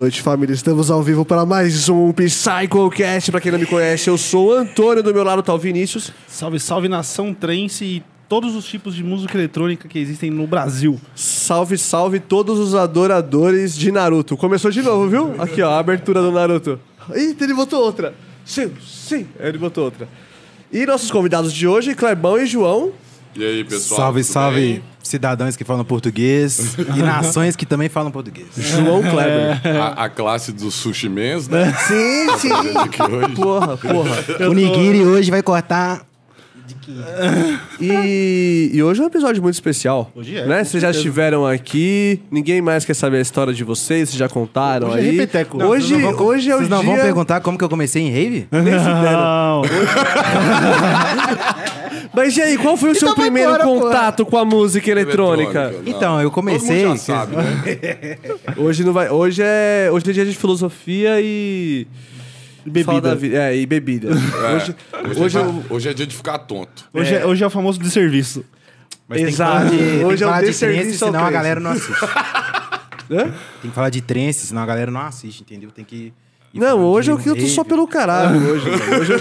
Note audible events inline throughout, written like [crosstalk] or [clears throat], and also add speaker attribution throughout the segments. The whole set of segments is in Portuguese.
Speaker 1: noite, família. Estamos ao vivo para mais um PsychoCast. Para quem não me conhece, eu sou o Antônio, do meu lado tá o Vinícius.
Speaker 2: Salve, salve nação trance e todos os tipos de música eletrônica que existem no Brasil.
Speaker 1: Salve, salve todos os adoradores de Naruto. Começou de novo, viu? Aqui, ó, a abertura do Naruto. Eita, ele botou outra. Sim, sim. Ele botou outra. E nossos convidados de hoje, Clebão e João.
Speaker 3: E aí, pessoal?
Speaker 4: Salve,
Speaker 3: tudo
Speaker 4: salve,
Speaker 3: bem?
Speaker 4: cidadãos que
Speaker 1: [laughs]
Speaker 4: falam português e nações que também falam português.
Speaker 1: João Kleber.
Speaker 3: A, a classe dos sushi
Speaker 1: [laughs]
Speaker 3: mans, né?
Speaker 1: Sim, sim.
Speaker 3: Aqui [laughs] hoje.
Speaker 1: Porra, porra.
Speaker 4: O Nigiri hoje vai cortar.
Speaker 1: E, e hoje é um episódio muito especial.
Speaker 2: Hoje é,
Speaker 1: Né?
Speaker 2: com
Speaker 1: Vocês já estiveram aqui, ninguém mais quer saber a história de vocês, vocês já contaram
Speaker 2: Hoje é
Speaker 1: aí.
Speaker 2: repeteco. Não,
Speaker 1: hoje,
Speaker 2: vocês não vão-
Speaker 1: hoje é o
Speaker 4: Vocês
Speaker 1: dia.
Speaker 4: não vão perguntar como que eu comecei em rave?
Speaker 1: Nem fizeram.
Speaker 2: Não,
Speaker 1: Mas e aí, qual foi o
Speaker 2: Então
Speaker 1: seu
Speaker 4: vai
Speaker 1: primeiro
Speaker 4: embora, porra.
Speaker 1: contato com a música eletrônica?
Speaker 3: Eletrônica, não.
Speaker 4: Então, eu comecei.
Speaker 3: Todo mundo já sabe, né?
Speaker 1: Hoje não vai. Hoje é. Hoje é dia de filosofia e. Fala da
Speaker 2: bebida.
Speaker 1: vida. É, e bebida.
Speaker 3: É.
Speaker 1: Hoje,
Speaker 3: Hoje,
Speaker 1: hoje
Speaker 3: é,
Speaker 1: eu-
Speaker 3: hoje é dia de ficar tonto.
Speaker 2: Hoje é, hoje é o famoso desserviço.
Speaker 4: Mas tem que
Speaker 1: Exato.
Speaker 4: falar de- tem que
Speaker 1: Hoje é o
Speaker 4: falar de
Speaker 1: desserviço
Speaker 4: trance,
Speaker 1: ao
Speaker 4: senão a
Speaker 1: trance.
Speaker 4: galera não assiste.
Speaker 1: Hã?
Speaker 4: Tem que falar de trance, senão a galera não assiste, entendeu? Tem que. ir
Speaker 1: Não,
Speaker 4: falando
Speaker 1: hoje
Speaker 4: de
Speaker 1: eu, eu tô
Speaker 4: rave.
Speaker 1: só pelo caralho hoje. velho. Hoje eu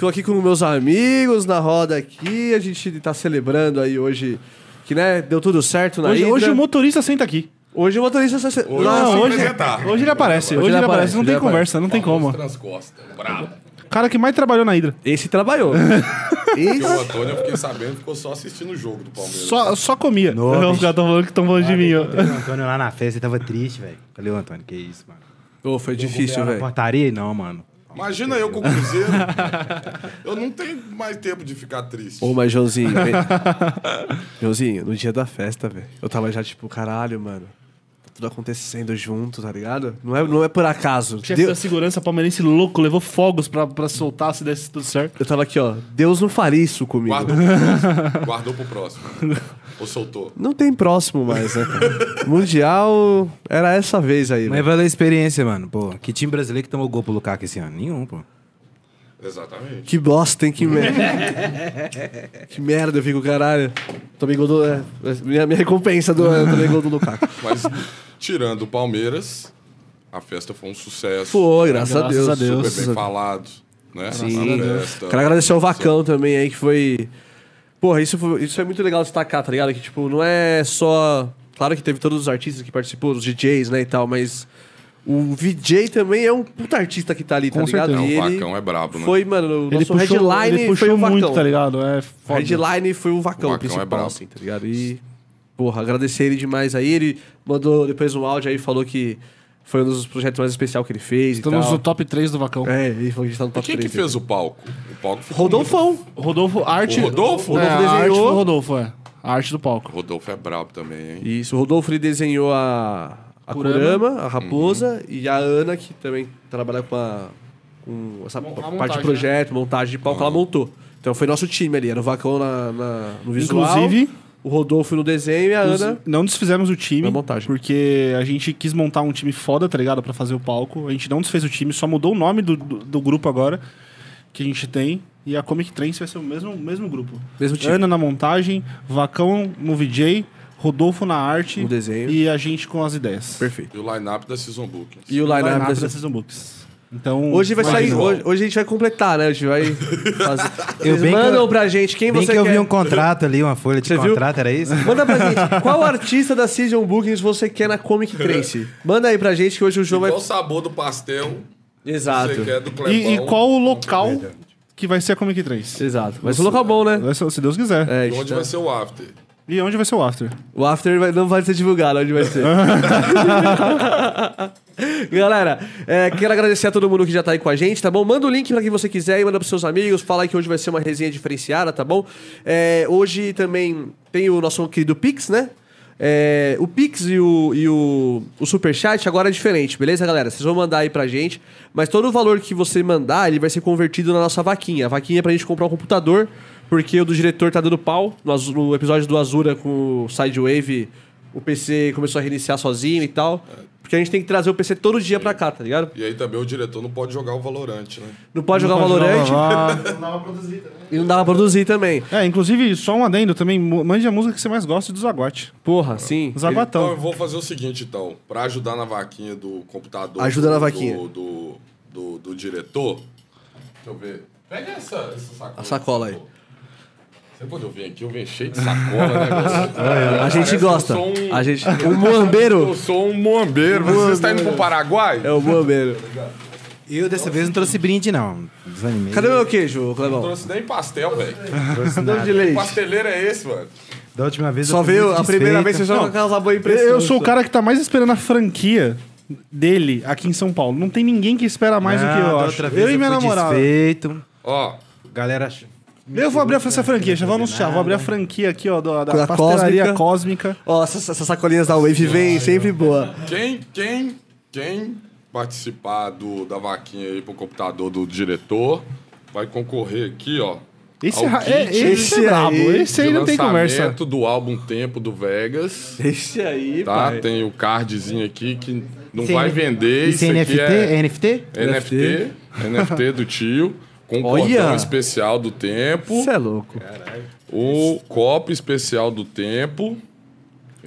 Speaker 1: tô aqui com meus amigos na roda aqui, a gente tá celebrando aí hoje que, né, deu tudo certo na
Speaker 2: Hoje,
Speaker 1: ida.
Speaker 2: hoje o motorista senta aqui.
Speaker 1: Hoje o motorista... tá Hoje,
Speaker 2: Não,
Speaker 3: Não, se
Speaker 2: hoje, é-
Speaker 3: apresentar.
Speaker 2: hoje ele aparece.
Speaker 1: ele
Speaker 2: Hoje, ele
Speaker 1: aparece,
Speaker 2: aparece. Não
Speaker 1: ele
Speaker 2: tem
Speaker 1: aparece.
Speaker 2: conversa, não tem como.
Speaker 3: Transcosta, brabo.
Speaker 2: O cara que mais trabalhou na Hidra.
Speaker 1: Esse trabalhou.
Speaker 3: Porque
Speaker 1: Esse...
Speaker 3: o Antônio, eu fiquei sabendo, ficou só assistindo o jogo do Palmeiras.
Speaker 2: Só, só comia.
Speaker 4: Nossa.
Speaker 2: Não, Os caras estão falando que estão falando de mim. ó.
Speaker 4: Teve O Antônio lá na festa, ele tava triste, velho. Falei, ô Antônio, que isso, mano?
Speaker 1: Ô, foi difícil,
Speaker 4: Na
Speaker 1: velho.
Speaker 4: Portaria? Não, mano.
Speaker 3: Imagina eu com o Cruzeiro. eu não tenho mais tempo de ficar triste.
Speaker 1: Ô, mas Joãozinho... vem- Joãozinho, no dia da festa, velho, eu tava já tipo, caralho, mano, tá tudo acontecendo junto, tá ligado? Não é, não é por acaso.
Speaker 2: O chefe
Speaker 1: Deu-
Speaker 2: da segurança palmeirense louco levou fogos pra, pra soltar se desse tudo certo.
Speaker 1: Eu tava aqui, ó, Deus não faria isso comigo.
Speaker 3: Guardou pro próximo. Guardou pro próximo. Ou soltou.
Speaker 1: Não tem próximo mais, né? cara? Mundial era essa vez aí. né?
Speaker 4: Mas
Speaker 1: velho.
Speaker 4: valeu a experiência, mano. Pô, que time brasileiro que tomou gol pro Lukaku esse ano? Nenhum, pô.
Speaker 3: Exatamente.
Speaker 1: Que bosta, [laughs] hein? Que merda. que merda, eu fico, caralho. Tomei gol do. é, minha, minha recompensa do ano, tomei gol do Lukaku.
Speaker 3: Mas, tirando o Palmeiras, a festa foi um sucesso.
Speaker 1: Foi, graças, a
Speaker 2: Graças
Speaker 1: Deus.
Speaker 2: a Deus.
Speaker 3: Super
Speaker 1: graças
Speaker 3: bem falado. Né?
Speaker 1: Sim.
Speaker 3: A festa.
Speaker 1: Uhum. Quero agradecer ao Vacão também aí, que foi. Porra, isso, foi- isso é muito legal destacar, tá ligado? Que, tipo, não é só. Claro que teve todos os artistas que participou, os DJs, né, e tal, mas. O VJ também é um puta artista que tá ali, tá
Speaker 2: Com
Speaker 1: ligado?
Speaker 2: certeza.
Speaker 1: E
Speaker 3: Não, o
Speaker 1: ele
Speaker 3: Vacão é brabo, né?
Speaker 1: Foi, mano, o
Speaker 2: Ele
Speaker 1: nosso
Speaker 2: puxou,
Speaker 1: headline
Speaker 2: ele
Speaker 1: foi
Speaker 2: puxou
Speaker 1: o Vacão.
Speaker 2: muito, tá ligado? É foda.
Speaker 1: Headline foi o Vacão,
Speaker 3: O Vacão é
Speaker 1: principal,
Speaker 3: brabo.
Speaker 1: assim, tá ligado? E, porra, agradecer ele demais aí. Ele mandou depois um áudio aí, falou que foi um dos projetos mais especiais que ele fez
Speaker 2: Estamos
Speaker 1: e
Speaker 2: Tá no
Speaker 1: tal.
Speaker 2: top 3 do Vacão.
Speaker 1: É, ele falou que a gente tá no top
Speaker 3: Quem que
Speaker 1: 3.
Speaker 3: fez o palco? O palco ficou
Speaker 1: Rodolfão.
Speaker 2: Rodolfo, arte.
Speaker 3: O
Speaker 1: Rodolfo
Speaker 2: É,
Speaker 3: Rodolfo?
Speaker 2: a arte
Speaker 1: desenhou.
Speaker 2: do Rodolfo, é. A arte do palco.
Speaker 3: Rodolfo é brabo também, hein?
Speaker 1: Isso, o Rodolfo ele desenhou a, a
Speaker 2: Kurama.
Speaker 1: Kurama, a Raposa,
Speaker 4: Uhum.
Speaker 1: e a Ana, que também trabalha com, a, com essa
Speaker 2: Mon- a
Speaker 1: parte
Speaker 2: montagem, né?
Speaker 1: de projeto, montagem de palco,
Speaker 4: Uhum.
Speaker 1: ela montou. Então foi nosso time ali, era o Vacão na, na- no visual,
Speaker 2: Inclusive-
Speaker 1: o Rodolfo no desenho e a Ana...
Speaker 2: Não desfizemos o time.
Speaker 1: Na montagem.
Speaker 2: Porque a gente quis montar um time foda, tá ligado? Pra fazer o palco. A gente não desfez o time, só mudou o nome do, do, do grupo agora que a gente tem. E a Comic Trance vai ser o mesmo, mesmo grupo.
Speaker 1: Mesmo time.
Speaker 2: Ana na montagem, Vacão no VJ, Rodolfo na arte.
Speaker 1: No desenho.
Speaker 2: E a gente com as ideias.
Speaker 1: Perfeito.
Speaker 3: E o line-up da Season Book.
Speaker 1: E o
Speaker 2: Line-up
Speaker 1: line-up
Speaker 2: da
Speaker 1: da-
Speaker 2: Season Books. Então,
Speaker 1: Hoje vai sair,
Speaker 2: imagina.
Speaker 1: hoje, hoje a gente vai completar, né? A gente
Speaker 4: [laughs]
Speaker 1: vai fazer.
Speaker 4: Eu
Speaker 1: Vocês
Speaker 4: bem que
Speaker 1: mandam
Speaker 4: eu-
Speaker 1: pra gente quem
Speaker 4: Bem
Speaker 1: você
Speaker 4: que eu
Speaker 1: quer.
Speaker 4: vi um contrato ali, uma folha de
Speaker 1: Você viu?
Speaker 4: contrato,
Speaker 1: [laughs]
Speaker 4: era isso?
Speaker 1: Manda
Speaker 4: [laughs]
Speaker 1: pra gente, qual artista da Season Bookings você quer na Comic Trace? Manda aí pra gente que hoje o João
Speaker 3: Qual
Speaker 1: vai.
Speaker 3: o sabor do pastel
Speaker 1: Exato.
Speaker 3: você quer do Clebão?
Speaker 2: E, e qual o local
Speaker 3: É
Speaker 2: que vai ser a Comic 3?
Speaker 1: Exato. Vai ser um local bom, né?
Speaker 2: Vai ser- Se Deus quiser.
Speaker 1: É,
Speaker 3: E onde vai ser o after?
Speaker 2: E onde vai ser o after?
Speaker 1: O After vai- não vai ser divulgado onde vai
Speaker 3: [laughs]
Speaker 1: ser. [laughs] Galera, é, quero agradecer a todo mundo que já tá aí com a gente, tá bom? Manda o link pra quem você quiser e manda pros seus amigos. Fala aí que hoje vai ser uma resenha diferenciada, tá bom? É, hoje também tem o nosso querido Pix, né? É, o Pix e o, e o, o Superchat agora é diferente, beleza, galera? Vocês vão mandar aí pra gente, mas todo o valor que você mandar, ele vai ser convertido na nossa vaquinha. A vaquinha é pra gente comprar um computador, porque o do diretor tá dando pau. No, Azu- no episódio do Azura com o Sidewave o PC começou a reiniciar sozinho e tal. Porque a gente tem que trazer o PC todo dia pra cá, tá ligado?
Speaker 3: E aí também o diretor não pode jogar o Valorante, né?
Speaker 1: Não pode jogar Valorant [laughs] e não dá pra produzir também.
Speaker 2: É, inclusive, só um adendo também. mu- Mande a música que você mais gosta do Zagote.
Speaker 1: Porra, sim.
Speaker 3: Então eu
Speaker 2: Zaguatão.
Speaker 3: vou fazer o seguinte, então. Pra ajudar na vaquinha do computador.
Speaker 1: Ajuda na
Speaker 3: do-
Speaker 1: vaquinha.
Speaker 3: Do, do, do- do diretor. Deixa eu ver. Pega essa, essa sacola.
Speaker 1: A sacola aí.
Speaker 3: Você quando eu vim aqui, eu vim cheio de sacola, né?
Speaker 1: [laughs]
Speaker 3: velho?
Speaker 1: A
Speaker 3: Parece
Speaker 1: gente
Speaker 3: que eu
Speaker 1: gosta.
Speaker 3: sou um-
Speaker 1: A gente. O moambeiro.
Speaker 3: Eu sou um moambeiro. Você está indo pro Paraguai?
Speaker 1: [laughs] É o moambeiro.
Speaker 4: Eu dessa vez não trouxe brinde, não. Desanimei.
Speaker 1: Cadê meu queijo,
Speaker 3: Não
Speaker 1: Clebão?
Speaker 3: trouxe nem pastel, velho.
Speaker 1: Doce
Speaker 4: Trouxe
Speaker 1: de
Speaker 4: nada.
Speaker 3: Que
Speaker 1: leite.
Speaker 3: pasteleiro é esse, mano?
Speaker 4: Da última vez eu
Speaker 1: Só
Speaker 4: fui
Speaker 1: veio
Speaker 4: muito
Speaker 1: a primeira vez que você só
Speaker 4: desfeito.
Speaker 1: causar boa impressão.
Speaker 2: Eu sou o cara que tá mais esperando a franquia dele aqui em São Paulo. Não tem ninguém que espera mais do que
Speaker 4: Não,
Speaker 2: eu
Speaker 4: da
Speaker 2: acho.
Speaker 4: outra vez
Speaker 2: eu e minha
Speaker 4: fui
Speaker 2: namorada.
Speaker 4: Desfeito.
Speaker 3: Ó,
Speaker 4: Galera, ach-
Speaker 2: Eu vou abrir essa franquia, já vou anunciar. Vou abrir a franquia aqui, ó, da, da
Speaker 1: Da
Speaker 2: pastelaria cósmica.
Speaker 1: Ó, essas essas sacolinhas da Wave vem sempre boa.
Speaker 3: quem, quem, quem participar do, da vaquinha aí pro computador do diretor vai concorrer aqui, ó.
Speaker 2: Esse,
Speaker 3: ao
Speaker 2: ra-
Speaker 3: kit
Speaker 2: é, esse,
Speaker 1: Esse
Speaker 2: é brabo.
Speaker 1: aí,
Speaker 2: Esse aí
Speaker 3: de
Speaker 2: não tem conversa.
Speaker 3: lançamento do álbum Tempo do Vegas.
Speaker 1: Esse aí,
Speaker 3: Tá?
Speaker 1: pai.
Speaker 3: Tem o cardzinho aqui que não
Speaker 4: Esse
Speaker 3: vai
Speaker 4: é-
Speaker 3: vender.
Speaker 4: Isso é
Speaker 3: Isso
Speaker 4: NFT?
Speaker 3: aqui é-
Speaker 4: É NFT?
Speaker 3: NFT, NFT do tio, com
Speaker 2: [laughs]
Speaker 3: um
Speaker 1: Olha!
Speaker 3: cordão especial do tempo,
Speaker 1: Você é louco.
Speaker 3: o copo especial do tempo.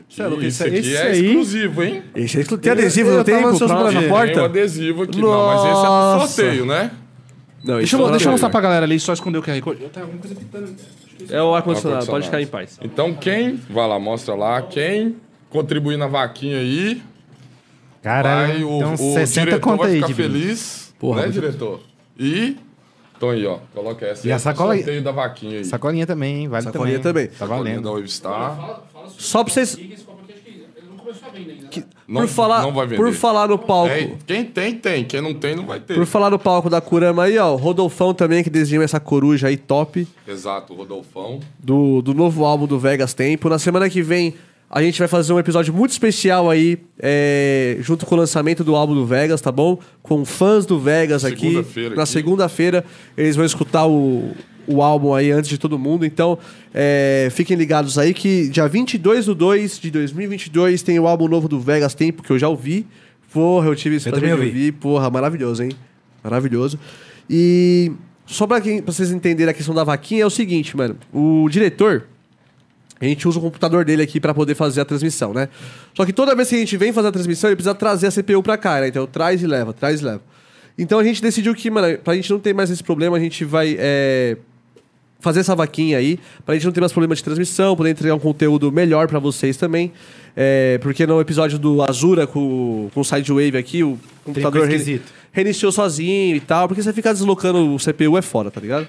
Speaker 2: Cê é louco,
Speaker 3: isso
Speaker 2: esse-
Speaker 3: aqui
Speaker 2: esse
Speaker 3: é
Speaker 2: aí-
Speaker 3: exclusivo, hein?
Speaker 1: Esse aí tem adesivo
Speaker 2: Eu- eu
Speaker 1: no
Speaker 2: tava
Speaker 1: tempo
Speaker 2: ansioso
Speaker 1: pra na
Speaker 2: pra ver.
Speaker 3: Tem um
Speaker 1: porta?
Speaker 3: adesivo aqui, não, mas esse é pro
Speaker 1: Nossa!
Speaker 3: sorteio,
Speaker 1: Não,
Speaker 3: né?
Speaker 1: isso
Speaker 2: Deixa eu,
Speaker 1: é
Speaker 2: deixa eu
Speaker 1: maravilhoso.
Speaker 2: mostrar pra galera ali, só esconder o QR Code. Eu tenho alguma coisa pitando.
Speaker 1: É o ar-condicionado,
Speaker 3: Ar-condicionado.
Speaker 1: pode ficar em paz.
Speaker 3: Então quem, vai lá, mostra lá, quem contribuir na vaquinha aí,
Speaker 4: Caralho.
Speaker 3: vai, o,
Speaker 4: Então,
Speaker 3: o
Speaker 4: 60
Speaker 3: diretor
Speaker 4: conta
Speaker 3: vai
Speaker 4: aí
Speaker 3: ficar
Speaker 4: de brinde.
Speaker 3: feliz,
Speaker 1: Porra,
Speaker 3: né,
Speaker 1: muito-
Speaker 3: diretor? E, então aí, ó, coloca essa
Speaker 4: E a
Speaker 3: aí, é
Speaker 4: sacola aí?
Speaker 3: sorteio da vaquinha aí.
Speaker 4: Sacolinha também, hein? Vale
Speaker 1: Sacolinha também.
Speaker 4: Tá
Speaker 3: Sacolinha da
Speaker 4: valendo.
Speaker 3: Webstar.
Speaker 1: Só pra vocês.
Speaker 3: Não-
Speaker 1: por falar,
Speaker 3: não vai vender.
Speaker 1: por falar no palco.
Speaker 3: É, quem tem, tem. Quem não tem, não vai ter.
Speaker 1: Por falar no palco da Kurama aí, ó, o Rodolfão também que desenhou essa coruja aí top
Speaker 3: Exato, Rodolfão.
Speaker 1: do, do novo álbum do Vegas Tempo. Na semana que vem a gente vai fazer um episódio muito especial aí, é, junto com o lançamento do álbum do Vegas, tá bom? Com fãs do Vegas aqui.
Speaker 3: Segunda-feira
Speaker 1: Na
Speaker 3: aqui.
Speaker 1: segunda-feira eles vão escutar o, o álbum aí antes de todo mundo. Então é, fiquem ligados aí que dia 22 do 2 de 2022 tem o álbum novo do Vegas Tempo que eu já ouvi. Porra, eu tive esse
Speaker 4: Eu
Speaker 1: prazer
Speaker 4: também
Speaker 1: de
Speaker 4: ouvi.
Speaker 1: ouvir. Porra, maravilhoso, hein? Maravilhoso. E só pra, quem, pra vocês entenderem a questão da vaquinha, é o seguinte, mano. O diretor, a gente usa o computador dele aqui pra poder fazer a transmissão, né? Só que toda vez que a gente vem fazer a transmissão, ele precisa trazer a CPU pra cá, né? Então traz e leva, traz e leva. Então a gente decidiu que, mano, pra gente não ter mais esse problema, a gente vai é, fazer essa vaquinha aí, pra gente não ter mais problema de transmissão, poder entregar um conteúdo melhor pra vocês também. É, porque no episódio do Azura com, com o Sidewave aqui, o computador reini-
Speaker 4: esquisito.
Speaker 1: reiniciou sozinho e tal, porque você ficar deslocando o CPU é fora, tá ligado?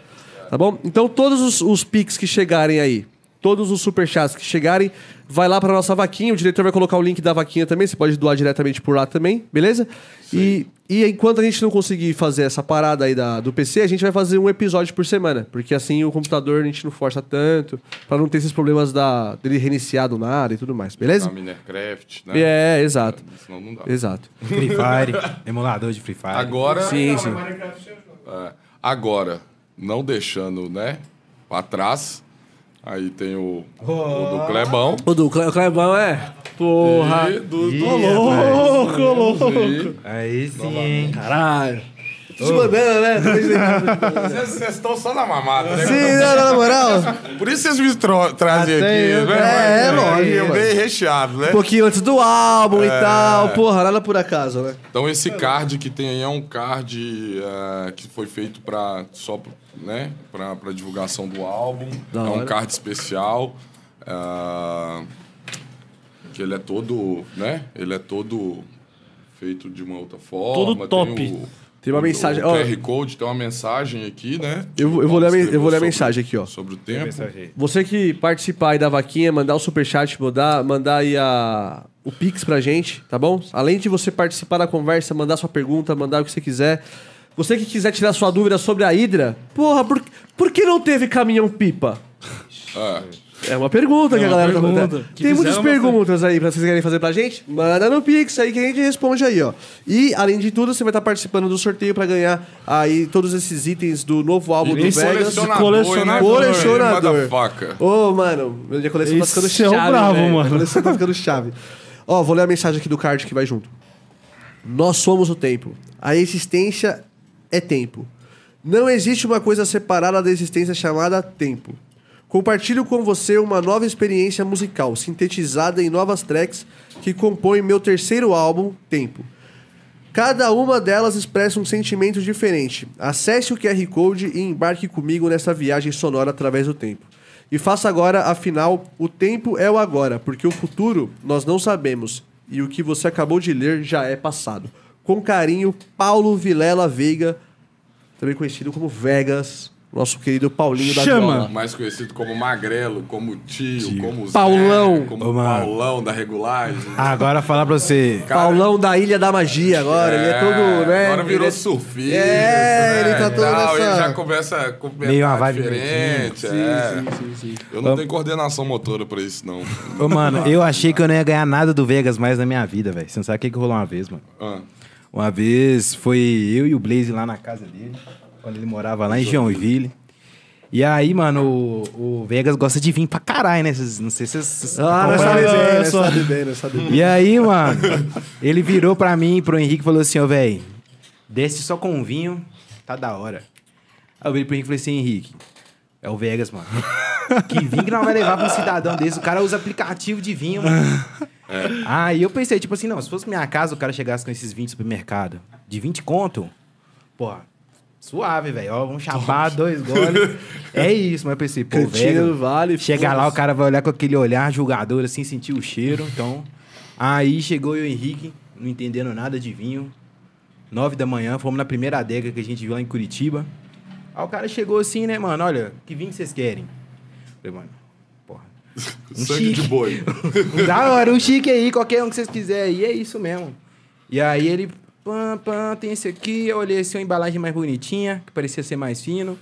Speaker 1: Tá bom? Então todos os, os pics que chegarem aí, todos os superchats que chegarem, vai lá pra nossa vaquinha, o diretor vai colocar o link da vaquinha também, você pode doar diretamente por lá também, beleza? E, e enquanto a gente não conseguir fazer essa parada aí da, do PC, a gente vai fazer um episódio por semana, porque assim o computador a gente não força tanto, pra não ter esses problemas da, dele reiniciar do nada e tudo mais, beleza?
Speaker 3: Na Minercraft, né?
Speaker 1: É, exato.
Speaker 3: Senão não dá.
Speaker 1: Exato.
Speaker 4: Free Fire, emulador de Free Fire.
Speaker 3: Agora,
Speaker 1: Sim, sim.
Speaker 3: é, agora, não deixando, né, pra trás, aí tem o, o do Clebão.
Speaker 1: O do Cle- o Clebão é. Porra.
Speaker 3: E do,
Speaker 4: Ih,
Speaker 3: do
Speaker 4: rapaz.
Speaker 2: Louco, louco.
Speaker 3: E-
Speaker 4: Aí sim, hein?
Speaker 1: Caralho. Se mandando, né?
Speaker 3: Vocês vocês estão só na mamada, né?
Speaker 1: Sim, não, na moral.
Speaker 3: Por isso vocês me tro- trazem
Speaker 2: Até
Speaker 3: aqui,
Speaker 2: eu-
Speaker 3: né?
Speaker 1: é, lógico,
Speaker 3: Eu
Speaker 1: mano.
Speaker 3: bem recheado, né?
Speaker 1: Um pouquinho antes do álbum e tal. Porra, nada por acaso, né?
Speaker 3: Então esse card que tem aí é um card eh, que foi feito para só né para divulgação do álbum.
Speaker 1: Da
Speaker 3: é um
Speaker 1: hora.
Speaker 3: card especial ah, que ele é todo né ele é todo feito de uma outra forma.
Speaker 2: Todo top.
Speaker 3: o-
Speaker 1: Tem uma
Speaker 3: o-
Speaker 1: mensagem,
Speaker 3: O
Speaker 1: ó.
Speaker 3: QR code tem uma mensagem aqui né.
Speaker 1: Eu vou- eu vou ler a men- eu vou ler a mensagem aqui, ó.
Speaker 3: Sobre o tempo.
Speaker 1: Você que participar aí da vaquinha, mandar o superchat, mandar, mandar aí a, o Pix pra gente, tá bom? Além de você participar da conversa, mandar sua pergunta, mandar o que você quiser. Você que quiser tirar sua dúvida sobre a Hydra, porra, por, por que não teve caminhão pipa?
Speaker 3: É.
Speaker 1: É uma pergunta
Speaker 2: É
Speaker 1: que a
Speaker 2: uma
Speaker 1: galera tá
Speaker 2: pergunta.
Speaker 1: mandando.
Speaker 2: Que
Speaker 1: Tem muitas
Speaker 2: fizeram bastante.
Speaker 1: perguntas aí pra vocês querem fazer pra gente. Manda no Pix aí que a gente responde aí, ó. E, além de tudo, você vai estar participando do sorteio pra ganhar aí todos esses itens do novo álbum do
Speaker 2: Ele
Speaker 1: Vegas.
Speaker 3: Colecionador,
Speaker 2: colecionador,
Speaker 3: hein,
Speaker 1: Colecionador.
Speaker 3: motherfucker.
Speaker 1: Ô, mano, minha coleção
Speaker 2: Esse
Speaker 1: tá ficando
Speaker 2: é o
Speaker 1: chave.
Speaker 2: brabo,
Speaker 1: velho.
Speaker 2: mano.
Speaker 1: Minha coleção tá ficando chave. Ó, vou ler a mensagem aqui do card que vai junto. Nós somos o tempo. A existência é tempo. Não existe uma coisa separada da existência chamada tempo. Compartilho com você uma nova experiência musical, sintetizada em novas tracks que compõem meu terceiro álbum, Tempo. Cada uma delas expressa um sentimento diferente. Acesse o QR Code e embarque comigo nessa viagem sonora através do tempo. E faça agora, afinal, o tempo é o agora, porque o futuro nós não sabemos e o que você acabou de ler já é passado. Com carinho, Paulo Vilela Veiga, também conhecido como Vegas, nosso querido Paulinho da
Speaker 2: Chama!
Speaker 1: Viola.
Speaker 3: Mais conhecido como Magrelo, como Tio, como Zé,
Speaker 1: Paulão.
Speaker 3: como
Speaker 4: Ô, mano.
Speaker 3: Paulão da regulagem.
Speaker 4: Agora falar pra você.
Speaker 3: Cara,
Speaker 1: Paulão da Ilha da Magia agora, ele é todo, né?
Speaker 3: Agora virou
Speaker 1: ele é-
Speaker 3: surfista.
Speaker 1: É, ele tá todo
Speaker 3: Tal,
Speaker 1: nessa-
Speaker 3: Ele já conversa com
Speaker 4: Meio uma vibe
Speaker 3: diferente. é.
Speaker 2: sim, sim.
Speaker 3: Eu não tenho coordenação motora pra isso,
Speaker 4: [laughs]
Speaker 3: não.
Speaker 4: Ô, mano, eu achei que eu não ia ganhar nada do Vegas mais na minha vida, velho. Você não sabe o que, que rolou uma vez, mano.
Speaker 3: Ah,
Speaker 4: Uma vez foi eu e o Blaze lá na casa dele, quando ele morava lá em Joinville. E aí, mano, o, o Vegas gosta de vir pra caralho, né? Vocês- não sei se vocês.
Speaker 1: Ah,
Speaker 4: acompanham.
Speaker 1: nós sabe bem,
Speaker 2: Olha
Speaker 1: nós
Speaker 2: só.
Speaker 1: sabe bem, nós sabe bem.
Speaker 4: [laughs] E aí, mano, ele virou pra mim e pro Henrique e falou assim, ô, velho, desce só com um vinho, tá da hora. Aí eu virei pro Henrique e falei assim, Henrique, é o Vegas, mano. Que vinho que nós vai levar pra um cidadão desse? O cara usa aplicativo de vinho, mano. Aí eu pensei, tipo assim, não, se fosse minha casa, o cara chegasse com esses 20 supermercado de 20 conto, porra, suave, velho. Ó, vamos chapar dois goles. É isso, mas eu pensei, pô,
Speaker 1: Cantina
Speaker 4: Vegas,
Speaker 1: do Vale,
Speaker 4: Chegar
Speaker 1: foda-se.
Speaker 4: lá, o cara vai olhar com aquele olhar julgador, assim, sentir o cheiro. Então, aí chegou eu e o Henrique, não entendendo nada de vinho. Nove da manhã, fomos na primeira adega que a gente viu lá em Curitiba. Aí o cara chegou assim, né, mano? Olha, que vinho que vocês querem? Falei, mano, porra.
Speaker 3: [laughs]
Speaker 4: Um
Speaker 3: sangue de
Speaker 4: chique. [laughs]
Speaker 3: boi.
Speaker 4: Um da hora, um chique aí, qualquer um que vocês quiserem. E é isso mesmo. E aí ele, pam, pam, tem esse aqui. Eu olhei assim, uma embalagem mais bonitinha, que parecia ser mais fino.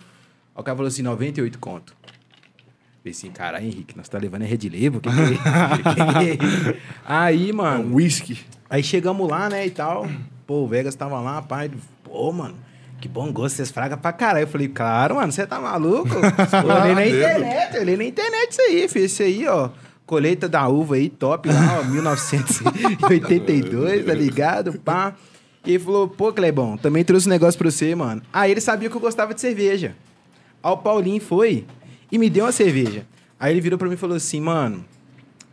Speaker 4: Aí o cara falou assim, 98 conto. Falei assim, caralho, Henrique, nós tá levando é Red Label? Que que é isso? Que que é isso? aí, mano...
Speaker 1: Whisky.
Speaker 4: Aí chegamos lá, né, e tal. Pô, o Vegas tava lá, pai. ele, Pô, mano, que bom gosto, vocês fragam pra caralho. Eu falei, claro, mano, você tá maluco? Eu olhei na internet, eu olhei na internet isso aí, filho. Isso aí, ó. Colheita da uva aí, top lá, ó, 1982, tá ligado? Pá. E ele falou, pô, Clebão, também trouxe um negócio pra você, mano. Aí ele sabia que eu gostava de cerveja. Aí o Paulinho foi e me deu uma cerveja. Aí ele virou pra mim e falou assim, mano,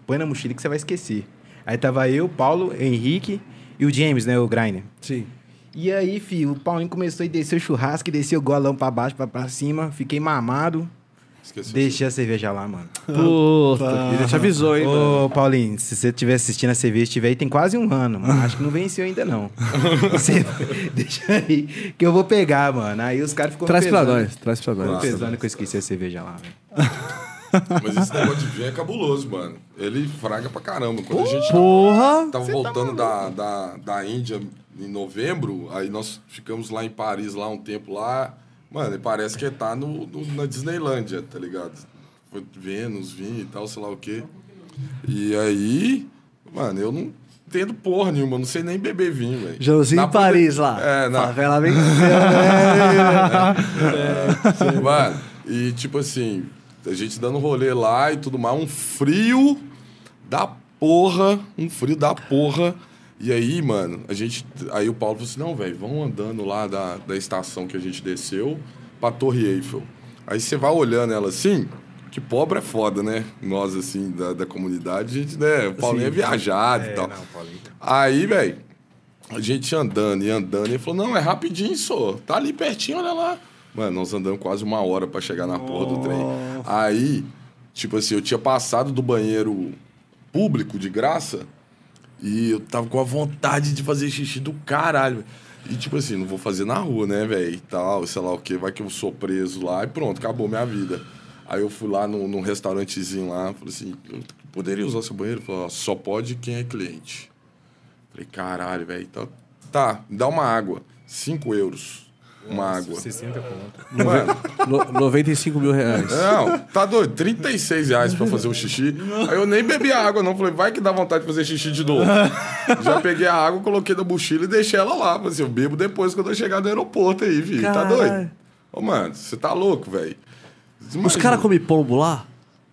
Speaker 4: põe na mochila que você vai esquecer. Aí tava eu, Paulo, Henrique e o James, né, o Griner.
Speaker 1: Sim.
Speaker 4: E aí, filho, o Paulinho começou e desceu o churrasco, e desceu o golão pra baixo, pra, pra cima, fiquei mamado,
Speaker 3: Esqueci.
Speaker 4: deixei a cerveja lá, mano.
Speaker 1: Puta, ele te avisou, né? hein? mano?
Speaker 4: Ô, Paulinho, se você estiver assistindo a cerveja, estiver aí, tem quase um ano, mano. Acho que não venceu ainda, não.
Speaker 3: [laughs]
Speaker 4: Você [laughs] deixa aí, que eu vou pegar, mano. Aí os caras ficam
Speaker 1: Traz pra
Speaker 4: pesando.
Speaker 1: nós, traz pra
Speaker 4: Ficou
Speaker 1: nós.
Speaker 4: pesando que eu esqueci a cerveja lá, velho.
Speaker 3: Mas esse negócio de vinho é cabuloso, mano. Ele fraga pra caramba. Quando a gente
Speaker 1: Porra! tá
Speaker 3: tava voltando da, da, da Índia em novembro, aí nós ficamos lá em Paris lá um tempo lá. Mano, e parece que tá no, no- na Disneylândia, tá ligado? Foi vendo os vinhos e tal, sei lá o quê. E aí, mano, eu não entendo porra nenhuma, eu não sei nem beber vinho, velho.
Speaker 1: Joãozinho
Speaker 3: Na
Speaker 1: em Paris
Speaker 3: pande-
Speaker 1: lá.
Speaker 3: É, na,
Speaker 1: Favela venceu,
Speaker 3: [laughs]
Speaker 1: né?
Speaker 3: Mano, e tipo assim, a gente dando rolê lá e tudo mais, um frio da porra, um frio da porra. E aí, mano, a gente. Aí o Paulo falou assim: não, velho, vamos andando lá da, da estação que a gente desceu pra Torre Eiffel. Aí você vai olhando ela assim, que pobre é foda, né? Nós, assim, da, da comunidade, a gente, né? O Paulinho é viajado e tal. Aí, velho, a gente andando e andando, ele falou, não, é rapidinho, só. Tá ali pertinho, olha lá. Mano, nós andamos quase uma hora pra chegar na porra do trem. Aí, tipo assim, eu tinha passado do banheiro público de graça e eu tava com a vontade de fazer xixi do caralho. E tipo assim, não vou fazer na rua, né, velho? E tal, sei lá o quê. Vai que eu sou preso lá e pronto, acabou minha vida. Aí eu fui lá num, num restaurantezinho lá, falei assim, eu poderia usar seu banheiro? Ele falou, ó, só pode quem é cliente. então, Falei, caralho, velho. Tá, tá, me dá uma água. 5 euros. uma água.
Speaker 5: 60 conto.
Speaker 3: Mano,
Speaker 1: No- 95 mil reais.
Speaker 3: não, tá doido, 36 reais pra fazer o xixi. Aí eu nem bebi a água, não. Falei, vai que dá vontade de fazer xixi de novo. Já peguei a água, coloquei na mochila e deixei ela lá. Falei assim, eu bebo depois quando eu chegar no aeroporto aí, filho. Tá
Speaker 1: Caralho.
Speaker 3: doido? Ô, mano, você tá louco, velho.
Speaker 1: Os caras comem pombo lá?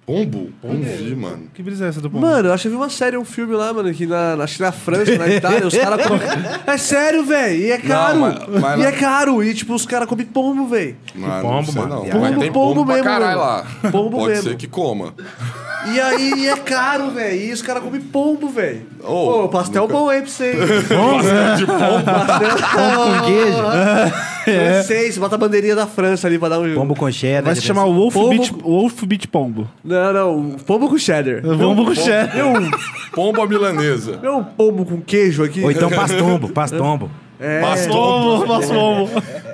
Speaker 3: Pombo? Não vi, mano.
Speaker 2: Que brisa é essa do pombo?
Speaker 1: Mano, eu acho que eu vi uma série, um filme lá, mano, que na, na- acho que na França, na Itália, os caras comem.
Speaker 3: [laughs]
Speaker 1: É sério, velho. E é caro.
Speaker 3: mas- mas
Speaker 1: e
Speaker 3: lá-
Speaker 1: é caro. E, tipo, os caras comem pombo, velho.
Speaker 3: Mano,
Speaker 5: pombo,
Speaker 3: não sei
Speaker 5: mano.
Speaker 3: não.
Speaker 1: Pombo,
Speaker 3: Mas tem
Speaker 1: pombo
Speaker 3: pombo, pra
Speaker 1: mesmo,
Speaker 3: caralho lá.
Speaker 1: mano. Pombo
Speaker 3: Pode
Speaker 1: mesmo.
Speaker 3: ser que coma. [laughs]
Speaker 1: E aí e é caro, velho. E os caras comem pombo, velho.
Speaker 3: Ô,
Speaker 1: Ô, pastel
Speaker 3: nunca-
Speaker 1: bom aí pra
Speaker 3: [laughs]
Speaker 1: você. hein?
Speaker 3: De pombo.
Speaker 2: Ah!
Speaker 4: Pombo Ah, com queijo. né?
Speaker 1: Não sei, você bota a bandeirinha da França ali pra dar um.
Speaker 4: Pombo com cheddar.
Speaker 2: Vai se chamar Wolf,
Speaker 1: Pombo-
Speaker 2: Beat, Wolf Beat Pombo.
Speaker 1: Não, não. Pombo com cheddar.
Speaker 2: Pombo com cheddar.
Speaker 3: Pombo à milanesa.
Speaker 1: Não é um pombo com queijo aqui?
Speaker 4: Ou
Speaker 2: [laughs]
Speaker 4: então pastombo, pastombo.
Speaker 1: É.
Speaker 2: Pombo, nosso pombo.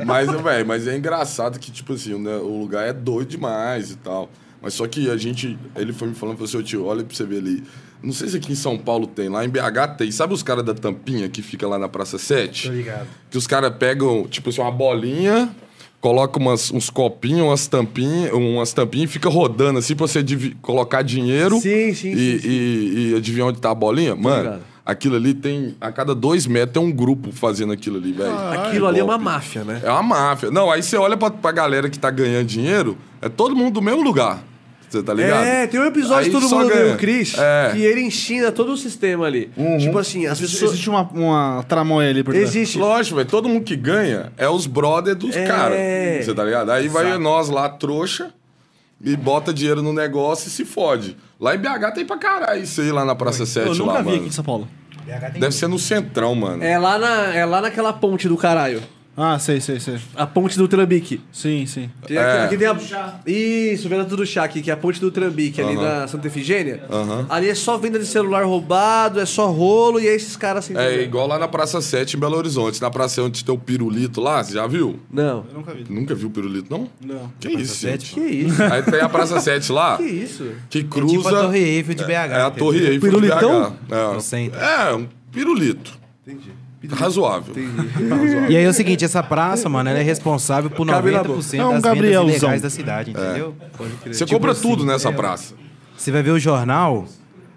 Speaker 3: Mas, velho, mas é engraçado que, tipo assim, né, o lugar é doido demais e tal. Mas só que a gente. Ele foi me falando, falou assim, "Ô, tio, olha pra você ver ali. Não sei se aqui em São Paulo tem, lá em BH tem. Sabe os caras da tampinha que fica lá na Praça 7?
Speaker 5: ligado.
Speaker 3: Que os caras pegam, tipo assim, uma bolinha, colocam umas- uns copinhos, umas tampinhas, umas tampinhas e fica rodando assim pra você adivi- colocar dinheiro.
Speaker 1: Sim, sim,
Speaker 3: e,
Speaker 1: sim,
Speaker 3: E, e adivinhar onde tá a bolinha? Mano,
Speaker 1: ligado.
Speaker 3: aquilo ali tem. A cada dois metros tem um grupo fazendo aquilo ali, velho.
Speaker 1: Aquilo ali é uma
Speaker 3: golpe.
Speaker 1: máfia, né?
Speaker 3: É uma máfia. Não, aí você olha pra, pra galera que tá ganhando dinheiro, é todo mundo do mesmo lugar. Você tá ligado?
Speaker 1: É, tem um episódio
Speaker 3: Aí
Speaker 1: de todo
Speaker 3: só
Speaker 1: mundo
Speaker 3: ganha.
Speaker 1: do Chris
Speaker 3: É.
Speaker 1: que ele ensina todo o sistema ali. Tipo assim, as
Speaker 2: Existe-
Speaker 1: pessoas.
Speaker 2: Existe uma, uma tramóia ali por trás.
Speaker 1: Existe.
Speaker 3: Lógico, velho. Todo mundo que ganha é os brother dos
Speaker 1: É.
Speaker 3: caras. Você tá ligado? Aí vai nós lá, trouxa, e bota dinheiro no negócio e se fode. Lá em BH tem pra caralho isso aí lá na Praça 7
Speaker 2: Eu nunca
Speaker 3: lá,
Speaker 2: vi
Speaker 3: mano.
Speaker 2: aqui em São Paulo.
Speaker 3: Deve ser no centrão, mano.
Speaker 1: É lá, na, é lá naquela ponte do caralho.
Speaker 2: Ah, sei, sei, sei.
Speaker 1: A ponte do Trambique.
Speaker 2: Sim, sim.
Speaker 1: Tem aqui,
Speaker 3: É.
Speaker 1: aqui tem a... Isso, venda tudo chá aqui, que é a ponte do Trambique, ali da Santa Efigênia. Ali é só venda de celular roubado, é só rolo, e aí esses caras assim.
Speaker 3: É igual lá na Praça 7 em Belo Horizonte. Na praça onde tem o pirulito lá, você já viu?
Speaker 1: Não.
Speaker 2: Eu nunca vi.
Speaker 3: Nunca viu o pirulito, não?
Speaker 2: Não.
Speaker 3: Que isso, gente?
Speaker 1: Que isso?
Speaker 3: Aí tem a Praça 7
Speaker 1: [laughs]
Speaker 3: lá.
Speaker 1: Que isso?
Speaker 3: Que
Speaker 4: É tipo a
Speaker 3: cruza.
Speaker 4: Torre Eiffel de BH.
Speaker 3: É a Torre Eiffel
Speaker 1: Pirulitão?
Speaker 3: de BH. É.
Speaker 4: No centro.
Speaker 3: É, um pirulito. Entendi. Razoável.
Speaker 4: E aí é o seguinte, essa praça, mano, ela é responsável por
Speaker 1: Cabe na
Speaker 4: 90%
Speaker 1: boca.
Speaker 4: das
Speaker 2: É um
Speaker 4: vendas
Speaker 2: Gabrielzão.
Speaker 4: ilegais da cidade, entendeu?
Speaker 3: É. Você
Speaker 4: Tipo
Speaker 3: compra
Speaker 4: assim,
Speaker 3: tudo né? nessa praça.
Speaker 4: Você vai ver o jornal.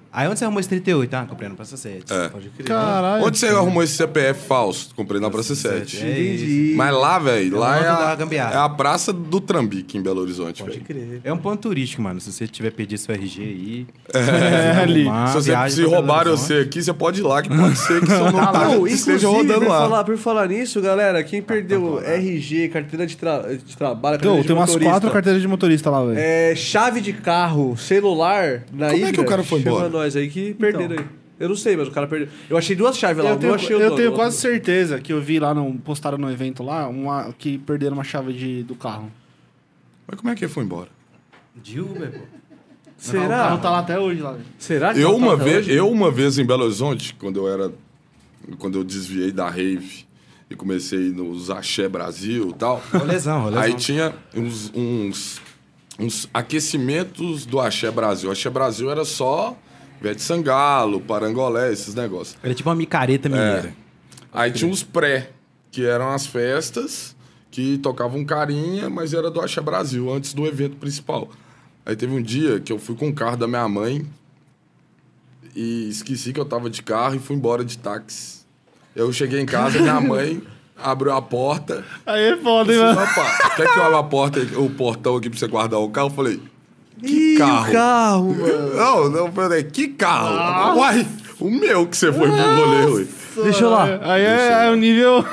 Speaker 4: Aí onde você arrumou esse 38? Ah, comprei no Praça 7.
Speaker 3: É.
Speaker 4: Pode crer.
Speaker 2: Caralho.
Speaker 3: Onde você arrumou esse CPF falso? Comprei na Praça 7.
Speaker 4: É isso.
Speaker 1: Entendi.
Speaker 3: Mas lá, velho, lá
Speaker 4: monto
Speaker 3: é
Speaker 4: da
Speaker 3: a,
Speaker 4: gambiarra.
Speaker 3: é a Praça do Trambique, em Belo Horizonte, velho.
Speaker 4: É um ponto turístico, mano. Se você tiver perdido seu RG aí.
Speaker 2: É, ali.
Speaker 1: tá
Speaker 4: arrumar,
Speaker 3: Se, você,
Speaker 4: viagem
Speaker 3: se
Speaker 4: pra Belo
Speaker 3: roubarem
Speaker 4: Horizonte.
Speaker 3: você aqui, você pode ir lá, que pode ser que seu nome tá,
Speaker 1: Não, inclusive,
Speaker 3: esteja rodando
Speaker 1: por
Speaker 3: lá.
Speaker 1: falar, por falar nisso, galera, quem perdeu RG, carteira de, tra- de trabalho, carteira
Speaker 2: Então,
Speaker 1: de
Speaker 2: tem umas
Speaker 1: é motorista,
Speaker 2: quatro carteiras de motorista lá, velho.
Speaker 1: é, chave de carro, celular, na
Speaker 3: Como é
Speaker 1: ilha,
Speaker 3: que o cara foi
Speaker 1: chama
Speaker 3: embora?
Speaker 1: nós aí que perderam aí. Eu não sei, mas o cara perdeu. Eu achei duas chaves lá,
Speaker 2: Eu
Speaker 1: uma eu
Speaker 2: tenho,
Speaker 1: achei o
Speaker 2: eu
Speaker 1: dono,
Speaker 2: tenho
Speaker 1: o
Speaker 2: quase
Speaker 1: outro.
Speaker 2: certeza que eu vi lá, num, postaram no evento lá, uma, que perderam uma chave de, do carro.
Speaker 3: Mas como é que ele foi embora?
Speaker 4: De Uber, pô.
Speaker 2: O carro
Speaker 1: Será?
Speaker 2: tá lá até hoje, lá. velho.
Speaker 1: Será que
Speaker 3: Eu
Speaker 1: ela tá
Speaker 3: uma,
Speaker 1: até
Speaker 3: vez,
Speaker 1: hoje?
Speaker 3: eu uma vez em Belo Horizonte, quando eu era. Quando eu desviei da Rave e comecei nos Axé Brasil e tal.
Speaker 4: Rolezão, rolezão.
Speaker 3: Aí tinha uns, uns, uns aquecimentos do Axé Brasil. Axé Brasil era só Vete Sangalo, Parangolé, esses negócios.
Speaker 4: Era tipo uma micareta mineira.
Speaker 3: Aí tinha uns pré, que eram as festas que tocavam carinha, mas era do Axé Brasil, antes do evento principal. Aí teve um dia que eu fui com o carro da minha mãe e esqueci que eu tava de carro e fui embora de táxi. Eu cheguei em casa,
Speaker 1: [laughs]
Speaker 3: minha mãe abriu a porta.
Speaker 2: Aí é foda, hein,
Speaker 3: Disse,
Speaker 2: mano.
Speaker 3: Opa, quer que eu abra a porta, o portão aqui pra você guardar o carro? Eu falei, que
Speaker 1: Ih,
Speaker 3: carro?
Speaker 1: o carro, mano. Ah.
Speaker 3: Não, não, eu falei, que carro? Uai, o meu que você foi pro rolê, ué.
Speaker 1: Deixa eu lá.
Speaker 2: Aí é, é um nível.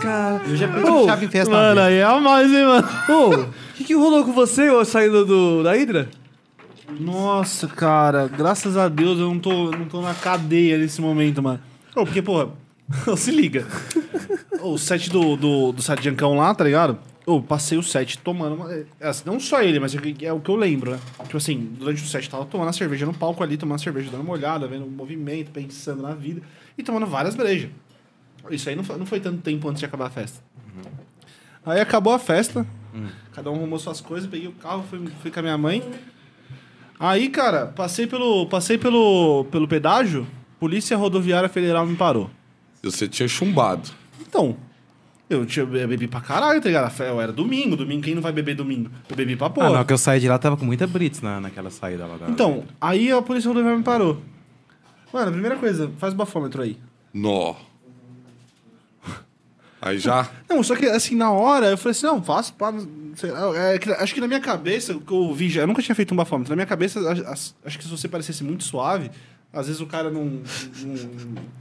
Speaker 1: Cara,
Speaker 4: Eu já perdi
Speaker 1: Ô,
Speaker 4: chave em festa. né? uma
Speaker 2: Mano,
Speaker 4: vez.
Speaker 2: aí é a mais, hein, mano.
Speaker 1: ô, o que, que rolou com você ô, saindo do, da Hidra?
Speaker 2: Nossa, cara, graças a Deus eu não tô, não tô na cadeia nesse momento, mano. Ô, porque, porra, [laughs] se liga. Ô, o set do, do, do set de Ancão lá, tá ligado? Eu passei o set tomando. uma- é, assim, não só ele, mas é, que- é o que eu lembro, né? Tipo assim, durante o set tava tomando a cerveja no palco ali, tomando a cerveja, dando uma olhada, vendo o movimento, pensando na vida e tomando várias brejas. Isso aí não foi, não foi tanto tempo antes de acabar a festa. Aí acabou a festa, cada um arrumou suas coisas, peguei o carro, fui, fui com a minha mãe. Aí, cara, passei pelo, passei pelo, pelo pedágio, Polícia Rodoviária Federal me parou.
Speaker 3: Você tinha chumbado.
Speaker 2: Então, Eu, tinha- eu bebi pra caralho, tá ligado? Eu era domingo, domingo, quem não vai beber domingo? Eu bebi pra
Speaker 4: Ah,
Speaker 2: porra.
Speaker 4: não, que eu saí de lá, tava com muita Brits na, naquela saída lá. Da...
Speaker 2: então, aí a polícia rodoviária me parou. Mano, a primeira coisa, faz o bafômetro aí.
Speaker 3: Nó.
Speaker 2: [laughs]
Speaker 3: Aí já.
Speaker 2: Não, só que assim, na hora, eu falei assim, não, faço, pá, não sei, lá, é que- acho que na minha cabeça, o que eu vi já, eu nunca tinha feito um bafômetro, na minha cabeça, a- as- acho que se você parecesse muito suave, às vezes o cara não, não-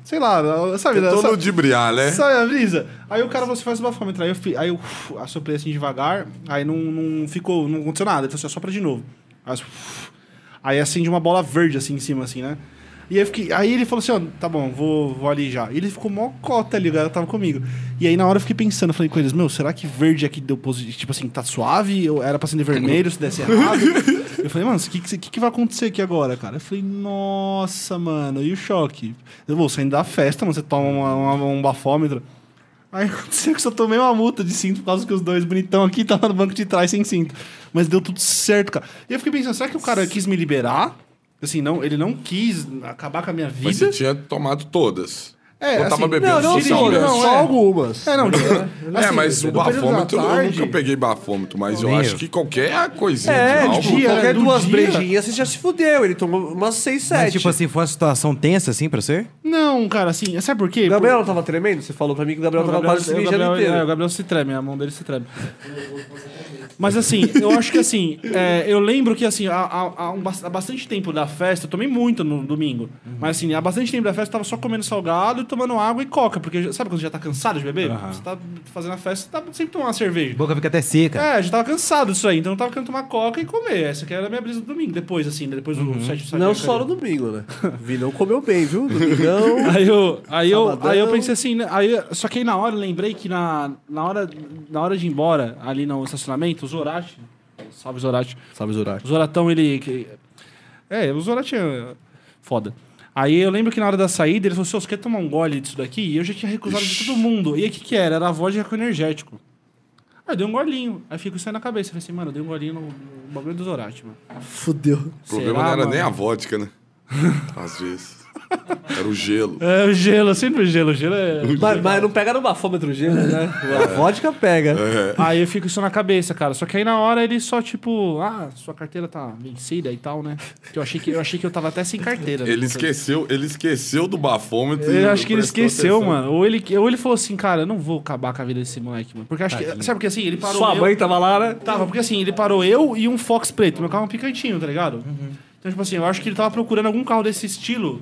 Speaker 2: sei lá, sabe?
Speaker 3: Tentou
Speaker 2: sabe-
Speaker 3: ludibriar, né?
Speaker 2: Sabe a brisa? Aí o cara, você faz o bafômetro. Aí eu, fi- aí eu uf, assoprei assim devagar, aí não, não ficou, não aconteceu nada. Ele falou assim, assopra de novo. Aí, eu, assim, uf, aí acende uma bola verde assim em cima, assim, né? E aí, eu fiquei, aí ele falou assim, ó, tá bom, vou, vou ali já. E ele ficou mó cota ali, o cara tava comigo. E aí na hora eu fiquei pensando, falei com eles, meu, será que verde aqui deu positivo? Tipo assim, tá suave? Eu era pra ser vermelho se desse errado? eu falei, mano, o que, que, que vai acontecer aqui agora, cara? Eu falei, nossa, mano, e o choque? Eu vou saindo da festa, mano, você toma uma- uma- um bafômetro. Aí aconteceu que eu só tomei uma multa de cinto por causa que os dois bonitão aqui estavam no banco de trás sem cinto. Mas deu tudo certo, cara. E eu fiquei pensando, será que o cara quis me liberar? Assim, não, ele não quis acabar com a minha vida.
Speaker 3: Mas você tinha tomado todas.
Speaker 2: É,
Speaker 3: Ou tava
Speaker 2: assim,
Speaker 3: bebendo
Speaker 2: não, não
Speaker 3: só
Speaker 2: todas,
Speaker 3: mesmo?
Speaker 2: não,
Speaker 5: Só
Speaker 2: é.
Speaker 5: algumas.
Speaker 2: É, não, tipo,
Speaker 3: É,
Speaker 2: assim,
Speaker 3: mas o
Speaker 2: no período da
Speaker 3: bafômetro, eu
Speaker 2: tarde-
Speaker 3: nunca peguei bafômetro, mas eu
Speaker 4: Nem
Speaker 3: acho
Speaker 4: eu.
Speaker 3: que qualquer coisinha
Speaker 1: É,
Speaker 3: de álcool...
Speaker 1: tipo,
Speaker 2: dia, né?
Speaker 1: qualquer
Speaker 2: Do
Speaker 1: duas
Speaker 2: dia.
Speaker 1: brejinhas você já se fudeu. Ele tomou umas 6, 7.
Speaker 4: Mas, tipo assim, foi uma situação tensa, assim, pra você?
Speaker 2: Não, cara, assim, sabe por quê?
Speaker 1: O Gabriel não tava tremendo? Você falou pra mim que o Gabriel
Speaker 2: Não,
Speaker 1: tava quase se
Speaker 2: o
Speaker 1: mijando
Speaker 2: Gabriel-
Speaker 1: inteiro.
Speaker 2: é, o Gabriel se treme, a mão dele se treme. Mas assim, eu acho que assim, é, eu lembro que assim, há, há- há um bas- há bastante tempo da festa, eu tomei muito no domingo. Mas assim, há bastante tempo da festa eu tava só comendo salgado e tomando água e coca, porque já- sabe quando você já tá cansado de beber? Você tá fazendo a festa, você tá sempre tomando uma cerveja.
Speaker 4: boca fica até seca.
Speaker 2: É, já tava cansado disso aí, então eu tava querendo tomar coca e comer. Essa que era a minha brisa do domingo, depois, assim, né, depois do sete
Speaker 1: Não só no domingo, né? Vinão comeu bem, viu? Domingão.
Speaker 2: Aí eu, aí, eu,
Speaker 1: Sabadão.
Speaker 2: aí eu pensei assim, né? aí, só que aí na hora eu lembrei que na, na, hora, na hora de ir embora, ali no estacionamento, o Zorati. Salve Zorati.
Speaker 1: Sabe Zorak?
Speaker 2: O Zoratão, ele. que- é, o Zorati é foda. Aí eu lembro que na hora da saída ele falou assim: "Ô, você quer tomar um gole disso daqui? E eu já tinha recusado de todo mundo. E aí o que, que era? Era a voz de álcool energético. Aí eu dei um golinho. Aí fico isso aí na cabeça. Eu falei assim, mano, eu dei um golinho no, no bagulho do Zorati, mano.
Speaker 1: [laughs] Fudeu.
Speaker 3: O
Speaker 2: Será,
Speaker 3: problema não era
Speaker 2: mano?
Speaker 3: nem a
Speaker 2: [laughs]
Speaker 3: vodka, né? Às vezes. Era o gelo.
Speaker 2: É, o gelo, sempre o gelo, o gelo é.
Speaker 1: Mas, mas não pega no bafômetro gelo, né? A vodka pega.
Speaker 2: Aí eu fico isso na cabeça, cara. Só que aí na hora ele só, tipo, ah, sua carteira tá vencida e tal, né? Que eu achei que eu achei que eu tava até sem carteira. né?
Speaker 3: Ele esqueceu, ele esqueceu do bafômetro. e
Speaker 2: Eu acho que ele
Speaker 3: prestou
Speaker 2: esqueceu,
Speaker 3: atenção.
Speaker 2: mano. Ou ele, ou ele falou assim, cara, eu não vou acabar com a vida desse moleque, mano. Porque acho que. Sabe porque assim, ele parou.
Speaker 1: Sua
Speaker 2: eu-
Speaker 1: mãe tava lá, né?
Speaker 2: Tava, porque assim, ele parou eu e um Fox preto. Meu carro é um picantinho, tá ligado? Então, tipo assim, eu acho que ele tava procurando algum carro desse estilo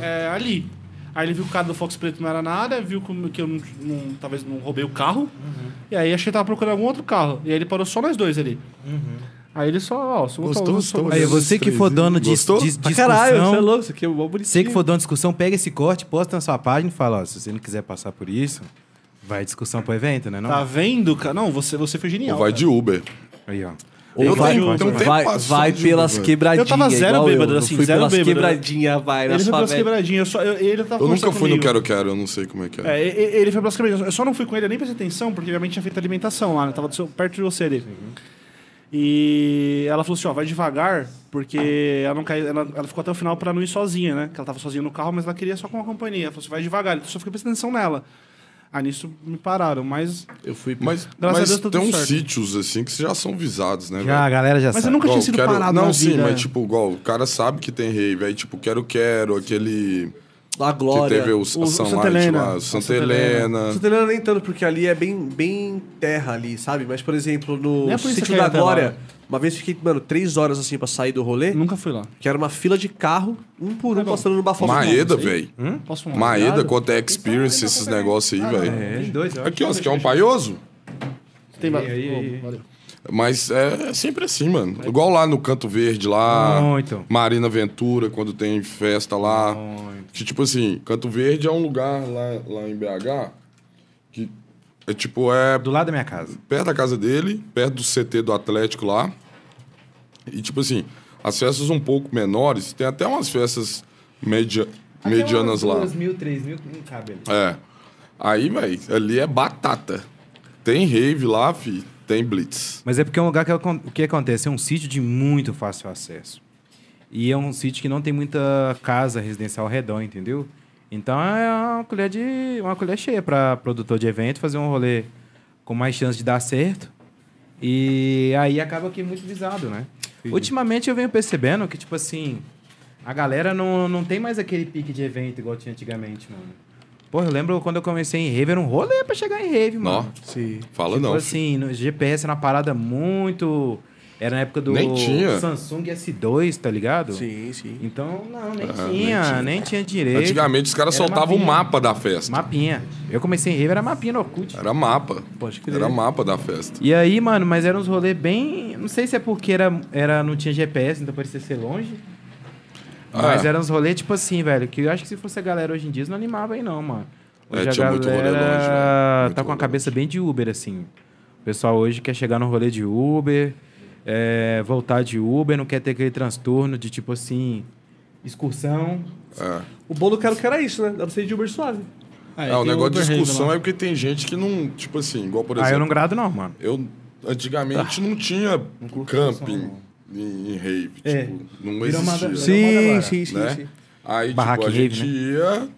Speaker 2: é, ali. Aí ele viu que o cara do Fox preto não era nada, viu como que eu não, não- talvez não roubei o carro. E aí achei que ele tava procurando algum outro carro. E aí ele parou só nós dois ali. Aí ele só, ó, só
Speaker 3: Gostou,
Speaker 2: só- um.
Speaker 3: gostou?
Speaker 2: só-
Speaker 4: Aí, você que for dono de,
Speaker 3: Gostou?
Speaker 4: de-
Speaker 1: Pra
Speaker 4: discussão...
Speaker 1: caralho, você é louco, isso aqui é mó bonitinho.
Speaker 4: Você que for dono de discussão, pega esse corte, posta na sua página e fala, ó, se você não quiser passar por isso, vai discussão pro evento, né? Não?
Speaker 2: Tá vendo, cara? Não, você, você foi genial.
Speaker 3: Ou vai
Speaker 2: cara.
Speaker 3: de Uber.
Speaker 4: Aí, ó.
Speaker 1: Ou
Speaker 3: Eu
Speaker 1: vai,
Speaker 3: tenho- eu tenho
Speaker 1: vai,
Speaker 3: tempo,
Speaker 1: vai
Speaker 3: só
Speaker 1: pelas
Speaker 3: digo,
Speaker 1: quebradinhas.
Speaker 2: Eu tava zero
Speaker 1: igual
Speaker 2: bêbado,
Speaker 1: eu,
Speaker 2: assim,
Speaker 1: eu fui
Speaker 2: zero
Speaker 1: pelas
Speaker 2: bêbado, né?
Speaker 1: quebradinhas, vai,
Speaker 2: Ele
Speaker 1: nas
Speaker 2: foi pelas
Speaker 1: favelas.
Speaker 2: quebradinhas. Eu, só, eu, ele tava
Speaker 3: né? Eu
Speaker 2: conversando
Speaker 3: nunca fui no
Speaker 2: comigo.
Speaker 3: Quero Quero, eu não sei como é que é.
Speaker 2: É, e- e- ele foi pelas câmeras. Eu só não fui com ele, eu nem prestei atenção, porque minha mãe tinha feito alimentação lá, né? Tava do seu- perto de você ali. E ela falou assim, ó, vai devagar, porque ela não caiu. Ela, ela ficou até o final pra não ir sozinha, né? Que ela tava sozinha no carro, mas ela queria só com uma companhia. Ela falou assim, vai devagar. Eu só fiquei prestando atenção nela. Aí nisso me pararam, mas.
Speaker 1: Eu fui
Speaker 3: Mas,
Speaker 2: Graças a
Speaker 3: mas
Speaker 2: Deus, tá
Speaker 3: tem
Speaker 2: tudo
Speaker 3: uns
Speaker 2: certo.
Speaker 3: sítios assim que já são visados, né?
Speaker 4: Já, a galera já
Speaker 2: Mas eu
Speaker 4: sabe.
Speaker 2: nunca
Speaker 3: Igual,
Speaker 2: tinha sido
Speaker 3: quero-
Speaker 2: parado.
Speaker 3: Não,
Speaker 2: na
Speaker 3: sim,
Speaker 2: vida.
Speaker 3: mas tipo, igual, o cara sabe que tem rave. Aí, tipo, quero, quero, aquele.
Speaker 1: A
Speaker 3: Que
Speaker 1: glória.
Speaker 3: teve o,
Speaker 1: O
Speaker 3: a
Speaker 2: o
Speaker 3: Sunlight
Speaker 2: Santa Helena.
Speaker 3: lá, o Santa
Speaker 2: O Santa Helena.
Speaker 3: Helena.
Speaker 1: Santa Helena nem tanto, porque ali é bem, bem terra ali, sabe? Mas, é por exemplo,
Speaker 2: Nem
Speaker 1: no
Speaker 2: a polícia
Speaker 1: Sítio
Speaker 2: quer
Speaker 1: da
Speaker 2: ir até lá.
Speaker 1: Glória, uma vez fiquei, mano, três horas assim pra sair do rolê,
Speaker 2: Nunca fui lá.
Speaker 1: que era uma fila de carro, um por um,
Speaker 2: bom.
Speaker 1: passando no bafão.
Speaker 3: Maeda, velho.
Speaker 2: Posso fumar?
Speaker 3: Maeda,
Speaker 1: Obrigado.
Speaker 3: quanto é experience, esses negócios aí, velho.
Speaker 4: É, dois, ó.
Speaker 3: Aqui, ó, você quer um paioso?
Speaker 2: Tem ba-
Speaker 4: aí,
Speaker 3: É,
Speaker 2: Ô, valeu.
Speaker 3: Mas é, é sempre assim, mano. Igual lá no Canto Verde, lá.
Speaker 4: Muito.
Speaker 3: Marina Ventura, quando tem festa lá. Que, tipo assim, Canto Verde é um lugar lá, lá em BH que é tipo, é
Speaker 4: Do lado da minha casa.
Speaker 3: perto da casa dele, perto do CT do Atlético lá. E, tipo assim, as festas um pouco menores, tem até umas festas media, medianas lá.
Speaker 4: mil, três mil, não cabe ali.
Speaker 3: É. Aí, velho, ali é batata. Tem rave lá, fi, tem blitz.
Speaker 4: Mas é porque é um lugar que acon- o que acontece é um sítio de muito fácil acesso. E é um sítio que não tem muita casa residencial ao redor, entendeu? Então é uma colher, de, uma colher cheia para produtor de evento fazer um rolê com mais chance de dar certo. E aí acaba que é muito visado, né? Ultimamente eu venho percebendo que, tipo assim, a galera não, não tem mais aquele pique de evento igual tinha antigamente, mano. Porra, eu lembro quando eu comecei em rave, era um rolê pra chegar em rave,
Speaker 3: Nó.
Speaker 4: mano.
Speaker 2: Sim.
Speaker 3: Fala
Speaker 4: Tipo
Speaker 3: não. filho.
Speaker 4: assim, no GPS era uma parada muito. Era na época do
Speaker 3: Nem tinha.
Speaker 4: Samsung S2, tá ligado?
Speaker 1: Sim, sim.
Speaker 4: Então, não, nem,
Speaker 3: Ah,
Speaker 4: tinha,
Speaker 3: nem
Speaker 4: nem tinha,
Speaker 3: tinha.
Speaker 4: direito.
Speaker 3: Antigamente os caras
Speaker 4: Era
Speaker 3: soltavam o
Speaker 4: mapinha.
Speaker 3: mapa da festa.
Speaker 4: Mapinha. Eu comecei em rave, era mapinha no Orkut.
Speaker 3: Era mapa.
Speaker 1: Pode crer.
Speaker 3: Era mapa da festa.
Speaker 4: E aí, mano, mas eram uns rolês bem. Não sei se é porque era, era, não tinha GPS, então parecia ser longe.
Speaker 3: Ah,
Speaker 4: Mas
Speaker 3: é.
Speaker 4: eram uns rolês, tipo assim, velho, que eu acho que se fosse a galera hoje em dia, isso não animava aí, não, mano.
Speaker 3: É,
Speaker 4: Hoje a
Speaker 3: tinha
Speaker 4: galera
Speaker 3: muito rolê longe, velho. Muito
Speaker 4: tá com a
Speaker 3: rolê
Speaker 4: cabeça bem de Uber, assim. O pessoal hoje quer chegar no rolê de Uber, é, voltar de Uber, não quer ter aquele transtorno de, tipo assim, excursão.
Speaker 3: É.
Speaker 1: O bom do cara que era isso, né? Dá pra ser de Uber suave.
Speaker 2: Ah,
Speaker 3: É, o negócio de discussão é porque tem gente que não, tipo assim, igual por
Speaker 4: Aí Ah, eu não Tá.
Speaker 3: exemplo,
Speaker 4: grado, não, mano.
Speaker 3: eu, antigamente não tinha camping em, em rave,
Speaker 4: É.
Speaker 3: tipo, não
Speaker 4: Virou uma da-
Speaker 3: existia.
Speaker 4: Sim, sim,
Speaker 3: né? Aí,
Speaker 4: Barraca
Speaker 3: tipo, a
Speaker 4: em rave,
Speaker 3: gente ia,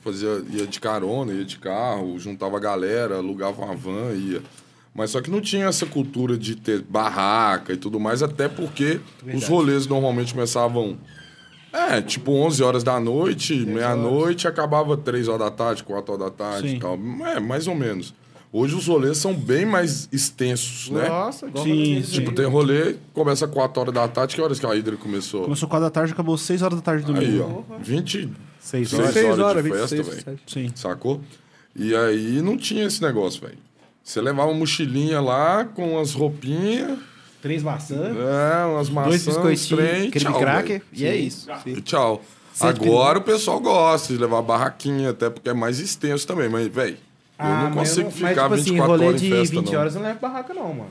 Speaker 3: fazia, ia de carona, ia de carro, juntava a galera, alugava uma van, ia. Mas só que não tinha essa cultura de ter barraca e tudo mais, até porque os rolês normalmente começavam... É, tipo 11 horas da noite, meia-noite, acabava 3 horas da tarde, 4 horas da tarde
Speaker 2: Sim.
Speaker 3: e tal. É, mais ou menos. Hoje os rolês são bem mais extensos, né?
Speaker 4: Nossa, igual
Speaker 2: Sim,
Speaker 4: rolê de
Speaker 2: sim.
Speaker 4: rave.
Speaker 3: Tipo, tem rolê, começa 4 horas da tarde. Que horas que a Hidra começou?
Speaker 2: Começou 4 da tarde, acabou 6 horas da tarde do
Speaker 3: Aí,
Speaker 2: domingo.
Speaker 3: ó. 20,
Speaker 4: Seis
Speaker 3: Seis
Speaker 4: horas.
Speaker 3: horas é de
Speaker 1: 26,
Speaker 3: festa, velho.
Speaker 1: 27.
Speaker 2: Sim.
Speaker 3: Sacou? E aí não tinha esse negócio, velho. Você levava uma mochilinha lá com as roupinhas,
Speaker 2: Três maçãs.
Speaker 3: é, umas
Speaker 4: Dois
Speaker 3: maçãs, uns
Speaker 4: biscoitinhos,
Speaker 3: trem,
Speaker 4: creme
Speaker 3: tchau,
Speaker 4: cracker,
Speaker 3: velho.
Speaker 4: e é isso.
Speaker 3: E tchau.
Speaker 4: Sete
Speaker 3: Agora o pessoal gosta de levar barraquinha, até porque é mais extenso também, mas, velho, eu não
Speaker 4: Ah, mas
Speaker 3: consigo
Speaker 4: mas,
Speaker 3: ficar
Speaker 4: tipo assim,
Speaker 3: 24
Speaker 4: rolê
Speaker 3: horas
Speaker 4: de
Speaker 3: em festa,
Speaker 4: 20
Speaker 3: não.
Speaker 4: horas eu não levo barraca, não, mano.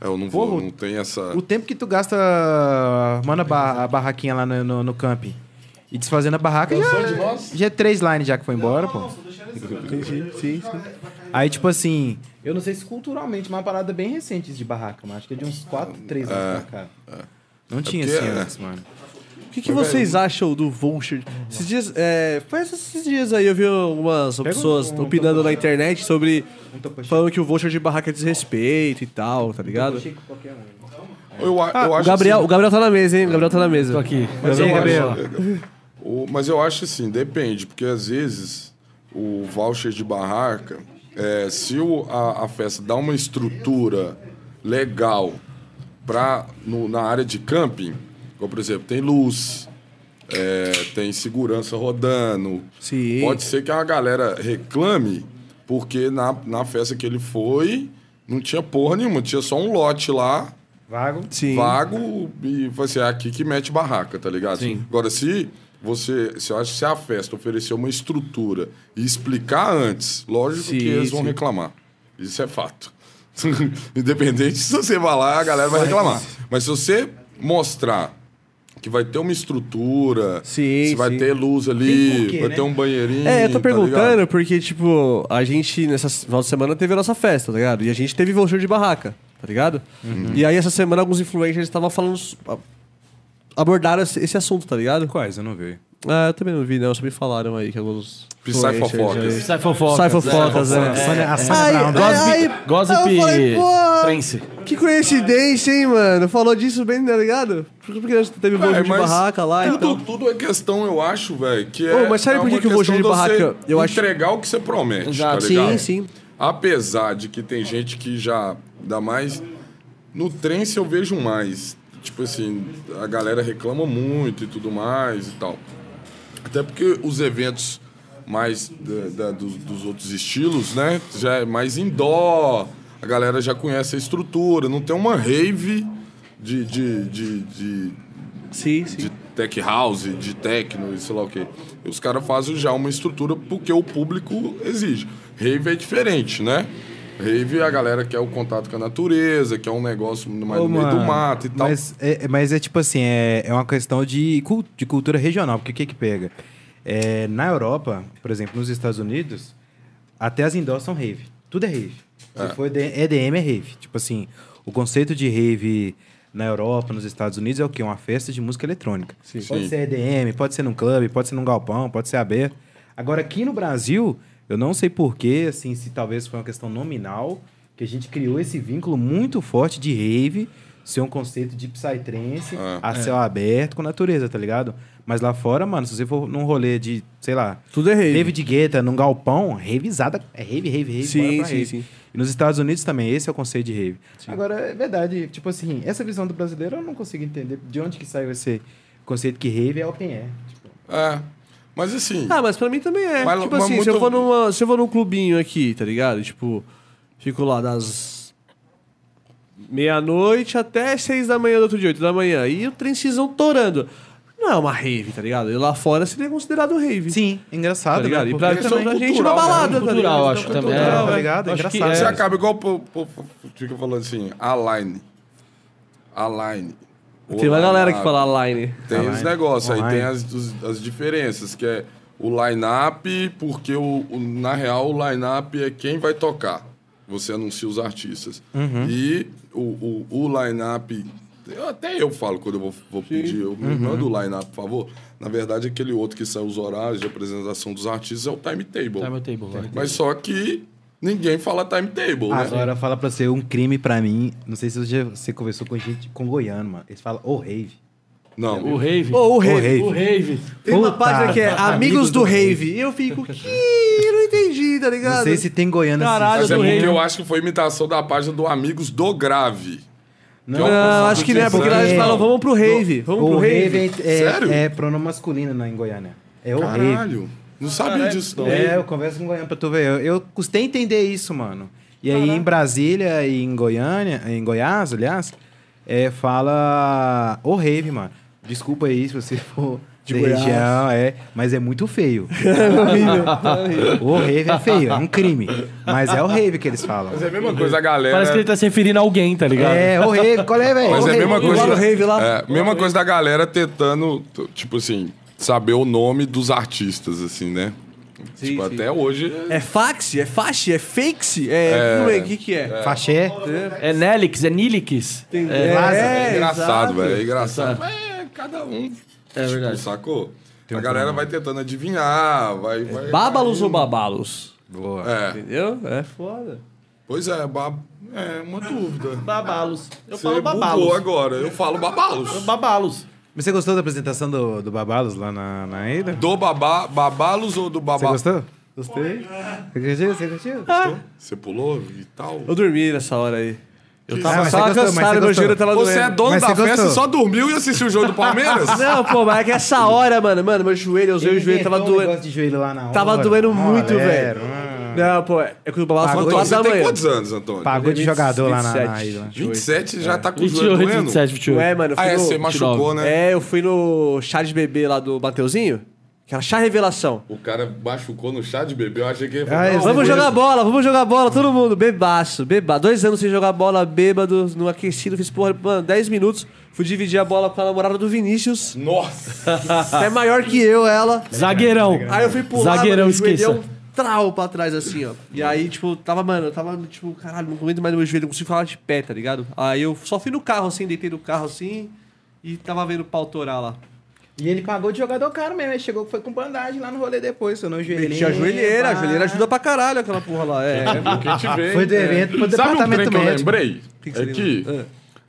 Speaker 3: É, eu não vou,
Speaker 4: Porra,
Speaker 3: não tem essa...
Speaker 4: O tempo que tu gasta armando a, ba- a barraquinha lá no, no, no camping e desfazendo a barraca já,
Speaker 3: de nós?
Speaker 4: já é três lines já que foi embora, pô.
Speaker 1: Sim, sim,
Speaker 4: Aí, tipo assim, eu não sei se culturalmente, mas é uma parada bem recente de barraca, mano. Acho que é de uns 4, 3 anos pra cá. Não tinha
Speaker 3: porque
Speaker 4: assim
Speaker 3: é-
Speaker 4: antes, mano.
Speaker 1: O que, que vocês acham do voucher? Esses dias, é, faz esses dias aí eu vi algumas pessoas
Speaker 4: um
Speaker 1: opinando na internet sobre
Speaker 4: topo cheio.
Speaker 1: falando que o voucher de barraca é desrespeito e tal, tá ligado?
Speaker 3: Eu, a- eu
Speaker 1: Ah, o
Speaker 3: acho
Speaker 1: Gabriel,
Speaker 3: assim-
Speaker 1: o Gabriel tá na mesa, hein? O Gabriel tá na mesa. Tô aqui.
Speaker 4: Mas aí, Gabriel,
Speaker 3: O- mas eu acho assim, depende, porque às vezes o voucher de barraca, é, se o- a, a festa dá uma estrutura legal pra, no- na área de camping, como por exemplo, tem luz, é, tem segurança rodando.
Speaker 1: Sim.
Speaker 3: Pode ser que a galera reclame, porque na, na festa que ele foi, não tinha porra nenhuma, tinha só um lote lá
Speaker 4: vago.
Speaker 1: Sim.
Speaker 3: vago e vai ser aqui que mete barraca, tá ligado? Agora, se você. Se eu acho que se a festa oferecer uma estrutura e explicar antes, lógico
Speaker 1: Sim,
Speaker 3: que eles vão
Speaker 1: sim.
Speaker 3: reclamar. Isso é fato. [laughs] Independente se você vai lá, a galera vai reclamar. Mas se você mostrar que vai ter uma estrutura,
Speaker 1: Sim,
Speaker 3: se vai
Speaker 1: sim.
Speaker 3: ter luz
Speaker 4: Tem
Speaker 3: ali,
Speaker 4: porquê,
Speaker 3: vai
Speaker 4: né?
Speaker 3: ter um banheirinho.
Speaker 1: É, eu tô
Speaker 3: tá
Speaker 1: perguntando
Speaker 3: ligado?
Speaker 1: porque, tipo, a gente, nessa final de semana, teve a nossa festa, tá ligado? E a gente teve voucher de barraca, tá ligado? E aí, essa semana, alguns influencers estavam falando. s- a- abordaram esse esse assunto, tá ligado?
Speaker 4: Quais? Eu não vi.
Speaker 1: Ah, eu também não vi, não. Só me falaram aí que alguns.
Speaker 3: Psy
Speaker 1: influencers
Speaker 3: fofocas.
Speaker 1: aí-
Speaker 5: Sai fofoca.
Speaker 1: Sai fofocas, né?
Speaker 4: Sônia- a Sônia
Speaker 1: Aí-
Speaker 4: Brown.
Speaker 1: aí-
Speaker 5: Gossip, gossip
Speaker 1: aí eu falei, pô,
Speaker 5: Prince.
Speaker 1: Que coincidência, hein, mano? Falou disso bem, tá ligado? Porque teve voo
Speaker 3: Véi,
Speaker 1: de
Speaker 3: mas
Speaker 1: barraca lá
Speaker 3: tudo,
Speaker 1: e tal.
Speaker 3: tudo é questão, eu acho, velho, que
Speaker 1: Ô,
Speaker 3: é.
Speaker 1: mas sabe
Speaker 3: é
Speaker 1: por que
Speaker 3: uma
Speaker 1: que o voo de
Speaker 3: questão de você
Speaker 1: barraca- eu acho-
Speaker 3: Entregar o que você promete.
Speaker 5: Exato.
Speaker 3: Tá
Speaker 1: Sim,
Speaker 3: ligado?
Speaker 1: sim.
Speaker 3: Apesar de que tem gente que já dá mais. No trance eu vejo mais. Tipo assim, a galera reclama muito e tudo mais e tal. Até porque os eventos mais da- da- dos, dos outros estilos, né? Já é mais indoor, a galera já conhece a estrutura, não tem uma rave de- de- de- de
Speaker 1: Sim, sim.
Speaker 3: de tech house, de techno e sei lá o quê. E os caras fazem já uma estrutura porque o público exige. Rave é diferente, né? Rave a galera quer o contato com a natureza, quer um negócio mais
Speaker 4: Ô,
Speaker 3: no meio do
Speaker 4: mano,
Speaker 3: mato e tal.
Speaker 4: Mas é, é- mas é tipo assim, é, é uma questão de, cul- de cultura regional, porque o que que pega? É, na Europa, por exemplo, nos Estados Unidos, até as indoors são é rave. Tudo é rave. Se for EDM, é rave. Tipo assim, o conceito de rave na Europa, nos Estados Unidos, é o quê? Uma festa de música eletrônica. Pode
Speaker 3: Sim.
Speaker 4: ser EDM, pode ser num clube, pode ser num galpão, pode ser AB. Agora, aqui no Brasil, eu não sei porquê, assim, se talvez foi uma questão nominal, que a gente criou esse vínculo muito forte de rave ser um conceito de psytrance
Speaker 3: Ah,
Speaker 4: a céu aberto com a natureza, tá ligado? Mas lá fora, mano, se você for num rolê de, sei lá,
Speaker 1: Tudo é rave.
Speaker 4: David Guetta num galpão, revisada, é rave, rave, rave,
Speaker 1: Sim,
Speaker 4: bora pra
Speaker 1: sim,
Speaker 4: rave.
Speaker 1: sim.
Speaker 4: E nos Estados Unidos também, esse é o conceito de rave. Agora, é verdade, tipo assim, essa visão do brasileiro eu não consigo entender de onde que saiu esse conceito que rave é open air. Tipo,
Speaker 3: É. Mas assim.
Speaker 1: Ah, mas pra mim também é.
Speaker 3: Mas-
Speaker 1: tipo
Speaker 3: mas
Speaker 1: assim, se,
Speaker 3: muito-
Speaker 1: eu vou numa, se eu vou num clubinho aqui, tá ligado? Tipo, fico lá das meia-noite até seis da manhã do outro dia, oito da manhã. E o trencisão torando. Não é uma rave, tá ligado? E lá fora seria considerado rave.
Speaker 4: Sim, é
Speaker 1: Tá
Speaker 4: engraçado,
Speaker 1: ligado?
Speaker 4: né?
Speaker 1: E
Speaker 4: Pô,
Speaker 1: pra,
Speaker 3: Porque
Speaker 1: também,
Speaker 3: são
Speaker 1: pra gente é uma
Speaker 3: cultural, né?
Speaker 1: balada, tá
Speaker 5: cultural,
Speaker 1: ligado?
Speaker 5: acho
Speaker 1: Então,
Speaker 5: também.
Speaker 1: cultural,
Speaker 5: É,
Speaker 1: é.
Speaker 4: tá ligado? É
Speaker 5: Acho que
Speaker 4: engraçado.
Speaker 3: Você
Speaker 5: é.
Speaker 3: acaba igual o povo- povo fica falando assim, align. Align.
Speaker 1: Tem uma
Speaker 3: Olá,
Speaker 1: galera que
Speaker 3: lá.
Speaker 1: fala line.
Speaker 3: Tem
Speaker 4: Align.
Speaker 3: os negócios, aí
Speaker 4: Online.
Speaker 3: tem as, os- as diferenças, que é o line-up, porque o, o- na real o line-up é quem vai tocar. Você anuncia os artistas.
Speaker 5: Uhum.
Speaker 3: E o, o, o line-up. eu- Até eu falo quando eu vou, vou pedir, eu
Speaker 5: Uhum.
Speaker 3: me mando o line-up, por favor. Na verdade, aquele outro que são os horários de apresentação dos artistas é o timetable.
Speaker 5: Timetable, vai.
Speaker 3: Mas só que ninguém fala timetable,
Speaker 5: Ah,
Speaker 3: né?
Speaker 4: Ah, Agora fala pra você, um crime pra mim, não sei se você, já- você conversou com gente com goiano, mano. Eles falam o rave.
Speaker 3: Não.
Speaker 5: O Rave.
Speaker 1: Ô, o rave.
Speaker 5: O Rave.
Speaker 1: Tem uma
Speaker 4: Puta,
Speaker 1: página que é
Speaker 4: amigos
Speaker 1: Amigos do
Speaker 4: do
Speaker 1: Rave. E eu fico, que? Não entendi, tá ligado?
Speaker 4: Não sei se tem goiano assim.
Speaker 5: Caralho,
Speaker 3: Mas é
Speaker 5: do
Speaker 3: porque
Speaker 5: rei,
Speaker 3: eu acho que foi imitação da página do Amigos do Grave.
Speaker 4: Não,
Speaker 3: Que é
Speaker 1: Não,
Speaker 3: um conceito
Speaker 1: acho que não é, porque lá
Speaker 3: interessante.
Speaker 1: eles falam, vamos pro rave. Vamos
Speaker 4: o
Speaker 1: pro
Speaker 4: rave,
Speaker 1: rave.
Speaker 4: é,
Speaker 3: Sério?
Speaker 4: é pronome masculino na, em Goiânia. É o rave.
Speaker 3: Caralho. Não sabia disso, não.
Speaker 4: É, eu converso com Goiânia pra tu ver. Eu, eu custei entender isso, mano. E aí em Brasília e em Goiânia, em Goiás, aliás, é, fala o rave, mano. Desculpa aí se você [laughs] for de
Speaker 1: Goiás.
Speaker 4: região, é, mas é muito feio. [laughs] o rave é feio, é um crime. Mas é o rave que eles falam.
Speaker 3: Mas é a mesma coisa, a galera.
Speaker 5: Parece que ele tá se referindo a alguém, tá ligado?
Speaker 4: É, o rave, qual é, velho?
Speaker 3: Mas
Speaker 4: O
Speaker 3: é a
Speaker 4: rave.
Speaker 3: mesma coisa.
Speaker 1: lá no rave, lá.
Speaker 3: É, mesma coisa da galera tentando, t- tipo assim, saber o nome dos artistas, assim, né? tipo,
Speaker 1: sim.
Speaker 3: até hoje.
Speaker 1: É fax, é fax, é fakes, é... O que que é?
Speaker 4: Faxé.
Speaker 5: É Nelix, é Nilix.
Speaker 1: Tem-
Speaker 5: É,
Speaker 3: É engraçado,
Speaker 1: exato.
Speaker 3: velho. É engraçado. Mas É, cada um. tipo,
Speaker 5: verdade.
Speaker 3: Sacou? a galera vai tentando adivinhar, vai. vai
Speaker 1: Bábalos ou babalos?
Speaker 4: Boa.
Speaker 3: É.
Speaker 1: É. Entendeu? É foda.
Speaker 3: Pois é, bab... é uma dúvida.
Speaker 5: Babalos. Eu
Speaker 3: Você é bugou agora. Eu falo babalos.
Speaker 5: Babalos.
Speaker 4: Mas Você gostou da apresentação do, do Babalos lá na, na ilha?
Speaker 3: Do babá, babalos ou do
Speaker 4: Você
Speaker 3: babá?
Speaker 4: gostou? Gostei. Você curtiu? Você curtiu?
Speaker 3: Você pulou e tal?
Speaker 1: Eu dormi nessa hora aí. Eu
Speaker 4: Ah,
Speaker 1: tava,
Speaker 4: mas
Speaker 1: tava
Speaker 4: você gostou, mas
Speaker 1: cansado,
Speaker 4: você
Speaker 1: meu
Speaker 4: gostou.
Speaker 1: joelho tava doendo.
Speaker 3: Você é dono
Speaker 4: Mas
Speaker 3: da
Speaker 4: você
Speaker 3: festa e
Speaker 4: gostou?
Speaker 3: só dormiu e assistiu o jogo do
Speaker 4: [laughs]
Speaker 3: Palmeiras?
Speaker 1: Não, pô, mas é que essa hora, mano, mano, meu joelho, eu usei o joelho, tava doendo.
Speaker 4: um de joelho lá na
Speaker 1: Tava
Speaker 4: hora. Ah, é,
Speaker 1: doendo
Speaker 4: Uma
Speaker 1: muito,
Speaker 4: galera,
Speaker 1: velho.
Speaker 4: uma-
Speaker 1: Não, pô, é que o babalos
Speaker 4: Pagou-
Speaker 1: foi
Speaker 3: Antônio,
Speaker 1: 4
Speaker 3: Ah, você
Speaker 1: da
Speaker 3: tem
Speaker 1: manhã.
Speaker 3: quantos anos, Antônio?
Speaker 4: Pagou de jogador lá na, na
Speaker 1: 27.
Speaker 4: ilha.
Speaker 3: 27
Speaker 4: É.
Speaker 3: já tá com o joelho
Speaker 5: 28,
Speaker 3: doendo?
Speaker 5: 27, 28.
Speaker 1: Ué, mano, eu fui
Speaker 3: Ah, é,
Speaker 1: no-
Speaker 3: você machucou, né?
Speaker 1: É, eu fui no chá de bebê lá do Mateuzinho, que era chá revelação.
Speaker 3: O cara machucou no chá de bebê, eu achei que ele
Speaker 4: Ah,
Speaker 3: falou,
Speaker 4: é,
Speaker 3: não,
Speaker 1: Vamos
Speaker 4: Beleza.
Speaker 1: jogar bola, vamos jogar bola, todo mundo. Bebaço, beba. Dois anos sem jogar bola, bêbado, no aquecido, fiz porra, mano, 10 minutos. Fui dividir a bola com a namorada do Vinícius. [laughs]
Speaker 3: Nossa!
Speaker 1: Até maior que eu, ela.
Speaker 5: Zagueirão.
Speaker 1: Aí eu fui pular,
Speaker 5: Zagueirão,
Speaker 1: mano,
Speaker 5: esqueça.
Speaker 1: joelhão um trau pra trás, assim, ó. E aí, tipo, tava, mano, eu tava, tipo, caralho, não aguento mais no meu joelho, não consigo falar de pé, tá ligado? Aí eu só fui no carro, assim, deitei no carro, assim, e tava vendo o pau torar lá.
Speaker 4: E ele pagou de jogador caro mesmo. Ele chegou, foi com bandagem lá no rolê depois, sonou joelheira.
Speaker 1: Meti a joelheira, a joelheira ajuda pra caralho aquela porra lá. É,
Speaker 3: Quem
Speaker 4: [laughs]
Speaker 3: te vê,
Speaker 4: Foi do
Speaker 3: é.
Speaker 4: evento pro
Speaker 3: Sabe um
Speaker 4: departamento
Speaker 3: trem que eu
Speaker 4: médico.
Speaker 3: lembrei?
Speaker 1: que que
Speaker 3: é
Speaker 1: você
Speaker 3: que
Speaker 4: Ah.
Speaker 1: lembra?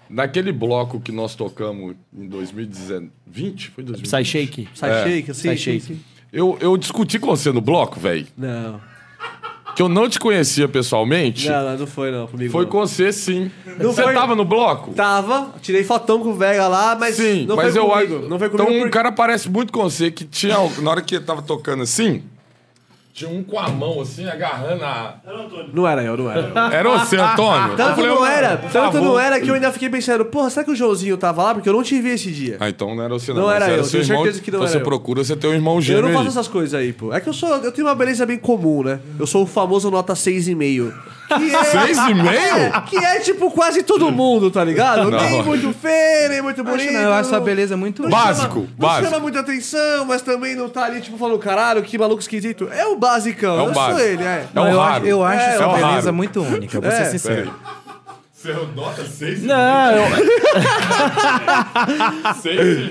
Speaker 3: naquele bloco que nós tocamos em 2019... 20? Foi 2020?
Speaker 5: Sai shake.
Speaker 1: sai
Speaker 3: É.
Speaker 1: shake, assim,
Speaker 5: Sai
Speaker 1: sim,
Speaker 5: shake.
Speaker 1: sim.
Speaker 3: Eu, eu discuti com você no bloco, velho,
Speaker 1: Não,
Speaker 3: que eu não te conhecia pessoalmente.
Speaker 1: não, não, não foi não, comigo
Speaker 3: Foi
Speaker 1: não.
Speaker 3: com você, sim.
Speaker 1: Não
Speaker 3: você
Speaker 1: foi-
Speaker 3: tava no bloco?
Speaker 1: Tava, tirei fotão com o Vega lá, mas
Speaker 3: Sim,
Speaker 1: não
Speaker 3: mas
Speaker 1: foi
Speaker 3: eu
Speaker 1: comigo.
Speaker 3: acho.
Speaker 1: Não foi comigo
Speaker 3: então, um
Speaker 1: porque-
Speaker 3: cara parece muito com você, que tinha. um- Na hora que ele tava tocando assim. Tinha um com a mão assim, agarrando a.
Speaker 1: Não era eu, não
Speaker 3: [laughs]
Speaker 1: era. eu.
Speaker 3: Era você, Antônio? Eu
Speaker 1: Tanto
Speaker 3: falei, tá
Speaker 1: não
Speaker 3: "Ô,
Speaker 1: era,
Speaker 3: por
Speaker 1: tanto não
Speaker 3: favor."
Speaker 1: era que eu ainda fiquei pensando, porra, será que o Joãozinho tava lá? Porque eu não te vi esse dia.
Speaker 3: Ah, então não era você, não.
Speaker 1: Não
Speaker 3: Você
Speaker 1: era eu,
Speaker 3: seu
Speaker 1: tenho
Speaker 3: irmão,
Speaker 1: certeza que não
Speaker 3: Você
Speaker 1: era eu.
Speaker 3: procura, você tem um irmão
Speaker 1: Eu
Speaker 3: gêmeo.
Speaker 1: não faço
Speaker 3: aí.
Speaker 1: essas coisas aí, pô. É que eu sou. Eu tenho uma beleza bem comum, né? Eu sou o famoso nota 6,5. Que é.
Speaker 3: [laughs] Seis e meio?
Speaker 1: É, que é tipo quase todo mundo, tá ligado?
Speaker 3: Não.
Speaker 1: Nem muito feio, nem muito né? bonito.
Speaker 4: não, eu acho a beleza muito...
Speaker 1: não
Speaker 3: Básico,
Speaker 1: chama, Não
Speaker 3: básico.
Speaker 1: chama muita atenção, mas também não tá ali, tipo, falando, caralho, que maluco esquisito. É o basicão,
Speaker 3: É
Speaker 1: eu
Speaker 3: o
Speaker 1: sou
Speaker 3: básico.
Speaker 1: ele, é.
Speaker 3: É o
Speaker 4: eu,
Speaker 3: raro.
Speaker 4: acho- eu acho
Speaker 1: É,
Speaker 4: essa
Speaker 3: é o
Speaker 4: beleza
Speaker 3: raro.
Speaker 4: muito única, vou
Speaker 1: É.
Speaker 4: ser sincero.
Speaker 3: Você é nota 6
Speaker 5: Não,
Speaker 3: [laughs]
Speaker 5: eu-
Speaker 3: e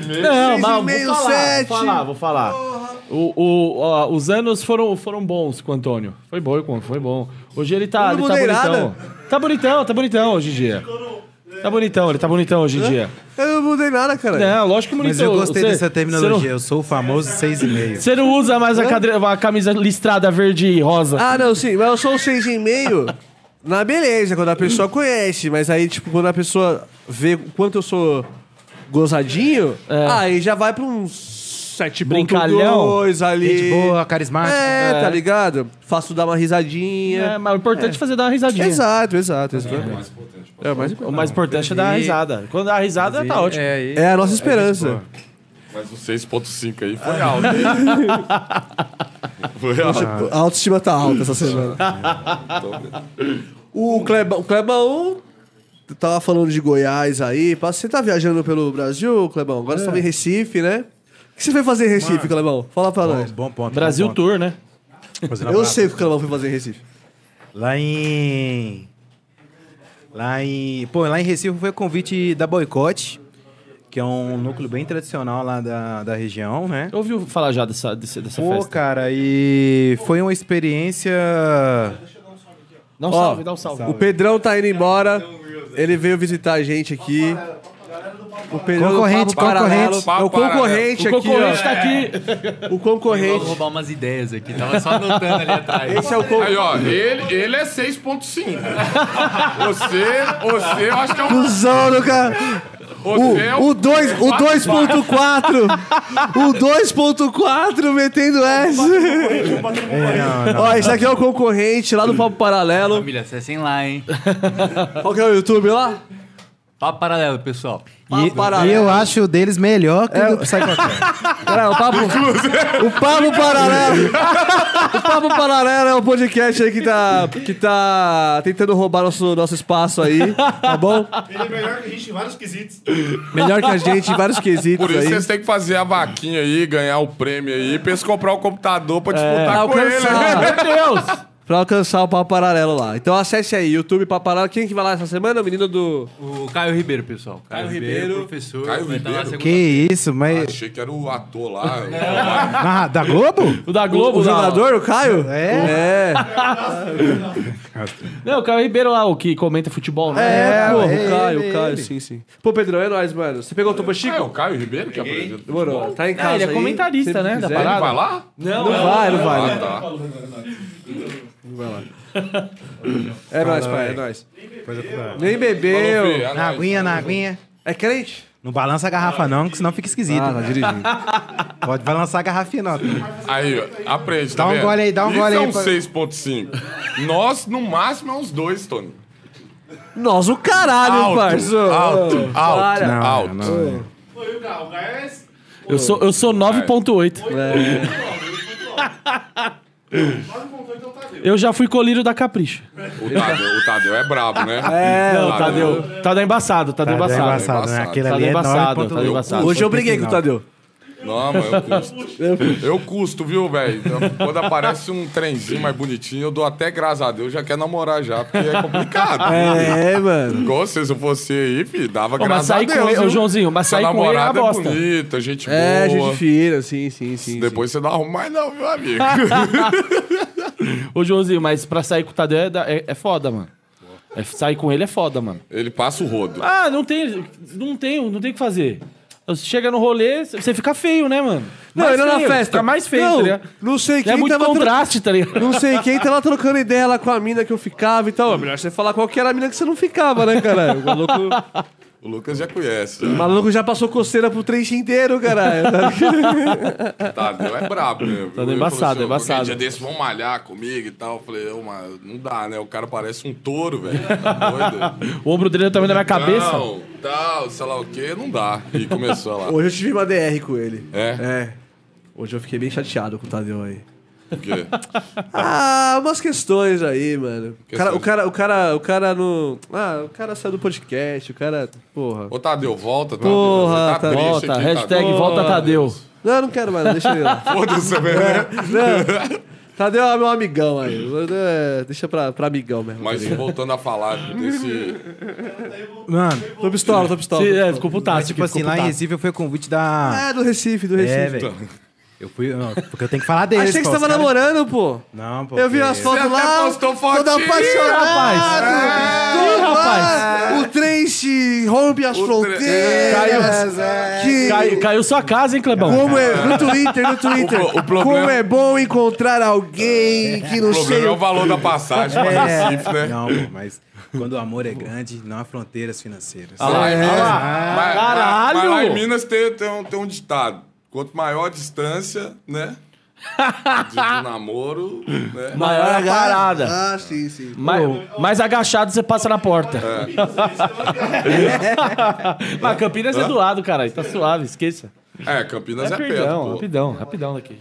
Speaker 3: meio.
Speaker 5: não,
Speaker 1: Seis
Speaker 5: mas
Speaker 1: e
Speaker 5: vou
Speaker 1: meio,
Speaker 5: falar,
Speaker 1: sete.
Speaker 5: vou falar, vou falar. O, o- ó, os anos foram, foram bons com o Antônio. Foi bom, com- foi bom. Hoje ele
Speaker 1: Não
Speaker 5: tá, ele tá
Speaker 1: mudei nada.
Speaker 5: bonitão. Tá bonitão, tá bonitão hoje em dia. Tá bonitão, ele tá bonitão hoje em dia.
Speaker 1: Eu não mudei nada, cara.
Speaker 5: Não, lógico que bonitão.
Speaker 4: Mas eu gostei
Speaker 5: Então, Você-
Speaker 4: dessa
Speaker 5: você não-
Speaker 4: terminologia. Eu sou o famoso 6,5.
Speaker 5: Você não usa mais a, cadre- a camisa listrada verde e rosa.
Speaker 1: Ah, não, sim, mas eu sou um seis e meio na beleza, quando a pessoa conhece, mas aí, tipo, quando a pessoa vê o quanto eu sou gozadinho,
Speaker 5: É.
Speaker 1: aí já vai pra um 7.2
Speaker 5: Brincalhão.
Speaker 1: ali.
Speaker 4: Gente boa, carismática.
Speaker 1: É,
Speaker 5: É.
Speaker 1: tá ligado? Faço dar uma risadinha.
Speaker 5: É, mas o importante é fazer dar uma risadinha.
Speaker 1: Exato, exato, exatamente. É, o mais
Speaker 5: O
Speaker 1: importante.
Speaker 5: mais importante é dar uma risada. Quando dá a risada, tá ótimo.
Speaker 4: É, aí.
Speaker 1: É a nossa esperança.
Speaker 3: Mas o 6.5 aí
Speaker 1: É.
Speaker 3: foi alto.
Speaker 1: [laughs]
Speaker 3: foi alto.
Speaker 1: A autoestima tá alta essa semana. o Cleba, o Clebão tava falando de Goiás aí. pá, Você tá viajando pelo Brasil, Clebão? Agora você tava em Recife, né? O que você foi fazer em Recife, Clebão? Fala pra
Speaker 4: Bom,
Speaker 1: nós.
Speaker 4: um bom ponto.
Speaker 5: Brasil
Speaker 4: bom ponto.
Speaker 5: Tour, né?
Speaker 4: Fazendo
Speaker 1: Eu
Speaker 4: abraço.
Speaker 1: sei o que o Clebão foi fazer em Recife.
Speaker 4: Lá em. Lá em. Pô, lá em Recife foi convite da Boicote, que é um núcleo bem tradicional lá da, da região, né?
Speaker 5: Ouviu falar já dessa, desse- dessa
Speaker 4: Pô,
Speaker 5: festa?
Speaker 4: cara, e foi uma experiência.
Speaker 5: Dá um
Speaker 1: Ó,
Speaker 5: salve, dá um salve.
Speaker 1: O Pedrão tá indo embora. Ele veio visitar a gente aqui. O Pedrão do
Speaker 4: Concorrente,
Speaker 1: Papo Paralelo.
Speaker 4: concorrente.
Speaker 1: É o concorrente aqui,
Speaker 5: O concorrente
Speaker 1: ó.
Speaker 5: tá aqui.
Speaker 1: O concorrente.
Speaker 6: roubar umas ideias aqui. Tava só anotando ali atrás.
Speaker 1: Esse é o concorrente.
Speaker 3: Aí, ó, ele, ele é 6.5.
Speaker 1: [laughs]
Speaker 3: Você, você, eu acho que é um.
Speaker 1: Cusão do cara.
Speaker 3: Você é
Speaker 1: O
Speaker 3: um.
Speaker 1: 2, o 2.4, o 2.4 metendo S. Ó, esse aqui é o concorrente lá do Papo Paralelo.
Speaker 6: Família, acessem lá, hein?
Speaker 1: Qual que é o YouTube lá?
Speaker 6: Papo paralelo, pessoal.
Speaker 1: Papo
Speaker 4: E
Speaker 1: Paralelo. É.
Speaker 4: eu acho o deles melhor que o do Psychotel.
Speaker 1: Cara, o Papo, o Papo Paralelo. O Papo Paralelo é um podcast aí que tá, que tá tentando roubar nosso, nosso espaço aí, tá bom?
Speaker 2: Ele é melhor que a gente em vários quesitos.
Speaker 1: Melhor que a gente em vários quesitos
Speaker 3: Por isso
Speaker 2: é
Speaker 1: aí.
Speaker 3: vocês têm que fazer a vaquinha aí, ganhar o prêmio aí, pra eles comprar o computador
Speaker 4: É.
Speaker 3: pra
Speaker 1: Pra
Speaker 4: Tá
Speaker 3: disputar com ele. né?
Speaker 1: alcançar.
Speaker 5: Ah, Meu Deus!
Speaker 1: Pra alcançar o Papo Paralelo lá. Então acesse aí, YouTube Papo Paralelo. Quem que vai lá essa semana? O menino do...
Speaker 6: O Caio Ribeiro, pessoal. Caio, Ribeiro,
Speaker 1: Ribeiro.
Speaker 6: professor.
Speaker 3: Caio
Speaker 6: vai estar lá
Speaker 3: Ribeiro?
Speaker 6: segunda-
Speaker 4: é? que isso, mas.
Speaker 3: Achei que era o ator
Speaker 4: [laughs]
Speaker 3: lá.
Speaker 4: Ah, da Globo?
Speaker 5: O da Globo,
Speaker 1: o
Speaker 5: lá, ó.
Speaker 1: jogador, o Caio? É.
Speaker 4: É.
Speaker 5: Não, o Caio Ribeiro lá, o que comenta futebol, né?
Speaker 1: É, pô, o
Speaker 4: ele,
Speaker 1: Caio, o
Speaker 4: ele,
Speaker 1: Caio,
Speaker 4: ele.
Speaker 1: sim, sim. Pô, Pedrão, é nóis, mano. Você pegou o Topo
Speaker 3: Ah, é o
Speaker 1: Chico?
Speaker 3: Caio Ribeiro que apresenta.
Speaker 1: Demorou, tá em casa.
Speaker 5: ele é
Speaker 1: aí,
Speaker 5: comentarista,
Speaker 1: sempre
Speaker 5: né,
Speaker 1: que
Speaker 5: da
Speaker 1: quiser.
Speaker 5: parada.
Speaker 3: Vai lá?
Speaker 1: Não vai, não vai.
Speaker 3: Ah,
Speaker 1: né?
Speaker 3: tá.
Speaker 1: É nóis, pai, é nóis. Nem bebeu.
Speaker 4: Na aguinha, na aguinha.
Speaker 1: É crente?
Speaker 4: Não balança a garrafa, não, que senão fica esquisito.
Speaker 1: Ah, tá dirigindo.
Speaker 4: Pode balançar a garrafinha, não.
Speaker 3: Aí, ó, aprende,
Speaker 4: Dá
Speaker 3: tá
Speaker 4: um
Speaker 3: vendo?
Speaker 4: gole aí, dá um
Speaker 3: Isso
Speaker 4: gole aí
Speaker 3: é um
Speaker 4: pra-
Speaker 3: 6.5. Nós, no máximo, é uns dois, Tony.
Speaker 1: Nós, o caralho, hein,
Speaker 3: Alto,
Speaker 1: parça.
Speaker 3: alto,
Speaker 1: Ô,
Speaker 3: alto,
Speaker 1: para.
Speaker 4: Não,
Speaker 3: alto.
Speaker 4: não, não.
Speaker 5: Eu sou, eu sou 9.8. [laughs] Eu já fui colírio da Capricho.
Speaker 3: O Tadeu, o Tadeu é brabo, né?
Speaker 1: É,
Speaker 5: Não, Tadeu. Tadeu é embaçado, Tadeu é
Speaker 4: Tá
Speaker 5: embaçado.
Speaker 4: embaçado, né?
Speaker 3: embaçado.
Speaker 4: Aquele
Speaker 5: Tá
Speaker 4: ali é
Speaker 5: embaçado, tá
Speaker 4: 9.8.
Speaker 5: embaçado.
Speaker 1: Hoje eu briguei com o Tadeu.
Speaker 3: Não, mas eu custo. Eu custo, viu, velho? Então, Quando aparece um trenzinho mais bonitinho, eu dou até graças a Deus, já quer namorar já, porque é complicado.
Speaker 1: É, mano.
Speaker 3: Igual se eu fosse aí, filho, dava
Speaker 5: mas
Speaker 3: graças a
Speaker 5: sair
Speaker 3: Deus.
Speaker 5: com ele-
Speaker 3: viu?
Speaker 5: ô, Joãozinho, mas
Speaker 3: Sua
Speaker 5: sair com ele é uma
Speaker 3: namorada
Speaker 5: bosta.
Speaker 3: bonita, gente
Speaker 1: É,
Speaker 3: boa.
Speaker 1: gente fina, sim, sim, sim.
Speaker 3: Depois você não arruma mais não, meu amigo.
Speaker 5: Ô, Joãozinho, mas pra sair com o Tadeu é, da- é, é foda, mano. É, sair com ele é foda, mano.
Speaker 3: Ele passa o rodo.
Speaker 5: Ah, não tem. Não tem, não tem o que fazer. Você chega no rolê, você fica feio, né, mano?
Speaker 1: Não,
Speaker 5: Mais
Speaker 1: ele na
Speaker 5: feio,
Speaker 1: festa.
Speaker 5: Fica mais feio,
Speaker 1: não,
Speaker 5: tá ligado?
Speaker 1: Não sei quem
Speaker 5: É muito
Speaker 1: tava tro-
Speaker 5: contraste, tá ligado?
Speaker 1: Não sei quem tava trocando ideia lá com a mina que eu ficava e tal. É melhor você falar qual que era a mina que você não ficava, né, caralho? O maluco,
Speaker 3: O Lucas já conhece.
Speaker 1: o maluco já passou coceira pro trecho inteiro, caralho.
Speaker 3: Tadeu é brabo, né? Tá
Speaker 5: embaçado, é embaçado.
Speaker 3: dia desse vão malhar comigo e tal. Eu falei, "Ô, mas não dá, né? O cara parece um touro, velho. Tá doido?
Speaker 5: O ombro dele é também na minha cabeça.
Speaker 3: Não, tal, sei lá o quê, não dá. E começou lá.
Speaker 1: Hoje eu tive uma DR com ele.
Speaker 3: É?
Speaker 1: É. Hoje eu fiquei bem chateado com o Tadeu aí.
Speaker 3: Por quê?
Speaker 1: Ah, umas questões aí, mano. O cara, o cara, o cara, o cara não. Ah, o cara saiu do podcast, o cara. Porra.
Speaker 3: Ô, Tadeu, volta, Tadeu.
Speaker 1: Porra,
Speaker 3: tá
Speaker 1: Tadeu.
Speaker 3: triste
Speaker 5: Volta,
Speaker 3: aqui,
Speaker 5: hashtag
Speaker 3: Tadeu.
Speaker 5: volta Tadeu.
Speaker 1: Não, eu não quero mais, não, deixa ele lá.
Speaker 3: né? Foda-se, velho.
Speaker 1: Não. Tadeu é meu amigão aí. É, Deixa pra, pra amigão mesmo.
Speaker 3: Mas
Speaker 1: tá ligado?
Speaker 3: voltando a falar desse.
Speaker 4: Mano,
Speaker 1: Tô pistola, tô pistola.
Speaker 5: Se-
Speaker 1: tô
Speaker 5: é,
Speaker 1: pistola.
Speaker 5: ficou putaço.
Speaker 4: mas, tipo
Speaker 5: aqui,
Speaker 4: assim,
Speaker 5: ficou
Speaker 4: lá em
Speaker 5: putaço.
Speaker 4: Recife eu fui a convite da.
Speaker 1: É, do Recife, do Recife.
Speaker 4: É, velho. Eu fui. não, porque eu tenho que falar deles.
Speaker 1: Achei que
Speaker 4: pô,
Speaker 1: você tava
Speaker 4: os caras-
Speaker 1: namorando, pô.
Speaker 4: Não, pô.
Speaker 1: Eu vi
Speaker 4: que-
Speaker 1: umas fotos
Speaker 3: Você até
Speaker 1: lá.
Speaker 3: postou
Speaker 1: Todo
Speaker 3: fotinho,
Speaker 1: apaixonado.
Speaker 5: Ih,
Speaker 1: Todo
Speaker 5: rapaz.
Speaker 1: lá, O trem se rompe as fronteiras. Que-
Speaker 5: Cai- caiu sua casa, hein, Clebão?
Speaker 1: Como é, no Twitter, no Twitter.
Speaker 3: O pro- o problema-
Speaker 1: Como é bom encontrar alguém que não
Speaker 3: O
Speaker 1: sei
Speaker 3: problema é o
Speaker 1: o
Speaker 3: valor da passagem pra
Speaker 4: É.
Speaker 3: Recife, né?
Speaker 4: Não, pô, mas quando o amor é grande, não há fronteiras financeiras.
Speaker 3: Lá em Minas- mas-
Speaker 5: Caralho!
Speaker 3: Mas, lá em Minas tem, tem um, tem um ditado. Quanto maior a distância, né? De um namoro, né?
Speaker 5: Maior é a parada.
Speaker 1: Ah, sim, sim.
Speaker 5: Mais, mais agachado você passa na porta.
Speaker 1: É.
Speaker 5: [laughs] Mas Campinas é do lado, caralho. Tá suave, esqueça.
Speaker 3: É, Campinas é, perto,
Speaker 5: Rapidão,
Speaker 3: pô.
Speaker 5: rapidão, rapidão daqui.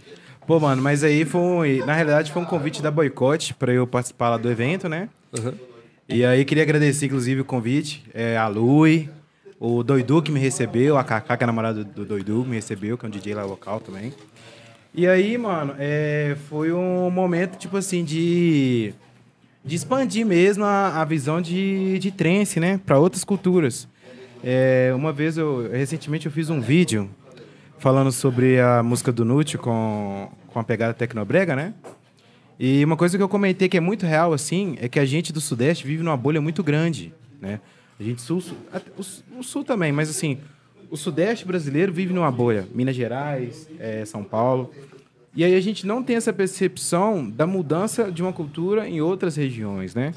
Speaker 4: Pô, mano, mas aí foi. Na realidade, foi um convite da boicote pra eu participar lá do evento, né? E aí queria agradecer, inclusive, o convite. É, a Lui, o Doidu que me recebeu, a Kaká, que é a namorada do Doidu, me recebeu, que é um DJ lá local também. E aí, mano, é, foi um momento, tipo assim, de. de expandir mesmo a, a visão de, de trance, né? Pra outras culturas. É, uma vez, eu, recentemente, eu fiz um vídeo falando sobre a música do Nute com, com a pegada tecnobrega, né? E uma coisa que eu comentei que é muito real, assim, é que a gente do Sudeste vive numa bolha muito grande, né? A gente sul, sul- até- o, sul- o Sul também, mas assim, o Sudeste brasileiro vive numa bolha. Minas Gerais, eh, São Paulo. E aí a gente não tem essa percepção da mudança de uma cultura em outras regiões, né?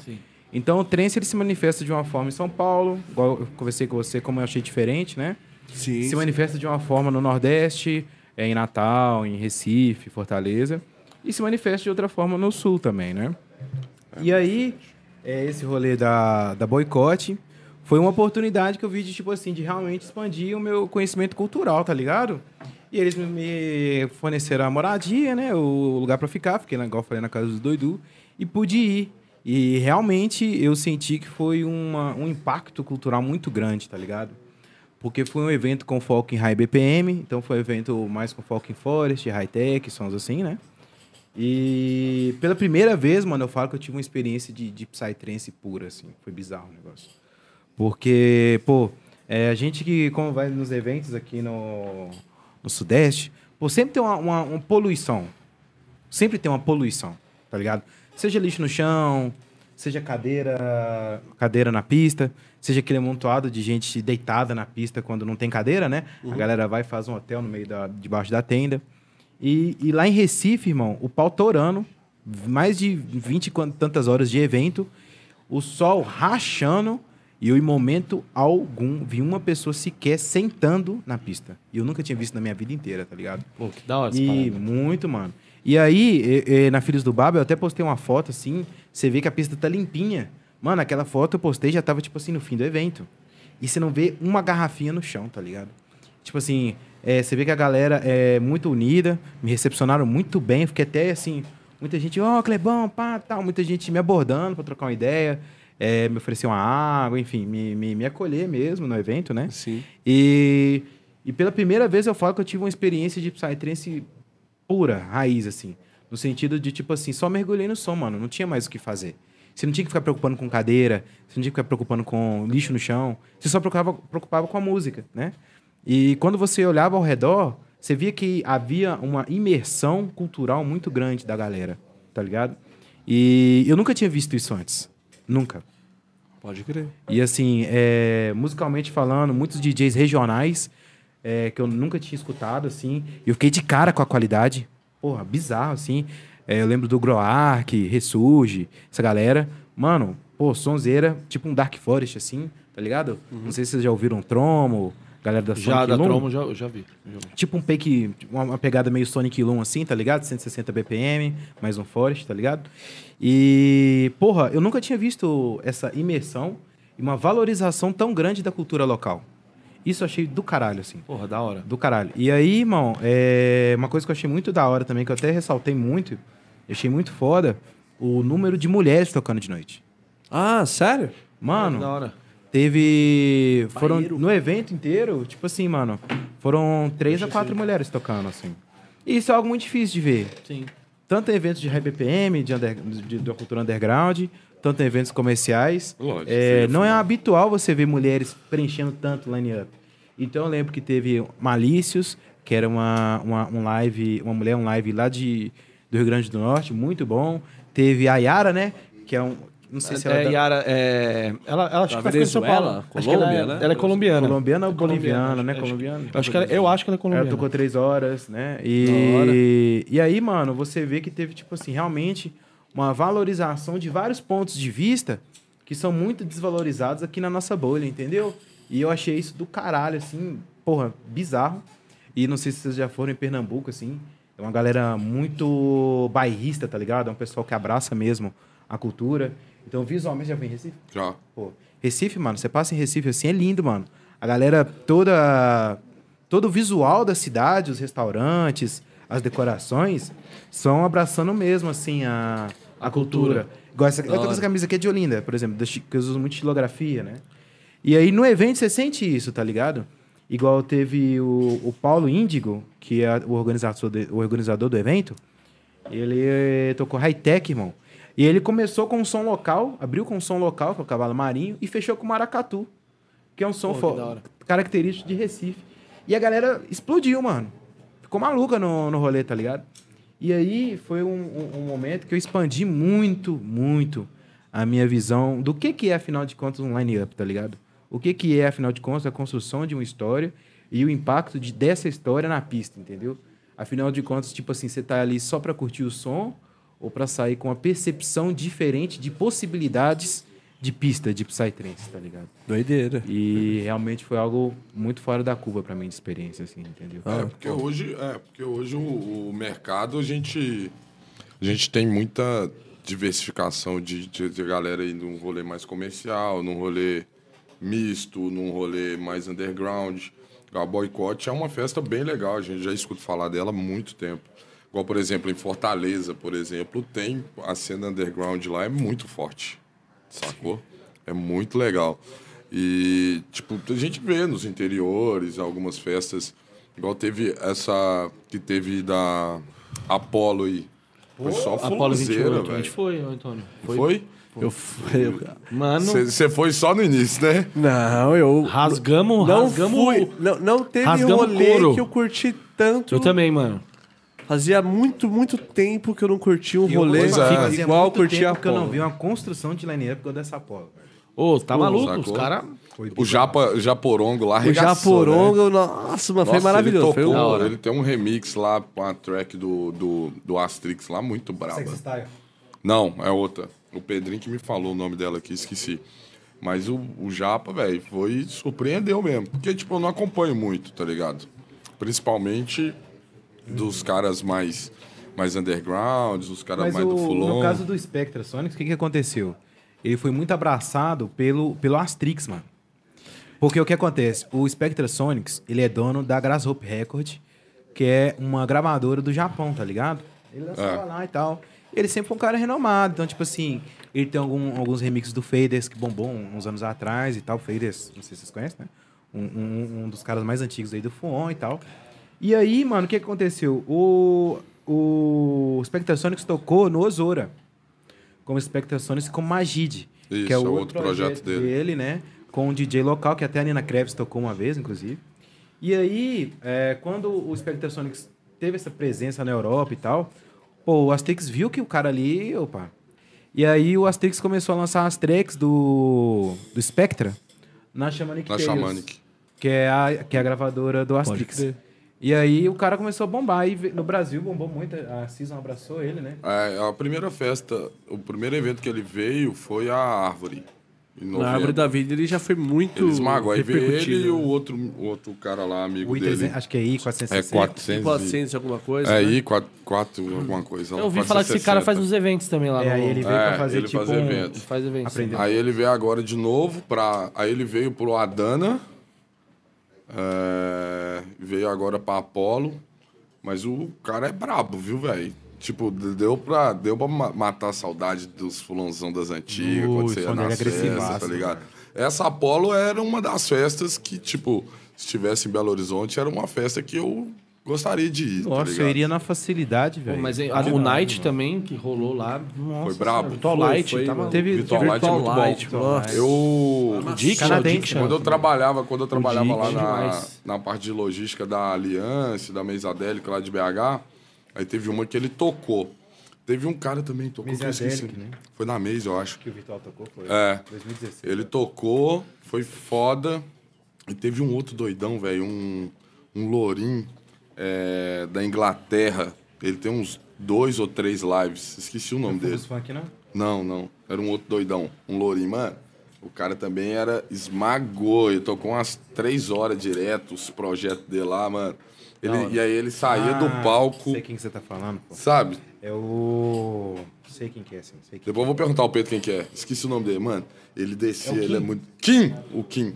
Speaker 4: Então o trance ele se manifesta de uma forma em São Paulo, igual eu conversei com você como eu achei diferente, né? se manifesta de uma forma no Nordeste, é, em Natal, em Recife, Fortaleza, e se manifesta de outra forma no Sul também, né? E aí, é, esse rolê da, da boicote foi uma oportunidade que eu vi de, tipo assim, de realmente expandir o meu conhecimento cultural, tá ligado? E eles me- me forneceram a moradia, né? O lugar pra ficar, fiquei, na- igual eu falei, na casa do Doidu, e pude ir. E realmente eu senti que foi uma, um impacto cultural muito grande, tá ligado? Porque foi um evento com foco em high BPM, então foi um evento mais com foco em forest, high tech, sons assim, né? E pela primeira vez, mano, eu falo que eu tive uma experiência de, de psytrance pura, assim. Foi bizarro o negócio. Porque, pô, é, a gente que, como vai nos eventos aqui no, no Sudeste, pô, sempre tem uma, uma- uma poluição. Sempre tem uma poluição, tá ligado? Seja lixo no chão, seja cadeira, cadeira na pista, seja aquele amontoado de gente deitada na pista quando não tem cadeira, né? A galera vai e faz um hotel no meio da, debaixo da tenda. E, e lá em Recife, irmão, o pau torando, mais de 20 e quant- tantas horas de evento, o sol rachando, e eu, em momento algum, vi uma pessoa sequer sentando na pista. E eu nunca tinha visto na minha vida inteira, tá ligado?
Speaker 5: Pô, que da hora essa
Speaker 4: E
Speaker 5: parada.
Speaker 4: muito, mano. E aí, e- e na Filhos do Babo, eu até postei uma foto assim, você vê que a pista tá limpinha. Mano, aquela foto eu postei já tava, tipo assim, no fim do evento. E você não vê uma garrafinha no chão, tá ligado? Tipo assim, é, você vê que a galera é muito unida, me recepcionaram muito bem, eu fiquei até assim, muita gente, ó, Clebão, pá, tal, muita gente me abordando pra trocar uma ideia, é, me oferecer uma água, enfim, me, me, me acolher mesmo no evento, né?
Speaker 1: Sim.
Speaker 4: E, e pela primeira vez eu falo que eu tive uma experiência de psytrance pura, raiz, assim. No sentido de, tipo assim, só mergulhei no som, mano. Não tinha mais o que fazer. Você não tinha que ficar preocupando com cadeira, você não tinha que ficar preocupando com lixo no chão. Você só preocupava, preocupava com a música, né? E quando você olhava ao redor, você via que havia uma imersão cultural muito grande da galera, tá ligado? E eu nunca tinha visto isso antes. Nunca.
Speaker 1: Pode crer.
Speaker 4: E assim, é, musicalmente falando, muitos DJs regionais é, que eu nunca tinha escutado, assim. E eu fiquei de cara com a qualidade. Porra, bizarro, assim. É, eu lembro do Groark, Ressurge, essa galera. Mano, pô, sonzeira, tipo um Dark Forest, assim, tá ligado? Não sei se vocês já ouviram Tromo, galera da
Speaker 5: Já,
Speaker 4: Sonic
Speaker 5: da
Speaker 4: Loom.
Speaker 5: Tromo, já, já vi. Já vi.
Speaker 4: Tipo um pick, uma, uma pegada meio Sonic Loom assim, tá ligado? 160 BPM, mais um Forest, tá ligado? E, porra, eu nunca tinha visto essa imersão e uma valorização tão grande da cultura local. Isso eu achei do caralho, assim.
Speaker 5: Porra, da hora.
Speaker 4: Do caralho. E aí, irmão, é uma coisa que eu achei muito da hora também, que eu até ressaltei muito, eu achei muito foda, o número de mulheres tocando de noite.
Speaker 1: Ah, sério?
Speaker 4: Mano,
Speaker 5: É Da hora.
Speaker 4: Teve. Foram. No evento inteiro, tipo assim, mano. Foram três a quatro mulheres tocando, assim. E isso é algo muito difícil de ver.
Speaker 5: Sim.
Speaker 4: Tanto em eventos de high BPM, de, under, de- da cultura underground, tanto em eventos comerciais.
Speaker 3: Lógico,
Speaker 4: É,
Speaker 3: seria
Speaker 4: não é
Speaker 3: foda.
Speaker 4: habitual você ver mulheres preenchendo tanto line-up. Então eu lembro que teve Malícios, que era uma, uma, um live, uma mulher, um live lá de, do Rio Grande do Norte, muito bom. Teve a Yara, né? Que é um. Não sei se ela
Speaker 5: É,
Speaker 4: da-
Speaker 5: Yara, é, ela, ela acho
Speaker 1: Da
Speaker 5: que ela ficou em São Paulo.
Speaker 1: Venezuela?
Speaker 5: Acho que ela é-
Speaker 1: Colômbia, né?
Speaker 5: Ela é colombiana.
Speaker 4: colombiana ou
Speaker 5: É colombiana,
Speaker 4: boliviana, né?
Speaker 5: acho- acho-
Speaker 4: Colombiana.
Speaker 5: Acho que ela- eu acho que ela é
Speaker 4: Ela
Speaker 5: colombiana.
Speaker 4: tocou três horas, né?
Speaker 1: Da hora.
Speaker 4: E, e aí, mano, você vê que teve, tipo assim, realmente uma valorização de vários pontos de vista que são muito desvalorizados aqui na nossa bolha, entendeu? E eu achei isso do caralho, assim, porra, bizarro. E não sei se vocês já foram em Pernambuco, assim. É uma galera muito bairrista, tá ligado? É um pessoal que abraça mesmo a cultura. Então, visualmente, já vem em Recife?
Speaker 3: Já.
Speaker 4: Pô, Recife, mano, você passa em Recife assim, é lindo, mano. A galera toda. Todo o visual da cidade, os restaurantes, as decorações, são abraçando mesmo, assim, a, a cultura. Igual essa, eu tô com essa camisa aqui é de Olinda, por exemplo, da chi- que eu uso muito estilografia, né? E aí no evento você sente isso, tá ligado? Igual teve o, o Paulo Índigo, que é o organizador, de- o organizador do evento, ele eh, tocou high-tech, irmão. E ele começou com um som local, abriu com um som local, que é o Cavalo Marinho, e fechou com o Maracatu, que é um som fo- característico de Recife. E a galera explodiu, mano. Ficou maluca no, no rolê, tá ligado? E aí foi um, um- um momento que eu expandi muito, muito a minha visão do que, que é, afinal de contas, um line-up, tá ligado? O que, que é, afinal de contas, a construção de uma história e o impacto de, dessa história na pista, entendeu? Afinal de contas, tipo assim, você tá ali só pra curtir o som ou pra sair com uma percepção diferente de possibilidades de pista de Psytrance, tá ligado?
Speaker 1: Doideira.
Speaker 4: E realmente foi algo muito fora da curva pra mim de experiência, assim, entendeu?
Speaker 3: É, porque hoje, é, porque hoje o, o mercado a gente, a gente tem muita diversificação de, de, de galera aí num rolê mais comercial, num rolê misto, num rolê mais underground. A Boicote é uma festa bem legal, a gente já escuta falar dela há muito tempo. Igual, por exemplo, em Fortaleza, por exemplo, tem a cena underground lá é muito forte. Sacou? É muito legal. E, tipo, a gente vê nos interiores, algumas festas. Igual teve essa que teve da Apollo aí. Foi só
Speaker 5: Apolo
Speaker 3: fulzeira,
Speaker 5: 28. A gente
Speaker 3: velho.
Speaker 5: foi, Ah, ô, Antônio.
Speaker 3: Foi?
Speaker 5: Eu fui. Mano,
Speaker 3: Você foi só no início, né?
Speaker 1: Não, eu.
Speaker 5: rasgamos,
Speaker 1: Não
Speaker 5: rasgamos.
Speaker 1: fui.
Speaker 5: o-
Speaker 1: Não, não teve
Speaker 5: rasgamos
Speaker 1: rolê
Speaker 5: couro.
Speaker 1: que eu curti tanto.
Speaker 5: Eu também, mano.
Speaker 1: Fazia muito, muito tempo que eu não curti um
Speaker 4: E eu vou
Speaker 1: rolê
Speaker 4: te falar, fazia
Speaker 1: igual eu
Speaker 4: muito
Speaker 1: curti
Speaker 4: tempo
Speaker 1: a
Speaker 4: que eu não
Speaker 1: Polo.
Speaker 4: vi um uma construção de line-up igual dessa Apollo. velho.
Speaker 5: Ô, tá maluco?
Speaker 3: sacou?
Speaker 5: Os caras.
Speaker 3: O Japa, Japorongo lá
Speaker 1: O
Speaker 3: arregaçou, né?
Speaker 1: Japoronga, nossa, mano, foi
Speaker 3: Nossa,
Speaker 1: maravilhoso.
Speaker 3: Ele,
Speaker 1: Foi
Speaker 3: tocou,
Speaker 1: um-
Speaker 3: ele tem um remix lá com a track do, do, do Astrix lá, muito braba.
Speaker 4: Sex Style.
Speaker 3: Não, é outra. O Pedrinho que me falou o nome dela aqui, esqueci. Mas o, o Japa, velho, foi. surpreendeu mesmo. Porque, tipo, eu não acompanho muito, tá ligado? Principalmente dos caras mais, mais undergrounds, dos caras
Speaker 4: Mas
Speaker 3: mais do
Speaker 4: o, no
Speaker 3: Fulon.
Speaker 4: caso do Spectra Sonics, o que, que aconteceu? Ele foi muito abraçado pelo, pelo Astrix, mano. Porque o que acontece? O Spectra Sonics, ele é dono da Grasshopper Record, que é uma gravadora do Japão, tá ligado? Ele lançava
Speaker 3: É.
Speaker 4: lá e tal. Ele sempre foi um cara renomado, então, tipo assim, ele tem algum- alguns remixes do Faders que bombou um, uns anos atrás e tal. Faders, não sei se vocês conhecem, né? Um, um- um dos caras mais antigos aí do Fuon e tal. E aí, mano, o que aconteceu? O, o Spectra Sonics tocou no Ozora, como Spectra Sonics com Magid,
Speaker 3: Isso,
Speaker 4: que
Speaker 3: é
Speaker 4: é o outro,
Speaker 3: outro
Speaker 4: projeto,
Speaker 3: projeto dele.
Speaker 4: dele, né? Com um DJ local, que até a Nina Kreves tocou uma vez, inclusive. E aí, é, quando o Spectre Sonics teve essa presença na Europa e tal, pô, o Asterix viu que o cara ali, opa. E aí o Asterix começou a lançar as tracks do, do Spectra na Shamanic
Speaker 3: na
Speaker 4: Tales,
Speaker 3: Shamanic.
Speaker 4: Que é, a, que é a gravadora do Asterix. E aí o cara começou a bombar. E ve- no Brasil bombou muito. A Season abraçou ele, né?
Speaker 3: É, a primeira festa, o primeiro evento que ele veio foi a Árvore. em
Speaker 1: Na
Speaker 3: novembro.
Speaker 1: Árvore da Vida ele já foi muito.
Speaker 3: Ele esmagou. Aí veio ele
Speaker 5: né?
Speaker 1: repercutido. né?
Speaker 3: e o outro, o outro cara lá, amigo
Speaker 4: O I300,
Speaker 3: dele.
Speaker 4: acho que é I,
Speaker 3: É
Speaker 4: 460.
Speaker 3: 400.
Speaker 1: 400 alguma coisa.
Speaker 3: É
Speaker 1: tipo né?
Speaker 3: I, 4, 4 alguma coisa.
Speaker 5: Eu ouvi falar que esse cara faz uns eventos também lá
Speaker 4: É,
Speaker 5: no.
Speaker 4: aí ele veio
Speaker 3: É,
Speaker 4: pra fazer
Speaker 3: ele
Speaker 4: tipo
Speaker 3: fazia
Speaker 4: um...
Speaker 3: evento.
Speaker 5: Faz eventos.
Speaker 4: Aprender.
Speaker 3: Aí ele veio agora de novo pra... Aí ele veio pro Adana. é, Veio agora pra Apollo. Mas o cara é brabo, viu, velho? Tipo, d- deu pra, deu pra ma- matar a saudade dos fulãozão das antigas, quando
Speaker 4: Ui,
Speaker 3: você ia
Speaker 4: som dele
Speaker 3: nas festas,
Speaker 4: agressivaço,
Speaker 3: tá ligado? Essa Apollo era uma das festas que, tipo, se estivesse em Belo Horizonte, era uma festa que eu Gostaria de ir. tá
Speaker 4: Nossa, eu
Speaker 3: ligado?
Speaker 4: iria na facilidade,
Speaker 5: Pô,
Speaker 4: velho.
Speaker 5: mas é a, o Night também, que rolou lá. Nossa,
Speaker 3: brabo.
Speaker 5: Virtual
Speaker 3: Foi,
Speaker 5: Light.
Speaker 1: foi,
Speaker 5: tá
Speaker 1: mano.
Speaker 5: maluco.
Speaker 4: Teve
Speaker 3: Virtual
Speaker 4: teve-
Speaker 3: Light é muito bom.
Speaker 1: nossa.
Speaker 3: Eu.
Speaker 5: Diction,
Speaker 4: Canadense,
Speaker 5: Diction.
Speaker 3: Quando eu trabalhava, quando eu trabalhava
Speaker 4: é
Speaker 3: lá
Speaker 5: Dick,
Speaker 3: na,
Speaker 5: demais.
Speaker 3: na parte de logística da Aliança, da Meisadélica lá de BH, aí teve uma que ele tocou. Teve um cara também que tocou, que eu esqueci.
Speaker 4: Meisadélica, né?
Speaker 3: Foi na Mês, eu acho.
Speaker 4: Que o Vital tocou foi
Speaker 3: É.
Speaker 4: 2016.
Speaker 3: Ele tocou, foi foda. E teve um outro doidão, velho, um, um lourinho é, da Inglaterra. Ele tem uns dois ou três lives. Esqueci o nome dele.
Speaker 4: funk, né? não?
Speaker 3: Não, não. Era um outro doidão. Um lourinho, mano. O cara também era. Esmagou. Ele tocou umas três horas direto os projetos dele lá, mano. Ele- e aí ele saía do palco,
Speaker 4: Ah, Sei quem que você tá falando, pô.
Speaker 3: sabe?
Speaker 4: É o. Sei quem que é, assim. Sei quem.
Speaker 3: Depois eu vou perguntar ao Pedro quem que é. Esqueci o nome dele, mano. Ele descia, ele é muito. Kim! O Kim.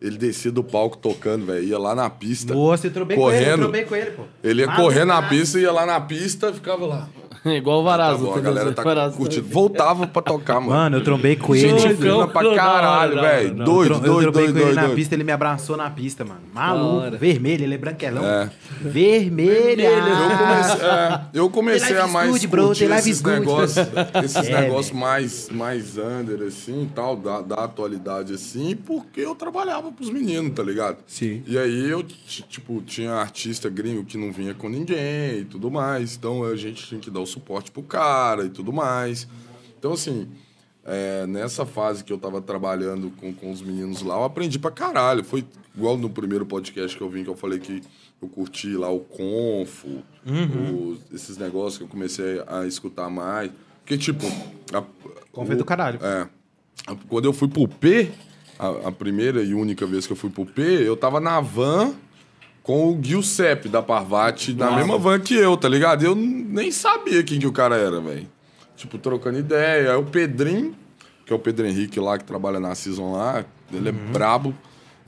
Speaker 3: Ele descia do palco tocando, velho. Ia lá na pista.
Speaker 4: Nossa, eu trobei com ele, eu
Speaker 3: Correndo.
Speaker 4: trobei com ele, pô.
Speaker 3: Ele ia correr na pista, ia lá na pista, ficava lá.
Speaker 5: [laughs] Igual o
Speaker 3: Tá
Speaker 5: Varazzo.
Speaker 3: bom, a
Speaker 5: entendeu?
Speaker 3: galera tá
Speaker 5: Varazzo.
Speaker 3: curtindo. Voltava pra tocar, mano.
Speaker 4: Mano, eu trombei com ele.
Speaker 3: Gente
Speaker 5: Doido.
Speaker 3: fina pra
Speaker 5: Não,
Speaker 3: caralho,
Speaker 5: não,
Speaker 3: velho.
Speaker 4: Não, eu
Speaker 3: Doido,
Speaker 4: tro- eu
Speaker 3: doido,
Speaker 4: tropei
Speaker 3: doido,
Speaker 4: com ele na
Speaker 3: doido. doido.
Speaker 4: pista, ele me abraçou na pista, mano.
Speaker 5: Da
Speaker 4: Maluco,
Speaker 5: hora.
Speaker 4: vermelho, ele é branquelão.
Speaker 3: É.
Speaker 4: Vermelho. Ah.
Speaker 3: Eu comecei, é, eu comecei
Speaker 4: The
Speaker 3: a
Speaker 4: life is
Speaker 3: mais
Speaker 4: good, bro,
Speaker 3: curtir
Speaker 4: the life
Speaker 3: esses
Speaker 4: is good.
Speaker 3: negócios, esses
Speaker 4: [laughs] É,
Speaker 3: negócios mais, mais under, assim, e tal, da, da atualidade, assim, porque eu trabalhava pros meninos, tá ligado?
Speaker 1: Sim.
Speaker 3: E aí eu, ti- tipo, tinha artista gringo que não vinha com ninguém e tudo mais, então a gente tinha que dar o suporte pro cara e tudo mais. Então, assim, é, nessa fase que eu tava trabalhando com, com os meninos lá, eu aprendi pra caralho. Foi igual no primeiro podcast que eu vim, que eu falei que eu curti lá o Confo, os- esses negócios que eu comecei a escutar mais. Porque, tipo... A,
Speaker 4: Confo é do caralho.
Speaker 3: É. A- Quando eu fui pro P, a, a primeira e única vez que eu fui pro P, eu tava na van com o Gil Sepp da Parvati, na mesma van que eu, tá ligado? Eu n- nem sabia quem que o cara era, velho. Tipo, trocando ideia. Aí o Pedrinho, que é o Pedro Henrique lá, que trabalha na Season lá, ele
Speaker 4: Uhum.
Speaker 3: é brabo.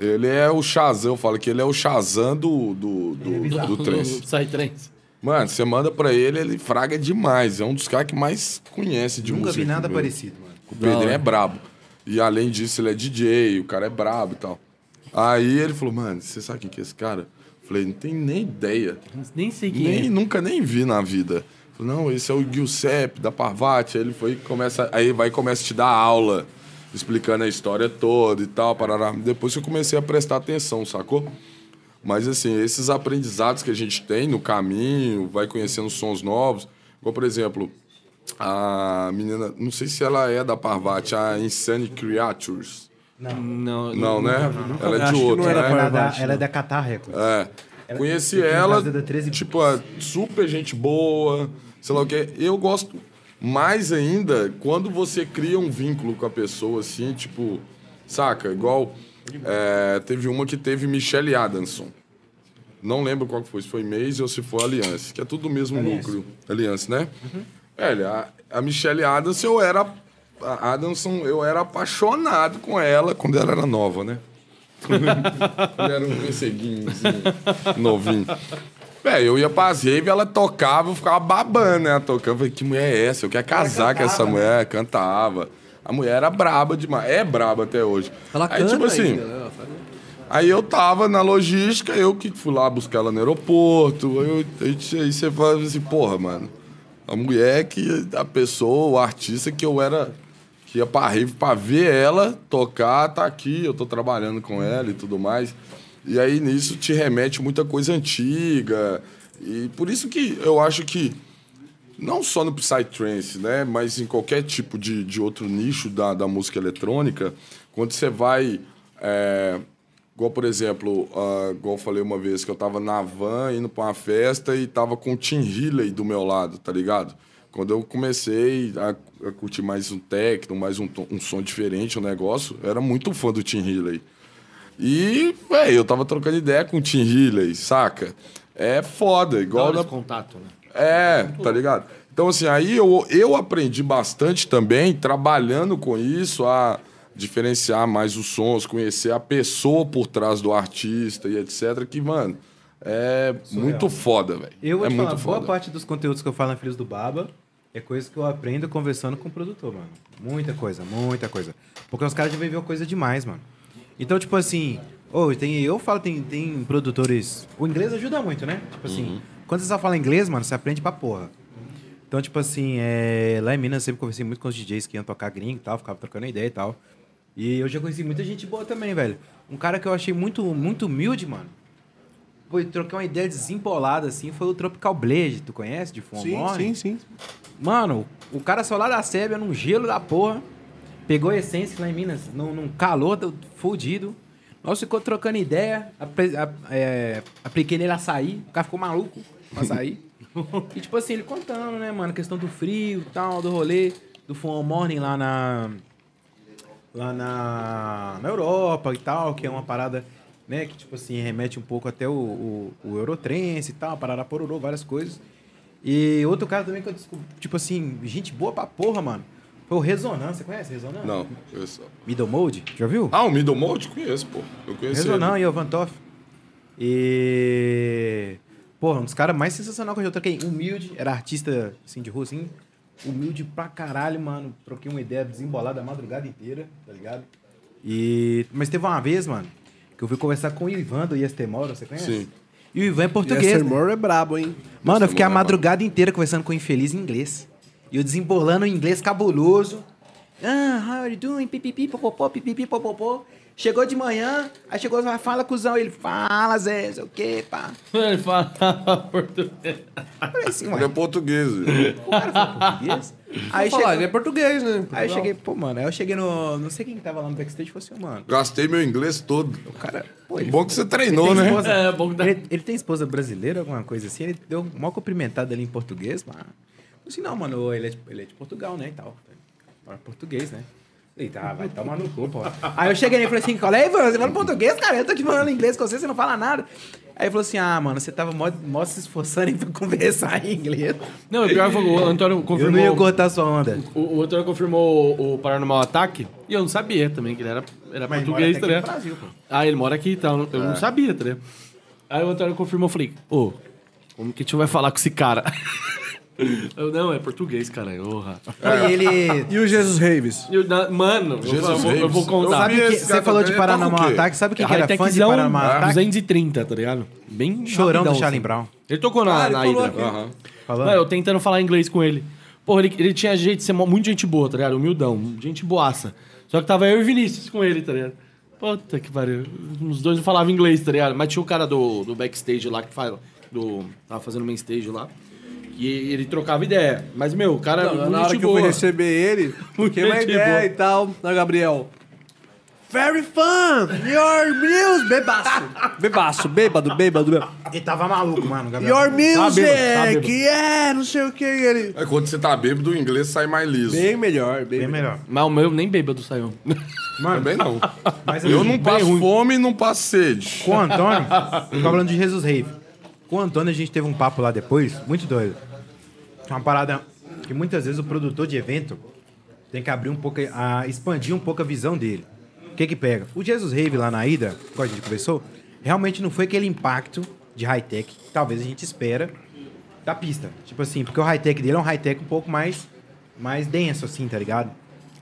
Speaker 3: Ele é o Shazam, eu falo que ele é o Shazam do, do,
Speaker 4: é
Speaker 3: do, do trance.
Speaker 5: Sai trem.
Speaker 3: Mano, você manda pra ele, ele fraga demais. É um dos caras que mais conhece de
Speaker 4: Nunca
Speaker 3: música.
Speaker 4: vi nada
Speaker 3: velho.
Speaker 4: parecido, mano.
Speaker 3: O Pedrinho é brabo. E além disso, ele é DJ, o cara é brabo e tal. Aí ele falou, mano, você sabe quem que é esse cara? Eu falei, não tem nem ideia.
Speaker 5: Nem sei quem
Speaker 3: Nem,
Speaker 5: é.
Speaker 3: Nunca nem vi na vida. Falei, Não, esse é o Giuseppe da Parvati. Aí ele foi e começa, aí vai e começa a te dar aula, explicando a história toda e tal, parará. Depois eu comecei a prestar atenção, sacou? Mas assim, esses aprendizados que a gente tem no caminho, vai conhecendo sons novos, como por exemplo, a menina, não sei se ela é da Parvati, a Insane Creatures.
Speaker 5: Não,
Speaker 3: Não, né? Ela é
Speaker 1: Acho
Speaker 3: de
Speaker 1: que não
Speaker 3: outra,
Speaker 1: era
Speaker 3: né?
Speaker 4: Ela, é da-
Speaker 1: Parvati,
Speaker 4: ela é da Qatar Records.
Speaker 3: É.
Speaker 4: Ela-
Speaker 3: Conheci
Speaker 4: eu fui em
Speaker 3: ela,
Speaker 4: casa da 13
Speaker 3: tipo, a super gente boa, sei lá o quê. Eu gosto mais ainda quando você cria um vínculo com a pessoa, assim, tipo, saca? Igual é, teve uma que teve Michelle Adamson. Não lembro qual que foi, se foi Maze ou se foi Aliança, que é tudo do mesmo núcleo. Aliança, né?
Speaker 4: Uhum.
Speaker 3: Velho, a, a Michelle Adamson, eu era. A Adamson, eu era apaixonado com ela quando ela era nova, né? Ele era um perseguinho, assim, novinho. Véi, eu ia pra rave, ela tocava, eu ficava babando, né? Ela Tocando, eu falei, que mulher é essa? Eu quero casar com essa
Speaker 1: né?"
Speaker 3: mulher. Cantava. A mulher era braba demais. É braba até hoje.
Speaker 1: Ela
Speaker 3: aí,
Speaker 1: canta
Speaker 3: tipo assim,
Speaker 1: ainda, né? Ela faz-
Speaker 3: aí eu tava na logística, eu que fui lá buscar ela no aeroporto. Aí, eu- aí, aí você fala assim, porra, mano. A mulher que... A pessoa, o artista que eu era... Que ia pra rave pra ver ela tocar, tá aqui, eu tô trabalhando com ela e tudo mais. E aí nisso te remete muita coisa antiga. E por isso que eu acho que não só no Psytrance, né? Mas em qualquer tipo de, de outro nicho da, da música eletrônica, quando você vai. é, igual, por exemplo, ah, igual eu falei uma vez que eu tava na van indo pra uma festa e tava com o Tim Healy do meu lado, tá ligado? Quando eu comecei a, a curtir mais um techno, mais um, tom- um som diferente, um negócio, eu era muito fã do Tim Healy. E, velho, eu tava trocando ideia com o Tim Healy, saca? É foda, igual na,
Speaker 5: contato, né? [laughs]
Speaker 3: é, tá ligado? Então, assim, aí eu, eu aprendi bastante também, trabalhando com isso, a diferenciar mais os sons, conhecer a pessoa por trás do artista e etc. Que, mano, é muito foda, velho.
Speaker 4: né? Eu vou
Speaker 3: é
Speaker 4: te
Speaker 3: muito
Speaker 4: falar, boa
Speaker 3: foda.
Speaker 4: parte dos conteúdos que eu falo na Filhos do Baba é coisa que eu aprendo conversando com o produtor, mano. Muita coisa, muita coisa. Porque os caras já viveu coisa demais, mano. Então, tipo assim, Ou tem, eu falo, tem, tem produtores. O inglês ajuda muito, né? Tipo assim,
Speaker 3: Uhum.
Speaker 4: quando você só fala inglês, mano, você aprende pra porra. Então, tipo assim, é, lá em Minas eu sempre conversei muito com os DJs que iam tocar gringo e tal, ficava trocando ideia e tal. E eu já conheci muita gente boa também, velho. Um cara que eu achei muito, muito humilde, mano. Pô, eu troquei uma ideia desempolada, assim, foi o Tropical Blaze, tu conhece? De Full
Speaker 2: Sim,
Speaker 4: Morning?
Speaker 2: sim, sim.
Speaker 4: Mano, o cara só lá da Sébia, num gelo da porra, pegou a essência lá em Minas, num, num calor do, fudido. Nós ficou trocando ideia, apre- a- é, apliquei nele açaí, o cara ficou maluco com açaí. e tipo assim, ele contando, né, mano, a questão do frio e tal, do rolê, do Full Morning lá na, lá na, na Europa e tal, que é uma parada, né, que tipo assim, remete um pouco até o, o, o Eurotrance e tal, parada pororô, várias coisas. E outro cara também que eu descobri, tipo assim, gente boa pra porra, mano. Foi o Resonância, você conhece Resonância?
Speaker 3: Não, conheço. não.
Speaker 4: Middle Mode, já viu?
Speaker 3: Ah, o Middle Mode? Conheço, pô. Eu conheço ele.
Speaker 4: Resonância e o Vantoff. E... Porra, um dos caras mais sensacional que eu já troquei. Humilde, era artista, assim, de rua, assim. Humilde pra caralho, mano. Troquei uma ideia desembolada a madrugada inteira, tá ligado? E... Mas teve uma vez, mano, que eu fui conversar com o Ivan do Yestemora, você conhece?
Speaker 3: Sim.
Speaker 4: E o Ivan é português,
Speaker 1: Português,
Speaker 4: né?
Speaker 1: Moore é brabo, hein?
Speaker 4: Mano, eu fiquei a
Speaker 3: Nossa, mano,
Speaker 4: madrugada inteira conversando com o infeliz em inglês. E eu desembolando o inglês cabuloso. Ah, how are you doing? Pipipi, popopó, pipipi, popopó. Chegou de manhã, aí chegou, vai, fala, cuzão. Ele, fala, Zé, sei o quê, pá.
Speaker 5: Ele fala [laughs] português.
Speaker 4: Eu Falei assim,
Speaker 3: Ele é
Speaker 4: ué,
Speaker 3: português. velho.
Speaker 4: [laughs] o cara fala português?
Speaker 1: Falar,
Speaker 4: Aí,
Speaker 1: ele
Speaker 4: chegou-
Speaker 1: é português, né?
Speaker 4: aí eu cheguei, pô, mano, aí eu cheguei no... Não sei quem que tava lá no backstage, e falei assim, mano,
Speaker 3: Gastei meu inglês todo.
Speaker 4: o cara... Pô, ele
Speaker 3: Bom que você
Speaker 4: Ele
Speaker 3: treinou,
Speaker 4: tem,
Speaker 3: né?
Speaker 4: esposa,
Speaker 5: É, bom que dá.
Speaker 4: ele, ele tem esposa brasileira, alguma coisa assim? Ele deu uma cumprimentada ali em português, mas. Eu Assim, não, mano, ele é, de- ele é de Portugal, né? E tal. Fala português, né? Falei, tá, vai tomar no cu, pô. Aí eu cheguei nele e falei assim, colega, Ivan, você fala português, cara? Eu tô aqui falando inglês com você, você não fala nada. Aí ele falou assim, ah, mano, você tava mó, mó se esforçando aí pra conversar em inglês.
Speaker 5: Não, o pior foi que o Antônio
Speaker 4: Eu não ia
Speaker 5: confirmou.
Speaker 4: cortar sua onda.
Speaker 5: O, o Antônio confirmou o, o Paranormal Ataque. E eu não sabia também que ele era, era
Speaker 4: Mas mora
Speaker 5: português,
Speaker 4: até aqui
Speaker 5: tá
Speaker 4: no
Speaker 5: ligado?
Speaker 4: Brasil, pô.
Speaker 5: Ah, ele mora aqui e tal. Eu não sabia, tá ligado? Aí o Antônio confirmou, eu falei, ô, como que a gente vai falar com esse cara? [laughs] Eu, não, é português, cara. Porra.
Speaker 3: É.
Speaker 4: Aí ele...
Speaker 1: E o Jesus Raves?
Speaker 5: E eu, na- mano, eu,
Speaker 3: Jesus
Speaker 5: vou, eu vou
Speaker 3: Reis.
Speaker 5: contar.
Speaker 4: Sabe
Speaker 3: vi
Speaker 4: que,
Speaker 3: esse
Speaker 4: você
Speaker 3: cara
Speaker 4: falou de
Speaker 3: também, ele toca o
Speaker 4: Paranormal
Speaker 3: quê?
Speaker 4: Ataque, sabe quem que era fã de
Speaker 5: Hightechzão,
Speaker 4: Paranormal Ataque?
Speaker 5: 230, tá ligado? Bem
Speaker 4: Chorão do
Speaker 5: rapidão,
Speaker 4: Charlie
Speaker 5: assim.
Speaker 4: Brown.
Speaker 5: Ele tocou na, na Hydra.
Speaker 3: Aham.
Speaker 4: Falando.
Speaker 5: Mano, eu tentando falar inglês com ele. Porra, ele, ele tinha jeito de ser mó- muito gente boa, tá ligado? Humildão, gente boaça. Só que tava eu e o Vinícius com ele, tá ligado? Puta que pariu. Os dois não falavam inglês, tá ligado? Mas tinha o cara do, do backstage lá que fala, do, tava fazendo main stage lá. E ele trocava ideia. Mas, meu, o cara.
Speaker 1: Não,
Speaker 5: muito
Speaker 1: na hora
Speaker 5: gente
Speaker 1: que eu fui
Speaker 5: boa.
Speaker 1: receber [laughs] ele, fiquei uma
Speaker 5: gente
Speaker 1: ideia
Speaker 5: boa.
Speaker 1: e tal. Na Gabriel. Very fun! Your meals! Bebaço! Bebaço, bêbado, bêbado, bêbado.
Speaker 4: Ele tava maluco, mano, Gabriel.
Speaker 1: Your music!
Speaker 5: bêbado, tá bêbado.
Speaker 1: é, não sei o que. Ele.
Speaker 3: É quando você tá bêbado, o inglês sai mais liso.
Speaker 1: Bem melhor,
Speaker 3: É
Speaker 1: bem,
Speaker 4: Bem
Speaker 1: melhor.
Speaker 4: melhor.
Speaker 5: Mas o meu nem bêbado saiu.
Speaker 3: Também não.
Speaker 4: [laughs] Mas
Speaker 3: Eu
Speaker 4: assim,
Speaker 3: não passo fome e não passo sede.
Speaker 4: Com o Antônio, tô falando de Jesus Rave. Com o Antônio a gente teve um papo lá depois, muito doido. Uma parada que muitas vezes o produtor de evento tem que abrir um pouco, a, expandir um pouco a visão dele. O que que pega? O Jesus Rave lá na ida, como a gente conversou, realmente não foi aquele impacto de high-tech que talvez a gente espera da pista. Tipo assim, porque o high-tech dele é um high-tech um pouco mais, mais denso, assim, tá ligado?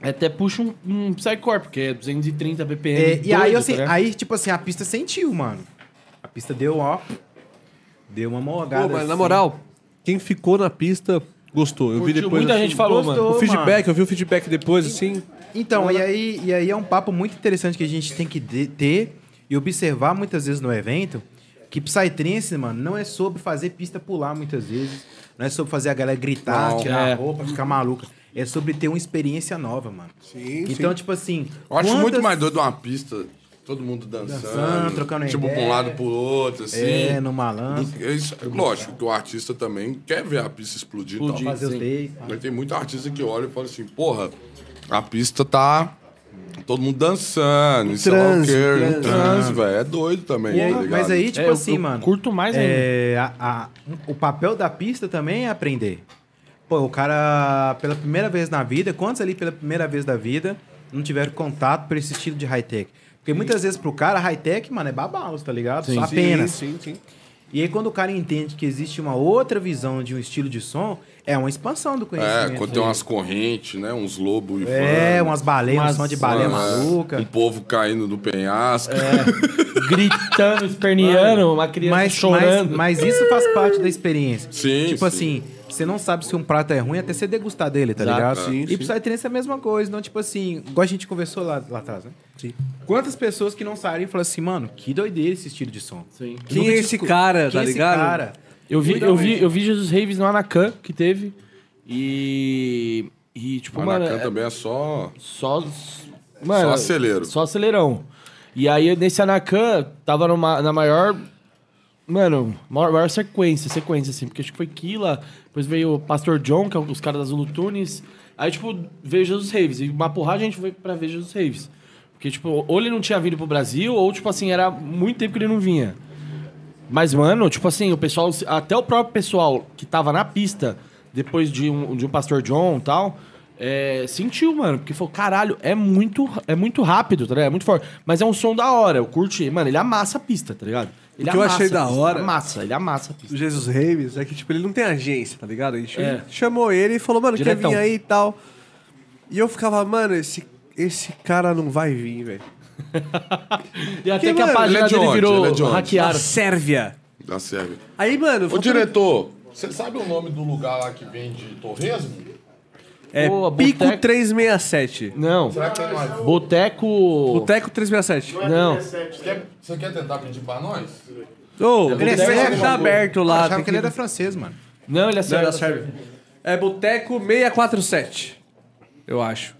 Speaker 5: Até puxa um, um Psycorp, porque é 230 BPM.
Speaker 4: É, e aí,
Speaker 5: doido,
Speaker 4: assim,
Speaker 5: tá ligado?
Speaker 4: aí, tipo assim, a pista sentiu, mano. A pista deu, ó. Deu uma morgada.
Speaker 1: Pô, mas na
Speaker 4: assim.
Speaker 1: moral, quem ficou na pista gostou. Eu vi
Speaker 5: Curtiu.
Speaker 1: depois.
Speaker 5: Muita
Speaker 1: assim,
Speaker 5: gente falou,
Speaker 4: gostou.
Speaker 5: mano.
Speaker 1: O
Speaker 4: Ô,
Speaker 1: feedback, eu vi o feedback depois, assim.
Speaker 4: Então, e aí, e aí é um papo muito interessante que a gente tem que de- ter e observar muitas vezes no evento que Psytrance, mano, não é sobre fazer pista pular muitas vezes. Não é sobre fazer a galera gritar,
Speaker 3: Não.
Speaker 4: tirar
Speaker 5: É.
Speaker 4: a roupa, ficar maluca. É sobre ter uma experiência nova, mano. Sim, Então, tipo assim...
Speaker 3: Eu acho muito
Speaker 4: quantas-
Speaker 3: mais doido uma pista, todo mundo dançando.
Speaker 4: Dançando, trocando
Speaker 3: Tipo,
Speaker 4: ideia.
Speaker 3: pra um lado pro outro, assim.
Speaker 4: É, no malandro.
Speaker 3: Do- é isso- lógico que o artista também quer ver a pista explodir, e tal.
Speaker 4: Fazer o take.
Speaker 3: Mas tem muito artista que olha e fala assim, porra, a pista tá... Todo mundo dançando, isso é o
Speaker 1: transe,
Speaker 3: quê?
Speaker 1: transe.
Speaker 3: Em transe, velho. É doido também,
Speaker 4: E aí-
Speaker 3: tá ligado?
Speaker 4: mas aí, tipo
Speaker 5: É, eu-
Speaker 4: assim,
Speaker 5: eu
Speaker 4: mano.
Speaker 5: curto mais
Speaker 4: é, a- a- o papel da pista também é aprender. Pô, o cara, pela primeira vez na vida, quantos ali pela primeira vez da vida não tiveram contato por esse estilo de high-tech? Porque muitas vezes pro cara, high-tech, mano, é babaus, tá ligado? Só apenas.
Speaker 1: Sim, sim, sim.
Speaker 4: E aí, quando o cara entende que existe uma outra visão de um estilo de som, é uma expansão do
Speaker 3: É,
Speaker 4: conhecimento.
Speaker 3: quando tem umas correntes, né? Uns lobos e
Speaker 4: É,
Speaker 3: voando.
Speaker 4: umas baleias, um som de baleia
Speaker 3: Mano, é.
Speaker 4: maluca. É,
Speaker 3: Um povo caindo do penhasco.
Speaker 5: [laughs] Gritando, esperneando, uma criança
Speaker 4: Mas,
Speaker 5: chorando.
Speaker 4: mas, mas isso faz parte da experiência.
Speaker 3: Sim,
Speaker 4: Tipo
Speaker 3: sim.
Speaker 4: assim, você não sabe se um prato é ruim até você degustar dele, tá
Speaker 5: Exato,
Speaker 4: ligado?
Speaker 1: sim,
Speaker 4: e
Speaker 1: sim.
Speaker 4: Psytrance é a mesma coisa. Não, tipo assim, igual a gente conversou lá, lá atrás, né? Sim. Quantas pessoas que não saíram e falaram assim, mano, que doideira esse estilo de som.
Speaker 5: Sim.
Speaker 1: Quem
Speaker 4: Nunca
Speaker 1: é
Speaker 4: tinha
Speaker 1: esse
Speaker 4: escu-
Speaker 1: cara, tá
Speaker 4: é esse
Speaker 1: ligado?
Speaker 4: cara?
Speaker 5: Eu vi, eu
Speaker 4: Literalmente.
Speaker 5: vi, eu vi Jesus Raves no Anacan que teve. E. E,
Speaker 3: [laughs]
Speaker 5: tipo,
Speaker 3: O
Speaker 5: mano.
Speaker 3: Maracanã
Speaker 5: é-
Speaker 3: também é só.
Speaker 5: Só. Mano,
Speaker 3: acelero.
Speaker 5: Só aceleração. E aí, nesse Anacan, tava numa, na maior. Mano, maior, maior sequência, sequência, assim, porque acho que foi Killa, depois veio o Pastor John, que é um dos caras das Zulu Tunes. Aí, tipo, veio Jesus Raves. E uma porrada a gente foi pra ver Jesus Raves. Porque, tipo, ou ele não tinha vindo pro Brasil, ou, tipo assim, era muito tempo que ele não vinha. Mas, mano, tipo assim, o pessoal. Até o próprio pessoal que tava na pista, depois de um, de um Pastor John e tal, é, sentiu, mano. Porque falou, caralho, é muito, é muito rápido, tá ligado? É muito forte. Mas é um som da hora. Eu curti. Mano, ele amassa a pista, tá ligado? Ele
Speaker 1: O que eu
Speaker 5: amassa
Speaker 1: achei
Speaker 5: a
Speaker 1: da
Speaker 5: pista,
Speaker 1: hora-
Speaker 5: Amassa, ele amassa a pista.
Speaker 1: [laughs] do Jesus Reis é que, tipo, ele não tem agência, tá ligado? A gente
Speaker 5: É.
Speaker 1: chamou ele e falou, mano,
Speaker 5: Diretão.
Speaker 1: quer vir aí e tal. E eu ficava, mano, esse, esse cara não vai vir, velho.
Speaker 5: E até que,
Speaker 1: mano,
Speaker 5: a
Speaker 3: ele
Speaker 5: página
Speaker 3: é de
Speaker 5: dele
Speaker 3: onde?
Speaker 5: virou
Speaker 3: Ele é de onde?
Speaker 1: Da
Speaker 5: hackeada.
Speaker 1: Sérvia.
Speaker 3: Da Sérvia.
Speaker 1: Aí, mano...
Speaker 3: Ô,
Speaker 1: faltando-
Speaker 3: diretor, você sabe o nome do lugar lá que vende torresmo?
Speaker 1: É
Speaker 5: Boa,
Speaker 1: Pico
Speaker 5: Boteco.
Speaker 1: 367.
Speaker 5: Não.
Speaker 3: Será que é nós?
Speaker 5: Boteco.
Speaker 1: Boteco 367.
Speaker 5: Não. é
Speaker 3: Você quer, você quer tentar pedir pra nós?
Speaker 1: Ô,
Speaker 4: Ele é sério?
Speaker 1: tá aberto
Speaker 4: Eu
Speaker 1: lá.
Speaker 4: achava
Speaker 1: tem
Speaker 4: que ele era francês, mano.
Speaker 5: Não, ele é
Speaker 1: Não,
Speaker 5: sério.
Speaker 1: era Sérvia. É Boteco 647, eu acho.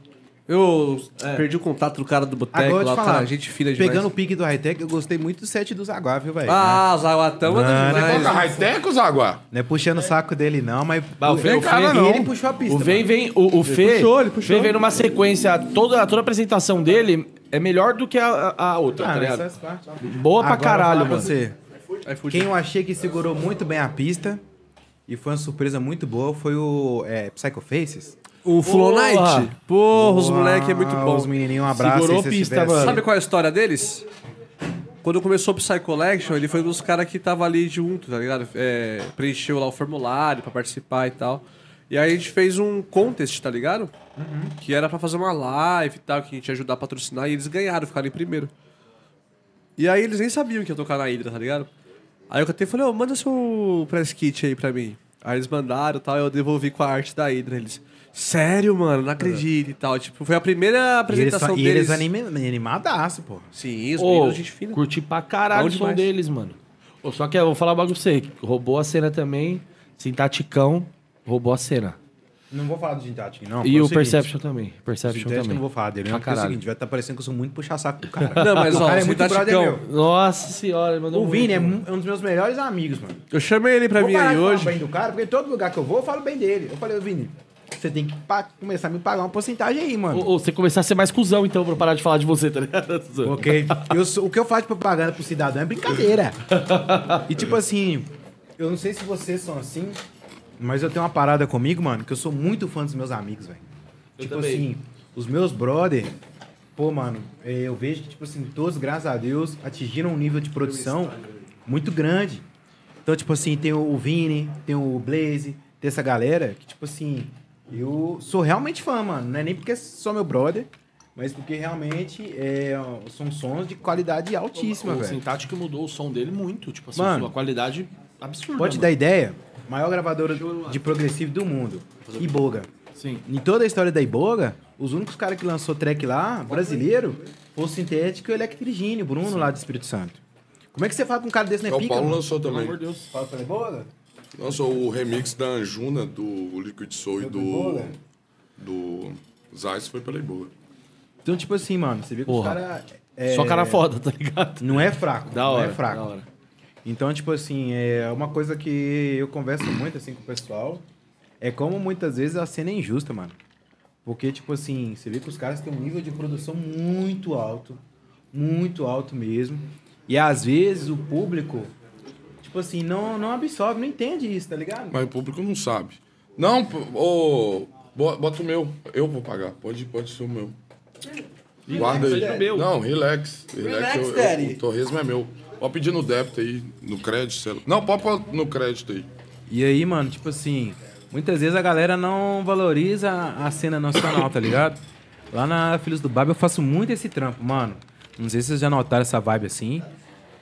Speaker 1: Eu perdi o contato do cara do boteco
Speaker 4: É. Agora eu
Speaker 1: lá
Speaker 4: te falar,
Speaker 1: atrás, gente fina demais.
Speaker 4: pegando o pique do high-tech, eu gostei muito do set do Zaguá, viu, velho?
Speaker 1: Ah, o Zawatão
Speaker 4: Mano,
Speaker 1: manda demais.
Speaker 3: Toca high-tech, Zaguá?
Speaker 4: Não é puxando o saco dele, não, mas.
Speaker 5: Ah, o Fê- o Fê-
Speaker 4: E ele puxou a pista.
Speaker 5: O Vem
Speaker 4: mano.
Speaker 5: Vem, o, o Fê,
Speaker 1: puxou, ele puxou.
Speaker 5: Vem Vem numa sequência, toda, toda a apresentação dele é melhor do que a, a- a outra,
Speaker 4: Ah,
Speaker 5: tá ligado?
Speaker 4: essas partes.
Speaker 5: Boa
Speaker 4: Agora
Speaker 5: pra
Speaker 4: eu vou
Speaker 5: caralho,
Speaker 4: falar pra
Speaker 5: mano.
Speaker 4: você.
Speaker 1: Aí fugiu.
Speaker 4: Quem eu achei que segurou muito bem a pista e foi uma surpresa muito boa foi o é, Psycho Faces.
Speaker 1: O Flow
Speaker 5: Porra!
Speaker 1: Night? Porra, os moleque é muito
Speaker 4: Uau,
Speaker 1: bom.
Speaker 4: Os menininhos, um abraço.
Speaker 5: Segurou
Speaker 4: aí, se
Speaker 5: pista,
Speaker 4: estivesse.
Speaker 5: mano.
Speaker 1: Sabe qual é a história deles? Quando começou o Psy Collection, ele foi um dos caras que tava ali junto, tá ligado? É, preencheu lá o formulário pra participar e tal. E aí a gente fez um contest, tá ligado?
Speaker 4: Uhum.
Speaker 1: Que era pra fazer uma live e tal, que a gente ia ajudar a patrocinar. E eles ganharam, ficaram em primeiro. E aí eles nem sabiam que ia tocar na Hydra, tá ligado? Aí eu cantei e falei, ô, manda seu press kit aí pra mim. Aí eles mandaram e tal, eu devolvi com a arte da Hydra. Eles, sério, mano, não acredito e tal. Tipo, foi a primeira
Speaker 4: E eles,
Speaker 1: apresentação
Speaker 4: e
Speaker 1: deles.
Speaker 4: eles anima- animadaço, pô.
Speaker 1: Sim, os
Speaker 5: Ô,
Speaker 1: meninos, gente fina.
Speaker 5: curti pra caralho
Speaker 1: Bom
Speaker 5: o som
Speaker 1: demais.
Speaker 5: deles, mano. Ô, só que eu vou falar um bagulho pra você. Roubou a cena também. Sintaticão roubou a cena.
Speaker 4: Não vou falar do Gintatic, não.
Speaker 5: e
Speaker 4: foi
Speaker 5: o
Speaker 4: seguinte,
Speaker 5: Perception também. Perception
Speaker 4: Gintatic eu
Speaker 5: também.
Speaker 4: não vou falar dele, não.
Speaker 5: Pra
Speaker 4: Porque é o
Speaker 5: caralho.
Speaker 4: seguinte, vai estar parecendo que eu sou muito puxa-saco do cara.
Speaker 1: [laughs] Não, mas
Speaker 4: o
Speaker 1: ó,
Speaker 4: cara é
Speaker 1: o
Speaker 4: muito
Speaker 1: Sintaticão-
Speaker 4: brother meu.
Speaker 5: Nossa senhora, ele mandou
Speaker 4: O Vini é
Speaker 5: muito.
Speaker 4: um é um dos meus melhores amigos, mano.
Speaker 1: Eu chamei ele pra
Speaker 4: Vou
Speaker 1: vir
Speaker 4: parar
Speaker 1: aí
Speaker 4: de falar
Speaker 1: hoje.
Speaker 4: bem do cara, porque todo lugar que eu vou, eu falo bem dele. Eu falei, ô Vini, você tem que pa- começar a me pagar uma porcentagem aí, mano.
Speaker 5: Ô, ô, você começar a ser mais cuzão, então, pra eu parar de falar de você, tá ligado?
Speaker 4: Ok. Eu sou- o que eu faço de propaganda pro cidadão é brincadeira. E tipo assim, eu não sei se vocês são assim, mas eu tenho uma parada comigo, mano, que eu sou muito fã dos meus amigos, velho.
Speaker 5: Eu
Speaker 4: Tipo
Speaker 5: também.
Speaker 4: assim, os meus brother, pô, mano, eh, eu vejo que, tipo assim, todos, graças a Deus, atingiram um nível de produção muito grande. Então, tipo assim, tem o o Vini, tem o Blaze, tem essa galera que, tipo assim, eu sou realmente fã, mano. Não é nem porque é só meu brother, mas porque realmente é, ó, são sons de qualidade altíssima,
Speaker 5: o
Speaker 4: velho.
Speaker 5: Sintático mudou o som dele muito. Tipo assim,
Speaker 4: Mano.
Speaker 5: sua qualidade absurda.
Speaker 4: Pode te dar
Speaker 5: mano.
Speaker 4: ideia? Maior gravadora de progressivo do mundo. Iboga.
Speaker 5: Sim.
Speaker 4: Em toda a história da Iboga, os únicos caras que lançou track lá, brasileiro, foi o Sintético e o Electrigine, o Bruno lá do Espírito Santo. Como é que você fala com um cara desse, né,
Speaker 3: É, o
Speaker 4: pica?
Speaker 3: Paulo
Speaker 4: mano?
Speaker 3: lançou também.
Speaker 4: Fala pra Iboga?
Speaker 3: Lançou o remix da Anjuna, do Liquid Soul e do. Do. Zais foi pela Iboa.
Speaker 4: Então, tipo assim, mano, você vê que
Speaker 5: Porra.
Speaker 4: os caras... é,
Speaker 5: Só cara foda, tá ligado?
Speaker 4: Não é fraco.
Speaker 5: Da hora.
Speaker 4: Não é fraco.
Speaker 5: Da hora.
Speaker 4: Então, tipo assim, é uma coisa que eu converso muito assim com o pessoal, é como muitas vezes a cena é injusta, mano. Porque, tipo assim, você vê que os caras têm um nível de produção muito alto, muito alto mesmo. E às vezes o público, tipo assim, não, não absorve, não entende isso, tá ligado?
Speaker 3: Mas o público não sabe. Não, pô, ô. bo- bota o meu. Eu vou pagar. Pode, pode ser o meu. Guarda
Speaker 5: seja o
Speaker 3: aí.
Speaker 5: meu.
Speaker 3: Não, é relax. Relax,
Speaker 1: Relax,
Speaker 3: eu- eu-
Speaker 1: Daddy.
Speaker 3: o torresmo é meu. Pode pedir no débito aí, no crédito. sei lá. Não, pode pôr no crédito aí.
Speaker 4: E aí, mano, tipo assim, muitas vezes a galera não valoriza a cena nacional, tá ligado? Lá na Filhos do Babo eu faço muito esse trampo, mano. Não sei se vocês já notaram essa vibe assim,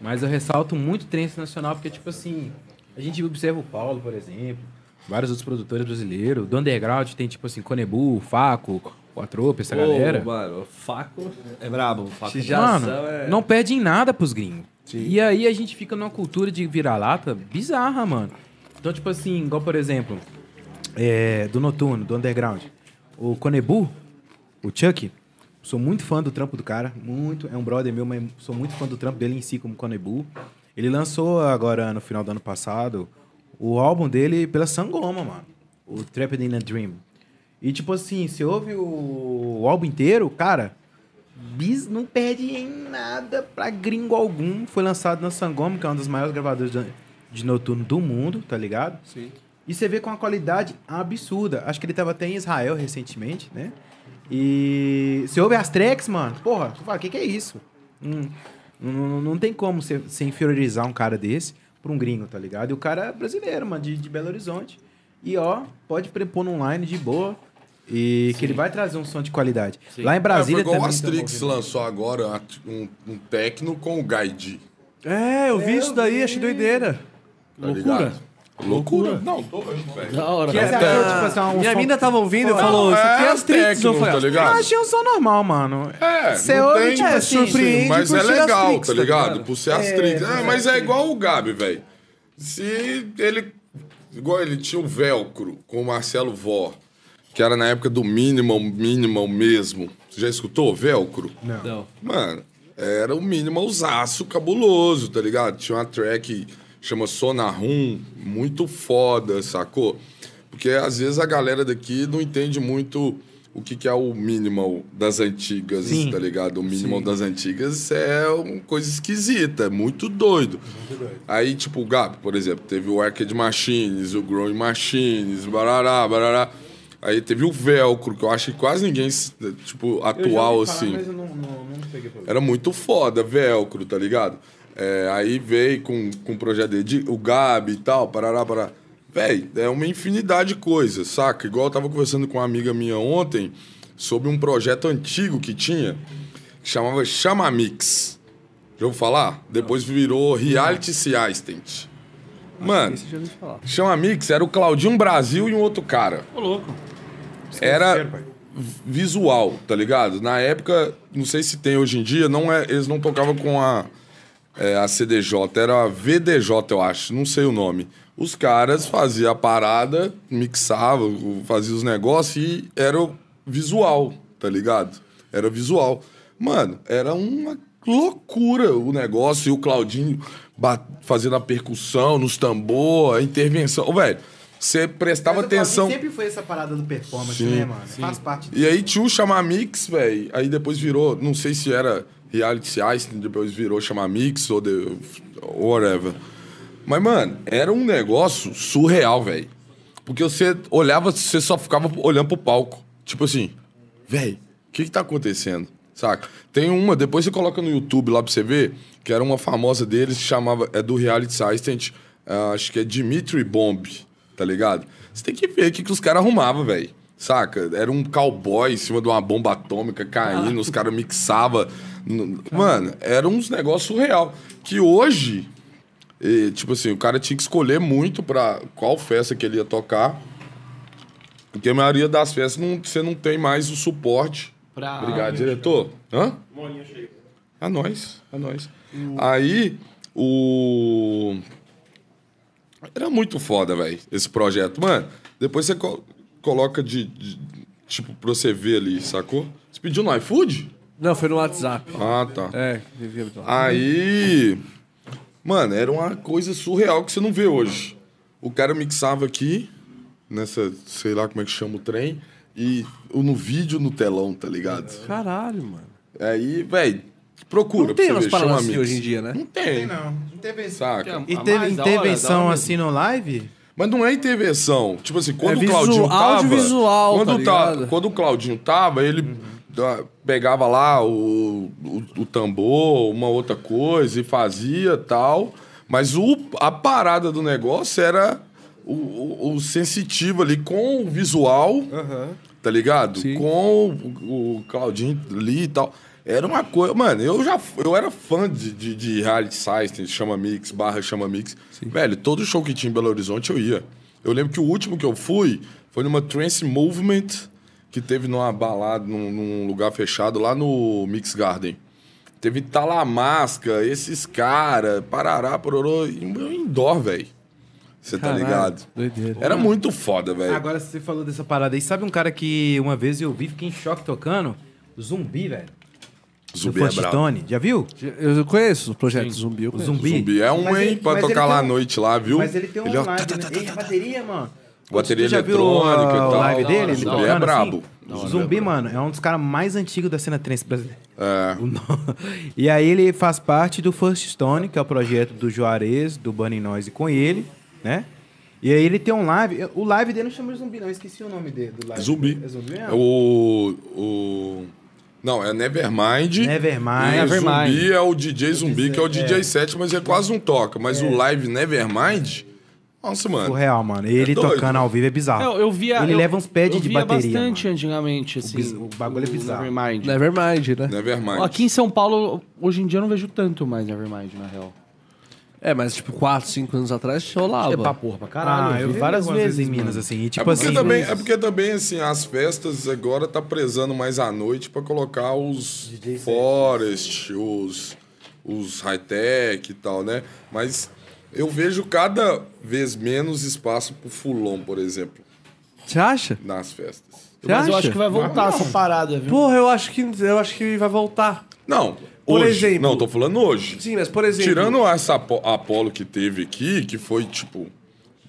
Speaker 4: mas eu ressalto muito o trance nacional, porque, tipo assim, a gente observa o Paulo, por exemplo, vários outros produtores brasileiros, do underground tem, tipo assim, Conebu, Faco, o Atrope, essa galera.
Speaker 7: Mano, o faco é brabo. o Faco é
Speaker 4: Mano,
Speaker 7: brabo. é...
Speaker 4: não perde em nada pros gringos. E aí a gente fica numa cultura de vira-lata bizarra, mano. Então, tipo assim, igual por exemplo, é, do Noturno, do Underground. O Conebu, o Chuck, sou muito fã do trampo do cara. Muito, é um brother meu, mas sou muito fã do trampo dele em si, como Conebu. Ele lançou agora, no final do ano passado, o álbum dele pela Sangoma, mano. O Trapped in a Dream. E tipo assim, você ouve o, o álbum inteiro, cara, bis não perde em nada pra gringo algum. Foi lançado na Sangoma, que é um dos maiores gravadores de, de noturno do mundo, tá ligado? Sim. E você vê com uma qualidade absurda. Acho que ele tava até em Israel recentemente, né? E você ouve as tracks, mano, porra, tu fala, o que, que é isso? Hum, não, não tem como você, você inferiorizar um cara desse pra um gringo, tá ligado? E o cara é brasileiro, mano, de, de Belo Horizonte. E ó, pode prepor no online de boa. E que ele vai trazer um som de qualidade. Lá em Brasília
Speaker 3: é, foi igual o
Speaker 4: também tem um
Speaker 3: Astrix lançou agora um, um técnico com o Gaidi.
Speaker 1: É, eu vi isso daí, achei doideira.
Speaker 3: Tá ligado? Loucura. Não, tô vendo, velho.
Speaker 5: Da hora.
Speaker 4: Que essa
Speaker 1: Tá.
Speaker 4: aqui, tipo assim, um
Speaker 1: Minha
Speaker 4: som-
Speaker 1: mina tava ouvindo e falou,
Speaker 3: Não,
Speaker 1: você
Speaker 3: é
Speaker 1: tem as tricks? Eu
Speaker 3: técnico, tá
Speaker 1: falei, "Ah,
Speaker 4: Eu
Speaker 3: ligado?
Speaker 4: achei um som normal, mano.
Speaker 3: É,
Speaker 4: Você
Speaker 3: não
Speaker 4: ouve,
Speaker 3: tem,
Speaker 4: tipo
Speaker 3: é,
Speaker 4: assim,
Speaker 1: surpreende
Speaker 3: mas
Speaker 1: por
Speaker 3: é
Speaker 1: ser
Speaker 3: legal,
Speaker 1: Astrix,
Speaker 3: tá
Speaker 1: tá
Speaker 3: ligado?
Speaker 1: ligado?
Speaker 3: Por ser Astrix. É, mas é igual o Gabi, velho. Se ele... Igual ele tinha o Velcro com o Marcelo Vó, que era na época do Minimal, Minimal mesmo. Você já escutou o Velcro?
Speaker 7: Não.
Speaker 3: Mano, era o minimalzaço cabuloso, tá ligado? Tinha uma track chama Sonarum, muito foda, sacou? Porque às vezes a galera daqui não entende muito o que, que é o minimal das antigas, tá ligado? O minimal das antigas é uma coisa esquisita, é muito doido. Aí, tipo, o Gap, por exemplo, teve o Arcade Machines, o Growing Machines, barará, barará. Aí teve o Velcro, que eu acho que quase ninguém, tipo, atual, assim. Era muito foda, velcro, tá ligado? É, aí veio com, com o projeto dele, de- o Gabi e tal, parará, parará. Véi, é uma infinidade de coisas, saca? Igual eu tava conversando com uma amiga minha ontem sobre um projeto antigo que tinha, que chamava Chamamix. Já ouviu falar? Depois virou Reality Assistant. Mano, Chamamix era o Claudinho Brasil e um outro cara
Speaker 5: Ô, louco.
Speaker 3: era visual, tá ligado? Na época, não sei se tem hoje em dia, não é, eles não tocavam com a, é, a CDJ, era a VDJ, eu acho, não sei o nome. Os caras faziam a parada, mixavam, faziam os negócios e era o visual, tá ligado? Era visual. Mano, era uma loucura o negócio e o Claudinho ba- fazendo a percussão nos tambor, a intervenção. Ô, Velho, você prestava
Speaker 4: Mas o Claudinho
Speaker 3: atenção.
Speaker 4: Sempre foi essa parada do performance,
Speaker 3: Sim,
Speaker 4: né, mano? Faz parte.
Speaker 3: E aí tinha o Chamar Mix, velho. Aí depois virou, não sei se era Reality Ice, depois virou Chamar Mix ou the, whatever. Mas, mano, era um negócio surreal, velho. Porque você olhava, você só ficava olhando pro palco. Tipo assim, velho, o que que tá acontecendo? Saca? Tem uma, depois você coloca no YouTube lá pra você ver, que era uma famosa deles, chamava, é do Reality Assistant, ah, acho que é Dimitri Bomb, tá ligado? Você tem que ver o que, que os caras arrumavam, velho. Saca? Era um cowboy em cima de uma bomba atômica caindo, os caras mixavam. Mano, era uns negócios surreal. Que hoje, e, tipo assim, o cara tinha que escolher muito pra qual festa que ele ia tocar. Porque a maioria das festas não, você não tem mais o suporte.
Speaker 5: Pra...
Speaker 3: Obrigado, diretor. Hã? É A nós, a nós. Aí, o. Era muito foda, velho, esse projeto. Mano, depois você co- coloca de, de- Tipo, pra você ver ali, sacou? Você pediu no iFood?
Speaker 1: Não, foi no WhatsApp.
Speaker 3: Ah, tá.
Speaker 1: É, devia muito lá.
Speaker 3: Aí. Mano, era uma coisa surreal que você não vê hoje. O cara mixava aqui, nessa, sei lá como é que chama o trem, e o- no vídeo no telão, tá ligado?
Speaker 1: Caralho, mano.
Speaker 3: Aí, velho, procura.
Speaker 1: Não tem
Speaker 3: pra você
Speaker 1: umas
Speaker 3: ver,
Speaker 1: paradas
Speaker 3: chama
Speaker 1: assim
Speaker 3: mix.
Speaker 1: hoje em dia, né?
Speaker 3: Não tem,
Speaker 4: Não, não teve isso.
Speaker 3: saca?
Speaker 4: E teve
Speaker 5: mais da hora, da
Speaker 4: intervenção
Speaker 5: hora
Speaker 4: assim no live?
Speaker 3: Mas não é intervenção. Tipo assim, quando
Speaker 1: É
Speaker 3: o Claudinho
Speaker 1: visual,
Speaker 3: tava.
Speaker 1: audiovisual,
Speaker 3: quando,
Speaker 1: tá
Speaker 3: tá-
Speaker 1: ligado?
Speaker 3: quando o Claudinho tava, ele ah, pegava lá o, o, o tambor, uma outra coisa e fazia tal. Mas o, a parada do negócio era o, o- o sensitivo ali com o visual, tá ligado? Com o, o Claudinho ali e tal. Era uma coisa. Mano, eu já eu era fã de, de, de reality sites, chama mix, barra chama mix. Velho, todo show que tinha em Belo Horizonte eu ia. Eu lembro que o último que eu fui foi numa Trance Movement que teve numa balada, num, num lugar fechado lá no Mix Garden. Teve Talamasca, esses caras, Parará, Pororô, e um indoor, velho. Você tá ligado?
Speaker 1: Doideira.
Speaker 3: Era muito foda, velho.
Speaker 4: Agora você falou dessa parada aí. Sabe um cara que uma vez eu vi, fiquei em choque tocando? Zumbi, velho.
Speaker 3: Zumbi
Speaker 4: Do
Speaker 3: é brabo.
Speaker 4: Fortitone. Já viu?
Speaker 1: Eu conheço os projetos zumbi. Eu
Speaker 4: O
Speaker 1: conheço.
Speaker 4: zumbi.
Speaker 3: Zumbi é um,
Speaker 4: Mas
Speaker 3: hein,
Speaker 4: ele-
Speaker 3: pra
Speaker 4: mas ele
Speaker 3: tocar
Speaker 4: tem
Speaker 3: lá à
Speaker 4: um-
Speaker 3: noite lá, viu?
Speaker 4: Mas ele tem um
Speaker 3: ó,
Speaker 4: live,
Speaker 3: tá, tá, tá,
Speaker 4: né? Ei, a bateria, mano.
Speaker 3: Bateria
Speaker 4: Você já viu
Speaker 3: eletrônica e
Speaker 4: a-
Speaker 3: tal.
Speaker 4: a live
Speaker 3: Da
Speaker 4: dele?
Speaker 3: hora,
Speaker 4: ele
Speaker 3: da hora.
Speaker 4: tocando,
Speaker 3: É brabo.
Speaker 4: assim?
Speaker 3: Da hora,
Speaker 4: Zumbi,
Speaker 3: é brabo.
Speaker 4: mano, é um dos caras mais antigos da cena trance brasileira.
Speaker 3: É.
Speaker 4: O nome- [laughs] E aí ele faz parte do First Stone, que é o projeto do Juarez, do Bunny Noise com ele, né? E aí ele tem um live. eu- O live dele não chama de zumbi, não. Eu esqueci o nome dele do live.
Speaker 3: Zumbi.
Speaker 4: É zumbi mesmo?
Speaker 3: O. o... Não, é Nevermind.
Speaker 4: Nevermind.
Speaker 3: E
Speaker 4: Nevermind.
Speaker 3: Zumbi é o DJ Zumbi, que é o DJ 7, mas ele quase não toca. Mas o live Nevermind. Nossa,
Speaker 4: É. O
Speaker 3: mano.
Speaker 4: real, mano. Ele
Speaker 3: doido,
Speaker 4: tocando ao vivo é bizarro.
Speaker 5: Eu, eu via.
Speaker 4: Ele
Speaker 5: eu-
Speaker 4: leva uns pads
Speaker 5: eu
Speaker 4: de
Speaker 5: via
Speaker 4: bateria,
Speaker 5: bastante
Speaker 4: mano.
Speaker 5: antigamente, assim.
Speaker 4: biz- o bagulho é bizarro.
Speaker 5: Nevermind.
Speaker 1: Nevermind, né?
Speaker 3: Nevermind.
Speaker 5: Aqui em São Paulo, hoje em dia eu não vejo tanto mais Nevermind, na real.
Speaker 1: É, mas tipo, 4, 5 anos atrás rolava.
Speaker 5: É pra porra, pra caralho.
Speaker 4: Ah, eu vi várias vezes em Minas, assim. E
Speaker 3: É
Speaker 4: tipo
Speaker 3: porque,
Speaker 4: assim.
Speaker 3: também, é porque também, assim, as festas agora tá prezando mais à noite pra colocar os Forest, os, os high-tech e tal, né? Mas eu vejo cada vez menos espaço pro fulon, por exemplo,
Speaker 1: Você acha?
Speaker 3: nas festas.
Speaker 1: Você
Speaker 5: Mas eu
Speaker 1: acha?
Speaker 5: acho que vai voltar essa parada, viu?
Speaker 1: Porra, eu acho que, eu acho que vai voltar.
Speaker 3: Não,
Speaker 1: Por
Speaker 3: hoje.
Speaker 1: exemplo-
Speaker 3: Não, tô falando hoje.
Speaker 1: Sim, mas por exemplo...
Speaker 3: Tirando essa Apo- Apolo que teve aqui, que foi, tipo,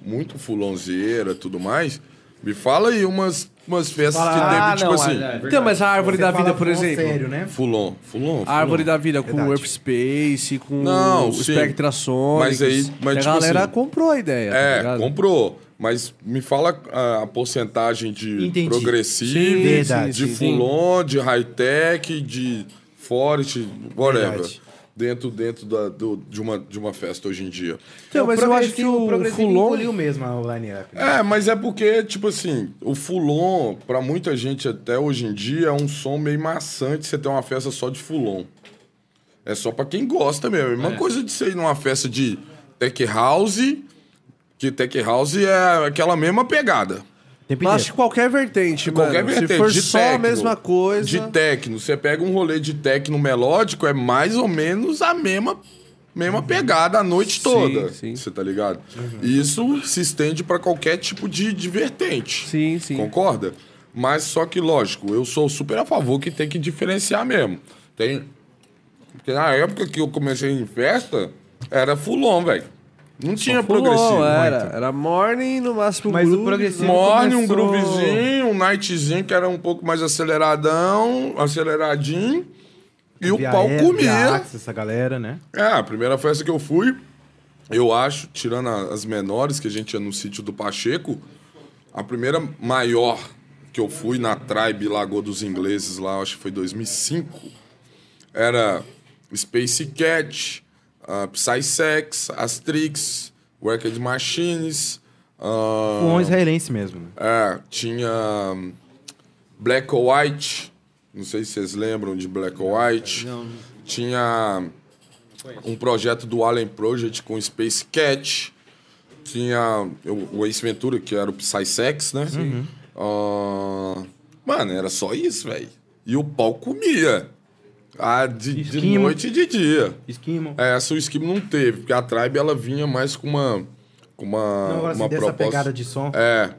Speaker 3: muito fulonzeira e tudo mais, me fala aí umas, umas festas que teve, tipo assim,
Speaker 1: Então, mas a Árvore da Vida, por exemplo.
Speaker 4: Sério, né?
Speaker 3: fulon, fulon, fulon.
Speaker 1: A Árvore da Vida com
Speaker 4: Verdade.
Speaker 1: o Earthspace, com
Speaker 3: Não,
Speaker 1: o
Speaker 3: sim.
Speaker 1: Spectra Sonics.
Speaker 3: Mas aí- mas
Speaker 1: a
Speaker 3: tipo
Speaker 1: galera
Speaker 3: assim-
Speaker 1: comprou a ideia, tá
Speaker 3: É,
Speaker 1: ligado?
Speaker 3: comprou. Mas me fala a, a porcentagem de
Speaker 4: Entendi.
Speaker 1: Sim,
Speaker 3: progressivo,
Speaker 4: verdade,
Speaker 3: de
Speaker 1: sim,
Speaker 3: fulon, de high-tech, de forest, whatever.
Speaker 4: Verdade.
Speaker 3: Dentro, dentro da- do- de, uma, de uma festa hoje em dia.
Speaker 1: Então, mas eu acho que o
Speaker 4: progressivo
Speaker 1: Fulon...
Speaker 4: engoliu mesmo a line-up. né?
Speaker 3: É, mas é porque, tipo assim, o fulon, pra muita gente até hoje em dia, é um som meio maçante você ter uma festa só de fulon. É só pra quem gosta mesmo. É uma coisa de você ir numa festa de tech house, que tech house é aquela mesma pegada.
Speaker 4: Tempo
Speaker 1: Mas
Speaker 4: inteiro.
Speaker 1: acho que qualquer vertente, mano.
Speaker 3: Qualquer vertente,
Speaker 1: Se for
Speaker 3: de
Speaker 1: só a
Speaker 3: techno,
Speaker 1: mesma coisa...
Speaker 3: De tecno. Você pega um rolê de tecno melódico, é mais ou menos a mesma, mesma pegada a noite
Speaker 1: Uhum. Sim,
Speaker 3: toda.
Speaker 1: sim. Uhum.
Speaker 3: Você tá ligado? E isso se estende pra qualquer tipo de, de vertente.
Speaker 1: Sim, sim.
Speaker 3: Concorda? Mas só que, lógico, eu sou super a favor que tem que diferenciar mesmo. Tem. Porque na época que eu comecei em festa, era fulon, velho. Não tinha
Speaker 1: Fulon,
Speaker 3: progressivo.
Speaker 1: era. Era morning, no máximo
Speaker 4: Mas o
Speaker 1: groove, né?
Speaker 4: progressivo-
Speaker 3: Morne, um
Speaker 1: começou-
Speaker 3: groovezinho, um nightzinho que era um pouco mais aceleradão, aceleradinho. E o
Speaker 4: Via
Speaker 3: pau
Speaker 4: Air, via
Speaker 3: comia.
Speaker 4: Axe, Essa galera, né?
Speaker 3: É, a primeira festa que eu fui, eu acho, tirando a- as menores que a gente ia no sítio do Pacheco, a primeira maior que eu fui na Tribe Lagoa dos Ingleses lá, acho que foi 2005, era Space Cat, uh, Psysex, Astrix, Worked Machines. ah,
Speaker 4: Fulon israelense mesmo. né?
Speaker 3: é, tinha hum, Black or White. Não sei se vocês lembram de Black or White. Tinha um projeto do Alien Project com Space Cat. Tinha hum, o- o Ace Ventura, que era o Psysex, né? Ah, mano, era só isso, velho. E o pau comia. Ah, de, de
Speaker 4: Esquimo.
Speaker 3: noite e de dia.
Speaker 4: Esquimo.
Speaker 3: É, essa o Skip não teve, porque a Tribe ela vinha mais com uma, com uma,
Speaker 4: Não, agora assim,
Speaker 3: uma
Speaker 4: dessa
Speaker 3: proposta.
Speaker 4: pegada de som.
Speaker 3: É.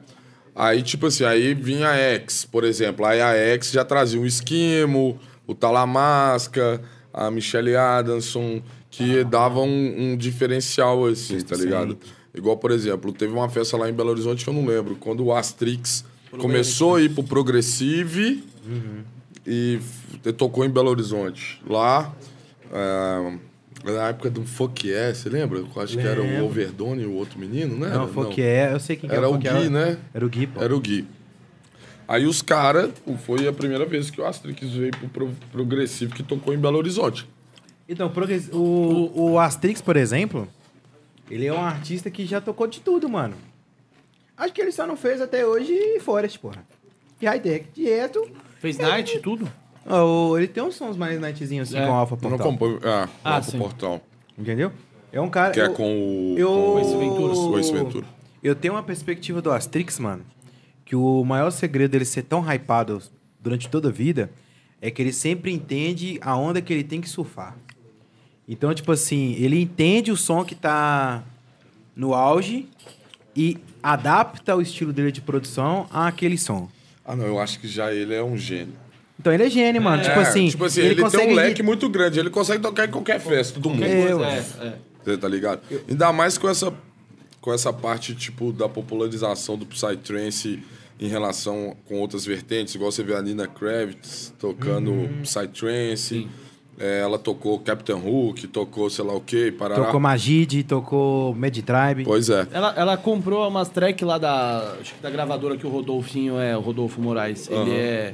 Speaker 3: Aí, tipo assim, aí vinha a X, por exemplo. Aí a X já trazia o Esquimo, o Talamasca, a Michelle Adamson, que dava um, um diferencial, assim, tá ligado? Igual, por exemplo, teve uma festa lá em Belo Horizonte que eu não lembro, quando o Astrix começou a ir pro Progressive e f- tocou em Belo Horizonte. Lá, é, na época do Fuck Yeah, você lembra? Eu acho que era o Overdone e o outro menino, né?
Speaker 4: Não, foi o É, que é. Eu sei quem que
Speaker 3: Era
Speaker 4: é
Speaker 3: o
Speaker 4: que
Speaker 3: Gui, né?
Speaker 4: Era o Gui, pô.
Speaker 3: Era o Gui. Aí os caras, foi a primeira vez que o Asterix veio pro pro- Progressivo que tocou em Belo Horizonte.
Speaker 4: Então, progress- o, o Astrix, por exemplo, ele é um artista que já tocou de tudo, mano. Acho que ele só não fez até hoje Forest, porra. E high-tech, direto.
Speaker 5: Fez night, tudo?
Speaker 4: Ah, o- ele tem uns sons mais nightzinhos assim
Speaker 5: É.
Speaker 4: com Alpha
Speaker 3: Eu Não
Speaker 4: Portal.
Speaker 3: compõe. Ah,
Speaker 5: Ah,
Speaker 3: ah
Speaker 5: sim.
Speaker 3: Portal.
Speaker 4: Entendeu? É um cara...
Speaker 3: Que é
Speaker 4: eu-
Speaker 3: com o.
Speaker 4: Eu...
Speaker 3: com
Speaker 4: o
Speaker 3: o-
Speaker 4: Ace Ventura.
Speaker 3: o Ace Ventura.
Speaker 4: Eu tenho uma perspectiva do Astrix, mano, que o maior segredo dele ser tão hypado durante toda a vida é que ele sempre entende a onda que ele tem que surfar. Então, tipo assim, ele entende o som que tá no auge e adapta o estilo dele de produção àquele som.
Speaker 3: Ah, não, eu acho que já ele é um gênio.
Speaker 4: Então ele é gênio, mano. tipo,
Speaker 3: É,
Speaker 4: assim,
Speaker 3: tipo assim, ele, tem um
Speaker 4: consegue-
Speaker 3: leque muito grande, ele consegue tocar em qualquer festa do mundo.
Speaker 4: Eu-
Speaker 5: É, é.
Speaker 3: Você tá ligado? Ainda mais com essa, com essa parte, tipo, da popularização do Psytrance em relação com outras vertentes, igual você vê a Nina Kravitz tocando
Speaker 5: Uhum.
Speaker 3: Psytrance, é, ela tocou Captain Hook, tocou sei lá o quê, parará.
Speaker 4: Tocou Magid, tocou Meditribe.
Speaker 3: Pois é.
Speaker 5: Ela, ela comprou umas track lá da, acho que da gravadora que o Rodolfinho é, o Rodolfo Moraes. Ele é.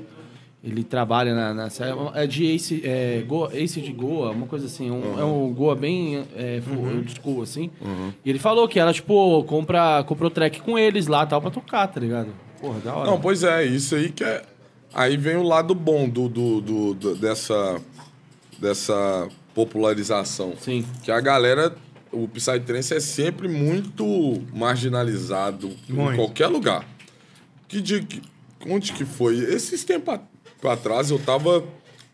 Speaker 5: Ele trabalha na, nessa. É de Ace, é, Goa, Ace de Goa, uma coisa assim. um- É um Goa bem é, fu-
Speaker 3: Uhum.
Speaker 5: old school, assim. E ele falou que ela, tipo, compra, comprou track com eles lá tal pra tocar, tá ligado? Porra, da hora.
Speaker 3: Não, pois é, isso aí que é. Aí vem o lado bom do, do, do- do- dessa, dessa popularização.
Speaker 5: Sim.
Speaker 3: Que a galera. O Psytrance é sempre muito marginalizado em qualquer lugar. Que dia que. Onde que foi? Esses tempos a- atrás eu tava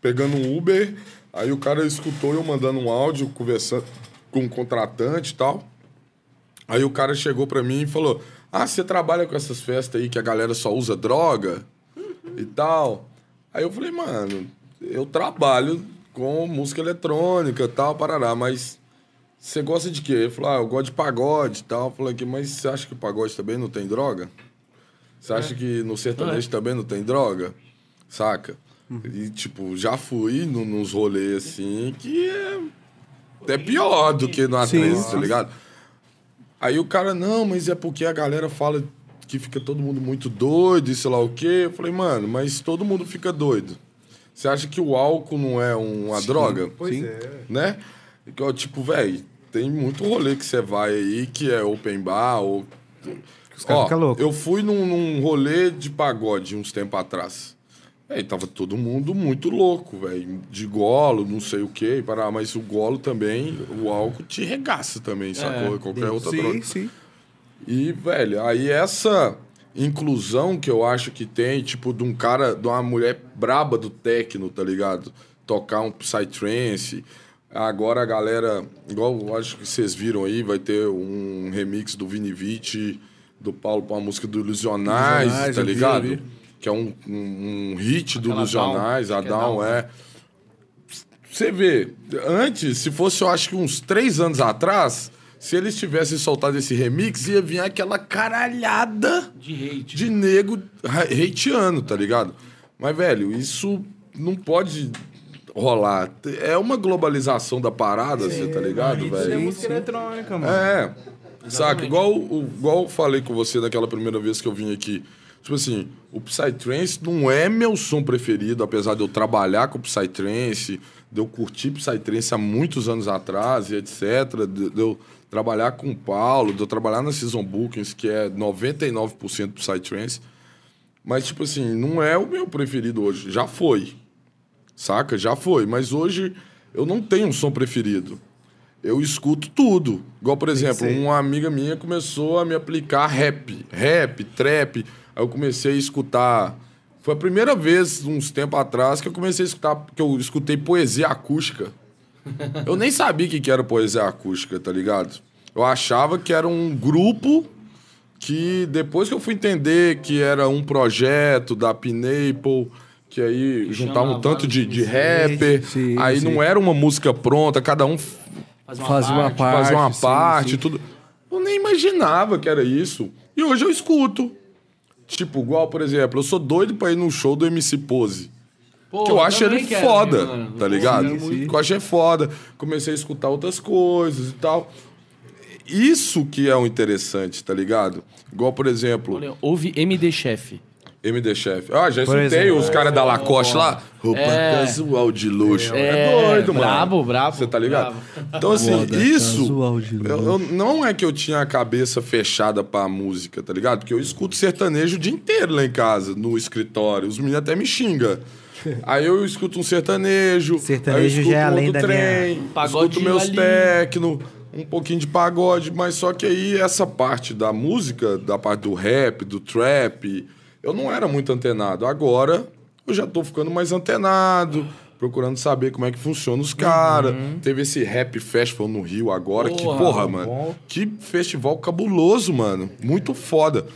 Speaker 3: pegando um Uber, aí o cara escutou eu mandando um áudio, conversando com o contratante e tal. Aí o cara chegou pra mim e falou: Ah, você trabalha com essas festas aí que a galera só usa droga e tal. Aí eu falei, mano, eu trabalho com música eletrônica e tal, parará, mas você gosta de quê? Ele falou, ah, eu gosto de pagode e tal. Eu falei, aqui, mas você acha que o pagode também não tem droga? Você acha que no sertanejo também não tem droga? Saca? E, tipo, já fui no- nos rolês assim, que é até pior do que no atriz, tá ligado? Aí o cara, não, mas é porque a galera fala que fica todo mundo muito doido e sei lá o quê. Eu falei, mano, mas todo mundo fica doido. Você acha que o álcool não é uma droga? Pois é. Né? Igual, Tipo, velho, tem muito rolê que você vai aí que é open bar ou... Os
Speaker 4: caras ficam loucos.
Speaker 3: Eu fui num, num rolê de pagode uns tempos atrás. Véi, tava todo mundo muito louco, velho. De golo, não sei o quê. Pará, mas o golo também, o álcool te regaça também, sacou? Qualquer outra droga.
Speaker 1: Sim, sim.
Speaker 3: E, velho, aí essa inclusão que eu acho que tem, tipo, de um cara, de uma mulher braba do techno, tá ligado? Tocar um Psytrance. Agora a galera, igual eu acho que vocês viram aí, vai ter um remix do Vini Vici, do Paulo com a música do Ilusionais,
Speaker 1: Ilusionais,
Speaker 3: tá
Speaker 1: eu vi,
Speaker 3: ligado?
Speaker 1: eu vi.
Speaker 3: Que é um, um- um hit do
Speaker 5: Aquela
Speaker 3: Ilusionais,
Speaker 5: Down,
Speaker 3: a
Speaker 5: acho que é
Speaker 3: Down
Speaker 5: Down.
Speaker 3: é. Você vê, antes, se fosse, eu acho que uns três anos atrás, se eles tivessem soltado esse remix, ia vir aquela caralhada
Speaker 5: De hate.
Speaker 3: de nego ha- hateando, tá ligado? Mas, velho, isso não pode rolar. É uma globalização da parada, você tá ligado,
Speaker 4: É
Speaker 3: velho?
Speaker 4: música eletrônica, mano.
Speaker 3: É. Saca? Igual, o- igual eu falei com você daquela primeira vez que eu vim aqui. Tipo assim, o Psytrance não é meu som preferido, apesar de eu trabalhar com o Psytrance, de eu curtir Psytrance há muitos anos atrás e etc. De, de eu trabalhar com o Paulo, de eu trabalhar na Season Bookings, que é 99% Psytrance. Mas, tipo assim, não é o meu preferido hoje. Já foi. Saca? Já foi. Mas hoje eu não tenho um som preferido. Eu escuto tudo. Igual, por exemplo, uma amiga minha começou a me aplicar rap. Rap, trap. Aí eu comecei a escutar. Foi a primeira vez, uns tempos atrás, que eu comecei a escutar, que eu escutei
Speaker 1: [laughs]
Speaker 3: poesia acústica. Eu nem sabia o que que era poesia acústica, tá ligado? Eu achava que era um grupo que depois que eu fui entender que era um projeto da Pineapple, que aí juntava um
Speaker 5: chamava
Speaker 3: tanto de, de rapper,
Speaker 1: sim,
Speaker 3: aí
Speaker 1: sim.
Speaker 3: não era uma música pronta, cada um
Speaker 5: Fazer uma
Speaker 1: Faz uma
Speaker 5: parte.
Speaker 1: parte.
Speaker 3: fazia uma
Speaker 1: sim,
Speaker 3: parte,
Speaker 1: sim.
Speaker 3: tudo. Eu nem imaginava que era isso. E hoje eu escuto. Tipo, igual, por exemplo, eu sou doido pra ir num show do MC Pose.
Speaker 5: Pô,
Speaker 3: que eu acho
Speaker 5: também
Speaker 3: ele
Speaker 5: quero, né,
Speaker 3: foda,
Speaker 5: mano. é
Speaker 3: tá ligado? Que eu achei foda. Comecei a escutar outras coisas e tal. Isso que é o interessante, tá ligado? Igual, por exemplo,
Speaker 5: Olha, Houve MD Chef.
Speaker 3: MD Chef. Ah, já
Speaker 4: Por
Speaker 3: escutei
Speaker 4: exemplo.
Speaker 3: os caras da Lacoste lá. Roupa casual de luxo. É, doido, mano.
Speaker 5: É. brabo, brabo,
Speaker 3: Você tá ligado? Então, assim, isso. eu- eu- não é que eu tinha a cabeça fechada pra música, tá ligado? Porque eu escuto sertanejo o dia inteiro lá em casa, no escritório. Os meninos até me
Speaker 4: [laughs]
Speaker 3: xingam. Aí eu escuto um sertanejo.
Speaker 4: Sertanejo
Speaker 3: aí eu escuto
Speaker 4: já é
Speaker 3: um
Speaker 4: além
Speaker 3: outro
Speaker 4: da minha-
Speaker 3: trem, escuto
Speaker 5: Pagodinho
Speaker 3: meus
Speaker 5: ali.
Speaker 3: tecno, um pouquinho de pagode, mas só que aí essa parte da música, da parte do rap, do trap, eu não era muito antenado. Agora eu já tô ficando mais antenado, procurando saber como é que funciona os caras. Teve esse Rap Festival no Rio agora, que porra, mano. Que festival cabuloso, mano. Muito foda.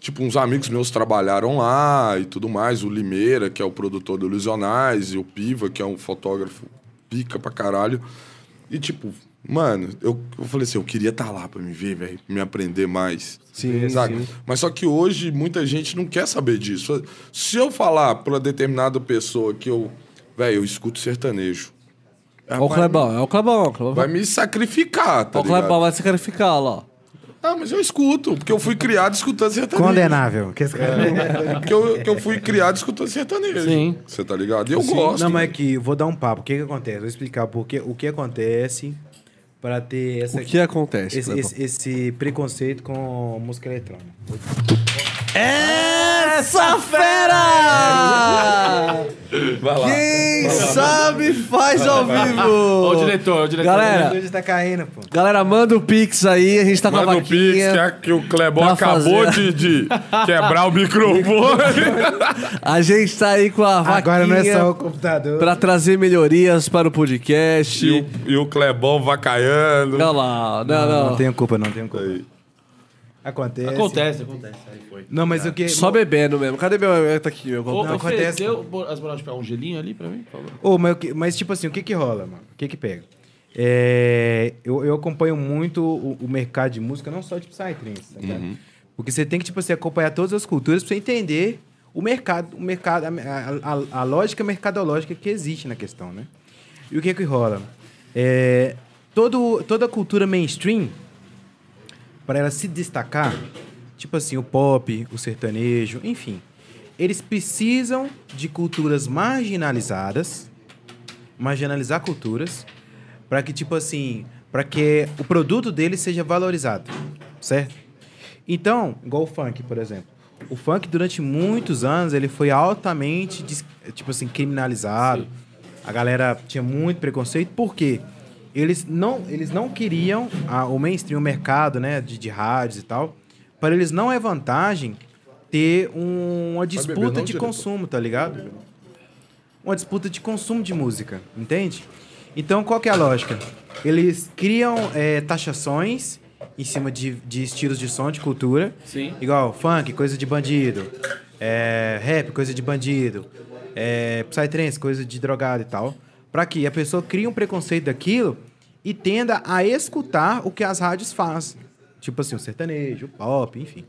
Speaker 3: Tipo, uns amigos meus trabalharam lá e tudo mais. O Limeira, que é o produtor do Ilusionais, e o Piva, que é um fotógrafo pica pra caralho. E tipo, mano, eu, eu falei assim, eu queria estar lá pra me ver, velho, pra me aprender mais. Sim, sabe? Mas só que hoje muita gente não quer saber disso. Se eu falar pra determinada pessoa que eu, velho, eu escuto sertanejo.
Speaker 1: É o Clebão, é o Clebão, é o Clebão.
Speaker 3: Vai me sacrificar, tá
Speaker 1: Ó, o
Speaker 3: ligado?
Speaker 1: Clebão vai sacrificar, lá. ó.
Speaker 3: Ah, mas eu escuto, porque eu fui criado escutando sertanejo.
Speaker 4: Condenável. Que esse cara-
Speaker 3: Porque eu, [laughs] que eu fui criado escutando sertanejo.
Speaker 5: Sim.
Speaker 3: Você tá ligado? E eu gosto.
Speaker 4: Não, mas é que vou dar um papo. O que, que acontece? Vou explicar porque, o que acontece para ter essa,
Speaker 1: O que acontece,
Speaker 4: esse,
Speaker 1: Clebão?
Speaker 4: esse- esse preconceito com música eletrônica.
Speaker 1: Essa [laughs] fera! Quem sabe faz ao
Speaker 5: Ô,
Speaker 1: vivo!
Speaker 5: diretor, o diretor.
Speaker 4: A
Speaker 1: Galera,
Speaker 4: gente tá caindo, pô.
Speaker 1: galera, manda o Pix aí, a gente tá com a
Speaker 3: Manda o Pix, que,
Speaker 1: vaquinha.
Speaker 3: é que o Clebão
Speaker 1: pra
Speaker 3: acabou
Speaker 1: fazer.
Speaker 3: de, de quebrar o microfone.
Speaker 1: A gente tá aí com a vaquinha
Speaker 4: Agora não é só o computador.
Speaker 1: né? pra trazer melhorias para o podcast.
Speaker 3: E o, e o Clebão vacaiando.
Speaker 1: Não, lá, não, não.
Speaker 4: Não tenho culpa, não tenho culpa. Acontece.
Speaker 5: Acontece, acontece. Aí foi.
Speaker 4: Não, mas o que.
Speaker 1: Só bebendo mesmo. Cadê meu... Tá aqui, meu
Speaker 5: Ô,
Speaker 1: copo.
Speaker 5: ô, Fê,
Speaker 4: acontece.
Speaker 5: deu bo- as moral de pegar um gelinho ali pra mim, por favor?
Speaker 4: Ô, mas, o que- mas, tipo assim, o que que rola, mano? O que que pega? É, eu, eu acompanho muito o, o mercado de música, não só de psytrance, tá ligado? Porque você tem que, tipo assim, acompanhar todas as culturas pra você entender o mercado, o mercado a, a- a lógica mercadológica que existe na questão, né? E o que que rola? É, todo, toda cultura mainstream, para ela se destacar, tipo assim, o pop, o sertanejo, enfim. Eles precisam de culturas marginalizadas, marginalizar culturas, para que, tipo assim, para que o produto deles seja valorizado, certo? Então, igual o funk, por exemplo. O funk, durante muitos anos, ele foi altamente, dis- tipo assim, criminalizado. A galera tinha muito preconceito, por quê? Eles não, eles não queriam a- o mainstream, o mercado, né, de, de rádios e tal. Para eles não é vantagem ter um- uma
Speaker 3: beber,
Speaker 4: disputa
Speaker 3: não,
Speaker 4: de
Speaker 3: diretor?
Speaker 4: consumo, tá ligado? Uma disputa de consumo de música, entende? Então, qual que é a lógica? Eles criam é, taxações em cima de, de estilos de som, de cultura.
Speaker 5: Sim.
Speaker 4: Igual funk, coisa de bandido. é, rap, coisa de bandido. É, psytrance, coisa de drogado e tal. Pra que a pessoa crie um preconceito daquilo e tenda a escutar o que as rádios fazem. Tipo assim, o sertanejo, o pop, enfim.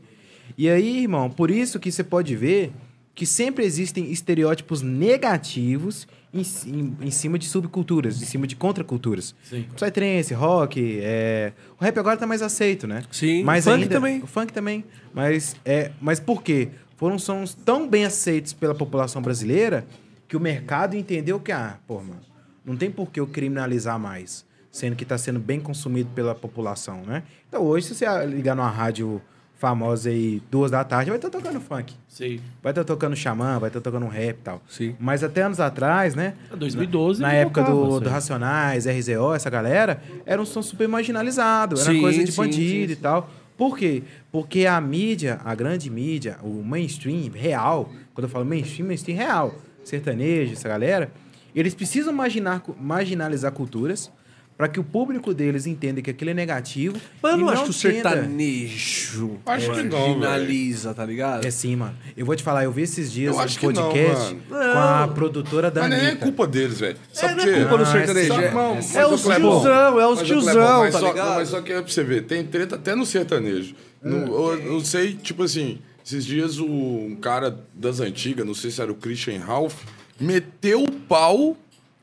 Speaker 4: E aí, irmão, por isso que você pode ver que sempre existem estereótipos negativos em, ci- em, em cima de subculturas, em cima de contraculturas. Sim. Psytrance, rock, é... o rap agora tá mais aceito, né?
Speaker 1: Sim,
Speaker 4: mas
Speaker 1: o funk
Speaker 4: ainda,
Speaker 1: também.
Speaker 4: O funk também. Mas, é, mas por quê? Foram sons tão bem aceitos pela população brasileira que o mercado entendeu que, ah, pô, mano, não tem por que eu criminalizar mais, sendo que está sendo bem consumido pela população, né? Então hoje, se você ligar numa rádio famosa aí, duas da tarde, vai estar tocando funk.
Speaker 5: Sei.
Speaker 4: Vai estar tocando xamã, vai estar tocando um rap e tal.
Speaker 1: Sim.
Speaker 4: Mas até anos atrás, né?
Speaker 5: Ah, 2012
Speaker 4: Na, na
Speaker 5: ele
Speaker 4: época
Speaker 5: tocava,
Speaker 4: do,
Speaker 5: isso
Speaker 4: do
Speaker 5: aí.
Speaker 4: Racionais, RZO, essa galera, era um som super marginalizado. Era
Speaker 1: Sim,
Speaker 4: coisa de
Speaker 1: sim,
Speaker 4: bandido
Speaker 1: sim,
Speaker 4: e tal. Por quê? Porque a mídia, a grande mídia, o mainstream real, quando eu falo mainstream, mainstream real, sertanejo, essa galera, eles precisam marginar, marginalizar culturas para que o público deles entenda que aquilo é negativo.
Speaker 1: Mas eu
Speaker 4: e
Speaker 1: não, acho que o
Speaker 4: tenda-
Speaker 1: sertanejo
Speaker 3: né?" Acho que não,
Speaker 1: marginaliza, tá ligado?
Speaker 4: é sim, mano. Eu vou te falar, eu vi esses dias
Speaker 3: Eu
Speaker 4: um
Speaker 3: acho que não,
Speaker 4: podcast
Speaker 3: mano.
Speaker 4: com a produtora da
Speaker 3: Mas nem é
Speaker 4: Anitta.
Speaker 3: culpa deles, velho. Sabe
Speaker 1: não
Speaker 3: por quê?
Speaker 1: é culpa do
Speaker 4: Ah,
Speaker 1: sertanejo.
Speaker 4: essa-
Speaker 1: é-
Speaker 3: Não,
Speaker 1: É,
Speaker 3: mas
Speaker 1: os
Speaker 3: o Clebão-
Speaker 1: tiozão, é os
Speaker 3: mas o Clebão,
Speaker 1: tiozão,
Speaker 3: mas
Speaker 1: tá
Speaker 3: só-
Speaker 1: ligado? É.
Speaker 3: Mas só que é pra você ver, tem treta até no sertanejo. Não, eu, eu sei, tipo assim, esses dias o, um cara das antigas, não sei se era o Christian Ralph, meteu o pau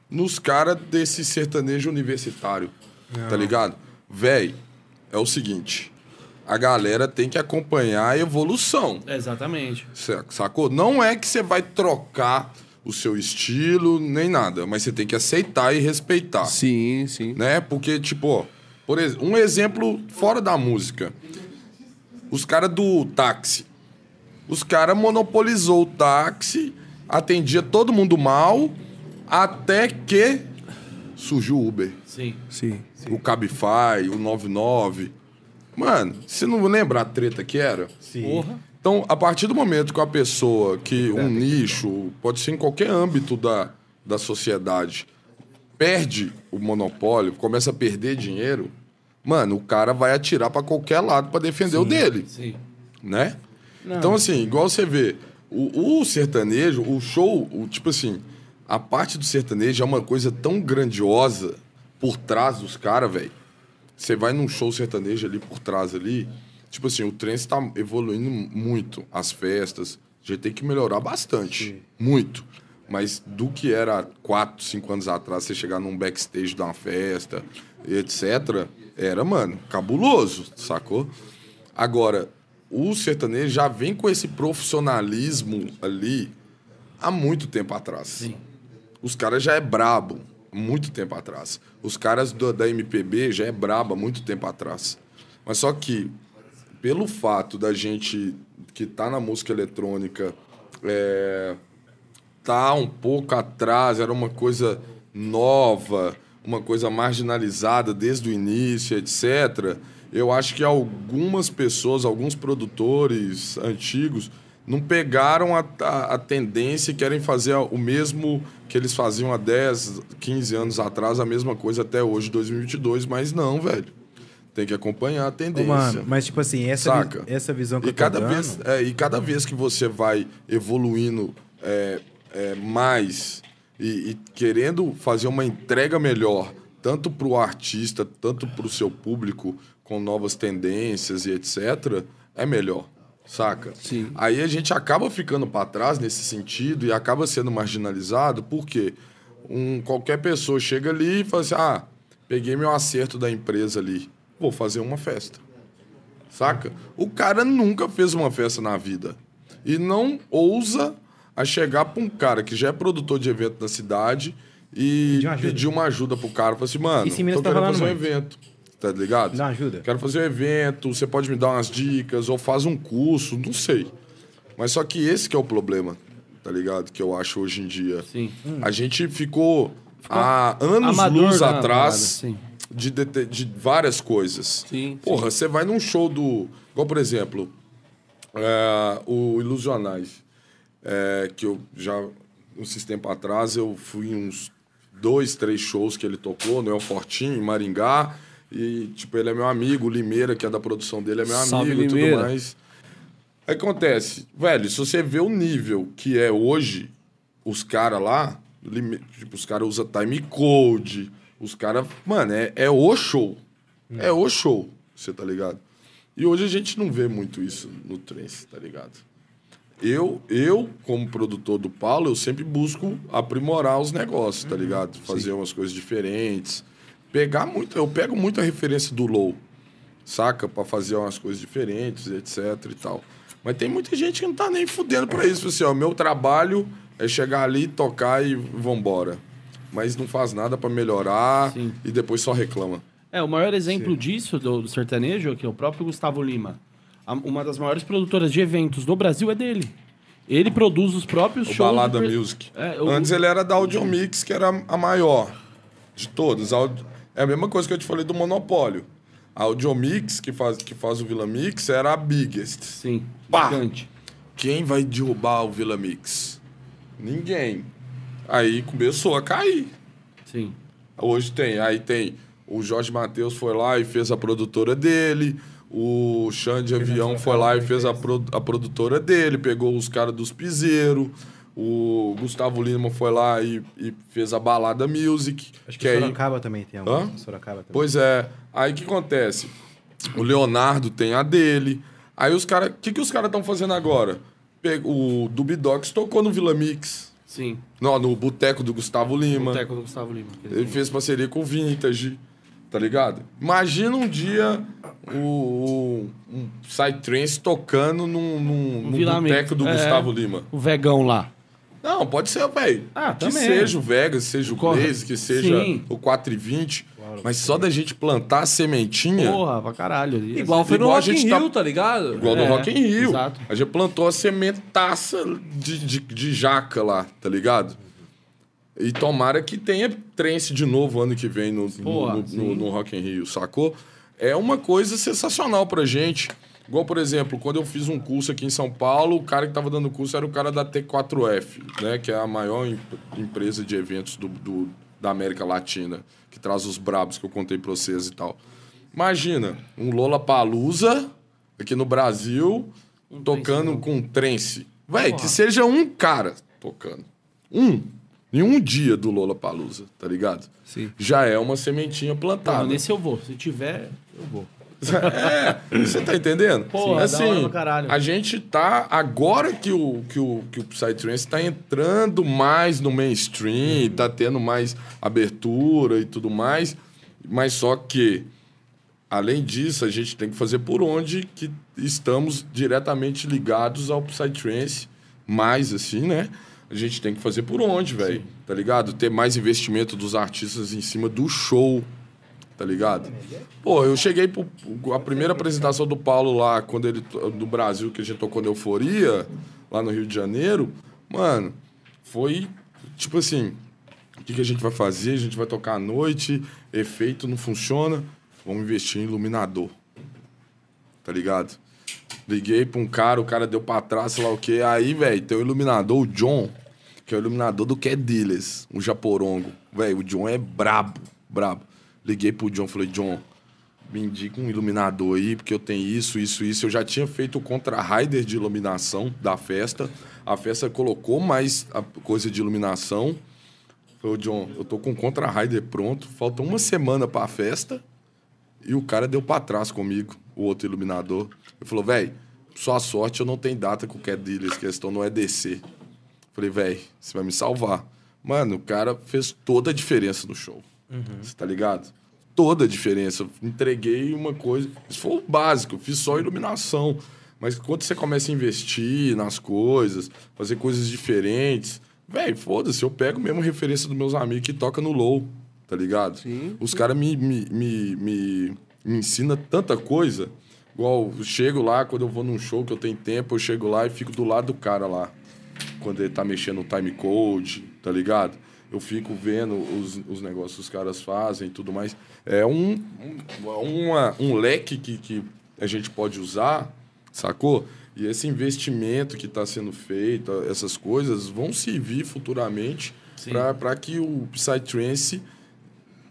Speaker 3: nos caras desse sertanejo universitário, tá ligado? Véi, é o é seguinte, a galera tem que acompanhar a evolução.
Speaker 5: Exatamente.
Speaker 3: Sa- Sacou? Não é que você vai trocar o seu estilo nem nada, mas você tem que aceitar e respeitar.
Speaker 1: Sim, sim.
Speaker 3: Né? Porque, tipo, ó, por ex- um exemplo fora da música. Os caras do táxi. Os caras monopolizou o táxi, atendia todo mundo mal, até que surgiu o Uber.
Speaker 5: Sim.
Speaker 1: Sim.
Speaker 3: O Cabify, o 99. Mano, você não lembra a treta que era?
Speaker 5: Porra.
Speaker 3: Então, a partir do momento que uma pessoa, que um nicho, pode ser em qualquer âmbito da, da sociedade, perde o monopólio, começa a perder dinheiro, mano, o cara vai atirar pra qualquer lado pra defender o dele,
Speaker 5: Sim.
Speaker 3: né? Então, assim, igual você vê, o, o sertanejo, o show, o, tipo assim, a parte do sertanejo é uma coisa tão grandiosa por trás dos caras, velho. Você vai num show sertanejo ali por trás ali, tipo assim, o trem está evoluindo muito, as festas, a gente tem que melhorar bastante, muito. Mas do que era quatro, cinco anos atrás, você chegar num backstage de uma festa, etc, era, mano, cabuloso, sacou? Agora, o sertanejo já vem com esse profissionalismo ali há muito tempo atrás. Os caras já é brabo, muito tempo atrás. Os caras do- da MPB já é brabo há muito tempo atrás. Mas só que, pelo fato da gente que tá na música eletrônica é, tá um pouco atrás, era uma coisa nova, uma coisa marginalizada desde o início, etc. Eu acho que algumas pessoas, alguns produtores antigos, não pegaram a, a, a tendência e querem fazer o mesmo que eles faziam há 10, 15 anos atrás, a mesma coisa até hoje, 2022, mas não, velho. Tem que acompanhar a
Speaker 4: Ô,
Speaker 3: tendência.
Speaker 4: mano, mas tipo assim, essa, vi-
Speaker 3: Saca?
Speaker 4: essa visão que
Speaker 3: E
Speaker 4: eu tô
Speaker 3: cada,
Speaker 4: dando,
Speaker 3: vez, é, e cada vez que você vai evoluindo é, é, mais e, e querendo fazer uma entrega melhor, tanto para o artista, tanto para o seu público, com novas tendências e etc., é melhor, saca? Sim. Aí a gente acaba ficando para trás nesse sentido e acaba sendo marginalizado, porque um, qualquer pessoa chega ali e fala assim: ah, peguei meu acerto da empresa ali, vou fazer uma festa. Saca? O cara nunca fez uma festa na vida. E não ousa a chegar pra um cara que já é produtor de evento na cidade e
Speaker 4: uma ajuda.
Speaker 3: pedir uma ajuda pro cara. Falar assim, mano,
Speaker 4: Isso em Minas
Speaker 3: tô
Speaker 4: tá
Speaker 3: querendo
Speaker 4: rolando
Speaker 3: fazer um
Speaker 4: muito.
Speaker 3: evento. Tá ligado?
Speaker 4: Dá uma ajuda.
Speaker 3: Quero fazer um evento, você pode me dar umas dicas, ou faz um curso, não sei. Mas só que esse que é o problema, tá ligado? Que eu acho hoje em dia.
Speaker 5: Sim.
Speaker 3: A gente ficou, há anos
Speaker 5: amador
Speaker 3: luz
Speaker 5: na
Speaker 3: atrás
Speaker 5: parada, sim.
Speaker 3: de, dete- de várias coisas.
Speaker 5: Sim,
Speaker 3: Porra, você vai num show do. Igual, por exemplo, é, o Ilusionais, é, que eu já. Uns tempo atrás eu fui em uns dois, três shows que ele tocou, no El Fortinho, em Maringá. E, tipo, ele é meu amigo, o Limeira, que é da produção dele, é meu
Speaker 1: Salve,
Speaker 3: amigo e
Speaker 1: Limeira.
Speaker 3: tudo mais. Aí Acontece, velho, se você vê o nível que é hoje, os caras lá, lime- tipo, os caras usam time code, os caras. Mano, é, é o show. É o show, você tá ligado? E hoje a gente não vê muito isso no trance, tá ligado? Eu, eu, como produtor do Paulo, eu sempre busco aprimorar os negócios, tá ligado? Fazer umas coisas diferentes. Pegar muito, eu pego muito a referência do Low, saca? Pra fazer umas coisas diferentes, etc e tal. Mas tem muita gente que não tá nem fudendo pra isso. Assim, ó, meu trabalho é chegar ali, tocar e vambora. Mas não faz nada pra melhorar
Speaker 5: Sim.
Speaker 3: e depois só reclama.
Speaker 5: É, o maior exemplo disso, do, do sertanejo, é que é o próprio Gustavo Lima. A- uma das maiores produtoras de eventos do Brasil é dele. Ele produz os próprios
Speaker 3: O
Speaker 5: shows.
Speaker 3: Balada
Speaker 5: do-
Speaker 3: Music.
Speaker 5: É, o-
Speaker 3: Antes ele era da Audio Mix, que era a maior de todas. A Audi- É a mesma coisa que eu te falei do Monopólio. A Audio Mix, que faz, que faz o Vila Mix, era a biggest.
Speaker 5: Sim,
Speaker 3: Pá!
Speaker 5: gigante.
Speaker 3: Quem vai derrubar o Vila Mix? Ninguém. Aí começou a cair.
Speaker 5: Sim.
Speaker 3: Hoje tem. Aí tem. O Jorge Matheus foi lá e fez a produtora dele. O Xande Avião foi lá e fez a, pro- a produtora dele. Pegou os caras dos Piseiro. O Gustavo Lima foi lá e, e fez a Balada Music.
Speaker 4: Acho
Speaker 3: que
Speaker 4: que,
Speaker 3: aí-
Speaker 4: Sorocaba também tem alguma.
Speaker 3: Hã?
Speaker 4: Sorocaba também.
Speaker 3: Pois é. Aí o que acontece? O Leonardo tem a dele. Aí os caras. O que, que os caras estão fazendo agora? Pega- O Dubidox tocou no Vila Mix.
Speaker 5: Sim.
Speaker 3: Não, no Boteco do Gustavo Lima.
Speaker 5: Boteco do Gustavo Lima. é
Speaker 3: Ele fez parceria com o Vintage. Tá ligado? Imagina um dia o, o um Psytrance tocando num, num, num
Speaker 5: vilamento.
Speaker 3: boteco do
Speaker 5: É.
Speaker 3: Gustavo Lima.
Speaker 5: O vegão lá.
Speaker 3: Não, pode ser, velho.
Speaker 5: Ah,
Speaker 3: que
Speaker 5: também.
Speaker 3: seja o Vegas, seja o
Speaker 5: Corre-
Speaker 3: Blaze, que seja
Speaker 5: Sim.
Speaker 3: o 420. Mas só da gente plantar a sementinha,
Speaker 5: Porra, pra caralho. ali.
Speaker 1: Igual foi no
Speaker 3: Igual a
Speaker 1: Rock in
Speaker 3: gente tá-
Speaker 1: Rio, tá ligado?
Speaker 3: igual
Speaker 5: É,
Speaker 3: do Rock in Rio.
Speaker 5: exato.
Speaker 3: A gente plantou a sementaça de, de, de jaca lá, tá ligado? E tomara que tenha trance de novo ano que vem no, no-
Speaker 5: Porra,
Speaker 3: no-
Speaker 5: sim.
Speaker 3: no- no Rock in Rio, sacou? É uma coisa sensacional pra gente. Igual, por exemplo, quando eu fiz um curso aqui em São Paulo, o cara que tava dando o curso era o cara da T4F, né? Que é a maior em- empresa de eventos do, do- da América Latina, que traz os brabos que eu contei pra vocês e tal. Imagina, um Lola Palusa aqui no Brasil, tocando com um trance. Véi, que seja um cara tocando. Um. Em um dia do Lola Palusa, tá ligado?
Speaker 5: Sim.
Speaker 3: Já é uma sementinha
Speaker 5: Porra,
Speaker 3: plantada.
Speaker 5: nesse eu vou. Se tiver, eu vou.
Speaker 3: É, você tá entendendo? Assim,
Speaker 5: Pô, da hora pra caralho.
Speaker 3: a gente tá. Agora que o, que o, que o Psytrance tá entrando mais no
Speaker 5: Uhum.
Speaker 3: mainstream, tá tendo mais abertura e tudo mais, mas só que. Além disso, a gente tem que fazer por onde que estamos diretamente ligados ao Psytrance, mais assim, né? A gente tem que fazer por onde, velho, tá ligado? Ter mais investimento dos artistas em cima do show, tá ligado? Pô, eu cheguei pro, a primeira apresentação do Paulo lá, quando ele do Brasil que a gente tocou na Euforia, lá no Rio de Janeiro, mano, foi tipo assim, o que, que a gente vai fazer? A gente vai tocar à noite, efeito não funciona, vamos investir em iluminador. Tá ligado? Liguei pra um cara, o cara deu pra trás, sei lá o quê. Aí, velho, tem o iluminador, o John, que é o iluminador do Cat Dealers, um japorongo. Velho, o John é brabo, brabo. Liguei pro John, falei, John, me indica um iluminador aí, porque eu tenho isso, isso, isso. Eu já tinha feito o contra-rider de iluminação da festa. A festa colocou mais a coisa de iluminação. Falei, ô, John, eu tô com o contra-rider pronto, falta uma semana pra festa. E o cara deu pra trás comigo, o outro iluminador. Ele falou, véi, sua sorte eu não tenho data com o Cat Dealers, questão não é descer. Falei, véi, você vai me salvar. Mano, o cara fez toda a diferença no show. Você tá ligado? Toda a diferença. Entreguei uma coisa. Isso foi o básico, eu fiz só iluminação. Mas quando você começa a investir nas coisas, fazer coisas diferentes, véi, foda-se, eu pego mesmo referência dos meus amigos que toca no low, tá ligado? Sim. Os caras me, me, me, me, me ensinam tanta coisa. Igual, eu chego lá, quando eu vou num show que eu tenho tempo, eu chego lá e fico do lado do cara lá quando ele tá mexendo no time code, tá ligado? Eu fico vendo os, os negócios que os caras fazem e tudo mais. É um, um, uma- um leque que, que a gente pode usar, sacou? E esse investimento que está sendo feito, essas coisas, vão servir futuramente para que o Psytrance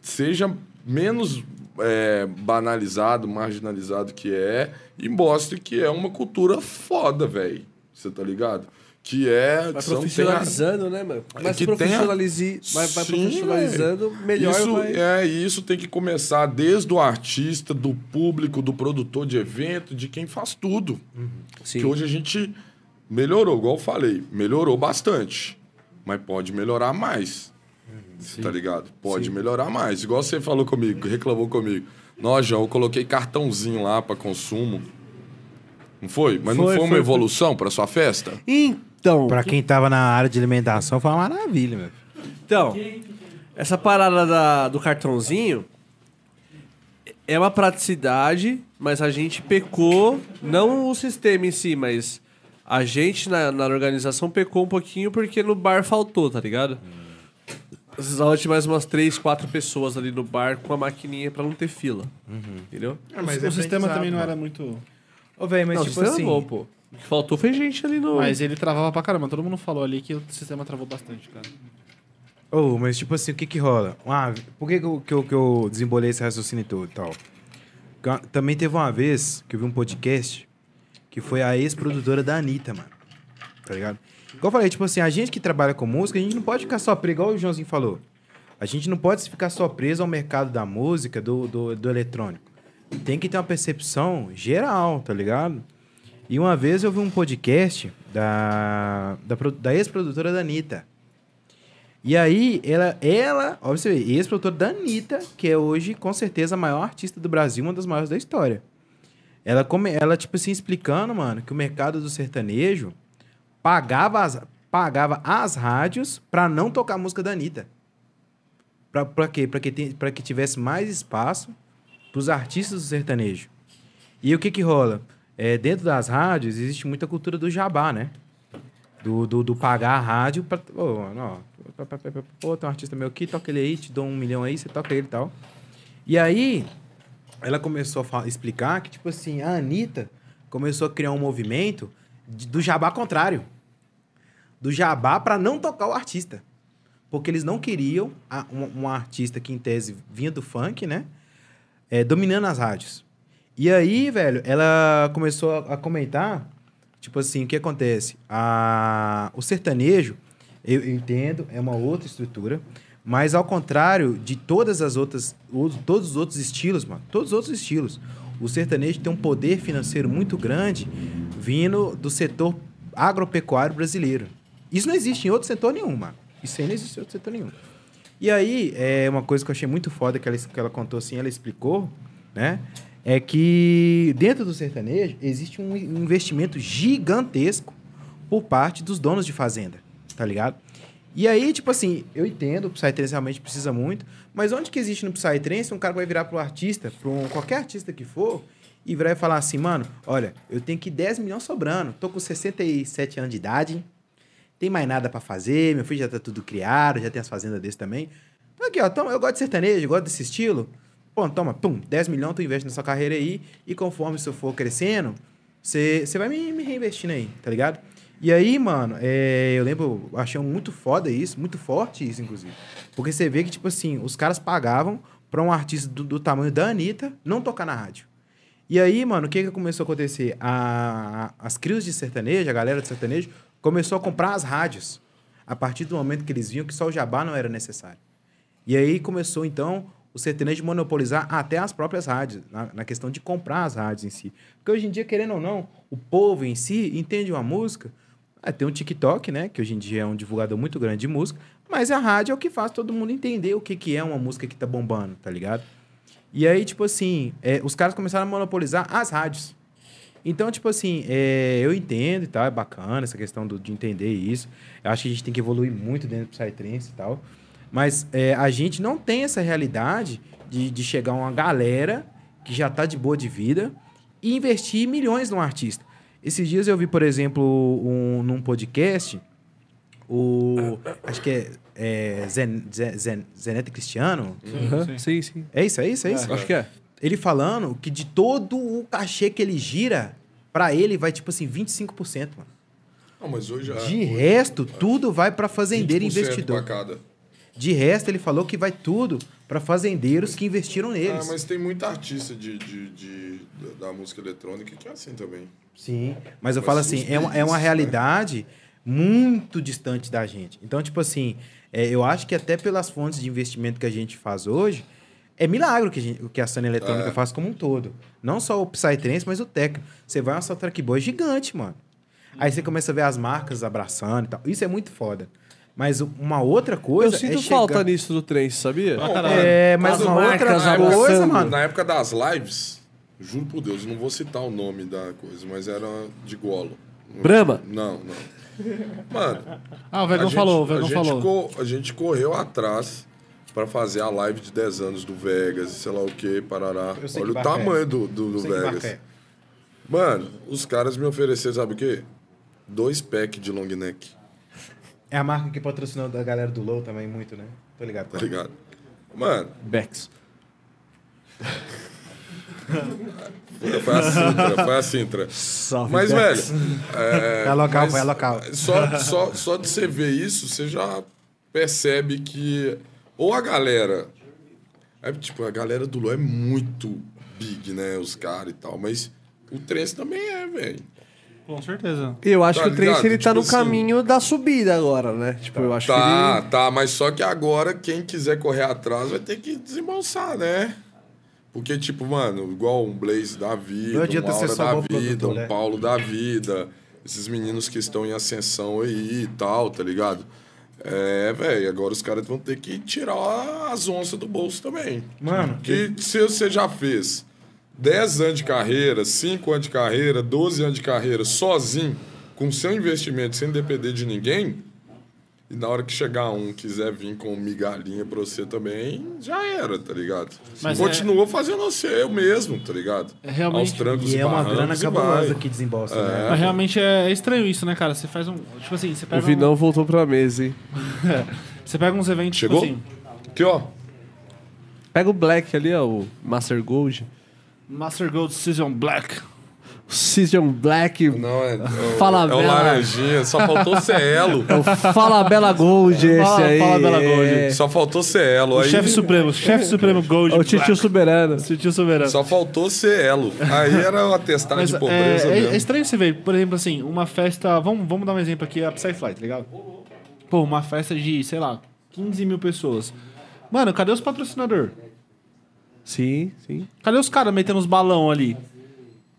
Speaker 3: seja menos é, banalizado, marginalizado que é, e mostre que é uma cultura foda, velho. Você tá ligado? Que é.
Speaker 1: Vai
Speaker 3: são- tem a- É
Speaker 1: profissionalizando, né, mano? Mas se
Speaker 3: que tem a-
Speaker 1: profissionalize, vai, vai
Speaker 3: Sim,
Speaker 1: profissionalizando, melhor
Speaker 3: isso
Speaker 1: vai...
Speaker 3: é e isso tem que começar desde o artista, do público, do produtor de evento, de quem faz tudo.
Speaker 1: Sim.
Speaker 3: Que hoje a gente melhorou, igual eu falei, melhorou bastante, mas pode melhorar mais. Você Tá ligado? Pode melhorar mais. Igual você falou comigo, reclamou comigo. Nós, João, eu coloquei cartãozinho lá para consumo. Não foi? Mas não
Speaker 5: Foi,
Speaker 3: foi uma
Speaker 5: foi,
Speaker 3: evolução para sua festa?
Speaker 1: Então,
Speaker 4: Pra quem tava na área de alimentação, foi uma maravilha, meu.
Speaker 1: então essa parada da- do cartãozinho é uma praticidade, mas a gente pecou, não o sistema em si, mas a gente na, na organização pecou um pouquinho porque no bar faltou, tá ligado? Precisava de mais umas três, quatro pessoas ali no bar com a maquininha pra não ter fila. Entendeu?
Speaker 2: o sistema também não era muito.
Speaker 8: Ô, velho, mas
Speaker 1: não,
Speaker 8: tipo
Speaker 1: o sistema
Speaker 8: assim.
Speaker 1: é bom, pô. O que faltou foi gente ali no.
Speaker 2: Mas ele travava pra caramba. Todo mundo falou ali que o sistema travou bastante, cara.
Speaker 4: Ô, mas tipo assim, o que que rola? Ah, por que que eu, que eu, que eu desembolei esse raciocínio todo e tal? Porque eu- Também teve uma vez que eu vi um podcast que foi a ex-produtora da Anitta, mano. Tá ligado? Igual eu falei, tipo assim, a gente que trabalha com música, a gente não pode ficar só preso, igual o Joãozinho falou. A gente não pode ficar só preso ao mercado da música, do, do, do eletrônico. Tem que ter uma percepção geral, tá ligado? E uma vez eu vi um podcast da, da, pro- da ex-produtora da Anitta. E aí, ela, ela ó, pra você ver, ex-produtora da Anitta, que é hoje, com certeza, a maior artista do Brasil, uma das maiores da história. Ela, come, ela tipo assim, explicando, mano, que o mercado do sertanejo pagava as, pagava as rádios pra não tocar a música da Anitta. Pra, pra quê? Pra que, tem, pra que tivesse mais espaço pros artistas do sertanejo. E o que que rola? É, dentro das rádios existe muita cultura do jabá, né? Do, do, do pagar a rádio pra. Ô, não, pô, pô, pô, pô, tem um artista meu aqui, toca ele aí, te dou um milhão aí, você toca ele e tal. E aí, ela começou a fa- explicar que, tipo assim, a Anitta começou a criar um movimento de- do jabá contrário. Do jabá pra não tocar o artista. Porque eles não queriam a- um, um artista que, em tese, vinha do funk, né? É, dominando as rádios. E aí, velho, ela começou a, a comentar, tipo assim, o que acontece? A, o sertanejo, eu, eu entendo, é uma outra estrutura, mas ao contrário de todas as outras, o- todos os outros estilos, mano, todos os outros estilos, o sertanejo tem um poder financeiro muito grande vindo do setor agropecuário brasileiro. Isso não existe em outro setor nenhum, mano. Isso aí não existe em outro setor nenhum. E aí, é uma coisa que eu achei muito foda que ela, que ela contou assim, ela explicou, né? É que dentro do sertanejo existe um in- um investimento gigantesco por parte dos donos de fazenda, tá ligado? E aí, tipo assim, eu entendo, o Psytrance realmente precisa muito, mas onde que existe no Psytrance um cara vai virar pro artista, pro um- qualquer artista que for, e virar e falar assim, mano, olha, eu tenho que 10 milhões sobrando, tô com 67 anos de idade, tem mais nada pra fazer, meu filho já tá tudo criado, já tem as fazendas desse também. Então aqui, ó, toma, eu gosto de sertanejo, gosto desse estilo. Pô, toma, pum, 10 milhões tu investe na sua carreira aí, e conforme isso for crescendo, você vai me, me reinvestindo aí, tá ligado? E aí, mano, é, eu lembro, eu achei muito foda isso, muito forte isso, inclusive. Porque você vê que, tipo assim, os caras pagavam pra um artista do, do tamanho da Anitta não tocar na rádio. E aí, mano, o que, que começou a acontecer? A- a- as crios de sertanejo, a galera de sertanejo, começou a comprar as rádios. A partir do momento que eles viam que só o jabá não era necessário. E aí começou, então, o sertanejo monopolizar até as próprias rádios, na, na questão de comprar as rádios em si. Porque hoje em dia, querendo ou não, o povo em si entende uma música. Ah, tem o TikTok, né? Que hoje em dia é um divulgador muito grande de música. Mas a rádio é o que faz todo mundo entender o que, que é uma música que tá bombando, tá ligado? E aí, tipo assim, é, os caras começaram a monopolizar as rádios. Então, tipo assim, é, eu entendo e tal, é bacana essa questão do- de entender isso. Eu acho que a gente tem que evoluir muito dentro do Psytrance e tal. Mas é, a gente não tem essa realidade de, de chegar uma galera que já tá de boa de vida e investir milhões num artista. Esses dias eu vi, por exemplo, um, num podcast, o. Acho que é, é Zen, Zen, Zen- Zenete Cristiano.
Speaker 1: Sim, sim.
Speaker 4: É isso, é isso, é isso?
Speaker 1: Acho que Hum. é.
Speaker 4: ele falando que de todo o cachê que ele gira, pra ele vai tipo assim 25%, mano.
Speaker 3: Não, mas hoje é.
Speaker 4: De resto, tudo vai pra fazendeiro e
Speaker 3: 20% pra
Speaker 4: investidor.
Speaker 3: cada.
Speaker 4: De resto, ele falou que vai tudo pra fazendeiros que investiram
Speaker 3: Ah,
Speaker 4: neles.
Speaker 3: mas tem muita artista de, de, de- da música eletrônica que é assim também.
Speaker 4: Sim, mas eu
Speaker 3: Mas
Speaker 4: falo
Speaker 3: os
Speaker 4: assim, é uma, é
Speaker 3: deles,
Speaker 4: uma
Speaker 3: né?
Speaker 4: realidade muito distante da gente. Então, tipo assim, é, eu acho que até pelas fontes de investimento que a gente faz hoje, é milagre o que a, gente, o que a Sony Eletrônica
Speaker 3: É.
Speaker 4: faz como um todo. Não só o Psytrance, mas o Tecno. Você vai uma Soundtrack Boy é gigante, mano. Aí você começa a ver as marcas abraçando e tal. Isso é muito foda. Mas u- uma outra
Speaker 1: Eu
Speaker 4: coisa é
Speaker 1: sinto
Speaker 4: chegar-
Speaker 1: falta nisso do trem, sabia?
Speaker 4: É, mas
Speaker 1: As
Speaker 4: uma
Speaker 1: marcas
Speaker 2: tá
Speaker 4: outra
Speaker 1: abraçando.
Speaker 4: coisa, mano.
Speaker 3: Na época das lives, juro por Deus, não vou citar o nome da coisa, mas era de golo.
Speaker 1: Brahma?
Speaker 3: Não,
Speaker 1: [laughs]
Speaker 3: não. Mano,
Speaker 2: Ah, o
Speaker 3: a
Speaker 2: Vegão
Speaker 3: gente,
Speaker 2: falou, o
Speaker 3: a
Speaker 2: Vegão
Speaker 3: gente
Speaker 2: falou.
Speaker 3: co- a gente correu atrás pra fazer a live de 10 anos do Vegas, sei lá o que, parará.
Speaker 4: Eu sei
Speaker 3: Olha
Speaker 4: que
Speaker 3: o
Speaker 4: barco é.
Speaker 3: tamanho do, do, do
Speaker 4: Sei que
Speaker 3: Vegas.
Speaker 4: marca é.
Speaker 3: Mano, os caras me ofereceram, sabe o quê? Dois packs de long neck,
Speaker 4: É a marca que patrocinou da galera do Low também muito, né? Tô ligado.
Speaker 3: tá ligado? Mano,
Speaker 1: Bex.
Speaker 3: foi a Sintra, foi a
Speaker 4: [laughs]
Speaker 3: Sintra.
Speaker 4: Salve,
Speaker 3: Mas,
Speaker 4: Bex.
Speaker 3: velho. É,
Speaker 4: [laughs] É local,
Speaker 3: mas
Speaker 4: pô, é local. [laughs]
Speaker 3: Só, só, só de você ver isso, você já percebe que. Ou a galera. É, tipo, a galera do LoL é muito big, né? Os caras e tal. Mas o Trens também é, velho.
Speaker 2: Com certeza.
Speaker 1: Eu acho
Speaker 3: Tá
Speaker 1: que o Trace
Speaker 3: ligado?
Speaker 1: ele tá
Speaker 3: Tipo
Speaker 1: no
Speaker 3: assim-
Speaker 1: caminho da subida agora, né? Tipo, eu acho
Speaker 3: Tá,
Speaker 1: que
Speaker 3: tá. Mas só que agora, quem quiser correr atrás vai ter que desembolsar, né? Porque, tipo, mano, igual um Blaze da vida,
Speaker 4: Não adianta
Speaker 3: um
Speaker 4: ser
Speaker 3: Aura
Speaker 4: só
Speaker 3: da
Speaker 4: bom
Speaker 3: vida,
Speaker 4: produtor,
Speaker 3: um
Speaker 4: né?
Speaker 3: Paulo da vida, esses meninos que estão em ascensão aí e tal, tá ligado? É, velho, agora os caras vão ter que tirar as onças do bolso também.
Speaker 2: Mano,
Speaker 3: Que se você já fez 10 anos de carreira, 5 anos de carreira, 12 anos de carreira sozinho, com seu investimento, sem depender de ninguém, e na hora que chegar um quiser vir com migalhinha pra você também, já era, tá ligado?
Speaker 5: Mas
Speaker 3: Continuou fazendo você eu mesmo, tá ligado?
Speaker 5: É, realmente.
Speaker 3: Aos trancos
Speaker 4: E
Speaker 3: e
Speaker 4: é uma grana
Speaker 3: barrancos e
Speaker 4: cabulosa
Speaker 3: vai.
Speaker 4: que desembolsa, né?
Speaker 2: Mas realmente é estranho isso, né, cara? Você faz um. Tipo assim, você
Speaker 1: O
Speaker 2: pega.
Speaker 1: Vinão voltou pra mesa, hein?
Speaker 2: Um, você pega uns eventos.
Speaker 3: Chegou?
Speaker 2: Tipo assim,
Speaker 3: Aqui, ó.
Speaker 1: Pega o Black ali, ó, o Master Gold.
Speaker 2: Master Gold Season Black.
Speaker 1: Season Black,
Speaker 3: Não, é, é o-
Speaker 1: Fala,
Speaker 3: é o
Speaker 1: Bela.
Speaker 3: laranjinha, só faltou Cielo.
Speaker 1: é Fala Bela [laughs] Gold esse
Speaker 2: Fala-
Speaker 1: aí.
Speaker 2: fala Bela Gold.
Speaker 1: É.
Speaker 3: Só faltou Cielo.
Speaker 2: O
Speaker 3: Aí
Speaker 2: chefe supremo, [laughs] chefe supremo Gold.
Speaker 1: É o Titio Soberano.
Speaker 2: Titio Soberano.
Speaker 3: só faltou Cielo. Aí era o atestado
Speaker 2: Mas
Speaker 3: de
Speaker 2: é,
Speaker 3: pobreza
Speaker 2: é-
Speaker 3: mesmo.
Speaker 2: é estranho você ver, por exemplo, assim, uma festa. Vamos, vamos dar um exemplo aqui, a Psyfly, tá ligado? Pô, uma festa de, sei lá, 15 mil pessoas. Mano, cadê os patrocinadores?
Speaker 1: Sim, sim.
Speaker 2: Cadê os caras metendo os balão ali?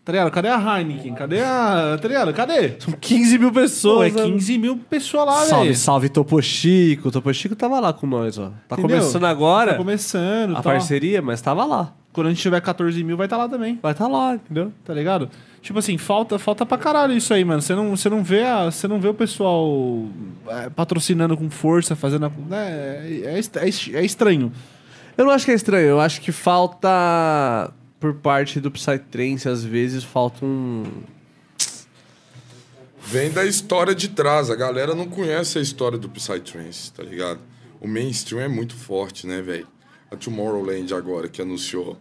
Speaker 2: Tá ligado? Cadê a Heineken? Cadê a. Tá ligado? Cadê?
Speaker 1: São 15 mil
Speaker 2: Pô, é
Speaker 1: pessoas. né?
Speaker 2: 15 mil pessoas lá,
Speaker 1: Salve,
Speaker 2: velho.
Speaker 1: salve Topo Chico. Topo Chico tava lá com nós, ó. Tá
Speaker 2: Entendeu?
Speaker 1: começando agora
Speaker 2: Tá começando,
Speaker 1: a
Speaker 2: tá.
Speaker 1: parceria, mas tava lá.
Speaker 2: Quando a gente tiver 14 mil, vai estar tá lá também.
Speaker 1: Vai tá lá, entendeu?
Speaker 2: tá ligado? Tipo assim, falta, falta pra caralho isso aí, mano. Você não, você não, vê, a, você não vê o pessoal é, patrocinando com força, fazendo. a- né? é, é est- é est- é estranho.
Speaker 1: Eu não acho que é estranho, eu acho que falta por parte do Psytrance, às vezes falta um.
Speaker 3: Vem da história de trás. A galera não conhece a história do Psytrance, tá ligado? O mainstream é muito forte, né, velho? A Tomorrowland agora, que anunciou.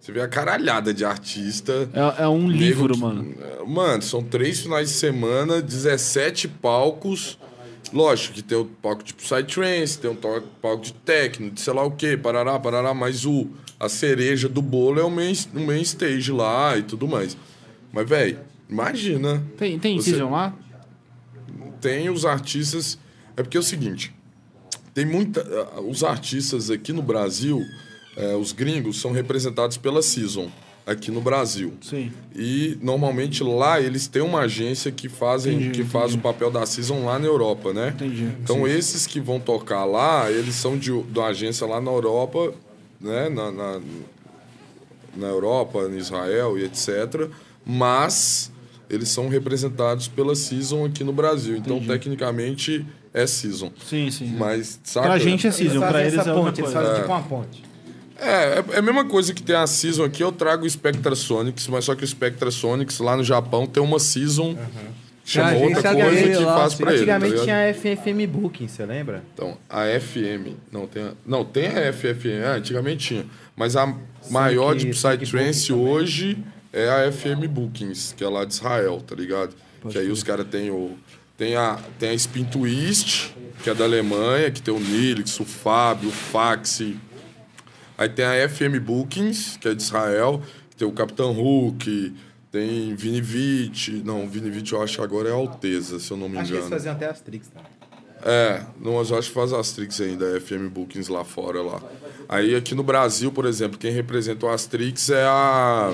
Speaker 3: Você vê a caralhada de artista.
Speaker 2: É, é um livro,
Speaker 3: Nego que- É,
Speaker 2: mano.
Speaker 3: Mano, são três finais de semana, 17 palcos. Lógico que tem o palco de Psytrance, tem um to- palco de techno, de sei lá o quê, parará, parará, mas o, a cereja do bolo é o main, o main stage lá e tudo mais. Mas, velho, imagina.
Speaker 2: Tem, tem
Speaker 3: Você-
Speaker 2: Incision lá?
Speaker 3: Tem os artistas. É porque é o seguinte: tem muita. ah, Os artistas aqui no Brasil, eh, os gringos, são representados pela Season, aqui no Brasil.
Speaker 2: Sim.
Speaker 3: E normalmente lá eles têm uma agência que fazem que faz o papel da season lá na Europa, né?
Speaker 2: Entendi.
Speaker 3: Então esses que vão tocar lá, eles são de, de uma agência lá na Europa, né? Na, na, na Europa, em Israel e etc. Mas eles são representados pela season aqui no Brasil. Então tecnicamente é season.
Speaker 2: Sim, sim.
Speaker 3: Mas saca?
Speaker 2: Pra gente é Incision, pra
Speaker 4: fazem
Speaker 2: eles
Speaker 4: essa
Speaker 2: é outra
Speaker 4: ponte, eles
Speaker 2: coisa.
Speaker 4: fazem tipo uma ponte.
Speaker 3: É, é- é a mesma coisa que tem a Season aqui, eu trago o Spectra Sonics, mas só que o Spectra Sonics lá no Japão tem uma Season, chama
Speaker 1: Tem a
Speaker 3: outra
Speaker 1: agência
Speaker 3: coisa
Speaker 1: dele
Speaker 3: que
Speaker 1: lá,
Speaker 3: faz
Speaker 1: assim.
Speaker 3: pra ele. tá
Speaker 4: Antigamente
Speaker 3: ligado?
Speaker 4: tinha a FFM Booking, você lembra?
Speaker 3: Então, a FM, não tem a, não, tem a FFM, ah, antigamente tinha, mas a maior de
Speaker 4: que-
Speaker 3: Psytrance hoje é a FM Bookings, que é lá de Israel, tá ligado? que aí os caras têm o tem a tem a Spin Twist, que é da Alemanha, que tem o Nilix, o Fábio, o Faxi, Aí tem a FM Bookings, que é de Israel, que tem o Capitão Hulk, tem Vinivit. Não, Vinivit eu acho que agora é Alteza, se eu não me
Speaker 4: Acho que eles
Speaker 3: engano.
Speaker 4: faziam até as tricks, tá?
Speaker 3: É, não, mas eu acho que faz Astrix ainda, a FM Bookings lá fora lá. Aí aqui no Brasil, por exemplo, quem representa o Astrix é a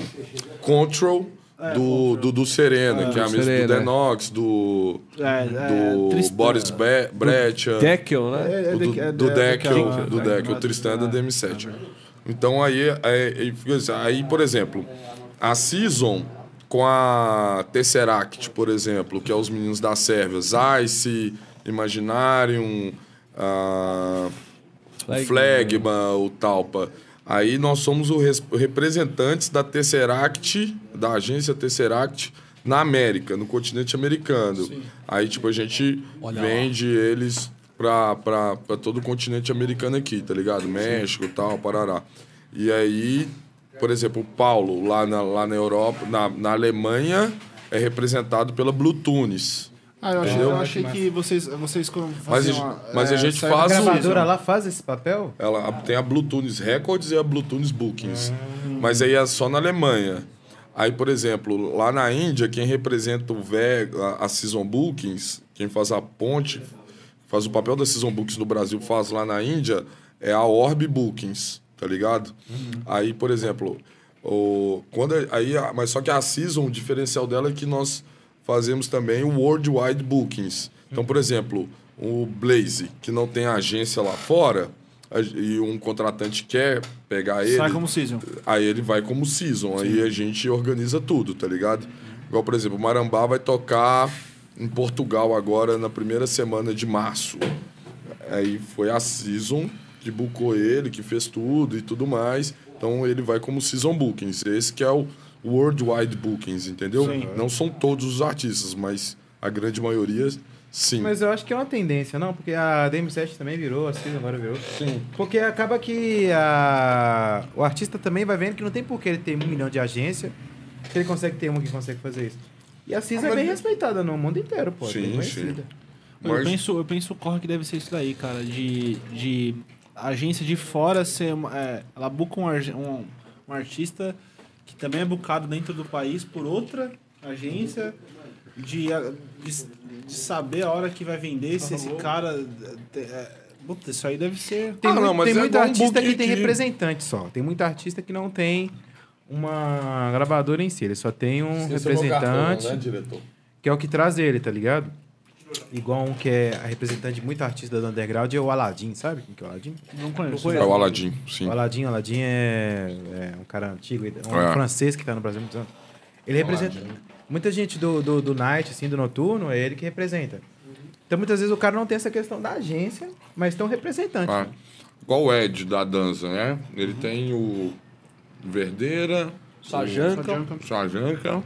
Speaker 3: Control
Speaker 2: É,
Speaker 3: do, do, do Serena, que é a mesma do
Speaker 1: Serena.
Speaker 3: Denox, do,
Speaker 2: É, é,
Speaker 3: do
Speaker 2: Tristan.
Speaker 3: Boris Bre Brecha.
Speaker 1: Dekion, né?
Speaker 2: É, é
Speaker 3: Do,
Speaker 2: de- é
Speaker 3: do
Speaker 2: de-
Speaker 3: Deckel,
Speaker 2: daquela-
Speaker 3: do Deckel, o Tristan é da DM7. Então aí, aí, aí, por exemplo, a Season com a Tesseract, por exemplo, que é os meninos da Sérvia, Zeiss, Imaginarium, ah,
Speaker 1: Flag-
Speaker 3: Flagma, o Talpa. Aí nós somos os res- representantes da Tesseract, da agência Tesseract, na América, no continente americano. Aí, tipo, a gente vende eles pra, pra, pra todo o continente americano aqui, tá ligado? México e tal, Parará. E aí, por exemplo, o Paulo, lá na, lá na Europa, na, na Alemanha, é representado pela Bluetooth.
Speaker 2: Ah, eu achei, eu achei que vocês, vocês quando
Speaker 3: Mas,
Speaker 2: faziam é,
Speaker 3: a- mas a gente
Speaker 2: Assim, saiu-
Speaker 3: faz
Speaker 4: A
Speaker 3: o-
Speaker 4: gravadora lá faz esse papel?
Speaker 3: Ela tem a Bluetooth Records e a Bluetooth Bookings. Mas aí é só na Alemanha. Aí, por exemplo, lá na Índia, quem representa o ve a, a Season Bookings, quem faz a ponte, faz o papel da Season Bookings no Brasil, faz lá na Índia, é a Orb Bookings, tá ligado? Aí, por exemplo, o, quando a- aí, a- mas só que a Season, o diferencial dela é que nós fazemos também o Worldwide Bookings. Então, por exemplo, o Blaze, que não tem agência lá fora, a- e um contratante quer pegar ele,
Speaker 2: Sai como season.
Speaker 3: aí ele vai como season. Aí a gente organiza tudo, tá ligado? Igual, por exemplo, o Marambá vai tocar em Portugal agora, na primeira semana de março. Aí foi a season que bucou ele, que fez tudo e tudo mais. Então ele vai como season bookings. Esse que é o worldwide bookings, entendeu? Não são todos os artistas, mas a grande maioria, sim.
Speaker 4: Mas eu acho que é uma tendência, não? Porque a DM7 também virou, a Cis agora virou. Sim. Porque acaba que a- o artista também vai vendo que não tem por que ele ter um milhão de agência, que ele consegue ter uma que consegue fazer isso. E a Cis
Speaker 3: Ah,
Speaker 4: é
Speaker 3: mas-
Speaker 4: bem respeitada no mundo inteiro, pô. é
Speaker 3: Sim,
Speaker 4: bem conhecida.
Speaker 3: sim.
Speaker 2: Eu,
Speaker 3: Mas-
Speaker 2: penso, eu penso o corre que deve ser isso daí, cara. De, de a agência de fora ser. uma- É, ela buca um, arge- um, um artista que também é bucado dentro do país por outra agência. De, a- de, de saber a hora que vai vender, se esse cara. é, é, Puta, isso aí deve ser.
Speaker 4: Tem,
Speaker 3: Ah,
Speaker 4: muito,
Speaker 3: não, mas
Speaker 4: tem
Speaker 3: é
Speaker 4: muito
Speaker 3: igual um
Speaker 4: artista que
Speaker 3: booking
Speaker 4: tem
Speaker 3: que-
Speaker 4: representante só. Tem muito artista que não tem uma gravadora em si. Ele só tem um
Speaker 2: é
Speaker 4: representante,
Speaker 2: né,
Speaker 3: diretor?
Speaker 4: que é o que traz ele, tá ligado? Igual um que é a representante de muito artista do underground é o Aladdin, sabe? Quem que é o Aladdin?
Speaker 2: Não conheço.
Speaker 3: É o Aladim, sim.
Speaker 4: O Aladdin, o Aladdin é, é um cara antigo, um
Speaker 3: É.
Speaker 4: francês que tá no Brasil há muitos anos. Ele representa. Muita gente do, do, do night, assim, do noturno, é ele que representa. Então muitas vezes o cara não tem essa questão da agência, mas tem um representante.
Speaker 3: Ah, igual o Ed da dança, né? Ele tem o Verdeira,
Speaker 1: Sajanka.
Speaker 3: o Sajanca.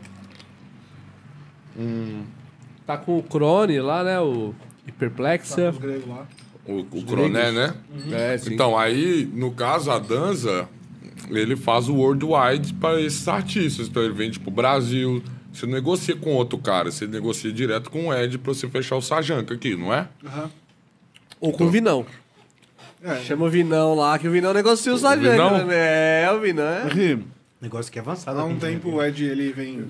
Speaker 1: Tá com o Crone lá, né? O Hiperplexa.
Speaker 3: O, o Croné, né?
Speaker 1: É, sim.
Speaker 3: Então, aí, no caso, a dança, ele faz o worldwide para esses artistas. Então, ele vende pro Brasil. Você não negocia com outro cara, você negocia direto com o Ed pra você fechar o Sajanca aqui, não é?
Speaker 1: Ou com o Vinão.
Speaker 2: É.
Speaker 1: Chama o Vinão lá, que o Vinão é um negocia os Sajanka,
Speaker 3: Vinão?
Speaker 1: né? É, o Vinão é.
Speaker 4: Negócio que é avançado.
Speaker 8: Há um
Speaker 4: aqui, né?
Speaker 8: tempo o Ed ele vem,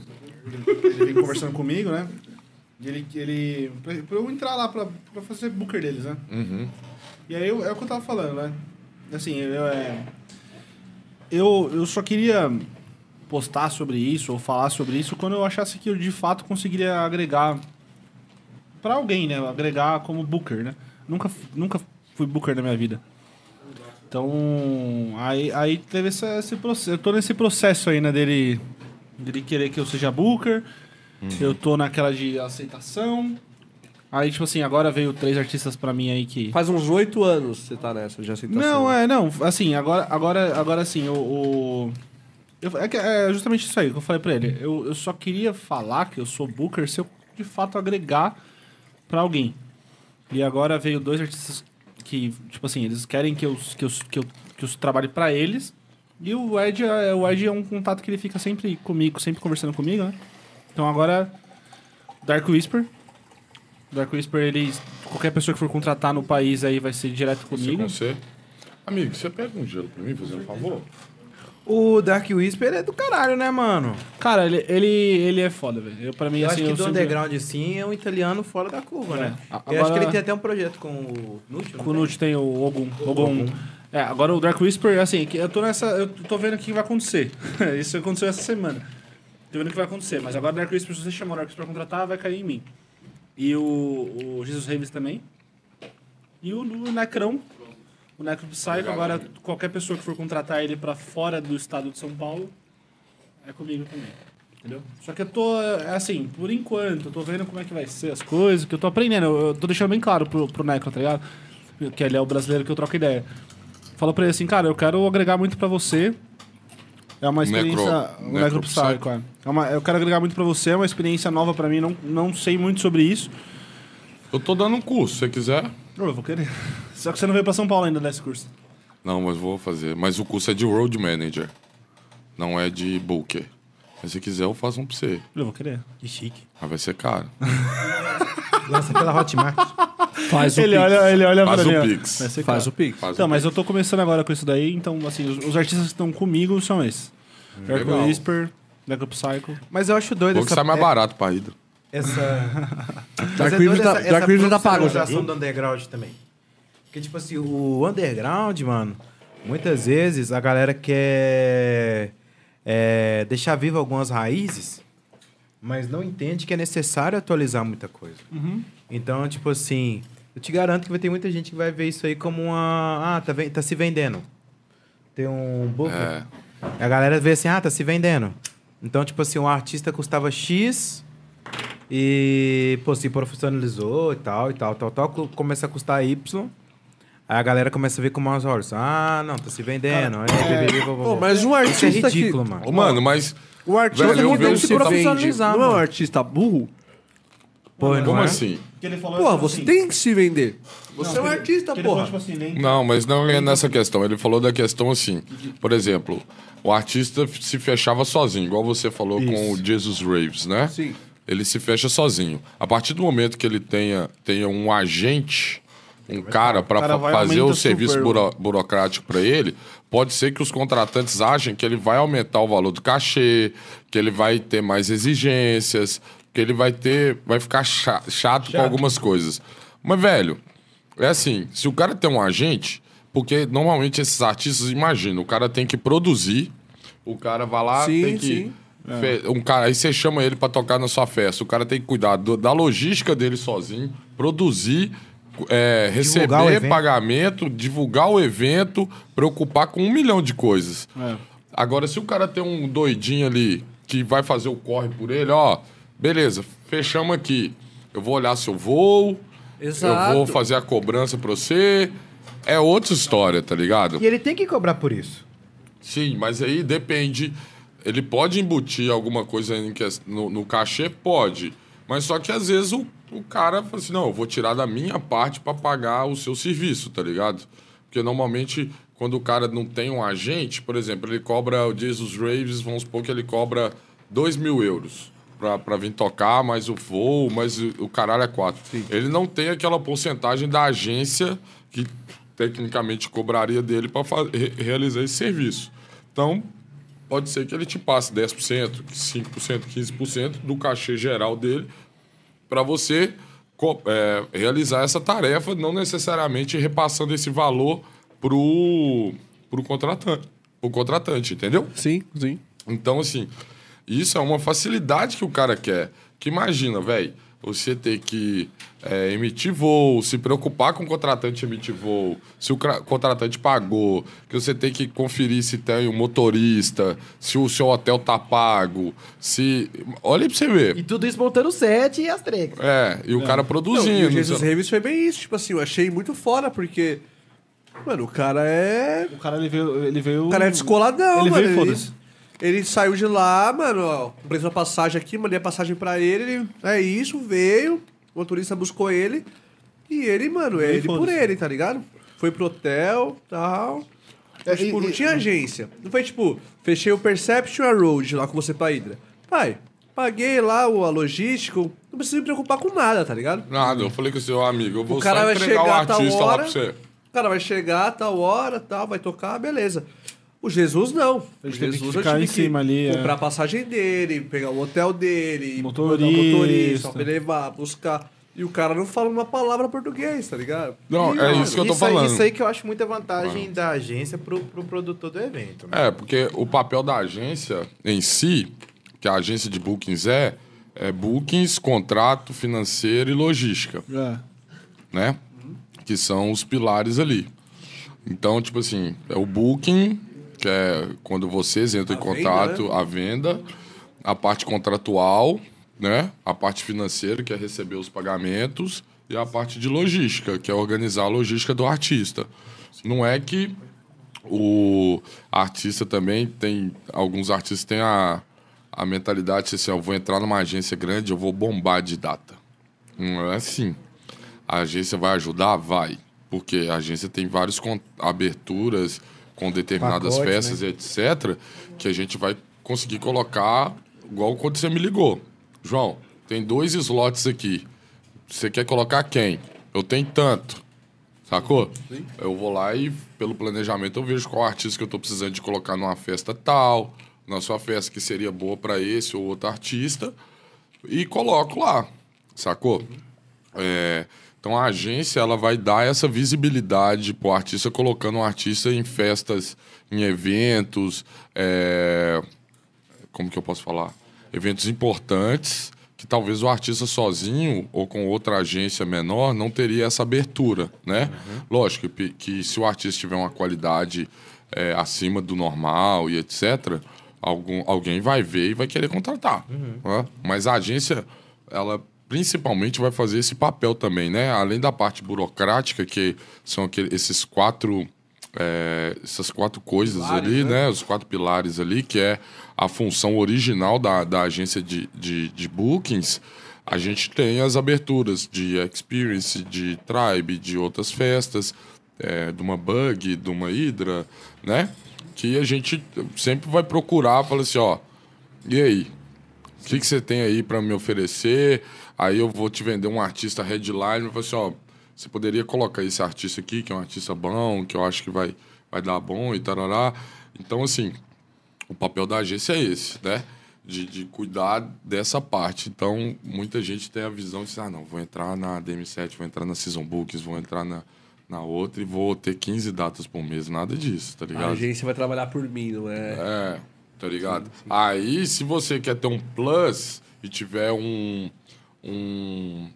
Speaker 8: ele vem conversando comigo, né? E ele. ele pra, pra eu entrar lá pra, pra fazer booker deles, né? E aí eu- é o que eu tava falando, né?
Speaker 2: Assim, eu, é, eu, eu só queria postar sobre isso ou falar sobre isso quando eu achasse que eu de fato conseguiria agregar pra alguém, né? Agregar como booker, né? Nunca, f- nunca fui booker na minha vida. Então, aí, aí teve essa, esse processo. Eu tô nesse processo aí, né? Dele, dele querer que eu seja booker. Eu tô naquela de aceitação. Aí, tipo assim, agora veio três artistas pra mim aí que.
Speaker 1: Faz uns oito anos que você tá nessa de aceitação.
Speaker 2: Não, é, não. Assim, agora, agora, agora assim, o. o- eu- é, que- é justamente isso aí que eu falei pra ele. Eu, eu só queria falar que eu sou Booker se eu de fato agregar pra alguém. E agora veio dois artistas que, tipo assim, eles querem que eu, que eu, que eu, que eu trabalhe pra eles. E o Ed, é- o Ed é um contato que ele fica sempre comigo, sempre conversando comigo, né? Então agora, Dark Whisper. Dark Whisper, ele. Qualquer pessoa que for contratar no país aí vai ser direto
Speaker 3: Você
Speaker 2: comigo.
Speaker 3: com você. Amigo, você pega um gelo pra mim, fazendo um favor?
Speaker 4: O Dark Whisper é do caralho, né, mano?
Speaker 2: Cara, ele, ele, ele é foda, velho. Eu, pra mim,
Speaker 4: Eu
Speaker 2: assim,
Speaker 4: acho que
Speaker 2: eu
Speaker 4: do
Speaker 2: sempre...
Speaker 4: underground, sim, é um italiano fora da curva, né?
Speaker 2: A-
Speaker 4: Eu acho
Speaker 2: agora-
Speaker 4: que ele tem até um projeto com o Nútil.
Speaker 2: Com o Nude tem o Ogum. Ogum. É, agora o Dark Whisper, assim, que eu tô nessa... Eu tô vendo o que vai acontecer. [laughs] Isso aconteceu essa semana. Tô vendo o que vai acontecer. Mas agora o Dark Whisper, se você chamar o Dark Whisper pra contratar, vai cair em mim. E o, o Jesus Reis também. E o, o Necrão. O Necro Psycho. Agora, qualquer pessoa que for contratar ele pra fora do estado de São Paulo, é comigo também. Entendeu? Só que eu tô, é, assim, por enquanto, eu tô vendo como é que vai ser as coisas, que eu tô aprendendo. Eu, eu tô deixando bem claro pro, pro Necro, tá ligado? Que ele é o brasileiro que eu troco ideia. Fala pra ele assim, cara, eu quero agregar muito pra você. É uma
Speaker 3: Necro-
Speaker 2: experiência. o
Speaker 3: Necro
Speaker 2: Necro Psycho,
Speaker 3: Psycho.
Speaker 2: é. É uma- eu quero agregar muito pra você, é uma experiência nova pra mim, não, não sei muito sobre isso.
Speaker 3: Eu tô dando um curso, se você quiser.
Speaker 2: Ô, Eu vou querer. [laughs] Só que você não veio pra São Paulo ainda nesse curso.
Speaker 3: Não, mas vou fazer. Mas o curso é de road manager, não é de booker. Mas se quiser, eu faço um pra você.
Speaker 2: Eu vou querer.
Speaker 4: Que chique.
Speaker 3: Mas vai ser caro.
Speaker 4: Lança pela Hotmart.
Speaker 1: Faz o
Speaker 2: Ele
Speaker 1: Pix.
Speaker 2: olha, ele olha
Speaker 3: Faz
Speaker 2: pra mim. ó.
Speaker 3: o Pix.
Speaker 2: Vai ser
Speaker 1: Faz
Speaker 2: caro.
Speaker 1: o Pix.
Speaker 3: Faz
Speaker 2: Então,
Speaker 3: o
Speaker 2: mas eu tô começando agora com isso daí, então, assim, os, os artistas que estão comigo são esses. Dark
Speaker 3: Hum, Legal.
Speaker 2: Whisper, Dark Psycho.
Speaker 4: Mas eu acho doido
Speaker 3: Bom que
Speaker 4: essa...
Speaker 3: sai mais
Speaker 4: é-
Speaker 3: barato pra Hydra.
Speaker 4: Essa... é
Speaker 1: Dark Whisper tá- Dark Whisper tá pago já.
Speaker 4: já. do underground também. Porque, tipo assim, o underground, mano, muitas vezes a galera quer é, deixar viva algumas raízes, mas não entende que é necessário atualizar muita coisa. Então, tipo assim, Eu te garanto que vai ter muita gente que vai ver isso aí como uma. Ah, tá, ven- tá se vendendo. Tem um book.
Speaker 3: É.
Speaker 4: A galera vê assim, ah, tá se vendendo. Então, tipo assim, um artista custava X e, pô, se profissionalizou e tal, e tal, tal, tal. co- Começa a custar Y. Aí a galera começa a ver com maus olhos. Ah, não, tá se vendendo. é, blá, blá, blá, blá,
Speaker 1: Pô,
Speaker 4: blá.
Speaker 1: mas um
Speaker 4: Isso é
Speaker 1: artista
Speaker 4: ridículo,
Speaker 1: que...
Speaker 4: mano.
Speaker 3: Ô, mano, mas.
Speaker 1: O artista
Speaker 3: Velho, eu
Speaker 1: que
Speaker 3: vejo
Speaker 1: não
Speaker 3: que
Speaker 1: se
Speaker 3: você tá
Speaker 1: profissionalizar,
Speaker 4: vendido.
Speaker 1: não é um artista burro?
Speaker 4: Pô, não
Speaker 3: Como
Speaker 4: é?
Speaker 3: assim?
Speaker 8: Que ele falou
Speaker 1: Porra,
Speaker 8: tipo
Speaker 1: você
Speaker 8: assim,
Speaker 1: tem que se vender.
Speaker 8: não,
Speaker 1: Você é
Speaker 8: que
Speaker 1: um
Speaker 8: ele-
Speaker 1: artista,
Speaker 8: que ele falou,
Speaker 1: porra.
Speaker 8: tipo assim, nem-
Speaker 3: Não, mas não é nessa questão. Ele falou da questão assim. Por exemplo, o artista f- se fechava sozinho, igual você falou com o Jesus Raves, né?
Speaker 1: Sim.
Speaker 3: Ele se fecha sozinho. A partir do momento que ele tenha, tenha um agente, um cara para
Speaker 2: cara vai
Speaker 3: fazer
Speaker 2: aumenta
Speaker 3: o serviço
Speaker 2: super.
Speaker 3: buro- burocrático para ele, pode ser que os contratantes achem que ele vai aumentar o valor do cachê, que ele vai ter mais exigências, que ele vai ter, vai ficar cha- chato com algumas coisas. Mas velho, é assim, se o cara tem um agente, porque normalmente esses artistas, imagina, o cara tem que produzir, o cara vai lá,
Speaker 1: Sim,
Speaker 3: tem que.
Speaker 1: sim.
Speaker 3: fe- Um cara, aí você chama ele pra tocar na sua festa. O cara tem que cuidar do- da logística dele sozinho, produzir, cu- é,
Speaker 4: Divulgar o
Speaker 3: receber
Speaker 4: evento.
Speaker 3: pagamento, divulgar o evento, preocupar com um milhão de coisas. Agora, se o cara tem um doidinho ali que vai fazer o corre por ele, ó, beleza, fechamos aqui. Eu vou olhar seu voo,
Speaker 1: Exato.
Speaker 3: eu vou fazer a cobrança pra você. É outra história, tá ligado?
Speaker 4: E ele tem que cobrar por isso.
Speaker 3: Sim, mas aí depende. Ele pode embutir alguma coisa em ques- no, no cachê? Pode. Mas só que às vezes o, o cara fala assim: não, eu vou tirar da minha parte pra pagar o seu serviço, tá ligado? Porque normalmente, quando o cara não tem um agente, por exemplo, ele cobra, o Jesus Raves, vamos supor que ele cobra 2 mil euros pra, pra vir tocar, mais o voo, mais o, o caralho é quatro. Ele não tem aquela porcentagem da agência que tecnicamente cobraria dele para realizar esse serviço. Então, pode ser que ele te passe 10%, 5%, 15% do cachê geral dele para você co- é, realizar essa tarefa, não necessariamente repassando esse valor pro, pro contratante. Pro contratante, entendeu?
Speaker 1: Sim, sim.
Speaker 3: Então, assim, isso é uma facilidade que o cara quer. Que imagina, velho, você ter que é, emitir voo, se preocupar com o contratante emitir voo, se o cra- contratante pagou, que você tem que conferir se tem um motorista, se o seu hotel tá pago, se... Olha aí pra você ver.
Speaker 4: E tudo isso montando o set e as tricks.
Speaker 3: É, e o cara
Speaker 1: Não,
Speaker 3: produzindo.
Speaker 1: e o Jesus
Speaker 3: então-
Speaker 1: Reeves foi bem isso. Tipo assim, eu achei muito fora, porque... Mano, o cara é...
Speaker 2: O cara, ele veio... Ele veio
Speaker 1: O cara é descoladão,
Speaker 2: Ele
Speaker 1: mano.
Speaker 2: veio, foda-se.
Speaker 1: ele saiu de lá, mano, ó, preço a passagem aqui, mandei a passagem pra ele, ele, é isso, veio, o motorista buscou ele, e ele, mano, é
Speaker 2: E
Speaker 1: ele por
Speaker 2: foda-se.
Speaker 1: ele, tá ligado? Foi pro hotel, tal.
Speaker 2: É,
Speaker 1: Mas, tipo,
Speaker 2: e-
Speaker 1: não
Speaker 2: e-
Speaker 1: tinha agência. Não foi tipo, fechei o Perception e a Road lá com você pra Hydra. Pai, paguei lá o a logístico, não preciso me preocupar com nada, tá ligado?
Speaker 3: Nada, eu falei com o seu amigo, eu vou
Speaker 1: O cara
Speaker 3: só
Speaker 1: vai
Speaker 3: entregar o
Speaker 1: chegar a tal
Speaker 3: artista lá
Speaker 1: hora.
Speaker 3: pra você.
Speaker 1: O cara vai chegar a tal hora, tal, vai tocar, beleza. O Jesus não. O
Speaker 2: teve
Speaker 1: Jesus
Speaker 2: que
Speaker 1: eu
Speaker 2: ficar
Speaker 1: tive
Speaker 2: em cima ali, é.
Speaker 1: comprar a passagem dele, pegar o hotel dele,
Speaker 2: Motorista.
Speaker 1: mandar o motorista pra ele levar, buscar. E o cara não fala uma palavra português, tá ligado?
Speaker 3: Não,
Speaker 1: E,
Speaker 3: é
Speaker 1: mano,
Speaker 3: isso que eu tô
Speaker 4: aí-
Speaker 3: falando.
Speaker 4: Isso aí que eu acho muita vantagem da agência pro, pro produtor do evento. né?
Speaker 3: É, porque o papel da agência em si, que é a agência de bookings é, é bookings, contrato financeiro e logística,
Speaker 2: É.
Speaker 3: né? Que são os pilares ali. Então, tipo assim, é o booking, que é quando vocês entram em
Speaker 1: A venda,
Speaker 3: contato, a venda, a parte contratual, né? A parte financeira, que é receber os pagamentos, e a parte de logística, que é organizar a logística do artista. Não é que o artista também tem. Alguns artistas têm a, a mentalidade assim: ó, eu vou entrar numa agência grande, eu vou bombar de data. Não é assim. A agência vai ajudar? Vai. Porque a agência tem várias con- aberturas com determinadas
Speaker 4: Pacote,
Speaker 3: festas, e etc., que a gente vai conseguir colocar, igual quando você me ligou. João, tem dois slots aqui. Você quer colocar quem? Eu tenho tanto. Sacou? Eu vou lá e, pelo planejamento, eu vejo qual artista que eu tô precisando de colocar numa festa tal, na sua festa que seria boa para esse ou outro artista, e coloco lá. Sacou? É, então a agência ela vai dar essa visibilidade pro artista, colocando o artista em festas, em eventos, é, como que eu posso falar? Eventos importantes que talvez o artista sozinho ou com outra agência menor não teria essa abertura, né? Lógico que, que se o artista tiver uma qualidade é, acima do normal e etc., algum, alguém vai ver e vai querer contratar. né? Mas a agência, ela principalmente vai fazer esse papel também, né? Além da parte burocrática, que são aquele- esses quatro é, essas quatro coisas ali, né? Os quatro pilares ali, que é a função original da, da agência de, de, de bookings, a gente tem as aberturas de Experience, de Tribe, de outras festas, é, de uma Bug, de uma Hydra, né? Que a gente sempre vai procurar, fala assim, ó, e aí? O que, que você tem aí para me oferecer? Aí eu vou te vender um artista headline. Eu falo assim, ó, você poderia colocar esse artista aqui, que é um artista bom, que eu acho que vai, vai dar bom e tarará. Então, assim, o papel da agência é esse, né? De, de cuidar dessa parte. Então, muita gente tem a visão de, ah, não, vou entrar na DM7, vou entrar na Season Books, vou entrar na, na outra e vou ter 15 datas por mês. Nada disso, tá
Speaker 1: A
Speaker 3: ligado?
Speaker 1: agência vai trabalhar por mim, não é?
Speaker 3: É, tá ligado? Aí, se você quer ter um plus e tiver um, um,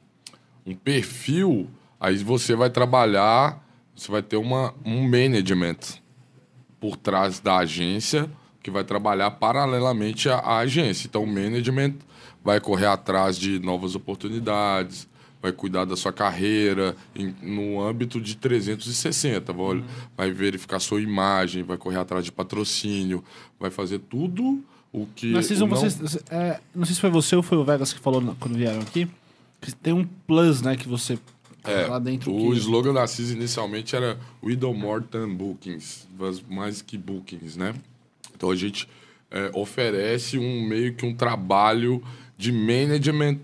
Speaker 3: um perfil, aí você vai trabalhar, você vai ter uma, um management por trás da agência que vai trabalhar paralelamente à, à agência. Então, o management vai correr atrás de novas oportunidades, vai cuidar da sua carreira em- no âmbito de 360. Vai, olh- vai verificar sua imagem, vai correr atrás de patrocínio, vai fazer tudo o que.
Speaker 2: Na season,
Speaker 3: o não-
Speaker 2: vocês, é, não sei se foi você ou foi o Vegas que falou na- quando vieram aqui. Que tem um plus, né? Que você.
Speaker 3: É,
Speaker 2: lá dentro.
Speaker 3: o
Speaker 2: que-
Speaker 3: slogan da CIS inicialmente era We do more than bookings, mas mais que bookings, né? Então a gente é, oferece um meio que um trabalho de management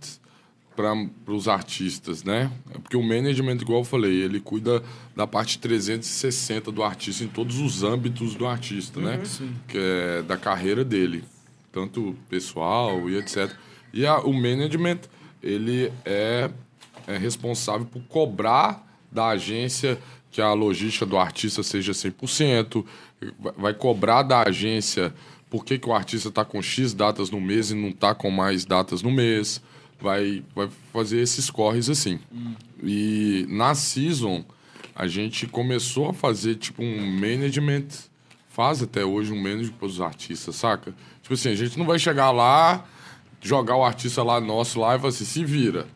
Speaker 3: para os artistas, né? É Porque o management, igual eu falei, ele cuida da parte 360 do artista em todos os âmbitos do artista,
Speaker 2: Uhum,
Speaker 3: né? Que é da carreira dele, tanto pessoal e etc. E a- o management, ele é é responsável por cobrar da agência que a logística do artista seja 100%, vai- vai cobrar da agência por que, que o artista está com X datas no mês e não está com mais datas no mês, vai, vai fazer esses corres assim. E na Season, a gente começou a fazer tipo um management faz até hoje um management para os artistas, saca? Tipo assim, a gente não vai chegar lá, jogar o artista lá nosso lá e falar assim, se vira.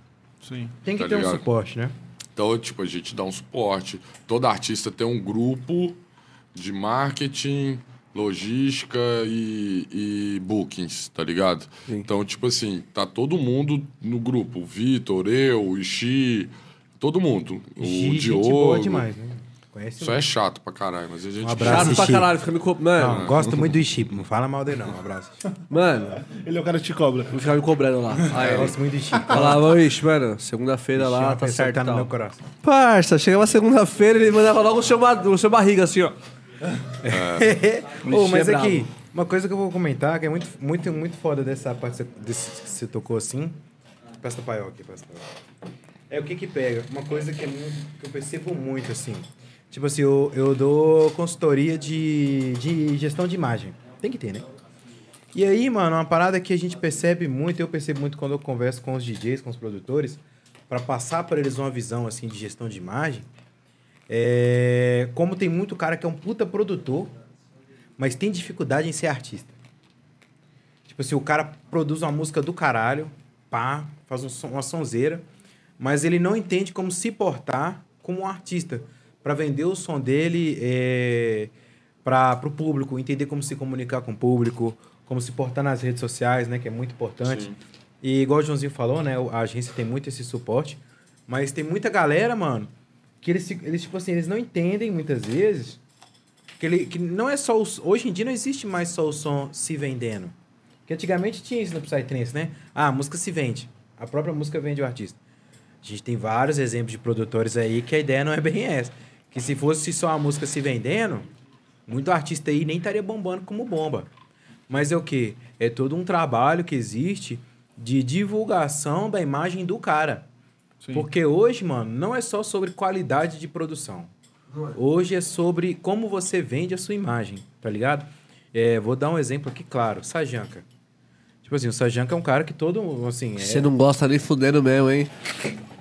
Speaker 4: Tem que
Speaker 3: Tá
Speaker 4: ter
Speaker 3: ligado?
Speaker 4: um suporte, né?
Speaker 3: Então, tipo, a gente dá um suporte. Todo artista tem um grupo de marketing, logística e, e bookings, tá ligado? Então, tipo assim, tá todo mundo no grupo. O Vitor, eu, o Xi, todo mundo. O
Speaker 4: Gi,
Speaker 3: Diogo.
Speaker 4: gente boa demais, né? Conhece
Speaker 3: Isso é chato pra caralho, mas a gente...
Speaker 4: abraço.
Speaker 1: Chato pra
Speaker 4: Assistir.
Speaker 1: caralho, fica me co... Mano,
Speaker 4: Não, gosto muito do Chip, não fala mal dele não, um [laughs] abraço.
Speaker 1: mano,
Speaker 2: Ele é o cara que te cobra.
Speaker 1: vou ficar me cobrando lá. Aí,
Speaker 4: gosto muito do Chip.
Speaker 1: falava, ixi, mano, segunda-feira
Speaker 4: Chip é
Speaker 1: lá,
Speaker 4: uma
Speaker 1: tá
Speaker 4: pessoa que
Speaker 1: certo
Speaker 4: É. tá
Speaker 1: e
Speaker 4: no meu
Speaker 1: tal.
Speaker 4: coração.
Speaker 1: Parça, chegava segunda-feira, ele mandava logo o seu, ba- o seu barriga, assim, ó.
Speaker 4: [laughs] Ô, mas
Speaker 1: é
Speaker 4: aqui, uma coisa que eu vou comentar, que é muito, muito, muito foda dessa parte desse, que você tocou assim. Passa o paiol aqui, passa o paiol. É o que que pega? Uma coisa que, é muito- que eu percebo muito, assim. Tipo assim, eu, eu dou consultoria de, de gestão de imagem. Tem que ter, né? E aí, mano, uma parada que a gente percebe muito, eu percebo muito quando eu converso com os DJs, com os produtores, pra passar pra eles uma visão, assim, de gestão de imagem, é... como tem muito cara que é um puta produtor, mas tem dificuldade em ser artista. Tipo assim, o cara produz uma música do caralho, pá, faz um som- uma sonzeira, mas ele não entende como se portar como um artista pra vender o som dele é, para o público, entender como se comunicar com o público, como se portar nas redes sociais, né, que é muito importante. E igual o Joãozinho falou, né, a agência tem muito esse suporte, mas tem muita galera, mano, que eles, fi- eles tipo assim, eles não entendem muitas vezes que, ele, que não é só o, Hoje em dia não existe mais só o som se vendendo. Porque antigamente tinha isso no Psytrance, né? Ah, a música se vende. A própria música vende o artista. A gente tem vários exemplos de produtores aí que a ideia não é bem essa. Que se fosse só a música se vendendo, muito artista aí nem estaria bombando como bomba. Mas é o quê? É todo um trabalho que existe de divulgação da imagem do cara. Porque hoje, mano, não é só sobre qualidade de produção. Hoje é sobre como você vende a sua imagem, tá ligado? É, vou dar um exemplo aqui, claro. Sajanka. Tipo Tipo assim, o Sajanka é um cara que todo. Assim, é...
Speaker 1: Você não gosta nem fudendo mesmo, hein?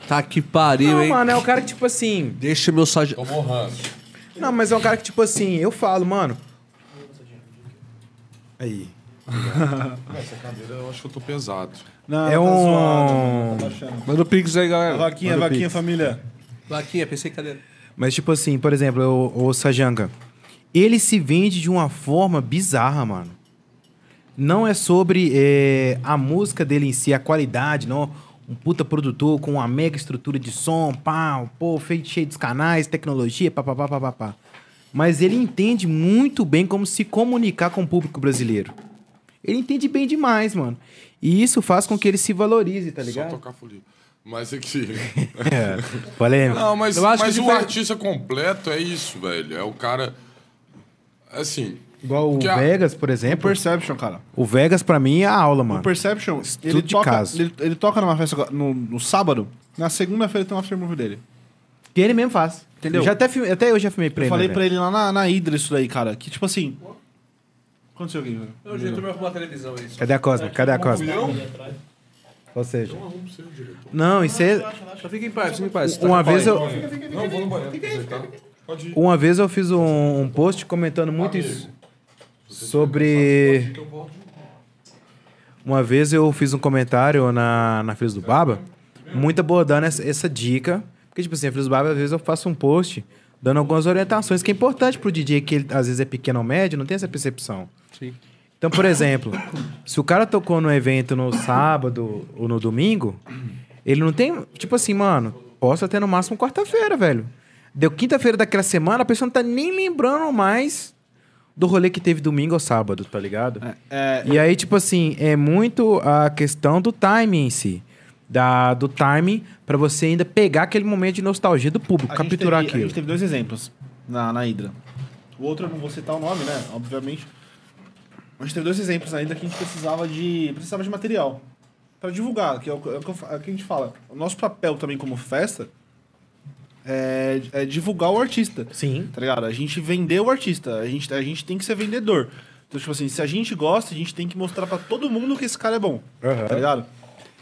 Speaker 1: Tá que pariu,
Speaker 4: Não,
Speaker 1: hein?
Speaker 4: mano, é um cara que, tipo assim.
Speaker 1: Deixa meu sargento.
Speaker 3: [laughs] Tô morrando.
Speaker 4: Não, mas é um cara que, tipo assim, eu falo, mano. Aí.
Speaker 3: Essa cadeira eu acho que eu tô pesado.
Speaker 2: Não, tá
Speaker 4: É um.
Speaker 1: Manda o Pix aí, galera.
Speaker 2: Vaquinha, vaquinha, família.
Speaker 1: Laquinha, pensei em cadeira.
Speaker 4: Mas, tipo assim, por exemplo, o, o Sajanka. Ele se vende de uma forma bizarra, mano. Não é sobre é, a música dele em si, a qualidade, não. Um puta produtor com uma mega estrutura de som, pá, pô, feito cheio dos canais, tecnologia, pá, pá, pá, pá, pá, pá. Mas ele entende muito bem como se comunicar com o público brasileiro. Ele entende bem demais, mano. E isso faz com que ele se valorize, tá
Speaker 3: Só
Speaker 4: ligado?
Speaker 3: tocar folia. Mas é
Speaker 4: [laughs]
Speaker 3: que. [laughs]
Speaker 4: É, polêmico.
Speaker 3: Não, mas,
Speaker 9: Eu acho
Speaker 3: mas
Speaker 9: que
Speaker 3: o
Speaker 9: foi-
Speaker 3: artista completo é isso, velho. É o cara. Assim.
Speaker 4: Igual o
Speaker 3: Porque a-
Speaker 4: Vegas, por
Speaker 2: É
Speaker 4: exemplo.
Speaker 2: Perception, cara.
Speaker 4: O Vegas, pra mim, é a aula, mano.
Speaker 2: O Perception,
Speaker 4: Estudo
Speaker 2: ele
Speaker 4: de
Speaker 2: toca,
Speaker 4: caso.
Speaker 2: Ele, ele toca numa festa agora- no, no sábado, na segunda-feira tem um after movie dele.
Speaker 4: Que ele mesmo faz.
Speaker 2: Entendeu?
Speaker 4: Eu já até, filmei- até eu já filmei pra
Speaker 2: Eu
Speaker 4: ele.
Speaker 2: falei
Speaker 4: né,
Speaker 2: pra ele lá na, na Hydra isso daí, cara, que tipo assim... Aconteceu aqui, velho.
Speaker 1: Eu já tô arrumando a televisão é aí.
Speaker 4: velho? Cadê a Cosma? Cadê a Cosma? Ou seja. Não, isso é.
Speaker 1: Só fica em paz, fica em paz.
Speaker 4: Uma vez eu,
Speaker 3: Não, vou no banheiro. aproveitar. Pode ir.
Speaker 4: uma vez eu fiz um, um post comentando muito isso. Sobre. Uma vez eu fiz um comentário na, na Filhos do Baba, muito abordando essa, essa dica. Porque, tipo assim, a Filhos do Baba, às vezes eu faço um post dando algumas orientações que é importante pro DJ, que ele, às vezes é pequeno ou médio, não tem essa percepção. Então, por exemplo, se o cara tocou no evento no sábado ou no domingo, ele não tem. Tipo assim, mano, posso até no máximo quarta-feira, velho. Deu quinta-feira daquela semana, a pessoa não tá nem lembrando mais do rolê que teve domingo ou sábado, tá ligado?
Speaker 2: é.
Speaker 4: e aí, tipo assim, é muito a questão do timing em si. Da, do timing pra você ainda pegar aquele momento de nostalgia do público,
Speaker 2: A gente
Speaker 4: capturar
Speaker 2: teve- A gente
Speaker 4: aquilo.
Speaker 2: teve dois exemplos na, na Hydra. O outro eu não vou citar o nome, né? Obviamente. A gente teve dois exemplos ainda que a gente precisava de. precisava de material. Pra divulgar, que é o, que- é o que eu fa- é o que a gente fala. O nosso papel também como festa é, é divulgar o artista.
Speaker 4: Sim.
Speaker 2: Tá ligado? A gente vendeu o artista. A gente, a gente tem que ser vendedor. Então, tipo assim, se a gente gosta, a gente tem que mostrar pra todo mundo que esse cara é bom. Tá ligado?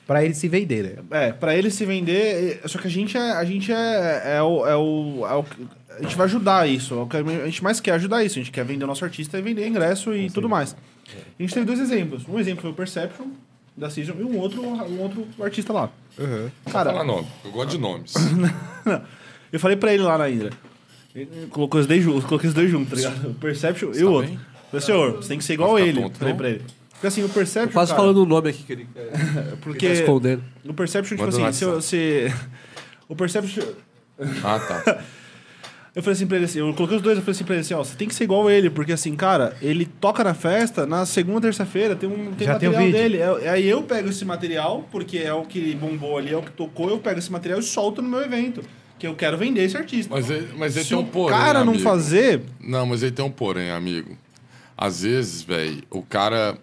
Speaker 4: Pra ele se vender, né?
Speaker 2: É, pra ele se vender, é- só que a gente é. A gente é, é, o, é, o, é o que- A gente vai ajudar isso. é o que A gente mais quer ajudar isso. A gente quer vender o nosso artista e vender ingresso e tudo mais. A gente teve dois exemplos. Um exemplo foi o Perception, da Season, e um outro, um outro artista lá.
Speaker 3: Uhum.
Speaker 2: Cara,
Speaker 3: Fala nome. Eu gosto de nomes.
Speaker 2: eu falei pra ele lá na Hydra. Ele Colocou os dois juntos, coloquei os dois juntos, tá ligado? O Perception e o
Speaker 3: tá
Speaker 2: outro.
Speaker 3: bem?
Speaker 2: Falei, senhor, você tem que ser igual
Speaker 3: Vai ficar
Speaker 2: ele.
Speaker 3: tonto,
Speaker 2: falei
Speaker 3: não?
Speaker 2: pra ele. Porque assim, o Perception.
Speaker 1: Tá Quase
Speaker 2: cara,
Speaker 1: falando o nome aqui que ele
Speaker 2: porque
Speaker 1: tá escondendo.
Speaker 2: o Perception, tipo
Speaker 3: Manda um
Speaker 2: assim,
Speaker 3: no
Speaker 2: se, eu- se. [laughs] O Perception.
Speaker 3: Ah, tá.
Speaker 2: Eu falei assim pra ele assim, eu coloquei os dois, eu falei assim pra ele assim, ó, você tem que ser igual ele, porque assim, cara, ele toca na festa, na segunda, terça-feira tem um tem
Speaker 4: Já tem um
Speaker 2: material
Speaker 4: vídeo.
Speaker 2: dele. É- aí eu pego esse material, porque é o que bombou ali, é o que tocou, eu pego esse material e solto no meu evento. Que eu quero vender esse artista.
Speaker 3: Mas ele, mas ele
Speaker 2: Se
Speaker 3: tem
Speaker 2: o
Speaker 3: um porém.
Speaker 2: cara não
Speaker 3: amigo.
Speaker 2: fazer,
Speaker 3: Não, mas ele tem um porém, amigo. Às vezes, velho, o cara.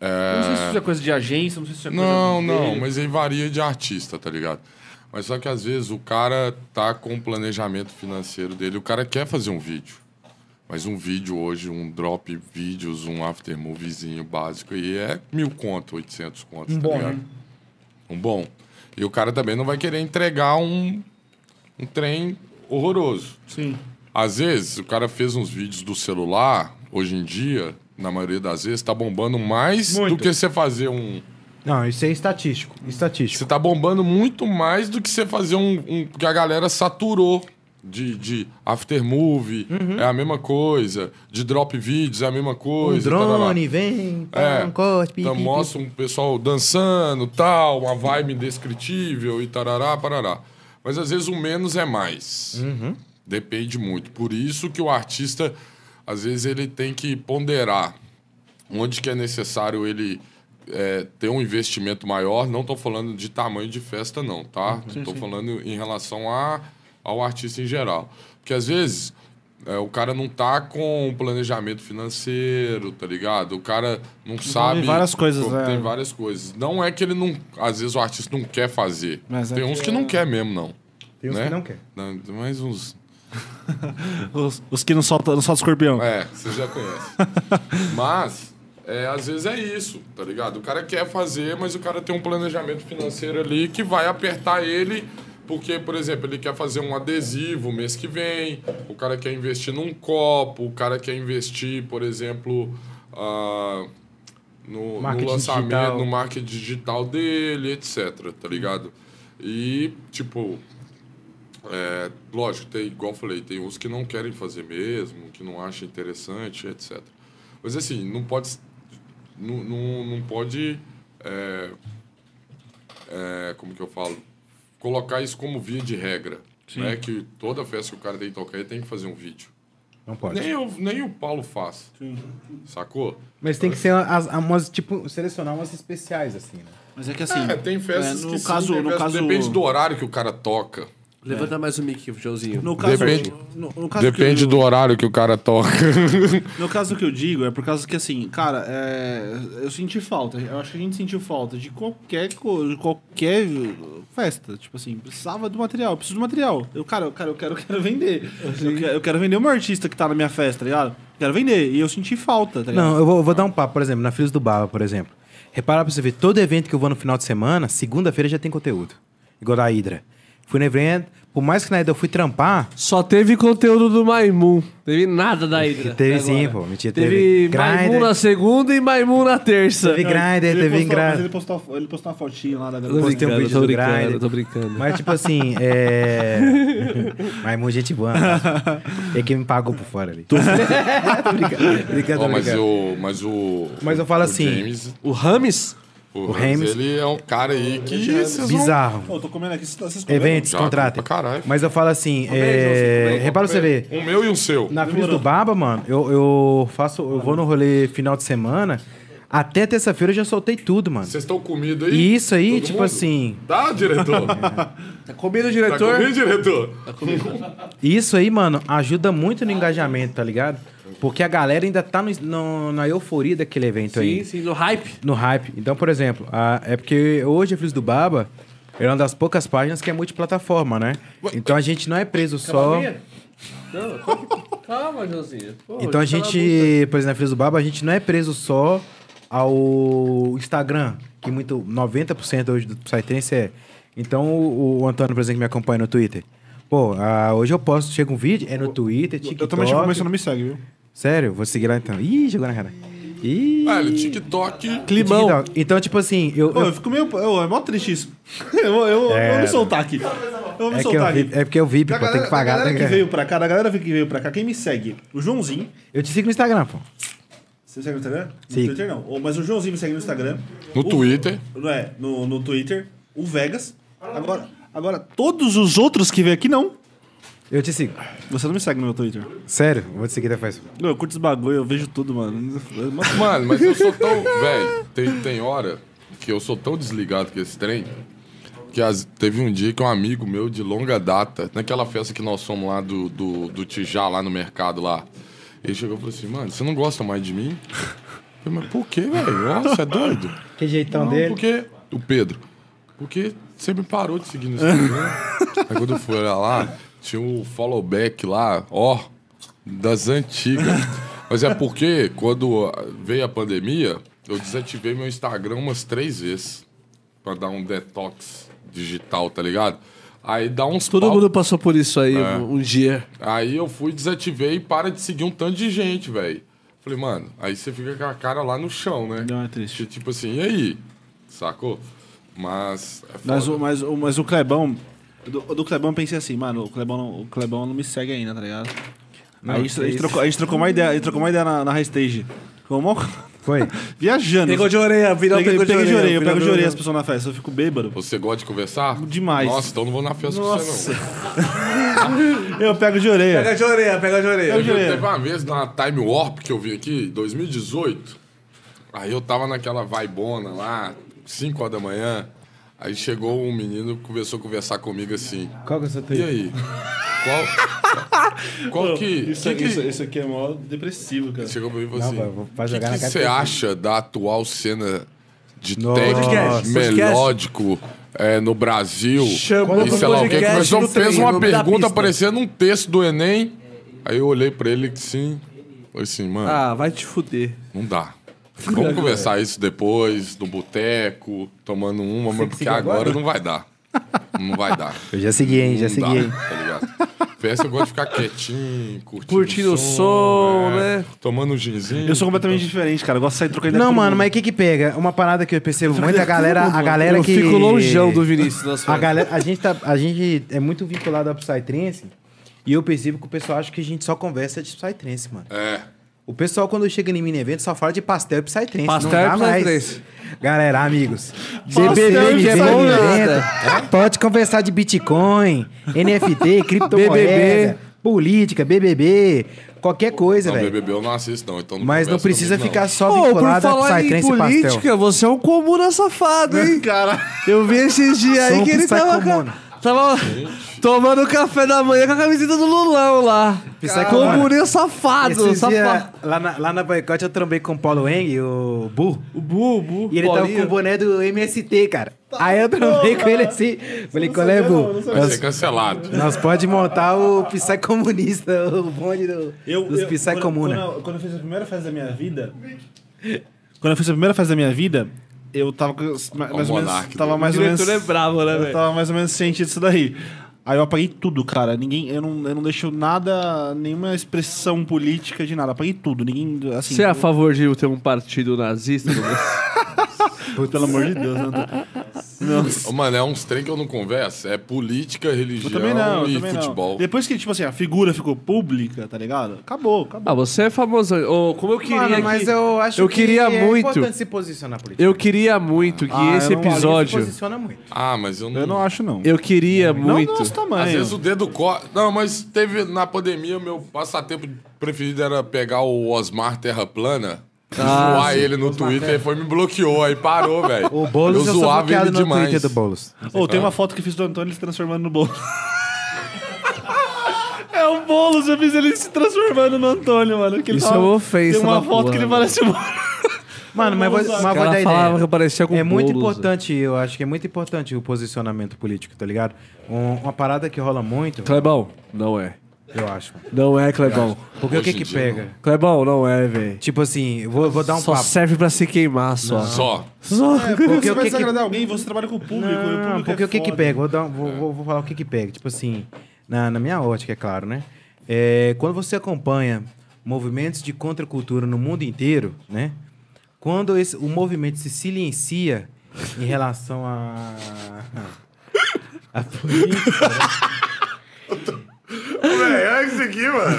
Speaker 3: é,
Speaker 2: não sei se isso é coisa de agência, não sei se isso é coisa
Speaker 3: Não,
Speaker 2: dele.
Speaker 3: não, mas aí varia de artista, tá ligado? Mas só que às vezes o cara tá com o planejamento financeiro dele, o cara quer fazer um vídeo. Mas um vídeo hoje, um drop vídeos, um after moviezinho básico, aí é mil conto, 800 conto, tá ligado?
Speaker 2: né?
Speaker 3: Um bom. E o cara também não vai querer entregar um, um trem horroroso.
Speaker 2: Sim.
Speaker 3: Às vezes, o cara fez uns vídeos do celular, hoje em dia, na maioria das vezes, tá bombando mais
Speaker 2: Muito.
Speaker 3: do que você fazer um...
Speaker 4: Não, isso é estatístico. Estatístico.
Speaker 3: Você tá bombando muito mais do que você fazer um. um- que a galera saturou de, de after movie,
Speaker 4: Uhum.
Speaker 3: é a mesma coisa. De drop videos, é a mesma
Speaker 4: Um
Speaker 3: coisa. tarará.
Speaker 4: drone, vem, pá,
Speaker 3: É.
Speaker 4: um corte, pi,
Speaker 3: Então
Speaker 4: pi, pi.
Speaker 3: mostra um pessoal dançando, tal, uma vibe indescritível e tarará, parará. Mas às vezes o menos é mais.
Speaker 4: Uhum.
Speaker 3: Depende muito. Por isso que o artista, às vezes, ele tem que ponderar onde que é necessário ele é, ter um investimento maior. Não estou falando de tamanho de festa, não,
Speaker 2: Uhum.
Speaker 3: tá? Estou falando em relação a, ao artista em geral. Porque às vezes é, o cara não tá com um planejamento financeiro, tá ligado? O cara não sabe.
Speaker 2: várias coisas,
Speaker 3: Pô,
Speaker 2: né?
Speaker 3: Tem várias coisas. Não é que ele não. Às vezes o artista não quer fazer.
Speaker 2: Mas é
Speaker 3: tem uns
Speaker 2: que
Speaker 3: que não quer mesmo, não.
Speaker 4: Tem uns
Speaker 3: né?
Speaker 4: que não quer.
Speaker 3: Não, mas uns.
Speaker 2: Os, os que não soltam, não soltam escorpião.
Speaker 3: É, você já conhece. Mas É, às vezes é isso, tá ligado? O cara quer fazer, mas o cara tem um planejamento financeiro ali que vai apertar ele, porque, por exemplo, ele quer fazer um adesivo mês que vem, o cara quer investir num copo, o cara quer investir, por exemplo, ah, no, no
Speaker 5: Marketing
Speaker 3: lançamento,
Speaker 5: digital.
Speaker 3: no marketing digital dele, etc, tá ligado? E, tipo, é, lógico, tem, igual eu falei, tem uns que não querem fazer mesmo, que não acham interessante, etc. Mas assim, não pode. Não, não, não pode. é, é, como que eu falo? Colocar isso como via de regra. Né? Que toda festa que o cara tem que tocar, ele tem que fazer um vídeo.
Speaker 4: Não pode.
Speaker 3: Nem, eu, nem o Paulo faz. Sacou?
Speaker 4: Mas tem que ser as, umas, tipo, selecionar umas especiais, assim, né?
Speaker 2: Mas é que assim.
Speaker 3: É, tem festas
Speaker 2: é, no
Speaker 3: que sim,
Speaker 2: caso,
Speaker 3: tem
Speaker 2: no
Speaker 3: festas-
Speaker 2: caso,
Speaker 3: depende do horário que o cara toca.
Speaker 1: Levanta mais o mic, Joãozinho.
Speaker 2: No caso,
Speaker 3: Depende-
Speaker 2: no, no caso
Speaker 3: Depende
Speaker 2: que eu,
Speaker 3: do horário que o cara toca.
Speaker 2: No caso que eu digo, é por causa que, assim, cara, é, eu senti falta. Eu acho que a gente sentiu falta de qualquer, co- de qualquer festa. Tipo assim, precisava do material, preciso do material. Eu, cara, eu, cara, eu quero, eu quero vender. Eu quero, eu quero vender o meu artista que tá na minha festa, tá ligado? Quero vender. E eu senti falta, tá ligado?
Speaker 4: Não, eu vou, eu vou dar um papo, por exemplo, na Filhos do Baba, por exemplo. Repara pra você ver, todo evento que eu vou no final de semana, segunda-feira já tem conteúdo. Igual da Hydra. Fui no evento, por mais que na Hydra eu fui trampar,
Speaker 1: Só teve conteúdo do Maimun. Teve nada da Hydra.
Speaker 4: Teve
Speaker 1: até
Speaker 4: sim,
Speaker 1: agora.
Speaker 4: pô, mentira,
Speaker 1: Teve,
Speaker 4: teve.
Speaker 1: Maimun
Speaker 4: Grindr.
Speaker 1: na segunda e Maimun na terça.
Speaker 4: teve
Speaker 2: Ele
Speaker 4: grinder, teve
Speaker 2: postou- mas
Speaker 4: engraçado.
Speaker 2: ele postou, ele postou uma fotinha lá da
Speaker 1: Tô
Speaker 2: galera.
Speaker 4: Postei um
Speaker 1: brincando,
Speaker 4: vídeo
Speaker 1: tô
Speaker 4: do
Speaker 1: brincando,
Speaker 4: Grindr.
Speaker 1: tô brincando.
Speaker 4: Mas, tipo assim, é. [laughs] Maimun, gente boa. né? É que me pagou por fora [laughs] ali. tô brincando, brincando,
Speaker 3: Ó, mas,
Speaker 4: brincando.
Speaker 3: o, mas o.
Speaker 4: Mas eu falo
Speaker 3: o
Speaker 4: assim-
Speaker 3: James,
Speaker 1: O Rames?
Speaker 3: o
Speaker 4: o
Speaker 3: James,
Speaker 4: James-
Speaker 3: ele é um cara aí que. vocês vão-
Speaker 4: é Bizarro.
Speaker 2: Pô, eu tô comendo aqui, vocês vocês comeram?
Speaker 4: Eventos,
Speaker 3: Já, comi
Speaker 4: contratem.
Speaker 3: pra caralho.
Speaker 4: Mas eu falo assim, é... repara pra você ver.
Speaker 3: Um meu e um seu.
Speaker 4: Na Filhos do Baba, mano, eu, eu faço. Eu vou no rolê final de semana. Até terça-feira eu já soltei tudo, mano.
Speaker 3: Vocês estão comido aí?
Speaker 4: E isso aí,
Speaker 3: Todo
Speaker 4: tipo
Speaker 3: mundo?
Speaker 4: assim.
Speaker 3: Tá,
Speaker 4: [laughs]
Speaker 3: diretor?
Speaker 1: Tá comendo,
Speaker 3: tá
Speaker 1: diretor?
Speaker 3: comido, diretor?
Speaker 4: Isso aí, mano, ajuda muito no engajamento, tá ligado? Porque a galera ainda tá no- no- na euforia daquele evento aí.
Speaker 1: sim, sim, no hype.
Speaker 4: no hype. Então, por exemplo, a- é porque hoje a Filhos do Baba é uma das poucas páginas que é multiplataforma, né? Então a gente não é preso só.
Speaker 1: Calma, Joãozinho. Pô,
Speaker 2: tá
Speaker 4: Então a gente, por exemplo, na Filhos do Baba, a gente não é preso só ao Instagram, que muito 90% hoje do Psytrance é. Então o, o Antônio, por exemplo, que me acompanha no Twitter. Pô, ah, hoje eu posto, chega um vídeo, é no Twitter, TikTok.
Speaker 2: Eu também te começo, não me segue, viu?
Speaker 4: Sério, vou seguir lá então. Ih, jogou na cara. Ih.
Speaker 2: Ah,
Speaker 3: Velho, Ah, é TikTok.
Speaker 4: Climão. Então, tipo assim, eu,
Speaker 2: Pô,
Speaker 4: eu-
Speaker 2: eu fico meio. Eu, é mó triste isso. [laughs] Eu, vou- eu, eu vou me soltar aqui. Eu vou me
Speaker 4: é, que eu
Speaker 2: soltar
Speaker 4: vi,
Speaker 2: aqui.
Speaker 4: é porque eu vi, pô,
Speaker 2: Da
Speaker 4: tem que pagar.
Speaker 2: da galera
Speaker 4: né,
Speaker 2: que
Speaker 4: cara?
Speaker 2: veio pra cá, da galera que veio pra cá, quem me segue? O Joãozinho.
Speaker 4: Eu te sigo no Instagram, pô.
Speaker 2: Você me segue no Instagram?
Speaker 4: Sigo.
Speaker 2: No Twitter não. Ô, Mas o Joãozinho me segue no Instagram.
Speaker 3: No
Speaker 2: O-
Speaker 3: Twitter.
Speaker 2: Não é, no, no Twitter. O Vegas. Agora, agora, todos os outros que veio aqui não.
Speaker 4: Eu te sigo.
Speaker 2: Você não me segue no meu Twitter.
Speaker 4: Sério, vou te seguir depois.
Speaker 2: Não, eu curto esse bagulho, eu vejo tudo, mano. É [laughs] Mas-
Speaker 3: Mano, mas eu sou
Speaker 4: [laughs]
Speaker 3: tão. Velho, tem, tem hora que eu sou tão desligado com esse trem. Que as- teve um dia que um amigo meu de longa data, naquela festa que nós fomos lá do, do, do Tijá, lá no mercado lá, ele chegou e falou assim: Mano, você não gosta mais de mim? Eu falei, mas por quê, velho? Nossa, é doido.
Speaker 4: Que
Speaker 1: Então,
Speaker 4: jeitão
Speaker 3: Não,
Speaker 4: dele.
Speaker 3: porque. O Pedro. Porque você me parou de seguir no Instagram.
Speaker 1: [laughs]
Speaker 3: Aí quando eu fui olhar lá, tinha um follow back lá, ó, das antigas. Mas é porque quando veio a pandemia, eu desativei meu Instagram umas três vezes. Pra dar um detox digital, tá ligado? Aí dá uns
Speaker 1: Todo
Speaker 3: pau-
Speaker 1: mundo passou por isso aí um, um dia.
Speaker 3: Aí eu fui, desativei e para de seguir um tanto de gente, velho. Falei, mano, aí você fica com a cara lá no chão, né?
Speaker 2: Não, é triste.
Speaker 3: Que, Tipo assim, e aí? Sacou? Mas. É
Speaker 2: Mas
Speaker 3: foda.
Speaker 2: o, mas, o- mas o Clebão. Do, do Clebão eu pensei assim, mano, o Clebão, não, o Clebão não me segue ainda, tá ligado? Aí isso- a, gente trocou, a gente trocou uma ideia, a gente trocou uma ideia na, na High Stage. Ficou mó-
Speaker 4: Foi.
Speaker 2: [laughs] Viajando.
Speaker 1: Pegou de orelha, virou
Speaker 2: peguei,
Speaker 1: pegou de
Speaker 2: peguei de orelha, eu
Speaker 1: virou-
Speaker 2: pego de orelha as pessoas na festa, eu fico bêbado.
Speaker 3: Você gosta de conversar?
Speaker 2: Demais.
Speaker 3: Nossa, então não vou na festa com
Speaker 2: Nossa.
Speaker 3: você, não.
Speaker 2: eu pego de orelha.
Speaker 1: Pega de orelha, pega de orelha.
Speaker 3: Eu já teve uma vez na Time Warp que eu vim aqui, 2018. Aí eu tava naquela vaibona lá, 5 horas da manhã. Aí chegou um menino, começou a conversar comigo assim.
Speaker 4: Qual que é o seu
Speaker 3: E
Speaker 2: [laughs]
Speaker 4: Twitter?
Speaker 3: aí? Qual. Qual que.
Speaker 2: Isso,
Speaker 3: que que-
Speaker 2: isso- isso aqui é mó depressivo, cara.
Speaker 3: Chegou pra mim e falou
Speaker 4: Não, vai-
Speaker 3: assim.
Speaker 4: vou- vai
Speaker 3: O que
Speaker 4: jogar
Speaker 3: que
Speaker 4: na cara.
Speaker 3: você acha da atual cena de
Speaker 4: Nossa.
Speaker 3: tech
Speaker 1: Podcast,
Speaker 3: melódico é, no Brasil?
Speaker 1: Chamou
Speaker 3: e
Speaker 1: pro
Speaker 3: sei lá o que.
Speaker 1: podcast
Speaker 3: Começou,
Speaker 1: do
Speaker 3: fez
Speaker 1: trem,
Speaker 3: uma
Speaker 1: no meio da
Speaker 3: pergunta
Speaker 1: pista.
Speaker 3: parecendo um texto do Enem. Aí eu olhei pra ele que sim. Falei assim, mano,
Speaker 1: Ah, vai te fuder.
Speaker 3: não dá. Vamos conversar isso depois, no boteco, tomando uma, mas porque agora não vai dar. Não vai dar.
Speaker 4: Eu já segui, hein? Já
Speaker 3: Não dá,
Speaker 4: segui, hein?
Speaker 3: Tá ligado? Festa eu gosto de ficar quietinho, curtindo,
Speaker 1: Curtindo o som, né?
Speaker 3: Tomando um ginzinho.
Speaker 2: Eu sou completamente diferente, cara. Eu gosto de sair trocando ideia
Speaker 4: Não,
Speaker 2: com todo
Speaker 4: mano,
Speaker 2: mundo.
Speaker 4: mas o que que pega? Uma parada que eu percebo muito, é a galera, a galera
Speaker 1: Eu
Speaker 4: que...
Speaker 1: fico longeão do Vinícius nas
Speaker 4: A,
Speaker 1: festas.
Speaker 4: galera, a, gente tá, a gente é muito vinculado ao Psytrance e eu percebo que o pessoal acha que a gente só conversa de Psytrance, mano.
Speaker 3: É.
Speaker 4: O pessoal, quando chega em mini evento, só fala de pastel e Psytrance.
Speaker 1: Pastel
Speaker 4: não dá
Speaker 1: e
Speaker 4: mais.
Speaker 1: Psytrance.
Speaker 4: Galera, amigos,
Speaker 1: e
Speaker 4: BBB,
Speaker 1: Psytrance.
Speaker 4: mini evento, pode conversar de Bitcoin,
Speaker 1: [laughs]
Speaker 4: NFT, criptomoeda,
Speaker 1: BBB.
Speaker 4: política, BBB, qualquer coisa,
Speaker 3: Não,
Speaker 4: velho.
Speaker 3: BBB eu não assisto, não. Então não
Speaker 4: Mas não
Speaker 3: conversa
Speaker 4: precisa
Speaker 3: comigo,
Speaker 4: ficar só
Speaker 1: Ô, por
Speaker 4: vinculado a
Speaker 1: falar em
Speaker 4: Psytrance e pastel.
Speaker 1: política, você é um comuna safado, hein?
Speaker 2: Cara,
Speaker 1: Eu vi esses dias
Speaker 4: Sou
Speaker 1: aí
Speaker 4: um
Speaker 1: que ele tava,
Speaker 4: psicomano.
Speaker 1: ca- tava tomando café da manhã com a camiseta do Lulão lá.
Speaker 4: Psicomano.
Speaker 1: Comuneu
Speaker 4: Ah,
Speaker 1: safado,
Speaker 4: Esses dias,
Speaker 1: safado.
Speaker 4: lá, na, lá na boicote eu trombei com o Paulo Eng, o Bu.
Speaker 1: O Bu, Bu.
Speaker 4: E ele tava com o boné do MST, cara. Aí eu trombei com ele assim. Falei, qual é, Bu?
Speaker 3: não. Vai ser cancelado.
Speaker 4: Nós pode montar o Psy comunista, o bonde do, dos Psy
Speaker 2: quando-
Speaker 4: comuna.
Speaker 2: Quando, eu- quando eu fiz a primeira festa da minha vida. quando eu fiz a primeira festa da minha vida, eu tava com- mais, mais ou menos.
Speaker 3: monarca,
Speaker 2: Tava
Speaker 3: né?
Speaker 2: mais ou menos.
Speaker 1: bravo, né,
Speaker 2: Eu tava mais ou menos ciente disso daí. Aí eu apaguei tudo, cara. Ninguém, eu não, eu não deixo nada, nenhuma expressão política de nada. Apaguei tudo. Ninguém, assim.
Speaker 1: Você é a favor de ter um partido
Speaker 2: [laughs]
Speaker 1: nazista? no Brasil?
Speaker 2: Pelo amor de Deus,
Speaker 1: né?
Speaker 2: não.
Speaker 3: Ô, mano, é uns trem que eu não converso. É política,
Speaker 2: Eu
Speaker 3: religião
Speaker 2: também não, eu
Speaker 3: e
Speaker 2: também
Speaker 3: futebol.
Speaker 2: não. Depois que, tipo assim, a figura ficou pública, tá ligado? Acabou, acabou.
Speaker 1: ah, você é famoso. Ô, como eu queria
Speaker 4: Mano,
Speaker 1: que-
Speaker 4: mas eu acho
Speaker 1: eu
Speaker 4: que
Speaker 1: queria
Speaker 4: é
Speaker 1: muito-
Speaker 4: importante se posicionar na política.
Speaker 1: Eu queria muito que
Speaker 2: Ah,
Speaker 1: esse
Speaker 2: eu não-
Speaker 1: episódio...
Speaker 4: Se posiciona muito.
Speaker 3: Ah, mas eu não.
Speaker 2: Eu não acho, não.
Speaker 1: Eu queria
Speaker 2: Não
Speaker 1: muito...
Speaker 2: do nosso tamanho.
Speaker 3: Às vezes o dedo corta. Não, mas teve na pandemia, o meu passatempo preferido era pegar o Osmar Terra Plana.
Speaker 4: Ah,
Speaker 3: zoar ele no Twitter, ele foi me bloqueou, aí
Speaker 4: [laughs]
Speaker 3: parou, velho.
Speaker 4: O Boulos, eu, sou bloqueado no Twitter do Boulos.
Speaker 2: Ô, tem uma foto que eu fiz do Antônio se transformando no bolo. [laughs] É o Boulos, eu fiz ele se transformando no Antônio, mano. que ele
Speaker 1: Isso
Speaker 2: tava-
Speaker 1: é uma ofensa
Speaker 2: Tem uma
Speaker 1: da
Speaker 2: foto
Speaker 1: porra,
Speaker 2: que ele
Speaker 1: né?
Speaker 2: parece um bolo.
Speaker 4: Mano, mas vou, mas
Speaker 1: O
Speaker 4: vou
Speaker 1: cara
Speaker 4: dar
Speaker 1: falava
Speaker 4: ideia.
Speaker 1: que eu parecia com
Speaker 4: é muito
Speaker 1: Boulos,
Speaker 4: importante, eu acho que é muito importante o posicionamento político, tá ligado? Um- uma parada que rola muito,
Speaker 1: Clebão, não é.
Speaker 4: eu acho.
Speaker 1: Não é, Clebão.
Speaker 4: Porque o
Speaker 3: Hoje
Speaker 4: que
Speaker 3: em
Speaker 4: que
Speaker 3: dia,
Speaker 4: pega?
Speaker 1: Clebão, não é, velho.
Speaker 4: Tipo assim, eu vou, vou dar um
Speaker 1: Só
Speaker 4: papo.
Speaker 1: serve pra se queimar, só.
Speaker 3: Só.
Speaker 1: Só.
Speaker 4: Porque
Speaker 2: Você
Speaker 4: o
Speaker 2: vai
Speaker 4: que que
Speaker 2: desagradar alguém, você trabalha com o público. e o
Speaker 4: Não,
Speaker 2: público
Speaker 4: porque
Speaker 2: é
Speaker 4: o que que
Speaker 2: foda.
Speaker 4: pega? Vou, dar um- vou, vou- vou falar o que que pega. Tipo assim, na, na minha ótica, é claro, né? É, quando você acompanha movimentos de contracultura no mundo inteiro, né? Quando esse- o movimento se silencia em relação a... a política, né?
Speaker 3: Véi, olha É, isso aqui, [laughs] mano.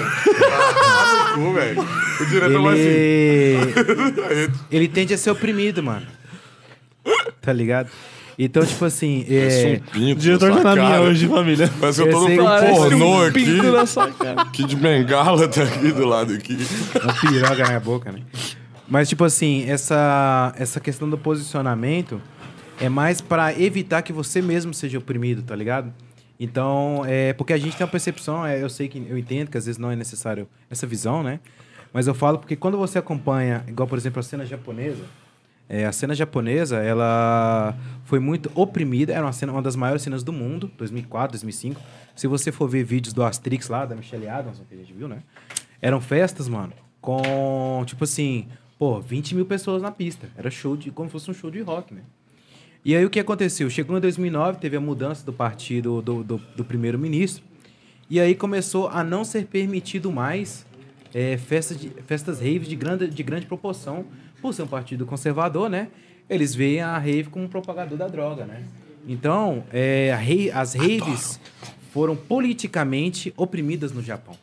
Speaker 3: Ah, no cu, velho. O diretor vai
Speaker 4: é
Speaker 3: assim.
Speaker 4: ele... ele tende a ser oprimido, mano. Tá ligado? Então, tipo assim...
Speaker 3: Parece
Speaker 4: É...
Speaker 3: um pinto.
Speaker 2: Diretor
Speaker 3: na
Speaker 2: tá
Speaker 3: sua
Speaker 2: na minha
Speaker 3: cara.
Speaker 8: [laughs]
Speaker 2: hoje, família.
Speaker 8: É,
Speaker 3: Parece que eu tô no
Speaker 4: Esse
Speaker 3: filme
Speaker 4: parece
Speaker 3: pornô
Speaker 4: um
Speaker 3: aqui. Que de bengala tá aqui do lado aqui.
Speaker 4: Uma piroga na minha boca, né? Mas, tipo assim, essa, essa questão do posicionamento é mais pra evitar que você mesmo seja oprimido, tá ligado? Então, é porque a gente tem uma percepção, é, eu sei que eu entendo que às vezes não é necessário essa visão, né? Mas eu falo porque quando você acompanha, igual por exemplo a cena japonesa, é, a cena japonesa, ela foi muito oprimida, era uma, cena, uma das maiores cenas do mundo, 2004, 2005. Se você for ver vídeos do Asterix lá, da Michelle Adams, que a gente viu, né? Eram festas, mano, com, tipo assim, pô, 20 mil pessoas na pista. Era show de, como se fosse um show de rock, né? E aí o que aconteceu? Chegou em 2009, teve a mudança do partido do, do, do primeiro-ministro, e aí começou a não ser permitido mais é, festa de, festas raves de grande, de grande proporção, por ser um partido conservador, né? Eles veem a rave como um propagador da droga, né? Então, é, a rei- as raves foram politicamente oprimidas no Japão.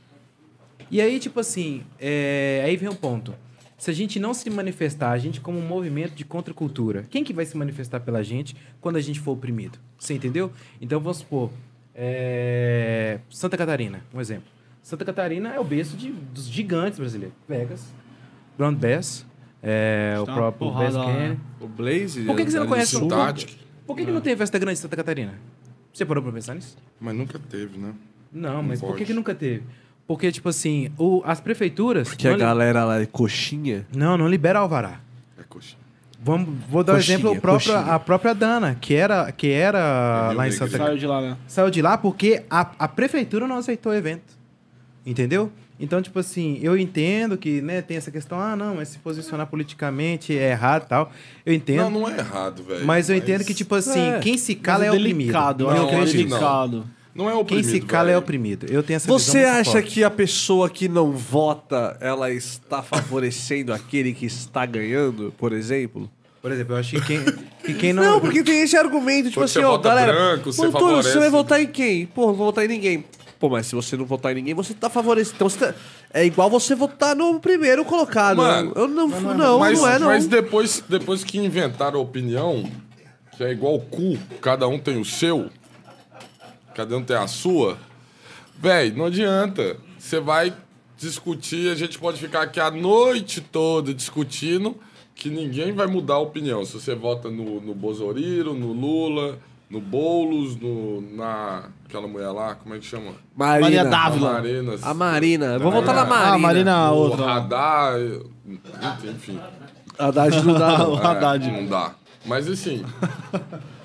Speaker 4: E aí, tipo assim, é, aí vem o ponto. Se a gente não se manifestar, a gente como um movimento de contracultura, quem que vai se manifestar pela gente quando a gente for oprimido? Você entendeu? Então, vamos supor, é, Santa Catarina, um exemplo. Santa Catarina é o berço de- dos gigantes brasileiros. Vegas, Brown Bass, é, o
Speaker 5: Tá uma
Speaker 4: próprio
Speaker 5: porrada
Speaker 4: Bass
Speaker 5: lá, né? É.
Speaker 4: Canyon.
Speaker 1: O Blaze.
Speaker 4: Por que, que você não conhece o...
Speaker 3: Tático.
Speaker 4: Por que, que não tem festa grande em Santa Catarina? Você parou pra pensar nisso?
Speaker 3: Mas nunca teve, né?
Speaker 4: Não, mas por que,
Speaker 3: pode.
Speaker 4: que nunca teve? Porque, tipo assim, o- as prefeituras...
Speaker 1: Que a
Speaker 4: não li-
Speaker 1: galera lá é coxinha.
Speaker 4: Não, não libera alvará.
Speaker 3: É coxinha.
Speaker 4: Vamos, vou dar um
Speaker 1: Coxinha,
Speaker 4: exemplo o próprio-
Speaker 1: coxinha.
Speaker 4: a própria Dana, que era, que era
Speaker 3: Rio
Speaker 4: lá em
Speaker 3: Negro.
Speaker 4: Santa
Speaker 2: Saiu de lá, né?
Speaker 4: Saiu de lá porque a, a prefeitura não aceitou o evento. Entendeu? Então, tipo assim, eu entendo que né, tem essa questão, ah, não, mas se posicionar politicamente é errado e tal. Eu entendo.
Speaker 3: Não, não é errado, velho.
Speaker 4: mas eu entendo que, tipo assim,
Speaker 5: É.
Speaker 4: quem se cala é, oprimido.
Speaker 5: delicado,
Speaker 3: Não,
Speaker 5: eu acho que é
Speaker 3: acho que não.
Speaker 5: delicado.
Speaker 3: Não é oprimido,
Speaker 4: Quem se cala é
Speaker 3: velho.
Speaker 4: oprimido. Eu tenho essa
Speaker 1: Você
Speaker 4: visão muito
Speaker 1: acha
Speaker 4: forte.
Speaker 1: que a pessoa que não vota, ela está favorecendo aquele que está ganhando, por exemplo?
Speaker 4: Por exemplo, eu acho que quem, que quem não.
Speaker 1: Não, porque tem esse argumento, tipo
Speaker 3: Quando
Speaker 1: assim,
Speaker 3: você
Speaker 1: ó,
Speaker 3: vota
Speaker 1: galera,
Speaker 3: branco, você
Speaker 1: Antônio,
Speaker 3: favorece.
Speaker 1: você vai é votar em quem? Pô, não vou votar em ninguém. Pô, mas se você não votar em ninguém, você tá favorecendo. Então você tá- é igual você votar no primeiro colocado.
Speaker 3: Mano,
Speaker 1: eu não, não, não,
Speaker 3: mas,
Speaker 1: é não.
Speaker 3: mas depois, depois que inventaram a opinião, que é igual cu, cada um tem o seu, cada um tem a sua, velho, não adianta. Você vai discutir, a gente pode ficar aqui a noite toda discutindo que ninguém vai mudar a opinião. Se você vota no, no Bozoriro, no Lula, no Boulos, no, na... Aquela mulher lá, como é que chama?
Speaker 1: Marina.
Speaker 5: Maria Dávila.
Speaker 3: Marina.
Speaker 1: A Marina. Eu vou votar na Marina.
Speaker 2: Ah, Marina,
Speaker 3: O
Speaker 2: outra.
Speaker 3: Radar... Enfim.
Speaker 1: A Haddad não dá,
Speaker 2: [laughs]
Speaker 1: não.
Speaker 2: O Haddad.
Speaker 3: É, não dá. Mas assim,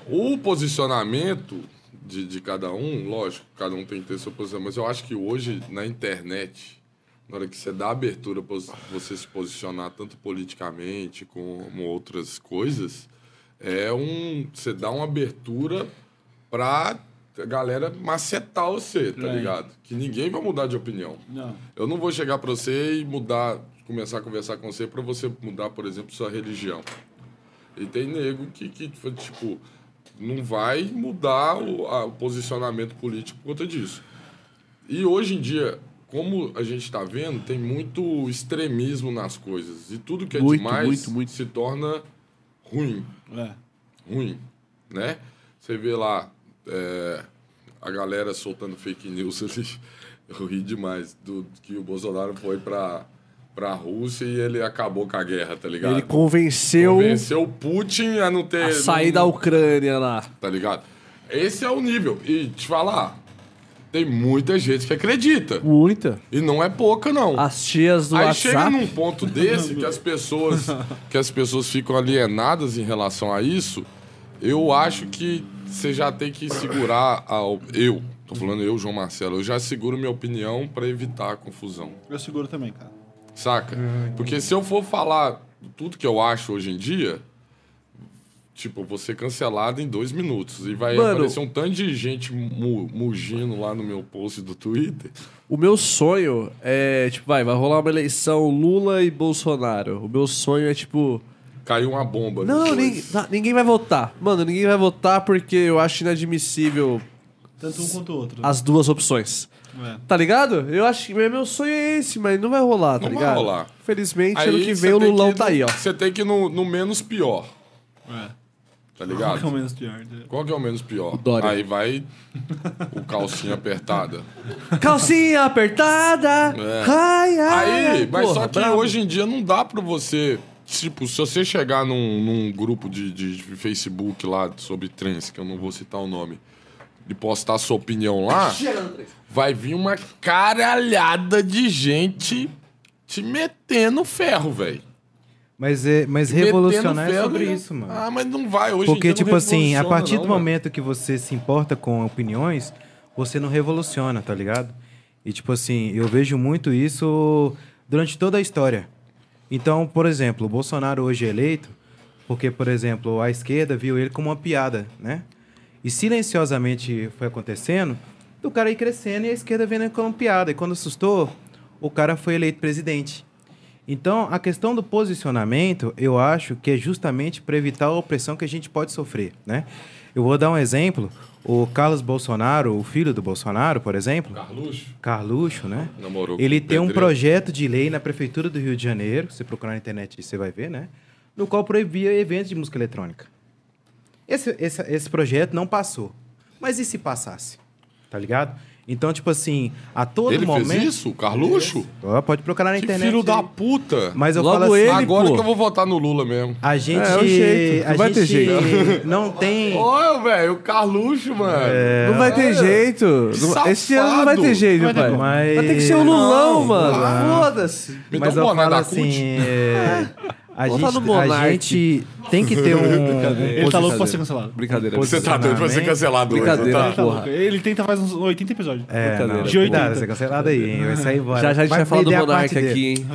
Speaker 3: o posicionamento de, de cada um, lógico, cada um tem que ter seu posicionamento, mas eu acho que hoje, na internet, na hora que você dá abertura para você se posicionar tanto politicamente como outras coisas, é um. Você dá uma abertura pra a galera macetar você, tá ligado? Que ninguém vai mudar de opinião. Eu não vou chegar pra você e mudar, começar a conversar com você pra você mudar, por exemplo, sua religião. E tem nego que, que foi, tipo, não vai mudar o, a- o posicionamento político por conta disso. E hoje em dia, como a gente está vendo, tem muito extremismo nas coisas. E tudo que é
Speaker 1: Muito,
Speaker 3: demais
Speaker 1: muito, muito.
Speaker 3: se torna ruim. Ruim, né? Você vê lá é, a galera soltando fake news ali. [laughs] Eu ri demais do que o Bolsonaro foi para para Rússia e ele acabou com a guerra, tá ligado?
Speaker 1: Ele convenceu
Speaker 3: Convenceu o Putin a não ter.
Speaker 1: a sair da
Speaker 3: não-
Speaker 1: Ucrânia lá.
Speaker 3: Tá ligado? Esse é o nível. E te falar, tem muita gente que acredita.
Speaker 1: Muita.
Speaker 3: E não é pouca, não.
Speaker 1: As tias do
Speaker 3: Aí chega
Speaker 1: WhatsApp.
Speaker 3: num ponto desse que as pessoas que as pessoas ficam alienadas em relação a isso. Eu acho que você já tem que segurar a op- eu. Tô falando eu, João Marcelo. Eu já seguro minha opinião pra evitar a confusão.
Speaker 2: Eu seguro também, cara.
Speaker 3: Saca? Porque se eu for falar tudo que eu acho hoje em dia, tipo, eu vou ser cancelado em dois minutos. E vai
Speaker 1: Mano.
Speaker 3: aparecer um tanto de gente mu mugindo lá no meu post do Twitter.
Speaker 1: O meu sonho é, tipo, vai, vai rolar uma eleição Lula e Bolsonaro. O meu sonho é, tipo,
Speaker 3: Caiu uma bomba. nos
Speaker 1: não,
Speaker 3: dois.
Speaker 1: ninguém, tá, ninguém vai votar. Mano, ninguém vai votar porque eu acho inadmissível
Speaker 2: Tanto um quanto o outro.
Speaker 4: Ah.
Speaker 1: as duas opções.
Speaker 2: É.
Speaker 1: Tá ligado? Eu acho que meu sonho é esse, mas não vai rolar, tá
Speaker 3: Não vai
Speaker 1: ligado?
Speaker 3: rolar.
Speaker 1: Felizmente,
Speaker 3: Aí
Speaker 1: ano que
Speaker 3: você
Speaker 1: vem o
Speaker 3: tem
Speaker 1: Lulão
Speaker 3: ir
Speaker 1: tá
Speaker 3: no-
Speaker 1: aí, ó.
Speaker 3: Você tem que ir no, no menos pior. Tá ligado?
Speaker 1: é
Speaker 2: Pelo menos pior. né?
Speaker 3: Qual que é o menos pior?
Speaker 1: Dória.
Speaker 3: Aí vai o calcinha apertada.
Speaker 1: Calcinha apertada!
Speaker 3: É.
Speaker 1: Ai, ai!
Speaker 3: Aí,
Speaker 1: ai,
Speaker 3: mas
Speaker 1: porra,
Speaker 3: só que
Speaker 1: bravo.
Speaker 3: hoje em dia não dá pra você. Tipo, se você chegar num, num grupo de, de Facebook lá sobre trens, que eu não vou citar o nome, e postar sua opinião lá, vai vir uma caralhada de gente te metendo ferro, velho.
Speaker 4: Mas, é, mas
Speaker 3: Metendo
Speaker 4: revolucionar é
Speaker 3: ferro,
Speaker 4: sobre
Speaker 3: né?
Speaker 4: isso, mano.
Speaker 3: Ah, mas não vai hoje. em dia
Speaker 4: Porque,
Speaker 3: não
Speaker 4: tipo assim, a
Speaker 3: revoluciona,
Speaker 4: partir
Speaker 3: não, é.
Speaker 4: do
Speaker 3: mano.
Speaker 4: momento que você se importa com opiniões, você não revoluciona, tá ligado? E, tipo assim, eu vejo muito isso durante toda a história. Então, por exemplo, o Bolsonaro hoje é eleito porque, por exemplo, a esquerda viu ele como uma piada, né? E silenciosamente foi acontecendo, o cara ia crescendo e a esquerda vendo ele como piada. E quando assustou, o cara foi eleito presidente. Então, a questão do posicionamento, eu acho que é justamente para evitar a opressão que a gente pode sofrer, né? Eu vou dar um exemplo. O Carlos Bolsonaro, o filho do Bolsonaro, por exemplo,
Speaker 3: Carluxo
Speaker 4: Carluxo, né?
Speaker 3: namorou. com
Speaker 4: Ele
Speaker 3: o
Speaker 4: tem um
Speaker 3: pedreiro.
Speaker 4: projeto de lei na Prefeitura do Rio de Janeiro, se procurar na internet você vai ver, né? No qual proibia eventos de música eletrônica. Esse, esse, esse projeto não passou. Mas e se passasse? Tá ligado? Então, tipo assim, a todo
Speaker 3: Ele
Speaker 4: momento.
Speaker 3: fez isso? Carluxo?
Speaker 4: Ó, Pode procurar na
Speaker 3: Que
Speaker 4: internet.
Speaker 3: filho da
Speaker 4: aí.
Speaker 3: puta.
Speaker 4: Mas eu
Speaker 1: Logo
Speaker 4: falo assim,
Speaker 1: ele,
Speaker 3: Agora
Speaker 1: pô.
Speaker 3: que eu vou votar no Lula mesmo.
Speaker 4: a gente.
Speaker 1: É, é o jeito, não
Speaker 4: a
Speaker 1: vai ter
Speaker 4: gente
Speaker 1: jeito.
Speaker 4: não tem.
Speaker 3: Olha, velho, o Carluxo, mano.
Speaker 1: Não vai ter jeito.
Speaker 3: É. safado.
Speaker 1: Esse ano não vai ter jeito,
Speaker 4: Não vai ter
Speaker 1: pai.
Speaker 4: como. Mas-
Speaker 1: Vai ter que ser o Lulão,
Speaker 4: Não,
Speaker 1: mano.
Speaker 4: não.
Speaker 1: Foda-se.
Speaker 3: Me dá
Speaker 4: mas
Speaker 3: um
Speaker 4: eu
Speaker 3: boné
Speaker 4: falo
Speaker 3: da
Speaker 4: assim, é, A
Speaker 1: Vou falar do
Speaker 4: gente, a
Speaker 1: Monark.
Speaker 4: gente tem
Speaker 1: [laughs]
Speaker 4: que ter um.
Speaker 8: Ele tá louco pra ser cancelado.
Speaker 1: Brincadeira.
Speaker 3: Você tá doido pra ser cancelado hoje, não
Speaker 1: um Brincadeira,
Speaker 3: tá?
Speaker 8: Tá
Speaker 1: Porra.
Speaker 8: louco. Ele tenta faz uns 80 episódios.
Speaker 4: É,
Speaker 1: Brincadeira.
Speaker 4: não, de
Speaker 8: De 80.
Speaker 4: 80.
Speaker 8: [laughs]
Speaker 4: Vai ser cancelado aí, hein? Vai sair embora.
Speaker 1: Já já a gente vai falar do
Speaker 4: perder a
Speaker 1: Monark
Speaker 4: parte dele.
Speaker 1: aqui, hein?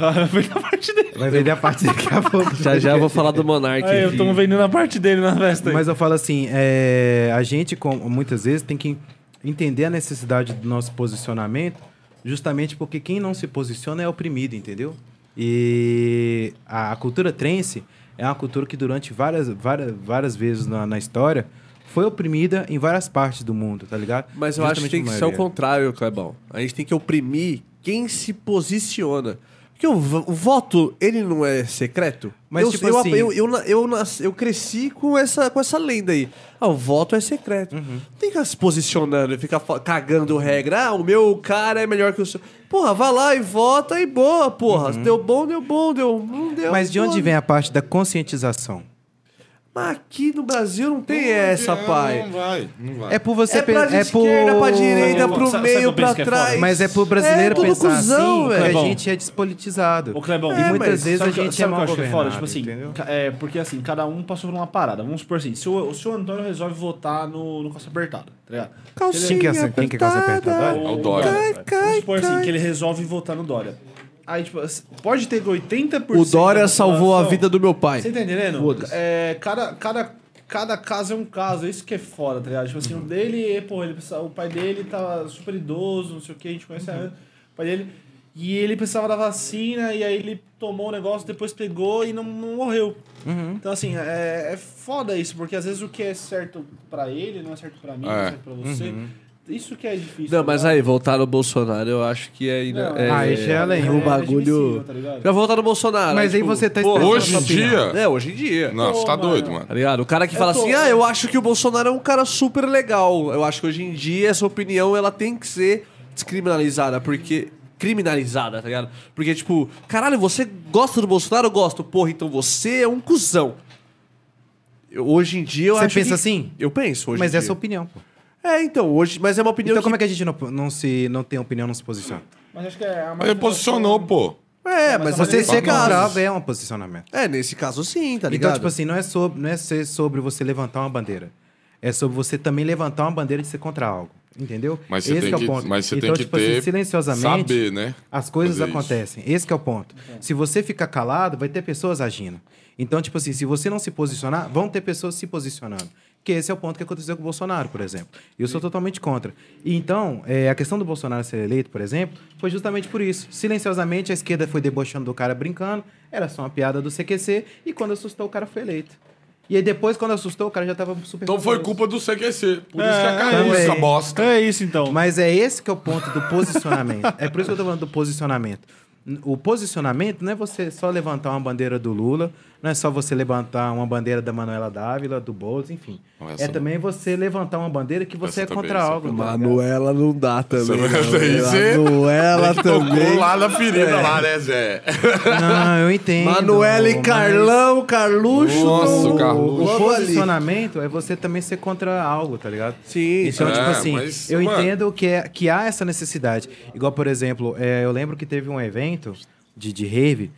Speaker 8: Ah,
Speaker 4: Vai vender a parte daqui a pouco.
Speaker 1: Já já eu vou falar do Monark
Speaker 8: Aí eu
Speaker 1: aqui.
Speaker 8: tô vendendo a parte dele na festa aí.
Speaker 4: É Mas eu falo assim, é, a gente com- muitas vezes tem que entender a necessidade do nosso posicionamento, justamente porque quem não se posiciona é oprimido, entendeu? E a, a cultura trance é uma cultura que durante várias, várias, várias vezes na, na história foi oprimida em várias partes do mundo, tá ligado?
Speaker 1: Mas eu acho que
Speaker 4: Justamente
Speaker 1: tem que
Speaker 4: na
Speaker 1: ser o
Speaker 4: maioria.
Speaker 1: contrário, Clebão. A gente tem que oprimir quem se posiciona. Porque o, v- o voto, ele não é secreto?
Speaker 4: Mas,
Speaker 1: eu,
Speaker 4: tipo
Speaker 1: eu,
Speaker 4: assim-
Speaker 1: eu, eu, na- eu nas- eu cresci com essa, com essa lenda aí. Ah, o voto é secreto.
Speaker 4: Uhum.
Speaker 1: Não tem que ficar se posicionando e ficar fa- cagando regra. Ah, o meu cara é melhor que o seu. Porra, vai lá e vota e boa, porra. Se Deu bom, deu bom, deu. Não deu.
Speaker 4: Uhum. Mas de onde
Speaker 1: porra.
Speaker 4: vem a parte da conscientização?
Speaker 1: Mas aqui no Brasil não tem é essa,
Speaker 3: Não,
Speaker 1: pai.
Speaker 3: Não vai, não vai.
Speaker 4: É por você
Speaker 1: é pra
Speaker 4: pe- é por-
Speaker 1: esquerda, pra direita,
Speaker 8: Sabe-
Speaker 1: pro
Speaker 8: sabe o que
Speaker 1: meio,
Speaker 8: eu penso
Speaker 1: pra
Speaker 8: que é
Speaker 1: trás.
Speaker 8: foda?
Speaker 4: Mas é pro brasileiro
Speaker 1: É tudo
Speaker 4: pensar
Speaker 1: cuzão, velho.
Speaker 4: assim, que a
Speaker 8: Clebão.
Speaker 4: gente é despolitizado.
Speaker 8: Ô, Clebão,
Speaker 4: E
Speaker 8: é,
Speaker 4: muitas
Speaker 1: mas
Speaker 4: vezes
Speaker 8: Sabe
Speaker 4: a
Speaker 8: o que-
Speaker 4: gente é
Speaker 8: sabe o que
Speaker 4: mal
Speaker 8: eu acho que é foda?
Speaker 4: governado,
Speaker 8: Tipo assim,
Speaker 4: entendeu?
Speaker 8: ca- é, porque assim, cada um passou por uma parada. Vamos supor assim, se o, se o Antônio resolve votar no, no Calça Apertada, tá ligado?
Speaker 4: Quem que é essa- quem que é calça apertada?
Speaker 3: É o Dória.
Speaker 1: Cai,
Speaker 8: Vamos supor assim,
Speaker 1: cai.
Speaker 8: que ele resolve votar no Dória. Aí, tipo, assim, pode ter 80%.
Speaker 1: O Dória
Speaker 8: da
Speaker 1: salvou a
Speaker 8: população.
Speaker 1: vida do meu pai.
Speaker 8: Você tá entendendo? É, cada, cada, cada caso é um caso, é isso que é foda, tá ligado? Tipo
Speaker 1: Uhum.
Speaker 8: assim, o dele, pô, ele, precisa- o pai dele tá super idoso, não sei o que, a gente conhece
Speaker 1: Uhum.
Speaker 8: a- o pai dele. E ele precisava da vacina, e aí ele tomou o negócio, depois pegou e não, não morreu.
Speaker 1: Uhum.
Speaker 8: Então, assim, é, é foda isso, porque às vezes o que é certo pra ele não é certo pra mim, não
Speaker 3: É.
Speaker 8: é certo pra você. Isso que é difícil.
Speaker 1: Uhum. Não, mas
Speaker 8: tá ligado?
Speaker 1: aí, voltar no Bolsonaro, eu acho que ainda.
Speaker 8: Não,
Speaker 1: é,
Speaker 4: Ah, isso é além.
Speaker 1: um bagulho.
Speaker 8: admissível, tá ligado?
Speaker 1: Já voltar no Bolsonaro. tipo,
Speaker 4: Mas aí você tá
Speaker 1: porra,
Speaker 4: expressando
Speaker 3: Hoje em
Speaker 4: sua opinião.
Speaker 3: dia...
Speaker 1: É, hoje em dia.
Speaker 3: Não, você tá
Speaker 8: mano.
Speaker 3: doido, mano.
Speaker 1: Tá ligado? O cara que fala
Speaker 8: tô-
Speaker 1: assim, ah, eu acho que o Bolsonaro é um cara super legal. Eu acho que hoje em dia essa opinião ela tem que ser descriminalizada, porque. Criminalizada, tá ligado? Porque, tipo, caralho, você gosta do Bolsonaro? Eu gosto. Porra, então você é um cuzão. Eu- hoje em dia eu
Speaker 4: Você
Speaker 1: acho.
Speaker 4: pensa
Speaker 1: que-
Speaker 4: assim?
Speaker 1: Eu penso hoje.
Speaker 4: Mas
Speaker 1: em
Speaker 4: essa é a
Speaker 1: dia.
Speaker 4: opinião, pô.
Speaker 1: É, então, hoje. Mas é uma opinião.
Speaker 4: Então
Speaker 1: que...
Speaker 4: como é que a gente não, não se, não tem opinião, não se posiciona?
Speaker 8: Mas acho que é a
Speaker 3: Mas ele posicionou, pô.
Speaker 1: É,
Speaker 8: Mas
Speaker 1: mas, você
Speaker 4: Você ser
Speaker 1: nesse caso.
Speaker 4: contrável é um posicionamento.
Speaker 1: É, nesse caso sim, tá
Speaker 4: Então,
Speaker 1: ligado?
Speaker 4: tipo assim, não é, sobre, não é ser sobre você levantar uma bandeira. É sobre você também levantar uma bandeira de ser contra algo. Entendeu?
Speaker 3: Mas você
Speaker 4: Esse
Speaker 3: tem
Speaker 4: que é o
Speaker 3: que-
Speaker 4: ponto.
Speaker 3: mas você
Speaker 4: então,
Speaker 3: tem que
Speaker 4: tipo
Speaker 3: ter-
Speaker 4: assim, silenciosamente,
Speaker 3: Saber, né?
Speaker 4: as coisas
Speaker 3: fazer isso.
Speaker 4: acontecem. Esse que é o ponto. Se você ficar calado, vai ter pessoas agindo. Então, tipo assim, se você não se posicionar, vão ter pessoas se posicionando. Que esse é o ponto que aconteceu com o Bolsonaro, por exemplo. Eu sou totalmente contra. E Então, eh, a questão do Bolsonaro ser eleito, por exemplo, foi justamente por isso. Silenciosamente, a esquerda foi debochando do cara brincando, era só uma piada do CQC, e quando assustou, o cara foi eleito. E aí depois, quando assustou, o cara já tava super...
Speaker 3: Então foi
Speaker 4: famoso.
Speaker 3: culpa do CQC. Por isso que
Speaker 8: É,
Speaker 3: acabou
Speaker 4: é.
Speaker 3: essa bosta.
Speaker 8: É isso então.
Speaker 4: Mas é esse que é o ponto do posicionamento. é por isso que eu tô falando do posicionamento. N- O posicionamento não é você só levantar uma bandeira do Lula, não é só você levantar uma bandeira da Manuela Dávila, do Boulos, enfim.
Speaker 3: Não, essa
Speaker 4: é
Speaker 3: não.
Speaker 4: também você levantar uma bandeira que
Speaker 3: Essa
Speaker 4: você é
Speaker 3: também,
Speaker 4: contra
Speaker 3: essa
Speaker 4: algo. tá ligado?
Speaker 1: Manuela não dá também. não,
Speaker 3: Essa- essa aí
Speaker 1: velho.
Speaker 3: você-
Speaker 1: Manuela também. É.
Speaker 3: Tocou lá na ferida, lá, né, Zé?
Speaker 4: Não, eu entendo.
Speaker 1: Manuela e
Speaker 4: mas
Speaker 1: Carlão, Carluxo.
Speaker 3: Nossa,
Speaker 1: tão
Speaker 3: Carluxo.
Speaker 4: O
Speaker 1: logo ali.
Speaker 4: posicionamento é você também ser contra algo, tá ligado?
Speaker 1: Sim,
Speaker 4: Então,
Speaker 3: É,
Speaker 1: sim.
Speaker 4: tipo assim,
Speaker 3: mas,
Speaker 4: eu
Speaker 3: mano.
Speaker 4: entendo que, é, que há essa necessidade. Igual, por exemplo, é, eu lembro que teve um evento de, de rave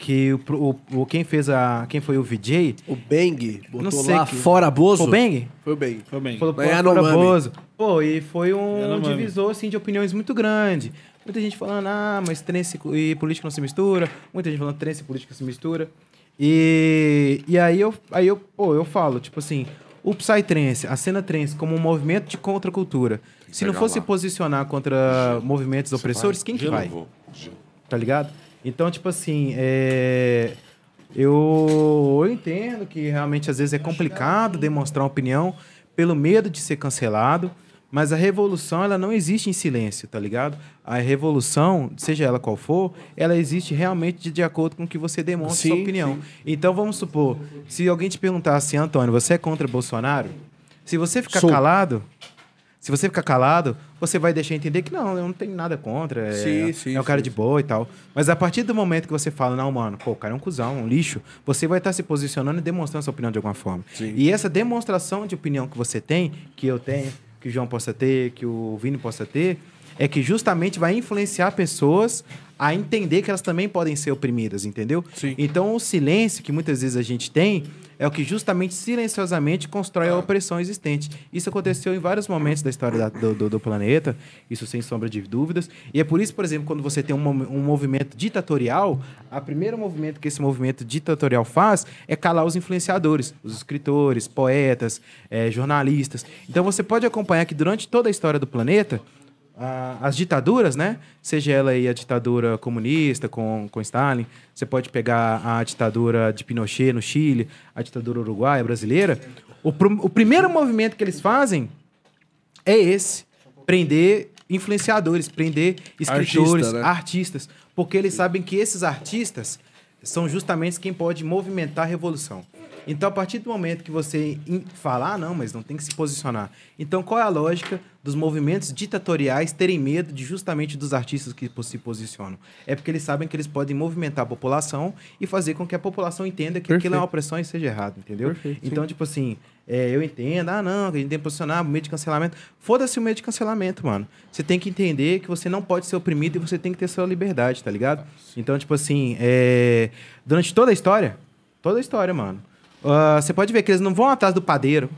Speaker 4: que o, pro- o- o- quem fez a. Quem foi o VJ?
Speaker 1: O Bang botou
Speaker 4: Não sei
Speaker 1: lá
Speaker 4: que-
Speaker 1: fora Bozo.
Speaker 4: Foi o Bang?
Speaker 1: Foi o Bang.
Speaker 8: Foi bem.
Speaker 4: Falou, pô,
Speaker 1: Mas é
Speaker 4: fora
Speaker 1: Yanomami.
Speaker 4: Bozo. Pô, e foi um
Speaker 8: Yanomami.
Speaker 4: divisor assim, de opiniões muito grande. Muita gente falando, ah, mas trance e política não se mistura. Muita gente falando, trance e política se mistura. E, e aí, eu, aí eu, pô, eu falo, tipo assim, o Psytrance, a cena trance como um movimento de contracultura. Se não
Speaker 3: pegar
Speaker 4: fosse
Speaker 3: lá.
Speaker 4: posicionar contra movimentos opressores, quem que
Speaker 3: Eu não
Speaker 4: vai?
Speaker 3: vou. Gelo.
Speaker 4: tá ligado? Então, tipo assim, é... eu... eu entendo que realmente às vezes é complicado demonstrar uma opinião pelo medo de ser cancelado, mas a revolução ela não existe em silêncio, tá ligado? A revolução, seja ela qual for, ela existe realmente de, de acordo com o que você demonstra sua
Speaker 1: Sim,
Speaker 4: opinião. Então, vamos supor, se alguém te perguntar assim, Antônio, você é contra Bolsonaro? Se você ficar
Speaker 1: Sou.
Speaker 4: calado, se você ficar calado, você vai deixar entender que não, eu não tenho nada contra, é,
Speaker 1: Sim, sim,
Speaker 4: é um cara
Speaker 1: sim.
Speaker 4: de boa e tal. Mas a partir do momento que você fala, não, mano, pô, o cara é um cuzão, um lixo, você vai estar se posicionando e demonstrando sua opinião de alguma forma. E essa demonstração de opinião que você tem, que eu tenho, que o João possa ter, que o Vini possa ter, é que justamente vai influenciar pessoas a entender que elas também podem ser oprimidas, entendeu?
Speaker 2: Sim.
Speaker 4: Então o silêncio que muitas vezes a gente tem é o que justamente silenciosamente constrói a opressão existente. Isso aconteceu em vários momentos da história da- do, do- do planeta, isso sem sombra de dúvidas. E é por isso, por exemplo, quando você tem um, mo- um movimento ditatorial, o primeiro movimento que esse movimento ditatorial faz é calar os influenciadores, os escritores, poetas, eh, jornalistas. Então você pode acompanhar que durante toda a história do planeta, a- as ditaduras, né? Seja ela aí a ditadura comunista com, com Stalin, você pode pegar a ditadura de Pinochet no Chile, a ditadura uruguaia brasileira. O, pr- o primeiro movimento que eles fazem é esse: prender influenciadores, prender escritores,
Speaker 1: Artista, né?
Speaker 4: artistas, porque eles sabem que esses artistas são justamente quem pode movimentar a revolução. Então, a partir do momento que você in- falar, "Ah, não, mas não tem que se posicionar. Então, qual é a lógica dos movimentos ditatoriais terem medo de justamente dos artistas que po- se posicionam? É porque eles sabem que eles podem movimentar a população e fazer com que a população entenda que aquilo é uma opressão e seja errado, entendeu? então, tipo assim, é, eu entendo, ah, não, que a gente tem que posicionar o meio de cancelamento. Foda-se o meio de cancelamento, mano. Você tem que entender que você não pode ser oprimido e você tem que ter sua liberdade, tá ligado? Então, tipo assim, é, durante toda a história, toda a história, mano, ah, você pode ver que eles não vão atrás do padeiro,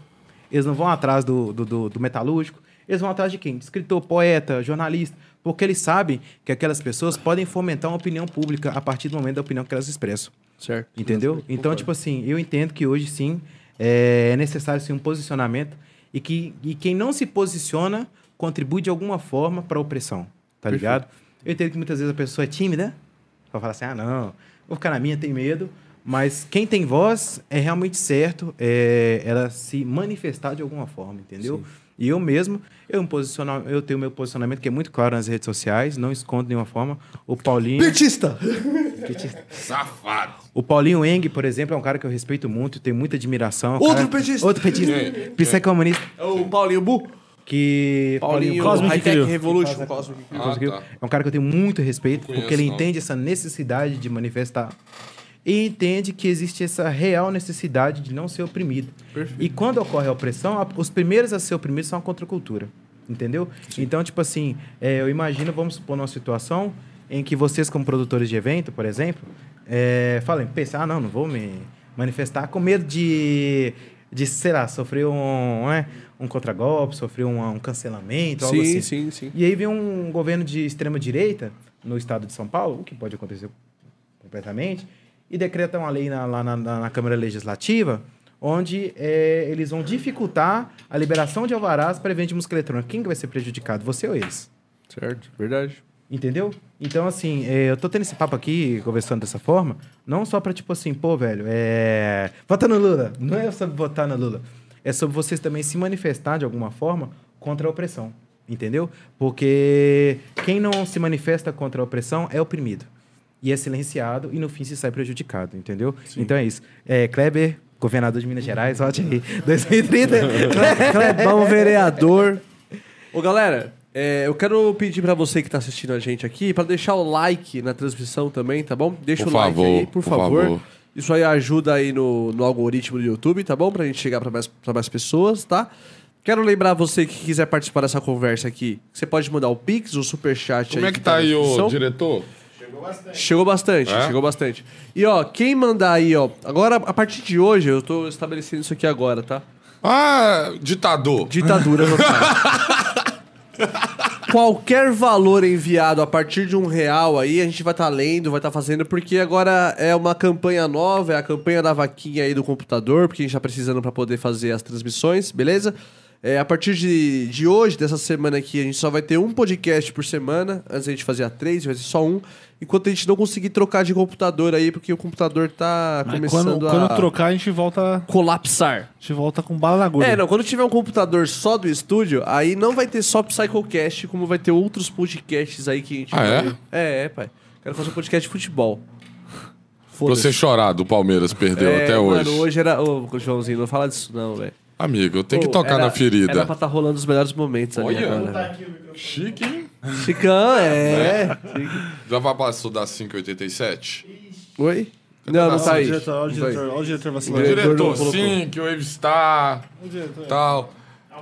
Speaker 4: eles não vão atrás do, do, do- do metalúrgico, eles vão atrás de quem? De escritor, poeta, jornalista. Porque eles sabem que aquelas pessoas podem fomentar uma opinião pública a partir do momento da opinião que elas expressam.
Speaker 1: Certo.
Speaker 4: Entendeu? Então, tipo assim, eu entendo que hoje sim é necessário sim, um posicionamento e que e quem não se posiciona contribui de alguma forma para a opressão, tá ligado? Eu entendo que muitas vezes a pessoa é tímida, vai falar assim: ah, não, vou ficar na minha, tem medo. Mas quem tem voz é realmente certo é, ela se manifestar de alguma forma, entendeu? E eu mesmo, eu, me posiciono, eu tenho meu posicionamento que é muito claro nas redes sociais, não escondo de nenhuma forma. O Paulinho.
Speaker 1: Petista!
Speaker 3: Safado.
Speaker 4: O Paulinho Eng, por exemplo, é um cara que eu respeito muito, tenho muita admiração. é um
Speaker 1: Outro
Speaker 4: cara-
Speaker 1: petista.
Speaker 4: Outro petista.
Speaker 3: É,
Speaker 4: Psicomunista.
Speaker 1: É o Paulinho Bu.
Speaker 4: Que.
Speaker 1: Paulinho
Speaker 4: Cosme
Speaker 1: High Tech Revolution. Cosmic Crew.
Speaker 3: Ah,
Speaker 4: conseguiu.
Speaker 3: tá.
Speaker 4: É um cara que eu tenho muito respeito,
Speaker 3: conheço,
Speaker 4: porque ele
Speaker 3: não.
Speaker 4: entende essa necessidade de manifestar. E entende que existe essa real necessidade de não ser oprimido. E quando ocorre a opressão, a- os primeiros a ser oprimidos são a contracultura. Entendeu? Então, tipo assim, é, eu imagino, vamos supor, numa situação em que vocês, como produtores de evento, por exemplo, é, falem, pensar, ah, não, não vou me manifestar com medo de, de sei lá, sofrer um, né, um contragolpe, sofrer um, um cancelamento, algo assim.
Speaker 1: Sim, sim, sim.
Speaker 4: E aí vem um governo de extrema direita no estado de São Paulo, o que pode acontecer completamente, e decreta uma lei na, lá na, na- na Câmara Legislativa, onde é, eles vão dificultar a liberação de alvarás para evento de música eletrônica. Quem que vai ser prejudicado? Você ou eles?
Speaker 1: Certo, verdade.
Speaker 4: Entendeu? Então, assim, é, eu tô tendo esse papo aqui, conversando dessa forma, não só pra, tipo assim, pô, velho, é. Vota no Lula! Não é sobre votar no Lula. É sobre vocês também se manifestar de alguma forma contra a opressão. Entendeu? Porque quem não se manifesta contra a opressão é oprimido. E é silenciado e no fim se sai prejudicado, entendeu? Então é isso. É, Kleber, governador de Minas Gerais, vote aí. [laughs] 2030.
Speaker 1: Clebão vereador. Ô galera, é, eu quero pedir pra você que tá assistindo a gente aqui pra deixar o like na transmissão também, tá bom? Deixa
Speaker 3: Por
Speaker 1: o like
Speaker 3: favor,
Speaker 1: aí, por,
Speaker 3: por
Speaker 1: favor.
Speaker 3: favor.
Speaker 1: Isso aí ajuda aí no, no algoritmo do YouTube, tá bom? Pra gente chegar pra mais, pra mais pessoas, tá? Quero lembrar você que quiser participar dessa conversa aqui, você pode mandar o Pix, o Superchat
Speaker 3: Como
Speaker 1: aí.
Speaker 3: é que tá aí
Speaker 1: o
Speaker 3: o diretor?
Speaker 1: Chegou bastante,
Speaker 3: É?
Speaker 1: chegou bastante. E ó, quem mandar aí, ó, agora a partir de hoje, eu tô estabelecendo isso aqui agora, tá?
Speaker 3: Ah, ditador.
Speaker 1: Ditadura local. [laughs] Qualquer valor enviado a partir de um real aí, a gente vai estar lendo, vai estar fazendo, porque agora é uma campanha nova, é a campanha da vaquinha aí do computador, porque a gente tá precisando para poder fazer as transmissões, beleza? É, a partir de, de hoje, dessa semana aqui, a gente só vai ter um podcast por semana. Antes a gente fazia três, vai ser só um. Enquanto a gente não conseguir trocar de computador aí, porque o computador tá
Speaker 2: Mas
Speaker 1: começando
Speaker 2: quando,
Speaker 1: a
Speaker 2: quando trocar, a gente volta,
Speaker 1: colapsar.
Speaker 2: a gente volta com bala na agulha.
Speaker 1: É, não, quando tiver um computador só do estúdio, aí não vai ter só Psychocast, como vai ter outros podcasts aí que a gente
Speaker 3: Ah, é?
Speaker 1: vai- é, é, pai. Quero fazer um podcast de futebol.
Speaker 3: Pra você chorar do Palmeiras perdeu
Speaker 1: É,
Speaker 3: até hoje.
Speaker 1: Mano, hoje era. Ô, Joãozinho, não fala disso não, velho.
Speaker 3: Amigo, eu tenho que
Speaker 1: Ô,
Speaker 3: tocar
Speaker 1: era-
Speaker 3: na ferida.
Speaker 1: Era pra estar rolando os melhores momentos ali
Speaker 3: Olha. tá
Speaker 1: agora. velho.
Speaker 3: Chique, hein?
Speaker 1: Chicão, é.
Speaker 3: Já vai passou das 5,87?
Speaker 1: Oi? Não, não tá
Speaker 3: Olha
Speaker 1: aí.
Speaker 3: o
Speaker 2: Diretor, olha o
Speaker 1: Não tá aí.
Speaker 2: diretor, olha o diretor
Speaker 3: O
Speaker 2: vacilando.
Speaker 3: diretor,
Speaker 1: é.
Speaker 3: sim, que o Wave Star, tal.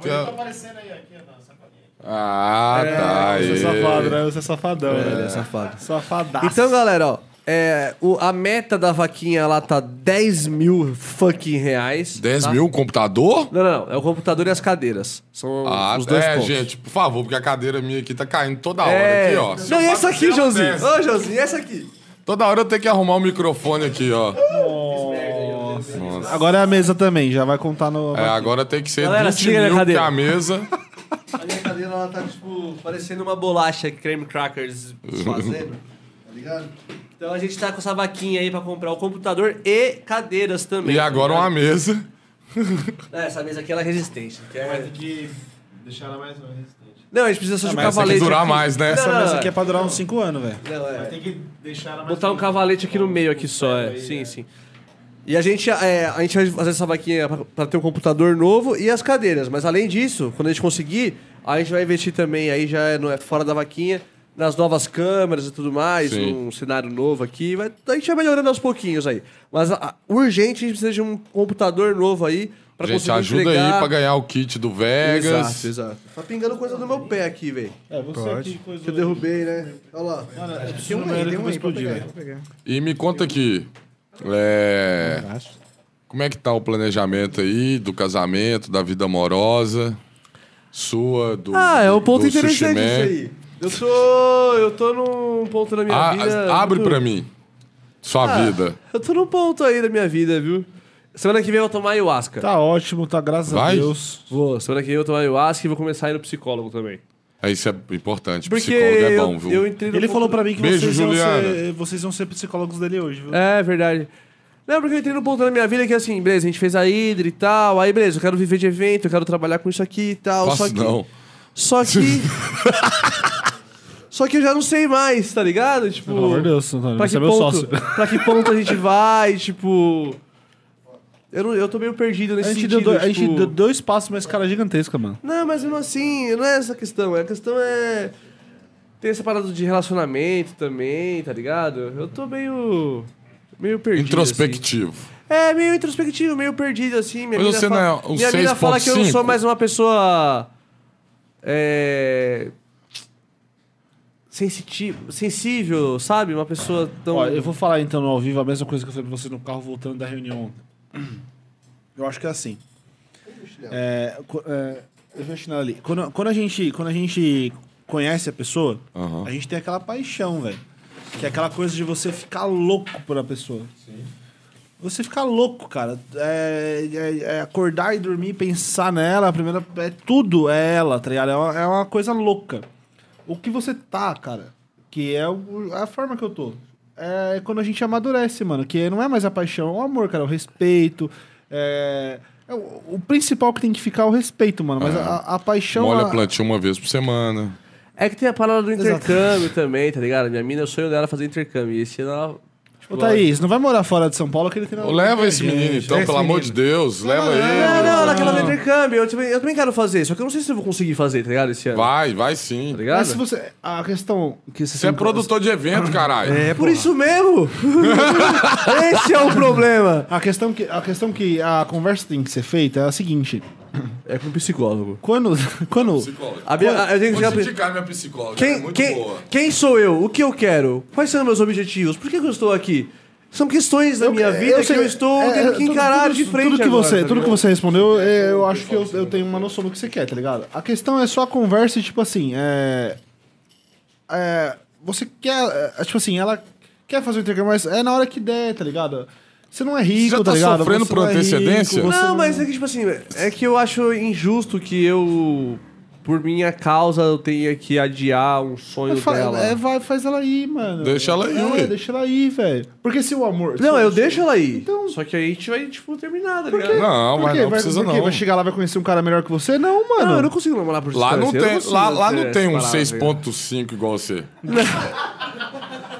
Speaker 3: Tem a-
Speaker 1: Ah, tá
Speaker 8: aparecendo aí aqui na sacolinha.
Speaker 3: Ah, tá.
Speaker 2: Você é
Speaker 3: aí.
Speaker 2: safado, né? Você é safadão,
Speaker 1: Ele é
Speaker 2: né?
Speaker 1: safado.
Speaker 2: Safadaço.
Speaker 1: Então, galera, ó. é, o- a meta da vaquinha lá tá 10 mil fucking reais.
Speaker 3: 10
Speaker 1: tá?
Speaker 3: mil um computador?
Speaker 1: Não, não, não. É o computador e as cadeiras. São
Speaker 3: Ah,
Speaker 1: os dois
Speaker 3: é,
Speaker 1: pontos.
Speaker 3: gente, por favor, porque a cadeira minha aqui tá caindo toda hora
Speaker 1: É.
Speaker 3: aqui, ó. é Se
Speaker 1: Não,
Speaker 3: eu
Speaker 1: e essa
Speaker 3: bato
Speaker 1: aqui,
Speaker 3: nela,
Speaker 1: Joãozinho?
Speaker 3: desce.
Speaker 1: Ô, Joãozinho, e essa aqui?
Speaker 3: Toda hora eu tenho que arrumar o microfone aqui, ó.
Speaker 2: Agora é a mesa também, já vai contar no.
Speaker 3: É, agora tem que ser
Speaker 1: Galera,
Speaker 3: 20
Speaker 1: siga na
Speaker 3: mil que é
Speaker 1: cadeira.
Speaker 3: a mesa.
Speaker 1: A minha cadeira, ela tá, tipo, parecendo uma bolacha creme
Speaker 3: [laughs]
Speaker 1: crackers fazendo. Tá ligado? Então a gente tá com essa vaquinha aí pra comprar o computador e cadeiras também.
Speaker 3: E agora uma mesa.
Speaker 1: uma... Essa mesa aqui ela é resistente. que é-
Speaker 10: que deixar ela mais resistente.
Speaker 1: Não, a gente precisa só de um
Speaker 3: Essa
Speaker 1: cavalete.
Speaker 3: Ah, que durar
Speaker 1: aqui.
Speaker 3: mais, né?
Speaker 1: Não, não,
Speaker 2: Essa
Speaker 1: não,
Speaker 2: aqui é pra durar uns 5 anos, velho.
Speaker 1: não, é.
Speaker 10: Tem que deixar ela mais
Speaker 1: Botar um cavalete aqui no meio aqui só, é. Sim, sim. E a gente, é, a gente vai fazer essa vaquinha pra- pra ter um computador novo e as cadeiras. Mas além disso, quando a gente conseguir, a gente vai investir também, aí já é- não é fora da vaquinha, nas novas câmeras e tudo mais,
Speaker 3: Sim.
Speaker 1: num cenário novo aqui. Vai- a gente vai melhorando aos pouquinhos aí. Mas a, a- urgente, a gente precisa de um computador novo aí pra
Speaker 3: gente,
Speaker 1: conseguir
Speaker 3: ajuda
Speaker 1: entregar.
Speaker 3: aí pra ganhar o kit do Vegas.
Speaker 1: Exato, exato. Tá pingando coisa no meu pé aqui, velho.
Speaker 2: É, você Pode. aqui coisa.
Speaker 1: Que eu derrubei, né? Olha lá.
Speaker 2: Tem um aí, tem um aí, pode pegar.
Speaker 3: E me conta aqui. é, Como é que tá o planejamento aí do casamento, da vida amorosa? Sua, do.
Speaker 1: Ah, é um ponto
Speaker 3: do
Speaker 1: interessante
Speaker 3: Sushi né? Man?
Speaker 1: isso aí. Eu tô. Eu tô num ponto da minha
Speaker 3: Ah,
Speaker 1: vida. é
Speaker 3: abre
Speaker 1: muito-
Speaker 3: pra mim. Sua
Speaker 1: Ah,
Speaker 3: vida.
Speaker 1: Eu tô num ponto aí da minha vida, viu? Semana que vem eu vou tomar ayahuasca.
Speaker 2: Tá ótimo, tá graças a
Speaker 3: Vai?
Speaker 2: Deus.
Speaker 1: Vou, semana que vem eu vou tomar ayahuasca e vou começar a ir no psicólogo também.
Speaker 3: Ah, Isso é importante.
Speaker 1: Porque
Speaker 3: Psicólogo é
Speaker 1: eu,
Speaker 3: bom, viu?
Speaker 1: eu entrei no
Speaker 2: Ele
Speaker 1: ponto-
Speaker 2: falou pra mim que
Speaker 3: Beijo,
Speaker 2: vocês, iam
Speaker 3: Juliana.
Speaker 2: ser, vocês iam ser psicólogos dele hoje, viu?
Speaker 1: É, verdade. Não, porque eu entrei num ponto da minha vida que assim, beleza, a gente fez a Hidra e tal, aí beleza, eu quero viver de evento, eu quero trabalhar com isso aqui e tal. só
Speaker 3: Faço
Speaker 1: que,
Speaker 3: não.
Speaker 1: Só
Speaker 2: [laughs]
Speaker 1: que. só que eu já não sei mais, tá ligado? Tipo.
Speaker 2: Pelo amor de Deus, Antônio,
Speaker 1: Pra
Speaker 2: você
Speaker 1: que,
Speaker 2: é meu
Speaker 1: ponto,
Speaker 2: sócio.
Speaker 1: pra que ponto a gente vai, tipo. Eu, não, eu tô meio perdido nesse
Speaker 2: A gente, deu
Speaker 1: sentido.
Speaker 2: dois, a gente
Speaker 1: tipo-
Speaker 2: deu dois passos, mas cara é gigantesca, mano.
Speaker 1: Não, mas mesmo assim, não é essa a questão. A questão é. Tem essa parada de relacionamento também, tá ligado? Eu tô meio. meio perdido.
Speaker 3: Introspectivo.
Speaker 1: assim. É, meio introspectivo, meio perdido, assim. Minha
Speaker 3: Mas
Speaker 1: mina
Speaker 3: você
Speaker 1: fala,
Speaker 3: não é um
Speaker 1: Minha mina fala que eu não sou
Speaker 3: 6.5?
Speaker 1: mais uma pessoa. É. Sensitivo, sensível, sabe? Uma pessoa tão.
Speaker 2: Ó, eu vou falar então no ao vivo a mesma coisa que eu falei pra você no carro voltando da reunião ontem. Eu acho que é assim. É, co- é, deixa eu chinelo ali. Quando, quando, a gente, quando a gente conhece a pessoa,
Speaker 3: Aham.
Speaker 2: a gente tem aquela paixão, velho. Que é aquela coisa de você ficar louco por a pessoa. Você ficar louco, cara. É, é- é acordar e dormir, pensar nela, a primeira. É tudo é ela, tá ligado? É uma, é uma coisa louca. O que você tá, cara, que é o- a forma que eu tô. É quando a gente amadurece, mano. Que não é mais a paixão, é o amor, cara, é o respeito. É, é o, o principal que tem que ficar é o respeito, mano. Mas a, a paixão.
Speaker 3: Molha
Speaker 2: a-
Speaker 3: plantio uma vez por semana.
Speaker 1: É que tem a parada do intercâmbio também, tá ligado? Minha mina, o sonho dela é fazer intercâmbio. E esse ela.
Speaker 2: Ô, Thaís, não vai morar fora de São Paulo que ele tem
Speaker 3: Ô,
Speaker 1: é
Speaker 3: Leva esse menino, então, pelo amor de Deus. Leva
Speaker 1: Não,
Speaker 3: ele.
Speaker 1: não, ela quer fazer intercâmbio. Eu também, eu também quero fazer, só que eu não sei se eu vou conseguir fazer, tá ligado? Esse ano.
Speaker 3: Vai, vai
Speaker 1: Tá
Speaker 3: sim.
Speaker 1: ligado?
Speaker 2: Mas se você. A questão que você.
Speaker 3: Você é
Speaker 2: sempre-
Speaker 3: produtor de evento, caralho. É,
Speaker 1: Por isso
Speaker 2: [laughs]
Speaker 1: mesmo! esse é o problema!
Speaker 2: A questão, que, a questão que a conversa tem que ser feita é a seguinte.
Speaker 1: É
Speaker 2: um
Speaker 1: com psicólogo.
Speaker 2: Quando. [laughs] quando
Speaker 1: A minha- a- eu tenho que
Speaker 3: Vou
Speaker 1: chegar
Speaker 3: te
Speaker 1: pra-
Speaker 3: indicar minha psicóloga. Quem, é
Speaker 1: quem,
Speaker 3: muito
Speaker 1: quem,
Speaker 3: boa.
Speaker 1: quem sou eu? O que eu quero? Quais são meus objetivos? Por que, que eu estou aqui? São questões da minha vida
Speaker 2: sei-
Speaker 1: que eu estou
Speaker 2: é,
Speaker 1: tendo
Speaker 2: é,
Speaker 1: que
Speaker 2: tudo-
Speaker 1: encarar
Speaker 2: tudo-
Speaker 1: de frente
Speaker 2: Tudo que
Speaker 1: agora,
Speaker 2: você,
Speaker 1: tá
Speaker 2: tudo que
Speaker 1: ligado?
Speaker 2: você respondeu, é, eu acho que eu, eu tenho uma noção do que você quer, tá ligado? A questão é só a conversa, e, tipo assim, é, é, você quer, é, tipo assim, ela quer fazer o intercâmbio, mas é na hora que der, tá ligado? Você não é rico,
Speaker 3: já tá
Speaker 2: tá ligado?
Speaker 3: sofrendo
Speaker 2: Você
Speaker 3: por
Speaker 2: não é rico,
Speaker 3: antecedência?
Speaker 2: você
Speaker 1: Não, mas é que, tipo assim, é que eu acho injusto que eu, por minha causa, eu tenha que adiar um sonho
Speaker 2: Fa-
Speaker 1: dela.
Speaker 2: é, vai, faz ela ir, mano.
Speaker 3: Deixa ela ir,
Speaker 2: É,
Speaker 3: ué.
Speaker 2: deixa ela ir, velho. Porque se o amor...
Speaker 1: Não,
Speaker 2: se-
Speaker 1: eu deixo ela ir.
Speaker 2: Então-
Speaker 1: Só que aí a gente vai, tipo, terminar, tá ligado?
Speaker 3: Não,
Speaker 2: Por
Speaker 3: mas
Speaker 2: quê?
Speaker 3: não
Speaker 2: Vai-
Speaker 3: precisa
Speaker 2: por quê?
Speaker 3: não.
Speaker 2: Vai chegar lá, vai conhecer um cara melhor que você? Não, mano.
Speaker 1: Não, eu não consigo namorar por
Speaker 3: Lá não
Speaker 1: distância, eu
Speaker 3: tem,
Speaker 1: consigo
Speaker 3: lá, lá
Speaker 1: ter
Speaker 3: não tem um
Speaker 1: essa parada, tá ligado?
Speaker 3: 6.5 igual você.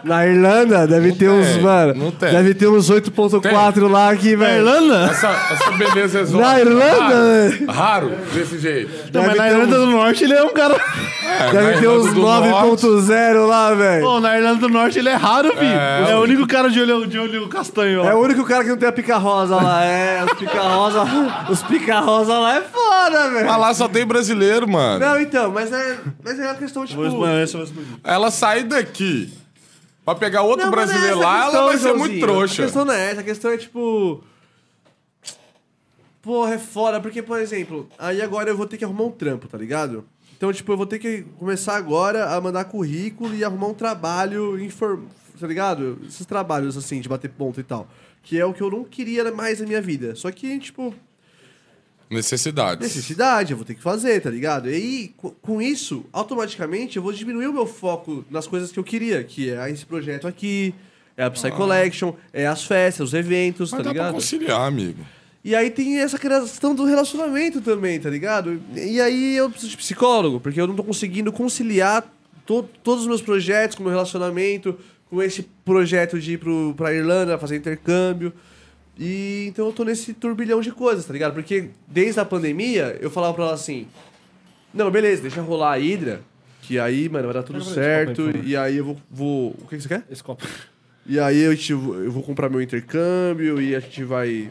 Speaker 1: Na Irlanda deve ter uns,
Speaker 3: tem,
Speaker 1: mano.
Speaker 3: não tem.
Speaker 1: Deve ter uns 8.4 lá aqui, velho. Na Irlanda?
Speaker 3: Essa, essa beleza exótica.
Speaker 1: Na Irlanda? velho.
Speaker 3: Raro, raro, desse jeito.
Speaker 2: Não, mas na Irlanda do Norte ele é um cara.
Speaker 3: É,
Speaker 1: Deve
Speaker 3: na
Speaker 1: ter
Speaker 3: Irlanda
Speaker 1: uns
Speaker 3: do Norte,
Speaker 1: 9.0 lá, velho.
Speaker 2: Pô, na Irlanda do Norte ele é raro, filho. É, o único cara de olho, de olho castanho lá.
Speaker 1: É o único cara que não tem a pica rosa lá, é. Os pica rosa, os pica rosa lá é foda. foda, velho.
Speaker 3: Mas lá só tem brasileiro, mano.
Speaker 1: Não, então, mas é, mas é uma questão, tipo...
Speaker 2: é
Speaker 3: Ela sair daqui pra pegar outro
Speaker 1: Não, mas não é
Speaker 3: brasileiro
Speaker 1: essa a
Speaker 3: lá,
Speaker 1: questão,
Speaker 3: ela vai ser
Speaker 1: Joãozinho.
Speaker 3: muito trouxa.
Speaker 1: A questão não é essa, a questão é tipo. Porra, é foda, porque, por exemplo, aí agora eu vou ter que arrumar um trampo, tá ligado? Então, tipo, eu vou ter que começar agora a mandar currículo e arrumar um trabalho inform... tá ligado? Esses trabalhos, assim, de bater ponto e tal. Que é o que eu não queria mais na minha vida. Só que, tipo,
Speaker 3: Necessidades.
Speaker 1: necessidade, eu vou ter que fazer, tá ligado? E aí, co- com isso, automaticamente eu vou diminuir o meu foco nas coisas que eu queria, que é esse projeto aqui, é a Psy Collection, é as festas, os eventos,
Speaker 3: Ah.
Speaker 1: tá
Speaker 3: Mas dá pra
Speaker 1: ligado?
Speaker 3: conciliar, amigo.
Speaker 1: E aí tem essa questão do relacionamento também, tá ligado? E aí eu preciso de psicólogo, porque eu não tô conseguindo conciliar to- todos os meus projetos com o meu relacionamento, com esse projeto de ir pro, pra Irlanda fazer intercâmbio. E então eu tô nesse turbilhão de coisas, tá ligado? Porque desde a pandemia eu falava pra ela assim: Não, beleza, deixa rolar a Hydra, que aí, mano, vai dar tudo certo. e aí eu vou, vou. O que, que você quer?
Speaker 5: Esse copo.
Speaker 1: E aí eu, te, eu vou comprar meu intercâmbio e a gente vai.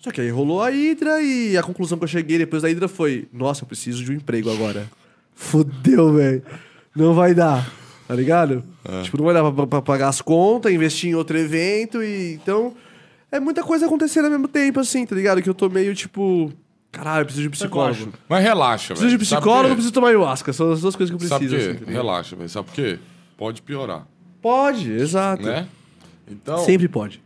Speaker 1: Só que aí rolou a Hydra e a conclusão que eu cheguei depois da Hydra foi: Nossa, eu preciso de um emprego agora. Fudeu, velho. Não vai dar. Tá ligado?
Speaker 3: É.
Speaker 1: Tipo, não vai dar pra, pra- pra pagar as contas, investir em outro evento e. Então. É muita coisa acontecendo ao mesmo tempo, assim, tá ligado? Que eu tô meio tipo. Caralho, eu preciso de um psicólogo.
Speaker 3: Mas relaxa, velho.
Speaker 1: Preciso de um
Speaker 3: Sabe
Speaker 1: psicólogo,
Speaker 3: por quê?
Speaker 1: preciso tomar ayahuasca. São as duas coisas que eu
Speaker 3: Sabe
Speaker 1: preciso.
Speaker 3: por quê?
Speaker 1: assim, tá ligado?
Speaker 3: relaxa, velho. Sabe por quê? Pode piorar,
Speaker 1: Pode, exato.
Speaker 3: né? Então,
Speaker 1: Sempre pode.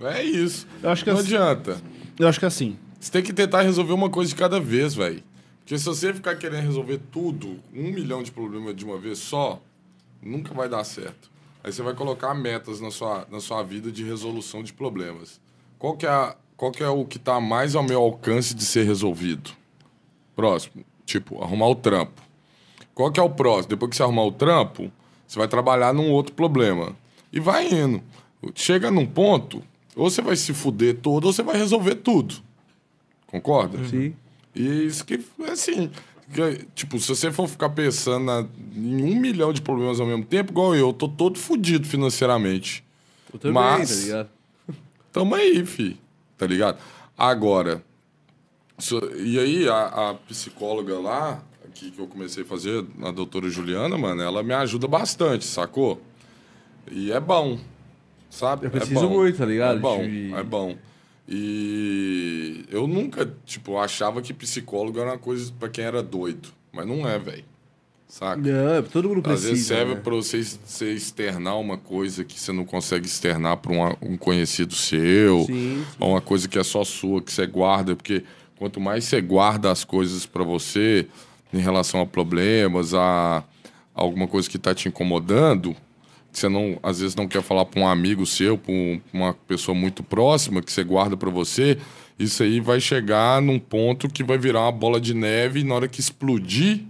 Speaker 3: é isso.
Speaker 2: Eu acho que
Speaker 3: não
Speaker 2: assim-
Speaker 3: adianta.
Speaker 2: Eu acho que é assim.
Speaker 3: Você tem que tentar resolver uma coisa de cada vez, velho. Porque se você ficar querendo resolver tudo, um milhão de problemas de uma vez só, nunca vai dar certo. Aí você vai colocar metas na sua, na sua vida de resolução de problemas. Qual que é, a- qual que é o que está mais ao meu alcance de ser resolvido? Próximo. Tipo, arrumar o trampo. Qual que é o próximo? Depois que você arrumar o trampo, você vai trabalhar num outro problema. E vai indo. Chega num ponto, ou você vai se fuder todo, ou você vai resolver tudo. Concorda?
Speaker 1: Sim.
Speaker 3: E isso que, assim, que, tipo, se você for ficar pensando na- em um milhão de problemas ao mesmo tempo, igual eu, eu tô todo fudido financeiramente.
Speaker 1: Eu também,
Speaker 3: Mas-
Speaker 1: tá ligado?
Speaker 3: Tamo aí, fi. Tá ligado? Agora, so- e aí a, a psicóloga lá, que, que eu comecei a fazer, a doutora Juliana, mano, ela me ajuda bastante, sacou? E é bom, sabe?
Speaker 1: Eu
Speaker 3: é
Speaker 1: preciso
Speaker 3: bom.
Speaker 1: muito, tá ligado?
Speaker 3: É bom,
Speaker 1: De-
Speaker 3: é bom. E eu nunca, tipo, achava que psicólogo era uma coisa pra quem era doido. Mas não é, velho. Saca?
Speaker 1: Não, todo mundo
Speaker 3: Às
Speaker 1: precisa.
Speaker 3: vezes serve
Speaker 1: né?
Speaker 3: pra você, es- você externar uma coisa que você não consegue externar pra um, a- um conhecido seu,
Speaker 1: Sim,
Speaker 3: ou uma coisa que é só sua, que você guarda, porque quanto mais você guarda as coisas pra você em relação a problemas, a alguma coisa que tá te incomodando, que você não, às vezes não quer falar pra um amigo seu, pra um- pra uma pessoa muito próxima, que você guarda pra você, isso aí vai chegar num ponto que vai virar uma bola de neve e na hora que explodir,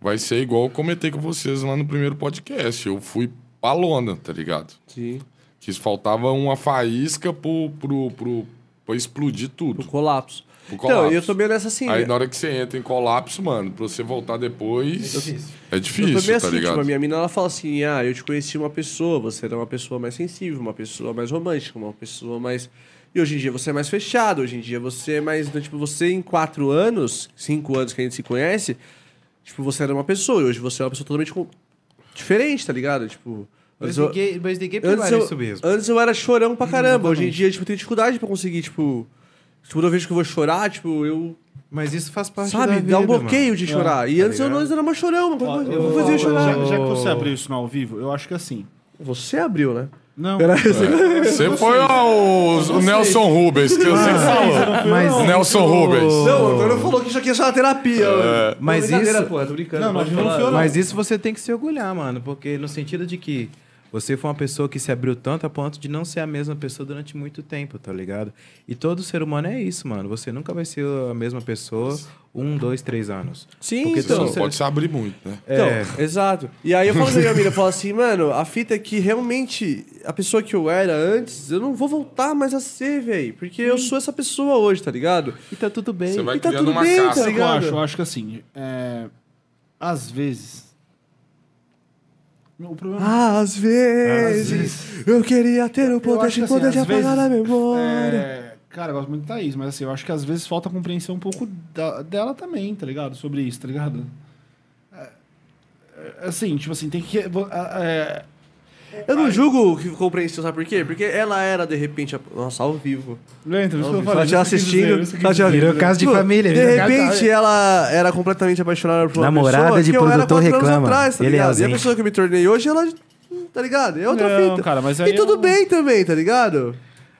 Speaker 3: vai ser igual eu comentei com vocês lá no primeiro podcast. Eu fui pra lona, tá ligado?
Speaker 1: Sim.
Speaker 3: Que faltava uma faísca pro, pro, pro, pra explodir
Speaker 1: Pro
Speaker 3: tudo.
Speaker 1: colapso.
Speaker 3: Pro
Speaker 1: Então,
Speaker 3: colapso.
Speaker 1: eu tô meio nessa assim.
Speaker 3: Aí na hora que você entra em colapso, mano, pra você voltar depois. É difícil. É
Speaker 1: eu
Speaker 3: difícil,
Speaker 1: tô meio
Speaker 3: tá
Speaker 1: assim,
Speaker 3: ligado?
Speaker 1: tipo, a minha mina ela fala assim: ah, eu te conheci uma pessoa, você era uma pessoa mais sensível, uma pessoa mais romântica, uma pessoa mais. E hoje em dia você é mais fechado, hoje em dia você é mais. então, tipo, você em quatro anos, cinco anos que a gente se conhece, tipo, você era uma pessoa, e hoje você é uma pessoa totalmente com- diferente, tá ligado? Tipo.
Speaker 4: Mas
Speaker 1: antes eu-
Speaker 4: ninguém, mas ninguém
Speaker 1: Antes
Speaker 4: prepara
Speaker 1: eu,
Speaker 4: isso mesmo.
Speaker 1: antes eu era chorão pra caramba. Hoje em dia, tipo, eu tenho dificuldade pra conseguir, tipo. tipo, Quando eu vejo que eu vou chorar, tipo, eu.
Speaker 4: Mas isso faz parte da
Speaker 1: Sabe,
Speaker 4: vida,
Speaker 1: dá um bloqueio de
Speaker 2: É,
Speaker 1: chorar. e
Speaker 4: tá
Speaker 1: antes eu não
Speaker 4: ligado?
Speaker 1: era mais chorão, mas quando eu,
Speaker 2: Eu
Speaker 1: vou fazer eu chorar.
Speaker 2: Já, já que você abriu isso no ao vivo, eu acho que é assim.
Speaker 1: Você abriu, né?
Speaker 2: Não.
Speaker 1: Era isso.
Speaker 3: É. Você foi o, o Nelson Rubens, que eu sempre falo.
Speaker 4: Mas
Speaker 3: Nelson Rubens.
Speaker 1: Não, o Antônio falou que isso aqui é só uma terapia. mano.
Speaker 4: Mas
Speaker 1: Não, brincadeira,
Speaker 4: isso-
Speaker 1: Pô, tô brincando.
Speaker 2: Não, mas
Speaker 1: pode
Speaker 2: não
Speaker 1: falar.
Speaker 2: foi, não.
Speaker 4: Mas isso você tem que se orgulhar, mano, porque no sentido de que você foi uma pessoa que se abriu tanto a ponto de não ser a mesma pessoa durante muito tempo, tá ligado? E todo ser humano é isso, mano. Você nunca vai ser a mesma pessoa um, dois, três anos.
Speaker 1: Sim,
Speaker 4: Porque
Speaker 3: Você
Speaker 1: então.
Speaker 3: não pode se abrir muito, né?
Speaker 1: Então, exato. E aí eu falo pra minha mina, eu falo assim, mano, a fita é que realmente a pessoa que eu era antes, eu não vou voltar mais a ser, velho. Porque eu sou essa pessoa hoje, tá ligado?
Speaker 4: E tá tudo bem.
Speaker 3: Você vai
Speaker 1: E tá
Speaker 3: criando
Speaker 1: tudo
Speaker 3: uma
Speaker 1: bem,
Speaker 3: casca.
Speaker 1: tá
Speaker 2: Sabe o que eu
Speaker 1: ligado?
Speaker 2: acho? Eu acho que assim, é, às vezes... O problema
Speaker 1: Às vezes, eu queria ter o
Speaker 2: Eu
Speaker 1: poder
Speaker 2: acho
Speaker 1: de
Speaker 2: que, assim,
Speaker 1: poder de
Speaker 2: às
Speaker 1: apagar
Speaker 2: vezes,
Speaker 1: a memória.
Speaker 2: é,
Speaker 8: Cara, eu gosto muito da Thaís, mas assim, eu acho que às vezes falta compreensão um pouco da- dela também, tá ligado? Sobre isso, tá ligado? É, é, Assim, tipo assim, tem que. é, é,
Speaker 1: Eu não julgo que compreensão, sabe por quê? Porque ela era, de repente, a- nossa, ao vivo.
Speaker 8: lembra? Isso que eu
Speaker 1: Ela
Speaker 8: falei.
Speaker 1: já
Speaker 8: isso que eu quis dizer,
Speaker 1: assistindo.
Speaker 8: isso que eu quis
Speaker 1: Ela já
Speaker 8: dizer.
Speaker 4: Virou casa de
Speaker 1: Pô,
Speaker 4: família.
Speaker 1: Tipo, De
Speaker 4: virou casa-
Speaker 1: repente, ela era completamente apaixonada por uma
Speaker 4: Namorada
Speaker 1: pessoa
Speaker 4: de
Speaker 1: que eu era
Speaker 4: produtor
Speaker 1: quatro anos
Speaker 4: reclama.
Speaker 1: Atrás, tá
Speaker 4: Ele é
Speaker 1: ligado? E a
Speaker 4: ausente.
Speaker 1: pessoa que eu me tornei hoje, ela. Tá ligado? É outra
Speaker 8: Não,
Speaker 1: fita.
Speaker 8: cara, mas
Speaker 1: e
Speaker 8: aí
Speaker 1: tudo
Speaker 8: eu-
Speaker 1: bem também, tá ligado?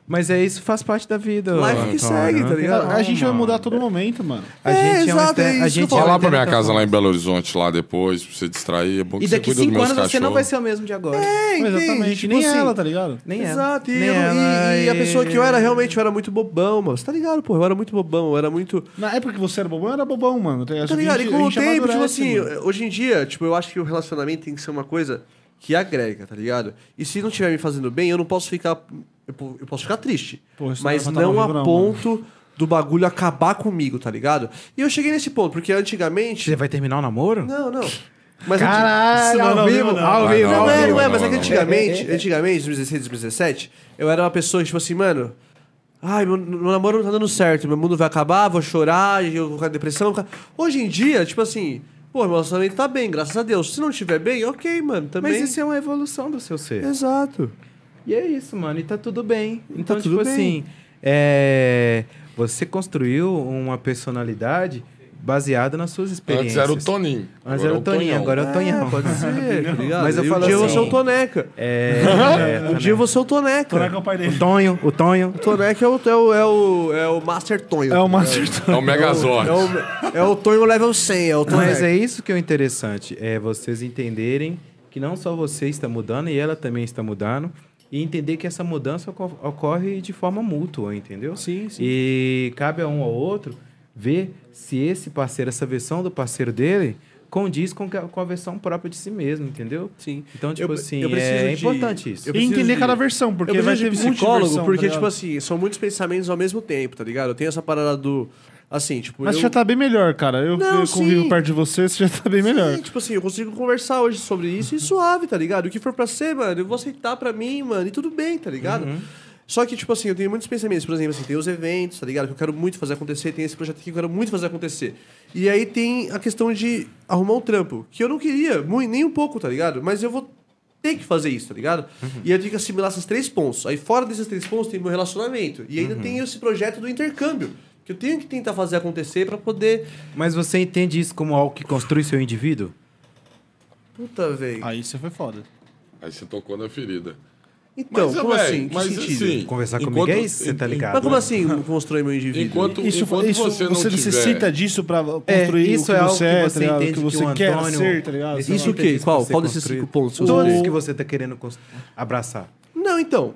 Speaker 4: Mas é isso, faz parte da vida. Uhum.
Speaker 1: Life que segue, tá ligado?
Speaker 8: A gente vai mudar a todo momento, mano.
Speaker 4: A
Speaker 1: É,
Speaker 4: gente é,
Speaker 1: exato, é
Speaker 4: é
Speaker 1: isso
Speaker 4: a
Speaker 1: que eu
Speaker 4: gente
Speaker 1: falo.
Speaker 3: Vai
Speaker 1: Fala
Speaker 3: lá pra minha casa lá em Belo Horizonte, lá depois, pra você distrair. É bom que
Speaker 4: E
Speaker 3: você
Speaker 4: daqui
Speaker 3: cuida dos
Speaker 4: cinco
Speaker 3: meus
Speaker 4: anos você não vai
Speaker 3: cachorros.
Speaker 4: ser o mesmo de agora.
Speaker 1: É, entende?
Speaker 8: Exatamente.
Speaker 1: Tipo
Speaker 8: Nem
Speaker 1: assim,
Speaker 8: ela, tá ligado?
Speaker 4: Nem
Speaker 1: Exato,
Speaker 4: ela.
Speaker 1: e,
Speaker 4: Nem é.
Speaker 1: eu-
Speaker 4: ela,
Speaker 1: e- e a
Speaker 4: e-
Speaker 1: pessoa que eu era realmente, eu era muito bobão, mano. Você tá ligado, pô? Eu era muito bobão, eu era muito.
Speaker 8: Na época que você era bobão, eu era bobão, mano. Tá ligado?
Speaker 1: Tá
Speaker 8: Só que a
Speaker 1: ligado? E
Speaker 8: gente-
Speaker 1: com
Speaker 8: a
Speaker 1: o
Speaker 8: gente
Speaker 1: tempo, tipo
Speaker 8: amadurece,
Speaker 1: assim,
Speaker 8: mano.
Speaker 1: hoje em dia, tipo, eu acho que o relacionamento tem que ser uma coisa que agrega, tá ligado? E se não estiver me fazendo bem, eu não posso ficar. Eu, po- eu posso ficar triste.
Speaker 8: Pô, isso
Speaker 1: mas
Speaker 8: não vai matar
Speaker 1: não
Speaker 8: o
Speaker 1: a
Speaker 8: vivo, não,
Speaker 1: ponto do bagulho acabar comigo, tá ligado? E eu cheguei nesse ponto, porque
Speaker 4: Você
Speaker 1: antigamente.
Speaker 4: vai terminar o namoro?
Speaker 1: Não, não. Mas
Speaker 4: Caralho,
Speaker 1: anti-
Speaker 4: ao vivo, ao
Speaker 3: vivo,
Speaker 1: é Não,
Speaker 3: ao
Speaker 1: é,
Speaker 3: vivo,
Speaker 1: não é,
Speaker 3: não,
Speaker 1: mas é
Speaker 3: não,
Speaker 1: que
Speaker 3: não.
Speaker 1: antigamente, antigamente, 2016, 2017, eu era uma pessoa que, tipo assim, mano. Ai, meu, meu namoro não tá dando certo, meu mundo vai acabar, vou chorar, eu vou ficar com depressão. vou ficar-" Hoje em dia, tipo assim, pô, meu relacionamento tá bem, graças a Deus. Se não tiver bem, ok, mano, também.
Speaker 4: Mas isso é uma evolução do seu ser.
Speaker 1: Exato.
Speaker 4: E é isso, mano. E tá tudo bem. Então,
Speaker 1: tá
Speaker 4: tipo
Speaker 1: tudo bem.
Speaker 4: assim, é... você construiu uma personalidade baseada nas suas
Speaker 3: Antes
Speaker 4: experiências.
Speaker 3: era o Toninho.
Speaker 4: Antes
Speaker 3: agora
Speaker 4: era
Speaker 3: é
Speaker 4: o Toninho, agora é o Tonhão.
Speaker 1: É, pode ser, [laughs] tá ligado?
Speaker 4: Mas eu
Speaker 1: E um
Speaker 4: falo
Speaker 1: dia eu vou
Speaker 4: assim-
Speaker 1: ser o Toneca.
Speaker 4: É,
Speaker 1: Um dia eu vou ser [laughs] o Toneca.
Speaker 8: Será que é o pai dele?
Speaker 4: o Tonho, o Tonho.
Speaker 1: Toneca é o, é o, é o, é o Master Tonho.
Speaker 8: É o Master
Speaker 3: É o Megazord.
Speaker 1: É o, é o Tonho level 100, é o Toneca.
Speaker 4: Mas é isso que é o interessante, é vocês entenderem que não só você está mudando e ela também está mudando e entender que essa mudança oco- ocorre de forma mútua, entendeu?
Speaker 8: Sim, sim.
Speaker 4: E cabe a um ao outro ver se esse parceiro, essa versão do parceiro dele condiz com, ca- com a versão própria de si mesmo, entendeu?
Speaker 1: Sim.
Speaker 4: Então, tipo
Speaker 1: Eu-
Speaker 4: assim,
Speaker 1: eu preciso
Speaker 4: é
Speaker 1: de-
Speaker 4: importante isso.
Speaker 1: eu
Speaker 8: E
Speaker 1: preciso
Speaker 8: entender
Speaker 1: de-
Speaker 8: cada versão, porque
Speaker 1: eu
Speaker 8: vai
Speaker 1: preciso
Speaker 8: ter
Speaker 1: de
Speaker 8: muito
Speaker 1: psicólogo,
Speaker 8: versão,
Speaker 1: porque,
Speaker 8: tá
Speaker 1: tipo
Speaker 8: ligado?
Speaker 1: assim, são muitos pensamentos ao mesmo tempo, tá ligado? Eu tenho essa parada do. Assim, tipo.
Speaker 8: Mas
Speaker 1: eu...
Speaker 8: você já tá bem melhor, cara. Eu,
Speaker 1: Não,
Speaker 8: eu convivo
Speaker 1: sim.
Speaker 8: perto de você, você já tá
Speaker 2: É
Speaker 8: bem melhor.
Speaker 1: Sim, tipo assim, eu consigo conversar hoje sobre isso e suave, tá ligado? O que for pra ser, mano, eu vou aceitar pra mim, mano, e tudo bem, tá ligado? Só que, tipo assim, eu tenho muitos pensamentos. Por exemplo, assim, tem os eventos, tá ligado? Que eu quero muito fazer acontecer, tem esse projeto aqui que eu quero muito fazer acontecer. E aí tem a questão de arrumar um trampo, que eu não queria, muito, nem um pouco, tá ligado? Mas eu vou ter que fazer isso, tá ligado? E eu tenho que assimilar esses três pontos. Aí fora desses três pontos tem meu relacionamento. E ainda tem esse projeto do intercâmbio, que eu tenho que tentar fazer acontecer pra poder.
Speaker 4: Mas você entende isso como algo que construi seu indivíduo?
Speaker 1: Puta, velho.
Speaker 8: Aí você foi foda.
Speaker 3: Aí você tocou na ferida.
Speaker 1: Então,
Speaker 3: Mas,
Speaker 1: como
Speaker 3: véi,
Speaker 1: assim? Que
Speaker 3: mas
Speaker 1: sentido?
Speaker 3: assim,
Speaker 4: Conversar
Speaker 3: enquanto-
Speaker 4: comigo é isso, você tá
Speaker 3: en-
Speaker 4: ligado?
Speaker 1: Mas como [laughs] assim constrói meu indivíduo?
Speaker 3: Enquanto,
Speaker 8: Isso,
Speaker 3: enquanto
Speaker 8: isso
Speaker 3: você
Speaker 8: você,
Speaker 3: não tiver...
Speaker 8: necessita disso pra construir
Speaker 4: É,
Speaker 8: isso
Speaker 4: isso
Speaker 8: o que
Speaker 4: é algo
Speaker 8: você
Speaker 4: que
Speaker 8: é,
Speaker 4: você
Speaker 8: tá ligado?
Speaker 4: entende
Speaker 8: o que
Speaker 4: que
Speaker 8: você
Speaker 4: o
Speaker 8: quer
Speaker 4: Antônio-
Speaker 8: ser, tá ligado?
Speaker 4: Esse-
Speaker 1: Isso o quê?
Speaker 4: Isso
Speaker 1: Qual?
Speaker 4: você
Speaker 1: Qual desses
Speaker 4: construiu.
Speaker 1: cinco pontos? você
Speaker 4: Todos
Speaker 1: odeia?
Speaker 4: que você tá querendo cons- abraçar.
Speaker 1: Não, então.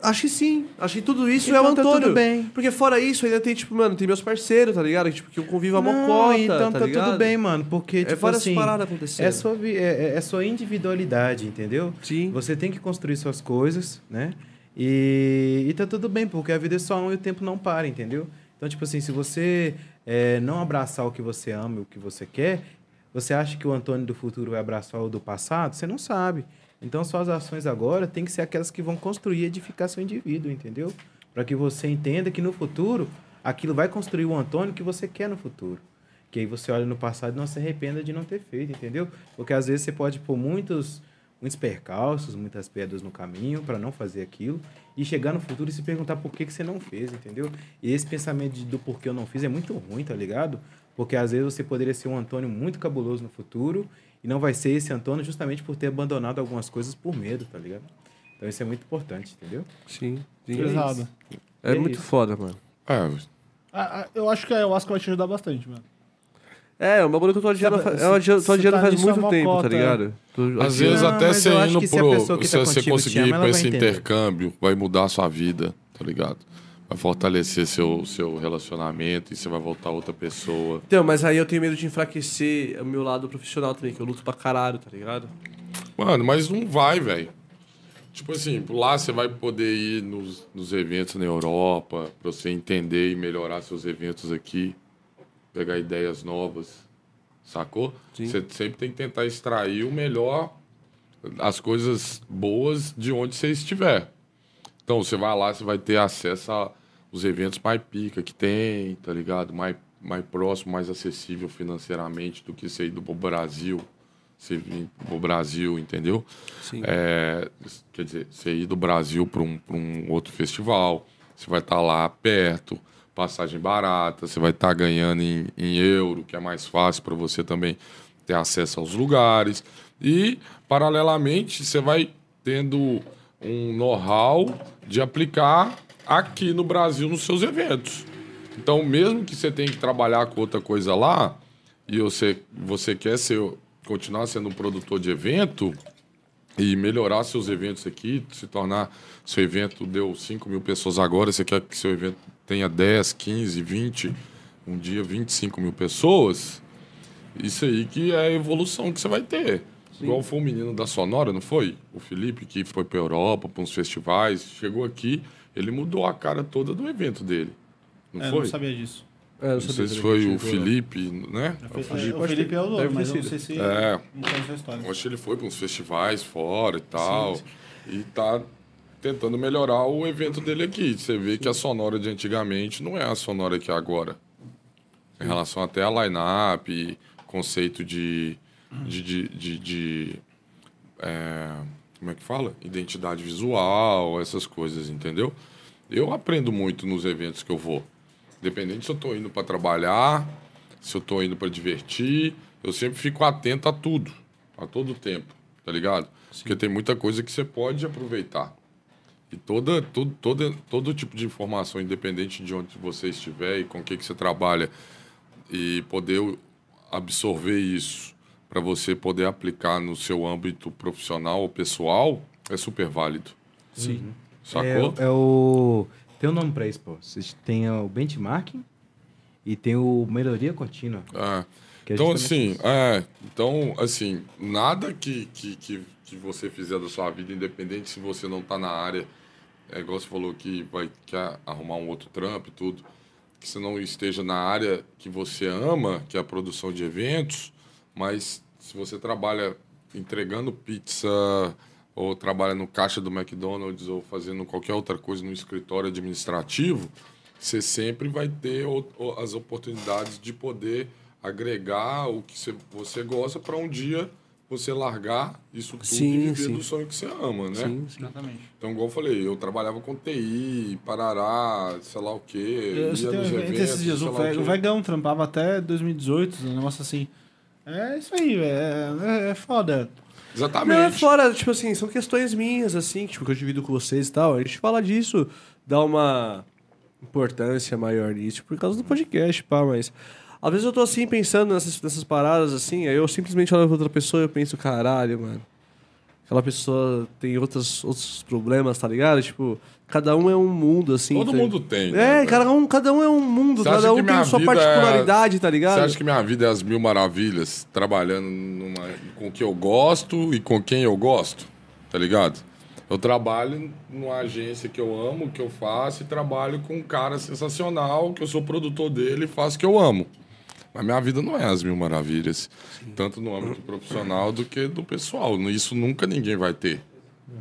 Speaker 1: Acho que sim. Acho que tudo isso é o
Speaker 4: Então tá
Speaker 1: Antônio.
Speaker 4: tudo bem.
Speaker 1: Porque fora isso, ainda tem, tipo, mano, tem meus parceiros, tá ligado? Que, Tipo, que eu convivo a
Speaker 4: Não,
Speaker 1: mocota,
Speaker 4: então tá,
Speaker 1: ligado?
Speaker 4: tudo bem, mano, porque
Speaker 1: É
Speaker 4: tipo
Speaker 1: várias
Speaker 4: assim,
Speaker 1: paradas acontecendo.
Speaker 4: é sua vi- é, é- é sua individualidade, entendeu?
Speaker 1: Sim.
Speaker 4: Você tem que construir suas coisas, né? E, e tá tudo bem, porque a vida é só um e o tempo não para, entendeu? Então, tipo assim, se você é, não abraçar o que você ama e o que você quer, você acha que o Antônio do futuro vai abraçar o do passado? Você não sabe. Então, suas ações agora têm que ser aquelas que vão construir e edificar seu indivíduo, entendeu? Para que você entenda que no futuro, aquilo vai construir o Antônio que você quer no futuro. Que aí você olha no passado e não se arrependa de não ter feito, entendeu? Porque às vezes você pode pôr muitos, muitos percalços, muitas pedras no caminho para não fazer aquilo e chegar no futuro e se perguntar por que, que você não fez, entendeu? E esse pensamento de- do porquê eu não fiz é muito ruim, tá ligado? Porque às vezes você poderia ser um Antônio muito cabuloso no futuro e não vai ser esse Antônio justamente por ter abandonado algumas coisas por medo, tá ligado? Então isso é muito importante, entendeu?
Speaker 1: Sim. sim.
Speaker 8: Exato.
Speaker 1: É,
Speaker 4: É
Speaker 1: muito
Speaker 4: isso.
Speaker 1: foda, mano.
Speaker 3: É,
Speaker 8: Ah, ah, eu acho que a ayahuasca vai te ajudar bastante, mano.
Speaker 1: É, é um bagulho que eu tô adiando,
Speaker 8: Sabe,
Speaker 1: fa- eu adi-
Speaker 8: você
Speaker 1: tô adiando
Speaker 8: tá
Speaker 1: faz
Speaker 8: nisso
Speaker 4: é
Speaker 1: muito
Speaker 8: a
Speaker 1: tempo, tá
Speaker 8: mocota.
Speaker 1: ligado? Tô-
Speaker 3: Às vezes
Speaker 4: Não,
Speaker 3: até
Speaker 4: mas
Speaker 3: você
Speaker 4: eu acho
Speaker 3: indo
Speaker 4: que se a
Speaker 3: pro.
Speaker 4: pessoa que
Speaker 3: se
Speaker 4: tá
Speaker 3: você
Speaker 4: contigo te
Speaker 3: conseguir
Speaker 4: ama,
Speaker 3: ir
Speaker 4: ela
Speaker 3: pra
Speaker 4: vai
Speaker 3: esse
Speaker 4: entender.
Speaker 3: intercâmbio, vai mudar a sua vida, tá ligado? Vai fortalecer seu, seu relacionamento e você vai voltar outra pessoa.
Speaker 1: Então, mas aí eu tenho medo de enfraquecer o meu lado profissional também, que eu luto pra caralho, tá ligado?
Speaker 3: Mano, mas não vai, velho. Tipo assim, lá você vai poder ir nos, nos eventos na Europa, pra você entender e melhorar seus eventos aqui, pegar ideias novas, sacou? Você sempre tem que tentar extrair o melhor, as coisas boas de onde você estiver. Então, você vai lá, você vai ter acesso a os eventos mais pica que tem, tá ligado? Mais, mais próximo, mais acessível financeiramente do que sair do Brasil. Você vir pro Brasil, entendeu?
Speaker 1: Sim.
Speaker 3: É, quer dizer, você ir do Brasil para um, pra um outro festival, você vai estar lá perto, passagem barata, você vai estar ganhando em, em euro, que é mais fácil para você também ter acesso aos lugares. E, paralelamente, você vai tendo um know-how de aplicar aqui no Brasil nos seus eventos. Então, mesmo que você tenha que trabalhar com outra coisa lá, e você, você quer ser, continuar sendo um produtor de evento, e melhorar seus eventos aqui, se tornar seu evento deu 5 mil pessoas agora, você quer que seu evento tenha 10, 15, 20, um dia 25 mil pessoas, isso aí que é a evolução que você vai ter. Igual foi o menino da Sonora, não foi? O Felipe, que foi para Europa, para uns festivais, chegou aqui, ele mudou a cara toda do evento dele. Não
Speaker 8: É,
Speaker 3: foi?
Speaker 8: não sabia disso.
Speaker 1: É, eu
Speaker 3: Não
Speaker 1: sabia
Speaker 3: sei se
Speaker 1: também
Speaker 3: foi
Speaker 1: que
Speaker 3: o
Speaker 1: chegou.
Speaker 3: Felipe, né?
Speaker 8: O Felipe, é o
Speaker 1: deve
Speaker 8: dono,
Speaker 1: ter
Speaker 8: mas eu não
Speaker 1: sido.
Speaker 8: sei se
Speaker 3: É.
Speaker 8: não conheço a história.
Speaker 2: Né?
Speaker 3: Hoje ele foi para uns festivais fora e tal. E tá tentando melhorar o evento dele aqui. Você vê que a sonora de antigamente não é a sonora que é agora. Em relação até a line-up, conceito de. de, de, de- de, é, como é que fala? Identidade visual, essas coisas, entendeu? Eu aprendo muito nos eventos que eu vou. Independente se eu tô indo para trabalhar, se eu tô indo para divertir, eu sempre fico atento a tudo, a todo tempo, tá ligado? Porque tem muita coisa que você pode aproveitar. E toda, todo, toda, todo tipo de informação, independente de onde você estiver e com o que, que você trabalha, e poder absorver isso para você poder aplicar no seu âmbito profissional ou pessoal, é super válido.
Speaker 1: Sim.
Speaker 3: Sacou?
Speaker 4: É, é o. Tem um nome pra isso, pô. Vocês têm o benchmarking e tem o melhoria contínua.
Speaker 3: É.
Speaker 4: que é
Speaker 3: Então,
Speaker 4: justamente
Speaker 3: assim,
Speaker 4: isso.
Speaker 3: é, então, assim, nada que, que, que, que você fizer da sua vida, independente se você não tá na área, é igual você falou que vai quer arrumar um outro trampo e tudo, que você não esteja na área que você ama, que é a produção de eventos, mas se você trabalha entregando pizza ou trabalha no caixa do McDonald's ou fazendo qualquer outra coisa no escritório administrativo, você sempre vai ter o- o- as oportunidades de poder agregar o que você, você gosta para um dia você largar isso tudo
Speaker 1: Sim,
Speaker 3: e viver
Speaker 1: sim.
Speaker 3: do sonho que você ama, né?
Speaker 1: Sim, sim.
Speaker 8: Exatamente.
Speaker 3: Então, igual eu falei, eu trabalhava com TI, Parará, sei lá o quê, ia nos
Speaker 8: É, Você tem,
Speaker 3: eventos,
Speaker 8: entre esses dias, um
Speaker 3: sei
Speaker 8: o,
Speaker 3: lá
Speaker 8: Ve-
Speaker 3: quê.
Speaker 8: o Vegão trampava até 2018, um negócio assim. É isso aí, velho. É, é foda.
Speaker 3: Exatamente.
Speaker 1: Não, é fora, tipo assim, são questões minhas, assim, tipo, que eu divido com vocês e tal. A gente fala disso, dá uma importância maior nisso, por causa do podcast, pá, mas. Às vezes eu tô assim, pensando nessas, nessas paradas, assim, aí eu simplesmente olho pra outra pessoa e eu penso, caralho, mano. Aquela pessoa tem outras, outros problemas, tá ligado? Tipo, cada um é um mundo, assim.
Speaker 3: Todo
Speaker 1: tá-
Speaker 3: mundo tem.
Speaker 1: É,
Speaker 3: né,
Speaker 1: cada um, cada um é um mundo,
Speaker 3: Você acha
Speaker 1: cada um
Speaker 3: que
Speaker 1: tem
Speaker 3: minha
Speaker 1: a sua
Speaker 3: vida é-
Speaker 1: particularidade, tá ligado?
Speaker 3: Você acha que minha vida é as mil maravilhas, trabalhando numa- com o que eu gosto e com quem eu gosto? Tá ligado? Eu trabalho numa agência que eu amo, que eu faço, e trabalho com um cara sensacional, que eu sou produtor dele e faço o que eu amo. Mas minha vida não é as mil maravilhas, tanto no âmbito profissional do que do pessoal. Isso nunca ninguém vai ter.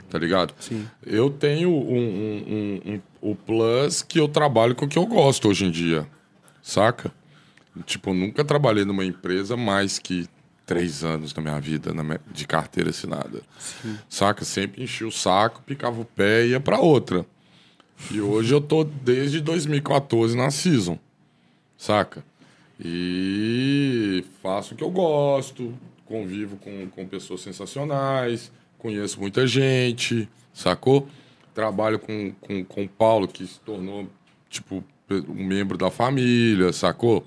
Speaker 3: Tá ligado? Sim. Eu tenho um, um- um- um- o plus que eu trabalho com o que eu gosto hoje em dia. Saca? Tipo, eu nunca trabalhei numa empresa mais que três anos na minha vida, na minha- de carteira assinada. Saca? Sempre enchi o saco, picava o pé e ia pra outra. E hoje eu tô desde 2014 na Season. Saca? E faço o que eu gosto, convivo com, com pessoas sensacionais, conheço muita gente, sacou? Trabalho com, com, com o Paulo, que se tornou, tipo, um membro da família, sacou?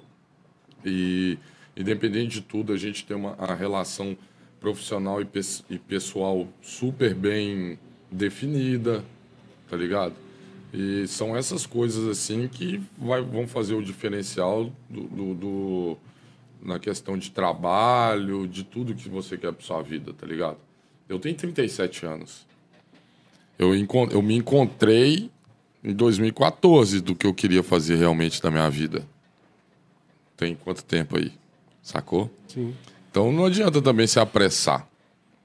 Speaker 3: E independente de tudo, a gente tem uma a relação profissional e, pes- e pessoal super bem definida, tá ligado? E são essas coisas assim que vai- vão fazer o diferencial do, do- do- na questão de trabalho, de tudo que você quer para sua vida, tá ligado? Eu tenho 37 anos. Eu, encon- eu me encontrei em 2014 do que eu queria fazer realmente da minha vida tem quanto tempo aí? Sacou?
Speaker 1: Sim.
Speaker 3: Então não adianta também se apressar.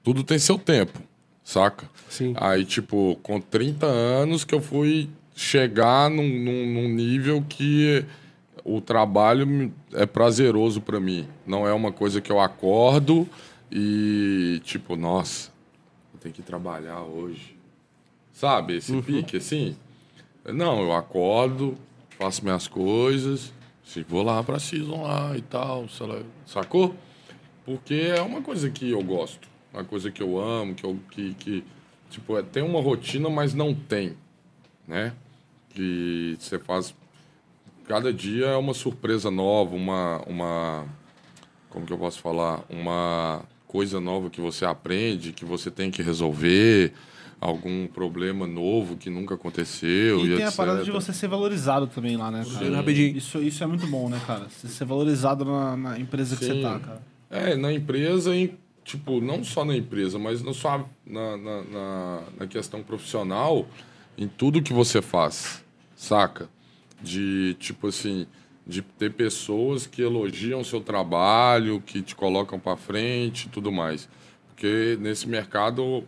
Speaker 3: Tudo tem seu tempo, saca?
Speaker 1: Sim.
Speaker 3: Aí, tipo, com 30 anos que eu fui chegar num, num- num nível que o trabalho me- é prazeroso pra mim. Não é uma coisa que eu acordo e, tipo, nossa, eu tenho que trabalhar hoje. Sabe,
Speaker 1: Uhum.
Speaker 3: esse pique, assim? Não, eu acordo, faço minhas coisas, assim, vou lá pra season lá e tal, sei lá, sacou? Porque é uma coisa que eu gosto, uma coisa que eu amo, que, eu, que, que tipo, é, tem uma rotina, mas não tem, né? Que você faz... Cada dia é uma surpresa nova, uma, uma... Como que eu posso falar? Uma coisa nova que você aprende, que você tem que resolver, algum problema novo que nunca aconteceu e,
Speaker 8: E tem a
Speaker 3: etc.
Speaker 8: parada de você ser valorizado também lá, né, cara?
Speaker 1: Rapidinho.
Speaker 8: Isso, isso é muito bom, né, cara? Você ser valorizado na, na empresa que
Speaker 3: Sim.
Speaker 8: você tá, cara.
Speaker 3: É, na empresa, em, tipo, não só na empresa, mas não só na, na, na, na questão profissional, em tudo que você faz, saca? De, tipo assim, de ter pessoas que elogiam seu trabalho, que te colocam pra frente e tudo mais. Porque nesse mercado,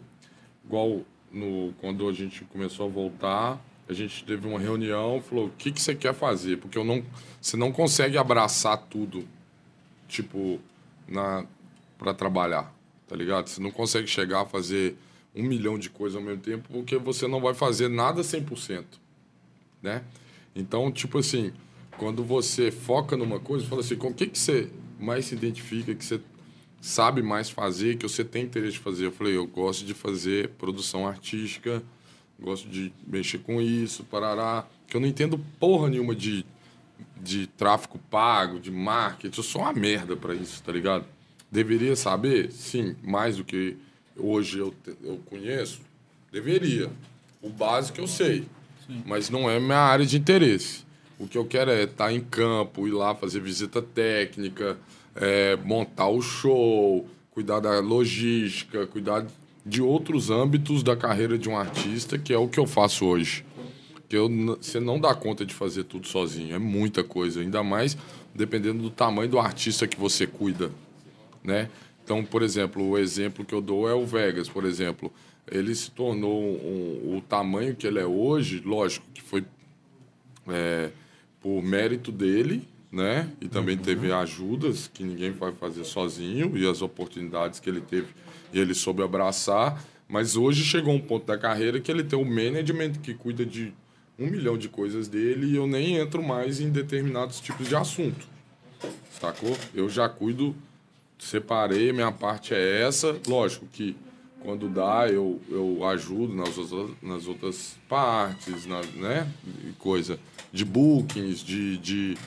Speaker 3: igual no, quando a gente começou a voltar, a gente teve uma reunião, falou, o que, que você quer fazer? Porque eu não, você não consegue abraçar tudo tipo, na para trabalhar, tá ligado? Você não consegue chegar a fazer um milhão de coisas ao mesmo tempo porque você não vai fazer nada 100%, né? Então, tipo assim, quando você foca numa coisa, fala assim, com o que, que você mais se identifica, que você sabe mais fazer, que você tem interesse de fazer? Eu falei, eu gosto de fazer produção artística, gosto de mexer com isso, parará, que eu não entendo porra nenhuma de de tráfico pago, de marketing. Eu sou uma merda pra isso, tá ligado? Deveria saber? Sim, mais do que hoje eu, te- eu conheço? Deveria. O básico eu sei, mas não é minha área de interesse. O que eu quero é estar em campo, ir lá fazer visita técnica, é, montar o show, cuidar da logística, cuidar de outros âmbitos da carreira de um artista, que é o que eu faço hoje que eu n- você não dá conta de fazer tudo sozinho. É muita coisa, ainda mais dependendo do tamanho do artista que você cuida, né? Então, por exemplo, o exemplo que eu dou é o Vegas, por exemplo. Ele se tornou um- o tamanho que ele é hoje, lógico que foi é, por mérito dele, né? E também teve ajudas que ninguém vai fazer sozinho e as oportunidades que ele teve, ele soube abraçar. Mas hoje chegou um ponto da carreira que ele tem o management que cuida de um milhão de coisas dele e eu nem entro mais em determinados tipos de assunto. Sacou? Eu já cuido, separei, minha parte é essa. Lógico que quando dá, eu, eu ajudo nas outras, nas outras partes, na, né? E Coisa de bookings, de, de,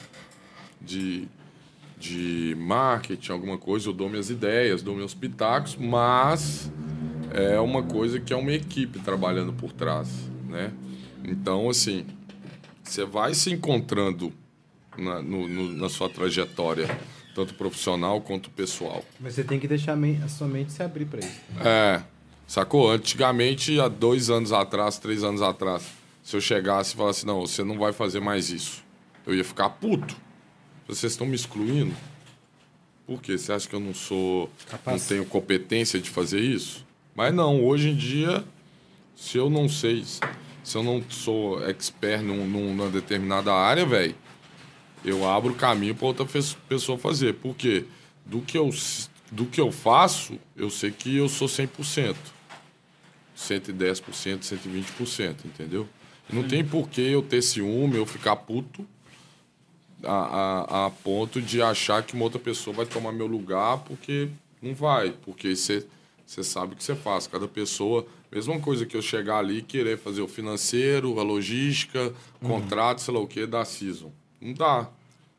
Speaker 3: de, de marketing, alguma coisa. Eu dou minhas ideias, dou meus pitacos, mas é uma coisa que é uma equipe trabalhando por trás, né? Então, assim, você vai se encontrando na, no- no- na sua trajetória, tanto profissional quanto pessoal.
Speaker 4: Mas você tem que deixar a men- a sua mente se abrir pra isso.
Speaker 3: É, sacou? Antigamente, há dois anos atrás, três anos atrás, se eu chegasse e falasse, não, você não vai fazer mais isso, eu ia ficar puto. Vocês estão me excluindo? Por quê? Você acha que eu não sou. Não tenho competência de fazer isso? Mas não, hoje em dia, se eu não sei, se eu não sou expert num, num- numa determinada área, velho, eu abro o caminho para outra fes- pessoa fazer. Por quê? Do que, eu, s- do que eu faço, eu sei que eu sou 100%. 110%, 120%, entendeu? E Não tem por que eu ter ciúme, eu ficar puto a, a, a ponto de achar que uma outra pessoa vai tomar meu lugar, porque não vai. Porque você sabe o que você faz. Cada pessoa, mesma coisa que eu chegar ali e querer fazer o financeiro, a logística, contrato, sei lá o que, da season. Não dá.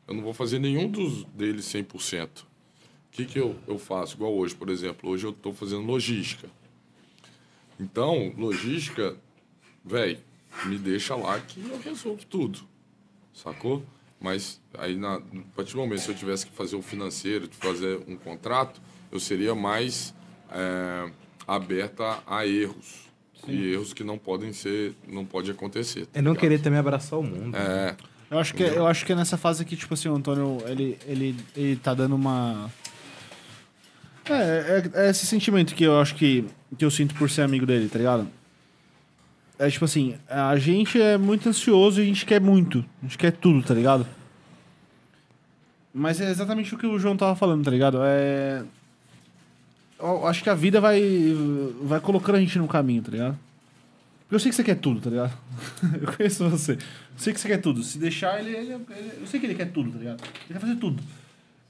Speaker 3: Eu não vou fazer nenhum dos deles 100%. O que, que eu, eu faço? Igual hoje, por exemplo. Hoje eu estou fazendo logística. Então, logística, velho, me deixa lá que eu resolvo tudo. Sacou? Mas aí, na, a partir do momento, se eu tivesse que fazer o financeiro, de fazer um contrato, eu seria mais é, aberta a erros. E erros que não podem ser, não pode acontecer. tá
Speaker 4: É não
Speaker 3: ligado?
Speaker 4: querer também abraçar o mundo.
Speaker 3: É,
Speaker 8: Eu acho, que, eu acho que é nessa fase que, tipo assim, o Antônio, ele, ele, ele tá dando uma. É, é, é esse sentimento que eu acho que, que eu sinto por ser amigo dele, tá ligado? é tipo assim, a gente é muito ansioso e a gente quer muito. A gente quer tudo, tá ligado? Mas é exatamente o que o João tava falando, tá ligado? É. Eu acho que a vida vai. vai colocando a gente no caminho, tá ligado? Porque eu sei que você quer tudo, tá ligado? [laughs] eu conheço você. Eu sei que você quer tudo. Se deixar, ele, ele- ele- Eu sei que ele quer tudo, tá ligado? Ele quer fazer tudo.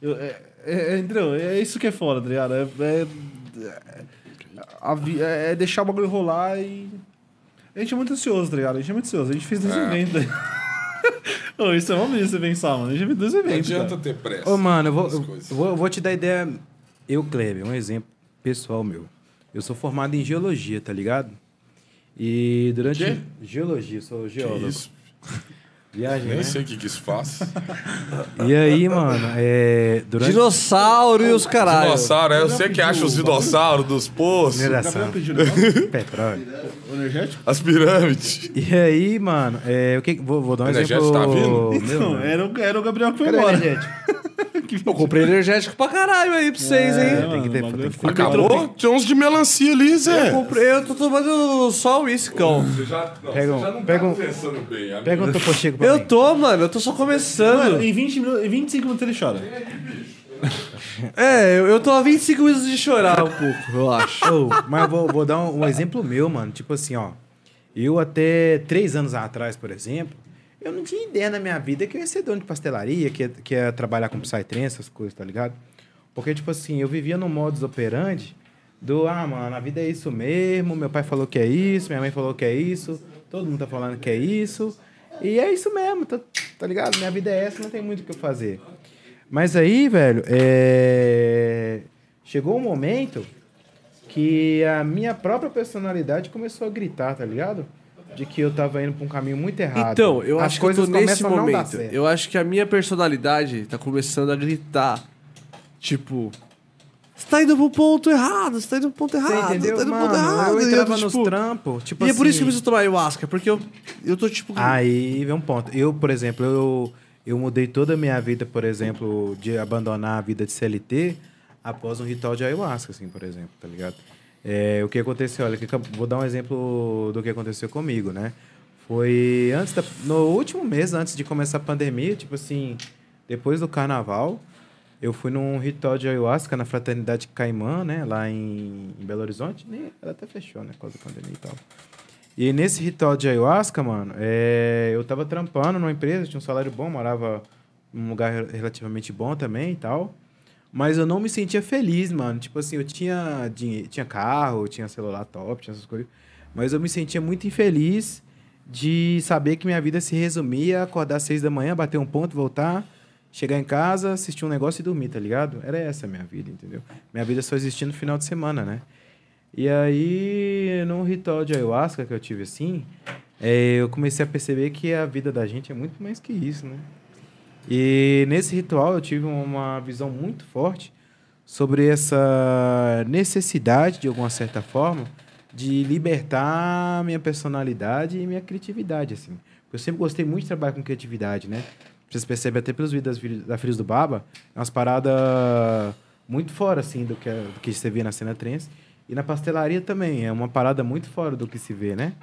Speaker 8: Eu, é, é, é, entendeu? É isso que é foda, tá ligado? É. é- é- a vi- é- é deixar o bagulho rolar e. A gente é muito ansioso, tá ligado? A gente é muito ansioso. A gente fez dois eventos [laughs] aí. Ô, isso é uma brisa você pensar, mano. A gente já fez dois
Speaker 3: Não
Speaker 8: eventos.
Speaker 3: adianta
Speaker 8: cara.
Speaker 3: ter pressa.
Speaker 4: Ô, mano, eu vou,
Speaker 3: Essas
Speaker 4: eu,
Speaker 3: coisas.
Speaker 4: vou, eu vou te dar ideia. Eu, Kleber, um exemplo pessoal meu. Eu sou formado em geologia, tá ligado? E durante.
Speaker 3: Quê?
Speaker 4: Geologia, sou
Speaker 3: Que
Speaker 4: geólogo.
Speaker 3: isso?
Speaker 4: Viagem,
Speaker 3: Nem
Speaker 4: né?
Speaker 3: sei o que, que isso
Speaker 4: [laughs]
Speaker 3: faz.
Speaker 4: E aí, mano, é. Durante.
Speaker 1: Dinossauro e os
Speaker 4: Ah,
Speaker 1: caralho.
Speaker 3: Dinossauro, é você que acha os dinossauros dos poços,
Speaker 4: Mineração. [laughs] Petróleo.
Speaker 3: as pirâmides.
Speaker 4: E aí, mano, é, o que, vou, vou dar um
Speaker 3: Energético
Speaker 4: exemplo.
Speaker 3: tá vindo?
Speaker 4: meu,
Speaker 8: Então,
Speaker 4: né?
Speaker 8: era o, era o Gabriel
Speaker 2: é
Speaker 8: que foi
Speaker 4: Cadê o
Speaker 8: embora.
Speaker 4: energético?
Speaker 8: [laughs]
Speaker 1: Eu comprei né? energético pra caralho aí pra vocês, hein?
Speaker 4: Tem que ter-
Speaker 8: o bagulho
Speaker 4: tem
Speaker 8: é
Speaker 4: que ter-
Speaker 8: foda.
Speaker 3: Acabou? Tinha uns de melancia ali, Zé.
Speaker 1: Eu comprei, eu tô tomando só uísque, cão.
Speaker 3: Você já, não,
Speaker 4: Pega um-
Speaker 3: você já não
Speaker 4: pega
Speaker 3: tá
Speaker 4: um-
Speaker 3: pensando bem. amigo.
Speaker 4: Pega um topochego pra mim.
Speaker 1: Eu tô, mano, eu tô só começando.
Speaker 8: Em 20 minutos, em 25 minutos ele chora.
Speaker 1: É, eu, eu tô a 25 minutos de chorar um pouco,
Speaker 4: [laughs]
Speaker 1: eu acho.
Speaker 4: Ô, mas eu vou, vou dar um, um exemplo meu, mano. Tipo assim, ó. Eu até três anos atrás, por exemplo, eu não tinha ideia na minha vida que eu ia ser dono de pastelaria, que ia, que ia trabalhar com psytrance, essas coisas, tá ligado? Porque, tipo assim, eu vivia no modus operandi do, ah, mano, a vida é isso mesmo, meu pai falou que é isso, minha mãe falou que é isso, todo mundo tá falando que é isso, e é isso mesmo, tá, tá ligado? Minha vida é essa, não tem muito o que eu fazer. Mas aí, velho, é... chegou um momento que a minha própria personalidade começou a gritar, tá ligado? De que eu tava indo pra um caminho muito errado.
Speaker 1: Então, eu
Speaker 4: As
Speaker 1: acho que eu tô
Speaker 4: coisas
Speaker 1: nesse
Speaker 4: começam a não dar
Speaker 1: momento.
Speaker 4: certo.
Speaker 1: Eu acho que a minha personalidade tá começando a gritar. Tipo. Você tá indo pro ponto errado, você tá indo pro ponto
Speaker 4: Você
Speaker 1: errado, você
Speaker 4: entendeu?
Speaker 1: tá indo pro
Speaker 4: Mano,
Speaker 1: ponto errado.
Speaker 4: eu
Speaker 1: e
Speaker 4: entrava
Speaker 1: tô,
Speaker 4: nos
Speaker 1: tipo,
Speaker 4: trampos, tipo
Speaker 1: e é por
Speaker 4: assim,
Speaker 1: isso que eu preciso tomar ayahuasca, porque eu, eu tô tipo.
Speaker 4: Aí vem um ponto. Eu, por exemplo, eu, eu mudei toda a minha vida, por exemplo, de abandonar a vida de CLT após um ritual de ayahuasca, assim, por exemplo, tá ligado? É, o que aconteceu, olha, que acab- vou dar um exemplo do que aconteceu comigo, né? Foi antes da, no último mês, antes de começar a pandemia, tipo assim, depois do carnaval, eu fui num ritual de ayahuasca na Fraternidade Caimã, né? Lá em, em Belo Horizonte. Nem, ela até fechou, né? Por causa da pandemia e tal. E nesse ritual de ayahuasca, mano, é, eu tava trampando numa empresa, tinha um salário bom, morava num lugar re- relativamente bom também e tal. Mas eu não me sentia feliz, mano. Tipo assim, eu tinha dinheiro, tinha carro, tinha celular top, tinha essas coisas. Mas eu me sentia muito infeliz de saber que minha vida se resumia a acordar às seis da manhã, bater um ponto, voltar, chegar em casa, assistir um negócio e dormir, tá ligado? Era essa a minha vida, entendeu? Minha vida só existia no final de semana, né? E aí, num ritual de ayahuasca que eu tive assim, é, eu comecei a perceber que a vida da gente é muito mais que isso, né? E nesse ritual eu tive uma visão muito forte sobre essa necessidade, de alguma certa forma, de libertar minha personalidade e minha criatividade, assim. Eu sempre gostei muito de trabalhar com criatividade, né? Vocês percebem até pelos vídeos das Filhas- da Filhos do Baba, é umas paradas muito fora, assim, do que, do que você vê na cena trance. E na pastelaria também, é uma parada muito fora do que se vê, né?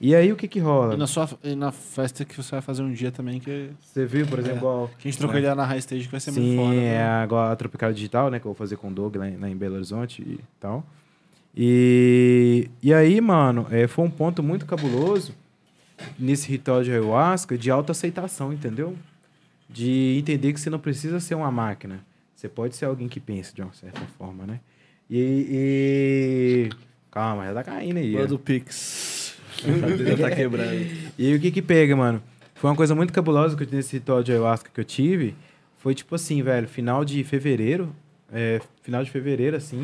Speaker 4: E aí o que que rola?
Speaker 8: E na, sua, e na festa que você vai fazer um dia também, que,
Speaker 4: Você viu, por exemplo,
Speaker 8: É.
Speaker 4: igual...
Speaker 8: que a gente trocou ideia na High Stage, que vai ser
Speaker 4: Sim,
Speaker 8: muito foda.
Speaker 4: é
Speaker 8: né?
Speaker 4: agora a Tropical Digital, né? Que eu vou fazer com o Doug lá em, lá em Belo Horizonte e tal. E, e aí, mano, é, foi um ponto muito cabuloso nesse ritual de ayahuasca de autoaceitação, entendeu? De entender que você não precisa ser uma máquina. Você pode ser alguém que pensa de uma certa forma, né? E. e- Calma, já tá caindo
Speaker 8: né?
Speaker 4: aí. ó.
Speaker 1: Manda o Pix. Já tá quebrando.
Speaker 4: E aí, o que que pega, mano? Foi uma coisa muito cabulosa que eu- nesse ritual de ayahuasca que eu tive. Foi tipo assim, velho, final de fevereiro. é, final de fevereiro, assim.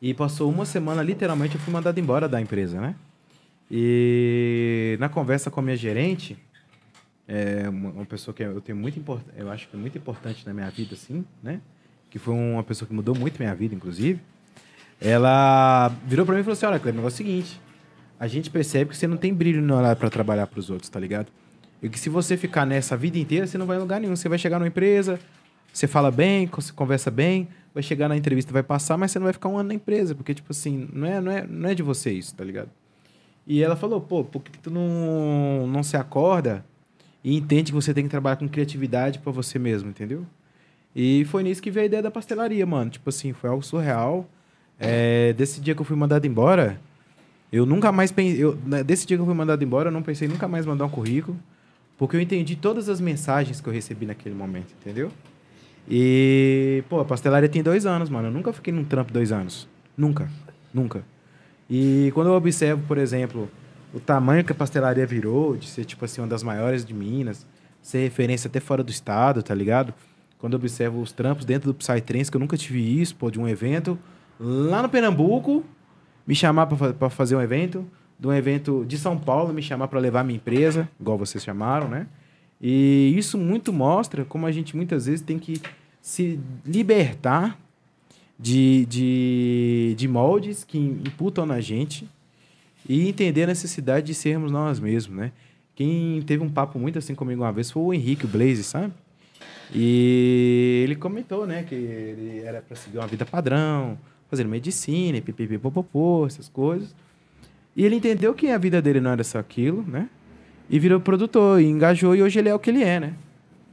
Speaker 4: E passou uma semana, literalmente, eu fui mandado embora da empresa, né? E na conversa com a minha gerente, é, uma, uma pessoa que eu tenho muito import- eu acho que é muito importante na minha vida, assim, né? Que foi uma pessoa que mudou muito minha vida, inclusive. Ela virou pra mim e falou assim: Olha, Cleber, o negócio é o seguinte. A gente percebe que você não tem brilho no olhar pra trabalhar pros outros, tá ligado? E que se você ficar nessa vida inteira, você não vai em lugar nenhum. Você vai chegar numa empresa, você fala bem, você conversa bem, vai chegar na entrevista, vai passar, mas você não vai ficar um ano na empresa, porque, tipo assim, não é, não é, não é de você isso, tá ligado? E ela falou, pô, por que, que tu não, não se acorda e entende que você tem que trabalhar com criatividade pra você mesmo, entendeu? E foi nisso que veio a ideia da pastelaria, mano. Tipo assim, foi algo surreal. É, desse dia que eu fui mandado embora, eu nunca mais pensei. Eu, né, desse dia que eu fui mandado embora, eu não pensei em nunca mais mandar um currículo. Porque eu entendi todas as mensagens que eu recebi naquele momento, entendeu? E, pô, a pastelaria tem dois anos, mano. Eu nunca fiquei num trampo dois anos. Nunca. Nunca. E quando eu observo, por exemplo, o tamanho que a pastelaria virou, de ser, tipo assim, uma das maiores de Minas, ser referência até fora do estado, tá ligado? Quando eu observo os trampos dentro do Psytrance, que eu nunca tive isso, pô, de um evento, lá no Pernambuco, me chamar pra fa- pra fazer um evento, de um evento de São Paulo, me chamar pra levar minha empresa, igual vocês chamaram, né? E isso muito mostra como a gente muitas vezes tem que se libertar de, de, de moldes que imputam na gente e entender a necessidade de sermos nós mesmos, né? Quem teve um papo muito assim comigo uma vez foi o Henrique Blaze, sabe? E ele comentou, né, que ele era para seguir uma vida padrão, fazendo medicina, e pipipi, popopô, essas coisas. E ele entendeu que a vida dele não era só aquilo, né? E virou produtor, e engajou, e hoje ele é o que ele é, né?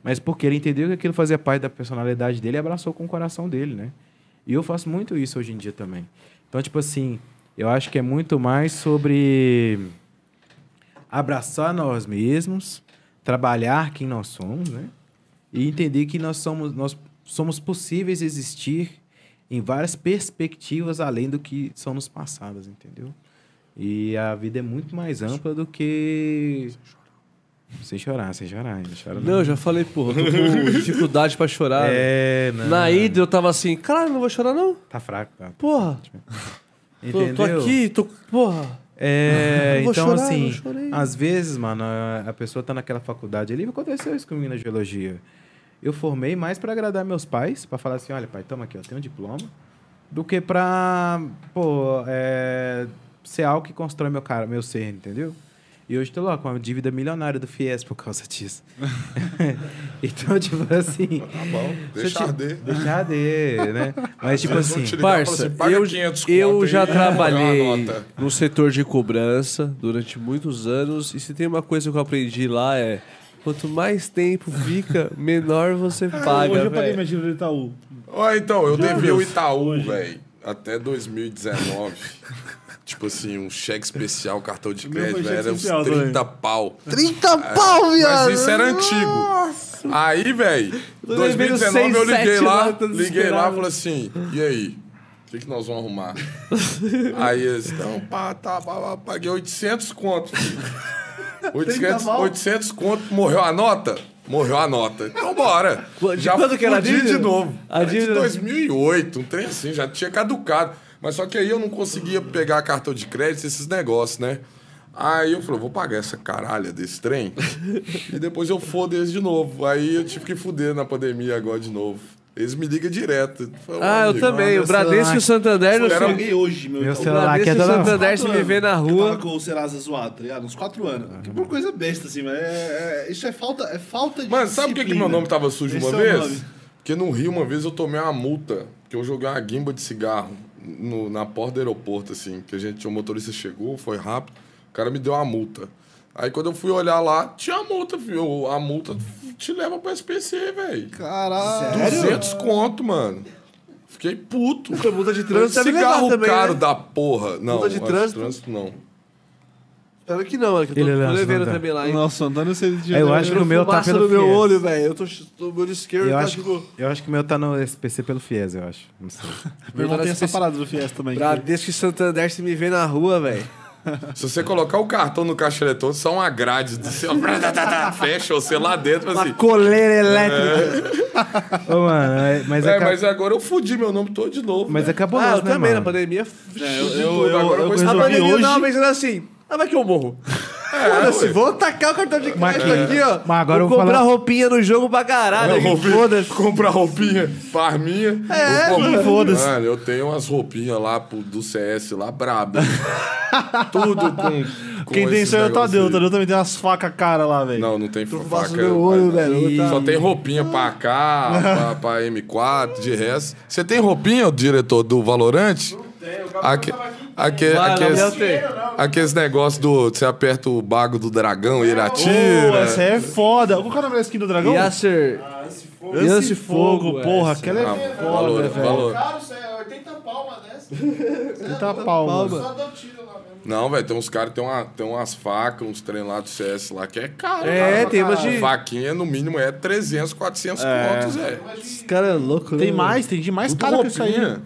Speaker 4: Mas porque ele entendeu que aquilo fazia parte da personalidade dele e abraçou com o coração dele, né? E eu faço muito isso hoje em dia também. Então, tipo assim, eu acho que é muito mais sobre abraçar nós mesmos, trabalhar quem nós somos, né? E entender que nós somos, nós somos possíveis de existir em várias perspectivas além do que são nos passadas, entendeu? E a vida é muito mais ampla do que. Sem chorar, sem chorar, ainda chora
Speaker 1: Não, eu já falei, porra, tô
Speaker 4: [laughs]
Speaker 1: com dificuldade pra chorar.
Speaker 4: É, não.
Speaker 1: Na ida eu tava assim, caralho, não vou chorar não?
Speaker 4: Tá fraco, tá.
Speaker 1: Porra, tô,
Speaker 4: Entendeu?
Speaker 1: tô aqui, tô. Porra.
Speaker 4: É,
Speaker 1: Eu vou
Speaker 4: então
Speaker 1: chorar, eu
Speaker 4: assim,
Speaker 1: chorei.
Speaker 4: às vezes, mano, a, a pessoa tá naquela faculdade ali, aconteceu isso comigo na geologia. Eu formei mais pra agradar meus pais, pra falar assim, olha pai, toma aqui, eu tenho um diploma, do que pra, pô, é, ser algo que constrói meu cara, meu ser, entendeu? E hoje tô lá com uma dívida milionária do FIES por causa
Speaker 1: [laughs]
Speaker 4: disso. [laughs] então, tipo assim...
Speaker 3: Tá bom,
Speaker 4: se eu
Speaker 3: deixa
Speaker 4: ti-
Speaker 3: arder.
Speaker 4: Deixa arder, né? Mas, tipo
Speaker 3: Eles vão
Speaker 4: assim...
Speaker 3: te ligar e falar
Speaker 1: Parça,
Speaker 3: assim, paga
Speaker 1: eu,
Speaker 3: 500
Speaker 1: eu
Speaker 3: conto aí,
Speaker 1: já
Speaker 3: e paga uma
Speaker 1: trabalhei
Speaker 3: nota.
Speaker 1: no setor de cobrança durante muitos anos e se tem uma coisa que eu aprendi lá é quanto mais tempo
Speaker 4: [laughs]
Speaker 1: fica, menor
Speaker 4: Ah,
Speaker 1: você paga.
Speaker 2: Hoje eu paguei
Speaker 1: velho.
Speaker 2: minha dívida do Itaú.
Speaker 3: Ó, então, eu devia o Itaú, velho, até 2019. [laughs] tipo assim, um cheque especial, cartão de
Speaker 2: meu foi
Speaker 3: crédito,
Speaker 2: cheque
Speaker 3: velho, era uns
Speaker 2: especial
Speaker 3: 30
Speaker 2: também.
Speaker 3: pau. É,
Speaker 1: 30 pau, viado!
Speaker 3: Mas isso era antigo. Aí, velho,
Speaker 1: Tô devendo
Speaker 3: 2019 eu
Speaker 1: seis,
Speaker 3: liguei
Speaker 1: sete
Speaker 3: lá,
Speaker 1: lá, tô
Speaker 3: liguei lá
Speaker 1: desesperado.
Speaker 3: e falei assim, e aí? O que, que nós vamos
Speaker 1: [laughs]
Speaker 3: arrumar? aí eles, não, pá, tá, pá, pá, paguei 800
Speaker 1: [laughs]
Speaker 3: conto. filho. 800, 800 conto, morreu a nota? Morreu a nota. Então bora.
Speaker 1: Qu- de quando que era a
Speaker 3: fudi
Speaker 1: dívida?
Speaker 3: de novo.
Speaker 1: A
Speaker 3: Era de
Speaker 1: dívida-
Speaker 3: 2008, um trem assim, já tinha caducado. Mas só que aí eu não conseguia pegar cartão de crédito, esses negócios, né? Aí eu falei, vou pagar essa caralha desse trem e depois eu fodo eles de novo. Aí eu tive que foder na pandemia agora de novo. Eles me ligam direto. Falo,
Speaker 1: Ah, eu
Speaker 3: amigo,
Speaker 1: também.
Speaker 4: meu
Speaker 1: O Bradesco e o Santander não
Speaker 3: Era
Speaker 1: sei-
Speaker 3: um-
Speaker 8: Paguei hoje, meu
Speaker 4: Meu
Speaker 8: Itaú.
Speaker 4: celular aqui é
Speaker 1: Bradesco e o
Speaker 4: toda...
Speaker 1: Santander se me
Speaker 8: Quatro
Speaker 1: vê na
Speaker 8: anos que Eu
Speaker 4: tá
Speaker 1: rua.
Speaker 8: tava com o Serasa zoado, tá ligado? Uns quatro anos. Que por coisa besta, assim, mas é, é- isso é falta, é falta de.
Speaker 3: Mano, sabe por que, que meu nome tá tava sujo
Speaker 8: Esse
Speaker 3: uma
Speaker 8: é o
Speaker 3: vez?
Speaker 8: nome.
Speaker 3: Porque no Rio, uma vez, eu tomei uma multa, que eu joguei uma guimba de cigarro no- na porta do aeroporto, assim, que a gente, o motorista chegou, foi rápido, o cara me deu uma multa. Aí quando eu fui olhar lá, tinha a multa, viu? A multa te leva pro SPC, velho.
Speaker 8: Caralho.
Speaker 3: 200 conto, mano. Fiquei puto.
Speaker 1: multa de trânsito deve levar
Speaker 3: Cigarro
Speaker 1: também,
Speaker 3: caro
Speaker 1: né?
Speaker 3: da porra. Não,
Speaker 1: Multa de
Speaker 3: acho
Speaker 1: trânsito?
Speaker 3: não.
Speaker 1: Claro que não, mano, que eu tô,
Speaker 4: Ele
Speaker 1: tô
Speaker 4: lança,
Speaker 1: devendo
Speaker 4: não dá.
Speaker 1: também lá, hein?
Speaker 2: Nossa, Antônio, você já
Speaker 4: Eu acho que o meu tá
Speaker 1: Fumaça
Speaker 4: pelo
Speaker 1: no meu
Speaker 4: FIES.
Speaker 1: olho, velho. Eu tô, tô o meu olho esquerdo,
Speaker 4: Eu
Speaker 1: tá
Speaker 4: acho,
Speaker 1: tipo...
Speaker 4: eu acho que o meu tá no SPC pelo FIES, eu acho. Não sei.
Speaker 2: Meu irmão
Speaker 1: Verdade,
Speaker 2: tem essa
Speaker 1: esqueci.
Speaker 2: parada do Fiesta também.
Speaker 1: Bradesco e Santander se me vê na rua, velho.
Speaker 3: Se você colocar o cartão no caixa eletrônico, só uma grade do céu. [laughs] Fecha você lá dentro, mas assim.
Speaker 4: Coleira
Speaker 1: É.
Speaker 4: elétrica! Ô, mano, é- mas,
Speaker 3: É,
Speaker 4: aca-
Speaker 3: mas agora eu fudi meu nome todo de novo.
Speaker 4: mas
Speaker 3: né?
Speaker 4: acabou
Speaker 1: ah, eu
Speaker 4: né,
Speaker 1: também, na
Speaker 4: mano?
Speaker 1: pandemia.
Speaker 2: Eu,
Speaker 3: de
Speaker 2: eu,
Speaker 3: tudo,
Speaker 2: eu,
Speaker 3: agora eu
Speaker 2: eu
Speaker 1: a
Speaker 3: vou resolvi
Speaker 2: resolvi
Speaker 1: pandemia eu
Speaker 2: hoje.
Speaker 1: tava pensando assim, ah, vai que eu morro. É, Foda-se,
Speaker 3: É, ué.
Speaker 1: vou tacar o cartão de crédito aqui, ó.
Speaker 4: mas agora eu
Speaker 1: vou
Speaker 4: vou
Speaker 1: comprar
Speaker 4: falar-
Speaker 1: roupinha no jogo pra caralho.
Speaker 3: Eu
Speaker 1: aqui,
Speaker 3: ouvi-
Speaker 1: Foda-se.
Speaker 3: Comprar roupinha, farminha.
Speaker 1: É,
Speaker 3: vou comprar-
Speaker 1: mano, foda-se.
Speaker 3: Mano, eu tenho umas roupinhas lá pro- do CS lá, braba. Tudo com, com
Speaker 2: Quem tem
Speaker 3: esses
Speaker 2: sonho é o
Speaker 3: negócios
Speaker 2: Tadeu. O
Speaker 3: aí.
Speaker 2: Tadeu também tem umas facas cara lá, velho.
Speaker 3: Não, não tem faca.
Speaker 1: Fumaça no meu olho,
Speaker 3: pai, não.
Speaker 1: velho.
Speaker 3: Só tem roupinha pra cá, pra, pra M4, de resto. Você tem roupinha, diretor do Valorante? Não tenho,
Speaker 7: aqui em
Speaker 3: Aque,
Speaker 5: Vai,
Speaker 2: é
Speaker 3: aque-
Speaker 5: Gabriel T.
Speaker 3: aqueles negócios do. Você aperta o bago do dragão e ele
Speaker 2: Pô,
Speaker 3: atira.
Speaker 2: essa é foda. Qual que é o nome da skin do dragão?
Speaker 1: Yasser.
Speaker 2: Lance Fogo,
Speaker 1: Fogo,
Speaker 2: porra.
Speaker 1: essa.
Speaker 2: Aquela é
Speaker 3: Ah, valor, valor.
Speaker 11: Cara, isso é 80 palmas dessa.
Speaker 2: 30 palmas.
Speaker 11: Só dou tiro lá mesmo.
Speaker 3: Não, velho, tem uns caras, tem, uma, tem umas facas, uns trem lá do CS lá que é caro.
Speaker 1: É, tem umas de.
Speaker 3: Faquinha, no mínimo, é 300, 400 contos, velho.
Speaker 1: Esse cara é louco,
Speaker 2: Tem
Speaker 1: né?
Speaker 2: mais, tem de mais
Speaker 3: Tudo
Speaker 2: cara que isso aí.
Speaker 3: roupinha.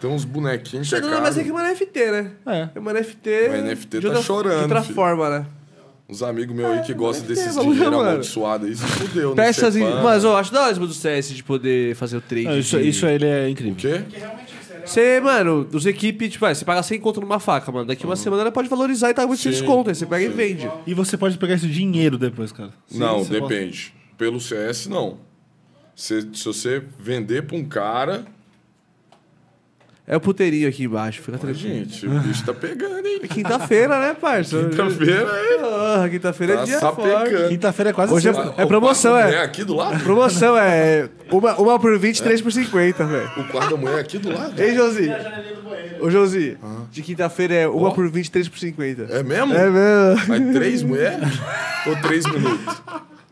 Speaker 3: Tem uns bonequinhos que é
Speaker 1: Não, mas é que é
Speaker 3: caro.
Speaker 1: uma NFT, né?
Speaker 2: É.
Speaker 1: É uma NFT.
Speaker 3: O NFT
Speaker 1: de
Speaker 3: tá
Speaker 1: outra-
Speaker 3: chorando,
Speaker 1: De outra
Speaker 3: filho.
Speaker 1: forma, né?
Speaker 3: Uns amigos meus aí
Speaker 1: Ah,
Speaker 3: que gostam
Speaker 1: deve ter,
Speaker 3: desses
Speaker 1: vamos ver,
Speaker 3: dinheiro
Speaker 1: mano.
Speaker 3: amaldiçoado aí, se fudeu, né?
Speaker 1: Peças.
Speaker 3: Ser
Speaker 1: Em...
Speaker 3: fã.
Speaker 1: Mas eu acho da hora do CS de poder fazer o trade.
Speaker 2: Não, isso,
Speaker 1: de-
Speaker 2: isso aí ele é incrível.
Speaker 3: O quê?
Speaker 1: Você, mano, os equipes, tipo, ah, você paga 100 conto numa faca, mano. Daqui uma semana ela pode valorizar e tá muito sem
Speaker 3: Uhum. Sim.
Speaker 1: desconto. Aí você pega e vende.
Speaker 2: E você pode pegar esse dinheiro depois, cara. Sim,
Speaker 3: não,
Speaker 2: você pode.
Speaker 3: depende. Pelo CS, não. Se, se você vender pra um cara.
Speaker 1: É o puteirinho aqui embaixo, fica tranquilo.
Speaker 3: Gente, o bicho tá pegando, hein?
Speaker 1: É Quinta-feira, né, parça?
Speaker 3: Quinta-feira é.
Speaker 1: Porra, quinta-feira é
Speaker 3: Tá
Speaker 1: dia
Speaker 3: só
Speaker 1: forte.
Speaker 3: pegando.
Speaker 2: Quinta-feira é quase
Speaker 1: Hoje
Speaker 2: sexta.
Speaker 1: é promoção,
Speaker 3: quarto da
Speaker 1: é.
Speaker 3: mulher aqui do lado?
Speaker 1: Promoção é uma, uma por 20, três por 50, velho.
Speaker 3: O quarto da mulher aqui do lado?
Speaker 1: Ei, Josi. Ô, Josi, de quinta-feira é uma por 20, três por 50.
Speaker 3: Ah. É mesmo?
Speaker 1: É mesmo.
Speaker 3: Aí três mulheres? Ou três minutos?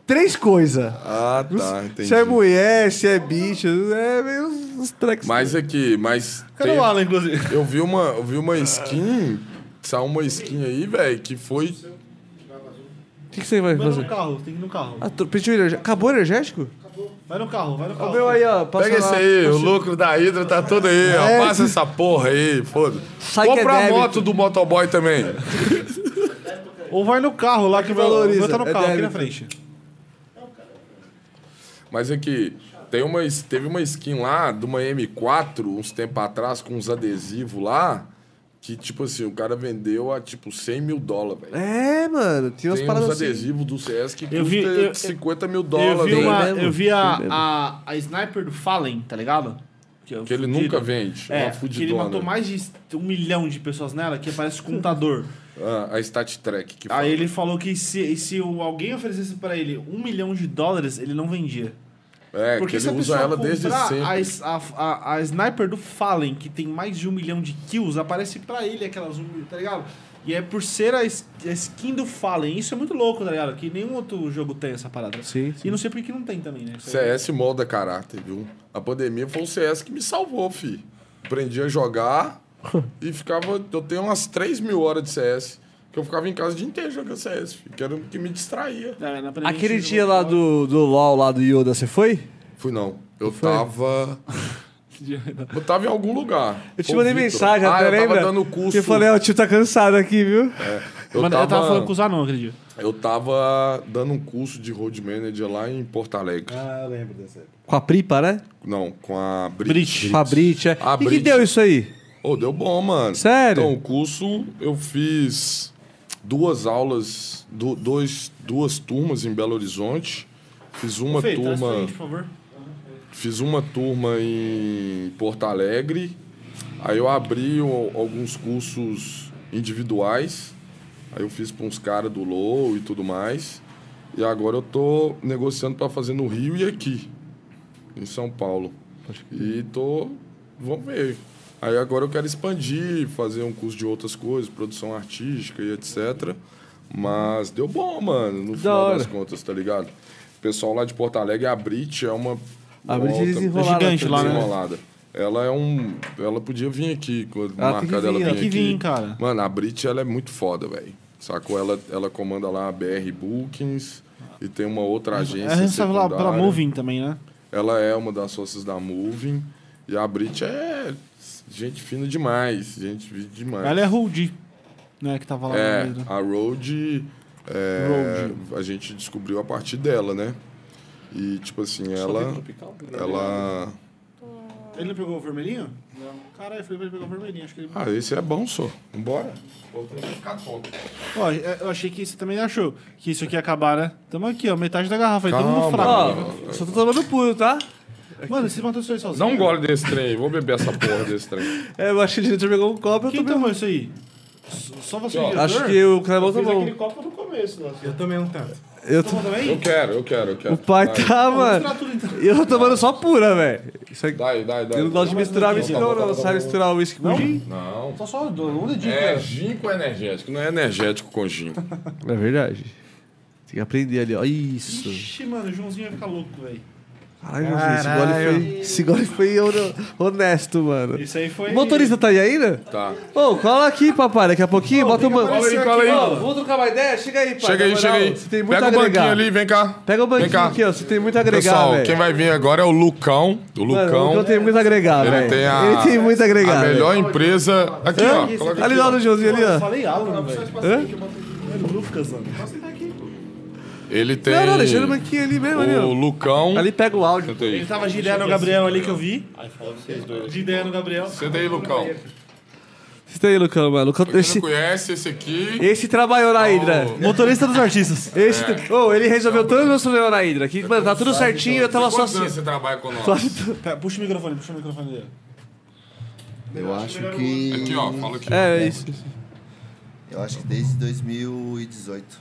Speaker 1: Três coisas.
Speaker 3: Ah, tá, entendi.
Speaker 1: Se é mulher, se é bicho, é meio uns tracks.
Speaker 3: Mas aqui, mas.
Speaker 2: Cadê
Speaker 3: tem-
Speaker 2: o Alan, inclusive?
Speaker 3: Eu vi uma, eu vi uma skin. Saiu uma skin aí, velho, que foi.
Speaker 1: O que, que você vai
Speaker 2: Vai no
Speaker 1: fazer?
Speaker 2: carro, tem que ir no carro.
Speaker 1: Ah, tu- pediu energético. Acabou o energético?
Speaker 2: Vai no carro, vai no
Speaker 1: Ó,
Speaker 2: carro.
Speaker 1: O meu aí, ó. Passa
Speaker 3: Pega esse
Speaker 1: lá.
Speaker 3: aí, o lucro da Hydra tá todo aí,
Speaker 1: É.
Speaker 3: ó. Passa essa porra aí, foda.
Speaker 1: Sai que é
Speaker 3: Compra a
Speaker 1: débito.
Speaker 3: moto do motoboy também.
Speaker 2: Ou vai no carro lá que, vai
Speaker 1: valoriza,
Speaker 2: valoriza. Vai no
Speaker 1: é
Speaker 2: carro aqui
Speaker 1: débito.
Speaker 2: na frente.
Speaker 3: Mas aqui, tem uma, teve uma skin lá de uma M4 uns tempos atrás com uns adesivos lá. Que, tipo assim, o cara vendeu a tipo 100 mil dólares, velho.
Speaker 1: É, mano. Tem umas
Speaker 3: Tem uns
Speaker 1: paradas assim.
Speaker 3: adesivos do CS que
Speaker 2: Eu vi-
Speaker 3: custa
Speaker 2: eu- eu-
Speaker 3: 50 mil
Speaker 2: Eu
Speaker 3: dólares, né?
Speaker 2: vi,
Speaker 3: velho.
Speaker 2: uma,
Speaker 1: mesmo,
Speaker 2: eu vi a,
Speaker 1: tem mesmo.
Speaker 2: a, a sniper do Fallen, tá ligado? Que, eu-
Speaker 3: Que ele nunca vende.
Speaker 2: É, que
Speaker 3: uma
Speaker 2: ele
Speaker 3: fudidona.
Speaker 2: matou mais de um milhão de pessoas nela, que parece computador.
Speaker 3: Ah, a Stat Track que fala.
Speaker 2: Aí ele falou que se, se o- alguém oferecesse pra ele um milhão de dólares, ele não vendia.
Speaker 3: É,
Speaker 2: Porque
Speaker 3: que
Speaker 2: se
Speaker 3: ele
Speaker 2: a
Speaker 3: usa
Speaker 2: pessoa
Speaker 3: ela
Speaker 2: comprar
Speaker 3: desde sempre.
Speaker 2: a s- a, a- a sniper do Fallen, que tem mais de um milhão de kills, aparece pra ele aquelas um milhão, tá ligado? E é por ser a, s- a skin do Fallen. Isso é muito louco, tá ligado? Que nenhum outro jogo tem essa parada.
Speaker 1: Sim,
Speaker 2: E não sei por que não tem também, né? Isso aí-
Speaker 3: CS molda caráter, viu? A pandemia foi o CS que me salvou, fi. Aprendi a jogar
Speaker 1: [laughs]
Speaker 3: e ficava. Eu tenho umas 3 mil horas de CS. Que eu ficava em casa o dia inteiro jogando CS, fi, que era o que me distraía.
Speaker 2: É, na primeira
Speaker 1: Aquele
Speaker 2: gente
Speaker 1: dia
Speaker 2: jogou
Speaker 1: lá
Speaker 2: fora.
Speaker 1: do, do LOL, lá do Yoda, você foi?
Speaker 3: Fui não.
Speaker 1: [laughs]
Speaker 3: Eu tava. eu tava em algum lugar.
Speaker 1: né? Eu te
Speaker 3: Ô,
Speaker 1: mandei
Speaker 3: Vitor.
Speaker 1: mensagem
Speaker 3: ah,
Speaker 1: até,
Speaker 3: eu
Speaker 1: lembra?
Speaker 3: tava dando curso.
Speaker 1: Eu falei, ó, o tio tá cansado aqui, viu?
Speaker 3: eu,
Speaker 2: Mano,
Speaker 3: tava,
Speaker 2: eu tava falando com o Zanon aquele dia.
Speaker 3: eu tava dando um curso de road manager lá em Porto Alegre.
Speaker 1: Com a Pripa, né?
Speaker 3: Não, com a
Speaker 1: Ah. Brit. Com a Brit, é.
Speaker 3: A
Speaker 1: e que
Speaker 3: Brit.
Speaker 1: deu isso aí?
Speaker 3: Ô, deu bom, mano.
Speaker 1: Sério?
Speaker 3: Então, o curso eu fiz duas aulas, du- dois, duas turmas em Belo Horizonte. Fiz uma
Speaker 2: Fê, traz pra
Speaker 3: turma,
Speaker 2: gente, por favor.
Speaker 3: fiz uma turma em Porto Alegre. Aí eu abri o- alguns cursos individuais. Aí eu fiz para uns caras do Low e tudo mais. E agora eu tô negociando para fazer no Rio e aqui, em São Paulo. E tô. Vamos ver. Aí agora eu quero expandir, fazer um curso de outras coisas, produção artística e etc. Mas deu bom, mano, no final
Speaker 1: hora.
Speaker 3: das contas, tá ligado? O pessoal lá de Porto Alegre, a Brit é uma.
Speaker 1: A Brit
Speaker 3: uma outra-
Speaker 1: desenrolada.
Speaker 2: É gigante lá, né?
Speaker 3: desenrolada. Ela é um. Ela podia vir aqui quando
Speaker 1: Ela tem que
Speaker 3: marcar dela
Speaker 1: vir,
Speaker 3: vir
Speaker 1: ela
Speaker 2: tem
Speaker 3: aqui.
Speaker 2: que vir, cara.
Speaker 3: Mano, a Brit ela é muito foda, velho. Sacou? Ela, ela comanda lá a BR Bookings e tem uma outra agência.
Speaker 2: É responsável lá pela
Speaker 3: secundária.
Speaker 2: Moving também, né?
Speaker 3: Ela é uma das sócias da Moving. E a Brit é gente fina demais. Gente fina demais.
Speaker 2: Ela é Rude, né? Que tava lá
Speaker 3: É,
Speaker 2: na mesa.
Speaker 3: a Road, é, a gente descobriu a partir dela, né? E, tipo assim, ela. Ela.
Speaker 2: Ele não pegou o vermelhinho? Não. Caralho, eu falei pra ele pegar o vermelhinho. Acho que ele...
Speaker 3: Ah, esse é bom, só. Vambora. Vou ter que ficar tonto.
Speaker 2: Ah, Ó, é, eu achei que você também achou que isso aqui ia acabar, né? Tamo aqui, ó. Metade da garrafa aí. Todo mundo
Speaker 3: Calma.
Speaker 2: fraco.
Speaker 1: Ó, só tô tomando puro, tá?
Speaker 2: Mano, você matou isso aí sozinho?
Speaker 3: Dá um gole desse trem aí. Vou beber essa porra desse trem.
Speaker 1: É, eu acho que o diretor pegou um copo, eu
Speaker 2: Quem
Speaker 1: tô
Speaker 2: tomou então isso aí? S- Só você
Speaker 3: Ó,
Speaker 2: diretor?
Speaker 1: Acho que o Clemão
Speaker 2: Fez
Speaker 1: tomou.
Speaker 2: aquele copo no começo, né?
Speaker 11: Eu tomei um tanto.
Speaker 1: Eu tô...
Speaker 2: Tomou também?
Speaker 3: Eu quero, eu quero, eu quero.
Speaker 1: O pai
Speaker 3: Vai.
Speaker 1: tá, mano.
Speaker 2: Misturar tudo, então.
Speaker 1: Eu tô tomando só pura, velho. Isso aqui.
Speaker 3: Dá aí, dá aí, dá aí.
Speaker 1: Eu não gosto de misturar
Speaker 3: Não,
Speaker 1: whisky,
Speaker 3: tá
Speaker 1: não, Tipo
Speaker 3: bom, tá
Speaker 1: não.
Speaker 3: bom,
Speaker 1: Sabe
Speaker 3: tá bom.
Speaker 1: misturar whisky com gin?
Speaker 3: Não.
Speaker 8: Não, só só do-
Speaker 2: um
Speaker 8: uma dica.
Speaker 3: É ginkgo energético, não é energético com ginkgo.
Speaker 1: É verdade. Tem que aprender ali, ó. Isso.
Speaker 8: Ixi, mano, o Joãozinho vai ficar louco, velho.
Speaker 1: Caralho, Joãozinho, esse gole foi, esse gole foi hon- honesto, mano.
Speaker 8: Isso aí foi.
Speaker 1: O motorista tá aí ainda?
Speaker 3: Tá.
Speaker 1: Ô, cola aqui, papai. Daqui a pouquinho, bota uma.
Speaker 3: Cola aí, cola aí.
Speaker 1: vamos trocar uma ideia? Chega aí, pai. Na
Speaker 3: Chega aí, chega
Speaker 1: moral,
Speaker 3: aí.
Speaker 1: Você tem muito
Speaker 3: Pega
Speaker 1: a
Speaker 3: o banquinho
Speaker 1: agregar.
Speaker 3: ali, vem cá.
Speaker 1: Pega o
Speaker 3: Vem
Speaker 1: banquinho
Speaker 3: cá.
Speaker 1: aqui, ó. Você tem muito a agregar,
Speaker 3: Pessoal,
Speaker 1: velho.
Speaker 3: quem vai vir agora é o Lucão. O
Speaker 1: Mano, o
Speaker 3: Lucão.
Speaker 1: Lucão tem muito a agregar,
Speaker 3: Ele
Speaker 1: velho.
Speaker 3: tem a-
Speaker 1: Ele tem muito a agregar.
Speaker 3: a
Speaker 1: velho.
Speaker 3: melhor empresa. Aqui, ó. Coloca
Speaker 1: Ali
Speaker 3: aqui,
Speaker 1: lá
Speaker 3: ó.
Speaker 1: no Joãozinho, ali, ó.
Speaker 8: Falei aula, velho.
Speaker 3: Ele tem.
Speaker 1: Não, não, deixa ele aqui ali mesmo, ali,
Speaker 3: O
Speaker 1: ó.
Speaker 3: Lucão.
Speaker 1: Ali pega o áudio.
Speaker 3: Senta aí.
Speaker 8: Ele tava de ideia no Gabriel ali que eu vi. De ideia no Gabriel.
Speaker 3: Senta aí, Lucão.
Speaker 1: Você tem aí, Lucão, mano. Lucão,
Speaker 3: Você
Speaker 1: esse,
Speaker 3: não conhece esse aqui?
Speaker 1: esse trabalhou na Hydra.
Speaker 8: Oh. Motorista dos artistas.
Speaker 1: Esse, Ô, ele resolveu todos os meus problemas na Hydra. Que, mano, tá tudo certinho, eu tava só
Speaker 3: Quantos
Speaker 1: assim.
Speaker 3: anos você trabalha com nós?
Speaker 8: Pera, tá- puxa o microfone, puxa o microfone dele.
Speaker 12: Eu acho que.
Speaker 3: Aqui, ó. Fala aqui.
Speaker 1: É, é isso.
Speaker 12: Eu acho que desde 2018.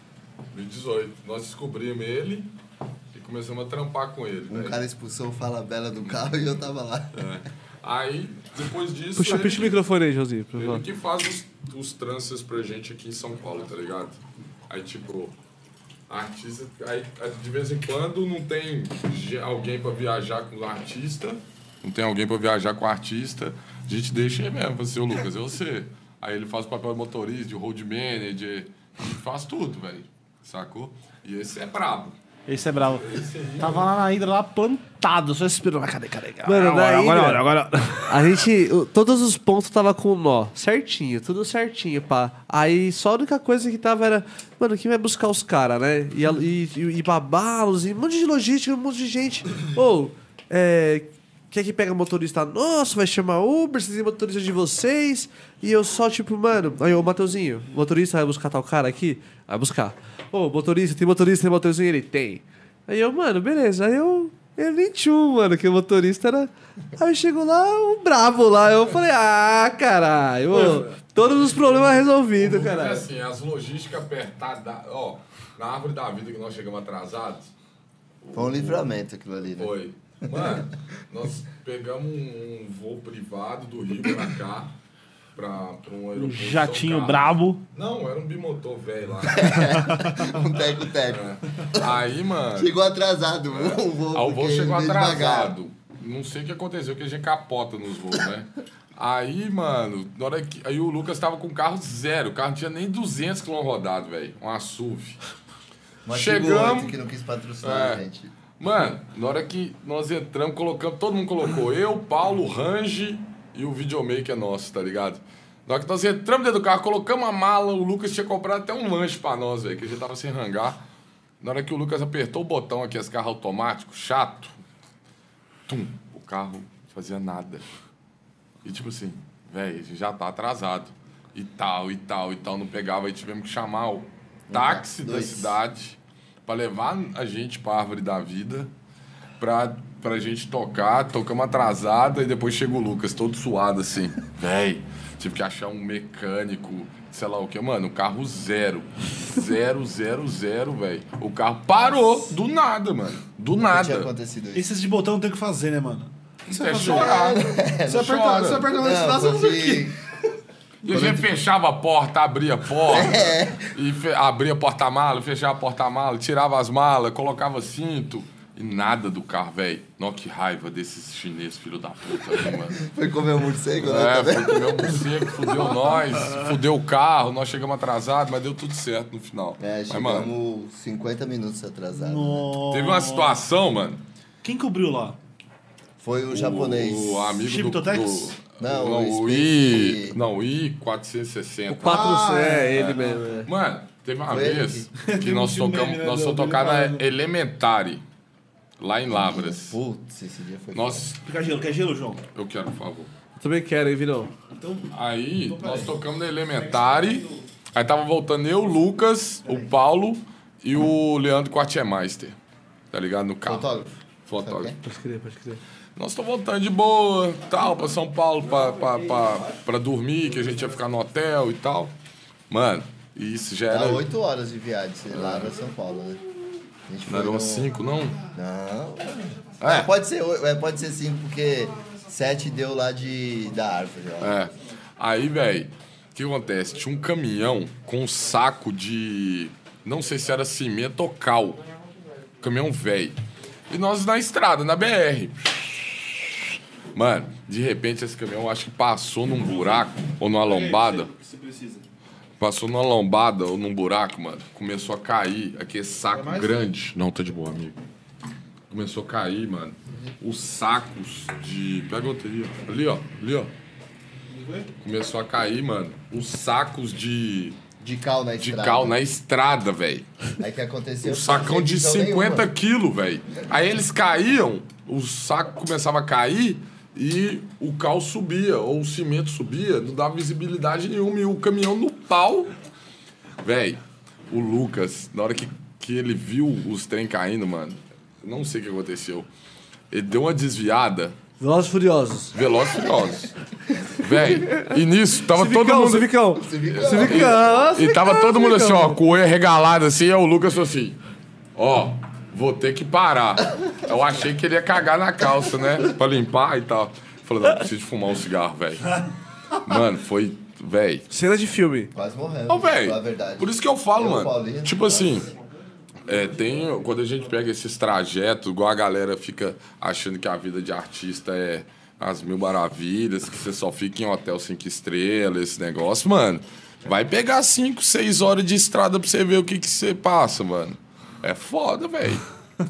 Speaker 3: 2018. Nós descobrimos ele e começamos a trampar com ele.
Speaker 12: Um
Speaker 3: né?
Speaker 12: cara expulsou o Fala Bela do carro e eu tava lá.
Speaker 3: Aí, depois disso.
Speaker 1: Puxa,
Speaker 3: ele
Speaker 1: puxa o
Speaker 3: que-
Speaker 1: microfone aí, Joãozinho, por
Speaker 3: Ele
Speaker 1: favor.
Speaker 3: que faz os, os trances pra gente aqui em São Paulo, tá ligado? Aí, tipo, artista. Aí, de vez em quando não tem ge- alguém pra viajar com o artista. Não tem alguém pra viajar com o artista. A gente deixa ele mesmo, você, o Lucas, é você. Aí ele faz o papel de motorista, de road manager, ele faz tudo, velho. Sacou? E esse é brabo.
Speaker 2: Esse é bravo. Tava lá na Hydra, lá plantado, só esperando. Ah, Cadê, cadê? cadê?
Speaker 1: Mano, na
Speaker 2: agora, agora,
Speaker 1: Hydra-
Speaker 2: agora, agora.
Speaker 1: A gente. o- Todos os pontos tava com nó. Certinho, tudo certinho, pá. Aí só a única coisa que tava era. Mano, quem vai buscar os caras, né? E, a- e, e- e babá-los, e um monte de logística, um monte de gente. Ou, é. Quer que pega motorista nosso, vai chamar Uber, vocês têm motorista de vocês. E eu só, tipo, mano. Aí, ô, Mateuzinho, motorista vai buscar tal cara aqui? Vai buscar. Ô, motorista, tem motorista, tem motorzinho? Ele tem. Aí eu, mano, beleza. Aí eu, eu nem tinha um, mano, que o motorista era. Aí chegou lá, o brabo lá. Eu falei, ah, caralho, ô, todos os problemas resolvidos,
Speaker 3: É
Speaker 1: caralho.
Speaker 3: assim, as logísticas apertadas. Ó, na árvore da vida que nós chegamos atrasados.
Speaker 12: Foi um livramento aquilo ali, né?
Speaker 3: Foi. Mano, nós pegamos um, um voo privado do Rio pra cá, pra, pra um aeroporto.
Speaker 2: Um
Speaker 3: de São
Speaker 2: jatinho
Speaker 3: Carlos.
Speaker 2: brabo.
Speaker 3: Não, era um bimotor velho lá.
Speaker 12: Um teco-teco.
Speaker 3: Aí,
Speaker 12: [laughs]
Speaker 3: mano,
Speaker 12: Chegou atrasado, o voo.
Speaker 3: ah, o voo
Speaker 12: porque
Speaker 3: chegou
Speaker 12: veio devagar.
Speaker 3: atrasado. Não sei o que aconteceu, que a gente capota nos voos, né? Aí, mano, na hora que. Aí o Lucas tava com carro zero. O carro não tinha nem 200 km rodado, velho. Um SUV.
Speaker 12: Mas
Speaker 3: Chegamos.
Speaker 12: Chegamos. que não quis patrocinar,
Speaker 3: É.
Speaker 12: gente.
Speaker 3: Mano, na hora que nós entramos, colocamos, todo mundo colocou. Eu, Paulo, Range e o videomaker nosso, tá ligado? Na hora que nós entramos dentro do carro, colocamos a mala, o Lucas tinha comprado até um lanche pra nós, velho, que a gente tava sem rangar. Na hora que o Lucas apertou o botão aqui, esse carro automático, chato, tum, o carro não fazia nada. E tipo assim, velho, a gente já tá atrasado. E tal, e tal, e tal, não pegava. Aí tivemos que chamar o táxi da
Speaker 12: dois.
Speaker 3: cidade pra levar a gente pra Árvore da Vida, pra, pra gente tocar. Tocamos atrasada e depois chega o Lucas, todo suado assim.
Speaker 12: [laughs]
Speaker 3: Véi, tive que achar um mecânico, sei lá o que. Mano, o carro zero. Zero, zero, zero, velho. O carro parou do nada, mano. Do
Speaker 12: Não
Speaker 3: nada.
Speaker 12: tinha acontecido isso.
Speaker 8: Esses de botão tem o que fazer, né, mano? [laughs]
Speaker 3: É chorar. Você apertar, você apertar.
Speaker 12: Não, porque...
Speaker 3: E a gente fechava a porta, abria a
Speaker 12: [laughs]
Speaker 3: porta,
Speaker 12: É.
Speaker 3: e fe- abria porta-mala, fechava porta-mala, tirava as malas, colocava cinto. E nada do carro, velho. Nó que raiva desses chineses, filho da puta, né, mano.
Speaker 12: Foi comer um morcego, né?
Speaker 3: É, foi comer o morcego, fudeu nós, fudeu o carro, nós chegamos atrasados, mas deu tudo certo no final.
Speaker 12: É,
Speaker 3: mas, mano,
Speaker 12: chegamos 50 minutos né? atrasados.
Speaker 3: teve uma situação, mano.
Speaker 8: Quem cobriu lá?
Speaker 12: Foi o japonês.
Speaker 3: O amigo do... do
Speaker 8: Chiptotex?
Speaker 12: Não,
Speaker 3: o
Speaker 12: o
Speaker 3: I...
Speaker 12: Space-
Speaker 3: Não, o I-460.
Speaker 1: Quatro é, ele mesmo. é.
Speaker 3: Mano, teve uma
Speaker 12: Foi ele
Speaker 3: vez
Speaker 8: [laughs]
Speaker 3: que
Speaker 8: um
Speaker 3: nós
Speaker 8: filme
Speaker 3: tocamos,
Speaker 8: dele, né,
Speaker 3: nós só
Speaker 8: do-
Speaker 3: tocava
Speaker 8: do-
Speaker 3: na Elementare, lá em Lavras.
Speaker 12: Putz, esse dia foi...
Speaker 3: Nós,
Speaker 8: Fica gelo, quer gelo, João? Então,
Speaker 3: eu quero, por favor.
Speaker 1: Também quero, hein, Virão?
Speaker 3: Aí, nós tocamos na Elementare, aí tava voltando eu, o Lucas, o Paulo e o Leandro Quartiermeister, tá ligado? No carro.
Speaker 12: Fotógrafo.
Speaker 3: Fotógrafo.
Speaker 1: Pode crer, pode crer.
Speaker 3: Nós estamos voltando de boa, tal, pra São Paulo, pra, pra, pra, pra dormir, que a gente ia ficar no hotel e tal. Mano, e isso
Speaker 8: Tá
Speaker 3: já
Speaker 12: Dá
Speaker 3: era...
Speaker 12: 8 horas de viagem, sei lá, pra São Paulo, né? A gente
Speaker 3: Não
Speaker 12: foi
Speaker 3: era
Speaker 12: no- Ah,
Speaker 3: umas 5, não?
Speaker 12: Não.
Speaker 3: É.
Speaker 12: É, Pode ser, oi- é, pode ser sim, porque 7 deu lá de, da árvore. ó.
Speaker 3: É. Aí, velho, o que acontece? Tinha um caminhão com um saco de. Não sei se era cimento ou cal. Caminhão velho. E nós na estrada, na BR. Mano, de repente esse caminhão acho que passou num buraco ou numa lombada. Passou numa lombada ou num buraco, mano. Começou a cair aquele saco grande. Não, tá de boa, amigo. Começou a cair, mano. Os sacos de. Pega outra ali, ó. Ali, ó. Ali, ó. Começou a cair, mano. Os sacos de.
Speaker 12: De cal na
Speaker 3: De
Speaker 12: estrada.
Speaker 3: cal na estrada, velho.
Speaker 12: Aí que aconteceu.
Speaker 3: Um sacão
Speaker 12: sem
Speaker 3: de
Speaker 12: visão
Speaker 3: 50
Speaker 12: nenhuma.
Speaker 3: quilos, velho. Aí eles caíam, o saco começava a cair e o cal subia, ou o cimento subia, não dava visibilidade nenhuma. E o caminhão no pau. Velho, o Lucas, na hora que, que ele viu os trem caindo, mano, não sei o que aconteceu. Ele deu uma desviada,
Speaker 1: Velozes e Furiosos.
Speaker 3: veloz e furioso. Velho, e nisso tava todo mundo.
Speaker 1: Civicão, Civicão. Civicão.
Speaker 3: E tava todo mundo assim, ó, com o olho regalado assim, e o Lucas falou assim: Ó, vou ter que parar. Eu achei que ele ia cagar na calça, né? Pra limpar e tal. Falei, não, preciso fumar um cigarro, velho. Mano, foi. Véi.
Speaker 1: Cena de filme.
Speaker 12: Quase morrendo.
Speaker 3: Ô,
Speaker 12: falar a
Speaker 3: véi.
Speaker 12: verdade.
Speaker 3: Por isso que eu falo,
Speaker 12: Eu,
Speaker 3: mano.
Speaker 12: Paulinho,
Speaker 3: tipo assim. É, tem. Quando a gente pega esses trajetos, igual a galera fica achando que a vida de artista é as mil maravilhas, que você só fica em hotel cinco estrelas, esse negócio, mano. Vai pegar cinco, seis horas de estrada pra você ver o que que você passa, mano. É foda, velho.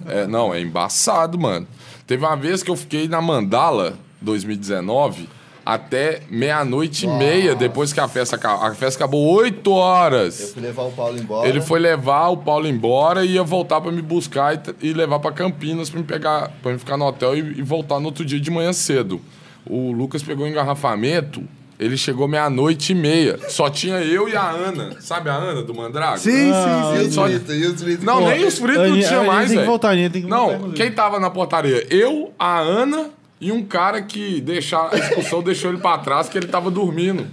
Speaker 3: É, não, é embaçado, mano. Teve uma vez que eu fiquei na Mandala, 2019, até meia-noite e meia, depois que a festa acabou. A festa acabou oito horas.
Speaker 12: Eu fui levar o Paulo embora.
Speaker 3: Ele foi levar o Paulo embora e ia voltar pra me buscar e, t- e levar pra Campinas pra me pegar, para ficar no hotel e, e voltar no outro dia de manhã cedo. O Lucas pegou um engarrafamento, ele chegou meia-noite e meia. Só tinha eu e a Ana. Sabe a Ana do Mandrago?
Speaker 1: Sim, sim,
Speaker 12: E os
Speaker 3: Só-
Speaker 12: fritos, e os fritos.
Speaker 3: Não,
Speaker 12: Pô,
Speaker 3: nem os fritos
Speaker 2: a
Speaker 3: não
Speaker 2: gente- a
Speaker 3: tinha
Speaker 2: gente
Speaker 3: mais,
Speaker 2: tem que
Speaker 3: velho.
Speaker 2: voltar, a gente tem um que voltar,
Speaker 3: Não,
Speaker 2: inclusive.
Speaker 3: quem tava na portaria? Eu, a Ana e um cara que deixar a expulsão deixou ele pra trás, que ele tava
Speaker 2: [laughs]
Speaker 3: dormindo.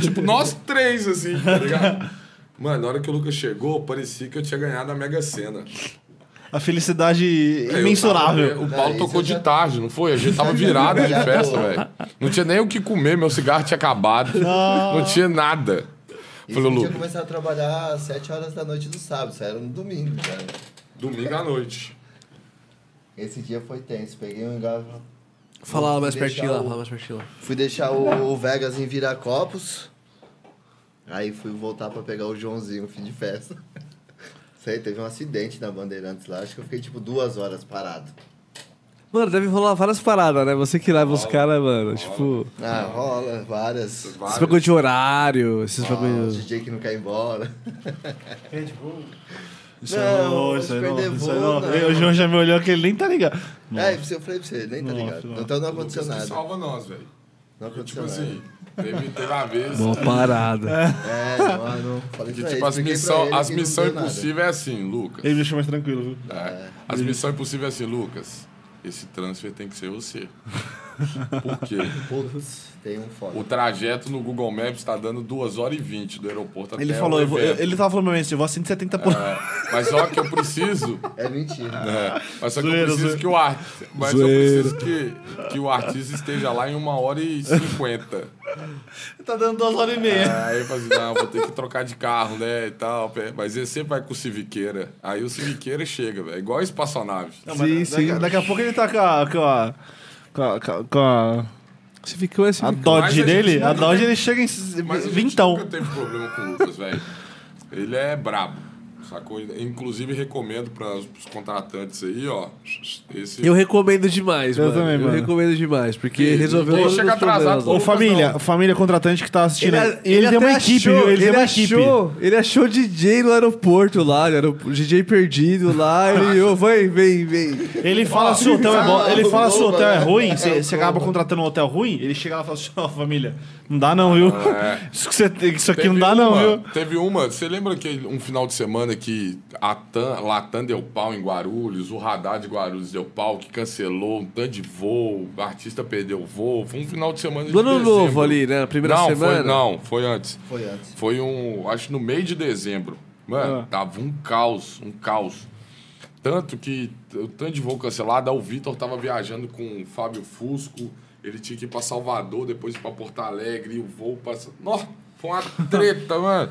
Speaker 3: tipo, nós três, assim, tá ligado? Mano, na hora que o Lucas chegou, parecia que eu tinha ganhado a Mega Sena.
Speaker 2: A felicidade
Speaker 3: É, eu
Speaker 2: imensurável.
Speaker 3: tava- o
Speaker 12: Não,
Speaker 3: Paulo
Speaker 12: isso
Speaker 3: tocou
Speaker 12: eu
Speaker 3: de
Speaker 12: já-
Speaker 3: tarde, não foi? A gente
Speaker 12: [laughs]
Speaker 3: tava virado de
Speaker 12: Já tô.
Speaker 3: festa, velho. Não tinha nem o que comer, meu cigarro tinha acabado. Não tinha nada.
Speaker 12: Isso
Speaker 3: Falei,
Speaker 12: eu tinha
Speaker 3: Lucas,
Speaker 12: começado a trabalhar às 7 horas da noite do sábado, isso era no domingo, cara.
Speaker 3: domingo à noite.
Speaker 12: Esse dia foi tenso, peguei um engarrafamento.
Speaker 1: Fala mais
Speaker 12: Deixar
Speaker 1: pertinho lá,
Speaker 12: o-
Speaker 1: fala mais pertinho lá.
Speaker 12: Fui deixar o, o Vegas em Viracopos. Aí fui voltar pra pegar o Joãozinho, fim de festa. Sei, teve um acidente na Bandeirantes lá. Acho que eu fiquei tipo duas horas parado.
Speaker 1: Mano, deve rolar várias paradas, né? Você que leva os caras, mano. Tipo,
Speaker 12: Ah, rola, várias.
Speaker 1: esses bagulho de horário, esses
Speaker 12: Ah,
Speaker 1: bagulhos.
Speaker 12: DJ que não quer ir embora.
Speaker 2: Isso é
Speaker 12: Não,
Speaker 2: isso aí
Speaker 12: de
Speaker 2: não,
Speaker 12: perder né?
Speaker 2: isso aí
Speaker 12: voo,
Speaker 2: não.
Speaker 12: não.
Speaker 2: Eu- O João já me olhou que ele nem tá ligado.
Speaker 12: É, eu falei pra você, nem tá
Speaker 2: Nossa,
Speaker 12: ligado.
Speaker 2: nossa.
Speaker 12: Então não
Speaker 3: O
Speaker 12: aconteceu
Speaker 3: Lucas que
Speaker 12: nada.
Speaker 3: salva nós, velho.
Speaker 12: Não aconteceu
Speaker 3: assim, Tipo
Speaker 12: nada.
Speaker 3: assim, teve, teve uma vez
Speaker 1: Boa parada.
Speaker 12: É, não, não. Falei
Speaker 3: que tipo,
Speaker 12: pra ele,
Speaker 3: as
Speaker 12: expliquei pra
Speaker 3: missão,
Speaker 12: ele
Speaker 3: as
Speaker 12: que não
Speaker 3: missão
Speaker 12: deu nada.
Speaker 3: impossível é assim, Lucas.
Speaker 2: Ele me deixou mais tranquilo, viu?
Speaker 3: É. As missão impossível é assim, Lucas. Esse transfer tem que ser
Speaker 2: [laughs]
Speaker 3: você. Por quê?
Speaker 12: Putz, tem um foda.
Speaker 3: O trajeto no Google Maps tá dando 2 horas e 20 do aeroporto até
Speaker 2: Ele
Speaker 3: o
Speaker 2: falou, eu vou-
Speaker 3: evento.
Speaker 2: eu- ele tava falando pra mim assim, eu vou a 170 por hora.
Speaker 3: É, Mas só que eu preciso.
Speaker 12: É mentira.
Speaker 3: é, mas só que
Speaker 2: Zoeira,
Speaker 3: eu preciso
Speaker 2: zoeira.
Speaker 3: que o ar, mas eu preciso que, que o artista esteja lá em 1 hora e 50.
Speaker 2: Tá dando duas horas e meia.
Speaker 3: Aí eu falei assim, não, vou ter que trocar de carro, né, e tal. Mas ele sempre vai com o Civiqueira. Aí o Civiqueira chega, velho. É igual a espaçonave.
Speaker 2: sim, sim. Daqui, daqui a pouco ele tá com a. Com a, com a, com a- com a-
Speaker 1: Você ficou esse.
Speaker 2: a
Speaker 3: Mas a
Speaker 2: Dodge
Speaker 3: gente
Speaker 2: dele. A
Speaker 3: nunca
Speaker 2: Dodge
Speaker 3: teve-
Speaker 2: ele chega em
Speaker 3: Mas a gente
Speaker 2: vintão.
Speaker 3: nunca teve problema com o Lucas, velho. Ele é brabo, sacou? Inclusive, recomendo para os contratantes aí, ó. Esse...
Speaker 1: Eu recomendo demais,
Speaker 2: Eu
Speaker 1: mano.
Speaker 2: também,
Speaker 1: Eu
Speaker 2: mano.
Speaker 1: recomendo demais, porque resolveu
Speaker 3: Ele
Speaker 1: todos
Speaker 3: chega
Speaker 1: os problemas,
Speaker 3: atrasado,
Speaker 1: né?
Speaker 2: Ô,
Speaker 3: Lucas,
Speaker 2: família, família contratante que tá assistindo. Ele, ele, tem
Speaker 1: até
Speaker 2: uma equipe,
Speaker 1: achou-
Speaker 2: viu? Ele, tem uma equipe.
Speaker 1: achou, Ele achou DJ no aeroporto lá, era o DJ perdido
Speaker 2: [laughs]
Speaker 1: lá. Ele, ô, vai, vem, vem.
Speaker 2: Ele fala se o hotel é bom.
Speaker 12: ah,
Speaker 2: Ele fala se o hotel é
Speaker 12: né?
Speaker 2: ruim, você você acaba contratando um hotel ruim, ele chega lá e fala assim, ó, família, não dá não, viu?
Speaker 3: É.
Speaker 2: [laughs] Isso, que você tem- isso aqui
Speaker 3: Teve
Speaker 2: não dá não,
Speaker 3: uma-
Speaker 2: viu?
Speaker 3: Teve uma, você lembra que um final de semana que a TAM, Latam deu pau em Guarulhos, o radar de Guarulhos deu pau, que cancelou um tanto de voo, o artista perdeu o voo. Foi um final de semana de
Speaker 1: Do ano
Speaker 3: dezembro.
Speaker 1: novo ali, né? Na primeira
Speaker 3: não,
Speaker 1: semana.
Speaker 3: Foi, não, foi antes.
Speaker 12: Foi antes.
Speaker 3: Foi um, acho que no meio de dezembro. Mano, tava um caos, um caos. Tanto que t- o tanto de voo cancelado, ah, o Vitor tava viajando com o Fábio Fusco, Ele tinha que ir pra Salvador, depois ir pra Porto Alegre, e o voo pra. Nossa, foi uma treta, [laughs] mano.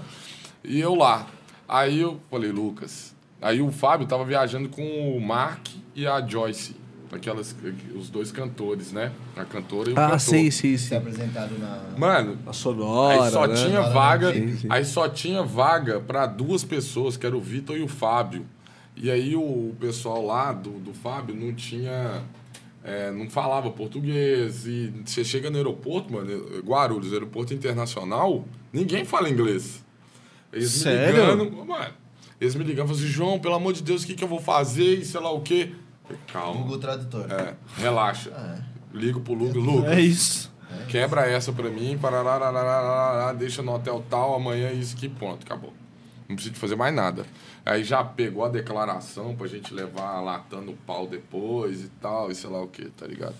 Speaker 3: E eu lá. Aí eu falei, Lucas. Aí o Fábio tava viajando com o Mark e a Joyce. Aquelas, os dois cantores, né? A cantora e o cantor.
Speaker 1: Ah, sim, sim,
Speaker 12: Ser
Speaker 1: sim.
Speaker 12: apresentado na.
Speaker 3: Mano,
Speaker 1: A sonora.
Speaker 3: aí só
Speaker 1: né?
Speaker 3: tinha vaga,
Speaker 1: Sim, sim.
Speaker 3: aí só tinha vaga para duas pessoas, que era o Vitor e o Fábio. E aí o pessoal lá do, do Fábio não tinha é, não falava português e você chega no aeroporto, mano, Guarulhos, aeroporto internacional, ninguém fala inglês. Eles
Speaker 2: Sério?
Speaker 3: me ligando, mano, eles me ligando, falaram assim, João, pelo amor de Deus, o que, que eu vou fazer e sei lá o quê. Eu, Calma,
Speaker 12: Google Tradutor.
Speaker 3: é, relaxa.
Speaker 12: Ah,
Speaker 1: É.
Speaker 3: Ligo pro Lucas, Lucas,
Speaker 2: É isso.
Speaker 3: Quebra essa pra mim, parará, rarará, rarará, deixa no hotel tal, amanhã é isso que ponto, acabou. Não precisa de fazer mais nada. Aí já pegou a declaração pra gente levar latando o pau depois e tal, e sei lá o que, tá ligado?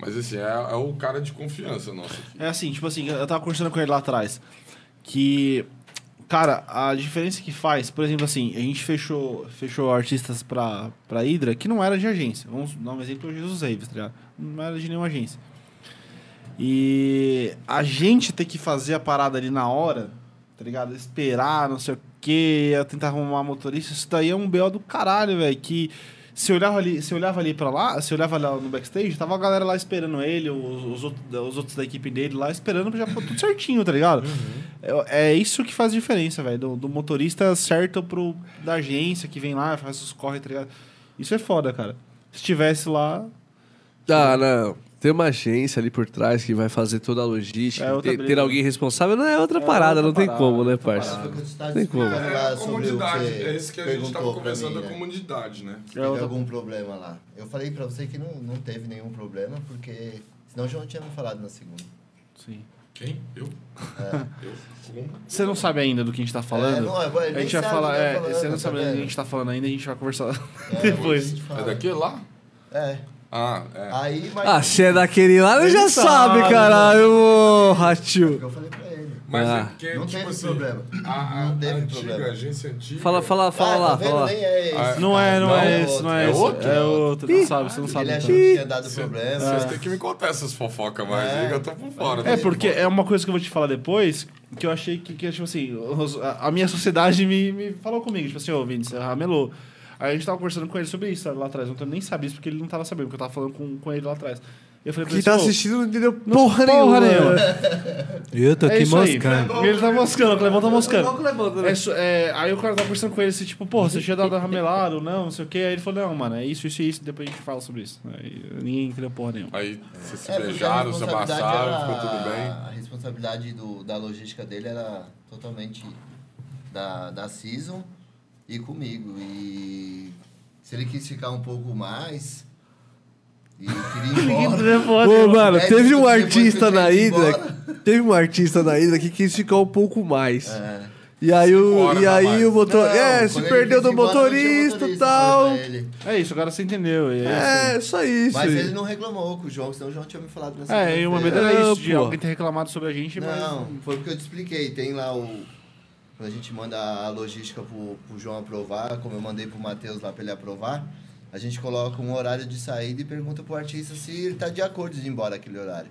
Speaker 3: Mas assim, é, é o cara de confiança nosso aqui.
Speaker 2: É assim, tipo assim, eu tava conversando com ele lá atrás. Que, cara, a diferença que faz, por exemplo, assim, a gente fechou, fechou artistas pra, pra Hydra que não era de agência. Vamos dar um exemplo, o Jesus Reis, tá ligado? Não era de nenhuma agência. E a gente ter que fazer a parada ali na hora, tá ligado? Esperar, não sei o quê, tentar arrumar motorista, isso daí é um BO do caralho, velho. Que se olhava ali, se olhava ali para lá, se olhava lá no backstage, tava a galera lá esperando ele, os, os outros, da- os outros da equipe dele lá esperando pra já pôr tudo certinho, tá ligado? É, é isso que faz diferença, velho. Do, do motorista certo pro da agência que vem lá, faz os corre, tá ligado? Isso é foda, cara. Se estivesse lá,
Speaker 1: Ah, não. Tem uma agência ali por trás que vai fazer toda a logística.
Speaker 2: É outra
Speaker 1: ter,
Speaker 2: briga.
Speaker 1: ter alguém responsável não é outra parada, não tem como, né,
Speaker 12: Ah,
Speaker 1: parça?
Speaker 12: foi o que eu tava
Speaker 1: Tem como.
Speaker 12: explicando lá
Speaker 3: É a
Speaker 12: sobre o
Speaker 3: comunidade,
Speaker 12: que
Speaker 3: é isso que a gente
Speaker 12: perguntou
Speaker 3: tava
Speaker 12: pra
Speaker 3: conversando, é
Speaker 12: mim,
Speaker 3: a
Speaker 12: né?
Speaker 3: comunidade, né?
Speaker 12: teve algum problema lá. Eu falei pra você que não, não teve nenhum problema, porque senão o João tinha me falado na segunda.
Speaker 3: Quem? Eu? Eu? Como?
Speaker 2: você não sabe ainda do que a gente tá
Speaker 12: É,
Speaker 2: falando.
Speaker 12: não, eu- eu
Speaker 2: a
Speaker 12: nem
Speaker 2: gente vai
Speaker 12: sabe o
Speaker 2: falar,
Speaker 12: que eu tô
Speaker 2: é,
Speaker 12: falando,
Speaker 2: você não
Speaker 12: tá
Speaker 2: sabe do que a
Speaker 12: vendo?
Speaker 2: gente tá falando ainda, a gente vai [laughs] conversar.
Speaker 12: É,
Speaker 2: depois.
Speaker 12: a gente fala.
Speaker 3: É daquele lá?
Speaker 12: É.
Speaker 3: Ah, é.
Speaker 12: Aí, mas.
Speaker 1: Ah, se é daquele lá, ele já sabe,
Speaker 2: sabe, né?
Speaker 1: caralho, ô,
Speaker 2: Ah,
Speaker 1: ratinho.
Speaker 12: Eu falei pra ele.
Speaker 3: Mas
Speaker 1: Ah.
Speaker 3: é porque,
Speaker 12: Não
Speaker 3: tipo
Speaker 12: teve
Speaker 3: assim,
Speaker 12: problema.
Speaker 3: a, a-
Speaker 12: Não teve
Speaker 3: a antiga,
Speaker 12: problema.
Speaker 3: agência antiga...
Speaker 1: Fala, fala, fala
Speaker 12: Ah, tá
Speaker 1: lá,
Speaker 12: vendo?
Speaker 1: fala lá.
Speaker 12: Nem é esse.
Speaker 3: Ah,
Speaker 2: Não é, não,
Speaker 3: Não,
Speaker 2: é
Speaker 3: é
Speaker 2: esse, não é,
Speaker 3: outro.
Speaker 2: esse.
Speaker 3: É outro?
Speaker 2: É outro, não sabe, você não sabe. então.
Speaker 12: Ele
Speaker 2: não.
Speaker 12: é achou que tinha dado problema.
Speaker 3: Vocês têm que me contar essas fofocas mais,
Speaker 12: É.
Speaker 3: eu tô por fora.
Speaker 2: É,
Speaker 3: né?
Speaker 2: porque é uma coisa que eu vou te falar depois, que eu achei que, que tipo assim, os- a, a minha sociedade me, me falou comigo, tipo assim, ô Vinícius, Vinicius, ramelou. Aí a gente tava conversando com ele sobre isso lá atrás, eu nem sabia isso porque ele não tava sabendo, porque eu tava falando com, com ele lá atrás. Eu falei pra
Speaker 1: Quem
Speaker 2: ele,
Speaker 1: tá
Speaker 2: assim, ô,
Speaker 1: assistindo não entendeu porra nenhuma.
Speaker 2: porra nenhuma.
Speaker 4: Eu tô
Speaker 2: É
Speaker 4: aqui
Speaker 2: isso aí.
Speaker 4: moscando.
Speaker 2: Ele tá moscando, o Clebão tá moscando.
Speaker 1: Levanta, né?
Speaker 2: É isso, é, aí o cara tava conversando com ele assim, tipo, pô, você tinha dado a ramelada ou não, não sei o quê. Aí ele falou, não, mano, é isso, isso e isso, depois a gente fala sobre isso. Aí ninguém entendeu porra nenhuma.
Speaker 3: Aí vocês se
Speaker 12: É, porque a
Speaker 3: beijaram, se
Speaker 12: responsabilidade
Speaker 3: abraçaram,
Speaker 12: era-
Speaker 3: ficou tudo bem.
Speaker 12: A responsabilidade do- da logística dele era totalmente da, da season e comigo. E se ele quis ficar um pouco mais e queria ir embora.
Speaker 2: Entendeu porra
Speaker 1: Ô,
Speaker 2: nenhuma.
Speaker 1: mano,
Speaker 12: Dez
Speaker 1: teve um
Speaker 12: minutos depois
Speaker 1: artista
Speaker 12: que eu
Speaker 1: na
Speaker 12: tinha ido
Speaker 1: Hidra.
Speaker 12: embora.
Speaker 1: Teve um artista na Hidra que quis ficar um pouco mais.
Speaker 12: É.
Speaker 1: E aí o,
Speaker 3: horas
Speaker 1: e
Speaker 3: a
Speaker 1: aí
Speaker 3: mais.
Speaker 1: o motor.
Speaker 12: Não,
Speaker 1: é,
Speaker 12: quando
Speaker 1: se
Speaker 12: ele
Speaker 1: perdeu
Speaker 12: quis ir
Speaker 1: do
Speaker 12: embora, não tinha
Speaker 1: motorista e
Speaker 12: motorista,
Speaker 1: tal.
Speaker 12: né, pra ele.
Speaker 2: É isso, agora você entendeu. e é isso.
Speaker 1: É, só isso.
Speaker 12: Mas ele
Speaker 1: gente.
Speaker 12: não reclamou com o João, senão o João tinha me falado nessa
Speaker 2: É, e uma vez era
Speaker 1: É,
Speaker 2: isso, de
Speaker 1: pô.
Speaker 2: alguém ter reclamado sobre a gente,
Speaker 12: Não,
Speaker 2: mas...
Speaker 12: foi porque eu te expliquei. Tem lá o. Quando a gente manda a logística pro, pro João aprovar, como eu mandei pro Matheus lá pra ele aprovar, a gente coloca um horário de saída e pergunta pro artista se ele tá de acordo de ir embora aquele horário.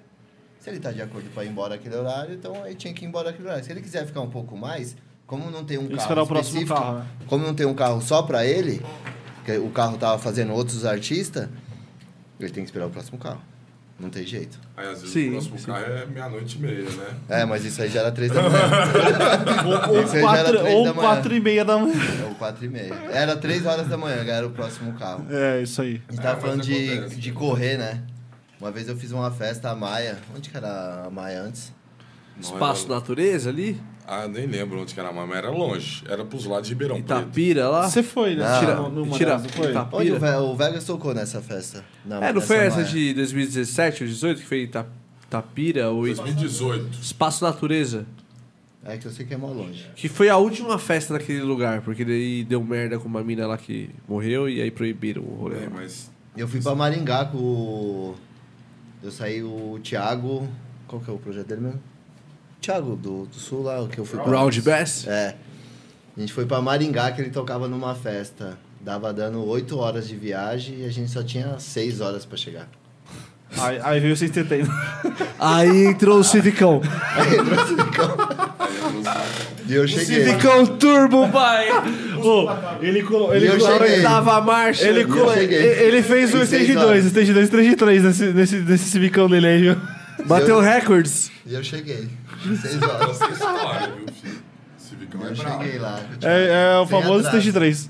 Speaker 12: Se ele tá de acordo pra ir embora aquele horário, então ele tinha que ir embora aquele horário. Se ele quiser ficar um pouco mais, como não tem um
Speaker 2: Tem
Speaker 12: carro.
Speaker 2: que esperar o próximo
Speaker 12: específico,
Speaker 2: carro, né?
Speaker 12: Como não tem um carro só pra ele, que o carro tava fazendo outros artistas, ele tem que esperar o próximo carro. Não tem jeito.
Speaker 3: Aí às vezes
Speaker 1: Sim,
Speaker 3: o próximo carro é meia-noite e meia, né?
Speaker 12: É, mas isso aí já era três da manhã.
Speaker 2: Ou
Speaker 12: Isso aí já era
Speaker 2: quatro,
Speaker 12: três da
Speaker 2: ou
Speaker 12: manhã.
Speaker 2: quatro e meia da manhã.
Speaker 12: É o 4 e meia. Era 3 horas da manhã, era o próximo carro.
Speaker 2: É, isso aí.
Speaker 12: A gente tava
Speaker 3: É, mas
Speaker 12: falando
Speaker 3: acontece.
Speaker 12: de, de correr, né? Uma vez eu fiz uma festa, a Maia. Onde que era a Maia antes?
Speaker 1: Um Espaço
Speaker 3: não. era-
Speaker 1: natureza ali?
Speaker 3: Ah, nem lembro onde que era, mas era longe. Era pros lados de Ribeirão Preto.
Speaker 1: Itapira lá?
Speaker 2: Você foi, né?
Speaker 12: Ah,
Speaker 2: Tira-
Speaker 1: Tira,
Speaker 2: no- numa
Speaker 1: tira,
Speaker 2: delas, não foi?
Speaker 12: Onde o,
Speaker 1: Itapira.
Speaker 12: Ve- o Vegas tocou nessa festa. na-
Speaker 1: É, não
Speaker 12: nessa
Speaker 1: foi essa
Speaker 12: Maia.
Speaker 1: de 2017 ou 18 que foi Ita- Itapira ou
Speaker 3: 2018.
Speaker 1: Espaço Natureza?
Speaker 12: É que eu sei que é mó longe.
Speaker 1: Que foi a última festa naquele lugar, porque daí deu merda com uma mina lá que morreu e aí proibiram o rolê.
Speaker 3: É, mas
Speaker 12: Eu fui pra Maringá com o... Eu saí o Thiago... Qual que é o projeto dele mesmo? Thiago, do, do Sul lá, o que eu fui pra-
Speaker 1: Round Bass?
Speaker 12: É. A gente foi pra Maringá, que ele tocava numa festa. Dava dando 8 horas de viagem e a gente só tinha 6 horas pra chegar.
Speaker 8: Aí, aí veio 670.
Speaker 1: Aí entrou o Civicão.
Speaker 12: E eu cheguei.
Speaker 1: Civicão É Turbo, pai!
Speaker 8: Ô, ele colocou. Ele,
Speaker 12: E eu
Speaker 8: colo-
Speaker 12: cheguei.
Speaker 1: Dava a marcha.
Speaker 8: ele,
Speaker 12: E eu
Speaker 8: colo-
Speaker 12: cheguei.
Speaker 8: e- ele fez o
Speaker 12: Em seis
Speaker 8: stage 2,
Speaker 12: horas.
Speaker 8: stage 2, stage 3 nesse, nesse, nesse civicão dele aí, viu?
Speaker 1: Bateu recordes.
Speaker 12: E eu cheguei. Seis
Speaker 3: [laughs]
Speaker 12: horas.
Speaker 3: é História, viu, filho? Civicão é
Speaker 12: Eu
Speaker 3: brabo.
Speaker 12: cheguei lá.
Speaker 8: É, é o
Speaker 12: Sem
Speaker 8: famoso
Speaker 12: atraso.
Speaker 8: stage 3.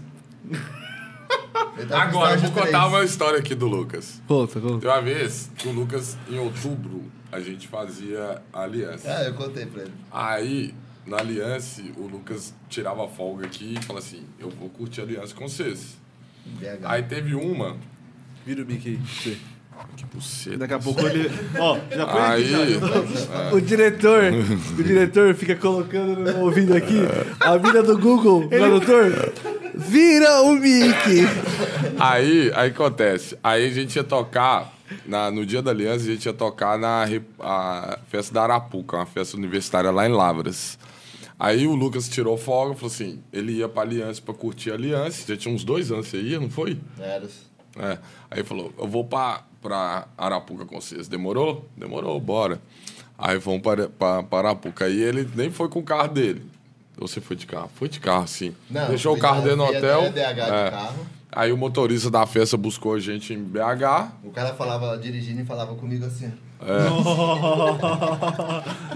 Speaker 12: Eu tava com
Speaker 3: Agora, eu vou
Speaker 12: estágio
Speaker 3: contar
Speaker 12: três.
Speaker 3: uma história aqui do Lucas.
Speaker 1: Conta, conta.
Speaker 3: Tem uma vez, com o Lucas, em outubro, a gente fazia a aliança.
Speaker 12: Ah, eu contei pra ele.
Speaker 3: Aí, na aliança, o Lucas tirava a folga aqui e falava assim, eu vou curtir a aliança com vocês.
Speaker 12: BH.
Speaker 3: Aí teve uma...
Speaker 1: Vira o bico aí.
Speaker 3: Que buceta.
Speaker 8: Daqui a pouco né? ele. Ó, já põe
Speaker 3: Aí... é.
Speaker 1: O diretor, o diretor fica colocando no ouvido aqui a vida do Google, tradutor. Vira o Mickey.
Speaker 3: Aí, aí acontece. Aí a gente ia tocar, na, no dia da aliança, a gente ia tocar na re- a festa da Arapuca, uma festa universitária lá em Lavras. Aí o Lucas tirou folga e falou assim: ele ia pra aliança pra curtir a aliança. Já tinha uns dois anos você ia, não foi?
Speaker 12: Era.
Speaker 3: É. Aí falou: eu vou pra, pra Arapuca com vocês. Demorou? Demorou, bora. Aí vamos para, para, para Arapuca. Aí ele nem foi com o carro dele. Ou Você foi de carro? Foi de carro, sim.
Speaker 12: Não,
Speaker 3: Deixou o
Speaker 12: fui
Speaker 3: carro
Speaker 12: da-
Speaker 3: dele no
Speaker 12: fui até
Speaker 3: hotel.
Speaker 12: BH de
Speaker 3: É.
Speaker 12: carro.
Speaker 3: Aí o motorista da festa buscou a gente em BH
Speaker 12: O cara falava dirigindo e falava comigo assim.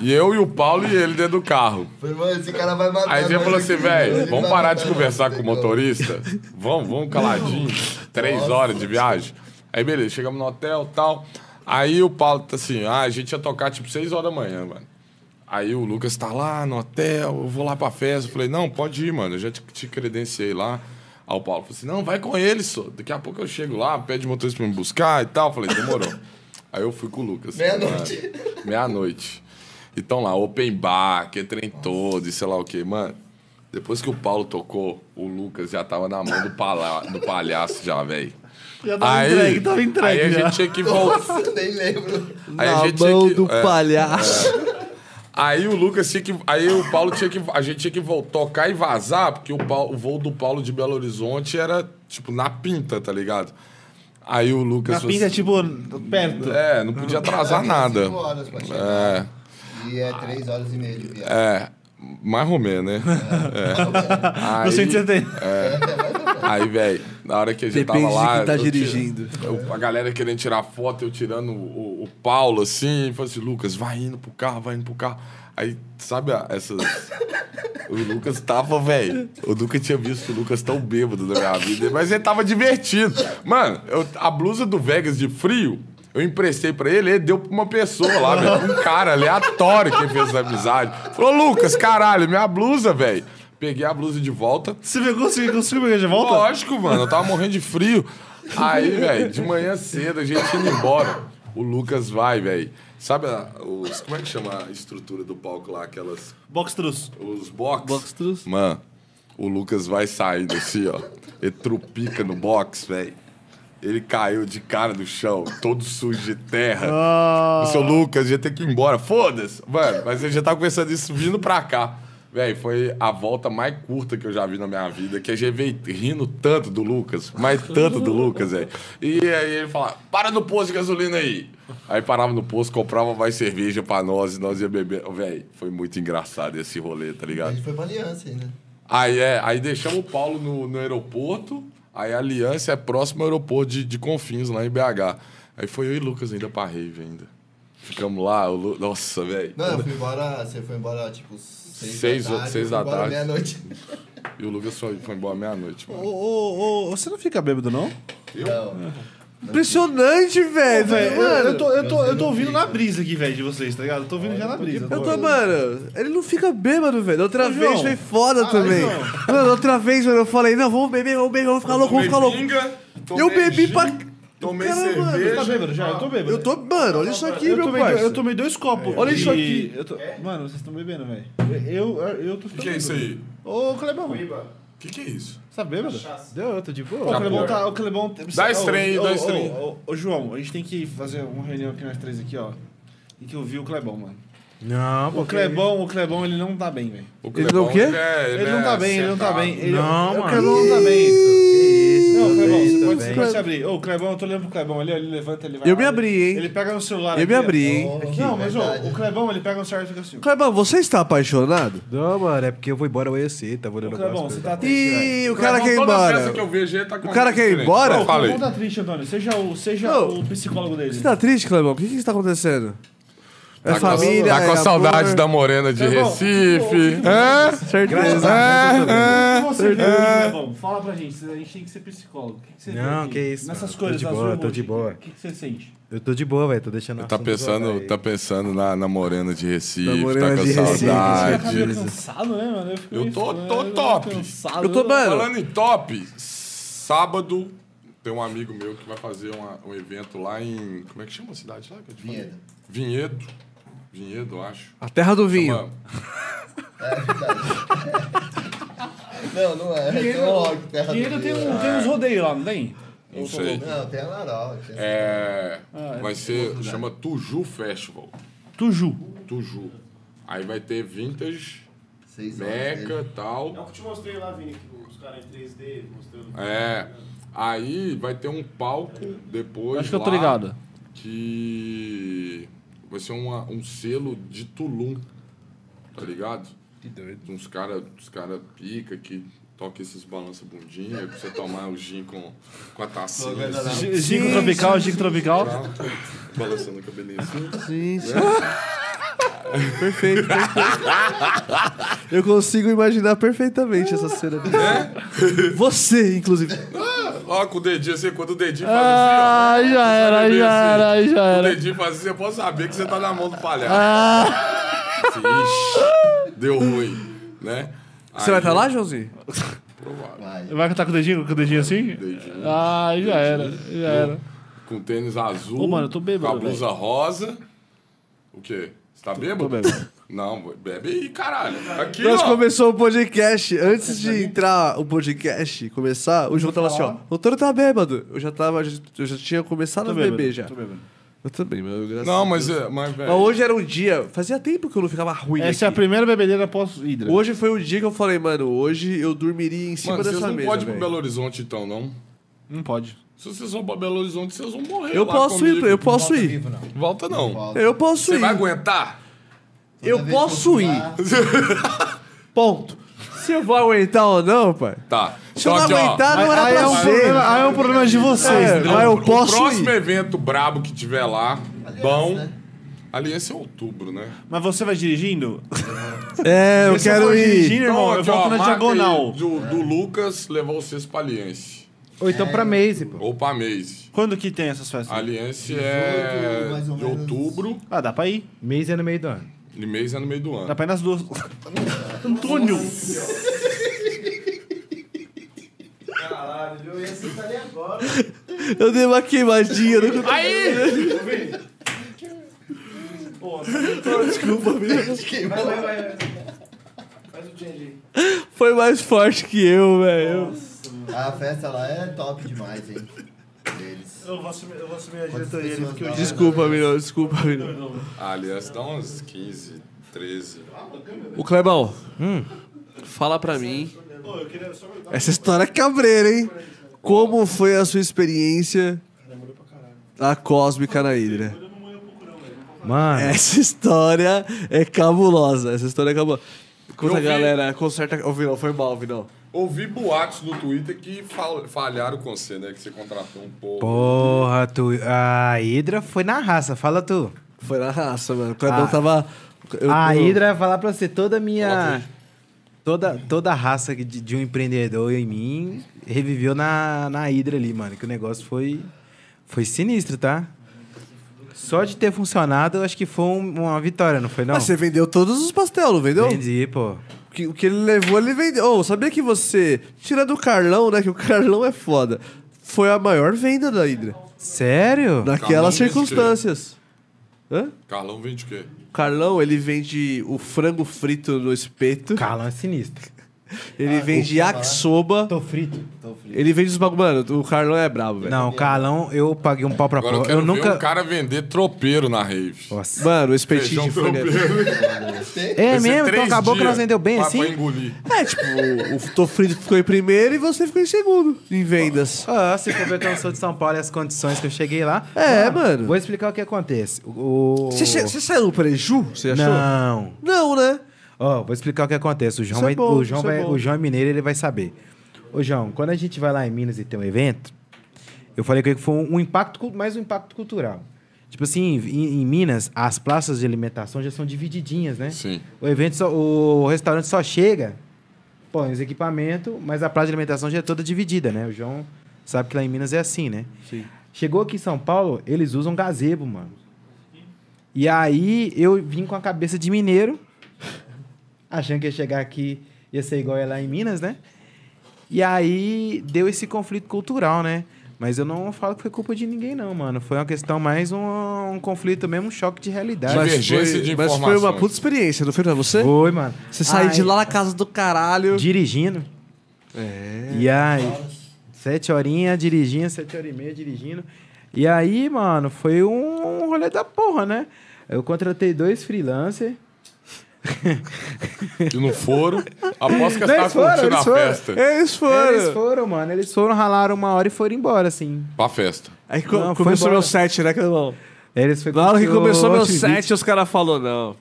Speaker 3: e eu e o Paulo e ele dentro do carro.
Speaker 12: Falei, mano, esse cara vai matar.
Speaker 3: Aí você
Speaker 12: nós
Speaker 3: falou assim,
Speaker 12: aqui,
Speaker 3: velho,
Speaker 12: ele
Speaker 3: vamos
Speaker 12: vai
Speaker 3: parar
Speaker 12: matar
Speaker 3: de
Speaker 12: nós,
Speaker 3: conversar com o
Speaker 12: entendeu?"
Speaker 3: motorista? Vamos, vamos caladinho. Três horas de viagem. Aí beleza, chegamos no hotel e tal. Aí o Paulo tá assim, ah, a gente ia tocar tipo seis horas da manhã, mano. Aí o Lucas tá lá no hotel, eu vou lá pra festa. Eu falei, não, pode ir, mano, eu já te, te credenciei lá. Aí o Paulo falou assim, não, vai com ele, só. Daqui a pouco eu chego lá, pede o motorista pra me buscar e tal. Eu falei, demorou. Aí eu fui com o Lucas.
Speaker 12: Meia-noite.
Speaker 3: Mano, Meia-noite. Então lá, open bar, que trem todo e sei lá o que, mano. Depois que o Paulo tocou, o Lucas já tava na mão do, pala do palhaço já, velho.
Speaker 8: Já tava entregue, tava entregue.
Speaker 3: Aí
Speaker 8: já.
Speaker 3: a gente tinha que voltar.
Speaker 12: Nossa, [laughs] nem lembro.
Speaker 3: Aí a
Speaker 1: Na
Speaker 3: gente tinha
Speaker 1: mão
Speaker 3: que-
Speaker 1: do
Speaker 3: é.
Speaker 1: palhaço.
Speaker 3: Aí o Lucas tinha que. Aí o Paulo tinha que. A gente tinha que vol- tocar e vazar, porque o, Paulo- o voo do Paulo de Belo Horizonte era, tipo, na pinta, tá ligado? Aí o Lucas.
Speaker 8: Na
Speaker 3: falou
Speaker 8: pinta,
Speaker 3: assim,
Speaker 8: tipo, perto.
Speaker 3: É, não podia
Speaker 12: [laughs]
Speaker 3: atrasar nada.
Speaker 12: Cinco horas pra chegar.
Speaker 3: É,
Speaker 12: E é três horas e meia de viagem.
Speaker 3: é. Mais ou
Speaker 8: [laughs]
Speaker 3: menos, né? É.
Speaker 8: No
Speaker 3: Aí-
Speaker 8: 170.
Speaker 3: Aí, velho, na hora que a gente
Speaker 1: Depende
Speaker 3: tava
Speaker 1: de
Speaker 3: lá.
Speaker 1: quem tá
Speaker 3: eu tiro-
Speaker 1: dirigindo.
Speaker 3: eu- a galera querendo tirar foto, eu tirando o, o- o Paulo assim, e falei assim: Lucas, vai indo pro carro, vai indo pro carro. Aí, sabe, a- essas. [laughs] O Lucas tava, velho. Eu nunca tinha visto o Lucas tão bêbado na minha vida, mas ele tava divertido. Mano, eu- a blusa do Vegas de frio. Eu emprestei pra ele, ele deu pra uma pessoa lá, velho. Um cara aleatório que fez essa amizade. Falou, Lucas, caralho, minha blusa, velho. Peguei a blusa de volta,
Speaker 8: Você pegou, você conseguiu pegar de volta?
Speaker 3: Lógico, mano. Eu tava morrendo de frio. Aí, velho, de manhã cedo, a gente indo embora. O Lucas vai, velho. Sabe a- os. Como é que chama a estrutura do palco lá? Aquelas.
Speaker 8: Box trus.
Speaker 3: Os box?
Speaker 1: Box trus.
Speaker 3: Mano, o Lucas vai saindo assim, ó. Ele trupica no box, velho. Ele caiu de cara no chão, todo sujo de terra. O seu Lucas ia ter que ir embora. Foda-se. Mano, mas eu já tava pensando isso vindo pra cá. Véi, foi a volta mais curta que eu já vi na minha vida, que a gente veio rindo tanto do Lucas, mais tanto do Lucas, velho. E aí ele falava, para no posto de gasolina aí. Aí parava no posto, comprava mais cerveja pra nós e nós ia beber. Véi, foi muito engraçado esse rolê, tá
Speaker 12: A
Speaker 3: ligado?
Speaker 12: gente foi pra aliança ainda.
Speaker 3: Aí é, aí deixamos o Paulo no, no aeroporto, aí a aliança é próximo ao aeroporto de, de Confins, lá em BH. Aí foi eu e Lucas ainda pra rave ainda. Ficamos lá, o Lu- nossa, velho.
Speaker 12: Não, eu fui embora. Você foi embora tipo seis,
Speaker 3: Seis
Speaker 12: da
Speaker 3: ou-
Speaker 12: tarde.
Speaker 3: seis
Speaker 12: eu fui
Speaker 3: da
Speaker 12: embora
Speaker 3: tarde.
Speaker 12: Meia-noite.
Speaker 3: E o Lucas foi, foi embora meia-noite,
Speaker 8: Ô,
Speaker 3: mano.
Speaker 8: ô, ô, você não fica bêbado, não?
Speaker 12: Não.
Speaker 1: Impressionante, velho.
Speaker 8: É, Velho, eu,
Speaker 1: mano,
Speaker 8: eu tô, eu, tô, eu tô ouvindo na brisa aqui, velho, de vocês, tá ligado? Eu tô ouvindo já na brisa.
Speaker 1: Eu tô, mano, ele não fica bêbado, velho. Da outra vez
Speaker 8: João.
Speaker 1: foi foda também. Mano, da outra vez, mano, eu falei, não, vamos beber, vamos beber, vamos ficar louco, vamos ficar louco. Eu bebi pra.
Speaker 3: Tomei
Speaker 1: Caramba, mano,
Speaker 3: cerveja.
Speaker 8: Você tá bêbado já? Eu tô bêbado.
Speaker 1: Eu tô, mano, olha isso aqui,
Speaker 8: Eu
Speaker 1: meu
Speaker 8: tomei,
Speaker 1: parça.
Speaker 8: eu tomei dois copos.
Speaker 1: Olha
Speaker 8: de-
Speaker 1: isso aqui.
Speaker 8: eu tô- Mano, vocês estão bebendo, velho. Eu, eu, eu tô
Speaker 3: O que é isso aí?
Speaker 8: Ô, Clebão, você
Speaker 3: O que, que é isso?
Speaker 8: tá bêbado?
Speaker 4: Deu, eu tô de boa.
Speaker 8: Ô, o Clebão
Speaker 3: Acabou.
Speaker 8: tá. O Clebão.
Speaker 3: Dá esse
Speaker 8: Ô,
Speaker 3: trem aí,
Speaker 8: ô,
Speaker 3: dá esse
Speaker 8: ô,
Speaker 3: trem.
Speaker 8: Ô, ô, João, a gente tem que fazer uma reunião aqui nós três aqui, ó. E que eu vi o Clebão, mano.
Speaker 4: Não,
Speaker 8: O Clebão, o Clebão, ele não tá bem, velho.
Speaker 3: O
Speaker 1: Ele não o quê?
Speaker 3: é-
Speaker 8: Ele não
Speaker 3: é
Speaker 8: tá bem, ele não tá
Speaker 3: sentado.
Speaker 8: bem. Ele,
Speaker 4: Não,
Speaker 8: o
Speaker 4: mano.
Speaker 8: Clebão não tá bem.
Speaker 4: Que isso?
Speaker 8: Não, Clebão, você pode, você
Speaker 4: também.
Speaker 8: pode se abrir. Ô, Clebão, eu tô olhando pro Clebão ali, ó, ele levanta, ele vai.
Speaker 1: Eu me
Speaker 8: lá,
Speaker 1: abri,
Speaker 8: ele-
Speaker 1: hein?
Speaker 8: Ele pega no celular
Speaker 1: Eu me
Speaker 8: aqui, é ó.
Speaker 1: abri, hein?
Speaker 8: Não, mas ó,
Speaker 12: verdade.
Speaker 8: o Clebão, ele pega no celular e fica assim. ó.
Speaker 1: Clebão, você está apaixonado?
Speaker 4: Não, mano, é porque eu vou embora amanhã cedo, tava olhando
Speaker 8: Clebão, você
Speaker 1: É,
Speaker 8: tá triste. velho.
Speaker 1: Ih, o cara quer ir
Speaker 3: Toda festa
Speaker 1: embora.
Speaker 3: que eu vejo, ele tá com
Speaker 1: O cara quer ir embora?
Speaker 3: Eu falei.
Speaker 8: Clebão tá triste, Antônio. Seja o, seja
Speaker 1: Ô,
Speaker 8: o psicólogo dele.
Speaker 1: Você tá triste, Clebão? O que que está acontecendo? É
Speaker 3: Tá com,
Speaker 1: família,
Speaker 3: tá com
Speaker 1: é
Speaker 3: saudade
Speaker 1: amor.
Speaker 3: da morena de
Speaker 8: Clebão,
Speaker 3: Recife. Hã?
Speaker 1: Certeza.
Speaker 8: E
Speaker 1: Ah,
Speaker 8: você, Clebão, fala pra gente. A gente tem que ser psicólogo. O que, que você
Speaker 4: Não,
Speaker 8: vê
Speaker 4: que isso,
Speaker 8: Nessas
Speaker 4: mano. Tô
Speaker 8: coisas
Speaker 4: de
Speaker 8: das
Speaker 4: boa, tô
Speaker 8: hormonas,
Speaker 4: de boa.
Speaker 8: O que, que você sente?
Speaker 4: Eu tô de boa, velho, tô deixando assim, né?
Speaker 3: Tá
Speaker 4: assunto
Speaker 3: pensando,
Speaker 4: jogar aí.
Speaker 3: tá pensando na, na morena de Recife,
Speaker 1: Na morena
Speaker 3: tá com
Speaker 1: de Recife,
Speaker 8: Você tá
Speaker 3: saudade.
Speaker 8: meio cansado, né, mano? Eu, fico
Speaker 3: Eu
Speaker 8: meio
Speaker 3: tô-
Speaker 8: estranho,
Speaker 3: tô
Speaker 8: né?
Speaker 3: top.
Speaker 8: cansado.
Speaker 1: Eu tô, mano.
Speaker 3: Falando em top, sábado tem um amigo meu que vai fazer uma- um evento lá em. Como é que chama a cidade lá? Que eu te falei?
Speaker 12: Vinhedo.
Speaker 3: Vinhedo. Vinhedo, eu acho.
Speaker 1: A terra do vinho.
Speaker 3: Chama-
Speaker 12: Não, não é. Tem um rock, terra do
Speaker 8: Dinheiro tem,
Speaker 12: Rio.
Speaker 8: um, tem uns rodeios lá, não tem?
Speaker 3: Não sei.
Speaker 12: Não, tem a Laral. tem-
Speaker 3: É,
Speaker 8: Ah,
Speaker 3: vai ser. Chama Tuju Festival.
Speaker 8: Tuju.
Speaker 3: Tuju. Aí vai ter vintage,
Speaker 12: Seis horas
Speaker 3: meca
Speaker 12: dele.
Speaker 3: e tal.
Speaker 7: É o que eu te mostrei lá, Vini, que os caras em 3D mostrando.
Speaker 3: É. Aí vai ter um palco depois.
Speaker 8: Acho que eu tô
Speaker 3: lá
Speaker 8: ligado.
Speaker 3: Que vai ser uma- um selo de Tulum. Tá ligado? Que doido. Uns caras uns cara pica que toca esses balança bundinha pra você tomar o gin com, com a tacinha. Assim,
Speaker 8: Chico tropical, Chico tropical.
Speaker 3: balançando o cabelinho [laughs] assim.
Speaker 1: Sim, sim. perfeito, perfeito. Eu consigo imaginar perfeitamente essa cena. Você, inclusive.
Speaker 3: Ó, com o dedinho assim, quando o dedinho faz assim, ó.
Speaker 8: Ah, já
Speaker 3: Você
Speaker 8: era,
Speaker 3: vai ver
Speaker 8: já
Speaker 3: assim.
Speaker 8: era, já
Speaker 3: Quando O
Speaker 8: era. Ah.
Speaker 3: dedinho faz assim, você pode saber que você tá na mão do palhaço. Assim, Ixi, deu ruim, né?
Speaker 1: Você vai estar
Speaker 8: É,
Speaker 1: lá, Joãozinho?
Speaker 8: Então, Vai cantar com o dedinho, com o dedinho assim?
Speaker 3: Dedinho.
Speaker 8: Ah, já era, já era.
Speaker 3: Com tênis azul.
Speaker 8: Ô, mano, eu tô bêbado,
Speaker 3: Com a blusa rosa. O quê? Você tá bêbado? Não, bebe aí, caralho. Aqui,
Speaker 1: Nós
Speaker 3: ó.
Speaker 1: começou o podcast. Antes de entrar o podcast, começar, o João tava assim, ó. O Toro tá bêbado. Eu já tava. Eu já tinha começado a beber já. Eu também, mas eu graças
Speaker 3: Não,
Speaker 1: a Deus.
Speaker 3: mas, é, mas velho.
Speaker 1: Mas hoje era um dia. Fazia tempo que eu não ficava ruim.
Speaker 8: Essa é a
Speaker 1: aqui.
Speaker 8: primeira bebedeira pós-hidra.
Speaker 1: Hoje foi o dia que eu falei, mano, hoje eu dormiria em cima
Speaker 3: Mano, vocês
Speaker 1: tipo dessa
Speaker 3: não
Speaker 1: mesa.
Speaker 3: podem ir pro
Speaker 1: velho.
Speaker 3: Belo Horizonte, então, não?
Speaker 8: Não pode.
Speaker 3: Se vocês vão pra Belo Horizonte, vocês vão morrer.
Speaker 1: Eu
Speaker 3: lá
Speaker 1: posso
Speaker 3: comigo.
Speaker 1: ir, então, eu posso ir.
Speaker 3: Volta, não.
Speaker 1: Eu posso
Speaker 3: Você vai
Speaker 1: ir.
Speaker 3: aguentar?
Speaker 1: Eu posso ir.
Speaker 8: é.
Speaker 1: Ponto. Se eu vou aguentar ou não, pai.
Speaker 3: Tá.
Speaker 1: Se eu
Speaker 3: Só
Speaker 1: não
Speaker 3: que, ó,
Speaker 1: aguentar, não era
Speaker 8: Aí é,
Speaker 1: pra
Speaker 8: um
Speaker 1: ser.
Speaker 8: problema, aí é um problema de vocês.
Speaker 1: É,
Speaker 8: entendeu?
Speaker 1: mas eu
Speaker 3: O
Speaker 1: posso
Speaker 3: próximo
Speaker 1: ir.
Speaker 3: evento brabo que tiver lá, bom.
Speaker 12: né?
Speaker 3: Aliança é outubro, né?
Speaker 8: Mas você vai dirigindo?
Speaker 1: É, eu
Speaker 8: Se eu
Speaker 1: quero
Speaker 8: for
Speaker 1: ir.
Speaker 8: dirigindo, irmão, eu
Speaker 3: aqui, Então, ó,
Speaker 8: volto na
Speaker 3: marca aí
Speaker 8: diagonal.
Speaker 3: Do, do Lucas levar vocês pra Aliança.
Speaker 4: Ou então
Speaker 12: É.
Speaker 4: pra Maze, pô.
Speaker 3: Ou pra Maze.
Speaker 8: Quando que tem essas festas?
Speaker 3: A Aliança é
Speaker 12: 18, mais ou
Speaker 3: de
Speaker 12: menos.
Speaker 3: outubro
Speaker 8: Ah, dá pra ir.
Speaker 4: Maze é no meio do ano.
Speaker 3: e mês é no meio do
Speaker 8: Dá
Speaker 4: Tá.
Speaker 3: ano.
Speaker 8: pra ir nas Tá duas. Antônio!
Speaker 7: Caralho, eu ia sentar ali agora.
Speaker 1: Eu dei uma queimadinha. eu nunca-
Speaker 7: Vai, vai, vai. vai. Faz o change aí.
Speaker 1: Foi mais forte que eu, velho.
Speaker 12: A festa lá é top demais, hein? Deles.
Speaker 8: Eu vou assumir, eu vou assumir a
Speaker 12: Quantas pessoas dá lá,
Speaker 1: Desculpa, menino. Desculpa, menino.
Speaker 3: A Aliança dá uns 15, 13.
Speaker 1: O Clebão, hum, fala pra mim. Essa história é cabreira, hein? Como foi a sua experiência da Cósmica na Hidra? [laughs]
Speaker 4: Mano,
Speaker 1: Essa história é cabulosa. Essa história é cabulosa. Conta,
Speaker 3: Eu vi.
Speaker 1: galera. Conserta. Ô, Vinão, foi mal, Vinão.
Speaker 3: Ouvi boatos no Twitter que fal- falharam com você, né? Que você contratou um pouco.
Speaker 4: porra, tu. A Hydra foi na raça, fala tu.
Speaker 1: Foi na raça, mano. O Clebão
Speaker 4: Ah.
Speaker 1: tava. eu-
Speaker 4: a
Speaker 1: eu-
Speaker 4: Hydra vai falar pra você toda a
Speaker 3: Fala
Speaker 4: minha. Toda, toda a raça de, de um empreendedor em mim reviveu na, na Hydra ali, mano. Que o negócio foi. Foi sinistro, tá? Só de ter funcionado, eu acho que foi um- uma vitória, não foi não?
Speaker 1: Mas você vendeu todos os pastel, não vendeu?
Speaker 4: Entendi, pô.
Speaker 1: O que- O que ele levou, ele vendeu. Ô, sabia que você. Tirando o Carlão, né? Que o [laughs] Carlão é foda. Foi a maior venda da Hydra.
Speaker 4: Sério?
Speaker 1: Naquelas
Speaker 3: Carlão vende
Speaker 1: circunstâncias. Hã?
Speaker 3: Carlão vende o quê?
Speaker 1: O Carlão, ele vende o frango frito no espeto.
Speaker 4: Carlão é sinistro.
Speaker 1: Ele vende yakisoba.
Speaker 4: Tô frito.
Speaker 12: Tô frio.
Speaker 1: Ele vende os bagulho. Mano, o Carlão é brabo, velho.
Speaker 4: Não, Carlão, eu paguei um pau pra
Speaker 3: Agora eu
Speaker 4: porra.
Speaker 3: quero
Speaker 4: Eu,
Speaker 3: ver
Speaker 4: nunca.
Speaker 3: um cara vender tropeiro na rave.
Speaker 4: Nossa.
Speaker 1: Mano, o espetinho de
Speaker 3: Feijão
Speaker 1: frango. é-
Speaker 3: tropeiro.
Speaker 4: É
Speaker 3: Vai ser
Speaker 4: mesmo? Então
Speaker 3: três
Speaker 4: acabou que
Speaker 3: dias
Speaker 4: nós vendeu bem
Speaker 3: pra-
Speaker 4: assim?
Speaker 3: Pra engolir.
Speaker 1: É, tipo, o, o Tô Frito ficou em primeiro e você ficou em segundo em vendas.
Speaker 4: Ah, se for ver que eu sou de São Paulo e as condições que eu cheguei lá.
Speaker 1: É,
Speaker 4: Ah,
Speaker 1: mano.
Speaker 4: Vou explicar o que acontece. O.
Speaker 1: Você che- você saiu no preju? Você achou?
Speaker 4: Não.
Speaker 1: Não, né?
Speaker 4: Ó, vou explicar o que acontece. O João,
Speaker 1: Isso é
Speaker 4: vai,
Speaker 1: bom,
Speaker 4: o, João
Speaker 1: isso é
Speaker 4: vai-
Speaker 1: bom.
Speaker 4: o João é mineiro, ele vai saber. Ô, João, quando a gente vai lá em Minas e tem um evento, eu falei que foi um impacto, cu- mais um impacto cultural. Tipo assim, em, em Minas, as praças de alimentação já são divididinhas, né?
Speaker 3: Sim.
Speaker 4: O evento, só- o restaurante só chega, põe os equipamentos, mas a praça de alimentação já é toda dividida, né? O João sabe que lá em Minas é assim, né?
Speaker 1: Sim.
Speaker 4: Chegou aqui em São Paulo, eles usam gazebo, mano. E aí eu vim com a cabeça de mineiro, achando que ia chegar aqui ia ser igual é lá em Minas, né? E aí deu esse conflito cultural, né? Mas eu não falo que foi culpa de ninguém, não, mano. Foi uma questão mais um, um conflito mesmo, um choque de realidade.
Speaker 3: Mas-
Speaker 1: Mas
Speaker 3: Divergência
Speaker 1: foi,
Speaker 3: de
Speaker 1: mas foi
Speaker 3: informações.
Speaker 1: uma puta experiência, não foi pra você?
Speaker 4: Foi, mano.
Speaker 1: Você saiu de
Speaker 4: Aí-
Speaker 1: lá na casa do caralho.
Speaker 4: Dirigindo. É. E aí, sete horinhas dirigindo, sete horas e meia dirigindo. E aí, mano, foi um rolê da porra, né? Eu contratei dois freelancers.
Speaker 3: E não foram. Aposto que
Speaker 4: Eles
Speaker 3: você tava
Speaker 4: foram,
Speaker 3: curtindo
Speaker 4: eles
Speaker 3: a
Speaker 4: foram. É.
Speaker 3: festa.
Speaker 1: Eles foram.
Speaker 4: Eles foram, mano. Eles foram, ralaram uma hora e foram embora, assim.
Speaker 3: Pra festa.
Speaker 1: Aí co-
Speaker 4: Não, foi
Speaker 1: começou
Speaker 4: embora.
Speaker 1: meu set, né, Carlão?
Speaker 4: Eles foi
Speaker 1: Na hora que
Speaker 4: o
Speaker 1: começou meu
Speaker 4: Outfit Beat,
Speaker 1: set, os caras falaram, não.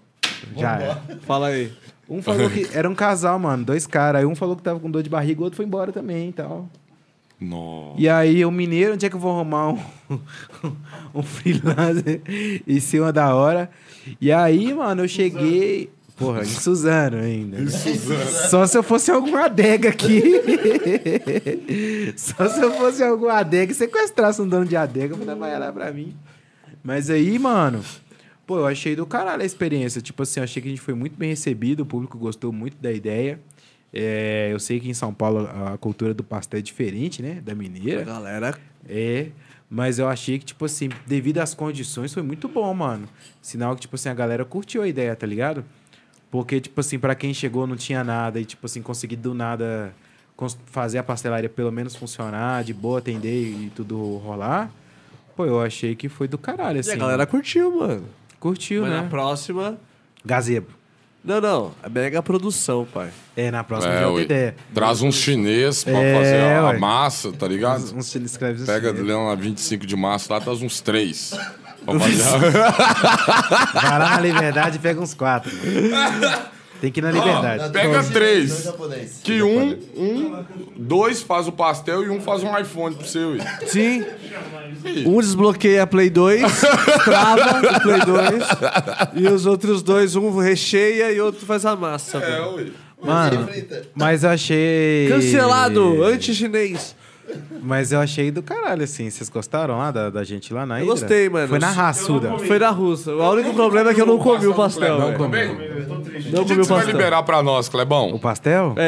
Speaker 4: Já era.
Speaker 1: Fala aí.
Speaker 4: Um
Speaker 1: [laughs]
Speaker 4: falou que era um casal, mano, dois caras. Aí um falou que tava com dor de barriga, o outro foi embora também e tal.
Speaker 3: Nossa.
Speaker 4: E aí, o mineiro, onde é que eu vou arrumar um, [laughs] um freelancer em cima da hora? E aí, mano, eu cheguei. Porra, em Suzano ainda. né? Só se eu fosse em alguma adega aqui. [laughs] Só se eu fosse em alguma adega e sequestrasse um dono de adega pra trabalhar pra mim. Mas aí, mano, pô, eu achei do caralho a experiência. Tipo assim, eu achei que a gente foi muito bem recebido, o público gostou muito da ideia. É, eu sei que em São Paulo a cultura do pastel é diferente, né? Da mineira.
Speaker 1: Galera,
Speaker 4: É, mas eu achei que, tipo assim, devido às condições, foi muito bom, mano. Sinal que, tipo assim, a galera curtiu a ideia, tá ligado? Porque, tipo assim, pra quem chegou não tinha nada e, tipo assim, consegui do nada cons- fazer a pastelaria pelo menos funcionar, de boa atender e tudo rolar. Pô, eu achei que foi do caralho, assim.
Speaker 1: e a galera curtiu, mano.
Speaker 4: curtiu,
Speaker 1: Mas na
Speaker 4: né?
Speaker 1: próxima...
Speaker 4: Gazebo.
Speaker 1: Não, não. É mega produção, pai.
Speaker 4: É, na próxima
Speaker 3: É,
Speaker 4: já tem
Speaker 3: ui.
Speaker 4: ideia.
Speaker 3: Traz um chinês pra
Speaker 4: É,
Speaker 3: fazer a, a
Speaker 4: ué.
Speaker 3: massa, tá ligado?
Speaker 1: Um
Speaker 4: Uns se escreve assim.
Speaker 3: Pega
Speaker 4: né?
Speaker 3: Leão a 25 de março lá, traz uns
Speaker 4: [laughs]
Speaker 3: três. Pra fazer a-
Speaker 4: Vai lá na liberdade e pega uns quatro.
Speaker 3: [laughs]
Speaker 4: Tem que ir na liberdade.
Speaker 3: Pega três.
Speaker 12: Dois japonês.
Speaker 3: que um, um, dois faz o pastel e um faz um iPhone pro seu. ué.
Speaker 1: Sim. Um desbloqueia a Play 2, trava o Play 2, e os outros dois, um recheia e outro faz a massa.
Speaker 3: É,
Speaker 1: velho.
Speaker 3: ué.
Speaker 4: Mano, mas eu achei.
Speaker 1: Cancelado, anti-chinês.
Speaker 4: Mas eu achei do caralho, assim. Vocês gostaram lá da, da gente lá na Hidra?
Speaker 1: gostei, mano.
Speaker 4: Foi na raçuda.
Speaker 1: Foi na Rússia. O único problema é que eu não comi o pastel.
Speaker 4: Não
Speaker 3: Então,
Speaker 1: velho.
Speaker 4: comi.
Speaker 1: Não
Speaker 3: O
Speaker 1: comi
Speaker 3: que, que
Speaker 1: o
Speaker 3: você vai
Speaker 1: pastel.
Speaker 3: liberar pra nós,
Speaker 4: O
Speaker 3: Clebão?
Speaker 4: pastel?
Speaker 3: [laughs]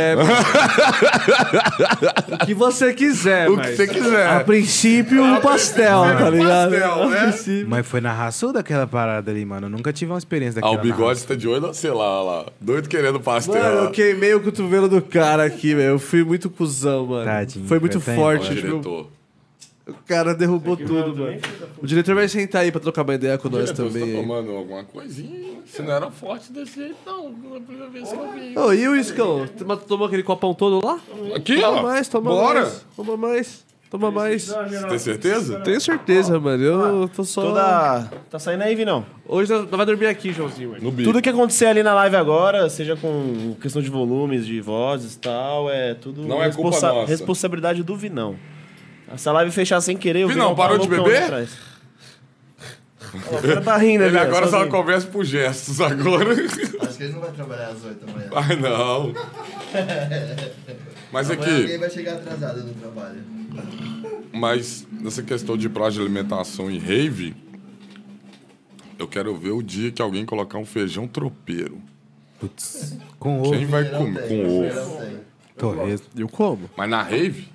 Speaker 1: É, o que você quiser,
Speaker 3: O que
Speaker 1: mas
Speaker 3: você quiser.
Speaker 1: A princípio, um pastel, tá ligado?
Speaker 3: pastel, né?
Speaker 1: A princípio.
Speaker 4: Mas foi na raçuda aquela parada ali, mano. Eu nunca tive uma experiência
Speaker 3: Ah,
Speaker 4: daquela.
Speaker 3: o bigode tá de olho, sei lá, olha lá. Doido querendo pastel.
Speaker 1: Mano, eu
Speaker 3: lá.
Speaker 1: queimei o cotovelo do cara aqui, velho. Eu fui muito cuzão, mano.
Speaker 4: Tadinho,
Speaker 1: Foi muito
Speaker 4: coitado.
Speaker 3: Ó,
Speaker 1: forte. tipo,
Speaker 3: diretor.
Speaker 1: o cara derrubou tudo, mano. O diretor vai sentar aí pra trocar uma ideia com nós
Speaker 3: Diretor, Você tá
Speaker 1: também.
Speaker 3: tomando alguma coisinha? Você não era forte desse jeito, não. Na primeira vez que eu vi.
Speaker 1: Ô, e o Iscão? Tu- mas tu Tomou aquele copão todo lá?
Speaker 3: Aqui,
Speaker 1: Toma
Speaker 3: ó.
Speaker 1: mais, toma
Speaker 3: Bora.
Speaker 1: mais. Toma mais. Toma mais.
Speaker 3: Você tem certeza?
Speaker 1: Tenho certeza, mano. Eu tô só.
Speaker 13: Toda... Tá saindo aí, Vinão?
Speaker 1: Hoje nós nós vai dormir aqui, Joãozinho. velho.
Speaker 3: No bico.
Speaker 13: Tudo que acontecer ali na live agora, seja com questão de volumes, de vozes e tal, é tudo
Speaker 3: Não é culpa nossa.
Speaker 13: responsabilidade do Vinão. Se a live fechar sem querer, o
Speaker 3: Vinão,
Speaker 13: Vinão tá
Speaker 3: parou de
Speaker 13: loucão
Speaker 3: beber?
Speaker 13: lá atrás. Ó, O cara tá rindo,
Speaker 3: Ele
Speaker 1: né,
Speaker 13: velho,
Speaker 3: agora só
Speaker 13: sozinho.
Speaker 3: conversa por gestos [laughs] agora.
Speaker 12: Acho que ele não vai trabalhar às 8 da manhã.
Speaker 3: Ai, não. Mas
Speaker 12: Amanhã alguém
Speaker 3: aqui,
Speaker 12: vai chegar atrasado no trabalho.
Speaker 3: mas nessa questão de prazo de alimentação e rave, eu quero ver o dia que alguém colocar um feijão tropeiro.
Speaker 4: Putz. Com
Speaker 3: Quem
Speaker 4: ovo,
Speaker 3: vai
Speaker 12: Feirão
Speaker 3: comer
Speaker 12: tem,
Speaker 3: com ovo?
Speaker 12: feirão tem.
Speaker 4: torresmo.
Speaker 1: Eu como?
Speaker 3: Mas na rave,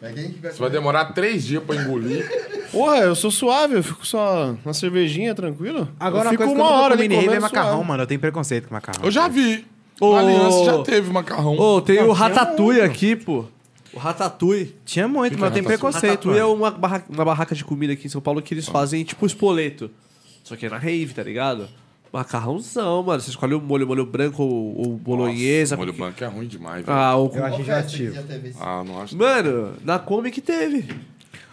Speaker 12: Mas quem que vai
Speaker 3: você vai
Speaker 12: comer?
Speaker 3: demorar três dias pra engolir.
Speaker 13: Porra, eu sou suave, eu fico só na cervejinha, tranquilo.
Speaker 4: Agora uma
Speaker 13: eu fico
Speaker 4: coisa que
Speaker 13: uma
Speaker 4: eu nunca
Speaker 13: hora ali
Speaker 4: comi em rave é
Speaker 13: comendo
Speaker 4: macarrão,
Speaker 13: suave.
Speaker 4: mano. Eu tenho preconceito com macarrão.
Speaker 3: Eu já vi.
Speaker 1: Ô,
Speaker 3: Na aliança já teve macarrão.
Speaker 1: Ô, tem um o Ratatouille aqui, pô. O Ratatouille.
Speaker 4: Tinha muito,
Speaker 3: Fica
Speaker 4: mas tem
Speaker 3: ratatouille.
Speaker 4: preconceito.
Speaker 1: Ratatouille é
Speaker 4: mano.
Speaker 1: uma barraca, uma barraca de comida aqui em São Paulo que eles fazem tipo espoleto. Só que é na rave, tá ligado? Macarrãozão, mano. Você escolhe o molho, molho branco ou, ou bolonhesa.
Speaker 3: Molho
Speaker 1: porque-
Speaker 3: branco é ruim demais, velho. Ah,
Speaker 1: Ah, o...
Speaker 4: Eu acho
Speaker 12: que
Speaker 4: enjoativo.
Speaker 12: já teve esse.
Speaker 3: não acho.
Speaker 1: Mano, na Kombi que teve.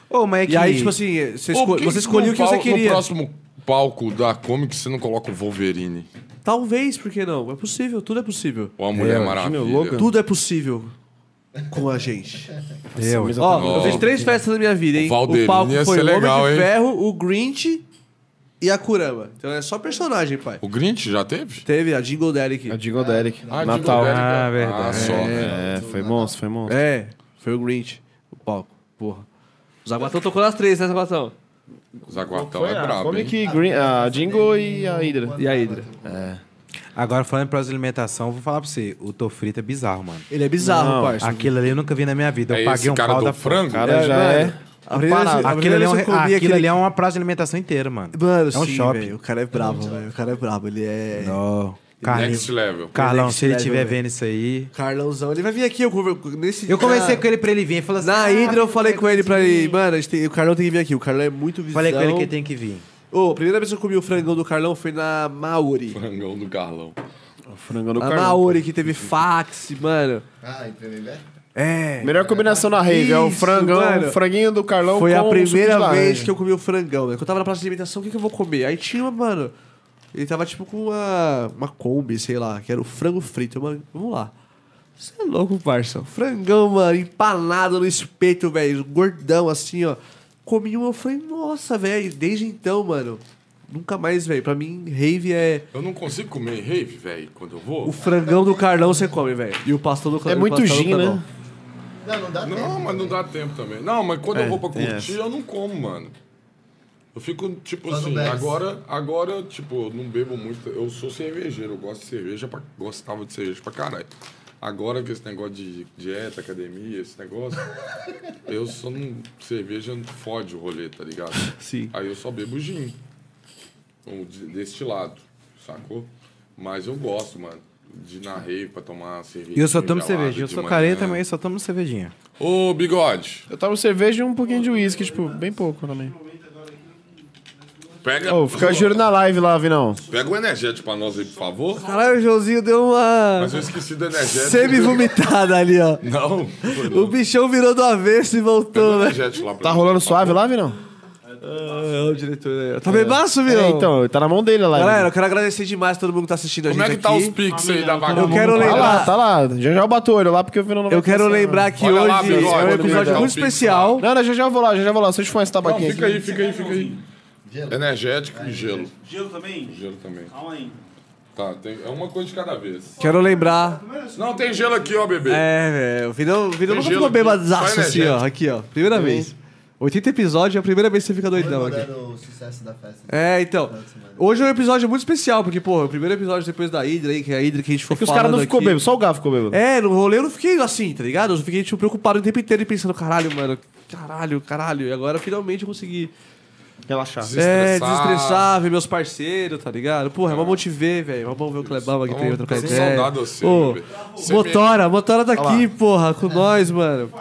Speaker 4: Ô, mas é que...
Speaker 1: E aí, tipo assim, você,
Speaker 3: Pô,
Speaker 1: esco-
Speaker 3: por que
Speaker 1: você escolhia o que
Speaker 3: no
Speaker 1: você
Speaker 3: pau-
Speaker 1: queria.
Speaker 3: No próximo palco da Comic, você não coloca o Wolverine.
Speaker 1: Talvez, por que não? É possível, tudo é possível.
Speaker 3: Ou a Mulher
Speaker 13: Jimmy
Speaker 3: Maravilha.
Speaker 13: Logan.
Speaker 1: Tudo é possível com a gente.
Speaker 4: Eu,
Speaker 1: Ó,
Speaker 3: Ó,
Speaker 1: eu fiz três festas da minha vida, hein?
Speaker 3: o Valderino
Speaker 1: o palco
Speaker 3: ia
Speaker 1: foi
Speaker 3: ser
Speaker 1: o Homem
Speaker 3: legal,
Speaker 1: de
Speaker 3: hein?
Speaker 1: Ferro, o Grinch e a Kurama. Então é só personagem, pai.
Speaker 3: O Grinch já teve?
Speaker 1: Teve a Jingle Delic.
Speaker 13: A Jingle Derek.
Speaker 3: Ah,
Speaker 13: Natal.
Speaker 3: Jingle Derek.
Speaker 4: Ah,
Speaker 3: Ah,
Speaker 4: verdade.
Speaker 3: só.
Speaker 13: É, foi monstro, foi monstro.
Speaker 1: É, foi o Grinch. O palco, porra. O Zaguatão tocou nas três, né, Zaguatão?
Speaker 3: O Zaguatão
Speaker 13: Foi
Speaker 3: é
Speaker 13: a
Speaker 3: brabo, hein?
Speaker 13: Comic, Green, a Jingle e a Hydra.
Speaker 1: E a Hydra?
Speaker 4: Agora, falando em prazo de alimentação, vou falar pra você. O tô frito é bizarro, mano.
Speaker 1: Ele é bizarro, parça.
Speaker 4: Aquilo ali eu nunca vi na minha vida. Eu
Speaker 3: É
Speaker 4: paguei
Speaker 3: esse
Speaker 4: um
Speaker 3: cara
Speaker 4: pau
Speaker 3: do
Speaker 4: da
Speaker 3: frango?
Speaker 13: O cara já é...
Speaker 1: A primeira vez- a
Speaker 4: Aquilo,
Speaker 1: primeira
Speaker 4: ali é,
Speaker 1: vez
Speaker 4: um,
Speaker 1: eu comi
Speaker 4: aquilo
Speaker 1: aquele-
Speaker 4: ali é uma praça de alimentação inteira, mano.
Speaker 1: Mano,
Speaker 4: é um
Speaker 1: sim,
Speaker 4: shopping.
Speaker 1: velho. O cara é brabo, velho. O cara é brabo. Ele é...
Speaker 4: Não. Carlinho-
Speaker 3: Next level.
Speaker 4: Carlão,
Speaker 1: Next
Speaker 4: se ele
Speaker 1: level,
Speaker 4: estiver
Speaker 1: velho.
Speaker 4: vendo isso aí.
Speaker 1: Carlãozão. Ele vai vir aqui, eu conver- nesse
Speaker 4: Eu conversei
Speaker 1: Na-
Speaker 4: com ele pra ele vir. Ele falou assim:
Speaker 1: Na
Speaker 4: "Ah,
Speaker 1: Hydra eu falei com ele pra ele,
Speaker 4: sim."
Speaker 1: mano, a gente tem- o Carlão tem que vir aqui. O Carlão é muito visão.
Speaker 4: Falei com ele que ele tem que vir.
Speaker 1: Ô, a primeira vez que eu comi o frangão do Carlão foi na Maori.
Speaker 3: Frangão do Carlão.
Speaker 13: O frango no
Speaker 1: A
Speaker 13: carvão.
Speaker 1: Maori que teve fax, mano.
Speaker 12: Ah, entrei bem.
Speaker 1: É.
Speaker 13: Melhor combinação na rave é o
Speaker 1: Isso,
Speaker 13: frangão,
Speaker 1: mano.
Speaker 13: o franguinho do Carlão
Speaker 1: Foi
Speaker 13: com
Speaker 1: a
Speaker 13: o suco de
Speaker 1: primeira
Speaker 13: laranja.
Speaker 1: vez que eu comi o frangão, velho. Que Eu tava na praça de alimentação, o que, que eu vou comer? Aí tinha uma, mano. Ele tava tipo com uma. Uma Kombi, sei lá, que era o frango frito. Eu, Mano, vamos lá. Você é louco, parça. Frangão, mano, empanado no espeto, velho. Gordão, assim, ó. Comi uma, eu falei, nossa, velho. Desde então, mano. Nunca mais, velho. Pra mim, rave é.
Speaker 3: Eu não consigo comer em rave, velho, quando eu vou.
Speaker 1: O frangão do Carlão você come, velho. E o pastor do
Speaker 13: É
Speaker 1: e o
Speaker 13: muito
Speaker 1: pastel do
Speaker 13: gin, né?
Speaker 1: Carlão.
Speaker 12: Não, não dá
Speaker 3: Não,
Speaker 12: tempo. né?
Speaker 3: mas não dá tempo também. Não, mas quando
Speaker 4: É,
Speaker 3: eu vou pra curtir, eu não como, mano. Eu fico, tipo
Speaker 12: Só não
Speaker 3: assim,
Speaker 12: bebe.
Speaker 3: agora, agora, tipo, eu não bebo muito. Eu sou cervejeiro, eu gosto de cerveja, pra, gostava de cerveja pra caralho. Agora que esse negócio de dieta, academia, esse
Speaker 12: [laughs]
Speaker 3: negócio, eu só não. Cerveja não fode o rolê, tá ligado?
Speaker 1: Sim.
Speaker 3: Aí eu só bebo gin. Ou de- destilado, sacou? Mas eu gosto, mano, de ir na rave pra tomar cerveja.
Speaker 4: E eu só tomo cerveja. Eu sou
Speaker 3: né?
Speaker 4: careta, mas eu só tomo cervejinha.
Speaker 3: Ô, bigode!
Speaker 13: Eu tava cerveja e um pouquinho de uísque, tipo, bem pouco também.
Speaker 3: Pega,
Speaker 13: Ô, fica de olho na live lá, Vinão.
Speaker 3: pega o energético pra nós aí, por favor.
Speaker 1: Caralho, o Joãozinho deu uma.
Speaker 3: Mas eu esqueci do energético.
Speaker 1: Semi-vomitada ali, ó.
Speaker 3: Não, foi
Speaker 1: O
Speaker 3: não.
Speaker 1: bichão virou do avesso e
Speaker 3: Pega
Speaker 1: voltou,
Speaker 3: o
Speaker 1: né?
Speaker 3: energético lá pra
Speaker 13: Tá
Speaker 3: mim.
Speaker 13: rolando suave lá, Vinão?
Speaker 1: É, o diretor né? Tá bebaço, viu?
Speaker 13: É, então, tá na mão dele a live.
Speaker 1: Galera, eu quero agradecer demais todo mundo que tá assistindo a
Speaker 3: Como é
Speaker 1: gente
Speaker 3: que tá os
Speaker 1: aqui.
Speaker 3: piques aí da
Speaker 1: Eu
Speaker 3: vagabunda?
Speaker 1: quero
Speaker 13: tá lá,
Speaker 1: lembrar.
Speaker 13: tá lá. Já já eu bato o olho lá, porque o Vinão não vai
Speaker 1: Eu quero
Speaker 13: passar,
Speaker 1: lembrar que
Speaker 3: Olha lá,
Speaker 1: hoje
Speaker 3: Bigode,
Speaker 1: é um
Speaker 3: olha o
Speaker 1: episódio
Speaker 3: Bigode.
Speaker 1: muito especial.
Speaker 13: não. Não, não, já já eu vou lá, já já eu vou lá. Só deixa eu fumar esse
Speaker 3: Não,
Speaker 13: tabaquinho
Speaker 3: fica
Speaker 13: aqui.
Speaker 3: aí, fica aí, fica aí. Energético e gelo.
Speaker 2: Gelo também?
Speaker 3: Gelo também.
Speaker 2: Calma aí.
Speaker 3: Tá, tem, é uma coisa de cada vez.
Speaker 1: Quero lembrar.
Speaker 3: Não, tem gelo aqui, ó, bebê.
Speaker 1: É, velho. O Vinão, o Vinão
Speaker 3: Tem
Speaker 1: nunca
Speaker 3: gelo
Speaker 1: ficou
Speaker 3: aqui,
Speaker 1: bebadaço
Speaker 3: só
Speaker 1: assim, ó. Aqui, ó.
Speaker 3: Uhum.
Speaker 1: Primeira vez. 80 episódios é a primeira vez que você fica doidão aqui.
Speaker 12: Comemoraram o sucesso da festa.
Speaker 1: É, então. Hoje é um episódio muito especial, porque, porra, é o primeiro episódio depois da Hydra aí, que é a Hydra que a gente foi
Speaker 13: Porque os caras não ficou
Speaker 1: aqui.
Speaker 13: bêbado, só o Gá ficou bêbado.
Speaker 1: É, no rolê eu não fiquei assim, tá ligado? Eu fiquei tipo, preocupado o tempo inteiro e pensando, caralho, mano, caralho, caralho. E agora finalmente eu consegui
Speaker 13: Relaxar.
Speaker 1: é,
Speaker 3: Desestressar.
Speaker 1: desestressar, ver meus parceiros, tá ligado? Porra, é uma bom te ver, velho. É uma bom ver o Clebão aqui também, trocar
Speaker 3: com
Speaker 1: ideia.
Speaker 3: saudade de você,
Speaker 1: Ô,
Speaker 3: bebê. Você
Speaker 1: Motora, Motora tá aqui, porra, com nós, mano.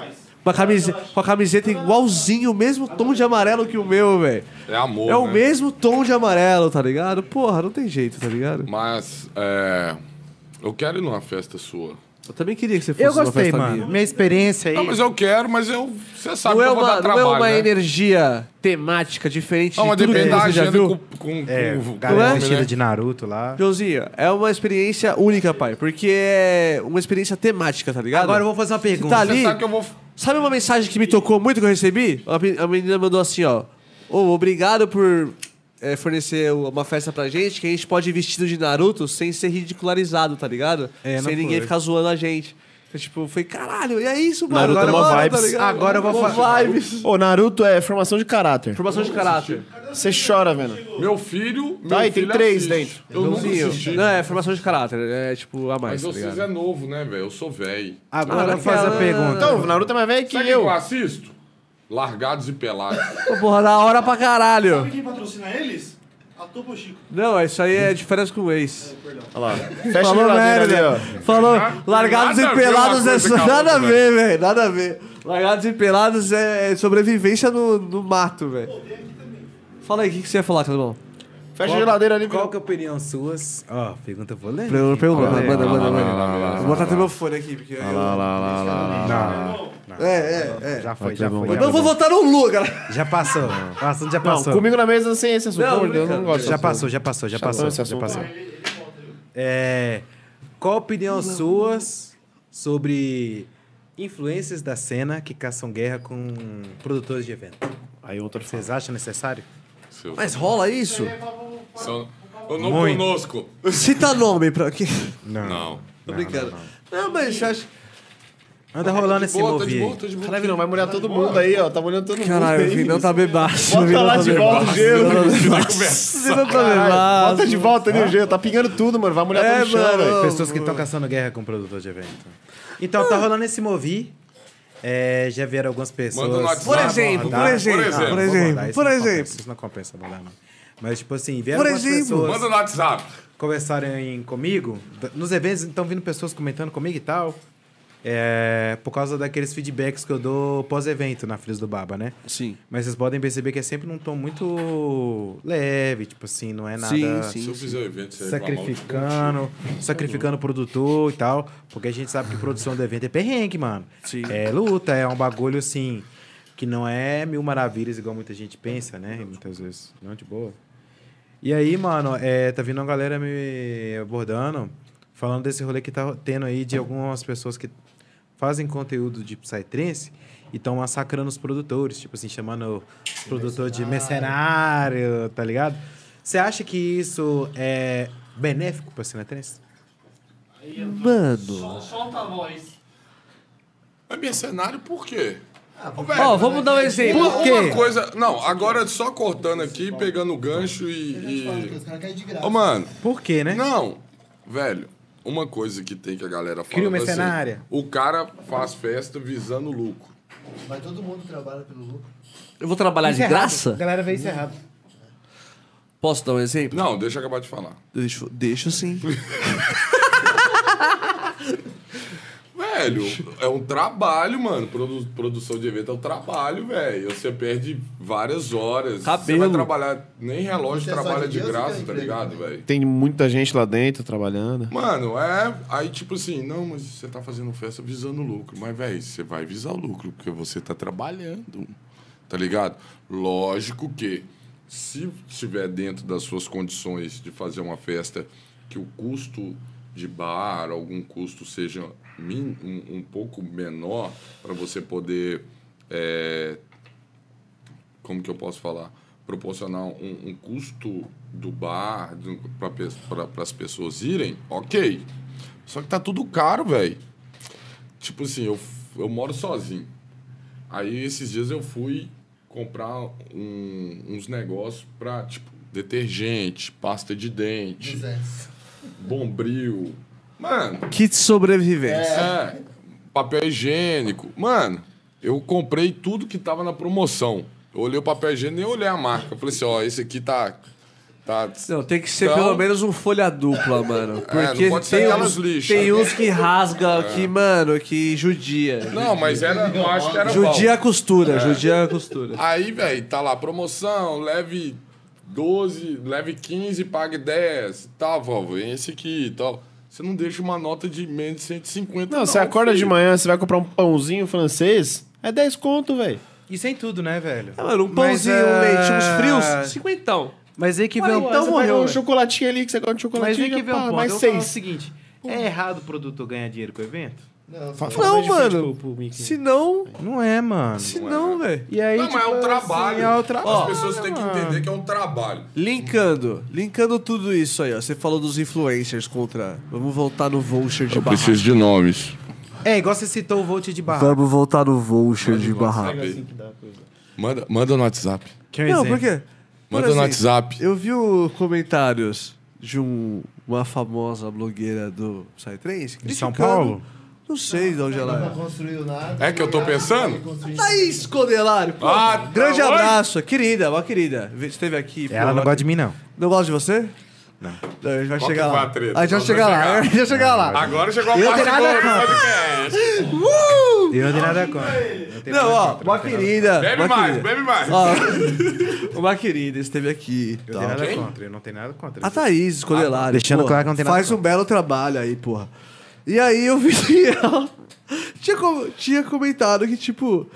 Speaker 1: Uma camiseta, com a camiseta igualzinho, o mesmo tom de amarelo que o meu, velho.
Speaker 3: É amor,
Speaker 1: É o
Speaker 3: né?
Speaker 1: mesmo tom de amarelo, tá ligado? Porra, não tem jeito, tá ligado?
Speaker 3: Mas, é... Eu quero ir numa festa sua.
Speaker 1: Eu também queria que você fosse
Speaker 4: Eu
Speaker 1: numa
Speaker 4: gostei,
Speaker 1: festa
Speaker 4: mano.
Speaker 1: minha.
Speaker 4: Minha experiência aí.
Speaker 3: Não, mas eu quero, mas eu... Você sabe
Speaker 1: não
Speaker 3: que
Speaker 1: é
Speaker 3: eu vou
Speaker 1: uma,
Speaker 3: dar Tá trabalho,
Speaker 1: não é uma
Speaker 3: né? É
Speaker 1: energia temática diferente
Speaker 3: Não, mas
Speaker 1: de tudo que
Speaker 3: depende da
Speaker 1: você já
Speaker 3: agenda
Speaker 1: viu.
Speaker 3: com, com,
Speaker 4: É,
Speaker 3: com o
Speaker 1: Não
Speaker 4: galera
Speaker 1: é?
Speaker 4: vestida de Naruto lá.
Speaker 1: Joãozinho, é uma experiência única, pai, porque é uma experiência temática, tá ligado?
Speaker 4: Agora eu vou fazer uma pergunta.
Speaker 1: tá
Speaker 3: Você
Speaker 1: ali-
Speaker 3: sabe que eu vou...
Speaker 1: Sabe uma mensagem que me tocou muito que eu recebi? A pe- A menina mandou assim, ó. Ô, obrigado por é, fornecer uma festa pra gente, que a gente pode ir vestido de Naruto sem ser ridicularizado, tá ligado?
Speaker 4: É, não
Speaker 1: sem ninguém
Speaker 4: foi.
Speaker 1: ficar zoando a gente. Então, tipo, foi caralho, e é isso, mano.
Speaker 13: Naruto é
Speaker 1: agora,
Speaker 13: mó
Speaker 1: bora,
Speaker 13: vibes.
Speaker 1: Tá ligado?
Speaker 4: Agora eu vou
Speaker 1: Mó
Speaker 4: fazer-
Speaker 1: vibes.
Speaker 13: Ô, Naruto é formação de caráter.
Speaker 1: Formação de caráter.
Speaker 13: Você chora, velho.
Speaker 3: Meu filho... Meu
Speaker 13: Tá aí, tem
Speaker 3: filho
Speaker 13: três
Speaker 3: assiste.
Speaker 13: dentro.
Speaker 3: Eu não
Speaker 1: Joãozinho,
Speaker 3: assisti.
Speaker 1: Não, é formação de caráter. É tipo, a mais.
Speaker 3: Mas
Speaker 1: tá
Speaker 3: vocês
Speaker 1: ligado?
Speaker 3: é novo, né, velho? Eu sou velho.
Speaker 4: Agora eu vou
Speaker 1: Naquela-
Speaker 4: fazer a pergunta.
Speaker 13: Então, o Naruto é mais velho que
Speaker 3: Sabe o que
Speaker 13: eu.
Speaker 3: eu assisto? Largados e Pelados.
Speaker 1: Pô, porra, da hora pra caralho.
Speaker 2: Quem patrocina eles? A
Speaker 1: Patou pro Chico. Não, isso aí é diferença com o ex.
Speaker 13: Olha lá. Fecha
Speaker 1: Falou
Speaker 13: a geladeira
Speaker 1: merda.
Speaker 13: ali, ó.
Speaker 1: Falou,
Speaker 3: Nada
Speaker 1: largados
Speaker 3: a ver
Speaker 1: e
Speaker 3: uma
Speaker 1: pelados é
Speaker 3: coisa
Speaker 1: só.
Speaker 3: com a
Speaker 1: Nada a
Speaker 3: outra,
Speaker 1: ver, velho. Nada a ver. Largados e pelados é é sobrevivência no, no mato, velho. Fala aí, o que, que você ia falar, Cadu?
Speaker 13: Fecha a geladeira ali,
Speaker 4: Qual
Speaker 13: meu.
Speaker 4: que é a opinião suas? Ó, pergunta polêmica.
Speaker 1: Pergunta, pergunta.
Speaker 4: Olha aí,
Speaker 1: Manda,
Speaker 4: ó.
Speaker 1: manda,
Speaker 3: lá, lá, lá,
Speaker 1: manda. Vou botar
Speaker 3: lá,
Speaker 1: até meu fone aqui, porque eu.
Speaker 13: Lá, lá, lá, lá, lá, lá.
Speaker 1: É, é, é.
Speaker 4: Já foi,
Speaker 13: Tá
Speaker 4: já
Speaker 13: bom,
Speaker 4: foi.
Speaker 13: vai,
Speaker 4: já
Speaker 1: Não
Speaker 13: tá
Speaker 1: vou
Speaker 4: foi.
Speaker 1: votar no Lula, galera.
Speaker 4: Já passou. O assunto já
Speaker 13: Não,
Speaker 4: passou.
Speaker 13: comigo na mesa sem esse assunto.
Speaker 1: Não,
Speaker 13: Pelo amor de Deus, eu não
Speaker 1: brincando.
Speaker 13: gosto desse
Speaker 4: Já
Speaker 13: assunto.
Speaker 4: passou, já passou, já
Speaker 13: Chato
Speaker 4: passou.
Speaker 13: esse
Speaker 4: Já
Speaker 13: assunto.
Speaker 4: passou. É, qual a opinião suas sobre influências da cena que caçam guerra com produtores de evento?
Speaker 13: Aí outra fez.
Speaker 4: Vocês acham necessário?
Speaker 3: Seu-
Speaker 1: Mas rola isso?
Speaker 3: Seu- Eu não
Speaker 4: Muito.
Speaker 3: conosco.
Speaker 1: Cita nome pra quê?
Speaker 3: Não.
Speaker 1: Tô brincando. Não, mas eu acho.
Speaker 4: Anda rolando
Speaker 3: Tá de
Speaker 4: esse
Speaker 3: boa, tá de
Speaker 4: movimento. aí.
Speaker 3: boa, tá de boa.
Speaker 13: Caralho, não, vai molhar todo mundo aí, ó. Tá molhando todo mundo.
Speaker 1: Caralho, o
Speaker 13: aí.
Speaker 1: Vinão tá bebaço. O Vinão
Speaker 13: lá
Speaker 1: tá
Speaker 13: de volta o
Speaker 1: bebaço,
Speaker 13: gelo,
Speaker 1: o Vinão tá
Speaker 13: Vinão.
Speaker 1: bebaço.
Speaker 3: Conversa.
Speaker 1: O Vinão tá
Speaker 13: Caralho,
Speaker 1: bebaço.
Speaker 13: Bota de volta ali o gelo. Tá pingando tudo, mano. Vai molhar
Speaker 1: É,
Speaker 13: todo o chão,
Speaker 1: mano.
Speaker 13: velho.
Speaker 4: Pessoas que estão caçando guerra com produtor de evento. Então, tá rolando esse movi. É, já vieram algumas pessoas.
Speaker 3: Manda no WhatsApp.
Speaker 1: Por exemplo,
Speaker 4: mandar-
Speaker 1: por exemplo,
Speaker 4: Não,
Speaker 3: por
Speaker 4: não vou
Speaker 1: exemplo,
Speaker 4: mandar, isso
Speaker 1: por
Speaker 4: não compensa,
Speaker 1: exemplo.
Speaker 4: Isso não compensa mandar, não. Mas, tipo assim, vieram
Speaker 1: Por
Speaker 4: algumas
Speaker 1: exemplo.
Speaker 4: pessoas.
Speaker 3: Manda no WhatsApp.
Speaker 4: conversarem comigo, d- nos eventos estão vindo pessoas comentando comigo e tal, é, por causa daqueles feedbacks que eu dou pós-evento na Filhos do Baba, né?
Speaker 1: Sim.
Speaker 4: Mas vocês podem perceber que é sempre num tom muito leve, tipo assim, não é nada
Speaker 1: Sim,
Speaker 3: Se
Speaker 1: sim.
Speaker 3: eu fizer o evento, você reclamar, eu fico
Speaker 4: sacrificando, sacrificando o produtor e tal, porque a gente sabe que produção do evento é perrengue, mano.
Speaker 1: Sim.
Speaker 4: É luta, é um bagulho assim, que não é mil maravilhas igual muita gente pensa, né? E Muitas vezes, não de boa. E aí, mano, é, tá vindo uma galera me abordando, falando desse rolê que tá tendo aí de algumas pessoas que fazem conteúdo de Psytrance e estão massacrando os produtores, tipo assim, chamando os produtores de mercenário, tá ligado? Você acha que isso é benéfico pra cena trance?
Speaker 1: Mano.
Speaker 5: Solta a voz.
Speaker 3: É mercenário por quê? Ô, velho,
Speaker 1: Ó, vamos dar um exemplo.
Speaker 3: Uma, uma coisa. Não, agora só cortando aqui, pegando o gancho e.
Speaker 12: Fala que os
Speaker 3: e...
Speaker 12: caras caem de graça.
Speaker 3: Ô, mano,
Speaker 4: Por quê, né?
Speaker 3: não. Velho, uma coisa que tem que a galera fala.
Speaker 4: Cria uma
Speaker 3: assim,
Speaker 4: cenária.
Speaker 3: o cara faz festa visando lucro.
Speaker 12: Mas todo mundo trabalha pelo lucro.
Speaker 1: Eu vou trabalhar de graça?
Speaker 13: galera vê isso errado.
Speaker 1: Posso dar um exemplo?
Speaker 3: Não, deixa eu acabar de falar.
Speaker 1: Deixa, deixa sim.
Speaker 3: Velho, é um trabalho, mano. Produ- produção de evento é um trabalho, velho. Você perde várias horas. Você
Speaker 1: Cabelo.
Speaker 3: vai trabalhar. Nem relógio
Speaker 12: Você é só
Speaker 3: trabalha
Speaker 12: de
Speaker 3: de
Speaker 12: Deus ou
Speaker 3: graça,
Speaker 12: tem
Speaker 3: tá
Speaker 12: emprego? né?
Speaker 3: ligado, velho?
Speaker 13: Tem muita gente lá dentro trabalhando.
Speaker 3: Mano, é. Aí, tipo assim, não, mas você tá fazendo festa visando lucro. Mas, velho, você vai visar o lucro, porque você tá trabalhando. Tá ligado? Lógico que se tiver dentro das suas condições de fazer uma festa que o custo de bar, algum custo seja min, um, um pouco menor, para você poder. é, como que eu posso falar? Proporcionar um, um custo do bar para as pessoas irem, ok. Só que tá tudo caro, velho. Tipo assim, eu, f- eu moro sozinho. Aí esses dias eu fui comprar um- uns negócios pra, tipo, detergente, pasta de dente,
Speaker 12: 200.
Speaker 3: bombril. Mano,
Speaker 1: Kit de sobrevivência.
Speaker 3: é, papel higiênico. Mano, eu comprei tudo que tava na promoção. Eu olhei o papel higiênico nem olhei a marca. Eu falei assim, ó, esse aqui tá. tá
Speaker 1: Não, tem que ser
Speaker 3: Então-
Speaker 1: pelo menos um folha dupla, mano.
Speaker 3: não
Speaker 1: Porque
Speaker 3: pode ser
Speaker 1: tem,
Speaker 3: aquelas
Speaker 1: uns,
Speaker 3: lixas.
Speaker 1: tem uns que rasga, que, mano, que judia.
Speaker 3: Não, mas era, eu acho que era
Speaker 1: judia a costura, judia a costura.
Speaker 3: bom. Aí, velho, tá lá, promoção, leve 12, leve 15, pague 10. Tá, vovó, esse aqui e tal. Você não deixa uma nota de menos de 150,
Speaker 13: Não,
Speaker 2: é
Speaker 13: você acorda de
Speaker 3: filho.
Speaker 13: manhã, você vai comprar um pãozinho francês, é 10 conto, velho.
Speaker 4: Isso é em tudo, né, velho?
Speaker 1: É, mano, um pãozinho,
Speaker 4: Mas,
Speaker 1: um
Speaker 4: é,
Speaker 1: leite, uns frios, cinquentão.
Speaker 4: Mas aí que vem
Speaker 1: Ué,
Speaker 4: o
Speaker 1: então
Speaker 13: Você
Speaker 4: ponto.
Speaker 13: pega
Speaker 1: morreu,
Speaker 13: um
Speaker 1: velho.
Speaker 13: chocolatinho ali, que você gosta de
Speaker 4: Mas
Speaker 13: chocolatinho,
Speaker 4: aí que vem o
Speaker 13: pá,
Speaker 4: ponto.
Speaker 13: mais
Speaker 4: Eu falo o
Speaker 13: 6.
Speaker 4: seguinte, é errado o produtor ganhar dinheiro com o evento?
Speaker 12: Não,
Speaker 13: Fa- fala
Speaker 1: Não,
Speaker 13: mais de frente
Speaker 1: mano.
Speaker 13: pro- pro Mickey.
Speaker 1: Se não,
Speaker 4: Não é, né? mano.
Speaker 1: se não, velho.
Speaker 4: E aí,
Speaker 3: Não, mas é um
Speaker 4: tipo,
Speaker 3: trabalho.
Speaker 4: assim, é o tra-
Speaker 3: As pessoas têm que entender que é um trabalho.
Speaker 1: Linkando, linkando tudo isso aí, ó. Você falou dos influencers contra. Vamos voltar no voucher de barraca.
Speaker 3: de nomes.
Speaker 4: É, igual você citou o Volt de
Speaker 3: um
Speaker 4: Barra.
Speaker 1: Vamos voltar no voucher de barraca.
Speaker 4: assim.
Speaker 3: Sabe? Manda, manda no WhatsApp.
Speaker 4: Que é um
Speaker 1: Não,
Speaker 4: exemplo.
Speaker 1: por quê? Por
Speaker 3: Manda no
Speaker 1: exemplo,
Speaker 3: WhatsApp.
Speaker 1: Eu vi o comentários de um- uma famosa blogueira do Psytrance
Speaker 4: De São
Speaker 1: criticando
Speaker 4: Paulo?
Speaker 1: Não sei de onde ela
Speaker 12: Não construiu nada.
Speaker 3: É que eu tô pensando?
Speaker 1: é. Thaís Codelário, pô,
Speaker 3: Ah,
Speaker 1: grande
Speaker 3: tá, oi.
Speaker 1: abraço. Querida, uma querida. Esteve aqui. pô,
Speaker 4: Ela não gosta de mim, não.
Speaker 1: Não gosta de você? Não. a gente vai
Speaker 3: Qual que
Speaker 1: chegar
Speaker 3: foi
Speaker 1: lá.
Speaker 3: a treta?
Speaker 1: A gente vai
Speaker 3: Nós
Speaker 1: chegar
Speaker 3: vamos
Speaker 1: lá.
Speaker 3: chegar.
Speaker 1: A gente vai chegar lá.
Speaker 3: Agora chegou a
Speaker 1: Eu
Speaker 3: parte
Speaker 1: tenho
Speaker 3: boa
Speaker 1: nada
Speaker 3: do
Speaker 1: contra.
Speaker 3: podcast.
Speaker 1: Uh!
Speaker 4: Eu não tenho nada contra.
Speaker 1: Não, ó, uma querida.
Speaker 3: Bebe
Speaker 1: uma
Speaker 3: mais,
Speaker 1: querida.
Speaker 3: bebe mais.
Speaker 1: Ó, [laughs] uma querida esteve aqui.
Speaker 4: Eu não tenho nada
Speaker 3: Quem?
Speaker 4: contra. Eu não tenho nada contra.
Speaker 13: Ah,
Speaker 1: A
Speaker 13: tá.
Speaker 1: Thaís Escodelário.
Speaker 4: deixando
Speaker 1: porra,
Speaker 4: claro que não tem nada
Speaker 1: Faz um
Speaker 4: contra.
Speaker 1: belo trabalho aí, porra. E aí [laughs] eu vi que ela tinha, com- tinha comentado que, tipo,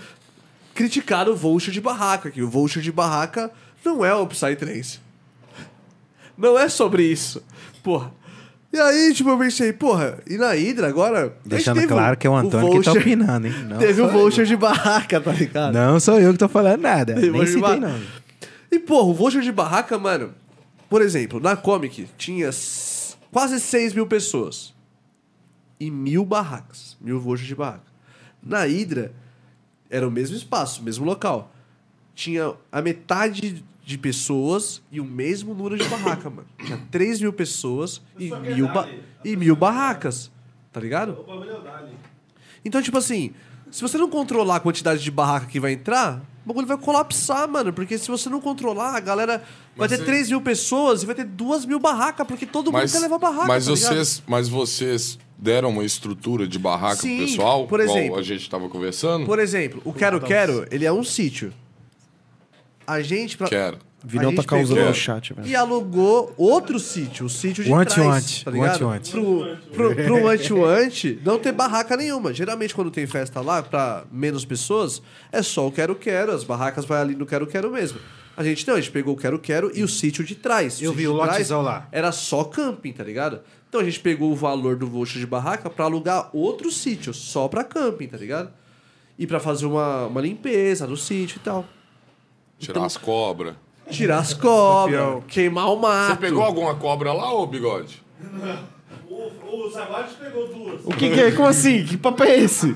Speaker 1: criticaram o Vulture de barraca, que o Vulture de barraca não é o Psytrance. Não é sobre isso, porra. E aí, tipo, eu pensei, porra, e na Hydra agora? A gente
Speaker 4: Deixando
Speaker 1: teve um
Speaker 4: claro que é o Antônio que tá
Speaker 1: voucher-
Speaker 4: opinando, hein? Não,
Speaker 1: Teve o voucher de barraca, tá ligado?
Speaker 4: não sou eu que tô falando nada.
Speaker 1: Teve
Speaker 4: Nem
Speaker 1: voucher de
Speaker 4: citei,
Speaker 1: barraca.
Speaker 4: não.
Speaker 1: E, porra, o voucher de barraca, mano. Por exemplo, na Comic tinha s- quase 6 mil pessoas. E mil barracas. Mil vouchers de barraca. Na Hydra, era o mesmo espaço, o mesmo local. Tinha a metade de pessoas e o mesmo número de barraca, mano. Tinha 3 mil pessoas e mil, ba- e mil barracas. Tá ligado? Então, tipo assim, se você não controlar a quantidade de barraca que vai entrar, o bagulho vai colapsar, mano. Porque se você não controlar, a galera vai
Speaker 3: Mas
Speaker 1: ter
Speaker 3: você-
Speaker 1: 3 mil pessoas e vai ter 2 mil barracas, porque todo mundo quer levar barraca.
Speaker 3: mas
Speaker 1: tá ligado?
Speaker 3: vocês, mas vocês deram uma estrutura de barraca
Speaker 1: Sim,
Speaker 3: pro pessoal,
Speaker 1: por exemplo.
Speaker 3: igual a gente tava conversando?
Speaker 1: Por exemplo, o Quero Quero, ele é um sítio. A gente. Pra...
Speaker 3: Quero.
Speaker 1: a
Speaker 13: Virão
Speaker 1: gente
Speaker 13: tá causando
Speaker 1: pegou
Speaker 13: no chat, velho.
Speaker 1: E alugou outro sítio, o sítio de
Speaker 4: O
Speaker 1: trás,
Speaker 4: ante-ante,
Speaker 1: tá
Speaker 4: o
Speaker 1: ligado?
Speaker 4: ante-ante.
Speaker 1: Pro, pro, pro ante-ante não ter barraca nenhuma. Geralmente quando tem festa lá, pra menos pessoas, é só o quero-quero, as barracas vai ali no quero-quero mesmo. A gente não, a gente pegou o quero-quero e o sítio de trás. sítio
Speaker 4: Eu vi
Speaker 1: de
Speaker 4: o
Speaker 1: trás
Speaker 4: lotezão lá.
Speaker 1: Era só camping, tá ligado? Então a gente pegou o valor do voucher de barraca pra alugar outro sítio, só pra camping, tá ligado? E pra fazer uma, uma limpeza no sítio e tal.
Speaker 3: Tirar
Speaker 1: Então,
Speaker 3: as cobras.
Speaker 1: Tirar as cobras, queimar o mato.
Speaker 3: Você pegou alguma cobra lá, ô bigode?
Speaker 13: O que, que é? Como assim? Que papo é esse?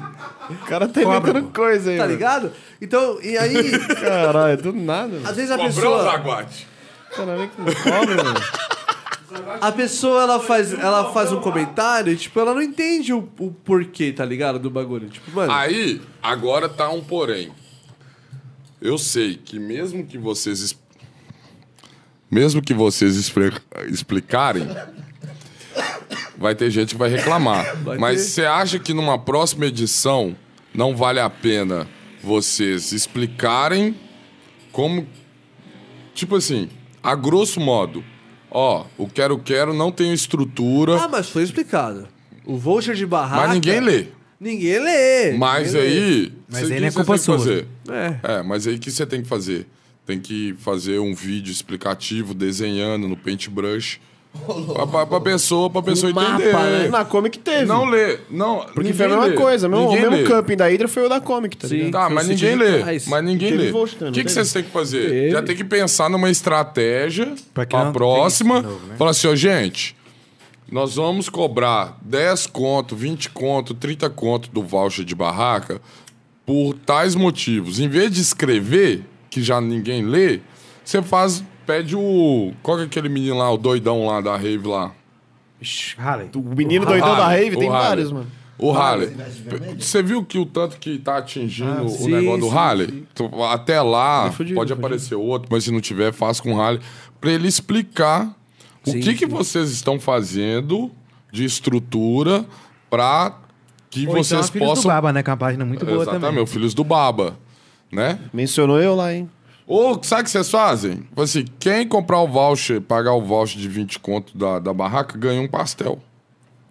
Speaker 13: O cara tá inventando coisa aí,
Speaker 1: Tá
Speaker 13: mano.
Speaker 1: ligado? Então, e aí,
Speaker 13: Caralho, do nada, mano.
Speaker 1: às vezes a
Speaker 3: Cobrão,
Speaker 1: pessoa,
Speaker 3: Zaguate?
Speaker 13: Caralho, que pobre, mano.
Speaker 1: a pessoa ela faz, ela faz um comentário e, tipo, ela não entende o, o porquê, tá ligado? Do bagulho. Tipo, mano,
Speaker 3: Aí, agora tá um porém. Eu sei que mesmo que vocês... es- Mesmo que vocês expre- explicarem, vai ter gente que vai reclamar.
Speaker 1: Vai
Speaker 3: Mas
Speaker 1: ter.
Speaker 3: você acha que numa próxima edição não vale a pena vocês explicarem como... Tipo assim, a grosso modo, ó, o quero-quero não tem estrutura,
Speaker 1: ah, mas foi explicado. O voucher de barraca.
Speaker 3: mas ninguém lê.
Speaker 1: Ninguém lê.
Speaker 3: Mas
Speaker 1: ninguém lê.
Speaker 3: aí.
Speaker 4: Mas
Speaker 3: cê-
Speaker 4: aí
Speaker 3: que
Speaker 4: não é
Speaker 3: cê
Speaker 4: culpa
Speaker 3: tem que
Speaker 4: sua.
Speaker 3: fazer?
Speaker 1: É.
Speaker 3: É, mas aí o que você tem que fazer? Tem que fazer um vídeo explicativo, desenhando no paintbrush. pra, pra, pra pessoa, pra pessoa entender.
Speaker 13: né?
Speaker 1: né?
Speaker 13: Na Comic teve.
Speaker 3: Não lê. Não,
Speaker 13: Porque
Speaker 3: ninguém
Speaker 13: foi a mesma
Speaker 3: lê.
Speaker 13: coisa. Meu, o
Speaker 3: Ninguém
Speaker 13: mesmo
Speaker 3: lê.
Speaker 13: camping da Hydra foi o da Comic, tá ligado?
Speaker 3: Tá,
Speaker 1: Foi
Speaker 3: mas
Speaker 1: o Cid
Speaker 3: ninguém
Speaker 1: de
Speaker 3: lê.
Speaker 1: trás.
Speaker 3: Mas ninguém
Speaker 13: Teve
Speaker 3: lê.
Speaker 13: Volta também,
Speaker 3: O
Speaker 13: não
Speaker 4: né?
Speaker 3: que que
Speaker 13: teve?
Speaker 3: vocês têm que fazer? Já tem que pensar numa estratégia pra,
Speaker 4: Pra que não
Speaker 3: próxima.
Speaker 4: tenha isso de novo, né?
Speaker 3: Falar assim, ó, gente, nós vamos cobrar 10 conto, 20 conto, 30 conto do voucher de barraca por tais motivos. Em vez de escrever, que já ninguém lê, você faz, pede o... Qual que é aquele menino lá, o doidão lá da rave lá?
Speaker 4: Rale.
Speaker 13: O menino doidão da
Speaker 3: Harley,
Speaker 13: Rave
Speaker 3: o
Speaker 13: tem
Speaker 3: Harley.
Speaker 13: vários, mano.
Speaker 3: O Harley. Você viu que o tanto que tá atingindo
Speaker 13: Ah,
Speaker 3: o negócio do Harley? Então, Até
Speaker 13: é
Speaker 3: lá, pode aparecer outro, mas se não tiver, faça com o Harley. Pra ele explicar o que, que vocês estão fazendo de estrutura pra que
Speaker 4: Ou então,
Speaker 3: vocês
Speaker 4: a Filhos do
Speaker 3: possam.
Speaker 4: Baba, né? Que é uma página muito boa
Speaker 3: Exatamente,
Speaker 4: também.
Speaker 3: o Filhos do Baba. Né?
Speaker 13: Mencionou eu lá, hein?
Speaker 3: Ou sabe o que vocês fazem? Fala Assim, quem comprar o voucher, pagar o voucher de 20 conto da, da barraca, ganha um pastel.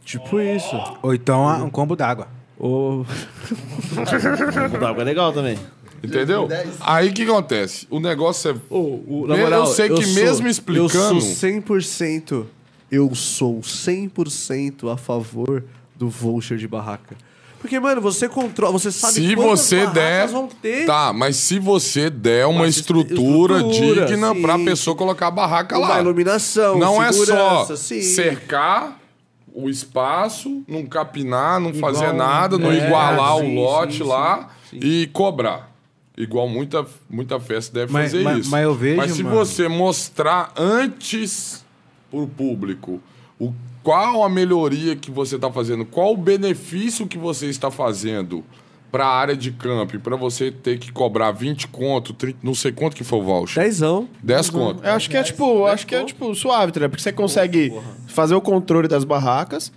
Speaker 1: Tipo isso.
Speaker 4: Ou então a- um combo d'água.
Speaker 13: O da água é legal também.
Speaker 3: Entendeu? Aí o que acontece? O negócio é.
Speaker 1: Ô, o- na
Speaker 3: Eu
Speaker 1: moral,
Speaker 3: sei que
Speaker 1: sou-
Speaker 3: mesmo
Speaker 1: Eu sou
Speaker 3: explicando-
Speaker 1: 100%, eu sou 100% a favor do voucher de barraca. Porque, mano, você controla, você sabe
Speaker 3: se
Speaker 1: quantas
Speaker 3: você
Speaker 1: barracas
Speaker 3: der.
Speaker 1: vão ter.
Speaker 3: Tá, mas se você der uma
Speaker 1: Mas
Speaker 3: estrutura,
Speaker 1: estrutura,
Speaker 3: digna
Speaker 1: sim. Um
Speaker 3: pra pessoa colocar a barraca
Speaker 1: Uma
Speaker 3: lá.
Speaker 1: iluminação,
Speaker 3: Não é só
Speaker 1: segurança, sim.
Speaker 3: cercar o espaço, não capinar, não fazer
Speaker 4: Igual-
Speaker 3: nada, não
Speaker 4: É,
Speaker 3: igualar
Speaker 4: sim,
Speaker 3: o lote
Speaker 1: sim,
Speaker 3: lá e cobrar. Igual muita, muita festa deve
Speaker 4: Mas-
Speaker 3: fazer
Speaker 4: mas-
Speaker 3: isso.
Speaker 4: mas eu vejo,
Speaker 3: Mas se
Speaker 4: mano.
Speaker 3: você mostrar antes pro público O, qual a melhoria que você está fazendo? Qual o benefício que você está fazendo para a área de camping? Para você ter que cobrar 20 conto, 30, não sei quanto que foi o voucher.
Speaker 1: Dezão.
Speaker 3: 10 conto.
Speaker 13: Eu acho que é tipo, acho que é tipo suave, tá ligado? Porque você consegue fazer o controle das barracas.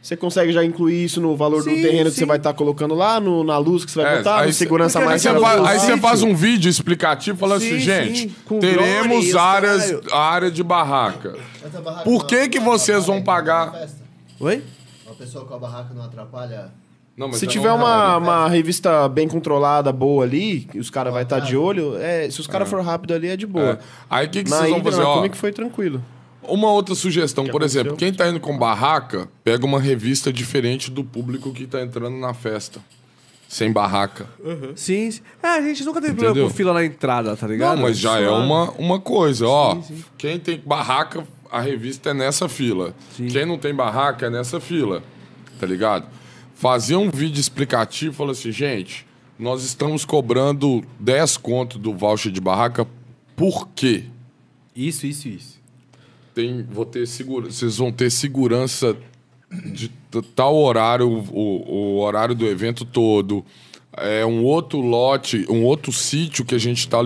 Speaker 13: Você consegue já incluir isso no valor do
Speaker 1: Sim,
Speaker 13: terreno que
Speaker 1: sim.
Speaker 13: você vai tá- estar colocando lá, no, na luz que você vai
Speaker 3: É,
Speaker 13: botar,
Speaker 3: aí
Speaker 13: no
Speaker 3: cê-
Speaker 13: segurança
Speaker 3: aí
Speaker 13: mais
Speaker 3: você
Speaker 13: cara do
Speaker 3: faz,
Speaker 13: seu
Speaker 3: aí você
Speaker 13: sítio.
Speaker 3: faz um vídeo explicativo falando assim,
Speaker 1: Sim,
Speaker 3: gente,
Speaker 1: sim, com drone,
Speaker 3: teremos
Speaker 1: os
Speaker 3: áreas,
Speaker 1: caralho.
Speaker 3: área de barraca.
Speaker 12: Essa barraca
Speaker 3: Por
Speaker 12: não
Speaker 3: que que
Speaker 12: atrapalha
Speaker 3: vocês vão
Speaker 12: a
Speaker 3: pagar-
Speaker 12: festa?
Speaker 1: Oi?
Speaker 12: Uma pessoa com a barraca não atrapalha.
Speaker 3: Não, mas
Speaker 13: Se
Speaker 3: eu
Speaker 13: tiver
Speaker 3: não- é
Speaker 13: uma, uma revista bem controlada, boa ali, e os caras vão estar de olho, é, se os caras for rápido ali, é de boa.
Speaker 3: É. Aí o que, que
Speaker 13: Na é
Speaker 3: vocês vão
Speaker 13: ida,
Speaker 3: fazer?
Speaker 13: na
Speaker 3: Ó,
Speaker 13: Comic foi tranquilo.
Speaker 3: Uma outra sugestão, por
Speaker 13: aconteceu?
Speaker 3: exemplo, quem tá indo com barraca, pega uma revista diferente do público que tá entrando na festa. Sem barraca.
Speaker 1: Sim, sim. É, a gente nunca teve problema
Speaker 3: Entendeu?
Speaker 1: com fila na entrada, tá ligado?
Speaker 3: Não, mas já é
Speaker 1: Suave.
Speaker 3: uma, uma coisa, ó. Quem tem barraca, a revista é nessa fila. Quem não tem barraca é nessa fila. Tá ligado? Fazer um vídeo explicativo e falar assim, gente, nós estamos cobrando 10 conto do voucher de barraca, por quê?
Speaker 4: Isso, isso, isso.
Speaker 3: tem, vou ter segura, vocês vão ter segurança de t- tal horário, o, o horário do evento todo. É um outro lote, um outro sítio que a gente está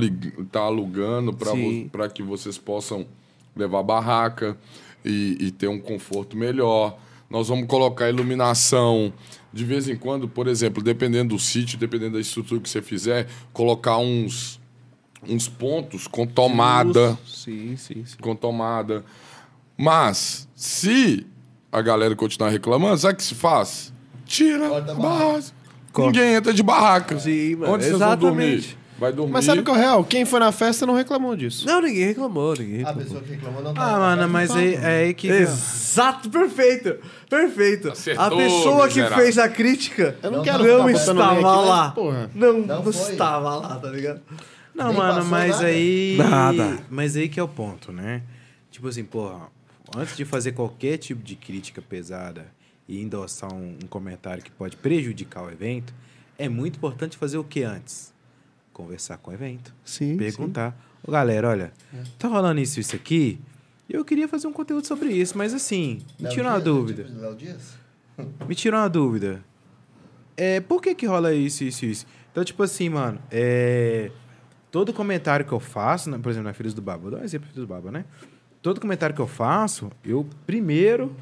Speaker 3: tá alugando
Speaker 1: Sim.
Speaker 3: para que vocês possam levar barraca e, e ter um conforto melhor. Nós vamos colocar iluminação. De vez em quando, por exemplo, dependendo do sítio, dependendo da estrutura que você fizer, colocar uns, uns pontos com tomada
Speaker 1: Sim, sim, sim.
Speaker 3: com tomada. Mas, se a galera continuar reclamando, sabe o que se faz? Tira
Speaker 12: Corta a
Speaker 3: barra. Ninguém entra de barraca.
Speaker 1: Sim, mano,
Speaker 3: Onde vocês vão
Speaker 1: exatamente.
Speaker 3: dormir? Vai dormir.
Speaker 13: Mas sabe o que é o real? Quem foi na festa não reclamou disso.
Speaker 1: Não, ninguém reclamou, ninguém
Speaker 12: A
Speaker 1: reclamou.
Speaker 12: pessoa que reclamou não tá.
Speaker 4: Ah, mano, mas aí, é aí que.
Speaker 1: Exato, perfeito. Perfeito.
Speaker 3: Acertou,
Speaker 1: a pessoa que
Speaker 3: miserável.
Speaker 1: fez a crítica
Speaker 13: Eu não,
Speaker 12: Não,
Speaker 13: quero
Speaker 1: não
Speaker 13: ficar botando lenha
Speaker 1: estava
Speaker 13: aqui, mas,
Speaker 1: lá.
Speaker 13: porra.
Speaker 1: não
Speaker 12: Não foi.
Speaker 1: estava lá, tá ligado?
Speaker 4: Não,
Speaker 12: Nem
Speaker 4: mano,
Speaker 12: passou
Speaker 4: mas
Speaker 12: nada.
Speaker 4: aí.
Speaker 1: Nada.
Speaker 4: Mas aí que é o ponto, né? Tipo assim, porra, antes de fazer qualquer tipo de crítica pesada e endossar um, um comentário que pode prejudicar o evento, é muito importante fazer o que antes? Conversar com o evento.
Speaker 1: Sim, É.
Speaker 4: perguntar. Ô, galera, olha, tá rolando isso, isso aqui? Eu queria fazer um conteúdo sobre isso, mas assim, me
Speaker 12: Léo
Speaker 4: tira uma
Speaker 12: Dias, é
Speaker 4: dúvida.
Speaker 12: tipo do Léo Dias?
Speaker 4: Me tirou uma dúvida. É, por que que rola isso, isso, isso? Então, tipo assim, mano, é... Todo comentário que eu faço, na- por exemplo, na Filhos do Baba, vou dar um exemplo do Baba, né? Todo comentário que eu faço, eu primeiro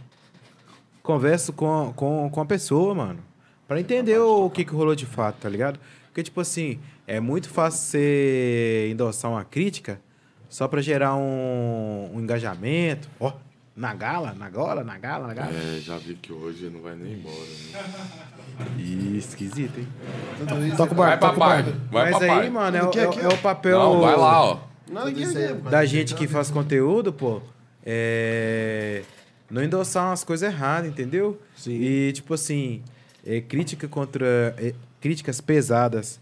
Speaker 4: converso com, com, com a pessoa, mano. Pra entender o que, que rolou de fato, tá ligado? Porque, tipo assim, é muito fácil você endossar uma crítica só pra gerar um, um engajamento. Ó, na gala, na gola, na gala, na gala.
Speaker 3: É, já vi que hoje não vai nem embora. Né?
Speaker 4: Ih, É, esquisito, hein?
Speaker 12: Tudo isso
Speaker 13: Toca o
Speaker 3: Vai,
Speaker 13: barco, toca o
Speaker 3: papai.
Speaker 13: barco.
Speaker 3: Vai,
Speaker 4: Mas
Speaker 3: papai.
Speaker 4: aí, mano, é,
Speaker 13: Aqui,
Speaker 4: o- é o-
Speaker 13: aqui,
Speaker 4: é o papel
Speaker 3: Não, vai lá, ó.
Speaker 12: tudo isso aí, mano.
Speaker 4: da gente que faz conteúdo, pô. É... Não endossar umas coisas erradas, entendeu?
Speaker 1: Sim.
Speaker 4: E, tipo assim, é, crítica contra... é, críticas pesadas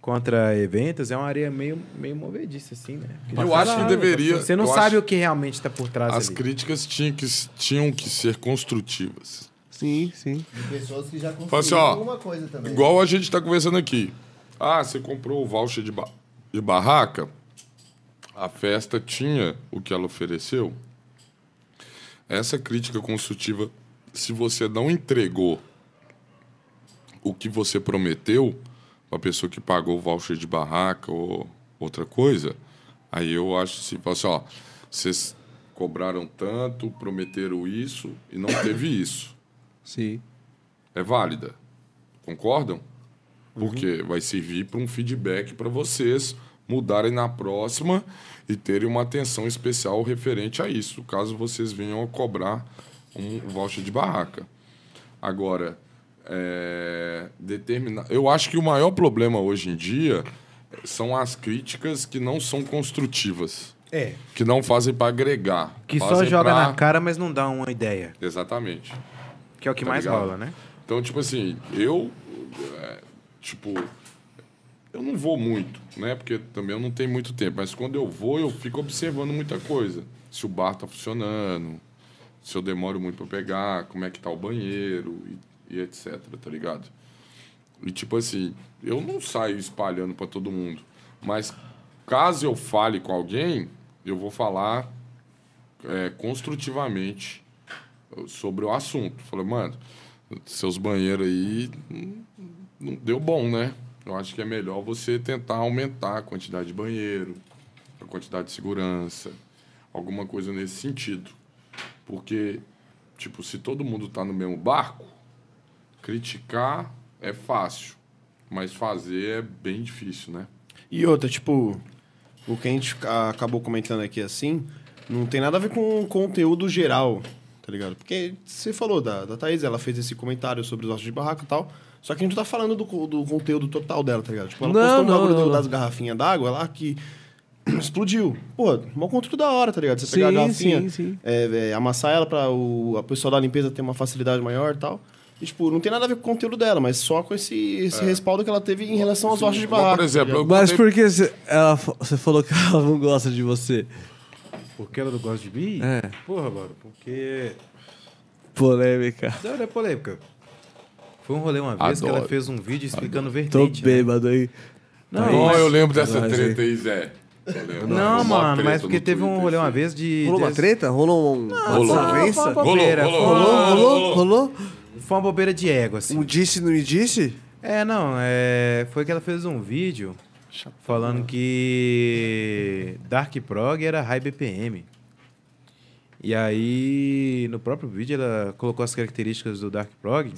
Speaker 4: contra eventos é uma área meio, meio movediça, assim, né? Porque
Speaker 3: Eu
Speaker 4: você
Speaker 3: acho que
Speaker 4: sabe,
Speaker 3: deveria-
Speaker 4: Você não
Speaker 3: eu
Speaker 4: sabe
Speaker 3: acho-
Speaker 4: o que realmente tá por trás
Speaker 3: As
Speaker 4: ali.
Speaker 3: críticas tinham que, tinham que ser construtivas.
Speaker 1: Sim, sim.
Speaker 12: De pessoas que já
Speaker 3: Fala assim,
Speaker 12: construíram
Speaker 3: ó,
Speaker 12: alguma coisa também.
Speaker 3: Igual a gente tá conversando aqui. Ah, você comprou o voucher de, ba- de barraca? A festa tinha o que ela ofereceu? Essa crítica construtiva, se você não entregou o que você prometeu para a pessoa que pagou o voucher de barraca ou outra coisa, aí eu acho assim, fala assim, ó, vocês cobraram tanto, prometeram isso e não teve isso
Speaker 1: Sim.
Speaker 3: é válida. Concordam?
Speaker 4: Uhum.
Speaker 3: Porque vai servir para um feedback para vocês mudarem na próxima e terem uma atenção especial referente a isso, caso vocês venham a cobrar um voucher de barraca. Agora, é, determinar. Eu acho que o maior problema hoje em dia são as críticas que não são construtivas,
Speaker 4: É,
Speaker 3: que não fazem para agregar,
Speaker 4: que só
Speaker 3: fazem
Speaker 4: joga
Speaker 3: pra-
Speaker 4: na cara, mas não dá uma ideia.
Speaker 3: Exatamente.
Speaker 4: Que é o que
Speaker 3: Tá
Speaker 4: mais
Speaker 3: ligado?
Speaker 4: rola, né?
Speaker 3: Então, tipo assim, eu. é, tipo. Eu não vou muito, né? Porque também eu não tenho muito tempo. Mas quando eu vou, eu fico observando muita coisa. Se o bar tá funcionando, se eu demoro muito para pegar, como é que tá o banheiro e, e etc, tá ligado? E tipo assim, eu não saio espalhando para todo mundo. Mas caso eu fale com alguém, eu vou falar é, construtivamente sobre o assunto. Falei, mano, seus banheiros aí hum, não deu bom, né? Eu acho que é melhor você tentar aumentar a quantidade de banheiro, a quantidade de segurança, alguma coisa nesse sentido. Porque, tipo, se todo mundo tá no mesmo barco, criticar é fácil, mas fazer é bem difícil, né?
Speaker 13: E outra, tipo, o que a gente a- acabou comentando aqui assim, não tem nada a ver com o conteúdo geral, tá ligado? Porque você falou da, da Thaís, ela fez esse comentário sobre os ossos de barraca e tal. Só que a gente não tá falando do, co- do conteúdo total dela, tá ligado? Tipo, ela
Speaker 1: Não,
Speaker 13: postou um
Speaker 1: não,
Speaker 13: bagulho
Speaker 1: não,
Speaker 13: do-
Speaker 1: não.
Speaker 13: das garrafinhas d'água lá que [clears throat] explodiu. Pô, mó conteúdo da hora, tá ligado? Você
Speaker 1: Sim,
Speaker 13: pegar a garrafinha,
Speaker 1: sim, sim.
Speaker 13: é, é, amassar ela pra o a pessoa da limpeza ter uma facilidade maior e tal. E, tipo, não tem nada a ver com o conteúdo dela, mas só com esse,
Speaker 12: É.
Speaker 13: esse respaldo que ela teve em relação às ossos de
Speaker 3: Mas,
Speaker 4: Ah,
Speaker 13: barraca.
Speaker 3: por exemplo, eu
Speaker 1: Mas
Speaker 3: contei-
Speaker 1: por que você ela fa- você falou que ela não gosta de você?
Speaker 4: Porque ela não gosta de mim?
Speaker 1: É.
Speaker 4: Porra, mano, porque.
Speaker 1: Polêmica.
Speaker 4: Não, não é polêmica. Foi um rolê uma vez que
Speaker 3: Adoro.
Speaker 4: ela fez um vídeo explicando
Speaker 1: Tô
Speaker 4: vertente. né?
Speaker 1: bêbado aí.
Speaker 4: Não,
Speaker 3: Ó,
Speaker 4: mas-
Speaker 3: eu lembro dessa
Speaker 1: Mas aí-
Speaker 3: treta aí, Zé. Eu lembro.
Speaker 4: Não,
Speaker 3: Rolou uma
Speaker 4: mano,
Speaker 3: treta
Speaker 4: mas porque
Speaker 3: no
Speaker 4: teve um
Speaker 3: Twitter,
Speaker 4: rolê uma
Speaker 3: assim.
Speaker 4: vez de.
Speaker 1: Rolou uma
Speaker 4: desse-
Speaker 1: treta? Rolou um- uma
Speaker 3: rolou.
Speaker 1: desavença?
Speaker 4: Rolou, bobeira.
Speaker 3: rolou,
Speaker 4: Foi uma-
Speaker 1: Rolou, rolou,
Speaker 3: rolou.
Speaker 1: rolou.
Speaker 4: Foi uma bobeira de ego, assim.
Speaker 1: Um disse, não me disse?
Speaker 4: É, não, é... foi que ela fez um vídeo falando que Dark Prog era High BPM. E aí, no próprio vídeo, ela colocou as características do Dark Prog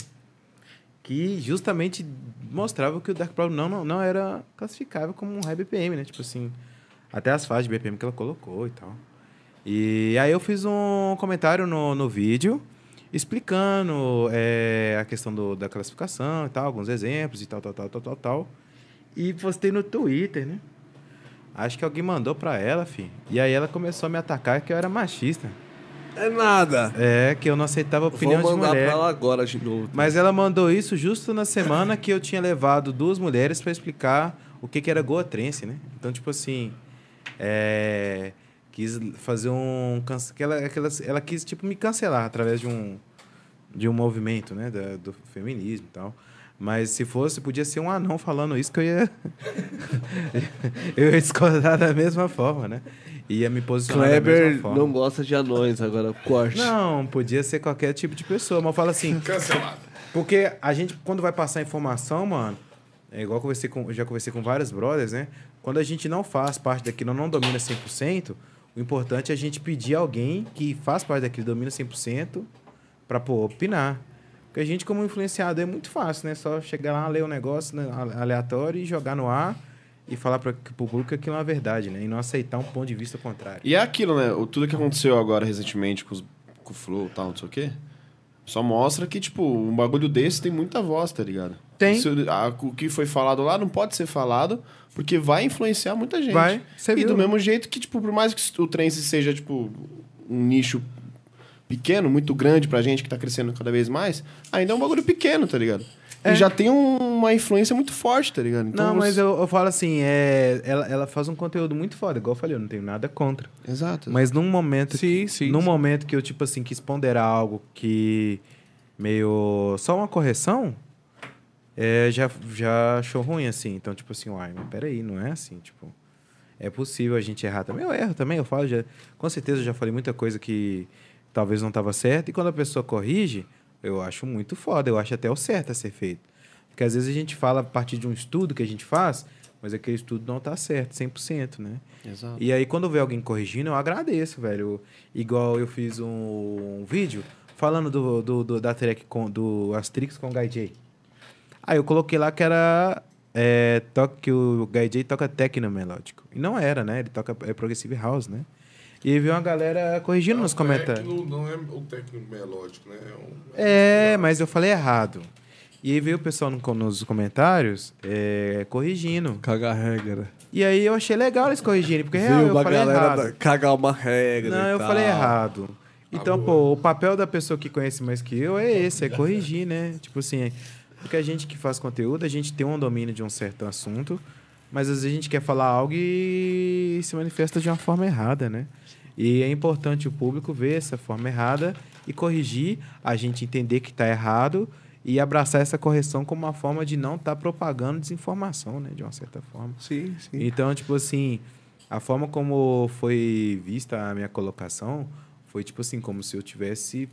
Speaker 4: que justamente mostrava que o Dark Prog não, não, não era classificável como um High BPM, né? Tipo assim, até as faixas de BPM que ela colocou e tal. E aí eu fiz um comentário no, no vídeo explicando é, a questão do- da classificação e tal, alguns exemplos e tal, tal, tal, tal, tal, tal. E postei no Twitter, né? Acho que alguém mandou pra ela, fi. E aí ela começou a me atacar que eu era machista.
Speaker 1: É nada.
Speaker 4: É, que eu não aceitava a opinião
Speaker 1: Vou
Speaker 4: de
Speaker 1: mandar
Speaker 4: mulher.
Speaker 1: pra ela agora de novo.
Speaker 4: Mas ela mandou isso justo na semana que eu tinha levado duas mulheres pra explicar o que, que era Goa Trance, né? Então, tipo assim. é, quis fazer um. can- que Ela, que ela, ela quis, tipo, me cancelar através de um, de um movimento, né? da- do feminismo e tal. Mas se fosse, podia ser um anão falando isso que eu ia. [laughs] eu ia discordar da mesma forma, né? Ia me posicionar da
Speaker 1: Kleber
Speaker 4: mesma forma.
Speaker 1: não gosta de anões agora, corte.
Speaker 4: Não, podia ser qualquer tipo de pessoa, mas fala assim.
Speaker 3: Cancelado.
Speaker 4: Porque a gente, quando vai passar informação, mano, é igual eu conversei com, eu já conversei com vários brothers, né? Quando a gente não faz parte daquilo, não domina 100%, o importante é a gente pedir alguém que faz parte daquilo, domina 100%, pra, pô, opinar. Porque a gente, como influenciado, é muito fácil, né? Só chegar lá, ler um negócio né, aleatório e jogar no ar e falar para o público que aquilo é uma verdade, né? E não aceitar um ponto de vista contrário.
Speaker 13: E é aquilo, né? O, tudo que aconteceu agora recentemente com, os- com o Flow e tal, não sei o quê. Só mostra que, tipo, um bagulho desse tem muita voz, tá ligado?
Speaker 4: Tem.
Speaker 13: Isso- a- o que foi falado lá não pode ser falado, porque vai influenciar muita gente.
Speaker 4: Vai, você
Speaker 13: E
Speaker 4: viu,
Speaker 13: do
Speaker 4: né?
Speaker 13: mesmo jeito que, tipo, por mais que o trance seja, tipo, um nicho pequeno, muito grande pra gente, que tá crescendo cada vez mais, ainda é um bagulho pequeno, tá ligado? E já tem um- uma influência muito forte, tá ligado?
Speaker 4: É. não, mas
Speaker 13: você-
Speaker 4: eu, eu falo assim, é, ela, ela faz um conteúdo muito foda, igual eu falei, eu não tenho nada contra.
Speaker 13: Exato.
Speaker 4: Mas num momento.
Speaker 1: Sim, sim.
Speaker 4: num momento que eu, tipo assim, quis ponderar algo que. Meio. Só uma correção. é, já, já achou ruim, assim. Então, tipo assim, uai, mas peraí, não é assim, tipo. É possível a gente errar também. Eu erro também, eu falo. Já, com certeza eu já falei muita coisa que talvez não estava certa. E quando a pessoa corrige, eu acho muito foda. Eu acho até o certo a ser feito. Porque às vezes a gente fala a partir de um estudo que a gente faz, mas aquele estudo não tá certo, 100%, né?
Speaker 13: Exato.
Speaker 4: E aí, quando eu ver alguém corrigindo, eu agradeço, velho. Igual eu fiz um, um vídeo falando do, do, do- da track com, do Asterix com o Guy J. Aí eu coloquei lá que era. É, toca, que o Guy J toca techno melódico. E não era, né? Ele toca é, Progressive House, né? E aí veio uma galera corrigindo nos comentários.
Speaker 3: Não, não é o técnico melódico, né? É um-
Speaker 4: É, mas eu falei errado. E aí veio o pessoal no- nos comentários é, corrigindo.
Speaker 1: Cagar regra.
Speaker 4: E aí eu achei legal eles corrigindo, porque é real,
Speaker 1: Viu
Speaker 4: eu
Speaker 1: uma
Speaker 4: falei
Speaker 1: galera
Speaker 4: errado.
Speaker 1: da- cagar uma regra.
Speaker 4: Não,
Speaker 1: e
Speaker 4: eu
Speaker 1: tal. Tá
Speaker 4: falei errado. Então, pô, o papel da pessoa que conhece mais que eu é esse, é corrigir, né? Tipo assim, porque a gente que faz conteúdo, a gente tem um domínio de um certo assunto, mas às vezes a gente quer falar algo e se manifesta de uma forma errada, né? E é importante o público ver essa forma errada e corrigir, a gente entender que tá errado e abraçar essa correção como uma forma de não estar propagando desinformação, né? De uma certa forma.
Speaker 1: Sim, sim.
Speaker 4: Então, tipo assim, a forma como foi vista a minha colocação foi, tipo assim, como se eu tivesse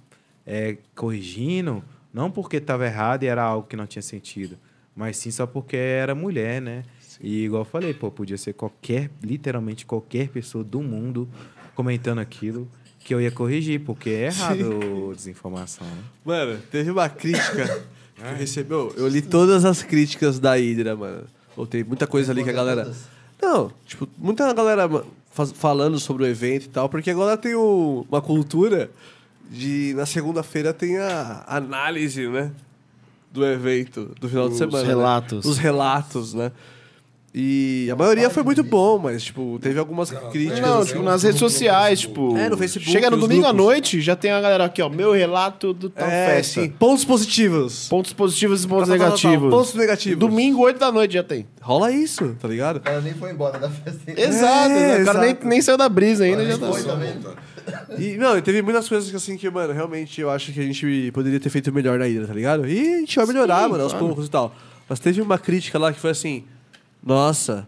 Speaker 4: é, corrigindo, não porque estava errado e era algo que não tinha sentido, mas sim só porque era mulher, né? E igual eu falei, pô, podia ser qualquer, literalmente qualquer pessoa do mundo comentando aquilo que eu ia corrigir, porque é errado desinformação, né?
Speaker 1: Mano, teve uma
Speaker 4: [laughs]
Speaker 1: crítica que eu recebeu. Eu li todas as críticas da Hydra, mano. Ou tem muita coisa ali que a galera. Não, tipo, muita galera ma- faz- falando sobre o evento e tal, porque agora tem o- uma cultura de. Na segunda-feira tem a análise, né? Do evento, do final de
Speaker 13: Os
Speaker 1: semana. né?
Speaker 13: relatos.
Speaker 1: Os relatos, né? E a maioria foi muito bom, mas, tipo, teve algumas críticas.
Speaker 13: Não,
Speaker 1: assim.
Speaker 13: tipo, nas redes sociais, tipo.
Speaker 1: É, no Facebook,
Speaker 13: Chega no
Speaker 1: nos
Speaker 13: domingo à
Speaker 1: grupos.
Speaker 13: noite, já tem a galera aqui, ó. Meu relato do tal
Speaker 1: é,
Speaker 13: festa.
Speaker 1: sim. Pontos positivos.
Speaker 13: Pontos positivos e pontos
Speaker 1: Tá, tá, tá, tá.
Speaker 13: negativos.
Speaker 1: Pontos negativos.
Speaker 13: Domingo, 8 da noite já tem.
Speaker 1: Rola isso, tá ligado?
Speaker 12: Ela nem foi embora da festa.
Speaker 1: É.
Speaker 12: ainda.
Speaker 13: Exato, né? O cara nem,
Speaker 1: exato.
Speaker 13: nem saiu da brisa ainda, já tá.
Speaker 12: Foi também.
Speaker 1: E, não, e teve muitas coisas que, assim, que, mano, realmente eu acho que a gente poderia ter feito melhor na Hydra, tá ligado? E a gente vai melhorar, mano, aos poucos e tal. Mas teve uma crítica lá que foi assim: Nossa,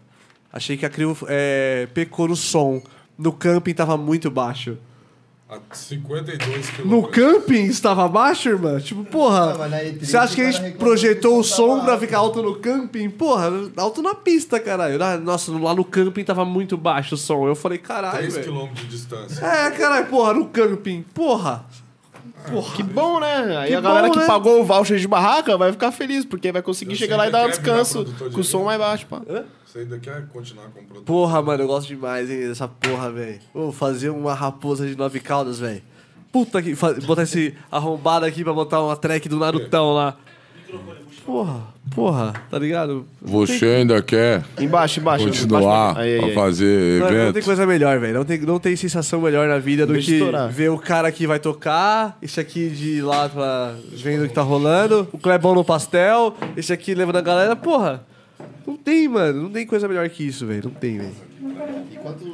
Speaker 1: achei que a Crio é, pecou no som. No camping tava muito baixo.
Speaker 3: A 52 km.
Speaker 1: No camping estava baixo, irmã? Tipo,
Speaker 12: Ah,
Speaker 1: porra,
Speaker 12: mas na E3
Speaker 1: você acha que tá a
Speaker 12: o cara
Speaker 1: gente
Speaker 12: reclamou
Speaker 1: projetou
Speaker 12: que
Speaker 1: o
Speaker 12: tava
Speaker 1: som pra
Speaker 12: alto.
Speaker 1: ficar alto no camping? Porra, alto na pista, caralho. Ah, Nossa, lá no camping tava muito baixo o som. Eu falei, caralho,
Speaker 3: 3
Speaker 1: velho.
Speaker 3: km de distância.
Speaker 1: É, caralho, porra, no camping. Porra.
Speaker 13: Que bom, né? Aí
Speaker 1: Que
Speaker 13: a galera
Speaker 1: bom,
Speaker 13: que
Speaker 1: né?
Speaker 13: pagou o voucher de barraca vai ficar feliz, porque vai conseguir
Speaker 3: Eu
Speaker 13: chegar
Speaker 3: sei,
Speaker 13: lá e dar um
Speaker 3: ainda quer virar
Speaker 13: descanso
Speaker 3: produtor de
Speaker 13: com o som
Speaker 3: evento.
Speaker 13: mais baixo, pá.
Speaker 3: Você ainda quer continuar com o produto?
Speaker 1: Porra, mano, eu gosto demais, hein, dessa porra, velho. Vou fazer uma raposa de nove caudas, velho. Puta que... fa- Botar esse arrombado aqui pra botar uma track do Narutão lá. Porra, porra, tá ligado?
Speaker 3: Você ainda quer
Speaker 13: Embaixo, embaixo.
Speaker 3: continuar
Speaker 13: embaixo. Aí, aí,
Speaker 3: a
Speaker 13: aí.
Speaker 3: fazer
Speaker 1: Não, não tem
Speaker 3: evento?
Speaker 1: coisa melhor, velho. Não tem, não tem sensação melhor na vida do
Speaker 13: Deixa
Speaker 1: que
Speaker 13: estourar.
Speaker 1: ver o cara que vai tocar, esse aqui de lá pra, vendo o que tá rolando, o Clebão no pastel, esse aqui levando a galera. Porra, não tem, mano. Não tem coisa melhor que isso, velho. Não tem, velho.
Speaker 12: E quanto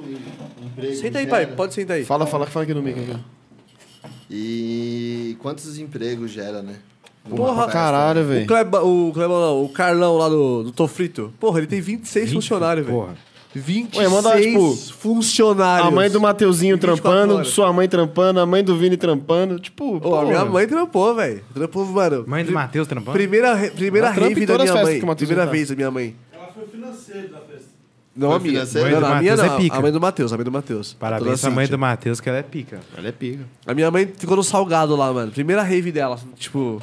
Speaker 12: emprego
Speaker 1: Senta aí,
Speaker 12: gera?
Speaker 1: pai. Pode sentar aí.
Speaker 13: Fala, fala, fala aqui no mic. aqui.
Speaker 12: E quantos empregos gera, né? Numa
Speaker 1: Porra,
Speaker 12: festa.
Speaker 13: Caralho,
Speaker 1: O,
Speaker 13: velho.
Speaker 1: Cleba, o Clebão não, o Carlão lá do, do Tofrito. Porra, ele tem 26 funcionários, velho. 26
Speaker 13: Ué, manda, tipo,
Speaker 1: funcionários.
Speaker 13: A mãe do Mateuzinho
Speaker 1: 24
Speaker 13: trampando,
Speaker 1: horas.
Speaker 13: sua mãe trampando, a mãe do Vini trampando. Tipo,
Speaker 1: Ô, a minha
Speaker 13: porra.
Speaker 1: mãe trampou, velho. Trampou, mano.
Speaker 4: Mãe do
Speaker 1: Pri-
Speaker 4: Matheus tá trampando?
Speaker 1: Primeira, re- primeira
Speaker 13: Ela trampa
Speaker 1: rave
Speaker 13: em
Speaker 1: da
Speaker 13: todas
Speaker 1: minha
Speaker 13: as festas
Speaker 1: mãe.
Speaker 13: que o Matheus
Speaker 1: primeira
Speaker 13: tá.
Speaker 1: vez da minha mãe.
Speaker 2: Ela foi o financeiro da festa.
Speaker 1: Não a
Speaker 12: Foi
Speaker 1: minha.
Speaker 12: financeira?
Speaker 1: Não,
Speaker 4: Mãe do
Speaker 1: a minha
Speaker 4: Matheus é
Speaker 1: não.
Speaker 4: pica.
Speaker 1: a mãe do Matheus, a mãe do Matheus.
Speaker 4: Parabéns
Speaker 1: Dona
Speaker 4: pra mãe
Speaker 1: Cíntia.
Speaker 4: do Matheus, que ela é pica.
Speaker 13: Ela é pica.
Speaker 1: A minha mãe ficou no salgado lá, mano. Primeira rave dela. Tipo.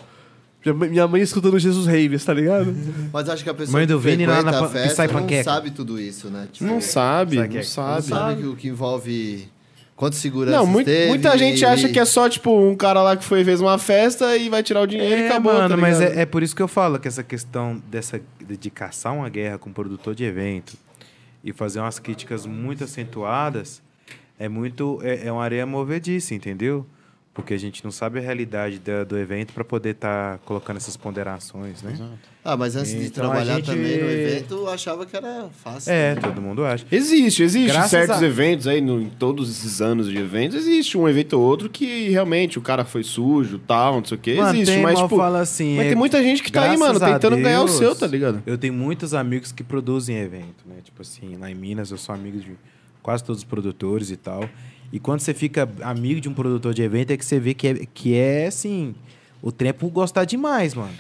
Speaker 1: minha mãe- Minha mãe escutando Jesus Raves, tá ligado?
Speaker 12: Mas acho que a pessoa
Speaker 4: Mãe do
Speaker 12: que
Speaker 4: Vini lá
Speaker 12: frequenta
Speaker 4: na
Speaker 12: a
Speaker 4: pan-
Speaker 12: festa
Speaker 4: Psy
Speaker 12: não
Speaker 4: Panqueca.
Speaker 12: sabe tudo isso, né? Tipo,
Speaker 13: Não sabe,
Speaker 4: Sabe que é-
Speaker 13: não
Speaker 12: não
Speaker 13: sabe.
Speaker 12: sabe o que envolve... Quanto segurança
Speaker 13: Não, mu-
Speaker 12: teve,
Speaker 13: muita gente acha que é só, tipo, um cara lá que foi fez uma festa e vai tirar o dinheiro e
Speaker 4: É,
Speaker 13: acabou.
Speaker 4: mano,
Speaker 13: tá
Speaker 4: mas
Speaker 13: ligado?
Speaker 4: é, é por isso que eu falo que essa questão dessa de caçar uma guerra com um produtor de evento e fazer umas críticas muito acentuadas é muito é, é uma areia movediça, entendeu? Porque a gente não sabe a realidade da- do evento para poder estar colocando essas ponderações, né?
Speaker 12: Ah, mas antes de
Speaker 4: Então, a
Speaker 12: trabalhar
Speaker 4: gente-
Speaker 12: também no evento, eu achava que era fácil.
Speaker 4: É, todo mundo acha.
Speaker 13: Existe, existe.
Speaker 4: Graças
Speaker 13: certos
Speaker 4: a-
Speaker 13: eventos aí, no, em todos esses anos de eventos, existe um evento ou outro que realmente o cara foi sujo, tal, não sei o quê.
Speaker 4: Mano,
Speaker 13: existe,
Speaker 4: tem
Speaker 13: mas,
Speaker 4: mal
Speaker 13: tipo,
Speaker 4: fala assim,
Speaker 13: mas
Speaker 4: é,
Speaker 13: tem muita gente que tá aí, mano,
Speaker 4: graças a
Speaker 13: tentando ganhar o
Speaker 4: Deus,
Speaker 13: seu, tá ligado?
Speaker 4: Eu tenho muitos amigos que produzem evento, né? Tipo assim, lá em Minas eu sou amigo de quase todos os produtores e tal. E quando você fica amigo de um produtor de evento, é que você vê que é, que é assim, o tempo gostar demais, mano.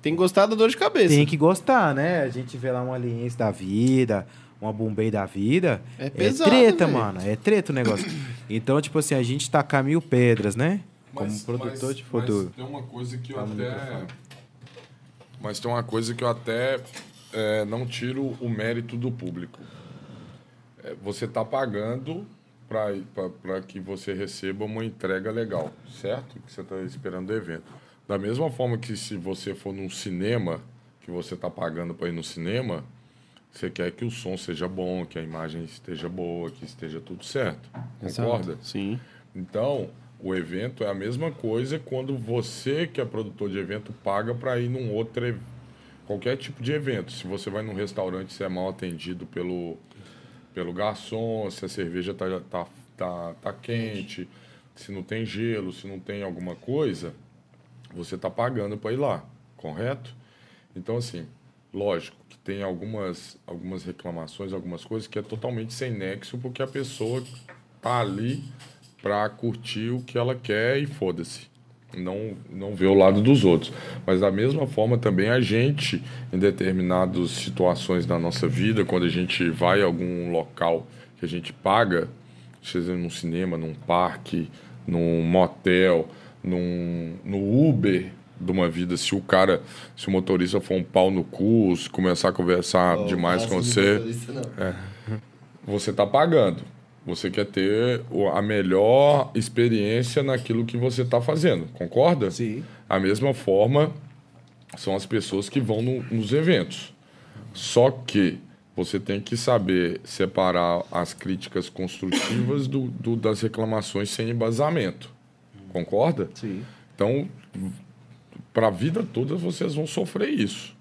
Speaker 13: Tem que gostar da dor de cabeça.
Speaker 4: Tem que gostar, né? A gente vê lá uma aliança da vida, uma Bombay da vida.
Speaker 13: É pesado,
Speaker 4: treta,
Speaker 13: velho.
Speaker 4: mano. É treta o
Speaker 13: [coughs]
Speaker 4: negócio. então, tipo assim, a gente tacar mil pedras, né? Como produtor de futuro.
Speaker 3: Mas tem uma coisa que eu até. Mas tem uma coisa que eu até é, não tiro o mérito do público. É, você tá pagando para que você receba uma entrega legal, certo? Que você está esperando do evento. Da mesma forma que se você for num cinema, que você está pagando para ir no cinema, você quer que o som seja bom, que a imagem esteja boa, que esteja tudo certo. Concorda?
Speaker 13: Sim.
Speaker 3: Então, o evento é a mesma coisa quando você, que é produtor de evento, paga para ir num outro ev- qualquer tipo de evento. Se você vai num restaurante, você é mal atendido pelo, pelo garçom, se a cerveja tá, tá, tá, tá quente, se não tem gelo, se não tem alguma coisa, você tá pagando para ir lá, correto? Então, assim, lógico que tem algumas, algumas reclamações, algumas coisas que é totalmente sem nexo, porque a pessoa tá ali para curtir o que ela quer e foda-se. não, não vê o lado dos outros. Mas da mesma forma também a gente, em determinadas situações da nossa vida, quando a gente vai a algum local que a gente paga, seja num cinema, num parque, num motel, num, no Uber de uma vida, se o cara, se o motorista for um pau no cu, se começar a conversar demais
Speaker 12: passa
Speaker 3: com
Speaker 12: de
Speaker 3: você,
Speaker 12: motorista, não.
Speaker 3: é, você está pagando. Você quer ter o- a melhor experiência naquilo que você está fazendo, concorda? Sim. A mesma forma são as pessoas que vão no- nos eventos. Só que você tem que saber separar as críticas construtivas do- do- das reclamações sem embasamento. Concorda? Sim. Então, para a vida toda vocês vão sofrer isso.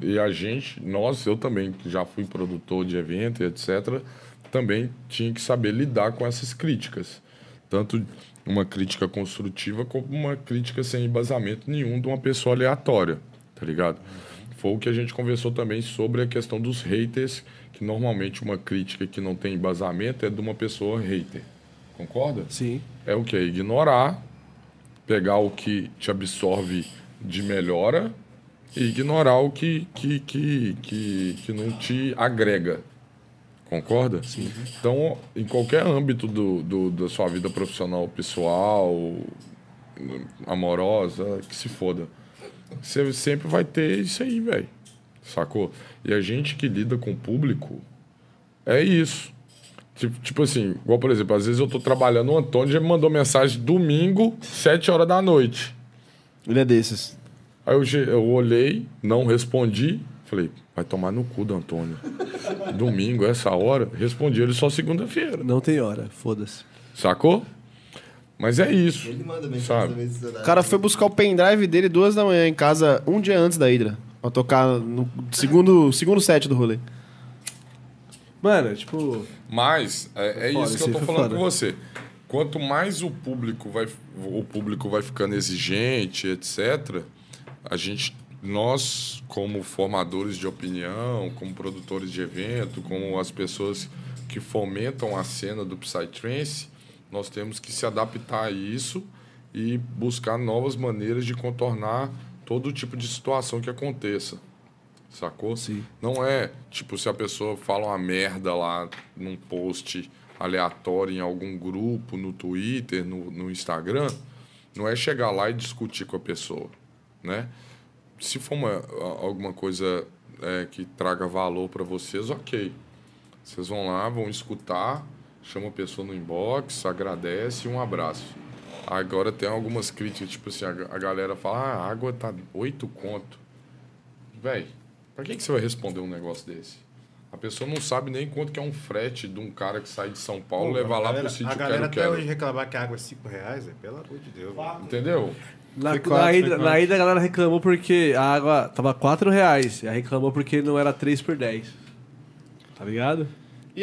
Speaker 3: E a gente, nós, eu também, que já fui produtor de evento e etc., também tinha que saber lidar com essas críticas. Tanto uma crítica construtiva como uma crítica sem embasamento nenhum de uma pessoa aleatória, tá ligado? Foi o que a gente conversou também sobre a questão dos haters, que normalmente uma crítica que não tem embasamento é de uma pessoa hater. Concorda? Sim. É o que? Ignorar, pegar o que te absorve de melhora e ignorar o que, que, que, que, que não te agrega. Concorda? Sim. Então, em qualquer âmbito do, do- da sua vida profissional, pessoal, amorosa, que se foda, você sempre vai ter isso aí, velho. Sacou? E a gente que lida com o público é isso. Tipo, tipo assim, igual por exemplo, às vezes eu tô trabalhando, o Antônio já me mandou mensagem domingo, 7 horas da noite.
Speaker 13: Ele é desses.
Speaker 3: Aí eu, che- eu olhei, não respondi. Falei, vai tomar no cu do Antônio. Domingo, essa hora, respondi ele só segunda-feira. Não tem hora, foda-se. Sacou? Mas é isso. Ele manda sabe?
Speaker 12: né?
Speaker 13: O cara foi buscar o pendrive dele duas da manhã em casa, um dia antes da Hydra. Pra tocar no segundo, segundo set do rolê.
Speaker 1: Mano, tipo.
Speaker 3: Mas é, é
Speaker 1: Foi foda,
Speaker 3: isso que
Speaker 1: isso
Speaker 3: eu
Speaker 1: aí
Speaker 3: tô
Speaker 1: foi
Speaker 3: falando
Speaker 1: foda.
Speaker 3: com você. Quanto mais o público vai o público vai ficando exigente, etc. A gente nós como formadores de opinião, como produtores de evento, como as pessoas que fomentam a cena do psytrance, nós temos que se adaptar a isso e buscar novas maneiras de contornar todo tipo de situação que aconteça. Sacou? Sim. Não é, tipo, se a pessoa fala uma merda lá num post aleatório em algum grupo, no Twitter, no, no Instagram, não é chegar lá e discutir com a pessoa, né? Se for uma, a- alguma coisa é, que traga valor para vocês, ok. Vocês vão lá, vão escutar, chama a pessoa no inbox, agradece e um abraço. Agora tem algumas críticas, tipo assim, a, ga- a galera fala, ah, a água tá oito conto. Véi, pra que, que você vai responder um negócio desse? A pessoa não sabe nem quanto que é um frete de um cara que sai de São Paulo
Speaker 4: Pô,
Speaker 3: levar
Speaker 4: a
Speaker 3: lá
Speaker 4: galera-
Speaker 3: pro sítio
Speaker 4: A galera até
Speaker 3: Quero
Speaker 4: hoje reclamar que a água é 5 reais, é pelo amor de Deus. mano.
Speaker 3: Entendeu?
Speaker 1: Na,
Speaker 4: Foi
Speaker 1: na
Speaker 4: quatro,
Speaker 1: ida,
Speaker 4: foi
Speaker 1: na
Speaker 4: quatro.
Speaker 1: ida a galera reclamou porque a água tava 4 reais. E aí reclamou porque não era 3 por 10. Tá ligado?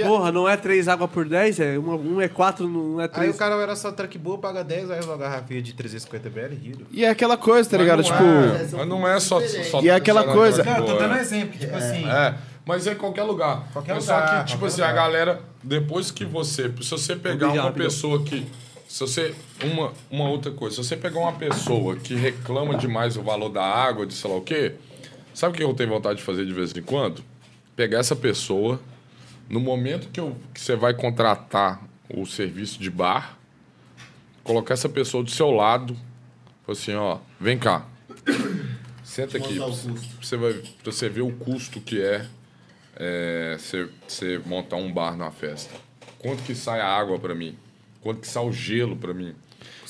Speaker 1: Porra, não é 3 água por 10? É 1 um, um é 4, não é 3.
Speaker 4: Aí o cara era só track boa, paga 10, aí uma garrafinha de 350 ml rido.
Speaker 13: E é aquela coisa, tá
Speaker 3: Mas
Speaker 13: ligado?
Speaker 3: não
Speaker 13: Tipo.
Speaker 3: é- mas não é só- só-
Speaker 13: E é aquela
Speaker 3: só na
Speaker 13: coisa.
Speaker 3: Cara, eu tô dando
Speaker 4: exemplo, tipo assim.
Speaker 3: É, mas é em qualquer lugar.
Speaker 4: Qualquer
Speaker 3: Mas Só
Speaker 4: lugar,
Speaker 3: que, tipo
Speaker 4: qualquer
Speaker 3: assim, a
Speaker 4: lugar.
Speaker 3: galera, depois que você. Se você pegar
Speaker 4: Obrigado,
Speaker 3: uma
Speaker 4: obrigado.
Speaker 3: pessoa que. Se você. Uma, uma outra coisa. Se você pegar uma pessoa que reclama demais o valor da água, de sei lá o quê. Sabe o que eu tenho vontade de fazer de vez em quando? Pegar essa pessoa. No momento que, eu, que você vai contratar o serviço de bar, colocar essa pessoa do seu lado. Falar assim, ó, vem cá. Senta aqui.
Speaker 12: Mostrar
Speaker 3: Pra
Speaker 12: o
Speaker 3: você- pra você, vai, pra você ver o custo que é, é você, você montar um bar na festa. Quanto que sai a água pra mim? Quanto que sai o gelo pra mim?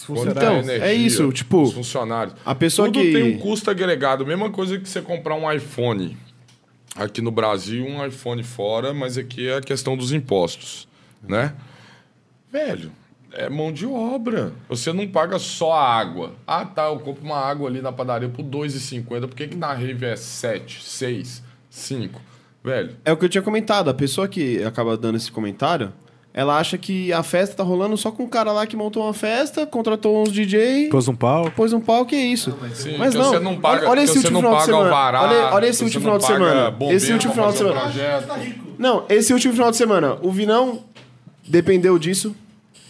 Speaker 3: Quanto que
Speaker 13: Então,
Speaker 3: sai a
Speaker 13: é isso, tipo,
Speaker 3: Os funcionários.
Speaker 13: a pessoa
Speaker 3: Tudo
Speaker 13: que-
Speaker 3: tem um custo agregado. Mesma coisa que você comprar um iPhone. Aqui no Brasil, um iPhone fora, mas aqui é a questão dos impostos, né? Velho, é mão de obra. Você não paga só a água. Ah, tá, eu compro uma água ali na padaria por R$2,50. Por que, que na Rave é 7, 6, 5? Velho,
Speaker 13: É o que eu tinha comentado. A pessoa que acaba dando esse comentário, ela acha que a festa tá rolando só com o cara lá que montou uma festa, contratou uns DJ.
Speaker 14: Pôs um pau.
Speaker 13: Pôs um pau, que é isso.
Speaker 3: Sim,
Speaker 13: Mas
Speaker 3: então
Speaker 13: não,
Speaker 3: você não paga,
Speaker 13: olha, olha esse
Speaker 3: então você
Speaker 13: último
Speaker 3: não
Speaker 13: final de
Speaker 3: paga
Speaker 13: semana.
Speaker 3: alvará,
Speaker 13: olha, olha esse
Speaker 3: você
Speaker 13: último
Speaker 3: não
Speaker 13: final de
Speaker 3: paga
Speaker 13: semana.
Speaker 3: bombeiro
Speaker 13: esse último
Speaker 3: pra
Speaker 13: final de
Speaker 3: fazer um
Speaker 13: semana.
Speaker 3: projeto.
Speaker 13: Não, esse último final de semana. O Vinão dependeu disso.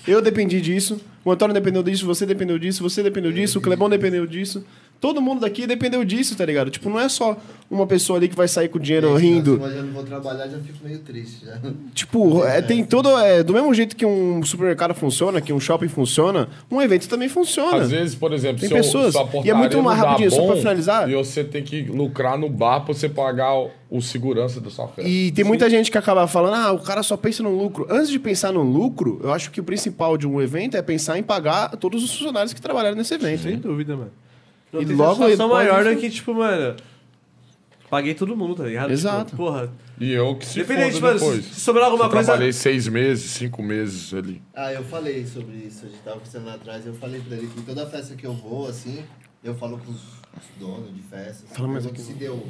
Speaker 13: Eu dependi disso. O Antônio dependeu disso, você dependeu disso, você dependeu disso, o Clebão dependeu disso. Todo mundo daqui dependeu disso, tá ligado? Tipo, não é só uma pessoa ali que vai sair com o dinheiro rindo.
Speaker 12: Mas eu não vou trabalhar, já fico meio triste. Já.
Speaker 13: Tipo, é, tem todo. É, do mesmo jeito que um supermercado funciona, que um shopping funciona, um evento também funciona.
Speaker 15: Às vezes, por exemplo,
Speaker 13: Tem
Speaker 15: se, eu-
Speaker 13: pessoas.
Speaker 15: se a
Speaker 13: E é
Speaker 15: portaria
Speaker 13: muito mais
Speaker 15: não dá
Speaker 13: rapidinho, só
Speaker 15: bom,
Speaker 13: pra finalizar.
Speaker 15: E você tem que lucrar no bar pra você pagar o, o segurança da sua festa.
Speaker 13: E tem muita gente que acaba falando, ah, o cara só pensa no lucro. Antes de pensar no lucro, eu acho que o principal de um evento é pensar em pagar todos os funcionários que trabalharam nesse evento. Sem
Speaker 1: dúvida, mano.
Speaker 13: E
Speaker 1: tem
Speaker 13: logo
Speaker 1: satisfação
Speaker 13: depois
Speaker 1: maior
Speaker 13: isso-
Speaker 1: do que, tipo, mano. Paguei todo mundo, tá ligado?
Speaker 15: Exato.
Speaker 1: Tipo, porra.
Speaker 15: E eu que se
Speaker 1: Independente,
Speaker 15: foda
Speaker 1: mano,
Speaker 15: depois.
Speaker 1: se sobrar alguma
Speaker 15: Eu
Speaker 1: coisa-
Speaker 15: Trabalhei seis meses, cinco meses ali.
Speaker 12: Ah, eu falei sobre isso, a gente tava conversando lá atrás, eu falei pra ele que em toda festa que eu vou, assim, eu falo com os donos de festas,
Speaker 13: Fala mais um
Speaker 12: pergunto se deu.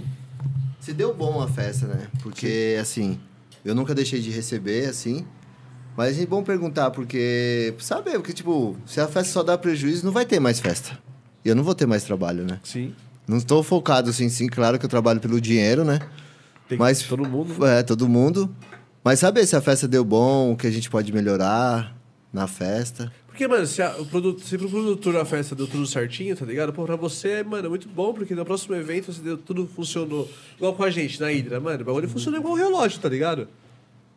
Speaker 12: Se deu bom a festa, né? Porque, assim, eu nunca deixei de receber, assim. Mas é bom perguntar, porque. pra Saber, porque, tipo, se a festa só dá prejuízo, não vai ter mais festa. E eu não vou ter mais trabalho, né?
Speaker 1: Sim.
Speaker 12: Não estou focado, assim, sim. Claro que eu trabalho pelo dinheiro, né? mas todo mundo. É, todo mundo. Mas saber se a festa deu bom, o que a gente pode melhorar na festa.
Speaker 1: Porque, mano, se, a, o produto, se pro produtor da festa deu tudo certinho, tá ligado? Pô, pra você, mano, é muito bom, porque no próximo evento você deu tudo funcionou. Igual com a gente, na Hydra, mano. O bagulho funcionou igual o relógio, tá ligado?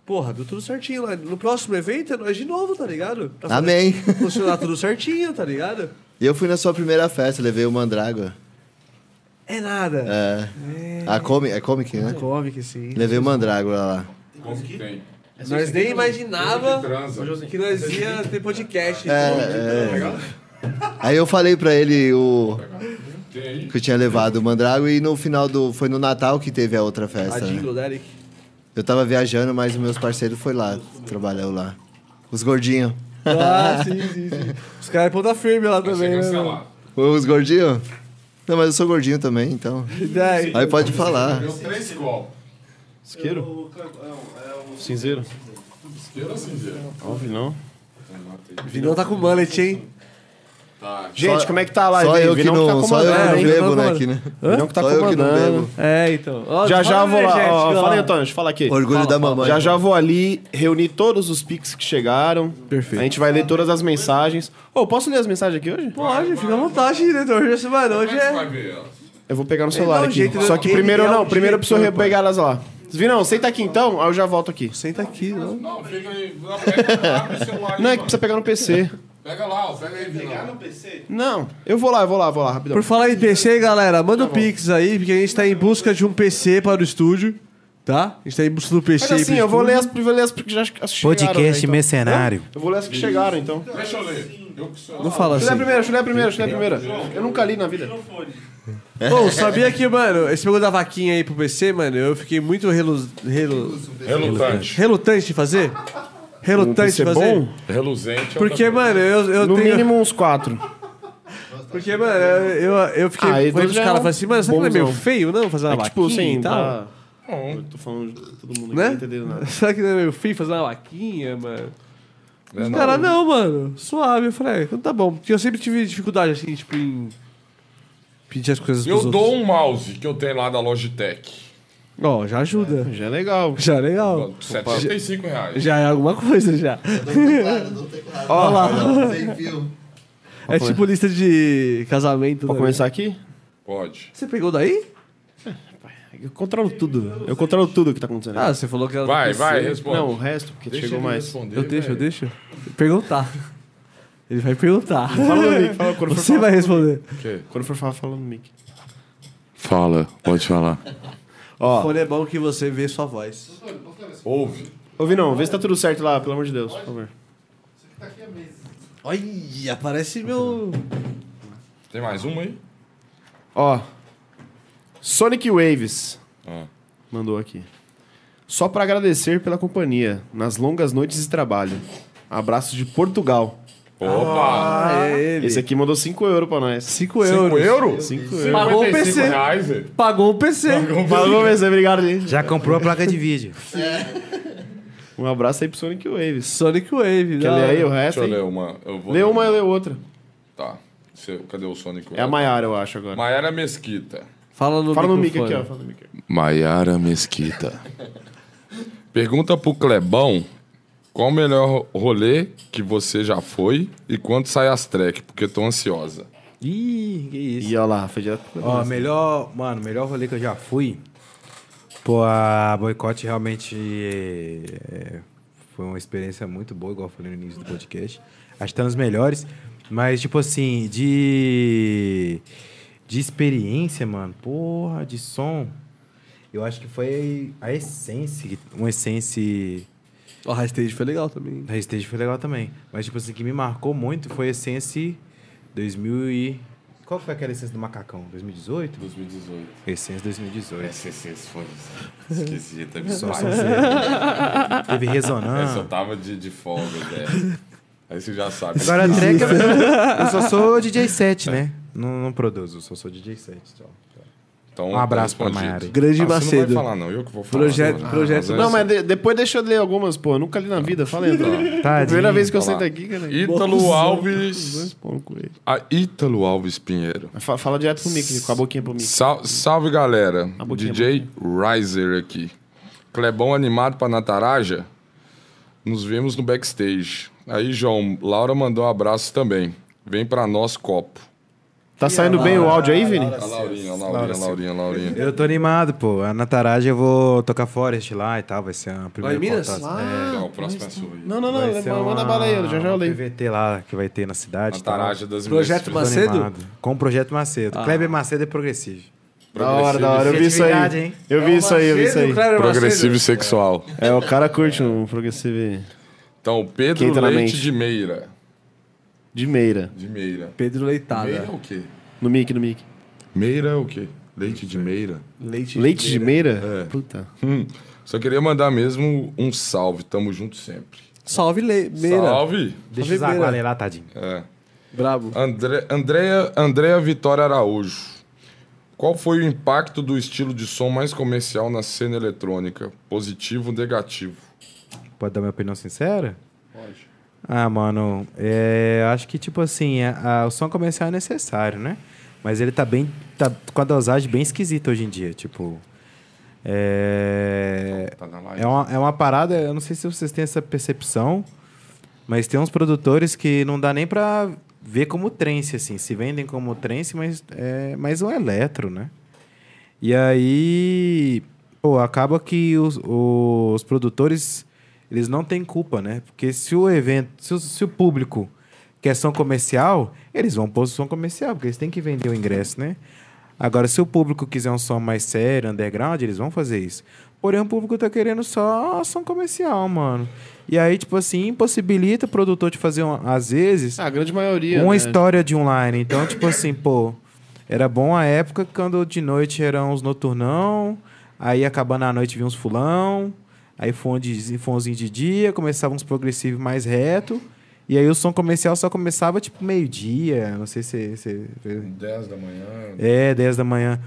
Speaker 1: Porra, deu tudo certinho lá. No próximo evento é nós de novo, tá ligado? Pra fazer
Speaker 12: Amém.
Speaker 1: Funcionar tudo certinho, tá ligado?
Speaker 12: E eu fui na sua primeira festa, levei o Mandrágora.
Speaker 1: É nada.
Speaker 12: É. A comi é Comic, né?
Speaker 1: Comic, sim.
Speaker 12: Levei o Mandrágora lá.
Speaker 15: Como que tem?
Speaker 1: Nós nem imaginava
Speaker 15: transa.
Speaker 1: que nós ia ter podcast. então, tipo,
Speaker 12: É, é. Aí eu falei pra ele o. Que eu tinha levado o Mandrágora e no final do. Foi no Natal que teve a outra
Speaker 1: A
Speaker 12: festa. Né?
Speaker 1: Jingle, Derek.
Speaker 12: Eu tava viajando, mas os meus parceiros foi lá, trabalhou lá. Os gordinhos.
Speaker 1: Ah, sim, sim, sim. Os caras é ponta firme lá também, né?
Speaker 13: um
Speaker 1: mano?
Speaker 12: Os gordinhos? Não, mas eu sou gordinho também, então.
Speaker 1: E daí?
Speaker 12: Aí pode falar.
Speaker 15: Deu três golpes.
Speaker 1: É
Speaker 13: Isqueiro? Cinzeiro?
Speaker 15: Isqueiro ou cinzeiro?
Speaker 13: Óbvio, não.
Speaker 1: Vinão tá com mullet, hein?
Speaker 15: Tá.
Speaker 13: Gente,
Speaker 1: Só-
Speaker 13: como é que tá a live?
Speaker 1: só
Speaker 13: aí?
Speaker 1: eu que
Speaker 13: Vinão
Speaker 1: não-
Speaker 13: tá
Speaker 1: só eu que
Speaker 13: comandando,
Speaker 1: não
Speaker 13: hein?
Speaker 1: bebo, né,
Speaker 12: aqui, né?
Speaker 13: Vinão que tá
Speaker 12: Só eu que não
Speaker 13: comandando.
Speaker 1: É, então. Ó,
Speaker 13: já já eu
Speaker 1: fala
Speaker 13: vou
Speaker 1: aí,
Speaker 13: lá.
Speaker 1: gente,
Speaker 13: ó,
Speaker 1: ó.
Speaker 13: fala aí, Antônio, deixa eu falar aqui.
Speaker 12: Orgulho
Speaker 13: Fala,
Speaker 12: da
Speaker 13: fala.
Speaker 12: mamãe.
Speaker 13: Já já vou ali reunir todos os pics que chegaram.
Speaker 1: Perfeito.
Speaker 13: A gente vai ler todas as mensagens. Ô, posso ler as mensagens aqui hoje?
Speaker 1: Pode, fica à vontade, diretor. Hoje, mano, hoje é.
Speaker 13: Eu vou pegar no celular
Speaker 1: dá um
Speaker 13: aqui.
Speaker 1: jeito, né?
Speaker 13: Só que
Speaker 1: Ele
Speaker 13: primeiro
Speaker 1: dá um
Speaker 13: não, primeiro eu preciso
Speaker 1: jeito,
Speaker 13: pegar elas lá. Virão, senta aqui então, aí eu já volto aqui.
Speaker 1: Senta aqui, né?
Speaker 13: né?
Speaker 1: não.
Speaker 15: Não, fica aí. Não, pega, abre o celular aí,
Speaker 13: Não, é que
Speaker 15: mano.
Speaker 13: precisa pegar
Speaker 1: [laughs]
Speaker 13: no PC.
Speaker 15: Pega lá, ó, pega aí. Pegar no
Speaker 13: PC? Não, eu vou lá, eu vou lá, eu vou lá, rapidão.
Speaker 1: Por falar em PC, galera,
Speaker 13: Tá
Speaker 1: manda o Pix aí, porque a gente tá em busca de um PC para o estúdio, tá? A gente tá em busca do PC.
Speaker 13: Mas assim,
Speaker 1: pro
Speaker 13: eu vou
Speaker 1: estúdio.
Speaker 13: ler as, eu vou ler as que já as chegaram.
Speaker 4: Podcast
Speaker 13: então.
Speaker 4: mercenário.
Speaker 13: Eu vou ler as que chegaram, então.
Speaker 15: Deixa eu ler. Eu que sou.
Speaker 1: Não fala
Speaker 13: Deixa eu
Speaker 1: assim.
Speaker 13: ler primeiro, deixa eu ler primeiro, deixa eu ler primeiro. Eu nunca li na vida.
Speaker 1: Pô, sabia que, mano, esse pegou da vaquinha aí pro PC, mano, eu fiquei muito relu... relu-
Speaker 15: Relutante.
Speaker 1: relutante de fazer? Relutante de
Speaker 13: Um PC
Speaker 1: fazer?
Speaker 13: bom?
Speaker 15: Reluzente. é
Speaker 1: Porque,
Speaker 15: outra
Speaker 1: mano, eu, eu
Speaker 13: No
Speaker 1: tenho.
Speaker 13: mínimo uns quatro.
Speaker 1: Porque, mano, eu, eu, eu fiquei.
Speaker 13: Ah, e
Speaker 1: quando os
Speaker 13: dois já
Speaker 1: caras
Speaker 13: é um
Speaker 1: falam assim, mano, será que não é meio
Speaker 13: bonzão.
Speaker 1: feio, não? Fazer uma
Speaker 13: É que, tipo,
Speaker 1: vaquinha
Speaker 13: assim,
Speaker 1: e tal?
Speaker 13: tá... Eu tô falando de todo mundo aqui,
Speaker 1: Né?
Speaker 13: não entendendo nada.
Speaker 1: Será que não é meio feio fazer uma vaquinha, mano?
Speaker 15: coisa.
Speaker 1: Os
Speaker 15: Não, é
Speaker 1: caras, não, mano, suave. Eu falei, ah, então tá bom. Porque eu sempre tive dificuldade, assim, tipo, em pedir as coisas pros
Speaker 15: Eu
Speaker 1: outros.
Speaker 15: dou um mouse que eu tenho lá da Logitech.
Speaker 1: Ó, já ajuda.
Speaker 13: Já é legal.
Speaker 1: Já é legal.
Speaker 15: 75 reais.
Speaker 1: Já é alguma coisa, já.
Speaker 13: Ó,
Speaker 1: Olha lá.
Speaker 12: Sem fio.
Speaker 1: É tipo lista de casamento.
Speaker 13: Pra
Speaker 1: né?
Speaker 13: começar aqui?
Speaker 15: Pode.
Speaker 1: Você pegou daí?
Speaker 13: Eu controlo tudo. Eu controlo tudo que tá acontecendo.
Speaker 1: Ah, você falou que era do
Speaker 15: Vai,
Speaker 1: PC.
Speaker 15: vai, responde.
Speaker 13: Não, o resto, porque
Speaker 15: Deixa
Speaker 13: chegou
Speaker 15: ele
Speaker 13: mais.
Speaker 15: responder,
Speaker 1: Eu deixo, eu
Speaker 15: velho.
Speaker 1: deixo. Perguntar. Ele vai perguntar.
Speaker 13: Fala no mic, fala quando for
Speaker 1: Você
Speaker 13: falar,
Speaker 1: vai
Speaker 13: fala
Speaker 1: responder.
Speaker 15: Ok.
Speaker 13: Quando for falar, fala no mic.
Speaker 15: Fala, pode falar.
Speaker 1: O
Speaker 13: Ó,
Speaker 1: fone é bom que você vê sua voz.
Speaker 15: Ouve.
Speaker 13: ô Vinão, vê se tá tudo certo lá, pelo amor de Deus, por favor.
Speaker 1: Olha, parece meu.
Speaker 15: Tem mais uma aí?
Speaker 13: Ó, Sonic Waves
Speaker 15: Ah.
Speaker 13: mandou aqui. Só pra agradecer pela companhia nas longas noites de trabalho. Abraço de Portugal.
Speaker 15: Opa! Um
Speaker 1: Ah, é ele.
Speaker 13: Esse aqui mandou 5 euros pra nós.
Speaker 15: 5
Speaker 1: 5 euros.
Speaker 15: euros?
Speaker 13: 5 euros.
Speaker 1: Pagou o
Speaker 15: 55
Speaker 1: PC.
Speaker 15: reais, velho.
Speaker 1: Pagou o PC.
Speaker 13: Falou, Wesley, obrigado. gente.
Speaker 4: Já comprou a placa de vídeo.
Speaker 13: Um abraço aí pro Sonic Waves.
Speaker 1: Sonic Wave. né?
Speaker 13: Quer
Speaker 1: da
Speaker 13: ler
Speaker 1: hora.
Speaker 13: aí o resto?
Speaker 15: Deixa eu
Speaker 13: aí?
Speaker 15: ler uma. Eu vou
Speaker 13: Lê
Speaker 15: ler
Speaker 13: uma e lê outra.
Speaker 15: Tá. Você- cadê o Sonic?
Speaker 13: É a Maiara, eu acho, agora.
Speaker 15: Maiara Mesquita.
Speaker 1: Fala no
Speaker 13: Fala no mic
Speaker 1: microfone.
Speaker 13: aqui, ó. Fala no mic aqui.
Speaker 15: Maiara Mesquita. Pergunta pro Clebão
Speaker 3: Qual o melhor rolê que você já foi e quando sai as track? Porque tô ansiosa.
Speaker 4: Ih, que isso.
Speaker 13: E olha lá, foi direto pro
Speaker 4: Ó,
Speaker 13: negócio.
Speaker 4: melhor, mano, melhor rolê que eu já fui. Pô, a boicote realmente é, foi uma experiência muito boa, igual eu falei no início do podcast. Acho que tá nos melhores. Mas, tipo assim, de. De experiência, mano. Porra, de som. Eu acho que foi a Essence. Uma Essence.
Speaker 1: O High Stage foi legal também.
Speaker 4: A Stage foi legal também. Mas, tipo assim, que me marcou muito foi a Essence 2000 e... Qual foi aquela Essence do Macacão? 2018?
Speaker 16: 2018.
Speaker 4: Essence
Speaker 3: É,
Speaker 4: 2018. Essa
Speaker 16: Essence
Speaker 3: [laughs]
Speaker 16: foi esquisita. me
Speaker 4: Só
Speaker 16: paga.
Speaker 4: você. [laughs] Teve
Speaker 3: Ah.
Speaker 16: Essa eu
Speaker 4: ressonância.
Speaker 16: tava de, de folga,
Speaker 3: né?
Speaker 16: velho. Aí você já sabe.
Speaker 4: Agora a
Speaker 13: [laughs]
Speaker 4: track... Eu só sou DJ 7, né? Não, não produzo, só sou DJ 7. Só.
Speaker 3: Então,
Speaker 4: um abraço
Speaker 3: tá
Speaker 4: pra
Speaker 3: respondido.
Speaker 4: Mayara.
Speaker 3: Ah, Você não vai falar, não. Eu que vou falar.
Speaker 13: Projeto,
Speaker 3: agora.
Speaker 13: projeto.
Speaker 3: Ah,
Speaker 13: não,
Speaker 3: mas
Speaker 13: mas de- depois deixa eu ler algumas, pô. Eu nunca li na vida. Fala aí, André.
Speaker 3: Tadinho.
Speaker 13: Primeira vez que eu
Speaker 3: Vamos
Speaker 13: sento
Speaker 3: lá.
Speaker 13: aqui, cara.
Speaker 3: Ítalo
Speaker 13: Cuzão,
Speaker 3: Alves.
Speaker 13: cuzão, esse pau no cu aí.
Speaker 3: A Ítalo Alves Pinheiro.
Speaker 13: Fala, fala direto pro Mickey, com a boquinha pro Mickey.
Speaker 3: Sal- salve, galera.
Speaker 13: boquinha,
Speaker 3: DJ Riser aqui. Clebão animado pra Nataraja? Nos vemos no backstage. Aí, João, Laura mandou um abraço também. Vem pra nós, copo.
Speaker 13: Tá saindo bem o áudio aí, Vini?
Speaker 3: A Laurinha, a Laurinha, a Laurinha, a Laurinha.
Speaker 4: Eu tô animado, pô. A Nataraj eu vou tocar Forest lá e tal. Vai ser a primeira
Speaker 13: Minas?
Speaker 4: pautada.
Speaker 13: Ah,
Speaker 3: Não, o próximo é sua.
Speaker 13: Não, não,
Speaker 4: Vai
Speaker 13: não.
Speaker 4: ser
Speaker 13: Manda
Speaker 4: uma-
Speaker 13: bala aí, eu já já eu leio.
Speaker 4: uma PVT lá que vai ter na cidade. e tal.
Speaker 3: Nataraja das
Speaker 1: Projeto
Speaker 4: Tô
Speaker 1: Macedo?
Speaker 4: animado. Com o Projeto Macedo.
Speaker 1: Ah.
Speaker 4: Kleber Macedo é progressivo.
Speaker 13: Da hora, da hora. Eu vi isso
Speaker 4: Criatividade,
Speaker 13: aí.
Speaker 4: hein?
Speaker 13: Eu vi isso aí, eu vi isso aí.
Speaker 3: um Progressivo e sexual.
Speaker 13: É, o cara curte um progressivo aí.
Speaker 3: Então, Pedro
Speaker 13: Quem tá na
Speaker 3: Leite
Speaker 13: mente?
Speaker 3: de Meira.
Speaker 13: de meira.
Speaker 3: De Meira.
Speaker 1: Pedro Leitada.
Speaker 3: Meira é o quê?
Speaker 13: No Mickey, no Mickey.
Speaker 3: Meira é o quê? Leite de Meira.
Speaker 1: Leite,
Speaker 13: Leite de meira?
Speaker 3: É.
Speaker 13: Puta.
Speaker 3: Hum, só queria mandar mesmo um salve. Tamo junto sempre.
Speaker 1: Salve, Le... Meira.
Speaker 3: Salve.
Speaker 4: Deixa o
Speaker 3: Salve,
Speaker 4: Zagualei
Speaker 3: Meira.
Speaker 4: lá, tadinho.
Speaker 3: É.
Speaker 1: Brabo.
Speaker 3: André, Andréa, Andréa Vitória Araújo. Qual foi o impacto do estilo de som mais comercial na cena eletrônica? Positivo ou negativo?
Speaker 4: Pode dar minha opinião sincera? Pode. Ah, mano, é, acho que, tipo assim, a- a- o som comercial é necessário, né? Mas ele tá bem. tá com a dosagem bem esquisita hoje em dia. Tipo. É. É uma, é uma parada, eu não sei se vocês têm essa percepção, mas tem uns produtores que não dá nem pra ver como trance, assim. Se vendem como trance, mas é mais um eletro, né? E aí, pô, acaba que os, os produtores, eles não têm culpa, né? Porque se o evento, se o, se o público quer som comercial, eles vão pôr som comercial, porque eles têm que vender o ingresso, né? Agora, se o público quiser um som mais sério, underground, eles vão fazer isso. Porém, o público tá querendo só som comercial, mano. E aí, tipo assim, impossibilita o produtor de fazer, um, às vezes,
Speaker 13: A Ah, grande maioria.
Speaker 4: uma
Speaker 13: né?
Speaker 4: história de um line. Então, tipo assim, pô, era bom a época quando de noite eram os noturnão, aí acabando a noite vinha uns fulão, aí fone de- fonezinho de dia, começava uns progressivos mais reto, e aí o som comercial só começava tipo meio-dia, não sei se. se...
Speaker 3: 10 da manhã.
Speaker 4: É, 10 da manhã.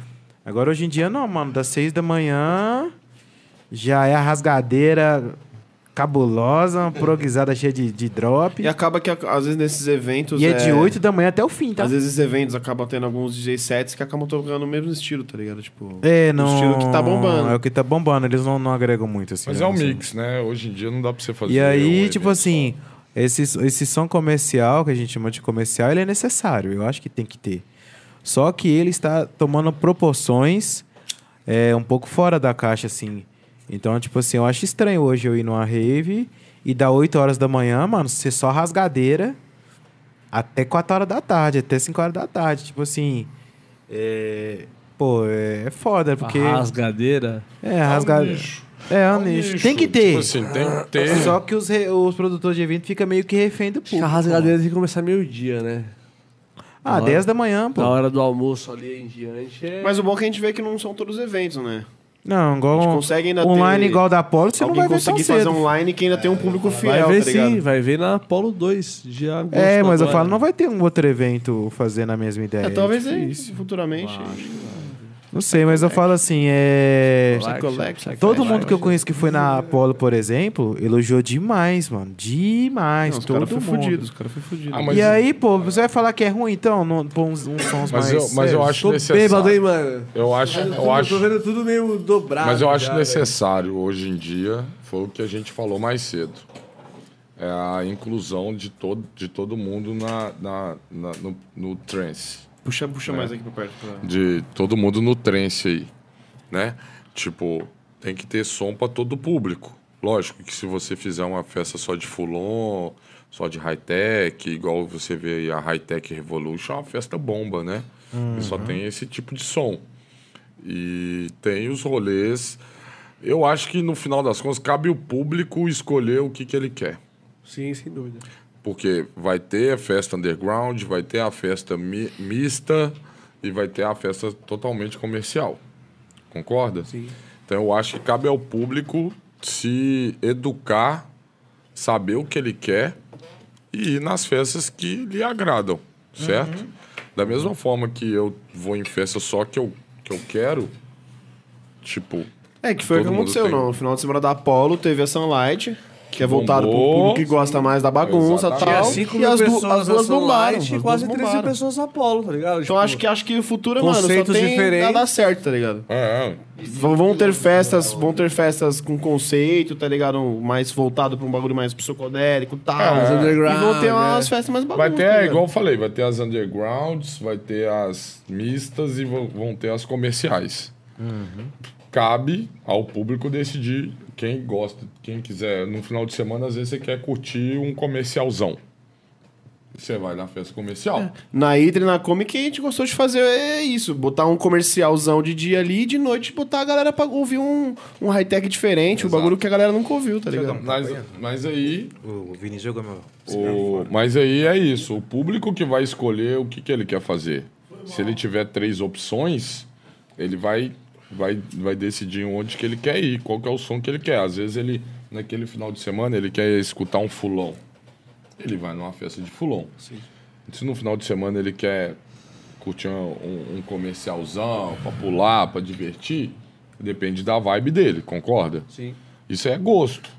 Speaker 4: Agora hoje em dia não, mano, das 6 da manhã já é a rasgadeira cabulosa, uma [laughs] proguizada cheia de, de drop.
Speaker 13: E acaba que, às vezes, nesses eventos.
Speaker 4: E é de 8 da manhã até o fim, tá?
Speaker 13: Às vezes, esses eventos acabam tendo alguns DJ sets que acabam tocando o mesmo estilo, tá ligado? Tipo.
Speaker 4: É,
Speaker 13: o
Speaker 4: não.
Speaker 13: estilo que tá bombando.
Speaker 4: É o que tá bombando, eles não, não agregam muito assim.
Speaker 3: Mas
Speaker 4: né?
Speaker 3: é um
Speaker 4: Assim.
Speaker 3: mix, né? Hoje em dia não dá pra você fazer.
Speaker 4: E aí,
Speaker 3: um
Speaker 4: tipo assim, esse, esse som comercial, que a gente chama de comercial, ele é necessário, eu acho que tem que ter. Só que ele está tomando proporções é, um pouco fora da caixa, assim. Então, tipo assim, eu acho estranho hoje eu ir numa rave e dar 8 horas da manhã, mano, ser só rasgadeira até 4 horas da tarde, até 5 horas da tarde. Tipo assim. É, pô, é, é foda, porque.
Speaker 17: Rasgadeira.
Speaker 4: É, rasgado. É, um nicho. é. Tem que ter.
Speaker 3: Tipo assim, tem que ter.
Speaker 4: Só que os, re- os produtores de evento ficam meio que refém do público.
Speaker 1: A rasgadeira tem que começar meio-dia, né?
Speaker 4: Ah,
Speaker 1: Na hora-
Speaker 4: 10 da manhã, pô.
Speaker 1: Na hora do almoço ali em diante é...
Speaker 13: Mas o bom é que a gente vê que não são todos os eventos, né?
Speaker 4: Não, igual. um
Speaker 13: A gente consegue ainda
Speaker 4: online
Speaker 13: ter-
Speaker 4: igual da Apollo, você não
Speaker 13: Alguém
Speaker 4: vai ver tão
Speaker 13: conseguir fazer
Speaker 4: cedo.
Speaker 13: online que ainda tem um público
Speaker 1: Vai
Speaker 13: fiel,
Speaker 1: ver
Speaker 13: tá ligado?
Speaker 1: sim, vai ver na Apollo 2 de agosto.
Speaker 4: É, mas eu
Speaker 1: agora.
Speaker 4: falo, não vai ter um outro evento fazendo a mesma ideia.
Speaker 13: É, talvez
Speaker 4: difícil.
Speaker 13: aí, futuramente.
Speaker 4: Não sei, mas eu falo assim, é.
Speaker 13: Psycholex.
Speaker 4: Todo mundo que eu conheço que foi na Apollo, por exemplo, elogiou demais, mano. Demais.
Speaker 13: Não, os
Speaker 4: todo
Speaker 13: caras foi
Speaker 4: mundo.
Speaker 13: fudido, os caras foi fudido.
Speaker 3: Ah, mas-
Speaker 4: E aí, pô, você vai falar que é ruim, então? Não, pô, uns, uns sons
Speaker 3: Mas
Speaker 4: mais.
Speaker 3: eu, mas eu
Speaker 4: sérios?
Speaker 3: acho
Speaker 1: Tô
Speaker 3: necessário.
Speaker 1: bêbado, hein, mano?
Speaker 3: Eu acho,
Speaker 1: Tô vendo
Speaker 3: eu
Speaker 1: tudo- Tô
Speaker 3: acho
Speaker 1: vendo tudo meio dobrado.
Speaker 3: Mas eu acho
Speaker 1: já, né? velho.
Speaker 3: necessário hoje em dia, foi o que a gente falou mais cedo. é a inclusão de todo, de todo mundo na, na- na- no, no trance.
Speaker 13: Puxa, puxa
Speaker 3: né?
Speaker 13: mais aqui pra perto. pra-
Speaker 3: De todo mundo no trance aí, né? Tipo, tem que ter som pra todo público. Lógico que se você fizer uma festa só de fulon, só de high-tech, igual você vê aí a high-tech revolution, é uma festa bomba, né?
Speaker 18: Uhum.
Speaker 3: E só tem esse tipo de som. E tem os rolês. Eu acho que no final das contas cabe o público escolher o que, que ele quer.
Speaker 1: Sim, sem dúvida.
Speaker 3: Porque vai ter a festa underground, vai ter a festa mi- mista e vai ter a festa totalmente comercial. Concorda? Sim. Então eu acho que cabe ao público se educar, saber o que ele quer e ir nas festas que lhe agradam, certo?
Speaker 1: Uhum.
Speaker 3: Da mesma forma que eu vou em festa só que eu, que eu quero, tipo,
Speaker 13: É, que foi o
Speaker 3: Todo
Speaker 13: que
Speaker 3: mundo
Speaker 13: aconteceu.
Speaker 3: tem.
Speaker 13: No final de semana da Apollo teve a Sunlight, que é voltado pro
Speaker 3: Bombou.
Speaker 13: público que gosta mais da bagunça e
Speaker 1: Tinha
Speaker 13: tal.
Speaker 1: 5
Speaker 13: E
Speaker 1: mil
Speaker 13: as, du-
Speaker 1: pessoas
Speaker 13: as duas
Speaker 1: na
Speaker 13: bombaram.
Speaker 1: Sunlight
Speaker 13: as
Speaker 1: e quase 13
Speaker 13: duas
Speaker 1: mil
Speaker 13: bombaram.
Speaker 1: pessoas na Apollo, tá ligado?
Speaker 13: Então acho que acho que o futuro, mano, só
Speaker 1: Conceitos
Speaker 13: tem
Speaker 1: diferentes.
Speaker 13: a dar certo, tá ligado?
Speaker 3: É.
Speaker 13: Vão vão ter festas, vão ter festas com conceito, tá ligado? Mais voltado pra um bagulho mais psicodélico e tal.
Speaker 3: É. né?
Speaker 13: E vão ter umas festas mais tá bagunças.
Speaker 3: Vai ter, é, igual eu falei, vai ter as undergrounds, vai ter as mistas e vão, vão ter as comerciais. Uhum. Cabe ao público decidir quem gosta, quem quiser. No final de semana, às vezes, você quer curtir um comercialzão. Você vai na festa comercial.
Speaker 13: Na Hydra e na Comic, a gente gostou de fazer é isso. Botar um comercialzão de dia ali e de noite botar a galera pra ouvir um, um high-tech diferente, um bagulho que a galera nunca ouviu, tá ligado?
Speaker 3: Mas, mas aí.
Speaker 4: O Vini jogou meu.
Speaker 3: O- mas aí é isso. O público que vai escolher o que, que ele quer fazer. Se ele tiver três opções, ele vai, vai, vai decidir onde que ele quer ir, qual que é o som que ele quer. Às vezes ele, naquele final de semana, ele quer escutar um fulão. Ele vai numa festa de fulão. Se no final de semana ele quer curtir um, um- um comercialzão, pra pular, pra divertir, depende da vibe dele, concorda?
Speaker 1: Sim.
Speaker 3: Isso é gosto.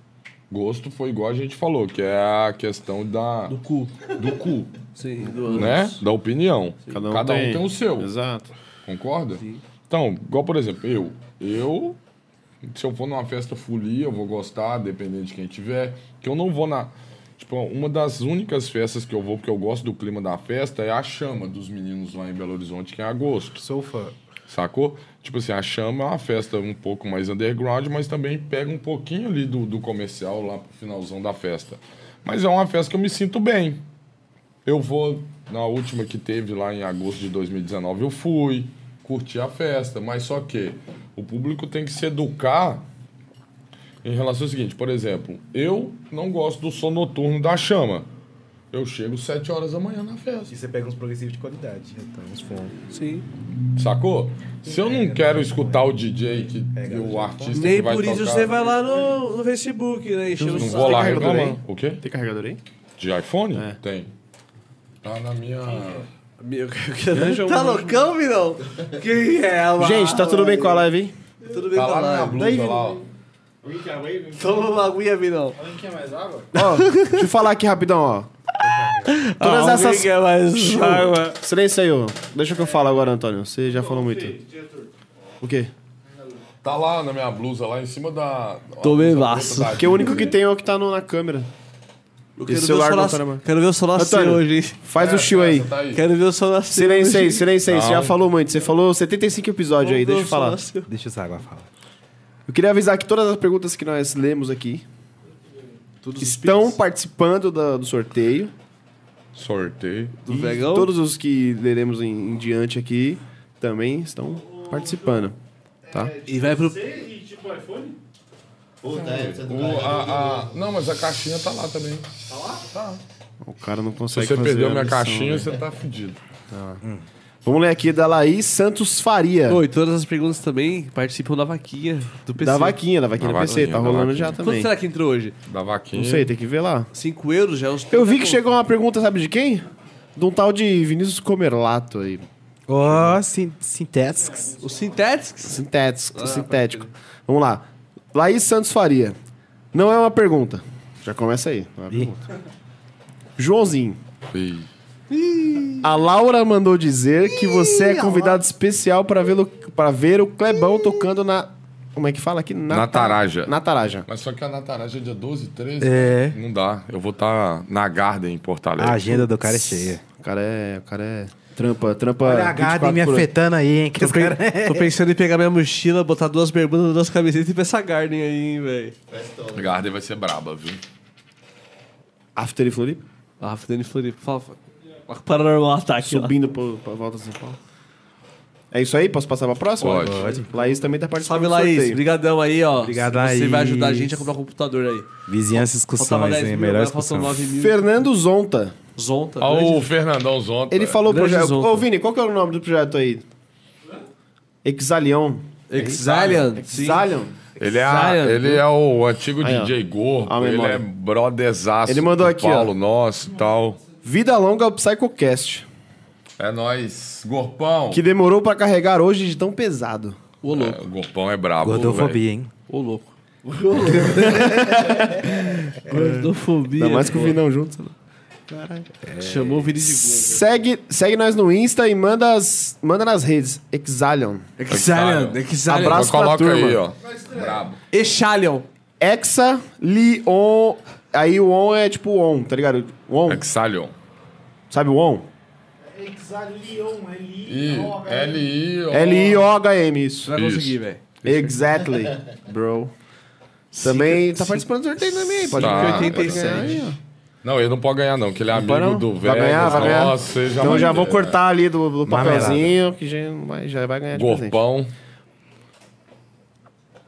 Speaker 3: Gosto foi igual a gente falou, que é a questão da... Do
Speaker 1: cu.
Speaker 3: Do cu.
Speaker 1: Sim,
Speaker 3: né? Da opinião.
Speaker 13: Cada um tem.
Speaker 3: tem. o seu.
Speaker 13: Exato.
Speaker 3: Concorda? Então, igual por exemplo, eu. Eu, se eu for numa festa folia, eu vou gostar, dependendo de quem tiver. Que eu não vou na. Tipo, uma das únicas festas que eu vou, porque eu gosto do clima da festa, é a chama dos meninos lá em Belo Horizonte, que é em agosto.
Speaker 19: Sou fã.
Speaker 3: Sacou? Tipo assim, a chama é uma festa um pouco mais underground, mas também pega um pouquinho ali do, do comercial lá pro finalzão da festa. Mas é uma festa que eu me sinto bem. Eu vou, na última que teve lá em agosto de 2019, eu fui, curti a festa, mas só que o público tem que se educar em relação ao seguinte, por exemplo, eu não gosto do som noturno da chama. Eu chego 7 horas da manhã na festa.
Speaker 19: E você pega uns progressivos de qualidade. Então, uns fons.
Speaker 1: Sim.
Speaker 3: Sacou? Se eu não
Speaker 19: né?
Speaker 3: quero escutar o DJ que, e o artista que
Speaker 1: Nem
Speaker 3: vai
Speaker 1: por isso
Speaker 3: tocar-
Speaker 1: você vai lá no, no Facebook, né? Enchendo
Speaker 3: Não vou lá reclamar.
Speaker 1: aí.
Speaker 3: O quê? Tem
Speaker 13: carregador aí?
Speaker 3: De iPhone? Tem. Tá na minha...
Speaker 1: [laughs] Tá loucão, Virão? Que é, mano?
Speaker 13: Gente, tá tudo bem com a live, hein?
Speaker 1: Tudo bem
Speaker 13: Tá
Speaker 1: com a
Speaker 13: lá na
Speaker 1: live?
Speaker 13: minha blusa lá, ó.
Speaker 1: Alguém quer água? Toma uma aguinha, Virão.
Speaker 20: Alguém quer mais água?
Speaker 13: Ó, deixa eu falar aqui rapidão, ó. Todas
Speaker 1: Ah, Alguém
Speaker 13: essas.
Speaker 1: quer mais um?
Speaker 13: Shhh,
Speaker 1: água?
Speaker 13: Silêncio aí, ô. Deixa que eu falo agora, Antônio. Você já falou muito. O quê?
Speaker 3: Tá lá na minha blusa, lá em cima da...
Speaker 1: Tô
Speaker 3: bem
Speaker 1: bebaço.
Speaker 13: Porque o único que tem é o que tá no- na câmera.
Speaker 1: Eu
Speaker 13: Esse
Speaker 1: quero
Speaker 13: celular
Speaker 1: ver o
Speaker 13: não
Speaker 1: sol
Speaker 13: tá na mão.
Speaker 1: nas- Quero ver o sol nascer
Speaker 13: Antônio,
Speaker 1: hoje, hein?
Speaker 3: É,
Speaker 13: Faz o chill
Speaker 3: tá-
Speaker 13: aí.
Speaker 1: Quero ver o sol nascer.
Speaker 13: Silêncio aí,
Speaker 1: hoje.
Speaker 13: silêncio aí. Você já
Speaker 1: Não.
Speaker 13: falou muito. Você falou 75 episódios aí.
Speaker 1: Vamos ver
Speaker 13: Deixa eu
Speaker 1: o
Speaker 13: falar.
Speaker 1: Sócio.
Speaker 4: Deixa essa água falar.
Speaker 13: Eu queria avisar que todas as perguntas que nós lemos aqui estão participando da- do sorteio.
Speaker 3: Sorteio.
Speaker 1: Do
Speaker 13: E
Speaker 1: vegão?
Speaker 13: Todos os que leremos em, em diante aqui também estão participando. Tá?
Speaker 1: E vai pro.
Speaker 21: E tipo iPhone?
Speaker 12: Puta, é, você não
Speaker 3: O-
Speaker 12: vai-
Speaker 3: a- a- Não, mas a caixinha tá lá também. Tá lá? Tá.
Speaker 13: O cara não
Speaker 3: Se
Speaker 13: consegue
Speaker 3: você
Speaker 13: fazer
Speaker 3: perdeu
Speaker 13: a
Speaker 3: minha
Speaker 13: missão,
Speaker 3: caixinha,
Speaker 13: né?
Speaker 3: você tá fudido.
Speaker 13: Tá. Vamos ler aqui da Laís Santos Faria.
Speaker 1: Oi, todas as perguntas também participam da vaquinha do PC.
Speaker 13: Da vaquinha, da vaquinha
Speaker 3: Da
Speaker 13: do PC. Tá
Speaker 3: vaquinha, da
Speaker 13: rolando
Speaker 3: vaquinha.
Speaker 13: já
Speaker 3: Quanto
Speaker 13: também.
Speaker 1: Quanto será que entrou hoje?
Speaker 3: Da vaquinha.
Speaker 13: Não sei, tem que ver lá.
Speaker 1: 5 euros já é uns.
Speaker 13: Eu vi que chegou uma pergunta, sabe de quem? De um tal de Vinícius Comerlato aí.
Speaker 4: Ó, sin- sintéticos.
Speaker 1: O sintéticos?
Speaker 13: Sintético, sintético. Vamos lá. Laís Santos Faria. Não é uma pergunta. Já começa aí. Não é uma pergunta. Joãozinho. A Laura mandou dizer que você é convidado especial para ver, para ver o Clebão tocando na Como é que fala aqui? Nata-
Speaker 3: Nataraja.
Speaker 13: Nataraja.
Speaker 3: Mas só que a Nataraja é dia né? 12, 13?
Speaker 13: É.
Speaker 3: Não dá. Eu vou estar na Garden em Porto Alegre.
Speaker 13: A agenda do cara é cheia. O cara é. O cara é. Trampa, trampa.
Speaker 4: Olha a Garden me
Speaker 13: 24 por-
Speaker 4: afetando aí, hein? Que
Speaker 1: Tô,
Speaker 4: os
Speaker 1: pen-
Speaker 4: cara... é-
Speaker 1: tô pensando em pegar minha mochila, botar duas bermudas, duas camisetas e ir pra essa Garden aí, hein, velho.
Speaker 3: A Garden vai ser braba, viu?
Speaker 13: After e Floripa?
Speaker 1: After e Floripa. Fala, Paranormal ataque.
Speaker 13: Subindo pro, pra volta de São Paulo. É isso aí? Posso passar pra próxima?
Speaker 1: Pode.
Speaker 13: Laís também tá participando.
Speaker 1: Salve,
Speaker 13: do
Speaker 1: Laís.
Speaker 13: sorteio.
Speaker 1: Obrigadão aí, ó.
Speaker 13: Obrigado,
Speaker 1: Você
Speaker 13: Laís.
Speaker 1: vai ajudar a gente a comprar um computador aí.
Speaker 4: Vizinhança e
Speaker 1: Faltava
Speaker 4: discussões,
Speaker 1: 10
Speaker 4: hein?
Speaker 1: mil,
Speaker 4: Melhor
Speaker 1: agora faltam
Speaker 4: discussão.
Speaker 1: 9 mil.
Speaker 13: Fernando Zonta.
Speaker 1: Zonta.
Speaker 3: Olha o Fernandão Zonta.
Speaker 13: Ele falou o
Speaker 3: Grande
Speaker 13: projeto.
Speaker 3: Zonta.
Speaker 13: Ô, Vini, qual que é o nome do projeto aí? Exalion.
Speaker 1: Exalion, sim.
Speaker 13: Exalion.
Speaker 3: Ele é, a-
Speaker 13: Zion.
Speaker 3: ele é o antigo
Speaker 13: Aí, ó.
Speaker 3: DJ Gordo,
Speaker 13: A
Speaker 3: ele
Speaker 13: memória.
Speaker 3: é brotherzaço.
Speaker 13: Ele mandou
Speaker 3: do
Speaker 13: aqui, ó.
Speaker 3: Paulo, nosso e tal.
Speaker 13: Vida longa ao Psychocast.
Speaker 3: É nóis, Gorpão.
Speaker 13: Que demorou pra carregar hoje de tão pesado.
Speaker 1: Ô, louco.
Speaker 3: É, o Gorpão é brabo.
Speaker 13: Gordofobia,
Speaker 3: velho.
Speaker 13: hein?
Speaker 1: Ô, louco. [laughs]
Speaker 13: Gordofobia. Ainda mais que o
Speaker 1: pô.
Speaker 13: Vinão junto.
Speaker 1: Chamou o Vini de gordo.
Speaker 13: Segue, segue nós no Insta e manda, as- manda nas redes. Exalion.
Speaker 1: É Exalion, Exalion.
Speaker 13: Abraço pra
Speaker 3: Coloca
Speaker 13: turma.
Speaker 3: aí, ó. Brabo.
Speaker 1: Exalion.
Speaker 13: Hexa, Lion. Aí o on é tipo on, tá ligado? On.
Speaker 3: Exalion.
Speaker 13: Sabe o on?
Speaker 2: Exalion, é
Speaker 3: I, L-I-O.
Speaker 13: É L-I-O-H-M, isso.
Speaker 3: Vai conseguir, Isso.
Speaker 1: velho.
Speaker 13: Exactly, bro. Também tá participando do sorteio também, aí, pode
Speaker 3: Tá,
Speaker 13: ver.
Speaker 3: tá.
Speaker 13: Aí, ó.
Speaker 3: Não, ele não pode ganhar, não, que ele é amigo
Speaker 13: Vai não?
Speaker 3: do
Speaker 13: Vai
Speaker 3: velho.
Speaker 13: ganhar, vai ganhar.
Speaker 3: Nossa, ele já
Speaker 13: então
Speaker 3: vai
Speaker 13: já
Speaker 3: ter,
Speaker 13: vou
Speaker 3: né?
Speaker 13: cortar ali do, do
Speaker 3: Marmelada.
Speaker 13: papelzinho, que já vai, já vai ganhar de presente.
Speaker 3: Gorpão.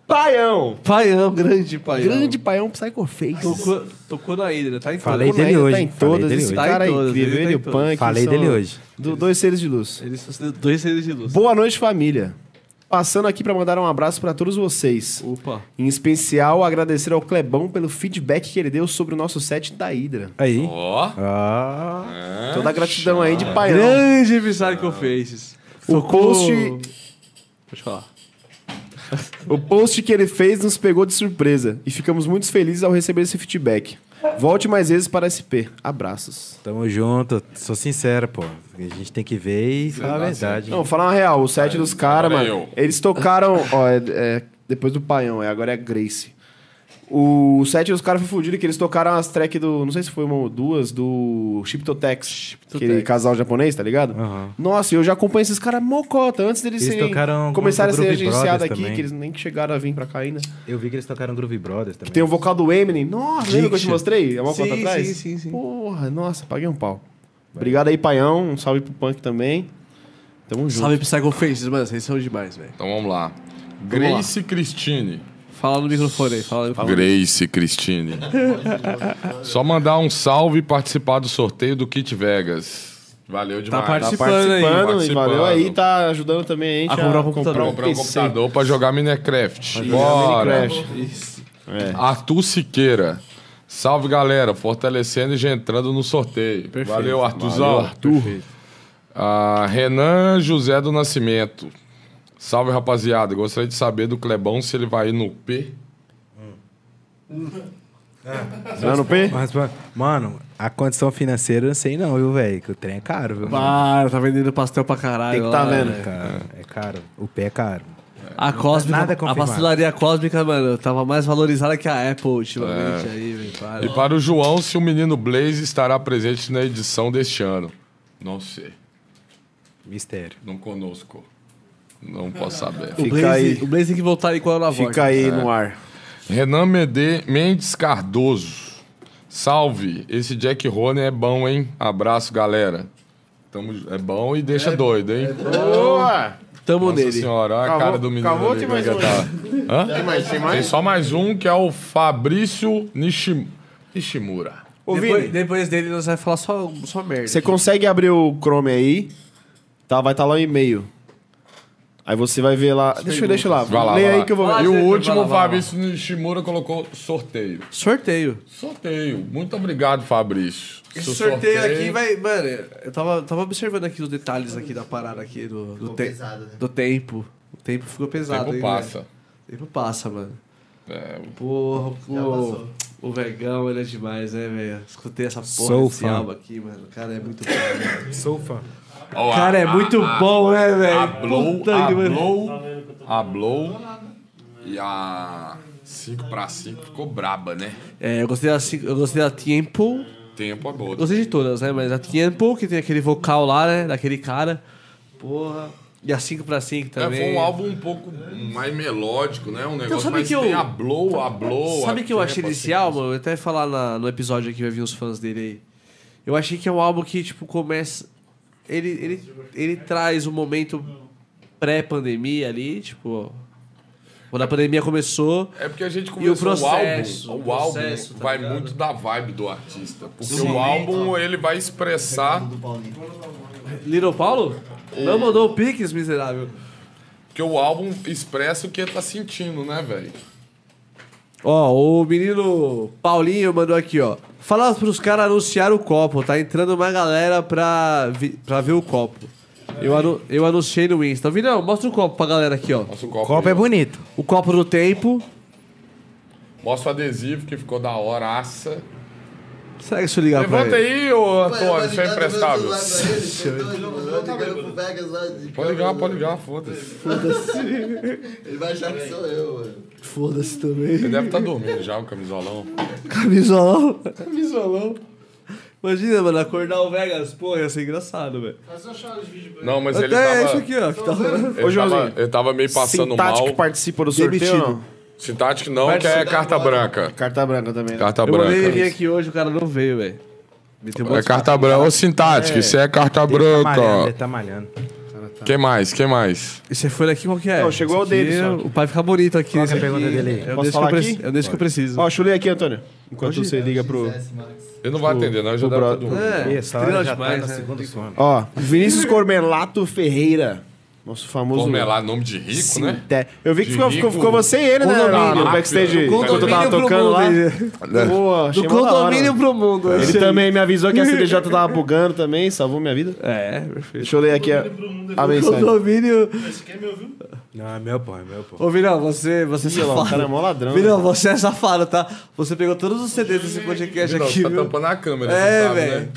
Speaker 13: Paião!
Speaker 1: Paião, grande paião.
Speaker 13: Grande paião Psychoface.
Speaker 1: Tocou, tocou na Hydra, tá em
Speaker 4: Falei
Speaker 1: todas.
Speaker 4: dele
Speaker 1: Tocou na Hydra,
Speaker 4: hoje,
Speaker 1: Tá em
Speaker 4: falei
Speaker 1: todas,
Speaker 4: dele
Speaker 1: esse
Speaker 4: hoje.
Speaker 1: cara é incrível, ele
Speaker 13: e
Speaker 1: e
Speaker 13: o Punk.
Speaker 4: Falei
Speaker 13: são
Speaker 4: dele hoje.
Speaker 13: do- dois seres de luz.
Speaker 1: Eles são dois seres de luz.
Speaker 13: Boa noite, família. Passando aqui pra mandar um abraço pra todos vocês.
Speaker 1: Opa.
Speaker 13: Em especial, agradecer ao Clebão pelo feedback que ele deu sobre o nosso set da Hydra.
Speaker 4: Aí.
Speaker 3: Ó.
Speaker 13: Ah. Toda a gratidão aí de paião.
Speaker 1: Grande Psycho Faces.
Speaker 13: O post,
Speaker 1: Ah. Pode falar.
Speaker 13: o post que ele fez nos pegou de surpresa e ficamos muito felizes ao receber esse feedback. Volte mais vezes para SP. Abraços.
Speaker 4: Tamo junto. Sou sincero, pô. A gente tem que ver e falar a É verdade.
Speaker 13: Não, falar uma real, o set dos caras,
Speaker 4: agora é
Speaker 13: mano.
Speaker 4: eu.
Speaker 13: Eles tocaram. ó, é- é, depois do paião, é, agora é Grace. O set dos caras foi fudido que eles tocaram as tracks do. Não sei se foi uma ou duas, do Shiptotex. Aquele casal japonês, tá ligado? Nossa, eu já acompanho esses caras mocota antes deles
Speaker 4: Eles
Speaker 13: serem.
Speaker 4: tocaram
Speaker 13: começaram a
Speaker 4: Groove
Speaker 13: ser agenciados
Speaker 4: Brothers
Speaker 13: aqui,
Speaker 4: também.
Speaker 13: que eles nem chegaram a vir pra cá ainda.
Speaker 4: Eu vi que eles tocaram Groove Brothers também.
Speaker 13: Tem um- o vocal do Eminem. Nossa, lembra que eu te
Speaker 4: Diction.
Speaker 13: mostrei? É uma
Speaker 4: Sim,
Speaker 13: conta
Speaker 4: sim,
Speaker 13: atrás?
Speaker 4: sim, sim.
Speaker 13: Porra, nossa, paguei um pau. Obrigado aí, Paião. Um salve pro Punk também. Tamo junto.
Speaker 1: Salve Psycho Faces, mano. Vocês são demais, velho.
Speaker 3: Então vamos lá.
Speaker 1: Vamos lá.
Speaker 3: Grace Cristine.
Speaker 1: Fala no microfone aí. Fala no microfone.
Speaker 3: Grace Cristine. [laughs] Só mandar um salve e participar do sorteio do Kit Vegas. Valeu demais. um-
Speaker 13: Tá participando, e valeu aí, tá ajudando também a gente
Speaker 3: A comprar um
Speaker 13: comprar
Speaker 3: computador. Comprar um
Speaker 13: PC.
Speaker 3: computador pra jogar Minecraft. Bora. É. Arthur Siqueira. Salve, galera. Fortalecendo e já entrando no sorteio.
Speaker 22: Perfeito.
Speaker 3: Valeu,
Speaker 22: Valeu,
Speaker 3: Arthurzão.
Speaker 22: Arthur. Perfeito.
Speaker 3: Ah, Renan José do Nascimento. Salve, rapaziada. Gostaria de saber do Clebão se ele vai ir no P.
Speaker 13: Não, no P?
Speaker 4: Mas, mano, mano, a condição financeira eu não sei não, viu, velho? Que o trem é caro, viu?
Speaker 1: Para, tá vendendo pastel pra caralho.
Speaker 4: Tem que tá
Speaker 1: lá,
Speaker 4: vendo.
Speaker 1: velho.
Speaker 4: Cara, é caro. O pé é caro.
Speaker 1: A
Speaker 4: Não
Speaker 1: Cósmica,
Speaker 4: tá nada
Speaker 1: a
Speaker 4: confirmado.
Speaker 1: pastelaria Cósmica, mano, tava mais valorizada que a Apple ultimamente
Speaker 3: É.
Speaker 1: aí, velho. Para.
Speaker 3: E para o João, se o menino Blaze estará presente na edição deste ano. Não sei.
Speaker 4: Mistério.
Speaker 3: Não conosco. Não posso saber.
Speaker 1: O Blaze, o Blaze tem que voltar aí com a voz.
Speaker 3: É. Renan Mede, Mendes Cardoso. Salve. Esse Jack Rony é bom, hein? Abraço, galera. Tamo, é bom e deixa doido, hein?
Speaker 13: é Boa!
Speaker 1: Tamo
Speaker 3: Nossa
Speaker 1: nele.
Speaker 3: senhora, olha a
Speaker 13: Cavou-
Speaker 3: cara do menino.
Speaker 13: cavou,
Speaker 3: ali,
Speaker 13: tem
Speaker 3: como é
Speaker 13: mais
Speaker 3: que
Speaker 13: um.
Speaker 3: tá? Hã?
Speaker 13: Tem mais, tem mais?
Speaker 3: Tem só mais um, que é o Fabrício Nishim- Nishimura.
Speaker 1: Depois, depois dele nós vamos falar só, só merda.
Speaker 13: Você consegue abrir o Chrome aí? Tá, vai estar lá o e-mail. Aí você vai ver lá. Deixa, eu- deixa eu lá.
Speaker 3: Vai lá,
Speaker 13: Lê
Speaker 3: vai
Speaker 13: aí
Speaker 3: lá.
Speaker 13: que eu vou
Speaker 3: E o último,
Speaker 13: vai lá, vai lá.
Speaker 3: Fabrício Nishimura colocou sorteio.
Speaker 1: Sorteio.
Speaker 3: Sorteio. Muito obrigado, Fabrício.
Speaker 1: Esse
Speaker 3: Seu
Speaker 1: sorteio, aqui vai. Mano, eu tava, tava observando aqui os detalhes aqui da parada aqui do, do, te-
Speaker 12: pesado, né?
Speaker 1: do tempo. O tempo ficou pesado,
Speaker 3: tempo
Speaker 1: hein,
Speaker 3: passa.
Speaker 1: velho? O tempo passa, mano.
Speaker 3: É,
Speaker 1: Porra,
Speaker 12: Já
Speaker 1: o,
Speaker 12: passou.
Speaker 1: o Vegão, ele é demais, né, velho? Escutei essa porra
Speaker 4: Sou
Speaker 1: desse
Speaker 4: fã.
Speaker 1: álbum aqui, mano. O cara é muito bom.
Speaker 3: [laughs]
Speaker 1: velho. é
Speaker 4: Sou fã.
Speaker 3: Ó,
Speaker 1: Cara, é muito bom, né, velho?
Speaker 3: A Blow,
Speaker 1: Puta
Speaker 3: a
Speaker 1: que pariu.
Speaker 3: Blow, a Blow E a 5 pra 5 ficou braba, né?
Speaker 1: É, eu gostei da, cinco- eu gostei da Tempo.
Speaker 3: Tempo é
Speaker 1: Eu
Speaker 3: agora.
Speaker 1: gostei de todas, né? Mas a Tempo, que tem aquele vocal lá, né? Daquele cara. Porra. E a 5 pra 5
Speaker 3: É,
Speaker 1: também. Então,
Speaker 3: foi um álbum um pouco mais melódico, né? Um negócio
Speaker 1: sabe
Speaker 3: mais
Speaker 1: que eu-
Speaker 3: tem a blow, a blow.
Speaker 1: Sabe
Speaker 3: a
Speaker 1: o que eu achei
Speaker 3: tempo, assim.
Speaker 1: desse álbum? Eu até ia falar na- no episódio que vai vir os fãs dele aí. Eu achei que é um álbum que, tipo, começa. Ele, ele, ele traz um momento pré-pandemia ali, tipo. Quando a pandemia começou.
Speaker 3: É porque a gente
Speaker 1: E o
Speaker 3: começou o,
Speaker 1: processo.
Speaker 3: álbum. O álbum
Speaker 1: processo, tá
Speaker 3: vai
Speaker 1: ligado?
Speaker 3: muito da vibe do artista. Porque
Speaker 1: Sim.
Speaker 3: o álbum ele vai expressar.
Speaker 1: Little Paulo? Não mandou o Pix, miserável.
Speaker 3: Porque o álbum expressa o que ele tá sentindo, né, velho?
Speaker 1: Ó, o menino Paulinho mandou aqui, ó. Fala pros caras anunciar o copo. Tá entrando uma galera pra, vi- pra ver o copo. Eu, anu- eu anunciei no Insta. Vinão, mostra o copo pra galera aqui, ó.
Speaker 3: Mostra o copo.
Speaker 1: é bonito. O copo do tempo.
Speaker 3: Mostra o adesivo que ficou da horaça.
Speaker 1: Será que se eu ligar
Speaker 3: Levanta
Speaker 1: Tá pra ele?
Speaker 3: aí, ô Antônio,
Speaker 12: Vai,
Speaker 3: isso é
Speaker 12: vai ligar do meu
Speaker 3: imprestável.
Speaker 12: celular pra ele, que eu tô ligando pro Vegas lá de
Speaker 3: Pode ligar, pode ligar, foda-se.
Speaker 12: Foda-se. Ele vai achar que sou eu, mano.
Speaker 1: Foda-se também.
Speaker 3: Ele deve estar dormindo já, o camisolão.
Speaker 1: Camisolão.
Speaker 12: Camisolão.
Speaker 1: Imagina, mano, acordar o Vegas, porra, ia ser engraçado, velho.
Speaker 3: Não, mas
Speaker 1: Até
Speaker 3: ele tava...
Speaker 1: é isso aqui, ó. Que tá...
Speaker 3: Ele, tava, ele tava meio passando
Speaker 13: Sintático
Speaker 3: mal.
Speaker 13: participa do sorteio, Demitido. não?
Speaker 3: Sintático não,
Speaker 13: Vai
Speaker 3: que é
Speaker 13: estudar
Speaker 3: carta branca.
Speaker 13: Carta branca também. né?
Speaker 3: Carta
Speaker 1: Eu
Speaker 3: branca.
Speaker 1: mandei ele vir aqui hoje, o cara não veio, velho. Meteu um
Speaker 3: É
Speaker 1: monte de-
Speaker 3: carta branca. Ô, Sintático, isso é carta
Speaker 4: Deve tá malhando,
Speaker 1: né,
Speaker 3: branca.
Speaker 4: deve tá malhando.
Speaker 3: Quem mais? Quem mais?
Speaker 1: E você foi daqui qual que é?
Speaker 13: Não, chegou o
Speaker 1: Esse aqui,
Speaker 13: dele só.
Speaker 1: O pai fica bonito aqui.
Speaker 13: Qual que é a
Speaker 1: esse
Speaker 13: pergunta
Speaker 1: aqui.
Speaker 13: dele aí?
Speaker 1: Eu
Speaker 13: Posso
Speaker 1: deixo
Speaker 13: falar
Speaker 1: que eu preci-
Speaker 13: aqui?
Speaker 1: Eu deixo que eu preciso.
Speaker 13: Ó, deixa eu ler aqui, Antônio. Enquanto
Speaker 1: Hoje-
Speaker 13: você liga pro.
Speaker 3: Ele não vai atender, não, já deve estar
Speaker 13: Pro brother.
Speaker 3: dormindo.
Speaker 1: É,
Speaker 13: Essa hora já tá
Speaker 1: demais,
Speaker 13: na
Speaker 1: né?
Speaker 13: segunda sono. Ó, Vinícius Cormelato Ferreira. Nosso famoso.
Speaker 3: Cormelato, nome de rico, né?
Speaker 13: Té- Eu vi que
Speaker 3: De
Speaker 13: ficou, ficou,
Speaker 3: rico.
Speaker 13: ficou você e ele, né?
Speaker 3: Condomínio.
Speaker 13: No no backstage,
Speaker 3: Máfia.
Speaker 13: quando eu tava
Speaker 3: Condomínio pro
Speaker 13: tocando lá.
Speaker 3: mundo né? aí.
Speaker 13: Boa, achei
Speaker 1: Do
Speaker 13: mó da hora.
Speaker 1: condomínio pro mundo.
Speaker 13: Ele
Speaker 1: Esse aí.
Speaker 13: também me avisou que a
Speaker 3: [laughs]
Speaker 13: CDJ tava bugando também, salvou minha vida.
Speaker 1: É, perfeito.
Speaker 13: Deixa eu ler aqui a, a
Speaker 1: Do
Speaker 13: mensagem.
Speaker 1: condomínio.
Speaker 4: Não, é meu pô, é meu pô.
Speaker 1: Ô, Virão, você, você é
Speaker 13: Ih, olha lá, o
Speaker 1: safado.
Speaker 13: cara é mó ladrão,
Speaker 1: Virão,
Speaker 13: né?
Speaker 1: você é safado, tá? Você pegou todos os CDs desse podcast
Speaker 3: Não,
Speaker 1: aqui,
Speaker 3: tá
Speaker 1: viu?
Speaker 3: tampando a câmera,
Speaker 1: É,
Speaker 3: você sabe,
Speaker 1: velho.
Speaker 3: né?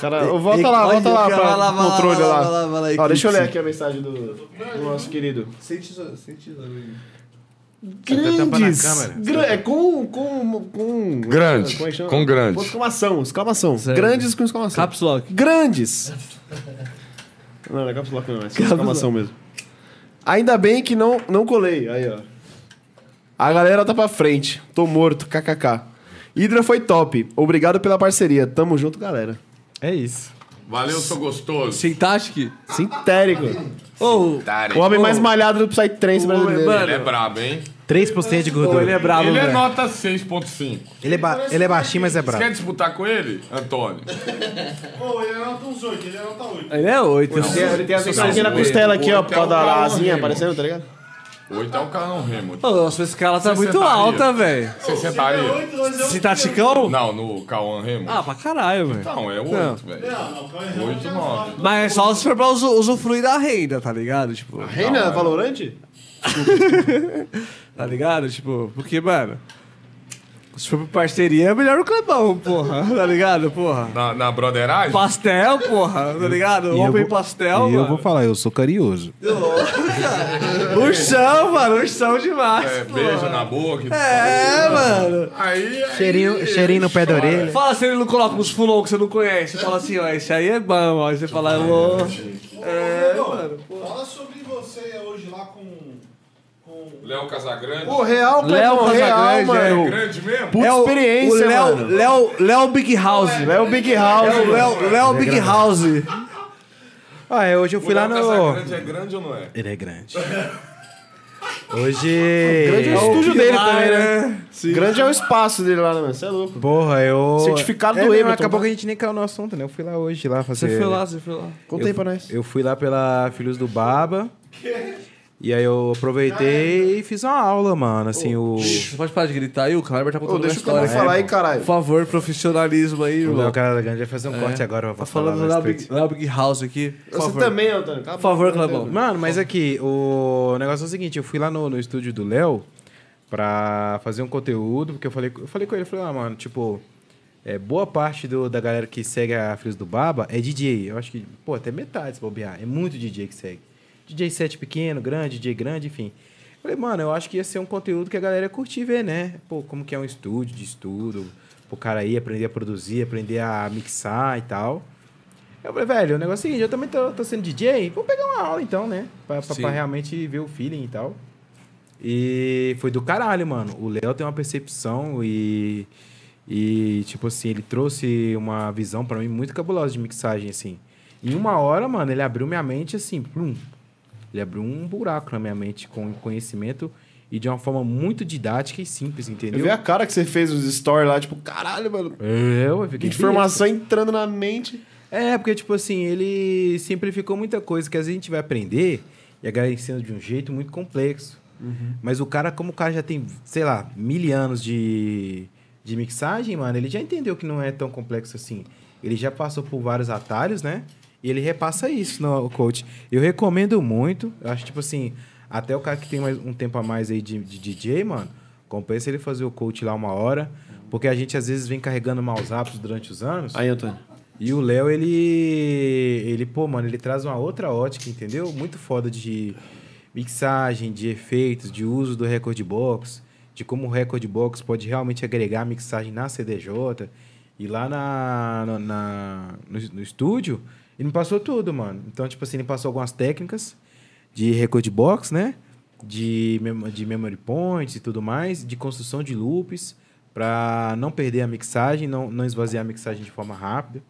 Speaker 13: Cara, ô,
Speaker 1: E-
Speaker 13: volta lá,
Speaker 1: olha,
Speaker 13: volta lá
Speaker 1: cara, vai lá,
Speaker 13: pra
Speaker 1: vai lá,
Speaker 13: controle
Speaker 1: vai lá, vai
Speaker 13: lá.
Speaker 1: lá, vai lá,
Speaker 13: Ó, deixa
Speaker 1: Eclipse.
Speaker 13: eu ler aqui a mensagem do, do nosso querido.
Speaker 1: Sente isso, sente isso, amigo.
Speaker 13: Grandes.
Speaker 4: câmera.
Speaker 13: gra- é com. com. com.
Speaker 3: Grande,
Speaker 13: como é que chama?
Speaker 3: com grande.
Speaker 13: Com exclamação, exclamação.
Speaker 1: Sério.
Speaker 13: Grandes com exclamação.
Speaker 1: Caps Lock.
Speaker 13: [laughs] Grandes! Não, não é caps lock não, é só exclamação mesmo. Ainda bem que não, não colei. Aí, ó. A galera tá pra frente. Tô morto, kkk. Hydra foi top. Obrigado pela parceria. Tamo junto, galera.
Speaker 4: É isso.
Speaker 3: Valeu, seu gostoso.
Speaker 1: Sintastic?
Speaker 13: Sintérico.
Speaker 1: Ô,
Speaker 13: O homem mais malhado do Psytrance brasileiro.
Speaker 3: Ele é brabo, hein?
Speaker 4: 3% de gordura.
Speaker 1: ele é brabo,
Speaker 3: ele é
Speaker 1: velho.
Speaker 3: nota 6.5.
Speaker 4: Ele é, ba- ele é baixinho, mas é
Speaker 3: Você
Speaker 4: brabo.
Speaker 3: quer disputar com ele, Antônio?
Speaker 2: Pô, ele anota uns 8, ele anota 8.
Speaker 1: Ele é 8.
Speaker 13: Ele tem a versãozinha na costela aqui, ó, por
Speaker 12: é
Speaker 13: causa da asinha aparecendo, tá ligado?
Speaker 3: Oito é o Carlão Remo.
Speaker 1: Nossa, esse cara tá
Speaker 3: Você
Speaker 1: muito
Speaker 3: sentaria?
Speaker 1: alta, velho.
Speaker 3: Você sentaria?
Speaker 1: Sintaticão?
Speaker 3: Não, no Cauã Remo.
Speaker 1: Ah, pra caralho, velho.
Speaker 3: Não, é
Speaker 1: Não.
Speaker 3: oito, velho. Oito, nove.
Speaker 1: Mas é só se for pra usu- usufruir da renda, tá ligado? Tipo,
Speaker 13: Reina,
Speaker 12: né?
Speaker 13: valorante?
Speaker 1: tá ligado? Tipo, porque, mano, se for por parceria, é melhor o Clebão, porra, [laughs] tá ligado, porra?
Speaker 3: Na, na broderagem?
Speaker 1: Pastel, porra, tá ligado?
Speaker 4: eu
Speaker 1: Open
Speaker 4: vou-
Speaker 1: pastel,
Speaker 4: e eu vou
Speaker 1: mano.
Speaker 4: falar, eu sou carinhoso.
Speaker 1: Ursão, mano, ursão demais,
Speaker 3: É,
Speaker 1: porra.
Speaker 3: beijo na boca.
Speaker 1: É, mano.
Speaker 3: Aí, aí
Speaker 4: Cheirinho, cheirinho no pé da orelha.
Speaker 1: Fala se ele não coloca uns fulon que você não conhece. Fala assim, ó, esse aí é bom, ó. Aí você fala, ô. É, mano.
Speaker 2: Fala sobre você hoje lá com. com...
Speaker 3: Léo Casagrande.
Speaker 13: Pô, real,
Speaker 1: Léo
Speaker 13: Clebão, real,
Speaker 1: Casagrande, é.
Speaker 13: mano.
Speaker 3: Grande mesmo?
Speaker 13: Puta
Speaker 1: É o-
Speaker 13: experiência,
Speaker 1: o Léo,
Speaker 13: mano.
Speaker 1: Léo, Léo Big House.
Speaker 13: É o Big House.
Speaker 1: Léo, Léo, Léo Big House.
Speaker 4: Ah, é, hoje eu fui lá
Speaker 3: O Léo Casagrande
Speaker 4: no...
Speaker 3: é grande ou não é?
Speaker 4: Ele é grande. Hoje...
Speaker 13: é o estúdio
Speaker 1: que
Speaker 13: dele
Speaker 1: vai,
Speaker 13: também, né?
Speaker 1: né?
Speaker 13: Grande é o espaço dele lá, né, mano? Você é louco.
Speaker 4: Porra, eu...
Speaker 13: Certificado
Speaker 4: é,
Speaker 13: do
Speaker 4: não,
Speaker 13: Everton,
Speaker 4: Acabou
Speaker 13: né?
Speaker 4: que a gente nem caiu no assunto, né? Eu fui lá hoje lá fazer...
Speaker 1: Você foi lá, você foi lá.
Speaker 13: Conta aí pra nós.
Speaker 4: Eu fui lá pela Filhos do Baba. E aí eu aproveitei e fiz uma aula, mano. Assim, o.
Speaker 1: Você pode parar de gritar aí? O Kleber tá contando
Speaker 13: Ô,
Speaker 1: uma
Speaker 13: deixa o cara
Speaker 1: história.
Speaker 13: falar aí, caralho.
Speaker 1: Por favor, profissionalismo aí,
Speaker 4: O Léo
Speaker 1: irmão.
Speaker 4: Cara Grande vai fazer um corte agora
Speaker 1: Tá
Speaker 4: pra falar
Speaker 1: falando
Speaker 4: a
Speaker 1: da
Speaker 4: respeito.
Speaker 1: Big, da Big House aqui. Por
Speaker 13: Você
Speaker 1: favor.
Speaker 13: também, Antônio. Acabou.
Speaker 1: Por favor, Clebão.
Speaker 4: Mano, mas aqui, o negócio é o seguinte: eu fui lá no, no estúdio do Léo pra fazer um conteúdo, porque eu falei, eu falei com ele, eu falei, ah, mano, tipo, é, boa parte do- da galera que segue a Filhos do Baba é DJ. Eu acho que, pô, até metade se bobear. É muito DJ que segue. DJ set pequeno, grande, DJ grande, enfim. Falei, mano, eu acho que ia ser um conteúdo que a galera ia curtir ver, né? Pô, como que é um estúdio de estudo, pro cara ir aprender a produzir, aprender a mixar e tal. Eu falei, velho, o negócio é o seguinte, eu também tô, tô sendo DJ, vou pegar uma aula então, né? Pra, pra,
Speaker 5: Sim.
Speaker 4: pra realmente ver o feeling e tal. E foi do caralho, mano. O Léo tem uma percepção e. E, tipo assim, ele trouxe uma visão pra mim muito cabulosa de mixagem, assim. Em uma hora, mano, ele abriu minha mente, assim, plum. Ele abriu um buraco na minha mente com conhecimento e de uma forma muito didática e simples, entendeu?
Speaker 13: Eu vi a cara que você fez os stories lá, tipo, caralho, mano.
Speaker 4: É, Eu, eu
Speaker 13: Que
Speaker 4: fiquei
Speaker 13: informação
Speaker 4: besta.
Speaker 13: entrando na mente.
Speaker 4: É, porque, tipo assim, ele simplificou muita coisa que às vezes a gente vai aprender e a galera ensina de um jeito muito complexo. Mas o cara, como o cara já tem, sei lá, mil anos de, de mixagem, mano, ele já entendeu que não é tão complexo assim. Ele já passou por vários atalhos, né? E ele repassa isso no coach. Eu recomendo muito. Eu acho, tipo assim, até o cara que tem mais, um tempo a mais aí de, de DJ, mano, compensa ele fazer o coach lá uma hora. Porque a gente às vezes vem carregando maus hábitos durante os anos.
Speaker 13: Aí, Antônio.
Speaker 4: E o Léo, ele. Ele, pô, mano, ele traz uma outra ótica, entendeu? Muito foda de mixagem, de efeitos, de uso do record box, de como o record box pode realmente agregar mixagem na CDJ e lá na, na- na- no, no estúdio. Ele me passou tudo, mano. Então, tipo assim, ele passou algumas técnicas de record box, né? De, mem- de memory points e tudo mais, de construção de loops pra não perder a mixagem, não, não esvaziar a mixagem de forma rápida.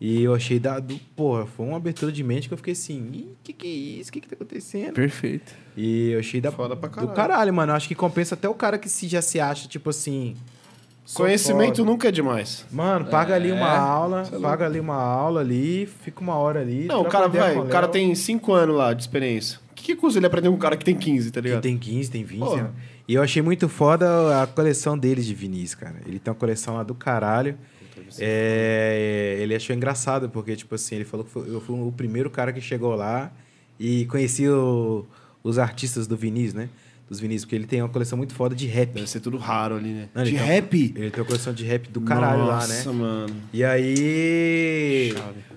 Speaker 4: E eu achei dado, porra, foi uma abertura de mente que eu fiquei assim, "Ih, que que é isso? Que que tá acontecendo?
Speaker 5: Perfeito.
Speaker 4: E eu achei da
Speaker 13: Foda pra
Speaker 4: do caralho, mano. Eu acho que compensa até o cara que se já se acha, tipo assim. sou
Speaker 13: Conhecimento
Speaker 4: foda.
Speaker 13: nunca é demais.
Speaker 4: Mano, paga ali uma
Speaker 13: É,
Speaker 4: aula,
Speaker 13: cê é louco.
Speaker 4: paga ali uma aula ali, fica uma hora ali.
Speaker 13: Não, o
Speaker 4: troca
Speaker 13: cara,
Speaker 4: uma ideia
Speaker 13: vai,
Speaker 4: com
Speaker 13: o cara
Speaker 4: Léo.
Speaker 13: tem 5 anos lá de experiência. O que, que custa ele aprender com um cara que tem 15, tá ligado?
Speaker 4: Que tem 15, tem 20.
Speaker 13: Porra.
Speaker 4: né? E eu achei muito foda a coleção dele de vinis, cara. Ele tem uma coleção lá do caralho. É, ele achou engraçado, porque, tipo assim, ele falou que foi- eu fui o primeiro cara que chegou lá e conheci o- os artistas do vinis, né? Dos vinis, porque ele tem uma coleção muito foda de rap. Deve
Speaker 13: ser tudo raro ali, né?
Speaker 4: ele
Speaker 13: De
Speaker 4: tem-
Speaker 13: rap?
Speaker 4: Ele tem uma coleção de rap do caralho lá, né?
Speaker 13: Nossa, mano.
Speaker 4: E aí.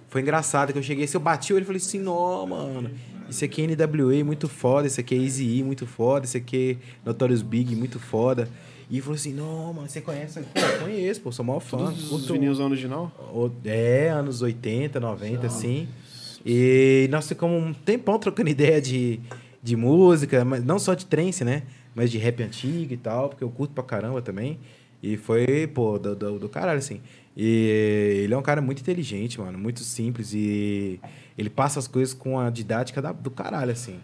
Speaker 4: Foi engraçado que eu cheguei, se eu bati, ele falou assim: Nó, mano, isso aqui é NWA muito foda, isso aqui é Easy E muito foda, isso aqui é Notorious Big muito foda. E falou assim: Não, mano, você conhece? Eu falei, "Pô, conheço, pô, sou maior fã.
Speaker 13: Todos os
Speaker 4: Curto
Speaker 13: vinil original?
Speaker 4: o- É, anos 80, 90, assim. E nós ficamos um tempão trocando [laughs] ideia de, de música, mas não só de trance, né? Mas de rap antigo e tal, porque eu curto pra caramba também. E foi, pô, do, do, do caralho, assim. E ele é um cara muito inteligente, mano, muito simples. E ele passa as coisas com a didática da- do caralho, assim.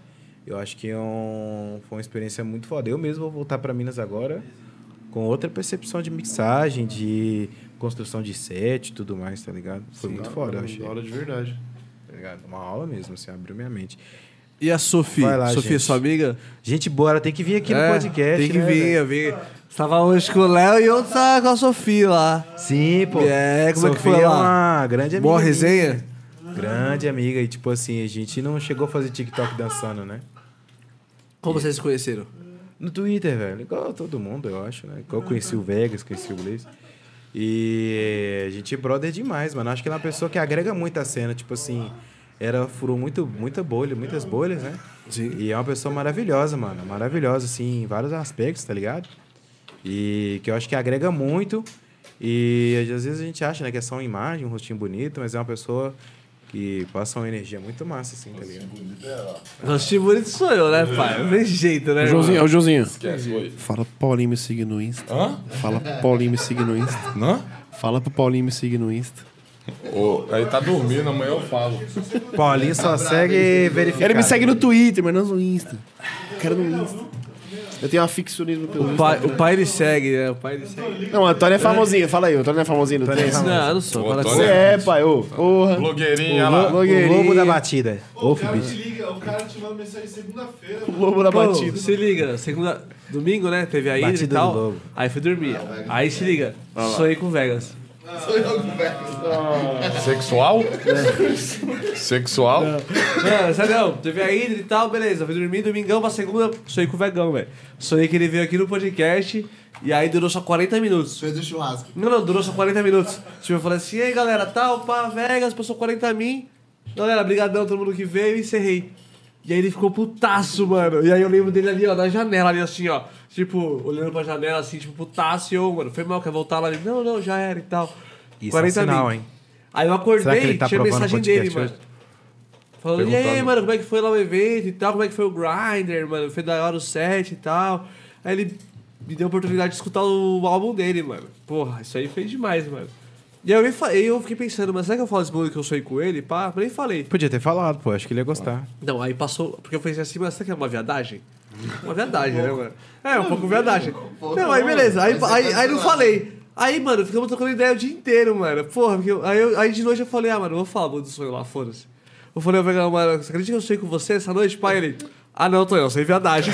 Speaker 4: Eu acho que é um- foi uma experiência muito foda. Eu mesmo vou voltar pra Minas agora com outra percepção de mixagem, de construção de set e tudo mais, tá ligado? Foi muito
Speaker 13: da-
Speaker 4: foda, eu
Speaker 13: da-
Speaker 4: achei.
Speaker 13: da hora de verdade.
Speaker 4: Tá ligado? Uma aula mesmo, assim, abriu minha mente.
Speaker 1: E a Sophie?
Speaker 4: Vai lá,
Speaker 1: Sophie é
Speaker 4: gente.
Speaker 1: sua amiga?
Speaker 4: Gente, bora, tem que vir aqui no podcast,
Speaker 1: É, Tem que
Speaker 4: né,
Speaker 1: vir,
Speaker 4: velho?
Speaker 1: eu vim. Você tava hoje com o Léo e outro tava com a Sofia lá.
Speaker 4: Sim, pô.
Speaker 1: É, como é que foi
Speaker 4: Sofia
Speaker 1: lá?
Speaker 4: uma grande amiga.
Speaker 1: Boa
Speaker 4: minha.
Speaker 1: resenha?
Speaker 4: Grande amiga. E tipo assim, a gente não chegou a fazer TikTok dançando, né?
Speaker 1: Como vocês se conheceram?
Speaker 4: No Twitter, velho. Igual todo mundo, eu acho, né? Eu conheci o Vegas, conheci o Blaze. E a gente é brother demais, mano. Acho que ela é uma pessoa que agrega muito à cena. Tipo assim, era furou muito, muita bolha, muitas bolhas, né? E é uma pessoa maravilhosa, mano. Maravilhosa, assim, em vários aspectos, tá ligado? E que eu acho que agrega muito. E às vezes a gente acha, né, que é só uma imagem, um rostinho bonito, mas é uma pessoa que passa uma energia muito massa, assim, tá ligado?
Speaker 1: Rostinho bonito sou eu, né, pai? Não tem jeito, né?
Speaker 13: Joãozinho,
Speaker 1: irmão?
Speaker 13: é o Joãozinho.
Speaker 15: Esquece, oi.
Speaker 13: Fala pro Paulinho me seguir no Insta.
Speaker 15: Hã?
Speaker 13: Fala pro Paulinho me seguir no Insta.
Speaker 15: Hã?
Speaker 13: Fala pro Paulinho me seguir no Insta.
Speaker 15: Ô, aí tá dormindo, amanhã eu falo.
Speaker 4: Paulinho só segue verificado.
Speaker 13: Ele me segue no Twitter, mas não no Insta. Quero no Insta. Eu tenho um aficionismo pelo
Speaker 1: O
Speaker 13: Insta.
Speaker 1: pai, o pai ele segue, né? O pai ele segue.
Speaker 13: Não, o Antônio é famosinho. Fala aí, o Antônio é famosinho no Twitter.
Speaker 1: Não, eu não sou. para
Speaker 13: Você
Speaker 1: sério.
Speaker 13: é, pai, ô.
Speaker 3: Tá.
Speaker 13: Porra.
Speaker 15: Blogueirinha
Speaker 13: O
Speaker 15: lá.
Speaker 13: lo- blogueirinha.
Speaker 4: O lobo da batida. Ô,
Speaker 13: cara
Speaker 4: bicho.
Speaker 2: liga, o cara te manda mensagem segunda-feira.
Speaker 13: O lobo da
Speaker 1: Pô,
Speaker 13: batida.
Speaker 1: Se liga, segunda. Domingo, né? Teve a Hydra e
Speaker 4: Batida do
Speaker 1: tal.
Speaker 4: lobo.
Speaker 1: Aí fui dormir. Aí se liga,
Speaker 15: Olha lá.
Speaker 1: sonhei com Vegas.
Speaker 15: Sexual? Sexual?
Speaker 1: Não, sabe é não, teve a Hydra e tal, beleza. Fui dormir domingão pra segunda, sonhei com o Vegão, velho. Sonhei que ele veio aqui no podcast e aí durou só 40 minutos.
Speaker 12: Fez o churrasco.
Speaker 1: Não, não, durou só 40 minutos. Tipo, eu falei assim, ei galera, tal, pá, Vegas, passou 40 mil. Galera, brigadão todo mundo que veio e encerrei. E aí ele ficou putaço, mano. E aí eu lembro dele ali, ó, na janela, ali assim, ó. Tipo, olhando pra janela, assim, tipo, putaço. E eu, mano, foi mal, quer voltar lá? Ele, não, não, já era e tal.
Speaker 4: Isso é um
Speaker 1: 40
Speaker 4: sinal,
Speaker 1: mil.
Speaker 4: hein?
Speaker 1: Aí eu
Speaker 4: Será que
Speaker 1: acordei,
Speaker 4: ele tá
Speaker 1: tinha
Speaker 4: provando
Speaker 1: mensagem
Speaker 4: podcast
Speaker 1: dele, mano.
Speaker 4: hoje?
Speaker 1: Falando, e aí,
Speaker 4: Perguntando.
Speaker 1: mano, como é que foi lá o evento e tal? Como é que foi o Grindr, mano? Foi da hora o set e tal. Aí ele me deu a oportunidade de escutar o álbum dele, mano. Porra, isso aí fez demais, mano. E aí eu, me fa- eu fiquei pensando, mas será que eu falo esse bagulho que eu sonhei com ele? Pá, nem falei.
Speaker 4: Podia ter falado, pô. Acho que ele ia gostar.
Speaker 1: Não, aí passou. Porque eu pensei assim, mas será que é uma viadagem? Uma viadagem, né, mano? É, um pouco é viadagem. Não, aí beleza. Aí, aí, aí não falei. Aí, mano, ficamos trocando ideia o dia inteiro, mano. Porra, porque eu- aí, eu- aí de noite eu falei, ah, mano, eu vou falar do sonho lá, foda-se. Eu falei, eu mano, você acredita que eu sonhei com você essa noite, pai? Ele. Ah, não, Tonhão, sem viadagem.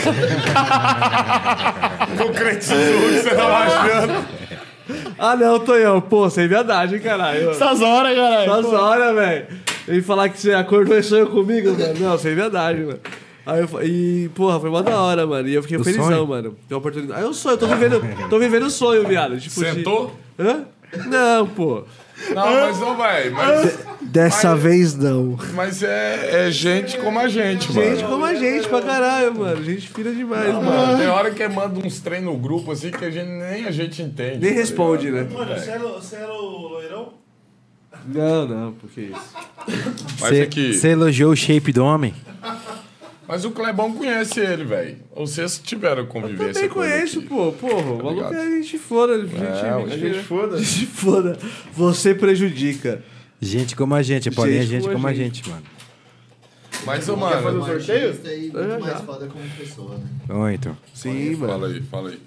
Speaker 23: Concretizou o que você tava achando.
Speaker 1: ah, não, Tonhão, pô, sem viadagem, caralho.
Speaker 2: Essas horas, caralho,
Speaker 1: Essas
Speaker 2: pô.
Speaker 1: horas, velho. Ele falar que você acordou e sonhou comigo, mano. Não, sem viadagem, mano. Aí eu, fa- e, porra, foi uma da hora, mano. E eu fiquei
Speaker 24: O
Speaker 1: felizão,
Speaker 24: sonho?
Speaker 1: mano. Deu a oportunidade. Aí eu sonho, eu tô vivendo, tô vivendo o sonho, viado. Tipo, de-
Speaker 3: Sentou?
Speaker 1: Hã? Não, pô.
Speaker 3: Não, mas não vai. Mas,
Speaker 24: Dessa vez não.
Speaker 3: mas é, é gente como a gente, mano.
Speaker 1: Gente como a gente, pra caralho, mano. Gente fina demais,
Speaker 3: Não,
Speaker 1: mano.
Speaker 3: mano, tem hora que manda uns trem no grupo assim que a gente, nem a gente entende.
Speaker 1: Nem
Speaker 3: tá
Speaker 1: responde,
Speaker 3: ligado?
Speaker 1: né?
Speaker 3: É.
Speaker 2: era, você era o loirão?
Speaker 1: Não, não, porque isso.
Speaker 3: Mas
Speaker 4: Cê-
Speaker 3: aqui-
Speaker 4: Você elogiou o shape do homem?
Speaker 3: Mas o Clebão conhece ele, velho. Vocês tiveram convivência
Speaker 1: Também
Speaker 3: com ele.
Speaker 1: conheço, pô. Porra, o maluco
Speaker 3: ligado?
Speaker 1: é gente foda. Gente,
Speaker 3: É,
Speaker 1: mentira.
Speaker 3: a gente
Speaker 1: [laughs] foda. Gente foda. Você prejudica.
Speaker 4: Gente como a gente, Paulinho é gente como a gente, mano.
Speaker 3: Mas, ô,
Speaker 12: Quer
Speaker 3: mano.
Speaker 12: fazer o sorteio?
Speaker 3: sorteio?
Speaker 12: Muito mais foda como pessoa, né?
Speaker 4: Ó, então.
Speaker 12: Sim,
Speaker 3: mano. Fala aí, fala aí.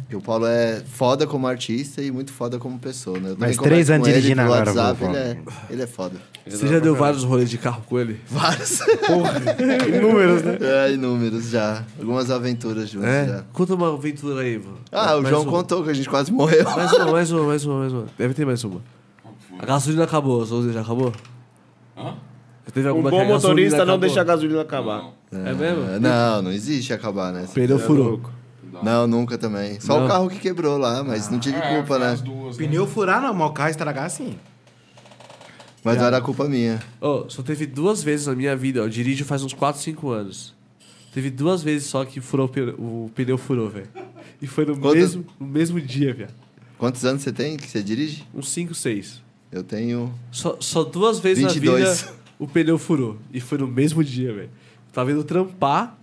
Speaker 12: Porque o Paulo é foda como artista e muito foda como pessoa, né? Eu também
Speaker 4: Mas
Speaker 12: converso
Speaker 4: três
Speaker 12: com
Speaker 4: anos
Speaker 12: ele
Speaker 4: dirigindo
Speaker 12: pelo
Speaker 4: agora,
Speaker 12: WhatsApp,
Speaker 4: vou
Speaker 12: ele é,
Speaker 4: falar.
Speaker 12: ele é foda.
Speaker 24: Você já deu vários rolês de carro com ele?
Speaker 12: [laughs] Vários.
Speaker 24: Inúmeros, né?
Speaker 12: É, inúmeros já. Algumas aventuras juntos
Speaker 24: É?
Speaker 12: já.
Speaker 24: Conta uma aventura aí, mano.
Speaker 12: Ah, o
Speaker 24: Mais um.
Speaker 12: João
Speaker 24: uma.
Speaker 12: contou que a gente quase morreu.
Speaker 24: Mais uma, mais uma, mais uma, mais uma. Deve ter mais uma. A gasolina acabou, a gasolina já acabou?
Speaker 3: Hã?
Speaker 24: Já teve
Speaker 13: Um
Speaker 24: alguma que
Speaker 13: bom
Speaker 24: a gasolina
Speaker 13: motorista não
Speaker 24: acabou?
Speaker 13: deixa a gasolina acabar.
Speaker 24: É mesmo?
Speaker 12: Não, não existe acabar, né?
Speaker 24: Pneu
Speaker 12: Você é
Speaker 24: furou.
Speaker 12: louco. Não, nunca também. Só
Speaker 24: Não.
Speaker 12: o carro que quebrou lá, mas não tive
Speaker 3: É,
Speaker 12: culpa, né?
Speaker 25: Pneu furar não, mas o carro estragar sim.
Speaker 12: Mas
Speaker 24: É.
Speaker 12: não era culpa minha.
Speaker 24: Ô, só teve duas vezes na minha vida, ó. Eu dirijo faz uns 4, 5 anos. Teve duas vezes só que furou o pneu, o pneu furou, velho. E foi no
Speaker 12: Quantas-
Speaker 24: mesmo, no mesmo dia, velho.
Speaker 12: Quantos anos você tem que você dirige?
Speaker 24: Uns 5, 6.
Speaker 12: Eu tenho.
Speaker 24: Só, só duas vezes
Speaker 12: 22.
Speaker 24: na vida o pneu furou. E foi no mesmo dia, velho. Tava indo trampar,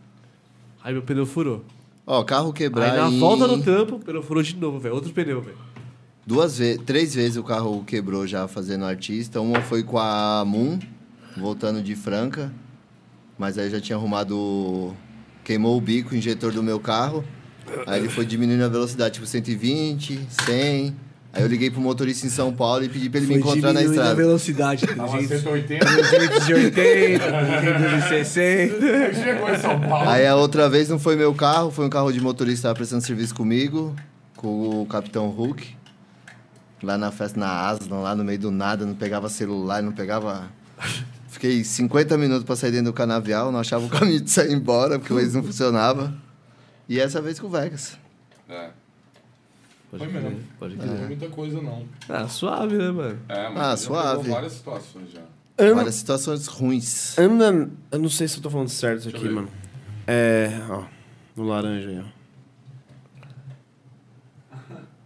Speaker 24: aí meu pneu furou.
Speaker 12: Ó, carro quebrar.
Speaker 24: Aí na
Speaker 12: em-
Speaker 24: volta do trampo, o pneu furou de novo, velho. Outro pneu, velho.
Speaker 12: Duas vezes, três vezes o carro quebrou já fazendo artista. Uma foi com a Moon, voltando de Franca. Mas aí eu já tinha arrumado. Queimou o bico, o injetor do meu carro. Aí ele foi diminuindo a velocidade, tipo 120, 100. Aí eu liguei pro motorista em São Paulo e pedi pra ele me encontrar na
Speaker 24: diminuindo a
Speaker 12: estrada.
Speaker 24: velocidade.
Speaker 3: Tava
Speaker 24: 300,
Speaker 3: 180.
Speaker 24: 380, 360.
Speaker 3: Chegou em São Paulo.
Speaker 12: Aí a outra vez não foi meu carro, foi um carro de motorista que tava prestando serviço comigo, com o Capitão Hulk. Lá na festa, na Aslan, lá no meio do nada, não pegava celular, não pegava. Fiquei 50 minutos pra sair dentro do canavial, não achava o caminho de sair embora, porque o Waze não funcionava. E essa vez com o Vegas.
Speaker 3: É.
Speaker 24: Pode
Speaker 3: Foi
Speaker 24: crer,
Speaker 3: mesmo.
Speaker 24: pode
Speaker 3: Não
Speaker 24: crer.
Speaker 3: foi muita coisa, não.
Speaker 24: Ah, suave, né, mano?
Speaker 3: É, mas
Speaker 12: Ah,
Speaker 3: ele já pegou
Speaker 12: suave.
Speaker 3: várias situações já.
Speaker 12: Várias situações ruins.
Speaker 13: Anda. Eu não sei se eu tô falando certo isso aqui,
Speaker 3: eu ver.
Speaker 13: mano. É. Ó. No laranja aí, ó.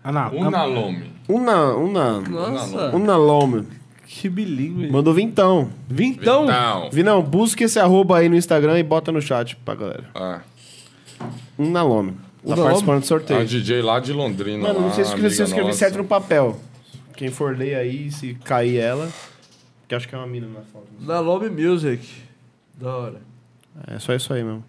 Speaker 4: Ah, Um
Speaker 3: Unalome.
Speaker 13: Una. Una.
Speaker 3: Nossa.
Speaker 13: Unalome.
Speaker 24: Que bilingue.
Speaker 13: Mandou vintão.
Speaker 24: Vintão?
Speaker 3: Vintão.
Speaker 13: Vinão, busca esse arroba aí no Instagram e bota no chat pra galera.
Speaker 3: Ah.
Speaker 13: Unalome. Tá
Speaker 3: Unalome?
Speaker 13: participando do
Speaker 3: A
Speaker 13: sorteio.
Speaker 3: DJ lá de Londrina.
Speaker 13: Mano, não sei se
Speaker 3: lá,
Speaker 13: você
Speaker 3: amiga
Speaker 13: escrevi
Speaker 3: nossa.
Speaker 13: certo no papel. Quem for ler aí, se cair ela. Que acho que é uma mina na foto.
Speaker 24: Na Lobby Music. Da hora.
Speaker 13: É só isso aí mesmo.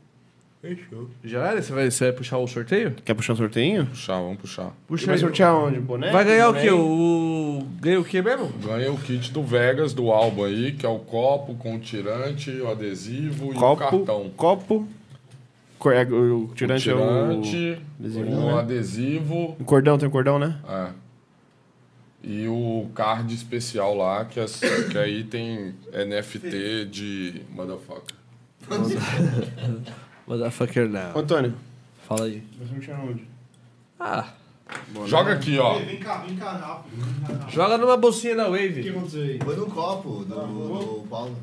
Speaker 24: Fechou. Já era? Você vai, você vai puxar o sorteio?
Speaker 13: Quer puxar um sorteinho?
Speaker 3: Puxar, vamos puxar.
Speaker 24: Puxa
Speaker 13: E vai
Speaker 24: aí.
Speaker 13: sortear onde?
Speaker 12: É,
Speaker 13: Boné?
Speaker 24: Vai ganhar o
Speaker 13: Boné?
Speaker 24: quê? O... Ganha o quê mesmo?
Speaker 3: Ganhei o kit do Vegas, do álbum aí, que é o copo com o tirante, o
Speaker 13: Um
Speaker 3: adesivo e o
Speaker 13: Copo.
Speaker 3: cartão.
Speaker 13: Copo. cor- é, O tirante, é o.
Speaker 3: tirante,
Speaker 13: adesivinho,
Speaker 3: o
Speaker 13: né?
Speaker 3: adesivo
Speaker 13: O cordão, tem um cordão, né?
Speaker 3: é. e o card especial lá, que, é, que aí tem NFT de motherfucker.
Speaker 24: Motherfucker now.
Speaker 13: Antônio.
Speaker 24: Fala aí.
Speaker 13: Vai sortear onde?
Speaker 24: Ah.
Speaker 3: Joga aqui, ó.
Speaker 2: Vem cá, vem cá, rápido.
Speaker 24: Joga numa bolsinha da
Speaker 2: O que
Speaker 24: Wave.
Speaker 2: aconteceu aí?
Speaker 12: Foi no copo do, do Paulo.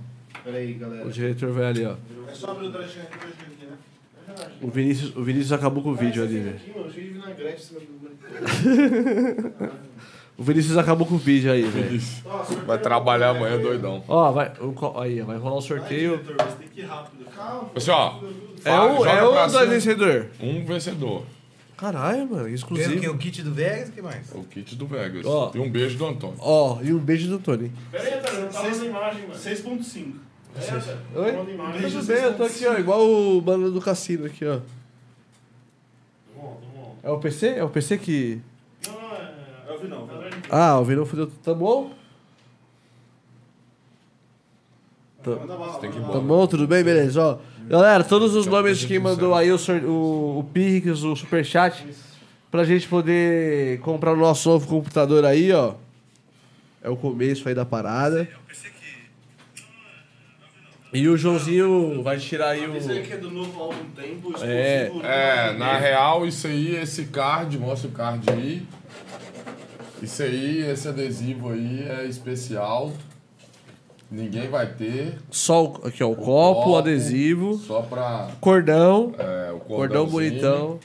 Speaker 2: Peraí, galera.
Speaker 26: O diretor vai ali, ó.
Speaker 2: É só abrir o Dodge aqui, né?
Speaker 1: O Vinícius, o Vinícius acabou com o vídeo ali, velho.
Speaker 2: Aqui, mano, cheio de vinagrete em cima do monitor.
Speaker 1: O Vinícius acabou com o vídeo aí, velho.
Speaker 3: Vai trabalhar amanhã doidão.
Speaker 26: Ó, vai, o co- aí, ó, vai rolar o sorteio.
Speaker 3: Assim, ó.
Speaker 26: É um-
Speaker 3: joga
Speaker 26: é um
Speaker 3: pra
Speaker 26: dos
Speaker 3: cima.
Speaker 26: vencedor?
Speaker 3: Um vencedor.
Speaker 1: Caralho, mano,
Speaker 4: Tem o quê?
Speaker 1: exclusivo.
Speaker 4: O kit do Vegas? O que mais?
Speaker 3: É O kit do Vegas.
Speaker 1: Ó.
Speaker 3: E um beijo do Antônio.
Speaker 1: Ó, e um beijo do Tony.
Speaker 2: Peraí, Antônio, não tá mandando imagem, mano. 6.5.
Speaker 1: Oi? Tudo bem, eu tô aqui, ó, igual o mano do cassino aqui, ó. É o PC? É o PC que.
Speaker 2: Eu vi não.
Speaker 1: Ah, o Vinão fudeu. Tá bom? Tá, tá bom, tudo bem? Beleza, ó. Galera, todos os nomes de quem mandou aí o, sor- o, o Pix, o Superchat, pra gente poder comprar o nosso novo computador aí, ó. É o começo aí da parada. E o Joãozinho vai tirar aí
Speaker 2: Isso aí
Speaker 1: o.
Speaker 2: que é do novo álbum Tempo.
Speaker 3: É,
Speaker 2: exclusivo do-
Speaker 3: é, na real, isso aí, esse card, mostra o card aí. Isso aí, esse adesivo aí é especial. Ninguém vai ter.
Speaker 1: Só o, aqui, ó, o, copo,
Speaker 3: copo,
Speaker 1: o adesivo.
Speaker 3: Só pra.
Speaker 1: Cordão.
Speaker 3: É, o
Speaker 1: Cordão
Speaker 3: cordãozinho.
Speaker 1: bonitão.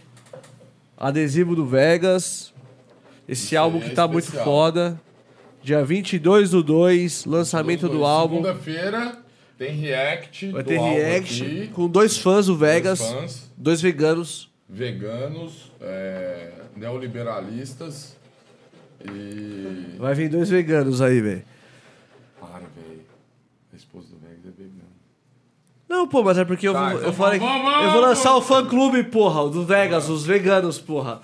Speaker 1: Adesivo do Vegas. Esse álbum
Speaker 3: aí
Speaker 1: que
Speaker 3: é
Speaker 1: tá muito
Speaker 3: especial.
Speaker 1: foda. Dia 22 do 2, lançamento do álbum.
Speaker 3: Segunda-feira tem react.
Speaker 1: Vai
Speaker 3: do
Speaker 1: ter
Speaker 3: álbum
Speaker 1: react
Speaker 3: aqui.
Speaker 1: com dois fãs do Vegas. Dois,
Speaker 3: fãs.
Speaker 1: veganos.
Speaker 3: Veganos, é, neoliberalistas. E.
Speaker 1: Vai vir dois veganos aí, velho.
Speaker 3: Para, velho. A esposa do Vegas é vegana.
Speaker 1: Não, pô, mas é porque eu,
Speaker 3: Tá,
Speaker 1: vou,
Speaker 3: então
Speaker 1: eu falei.
Speaker 3: vamos, vamos,
Speaker 1: eu vou lançar o
Speaker 3: vamos.
Speaker 1: fã clube, porra, o do Vegas, os veganos, porra.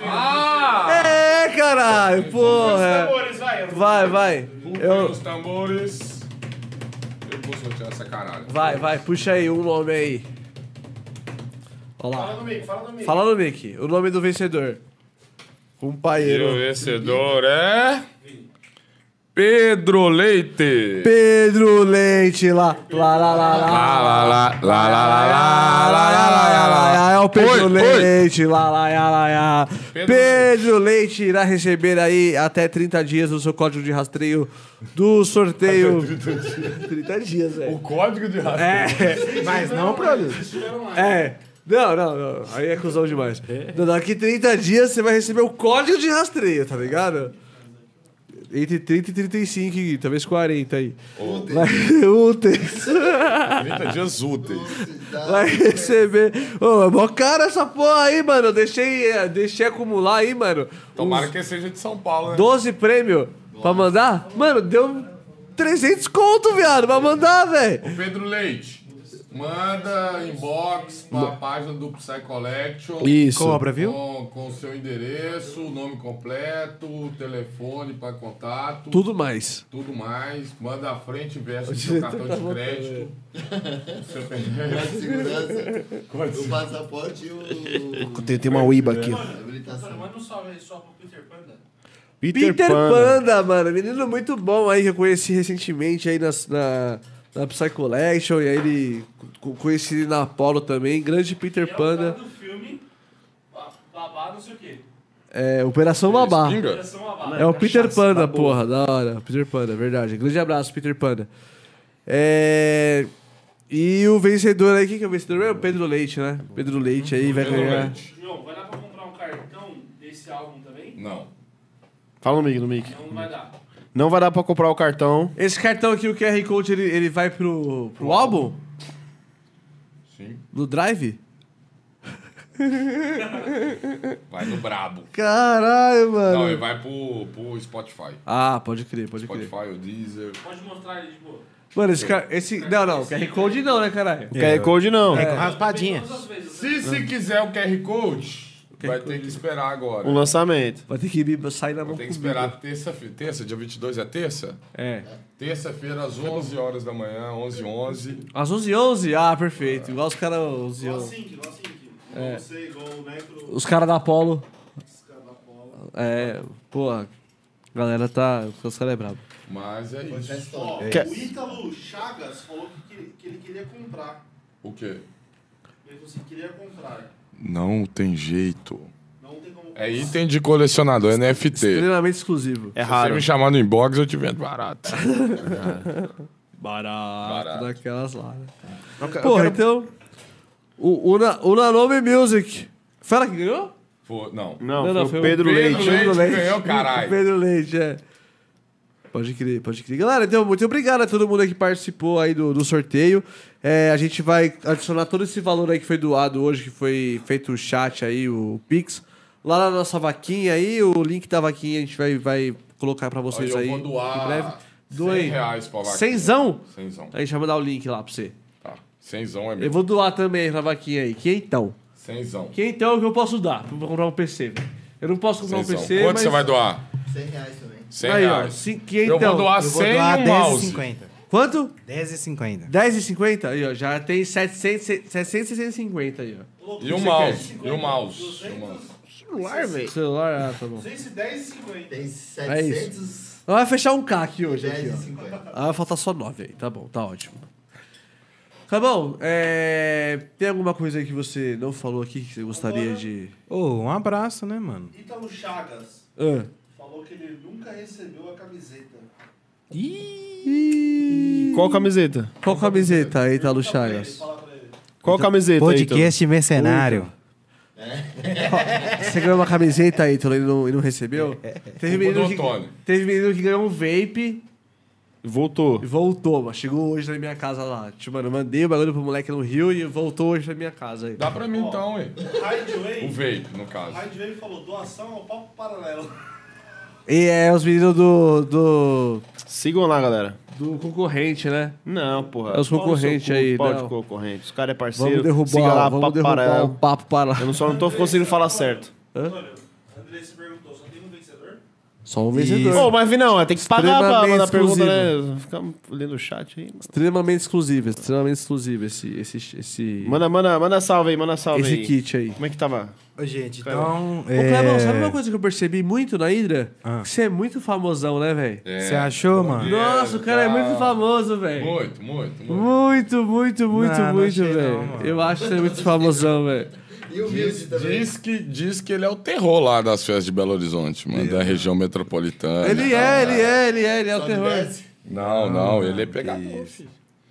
Speaker 3: Ah!
Speaker 1: É, caralho, porra.
Speaker 3: tambores, vai.
Speaker 1: Vai, vai.
Speaker 3: Eu...
Speaker 1: Eu,
Speaker 3: Os tambores. Eu vou sortear essa caralho.
Speaker 1: vai, vai, puxa aí um nome aí. Olha lá.
Speaker 2: Fala no meio, fala no meio.
Speaker 1: Fala no Mickey, o nome do vencedor. Um
Speaker 3: E o
Speaker 1: Companheiro.
Speaker 3: vencedor é. Pedro Leite.
Speaker 1: Pedro Leite lá. Lá, lá, lá, lá.
Speaker 3: Lá, lá, lá, lá, lá, lá, lá, lá, lá, lá, lá, lá.
Speaker 1: Lá, lá, É o Pedro
Speaker 3: Oi, oi.
Speaker 1: Leite, lá, lá, lá, lá, lá.
Speaker 3: Pedro
Speaker 1: Pedro Leite irá receber aí até 30 dias o seu código de rastreio do sorteio. 30 dias, velho.
Speaker 3: O código de raça.
Speaker 1: É, mas não produto. É. Não, não, não. Aí é cuzão demais. Não, daqui 30 dias você vai receber o código de rastreio, tá ligado? Entre 30 e 35, Gui, talvez 40 aí. Vai, úteis.
Speaker 3: 30 dias úteis.
Speaker 1: Vai [laughs] receber. Ô, é mó cara essa porra aí, mano. Eu Deixei, eh, deixei acumular aí, mano.
Speaker 3: Tomara
Speaker 1: uns
Speaker 3: que seja de São Paulo, né?
Speaker 1: 12 prêmio pra mandar. Mano, deu 300 conto, viado, pra mandar, velho.
Speaker 3: Ô, Pedro Leite, manda inbox pra página do Psy Collection.
Speaker 1: Isso.
Speaker 27: Cobra, viu?
Speaker 3: Com- Com o seu endereço, o nome completo, telefone pra contato.
Speaker 1: Tudo mais.
Speaker 3: Tudo mais. Manda a frente e verso do seu
Speaker 1: diretor
Speaker 3: cartão
Speaker 1: tá
Speaker 3: de
Speaker 1: voltando,
Speaker 3: crédito. O [laughs] seu
Speaker 12: A
Speaker 3: PNS.
Speaker 12: segurança, o passaporte e o.
Speaker 13: Tem, tem uma uíba aqui.
Speaker 12: Habilitação.
Speaker 2: Manda um salve aí só pro Peter Panda.
Speaker 1: Peter, Panda. mano. Menino muito bom aí que eu conheci recentemente aí nas- na, na Psy Collection. E aí ele co- conheci ele na Apollo também. Grande Peter Panda.
Speaker 2: do filme ba- Babá, não sei o quê.
Speaker 1: É, Operação Babá.
Speaker 3: Pinga?
Speaker 1: É o Peter
Speaker 3: tá
Speaker 1: Panda, porra, da hora. Peter Panda, verdade. Grande abraço, Peter Panda. É... E o vencedor aí, quem que é o vencedor? É o Pedro Leite, né? Pedro Leite aí vai
Speaker 3: Pedro
Speaker 1: ganhar.
Speaker 3: Leite.
Speaker 2: João, vai dar pra comprar um cartão desse álbum também?
Speaker 3: Não.
Speaker 13: Fala no mic, no mic.
Speaker 2: Não vai dar.
Speaker 13: Não vai dar pra comprar o cartão.
Speaker 1: Esse cartão aqui, o QR Code, ele, ele vai pro, pro álbum?
Speaker 3: Sim.
Speaker 1: No drive?
Speaker 3: Vai no brabo.
Speaker 1: Caralho, mano.
Speaker 3: Não, ele vai pro, pro Spotify.
Speaker 1: Ah, pode crer, pode crer.
Speaker 3: Spotify, o Deezer.
Speaker 2: Pode mostrar ele de boa.
Speaker 1: Mano, esse, ca- esse. Não, não, QR Code não, né, caralho?
Speaker 13: QR Code não.
Speaker 27: É, com raspadinha.
Speaker 4: É.
Speaker 3: Se se quiser o QR Code, vai ter que esperar agora.
Speaker 13: O Um lançamento.
Speaker 1: Vai ter que ir- sair na mão
Speaker 3: Tem
Speaker 1: comigo.
Speaker 3: que esperar terça-feira. Terça, dia 22 é terça?
Speaker 1: É.
Speaker 3: Terça-feira, às 11 horas da manhã, 11 11
Speaker 1: Às 11 h 11 Ah, perfeito. Igual os caras. Os,
Speaker 2: Sync, igual Sync. É. Não sei, igual o Necro.
Speaker 1: os caras da Apollo. É, porra. a Galera tá. Os caras é brabo.
Speaker 3: Mas é isso.
Speaker 2: Ó,
Speaker 13: Que-
Speaker 2: o Ítalo Chagas falou que, que- que ele queria comprar.
Speaker 3: O quê?
Speaker 2: Ele falou assim, queria comprar.
Speaker 3: Não tem jeito.
Speaker 2: Não tem como
Speaker 3: É item de colecionador, NFT.
Speaker 1: Extremamente exclusivo.
Speaker 13: É
Speaker 3: Se você
Speaker 13: raro.
Speaker 3: me chamar no inbox, eu te vendo barato.
Speaker 1: Barato,
Speaker 28: Barato.
Speaker 1: daquelas lá. né?
Speaker 28: Eu que- eu
Speaker 1: Porra,
Speaker 28: quero-
Speaker 1: então. O, o, Na- o Nanome Music. Fala que ganhou?
Speaker 3: Foi- não.
Speaker 1: foi
Speaker 3: Pedro Leite ganhou, caralho.
Speaker 1: O [laughs] Pedro Leite, é. Pode crer, pode crer. Galera, então, muito obrigado a todo mundo que participou aí do, do sorteio. É, a gente vai adicionar todo esse valor aí que foi doado hoje, que foi feito o chat aí, o Pix, lá na nossa vaquinha aí. O link da vaquinha a gente vai, vai colocar pra vocês
Speaker 3: eu
Speaker 1: aí,
Speaker 3: vou doar
Speaker 1: em breve.
Speaker 3: 100 reais pra vaquinha.
Speaker 1: Cenzão?
Speaker 3: Cenzão.
Speaker 1: A gente vai mandar o link lá pra você. Tá.
Speaker 3: Cenzão é mesmo.
Speaker 1: Eu vou doar também pra vaquinha aí. Que então?
Speaker 3: Cenzão.
Speaker 1: Que então é o que eu posso dar pra comprar um PC. velho. Eu não posso comprar
Speaker 3: Cenzão.
Speaker 1: um PC,
Speaker 3: Quanto
Speaker 1: mas...
Speaker 3: você vai doar?
Speaker 12: 100 reais também.
Speaker 3: 100
Speaker 1: Aí, ó,
Speaker 3: reais.
Speaker 1: cin- que
Speaker 3: eu
Speaker 1: então?
Speaker 3: vou doar
Speaker 1: Eu vou
Speaker 3: 100
Speaker 1: doar
Speaker 3: e um
Speaker 1: 10 e
Speaker 3: mouse.
Speaker 4: 50.
Speaker 1: Quanto?
Speaker 4: 10,50.
Speaker 1: 10,50? Aí, ó, já tem 700, 750 aí, ó.
Speaker 3: E um mouse. E um mouse. E um mouse.
Speaker 1: Celular, velho. Celular, ah, tá bom.
Speaker 12: 210 50. Tem
Speaker 1: É isso.
Speaker 12: 700.
Speaker 1: Nós vai fechar um K aqui hoje. Aqui,
Speaker 12: 10,50.
Speaker 1: ó. Ah, vai faltar só 9 aí. Tá bom, tá ótimo. Cabão, é... tem alguma coisa aí que você não falou aqui que você gostaria de...
Speaker 4: Ô, um abraço, né, mano?
Speaker 2: Ítalo Chagas
Speaker 1: Ah.
Speaker 2: falou que ele nunca recebeu a camiseta.
Speaker 13: Qual camiseta?
Speaker 1: Qual camiseta aí, Italo Chagas?
Speaker 13: Qual camiseta aí,
Speaker 4: Podcast
Speaker 13: Ítalo?
Speaker 4: mercenário.
Speaker 1: Você ganhou uma camiseta aí, Italo, e não, e não recebeu? Teve
Speaker 3: Culpa
Speaker 1: menino,
Speaker 3: do
Speaker 1: que,
Speaker 3: Antônio.
Speaker 1: teve menino que ganhou um vape
Speaker 13: Voltou.
Speaker 1: e voltou, mas chegou hoje na minha casa lá. Tipo, mano, eu mandei o bagulho pro moleque no Rio e voltou hoje na minha casa aí.
Speaker 3: Dá pra mim então, hein?
Speaker 2: Hideaway.
Speaker 3: O vape, no caso.
Speaker 2: Hideaway falou doação ao papo paralelo.
Speaker 1: E é os meninos do. do...
Speaker 13: Sigam lá, galera.
Speaker 1: Do concorrente, né?
Speaker 13: Não, porra.
Speaker 1: É os concorrentes
Speaker 13: Pau no seu cu,
Speaker 1: aí,
Speaker 13: Pau
Speaker 1: não.
Speaker 13: de concorrente. Os caras é parceiro.
Speaker 1: Vamos derrubar,
Speaker 13: Siga lá,
Speaker 1: vamos
Speaker 13: papo
Speaker 1: derrubar
Speaker 13: paralelo.
Speaker 1: o papo para.
Speaker 13: Eu não só não tô conseguindo falar certo.
Speaker 2: André se perguntou, só tem um vencedor?
Speaker 1: Só um vencedor.
Speaker 13: Ô, mas Vinão, tem que pagar pra
Speaker 1: Extremamente
Speaker 13: mandar pergunta,
Speaker 1: exclusivo.
Speaker 13: né? Ficar lendo o chat aí. mano.
Speaker 1: Extremamente exclusivo, extremamente exclusivo esse. esse, esse...
Speaker 13: Manda, manda, manda salve aí, manda salve
Speaker 1: Esse
Speaker 13: aí.
Speaker 1: kit aí. É.
Speaker 13: Como é que tava?
Speaker 4: Ô, gente,
Speaker 13: Cleber.
Speaker 4: então.
Speaker 1: Ô, Clebão, sabe uma coisa que eu percebi muito na Hydra? Que você é muito famosão, né, velho?
Speaker 4: Você achou, mano?
Speaker 1: Nossa, o cara é muito famoso, velho.
Speaker 3: Muito, muito, muito.
Speaker 1: Muito, muito, muito,
Speaker 3: Não, não
Speaker 1: muito,
Speaker 3: achei não,
Speaker 1: velho.
Speaker 3: mano.
Speaker 1: Eu acho que você é muito famosão, velho.
Speaker 3: Diz, diz que, diz que ele é o terror lá das festas de Belo Horizonte, mano, da região metropolitana.
Speaker 1: Ele é, ele é, ele é, ele é o terror.
Speaker 3: Não, não, ele é pegador, filho.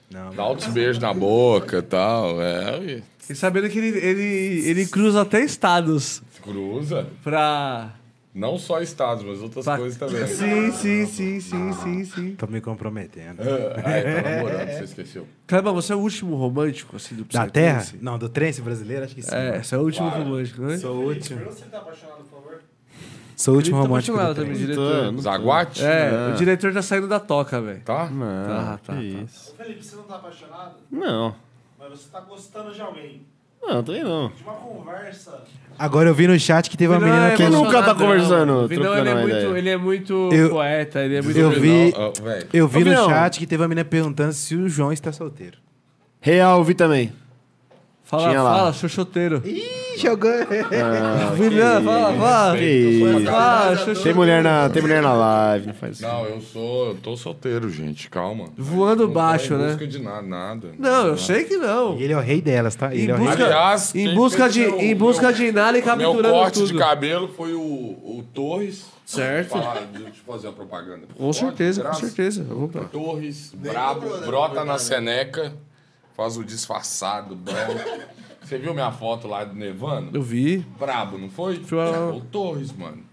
Speaker 3: Dá altos beijos na boca e tal. É, e
Speaker 1: E sabendo que ele, ele, ele cruza até estados.
Speaker 3: cruza.
Speaker 1: Pra.
Speaker 3: Não só estados, mas outras
Speaker 1: [laughs]
Speaker 3: coisas também.
Speaker 1: Sim, sim, sim, sim, sim, sim.
Speaker 4: Tô me comprometendo.
Speaker 3: Ah, Ai, tá namorando, você esqueceu.
Speaker 1: Clebão, você é o último romântico, assim, do
Speaker 4: Da
Speaker 1: Psytrance?
Speaker 4: terra? Não, do trance brasileiro, acho que sim.
Speaker 1: É,
Speaker 4: mano.
Speaker 1: você é o último romântico, né?
Speaker 4: Sou o último.
Speaker 2: Você tá apaixonado, por favor?
Speaker 4: Sou o último
Speaker 1: Ele tá
Speaker 4: romântico.
Speaker 1: apaixonado
Speaker 4: do
Speaker 1: também,
Speaker 4: trance.
Speaker 1: diretor.
Speaker 3: Zaguate?
Speaker 1: É,
Speaker 4: Ah.
Speaker 1: o diretor tá saindo da toca, velho.
Speaker 3: Tá?
Speaker 1: Tá, tá.
Speaker 2: Ô, Felipe, você não tá apaixonado?
Speaker 13: Não.
Speaker 2: Mas você tá gostando de alguém.
Speaker 13: Não, também não.
Speaker 2: De uma conversa.
Speaker 4: Agora eu vi no chat que teve uma
Speaker 1: Vinão
Speaker 4: menina
Speaker 1: é
Speaker 4: que.
Speaker 1: Quem nunca
Speaker 13: tá
Speaker 1: Não,
Speaker 13: conversando,
Speaker 1: o Vinão, ele
Speaker 13: trocando
Speaker 1: é
Speaker 13: uma
Speaker 1: muito,
Speaker 13: ideia.
Speaker 1: ele é muito
Speaker 4: Eu-
Speaker 1: poeta, ele é muito...
Speaker 4: eu vi,
Speaker 3: Não, ah, velho.
Speaker 4: eu vi no
Speaker 13: Ô, Vinão.
Speaker 4: chat que teve uma menina perguntando se o João está solteiro.
Speaker 13: Real, vi também.
Speaker 1: Fala,
Speaker 13: Tinha lá.
Speaker 1: fala, xoxoteiro.
Speaker 4: Ih, jogou.
Speaker 13: Ah,
Speaker 1: Vilhã, fala, fala.
Speaker 13: que isso.
Speaker 1: Fala, xoxoteiro.
Speaker 13: Tem mulher, na, tem mulher na live, não faz isso.
Speaker 3: Não, eu sou. Eu tô solteiro, gente. Calma.
Speaker 1: Voando
Speaker 3: Não tô
Speaker 1: baixo,
Speaker 3: em
Speaker 1: né?
Speaker 3: busca de nada, nada.
Speaker 1: Não, eu sei que não.
Speaker 4: E ele é o rei delas, tá? Ele
Speaker 1: Em
Speaker 4: é o rei
Speaker 1: busca,
Speaker 3: Aliás,
Speaker 1: em
Speaker 3: quem
Speaker 1: busca
Speaker 3: fez é
Speaker 1: de,
Speaker 3: meu-
Speaker 1: em busca de nada e
Speaker 3: Meu
Speaker 1: capturando
Speaker 3: corte
Speaker 1: tá tudo.
Speaker 3: de cabelo foi o, o Torres.
Speaker 1: Certo.
Speaker 3: Fala, Deixa eu fazer a propaganda.
Speaker 1: Com certeza, com certeza. Vamos pra-
Speaker 3: Torres, brabo, brota na seneca, faz o disfarçado, brabo. Você viu minha foto lá do Nevando?
Speaker 1: Eu vi.
Speaker 3: Brabo, não foi?
Speaker 1: uma-
Speaker 3: O Torres, mano.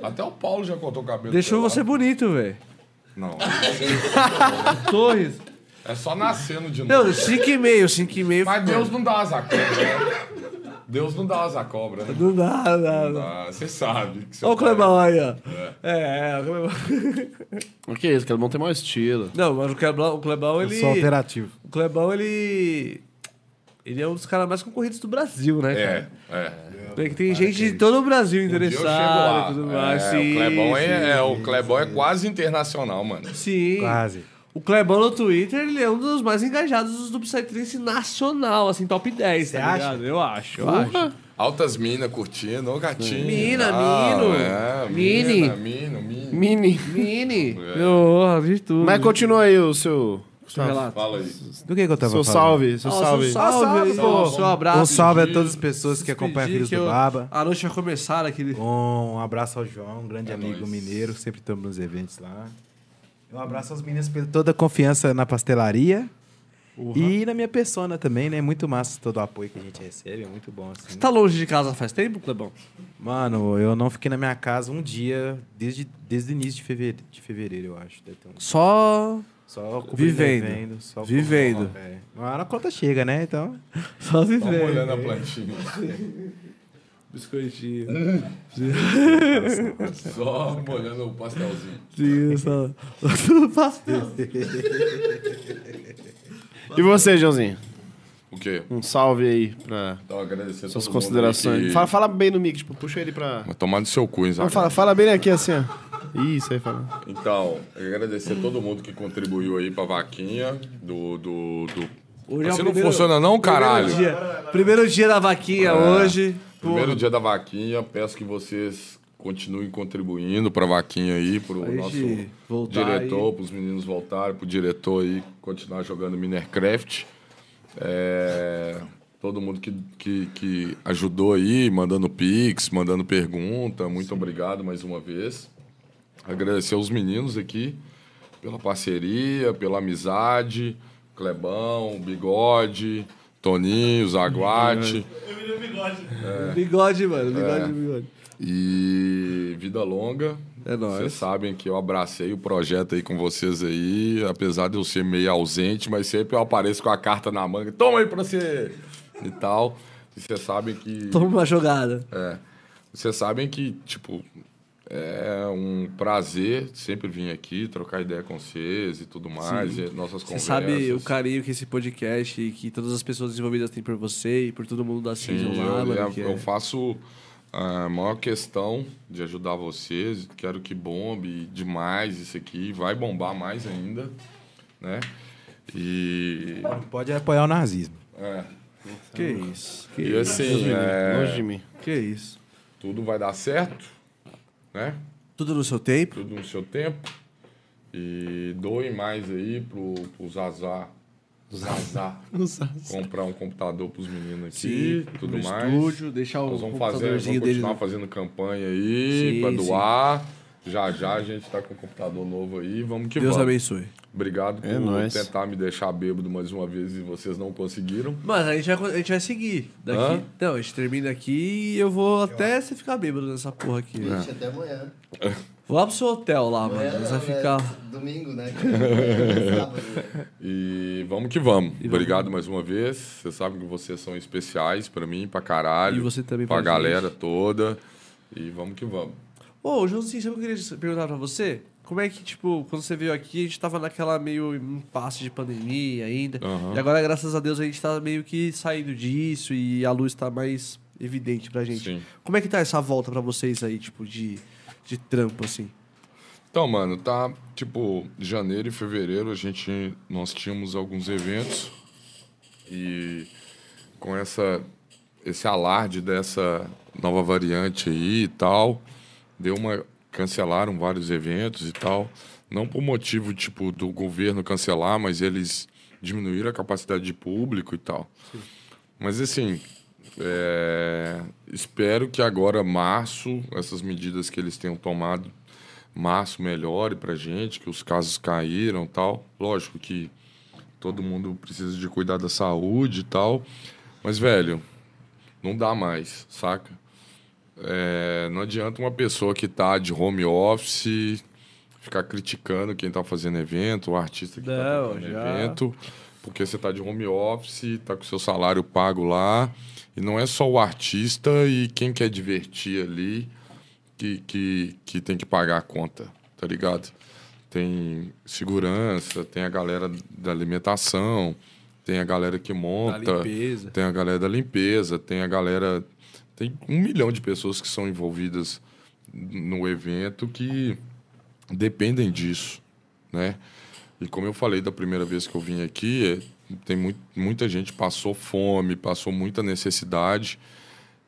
Speaker 3: Até o Paulo já cortou o cabelo.
Speaker 1: Deixou
Speaker 3: pelado.
Speaker 1: você bonito, velho.
Speaker 3: Não.
Speaker 1: Torres.
Speaker 3: É só nascendo de novo.
Speaker 1: Não, 5,5, 5,5.
Speaker 3: Mas Deus não dá asa cobra, né? Deus não dá asa cobra, né?
Speaker 1: Não dá,
Speaker 3: Não
Speaker 1: nada.
Speaker 3: dá, Você sabe. que seu
Speaker 1: Olha o
Speaker 3: pai-
Speaker 1: Clebão aí, ó.
Speaker 3: É.
Speaker 1: É, é, o Clebão. [laughs]
Speaker 13: O que é isso? Que é bom ter maior estilo.
Speaker 1: Não, mas o Clebão, o Clebão
Speaker 4: Eu
Speaker 1: ele.
Speaker 4: sou alterativo.
Speaker 1: O Clebão, ele. Ele é um dos caras mais concorridos do Brasil, né,
Speaker 3: É,
Speaker 1: cara?
Speaker 3: é.
Speaker 1: Tem, tem gente de todo o Brasil
Speaker 3: Um dia eu chego lá.
Speaker 1: interessada e tudo mais.
Speaker 3: É,
Speaker 1: sim,
Speaker 3: o Clebão, é,
Speaker 1: sim,
Speaker 3: é, o Clebão é quase internacional, mano.
Speaker 1: Sim.
Speaker 4: Quase.
Speaker 1: O Clebão no Twitter, ele é um dos mais engajados do Psytrance nacional, assim, top 10, Você tá
Speaker 4: acha?
Speaker 1: ligado? Eu acho, eu
Speaker 3: Porra.
Speaker 1: acho.
Speaker 3: Altas minas curtindo, ô gatinho.
Speaker 1: Mina,
Speaker 3: Ah,
Speaker 1: mino.
Speaker 3: É,
Speaker 1: Mini.
Speaker 3: mina, mino, mino.
Speaker 13: Mini.
Speaker 1: Mini.
Speaker 3: [laughs] É.
Speaker 1: Eu de tudo.
Speaker 13: Mas continua aí o seu.
Speaker 1: Seu relato.
Speaker 3: Fala aí.
Speaker 4: Do que, que eu tava
Speaker 13: Seu
Speaker 4: falando?
Speaker 13: salve, seu
Speaker 1: Ó,
Speaker 13: salve.
Speaker 1: seu salve, aí,
Speaker 3: pô.
Speaker 1: seu abraço.
Speaker 4: Um salve a
Speaker 1: Pedir-
Speaker 4: todas as pessoas que acompanham
Speaker 1: pedir
Speaker 4: Filhos
Speaker 1: que
Speaker 4: do
Speaker 1: eu-
Speaker 4: Baba.
Speaker 1: A noite vai começar aquele...
Speaker 4: Um abraço ao João, um grande amigo
Speaker 3: nóis.
Speaker 4: mineiro, sempre estamos nos eventos lá.
Speaker 29: Um abraço aos meninas pelo
Speaker 4: Toda a confiança na pastelaria. E na minha persona também, né? Muito massa todo o apoio que a gente recebe, é muito bom. Assim. Você
Speaker 1: tá longe de casa faz tempo, Clebão?
Speaker 4: Mano, eu não fiquei na minha casa um dia desde, desde o início de fevereiro, de fevereiro eu acho. Deve ter um-
Speaker 1: Só.
Speaker 4: Só cobrindo
Speaker 1: Vivendo.
Speaker 4: evento, só cobrindo-
Speaker 1: Vivendo.
Speaker 4: É. Uma hora a conta chega, né? Então.
Speaker 1: Só
Speaker 3: Dá uma olhada na plantinha.
Speaker 30: Biscoitinho.
Speaker 3: Só molhando o pastelzinho.
Speaker 1: Sim, só. Tudo pastel.
Speaker 13: E você, Joãozinho?
Speaker 3: O quê?
Speaker 13: Um salve aí pra
Speaker 3: Então, agradecer a
Speaker 13: suas
Speaker 3: todo mundo
Speaker 13: considerações.
Speaker 3: aí que-
Speaker 13: Fala, fala bem no mic, tipo, puxa ele pra.
Speaker 3: Mas tomar no seu cu, hein,
Speaker 13: Não,
Speaker 3: Zaga?
Speaker 13: fala, fala bem aqui assim, ó. Isso aí, fala.
Speaker 3: Então, eu agradecer a todo mundo que contribuiu aí pra vaquinha do. do, do...
Speaker 1: Hoje é o
Speaker 3: Mas Você não
Speaker 1: primeiro-
Speaker 3: funciona, não, caralho?
Speaker 1: Primeiro dia, primeiro dia da vaquinha
Speaker 3: É.
Speaker 1: hoje.
Speaker 3: Primeiro
Speaker 1: Porra.
Speaker 3: dia da vaquinha, peço que vocês continuem contribuindo pra vaquinha aí, pro
Speaker 1: Pra
Speaker 3: nosso
Speaker 1: gente voltar
Speaker 3: diretor, pros meninos voltarem, pro diretor aí continuar jogando Minercraft. É, todo mundo que, que, que ajudou aí, mandando pix, mandando pergunta, muito obrigado mais uma vez. Agradecer aos meninos aqui pela parceria, pela amizade, Clebão, Bigode, Toninho, Zaguate. É.
Speaker 1: Bigode, mano. Bigode,
Speaker 3: É.
Speaker 1: bigode.
Speaker 3: E vida longa. É nóis. Vocês sabem que eu abracei o projeto aí com vocês aí, apesar de eu ser meio ausente, mas sempre eu apareço com a carta na manga. Toma aí pra você! E tal. E vocês sabem que.
Speaker 1: Toma uma jogada.
Speaker 3: É. Vocês sabem que, tipo, é um prazer sempre vir aqui, trocar ideia com vocês e tudo mais,
Speaker 1: Sim.
Speaker 3: e nossas
Speaker 1: Você
Speaker 3: conversas.
Speaker 1: sabe o carinho que esse podcast e que todas as pessoas envolvidas têm por você e por todo mundo da
Speaker 3: Sim,
Speaker 1: Season lá,
Speaker 3: eu,
Speaker 1: mano.
Speaker 3: eu-
Speaker 1: que
Speaker 3: eu
Speaker 1: é-
Speaker 3: faço a maior questão de ajudar vocês. Quero que bombe demais isso aqui. Vai bombar mais ainda, né? E...
Speaker 4: Pode apoiar o nazismo.
Speaker 3: É.
Speaker 1: Que isso. Que
Speaker 3: e
Speaker 1: isso. Deus
Speaker 3: assim,
Speaker 1: me livre,
Speaker 3: é,
Speaker 1: longe de mim. Que isso.
Speaker 3: Tudo vai dar certo, né?
Speaker 1: Tudo no seu tempo.
Speaker 3: Tudo no seu tempo. E doem mais aí pro, pro Zazá. Zazá.
Speaker 1: [laughs]
Speaker 13: O Zazá.
Speaker 3: Comprar um computador pros meninos aqui,
Speaker 1: Sim,
Speaker 3: tudo
Speaker 1: no
Speaker 3: mais.
Speaker 1: estúdio, deixar o
Speaker 3: Nós vamos fazer, vamos
Speaker 1: computadorzinho
Speaker 3: continuar
Speaker 1: dele no-
Speaker 3: fazendo campanha aí
Speaker 1: Sim,
Speaker 3: pra
Speaker 1: sim.
Speaker 3: doar. Já já a gente tá com um computador novo aí, vamos que
Speaker 1: Deus
Speaker 3: vamos.
Speaker 1: abençoe.
Speaker 3: Obrigado
Speaker 1: É
Speaker 3: por
Speaker 1: nóis.
Speaker 3: tentar me deixar bêbado mais uma vez e vocês não conseguiram.
Speaker 1: Mas a gente vai, a gente vai seguir daqui.
Speaker 3: Hã?
Speaker 1: Não, a gente termina aqui e eu vou até você ficar bêbado nessa porra aqui.
Speaker 3: É.
Speaker 12: Gente, até amanhã.
Speaker 1: Vou lá pro seu hotel lá, mano.
Speaker 12: Amanhã
Speaker 1: Você
Speaker 12: não,
Speaker 1: vai ficar.
Speaker 12: né? Domingo, né?
Speaker 3: E vamos que vamos. Obrigado mais uma vez. Vocês sabem que vocês são especiais pra mim, pra caralho.
Speaker 1: E você também
Speaker 3: pra,
Speaker 1: pra gente.
Speaker 3: galera toda. E vamos que vamos.
Speaker 1: Ô, Joãozinho, sabe o que eu queria perguntar pra você? Como é que, tipo, quando você veio aqui, a gente tava naquela meio impasse de pandemia ainda.
Speaker 3: Aham.
Speaker 1: E agora, graças a Deus, a gente tá meio que saindo disso e a luz tá mais evidente pra gente.
Speaker 3: Sim.
Speaker 1: Como é que tá essa volta pra vocês aí, tipo, de, de trampo, assim?
Speaker 3: Então, mano, tá tipo janeiro e fevereiro a gente nós tínhamos alguns eventos e com essa esse alarde dessa nova variante aí e tal, deu uma cancelaram vários eventos e tal, não por motivo tipo do governo cancelar, mas eles diminuíram a capacidade de público e tal. Mas assim, é, espero que agora março, essas medidas que eles tenham tomado, março melhore pra gente, que os casos caíram e tal. Lógico que todo mundo precisa de cuidar da saúde e tal. Mas, velho, não dá mais, saca? É, não adianta uma pessoa que tá de home office ficar criticando quem tá fazendo evento, o artista que tá
Speaker 1: Não,
Speaker 3: fazendo
Speaker 1: já.
Speaker 3: evento, porque você tá de home office, tá com seu salário pago lá, e não é só o artista e quem quer divertir ali que, que, que tem que pagar a conta, tá ligado? Tem segurança, tem a galera da alimentação, tem a galera que monta,
Speaker 1: limpeza.
Speaker 3: tem a galera da limpeza, tem a galera. Tem um milhão de pessoas que são envolvidas no evento que dependem disso, né? E como eu falei da primeira vez que eu vim aqui, é, tem mui- muita gente passou fome, passou muita necessidade.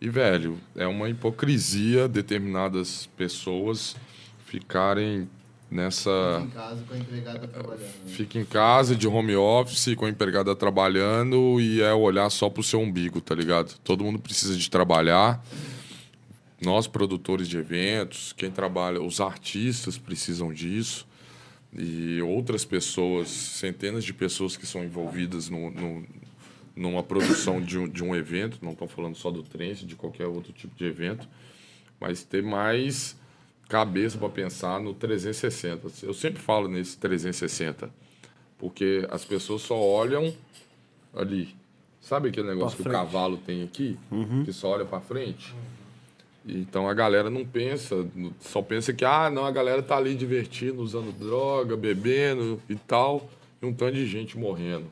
Speaker 3: E, velho, é uma hipocrisia determinadas pessoas ficarem nessa
Speaker 12: em casa com a empregada trabalhando.
Speaker 3: fica em casa de home office com a empregada trabalhando e é olhar só pro seu umbigo, tá ligado? Todo mundo precisa de trabalhar. Nós produtores de eventos, quem trabalha, os artistas precisam disso. e outras pessoas, centenas de pessoas que são envolvidas no, no- numa produção de um, de um evento, não estou falando só do trance, de qualquer outro tipo de evento, mas ter mais cabeça para pensar no 360. Eu sempre falo nesse 360, porque as pessoas só olham ali. Sabe aquele negócio que
Speaker 31: Pra
Speaker 3: o
Speaker 31: frente. Uhum.
Speaker 3: cavalo tem aqui, que só olha para frente? Então a galera não pensa, no- só pensa que ah, não, a galera tá ali divertindo, usando droga, bebendo e tal, e um tanto de gente morrendo.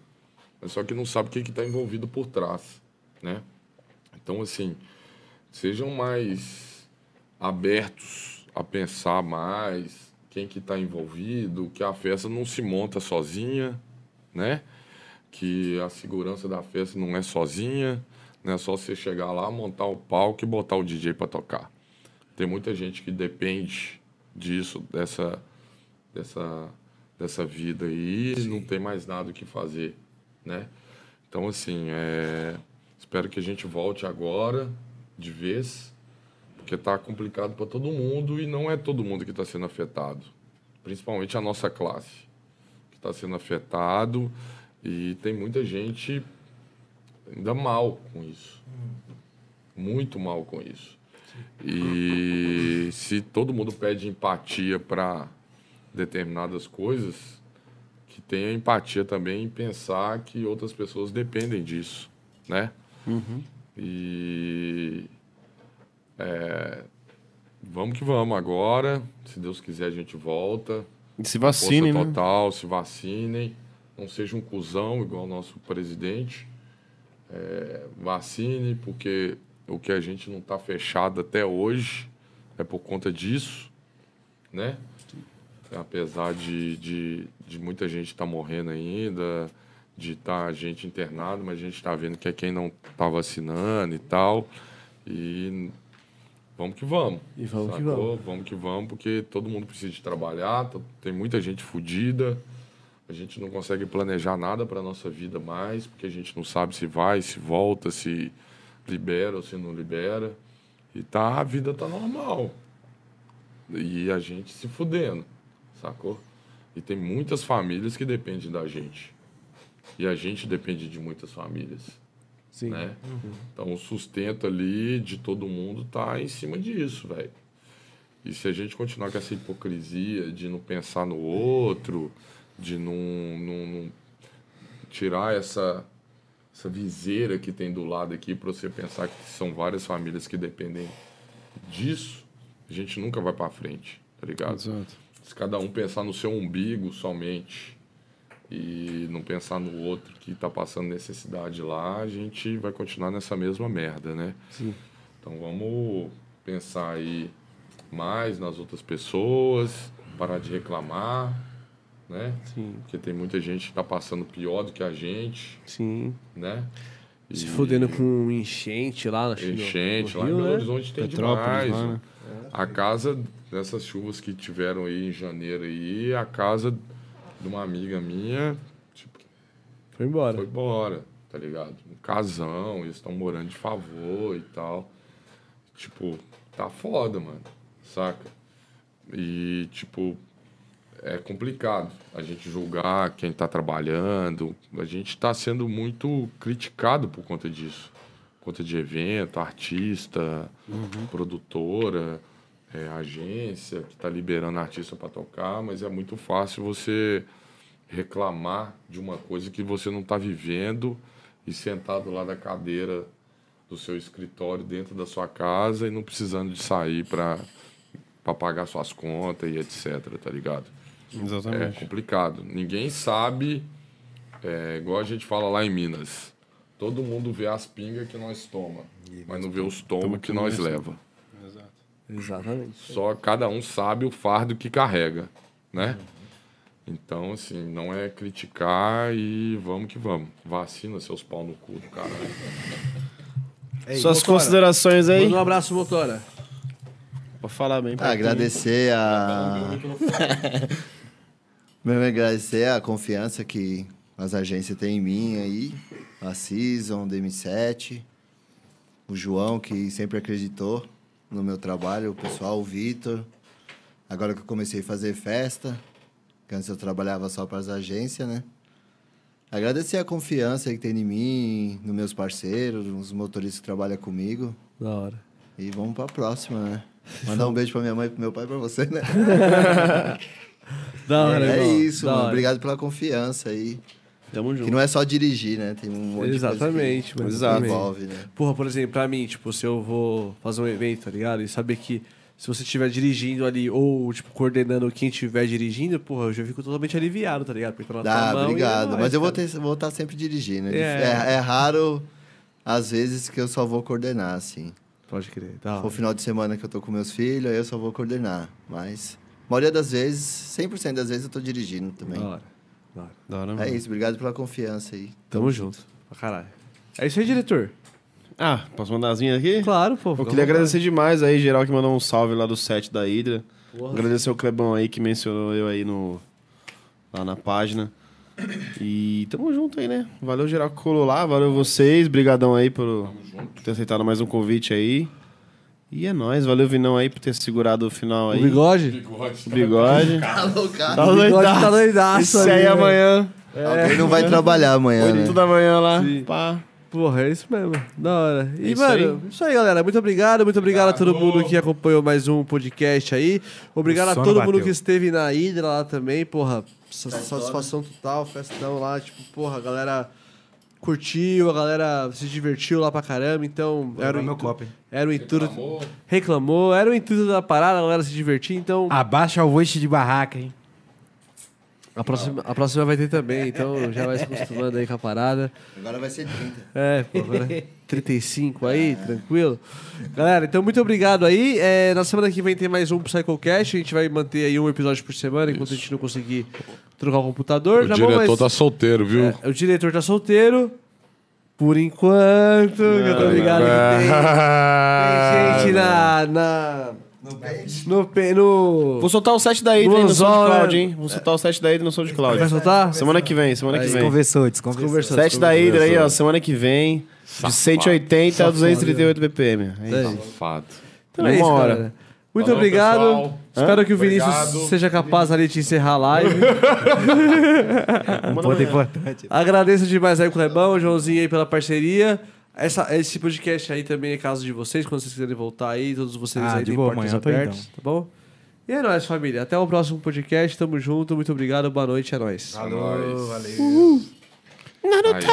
Speaker 3: Mas só que não sabe o que que tá envolvido por trás, né? Então assim, sejam mais abertos a pensar mais quem que tá envolvido, que a festa não se monta sozinha, né? Que a segurança da festa não é sozinha, não é só você chegar lá, montar o palco e botar o DJ para tocar. Tem muita gente que depende disso, dessa, dessa, dessa vida aí, e não tem mais nada o que fazer, né? Então, assim, é, espero que a gente volte agora, de vez, porque tá complicado para todo mundo e não é todo mundo que está sendo afetado, principalmente a nossa classe, que está sendo afetado e tem muita gente ainda mal com isso. Muito mal com isso. E se todo mundo pede empatia para determinadas coisas, que tenha empatia também em pensar que outras pessoas dependem disso, né?
Speaker 13: Uhum.
Speaker 3: E é, vamos que vamos agora. Se Deus quiser, a gente volta.
Speaker 13: E se vacinem, né?
Speaker 3: Força total, se vacinem. Não seja um cuzão igual o nosso presidente. É, vacine, porque o que a gente não está fechado até hoje é por conta disso, né? Apesar de, de, de muita gente estar morrendo ainda, de estar gente internada, mas a gente está vendo que é quem não está vacinando e tal. E vamos que vamos.
Speaker 32: E vamos que
Speaker 3: vamos. Vamos que vamos, porque todo mundo precisa de trabalhar, to- tem muita gente fodida. A gente não consegue planejar nada para nossa vida mais, porque a gente não sabe se vai, se volta, se libera ou se não libera. E tá, a vida tá normal. E a gente se fudendo, sacou? E tem muitas famílias que dependem da gente. E a gente depende de muitas famílias.
Speaker 33: Sim.
Speaker 3: Né?
Speaker 33: Uhum.
Speaker 3: Então o sustento ali de todo mundo tá em cima disso, velho. E se a gente continuar com essa hipocrisia de não pensar no outro, de não, não- não tirar essa, essa viseira que tem do lado aqui para você pensar que são várias famílias que dependem disso, a gente nunca vai para frente, tá ligado? Se cada um pensar no seu umbigo somente e não pensar no outro que tá passando necessidade lá, a gente vai continuar nessa mesma merda, né?
Speaker 32: Sim.
Speaker 3: Então vamos pensar aí mais nas outras pessoas, parar de reclamar, né? Sim. Porque tem muita gente que tá passando pior do que a gente,
Speaker 1: Sim.
Speaker 3: né?
Speaker 1: Se
Speaker 3: E-
Speaker 1: fudendo com enchente lá na China.
Speaker 3: Enchente,
Speaker 1: no
Speaker 3: lá em
Speaker 1: Rio,
Speaker 3: Belo
Speaker 1: né?
Speaker 3: Horizonte tem demais. né? A casa dessas chuvas que tiveram aí em janeiro aí, a casa de uma amiga minha, tipo,
Speaker 1: foi embora.
Speaker 3: Foi embora, tá ligado? Um casão, eles estão morando de favor e tal. Tipo, tá foda, mano. Saca? E tipo, é complicado a gente julgar quem tá trabalhando. A gente tá sendo muito criticado por conta disso. Por conta de evento, artista, produtora, é, agência que tá liberando artista para tocar, mas é muito fácil você reclamar de uma coisa que você não tá vivendo e sentado lá da cadeira do seu escritório dentro da sua casa e não precisando de sair para para pagar suas contas e etc, tá ligado?
Speaker 13: Exatamente.
Speaker 3: É complicado. Ninguém sabe, é, igual a gente fala lá em Minas. Todo mundo vê as pingas que nós toma, mas não é né? vê os tomos que nós leva.
Speaker 13: Exato.
Speaker 1: Exatamente.
Speaker 3: Só cada um sabe o fardo que carrega, né? Então, assim, não é criticar e vamos que vamos. Vacina seus pau no cu do caralho.
Speaker 4: É
Speaker 1: Ei,
Speaker 13: Suas
Speaker 1: Motora,
Speaker 13: considerações aí?
Speaker 1: Manda um abraço, motora.
Speaker 13: Pra falar bem pra
Speaker 12: Ah, agradecer a. [laughs] Mesmo agradecer a confiança que as agências têm em mim aí. A Season, DM7, o João, que sempre acreditou no meu trabalho, o pessoal, o Vitor. Agora que eu comecei a fazer festa, que antes eu trabalhava só para as agências, né? Agradecer a confiança aí que tem em mim, nos meus parceiros, nos motoristas que trabalham comigo.
Speaker 1: Da hora.
Speaker 12: E vamos pra próxima, né? Mandar um beijo pra minha mãe, pro meu pai e pra você, né?
Speaker 1: [laughs] Da hora,
Speaker 12: É,
Speaker 1: irmão.
Speaker 12: isso,
Speaker 1: Da
Speaker 12: mano.
Speaker 1: hora.
Speaker 12: Obrigado pela confiança aí. Que não é só dirigir, né? Tem um monte
Speaker 1: Exatamente,
Speaker 12: de coisa que-
Speaker 1: mano.
Speaker 12: que
Speaker 1: exatamente.
Speaker 12: envolve, né?
Speaker 1: Porra, por exemplo, pra mim, tipo, se eu vou fazer um evento, tá ligado? E saber que se você estiver dirigindo ali ou, tipo, coordenando quem estiver dirigindo, porra, eu já fico totalmente aliviado, tá ligado? Porque tá na tua
Speaker 12: Ah,
Speaker 1: mão e é
Speaker 12: obrigado.
Speaker 1: nóis,
Speaker 12: Mas eu vou,
Speaker 1: cara.
Speaker 12: ter, vou estar sempre dirigindo. né?
Speaker 1: É.
Speaker 12: É, é raro, às vezes, que eu só vou coordenar, assim.
Speaker 1: Pode crer. tá.
Speaker 12: o final de semana que eu tô com meus filhos, aí eu só vou coordenar. Mas, a maioria das vezes, 100% das vezes, eu tô dirigindo também.
Speaker 1: Da hora. Da hora.
Speaker 12: É isso, obrigado pela confiança aí.
Speaker 1: Tamo junto. Pra caralho. É isso aí, diretor.
Speaker 13: Ah, posso mandar as minhas aqui?
Speaker 1: Claro, pô.
Speaker 13: Eu queria agradecer demais aí, geral, que mandou um salve lá do set da Hydra.
Speaker 1: Porra.
Speaker 13: Agradecer o Clebão aí que mencionou eu aí no, lá na página. E tamo junto aí, né? Valeu, geral, que colou lá. Valeu vocês. Brigadão aí por ter aceitado mais um convite aí. E é nóis. Valeu, Vinão, aí, por ter segurado o final aí.
Speaker 1: bigode?
Speaker 13: O bigode.
Speaker 12: Tá loucado.
Speaker 13: Tá doidaço.
Speaker 1: tá doidaço
Speaker 13: Isso aí é
Speaker 1: ali, né?
Speaker 13: amanhã.
Speaker 12: Alguém não
Speaker 1: É.
Speaker 12: vai trabalhar amanhã,
Speaker 13: Oito
Speaker 12: né?
Speaker 13: da manhã lá. Pá.
Speaker 1: Porra, é isso mesmo. Da hora. E,
Speaker 13: É isso
Speaker 1: mano,
Speaker 13: aí.
Speaker 1: isso aí, galera. Muito obrigado. Muito obrigado a todo mundo que acompanhou mais um podcast aí. Obrigado a
Speaker 34: O sono
Speaker 1: todo mundo
Speaker 34: bateu.
Speaker 1: que esteve na Hydra lá também. Porra, sa- satisfação total, festão lá. Tipo, porra, a galera curtiu, a galera se divertiu lá pra caramba. Então, era o,
Speaker 35: meu
Speaker 1: intu- era o intuito. Reclamou. Era o intuito da parada, a galera se divertir. Então,
Speaker 4: Ah. Abaixa o voice de barraca, hein?
Speaker 1: a próxima, a próxima vai ter também. Então, já vai se acostumando aí com a parada.
Speaker 12: Agora vai ser 30.
Speaker 1: É, pô, né? 35 aí, tranquilo. Galera, então muito obrigado aí. É, na semana que vem tem mais um PsychoCast. A gente vai manter aí um episódio por semana enquanto a gente não conseguir trocar o computador.
Speaker 15: O
Speaker 1: tá bom?
Speaker 15: diretor
Speaker 1: Mas-
Speaker 15: tá solteiro, viu?
Speaker 1: É, o diretor tá solteiro. Por enquanto, que eu tô ligado
Speaker 3: É.
Speaker 1: que tem, tem É.
Speaker 3: [laughs]
Speaker 1: gente na. na no, pe- no.
Speaker 13: Vou soltar o set da Hydra
Speaker 1: No
Speaker 13: aí no
Speaker 1: anzol,
Speaker 13: SoundCloud,
Speaker 1: né?
Speaker 13: hein? Vou soltar o set da Hydra no SoundCloud.
Speaker 1: Vai soltar?
Speaker 13: Semana que vem, semana que vem.
Speaker 4: Desconversou, desconversou.
Speaker 13: Set da Hydra aí, ó, semana que vem. De 180 a 238 BPM. É isso.
Speaker 15: Safado.
Speaker 1: Então é isso,
Speaker 13: hora.
Speaker 1: galera. Muito
Speaker 15: Falou,
Speaker 1: obrigado.
Speaker 15: pessoal.
Speaker 1: Espero que o Vinícius
Speaker 15: Obrigado.
Speaker 1: seja capaz ali de encerrar a live.
Speaker 4: Ponto amanhã. É importante.
Speaker 1: Agradeço demais aí o Clebão, o Joãozinho aí pela parceria. Essa, esse podcast aí também é caso de vocês, quando vocês quiserem voltar aí, todos vocês
Speaker 4: Ah,
Speaker 1: aí
Speaker 4: de
Speaker 1: têm
Speaker 4: boa,
Speaker 1: portas
Speaker 4: amanhã eu tô aí, então.
Speaker 1: abertas, tá bom? E é nóis, família. Até o próximo podcast. Tamo junto. Muito obrigado. Boa noite. É nóis.
Speaker 15: Valeu,
Speaker 1: Uhul.
Speaker 15: Naruto!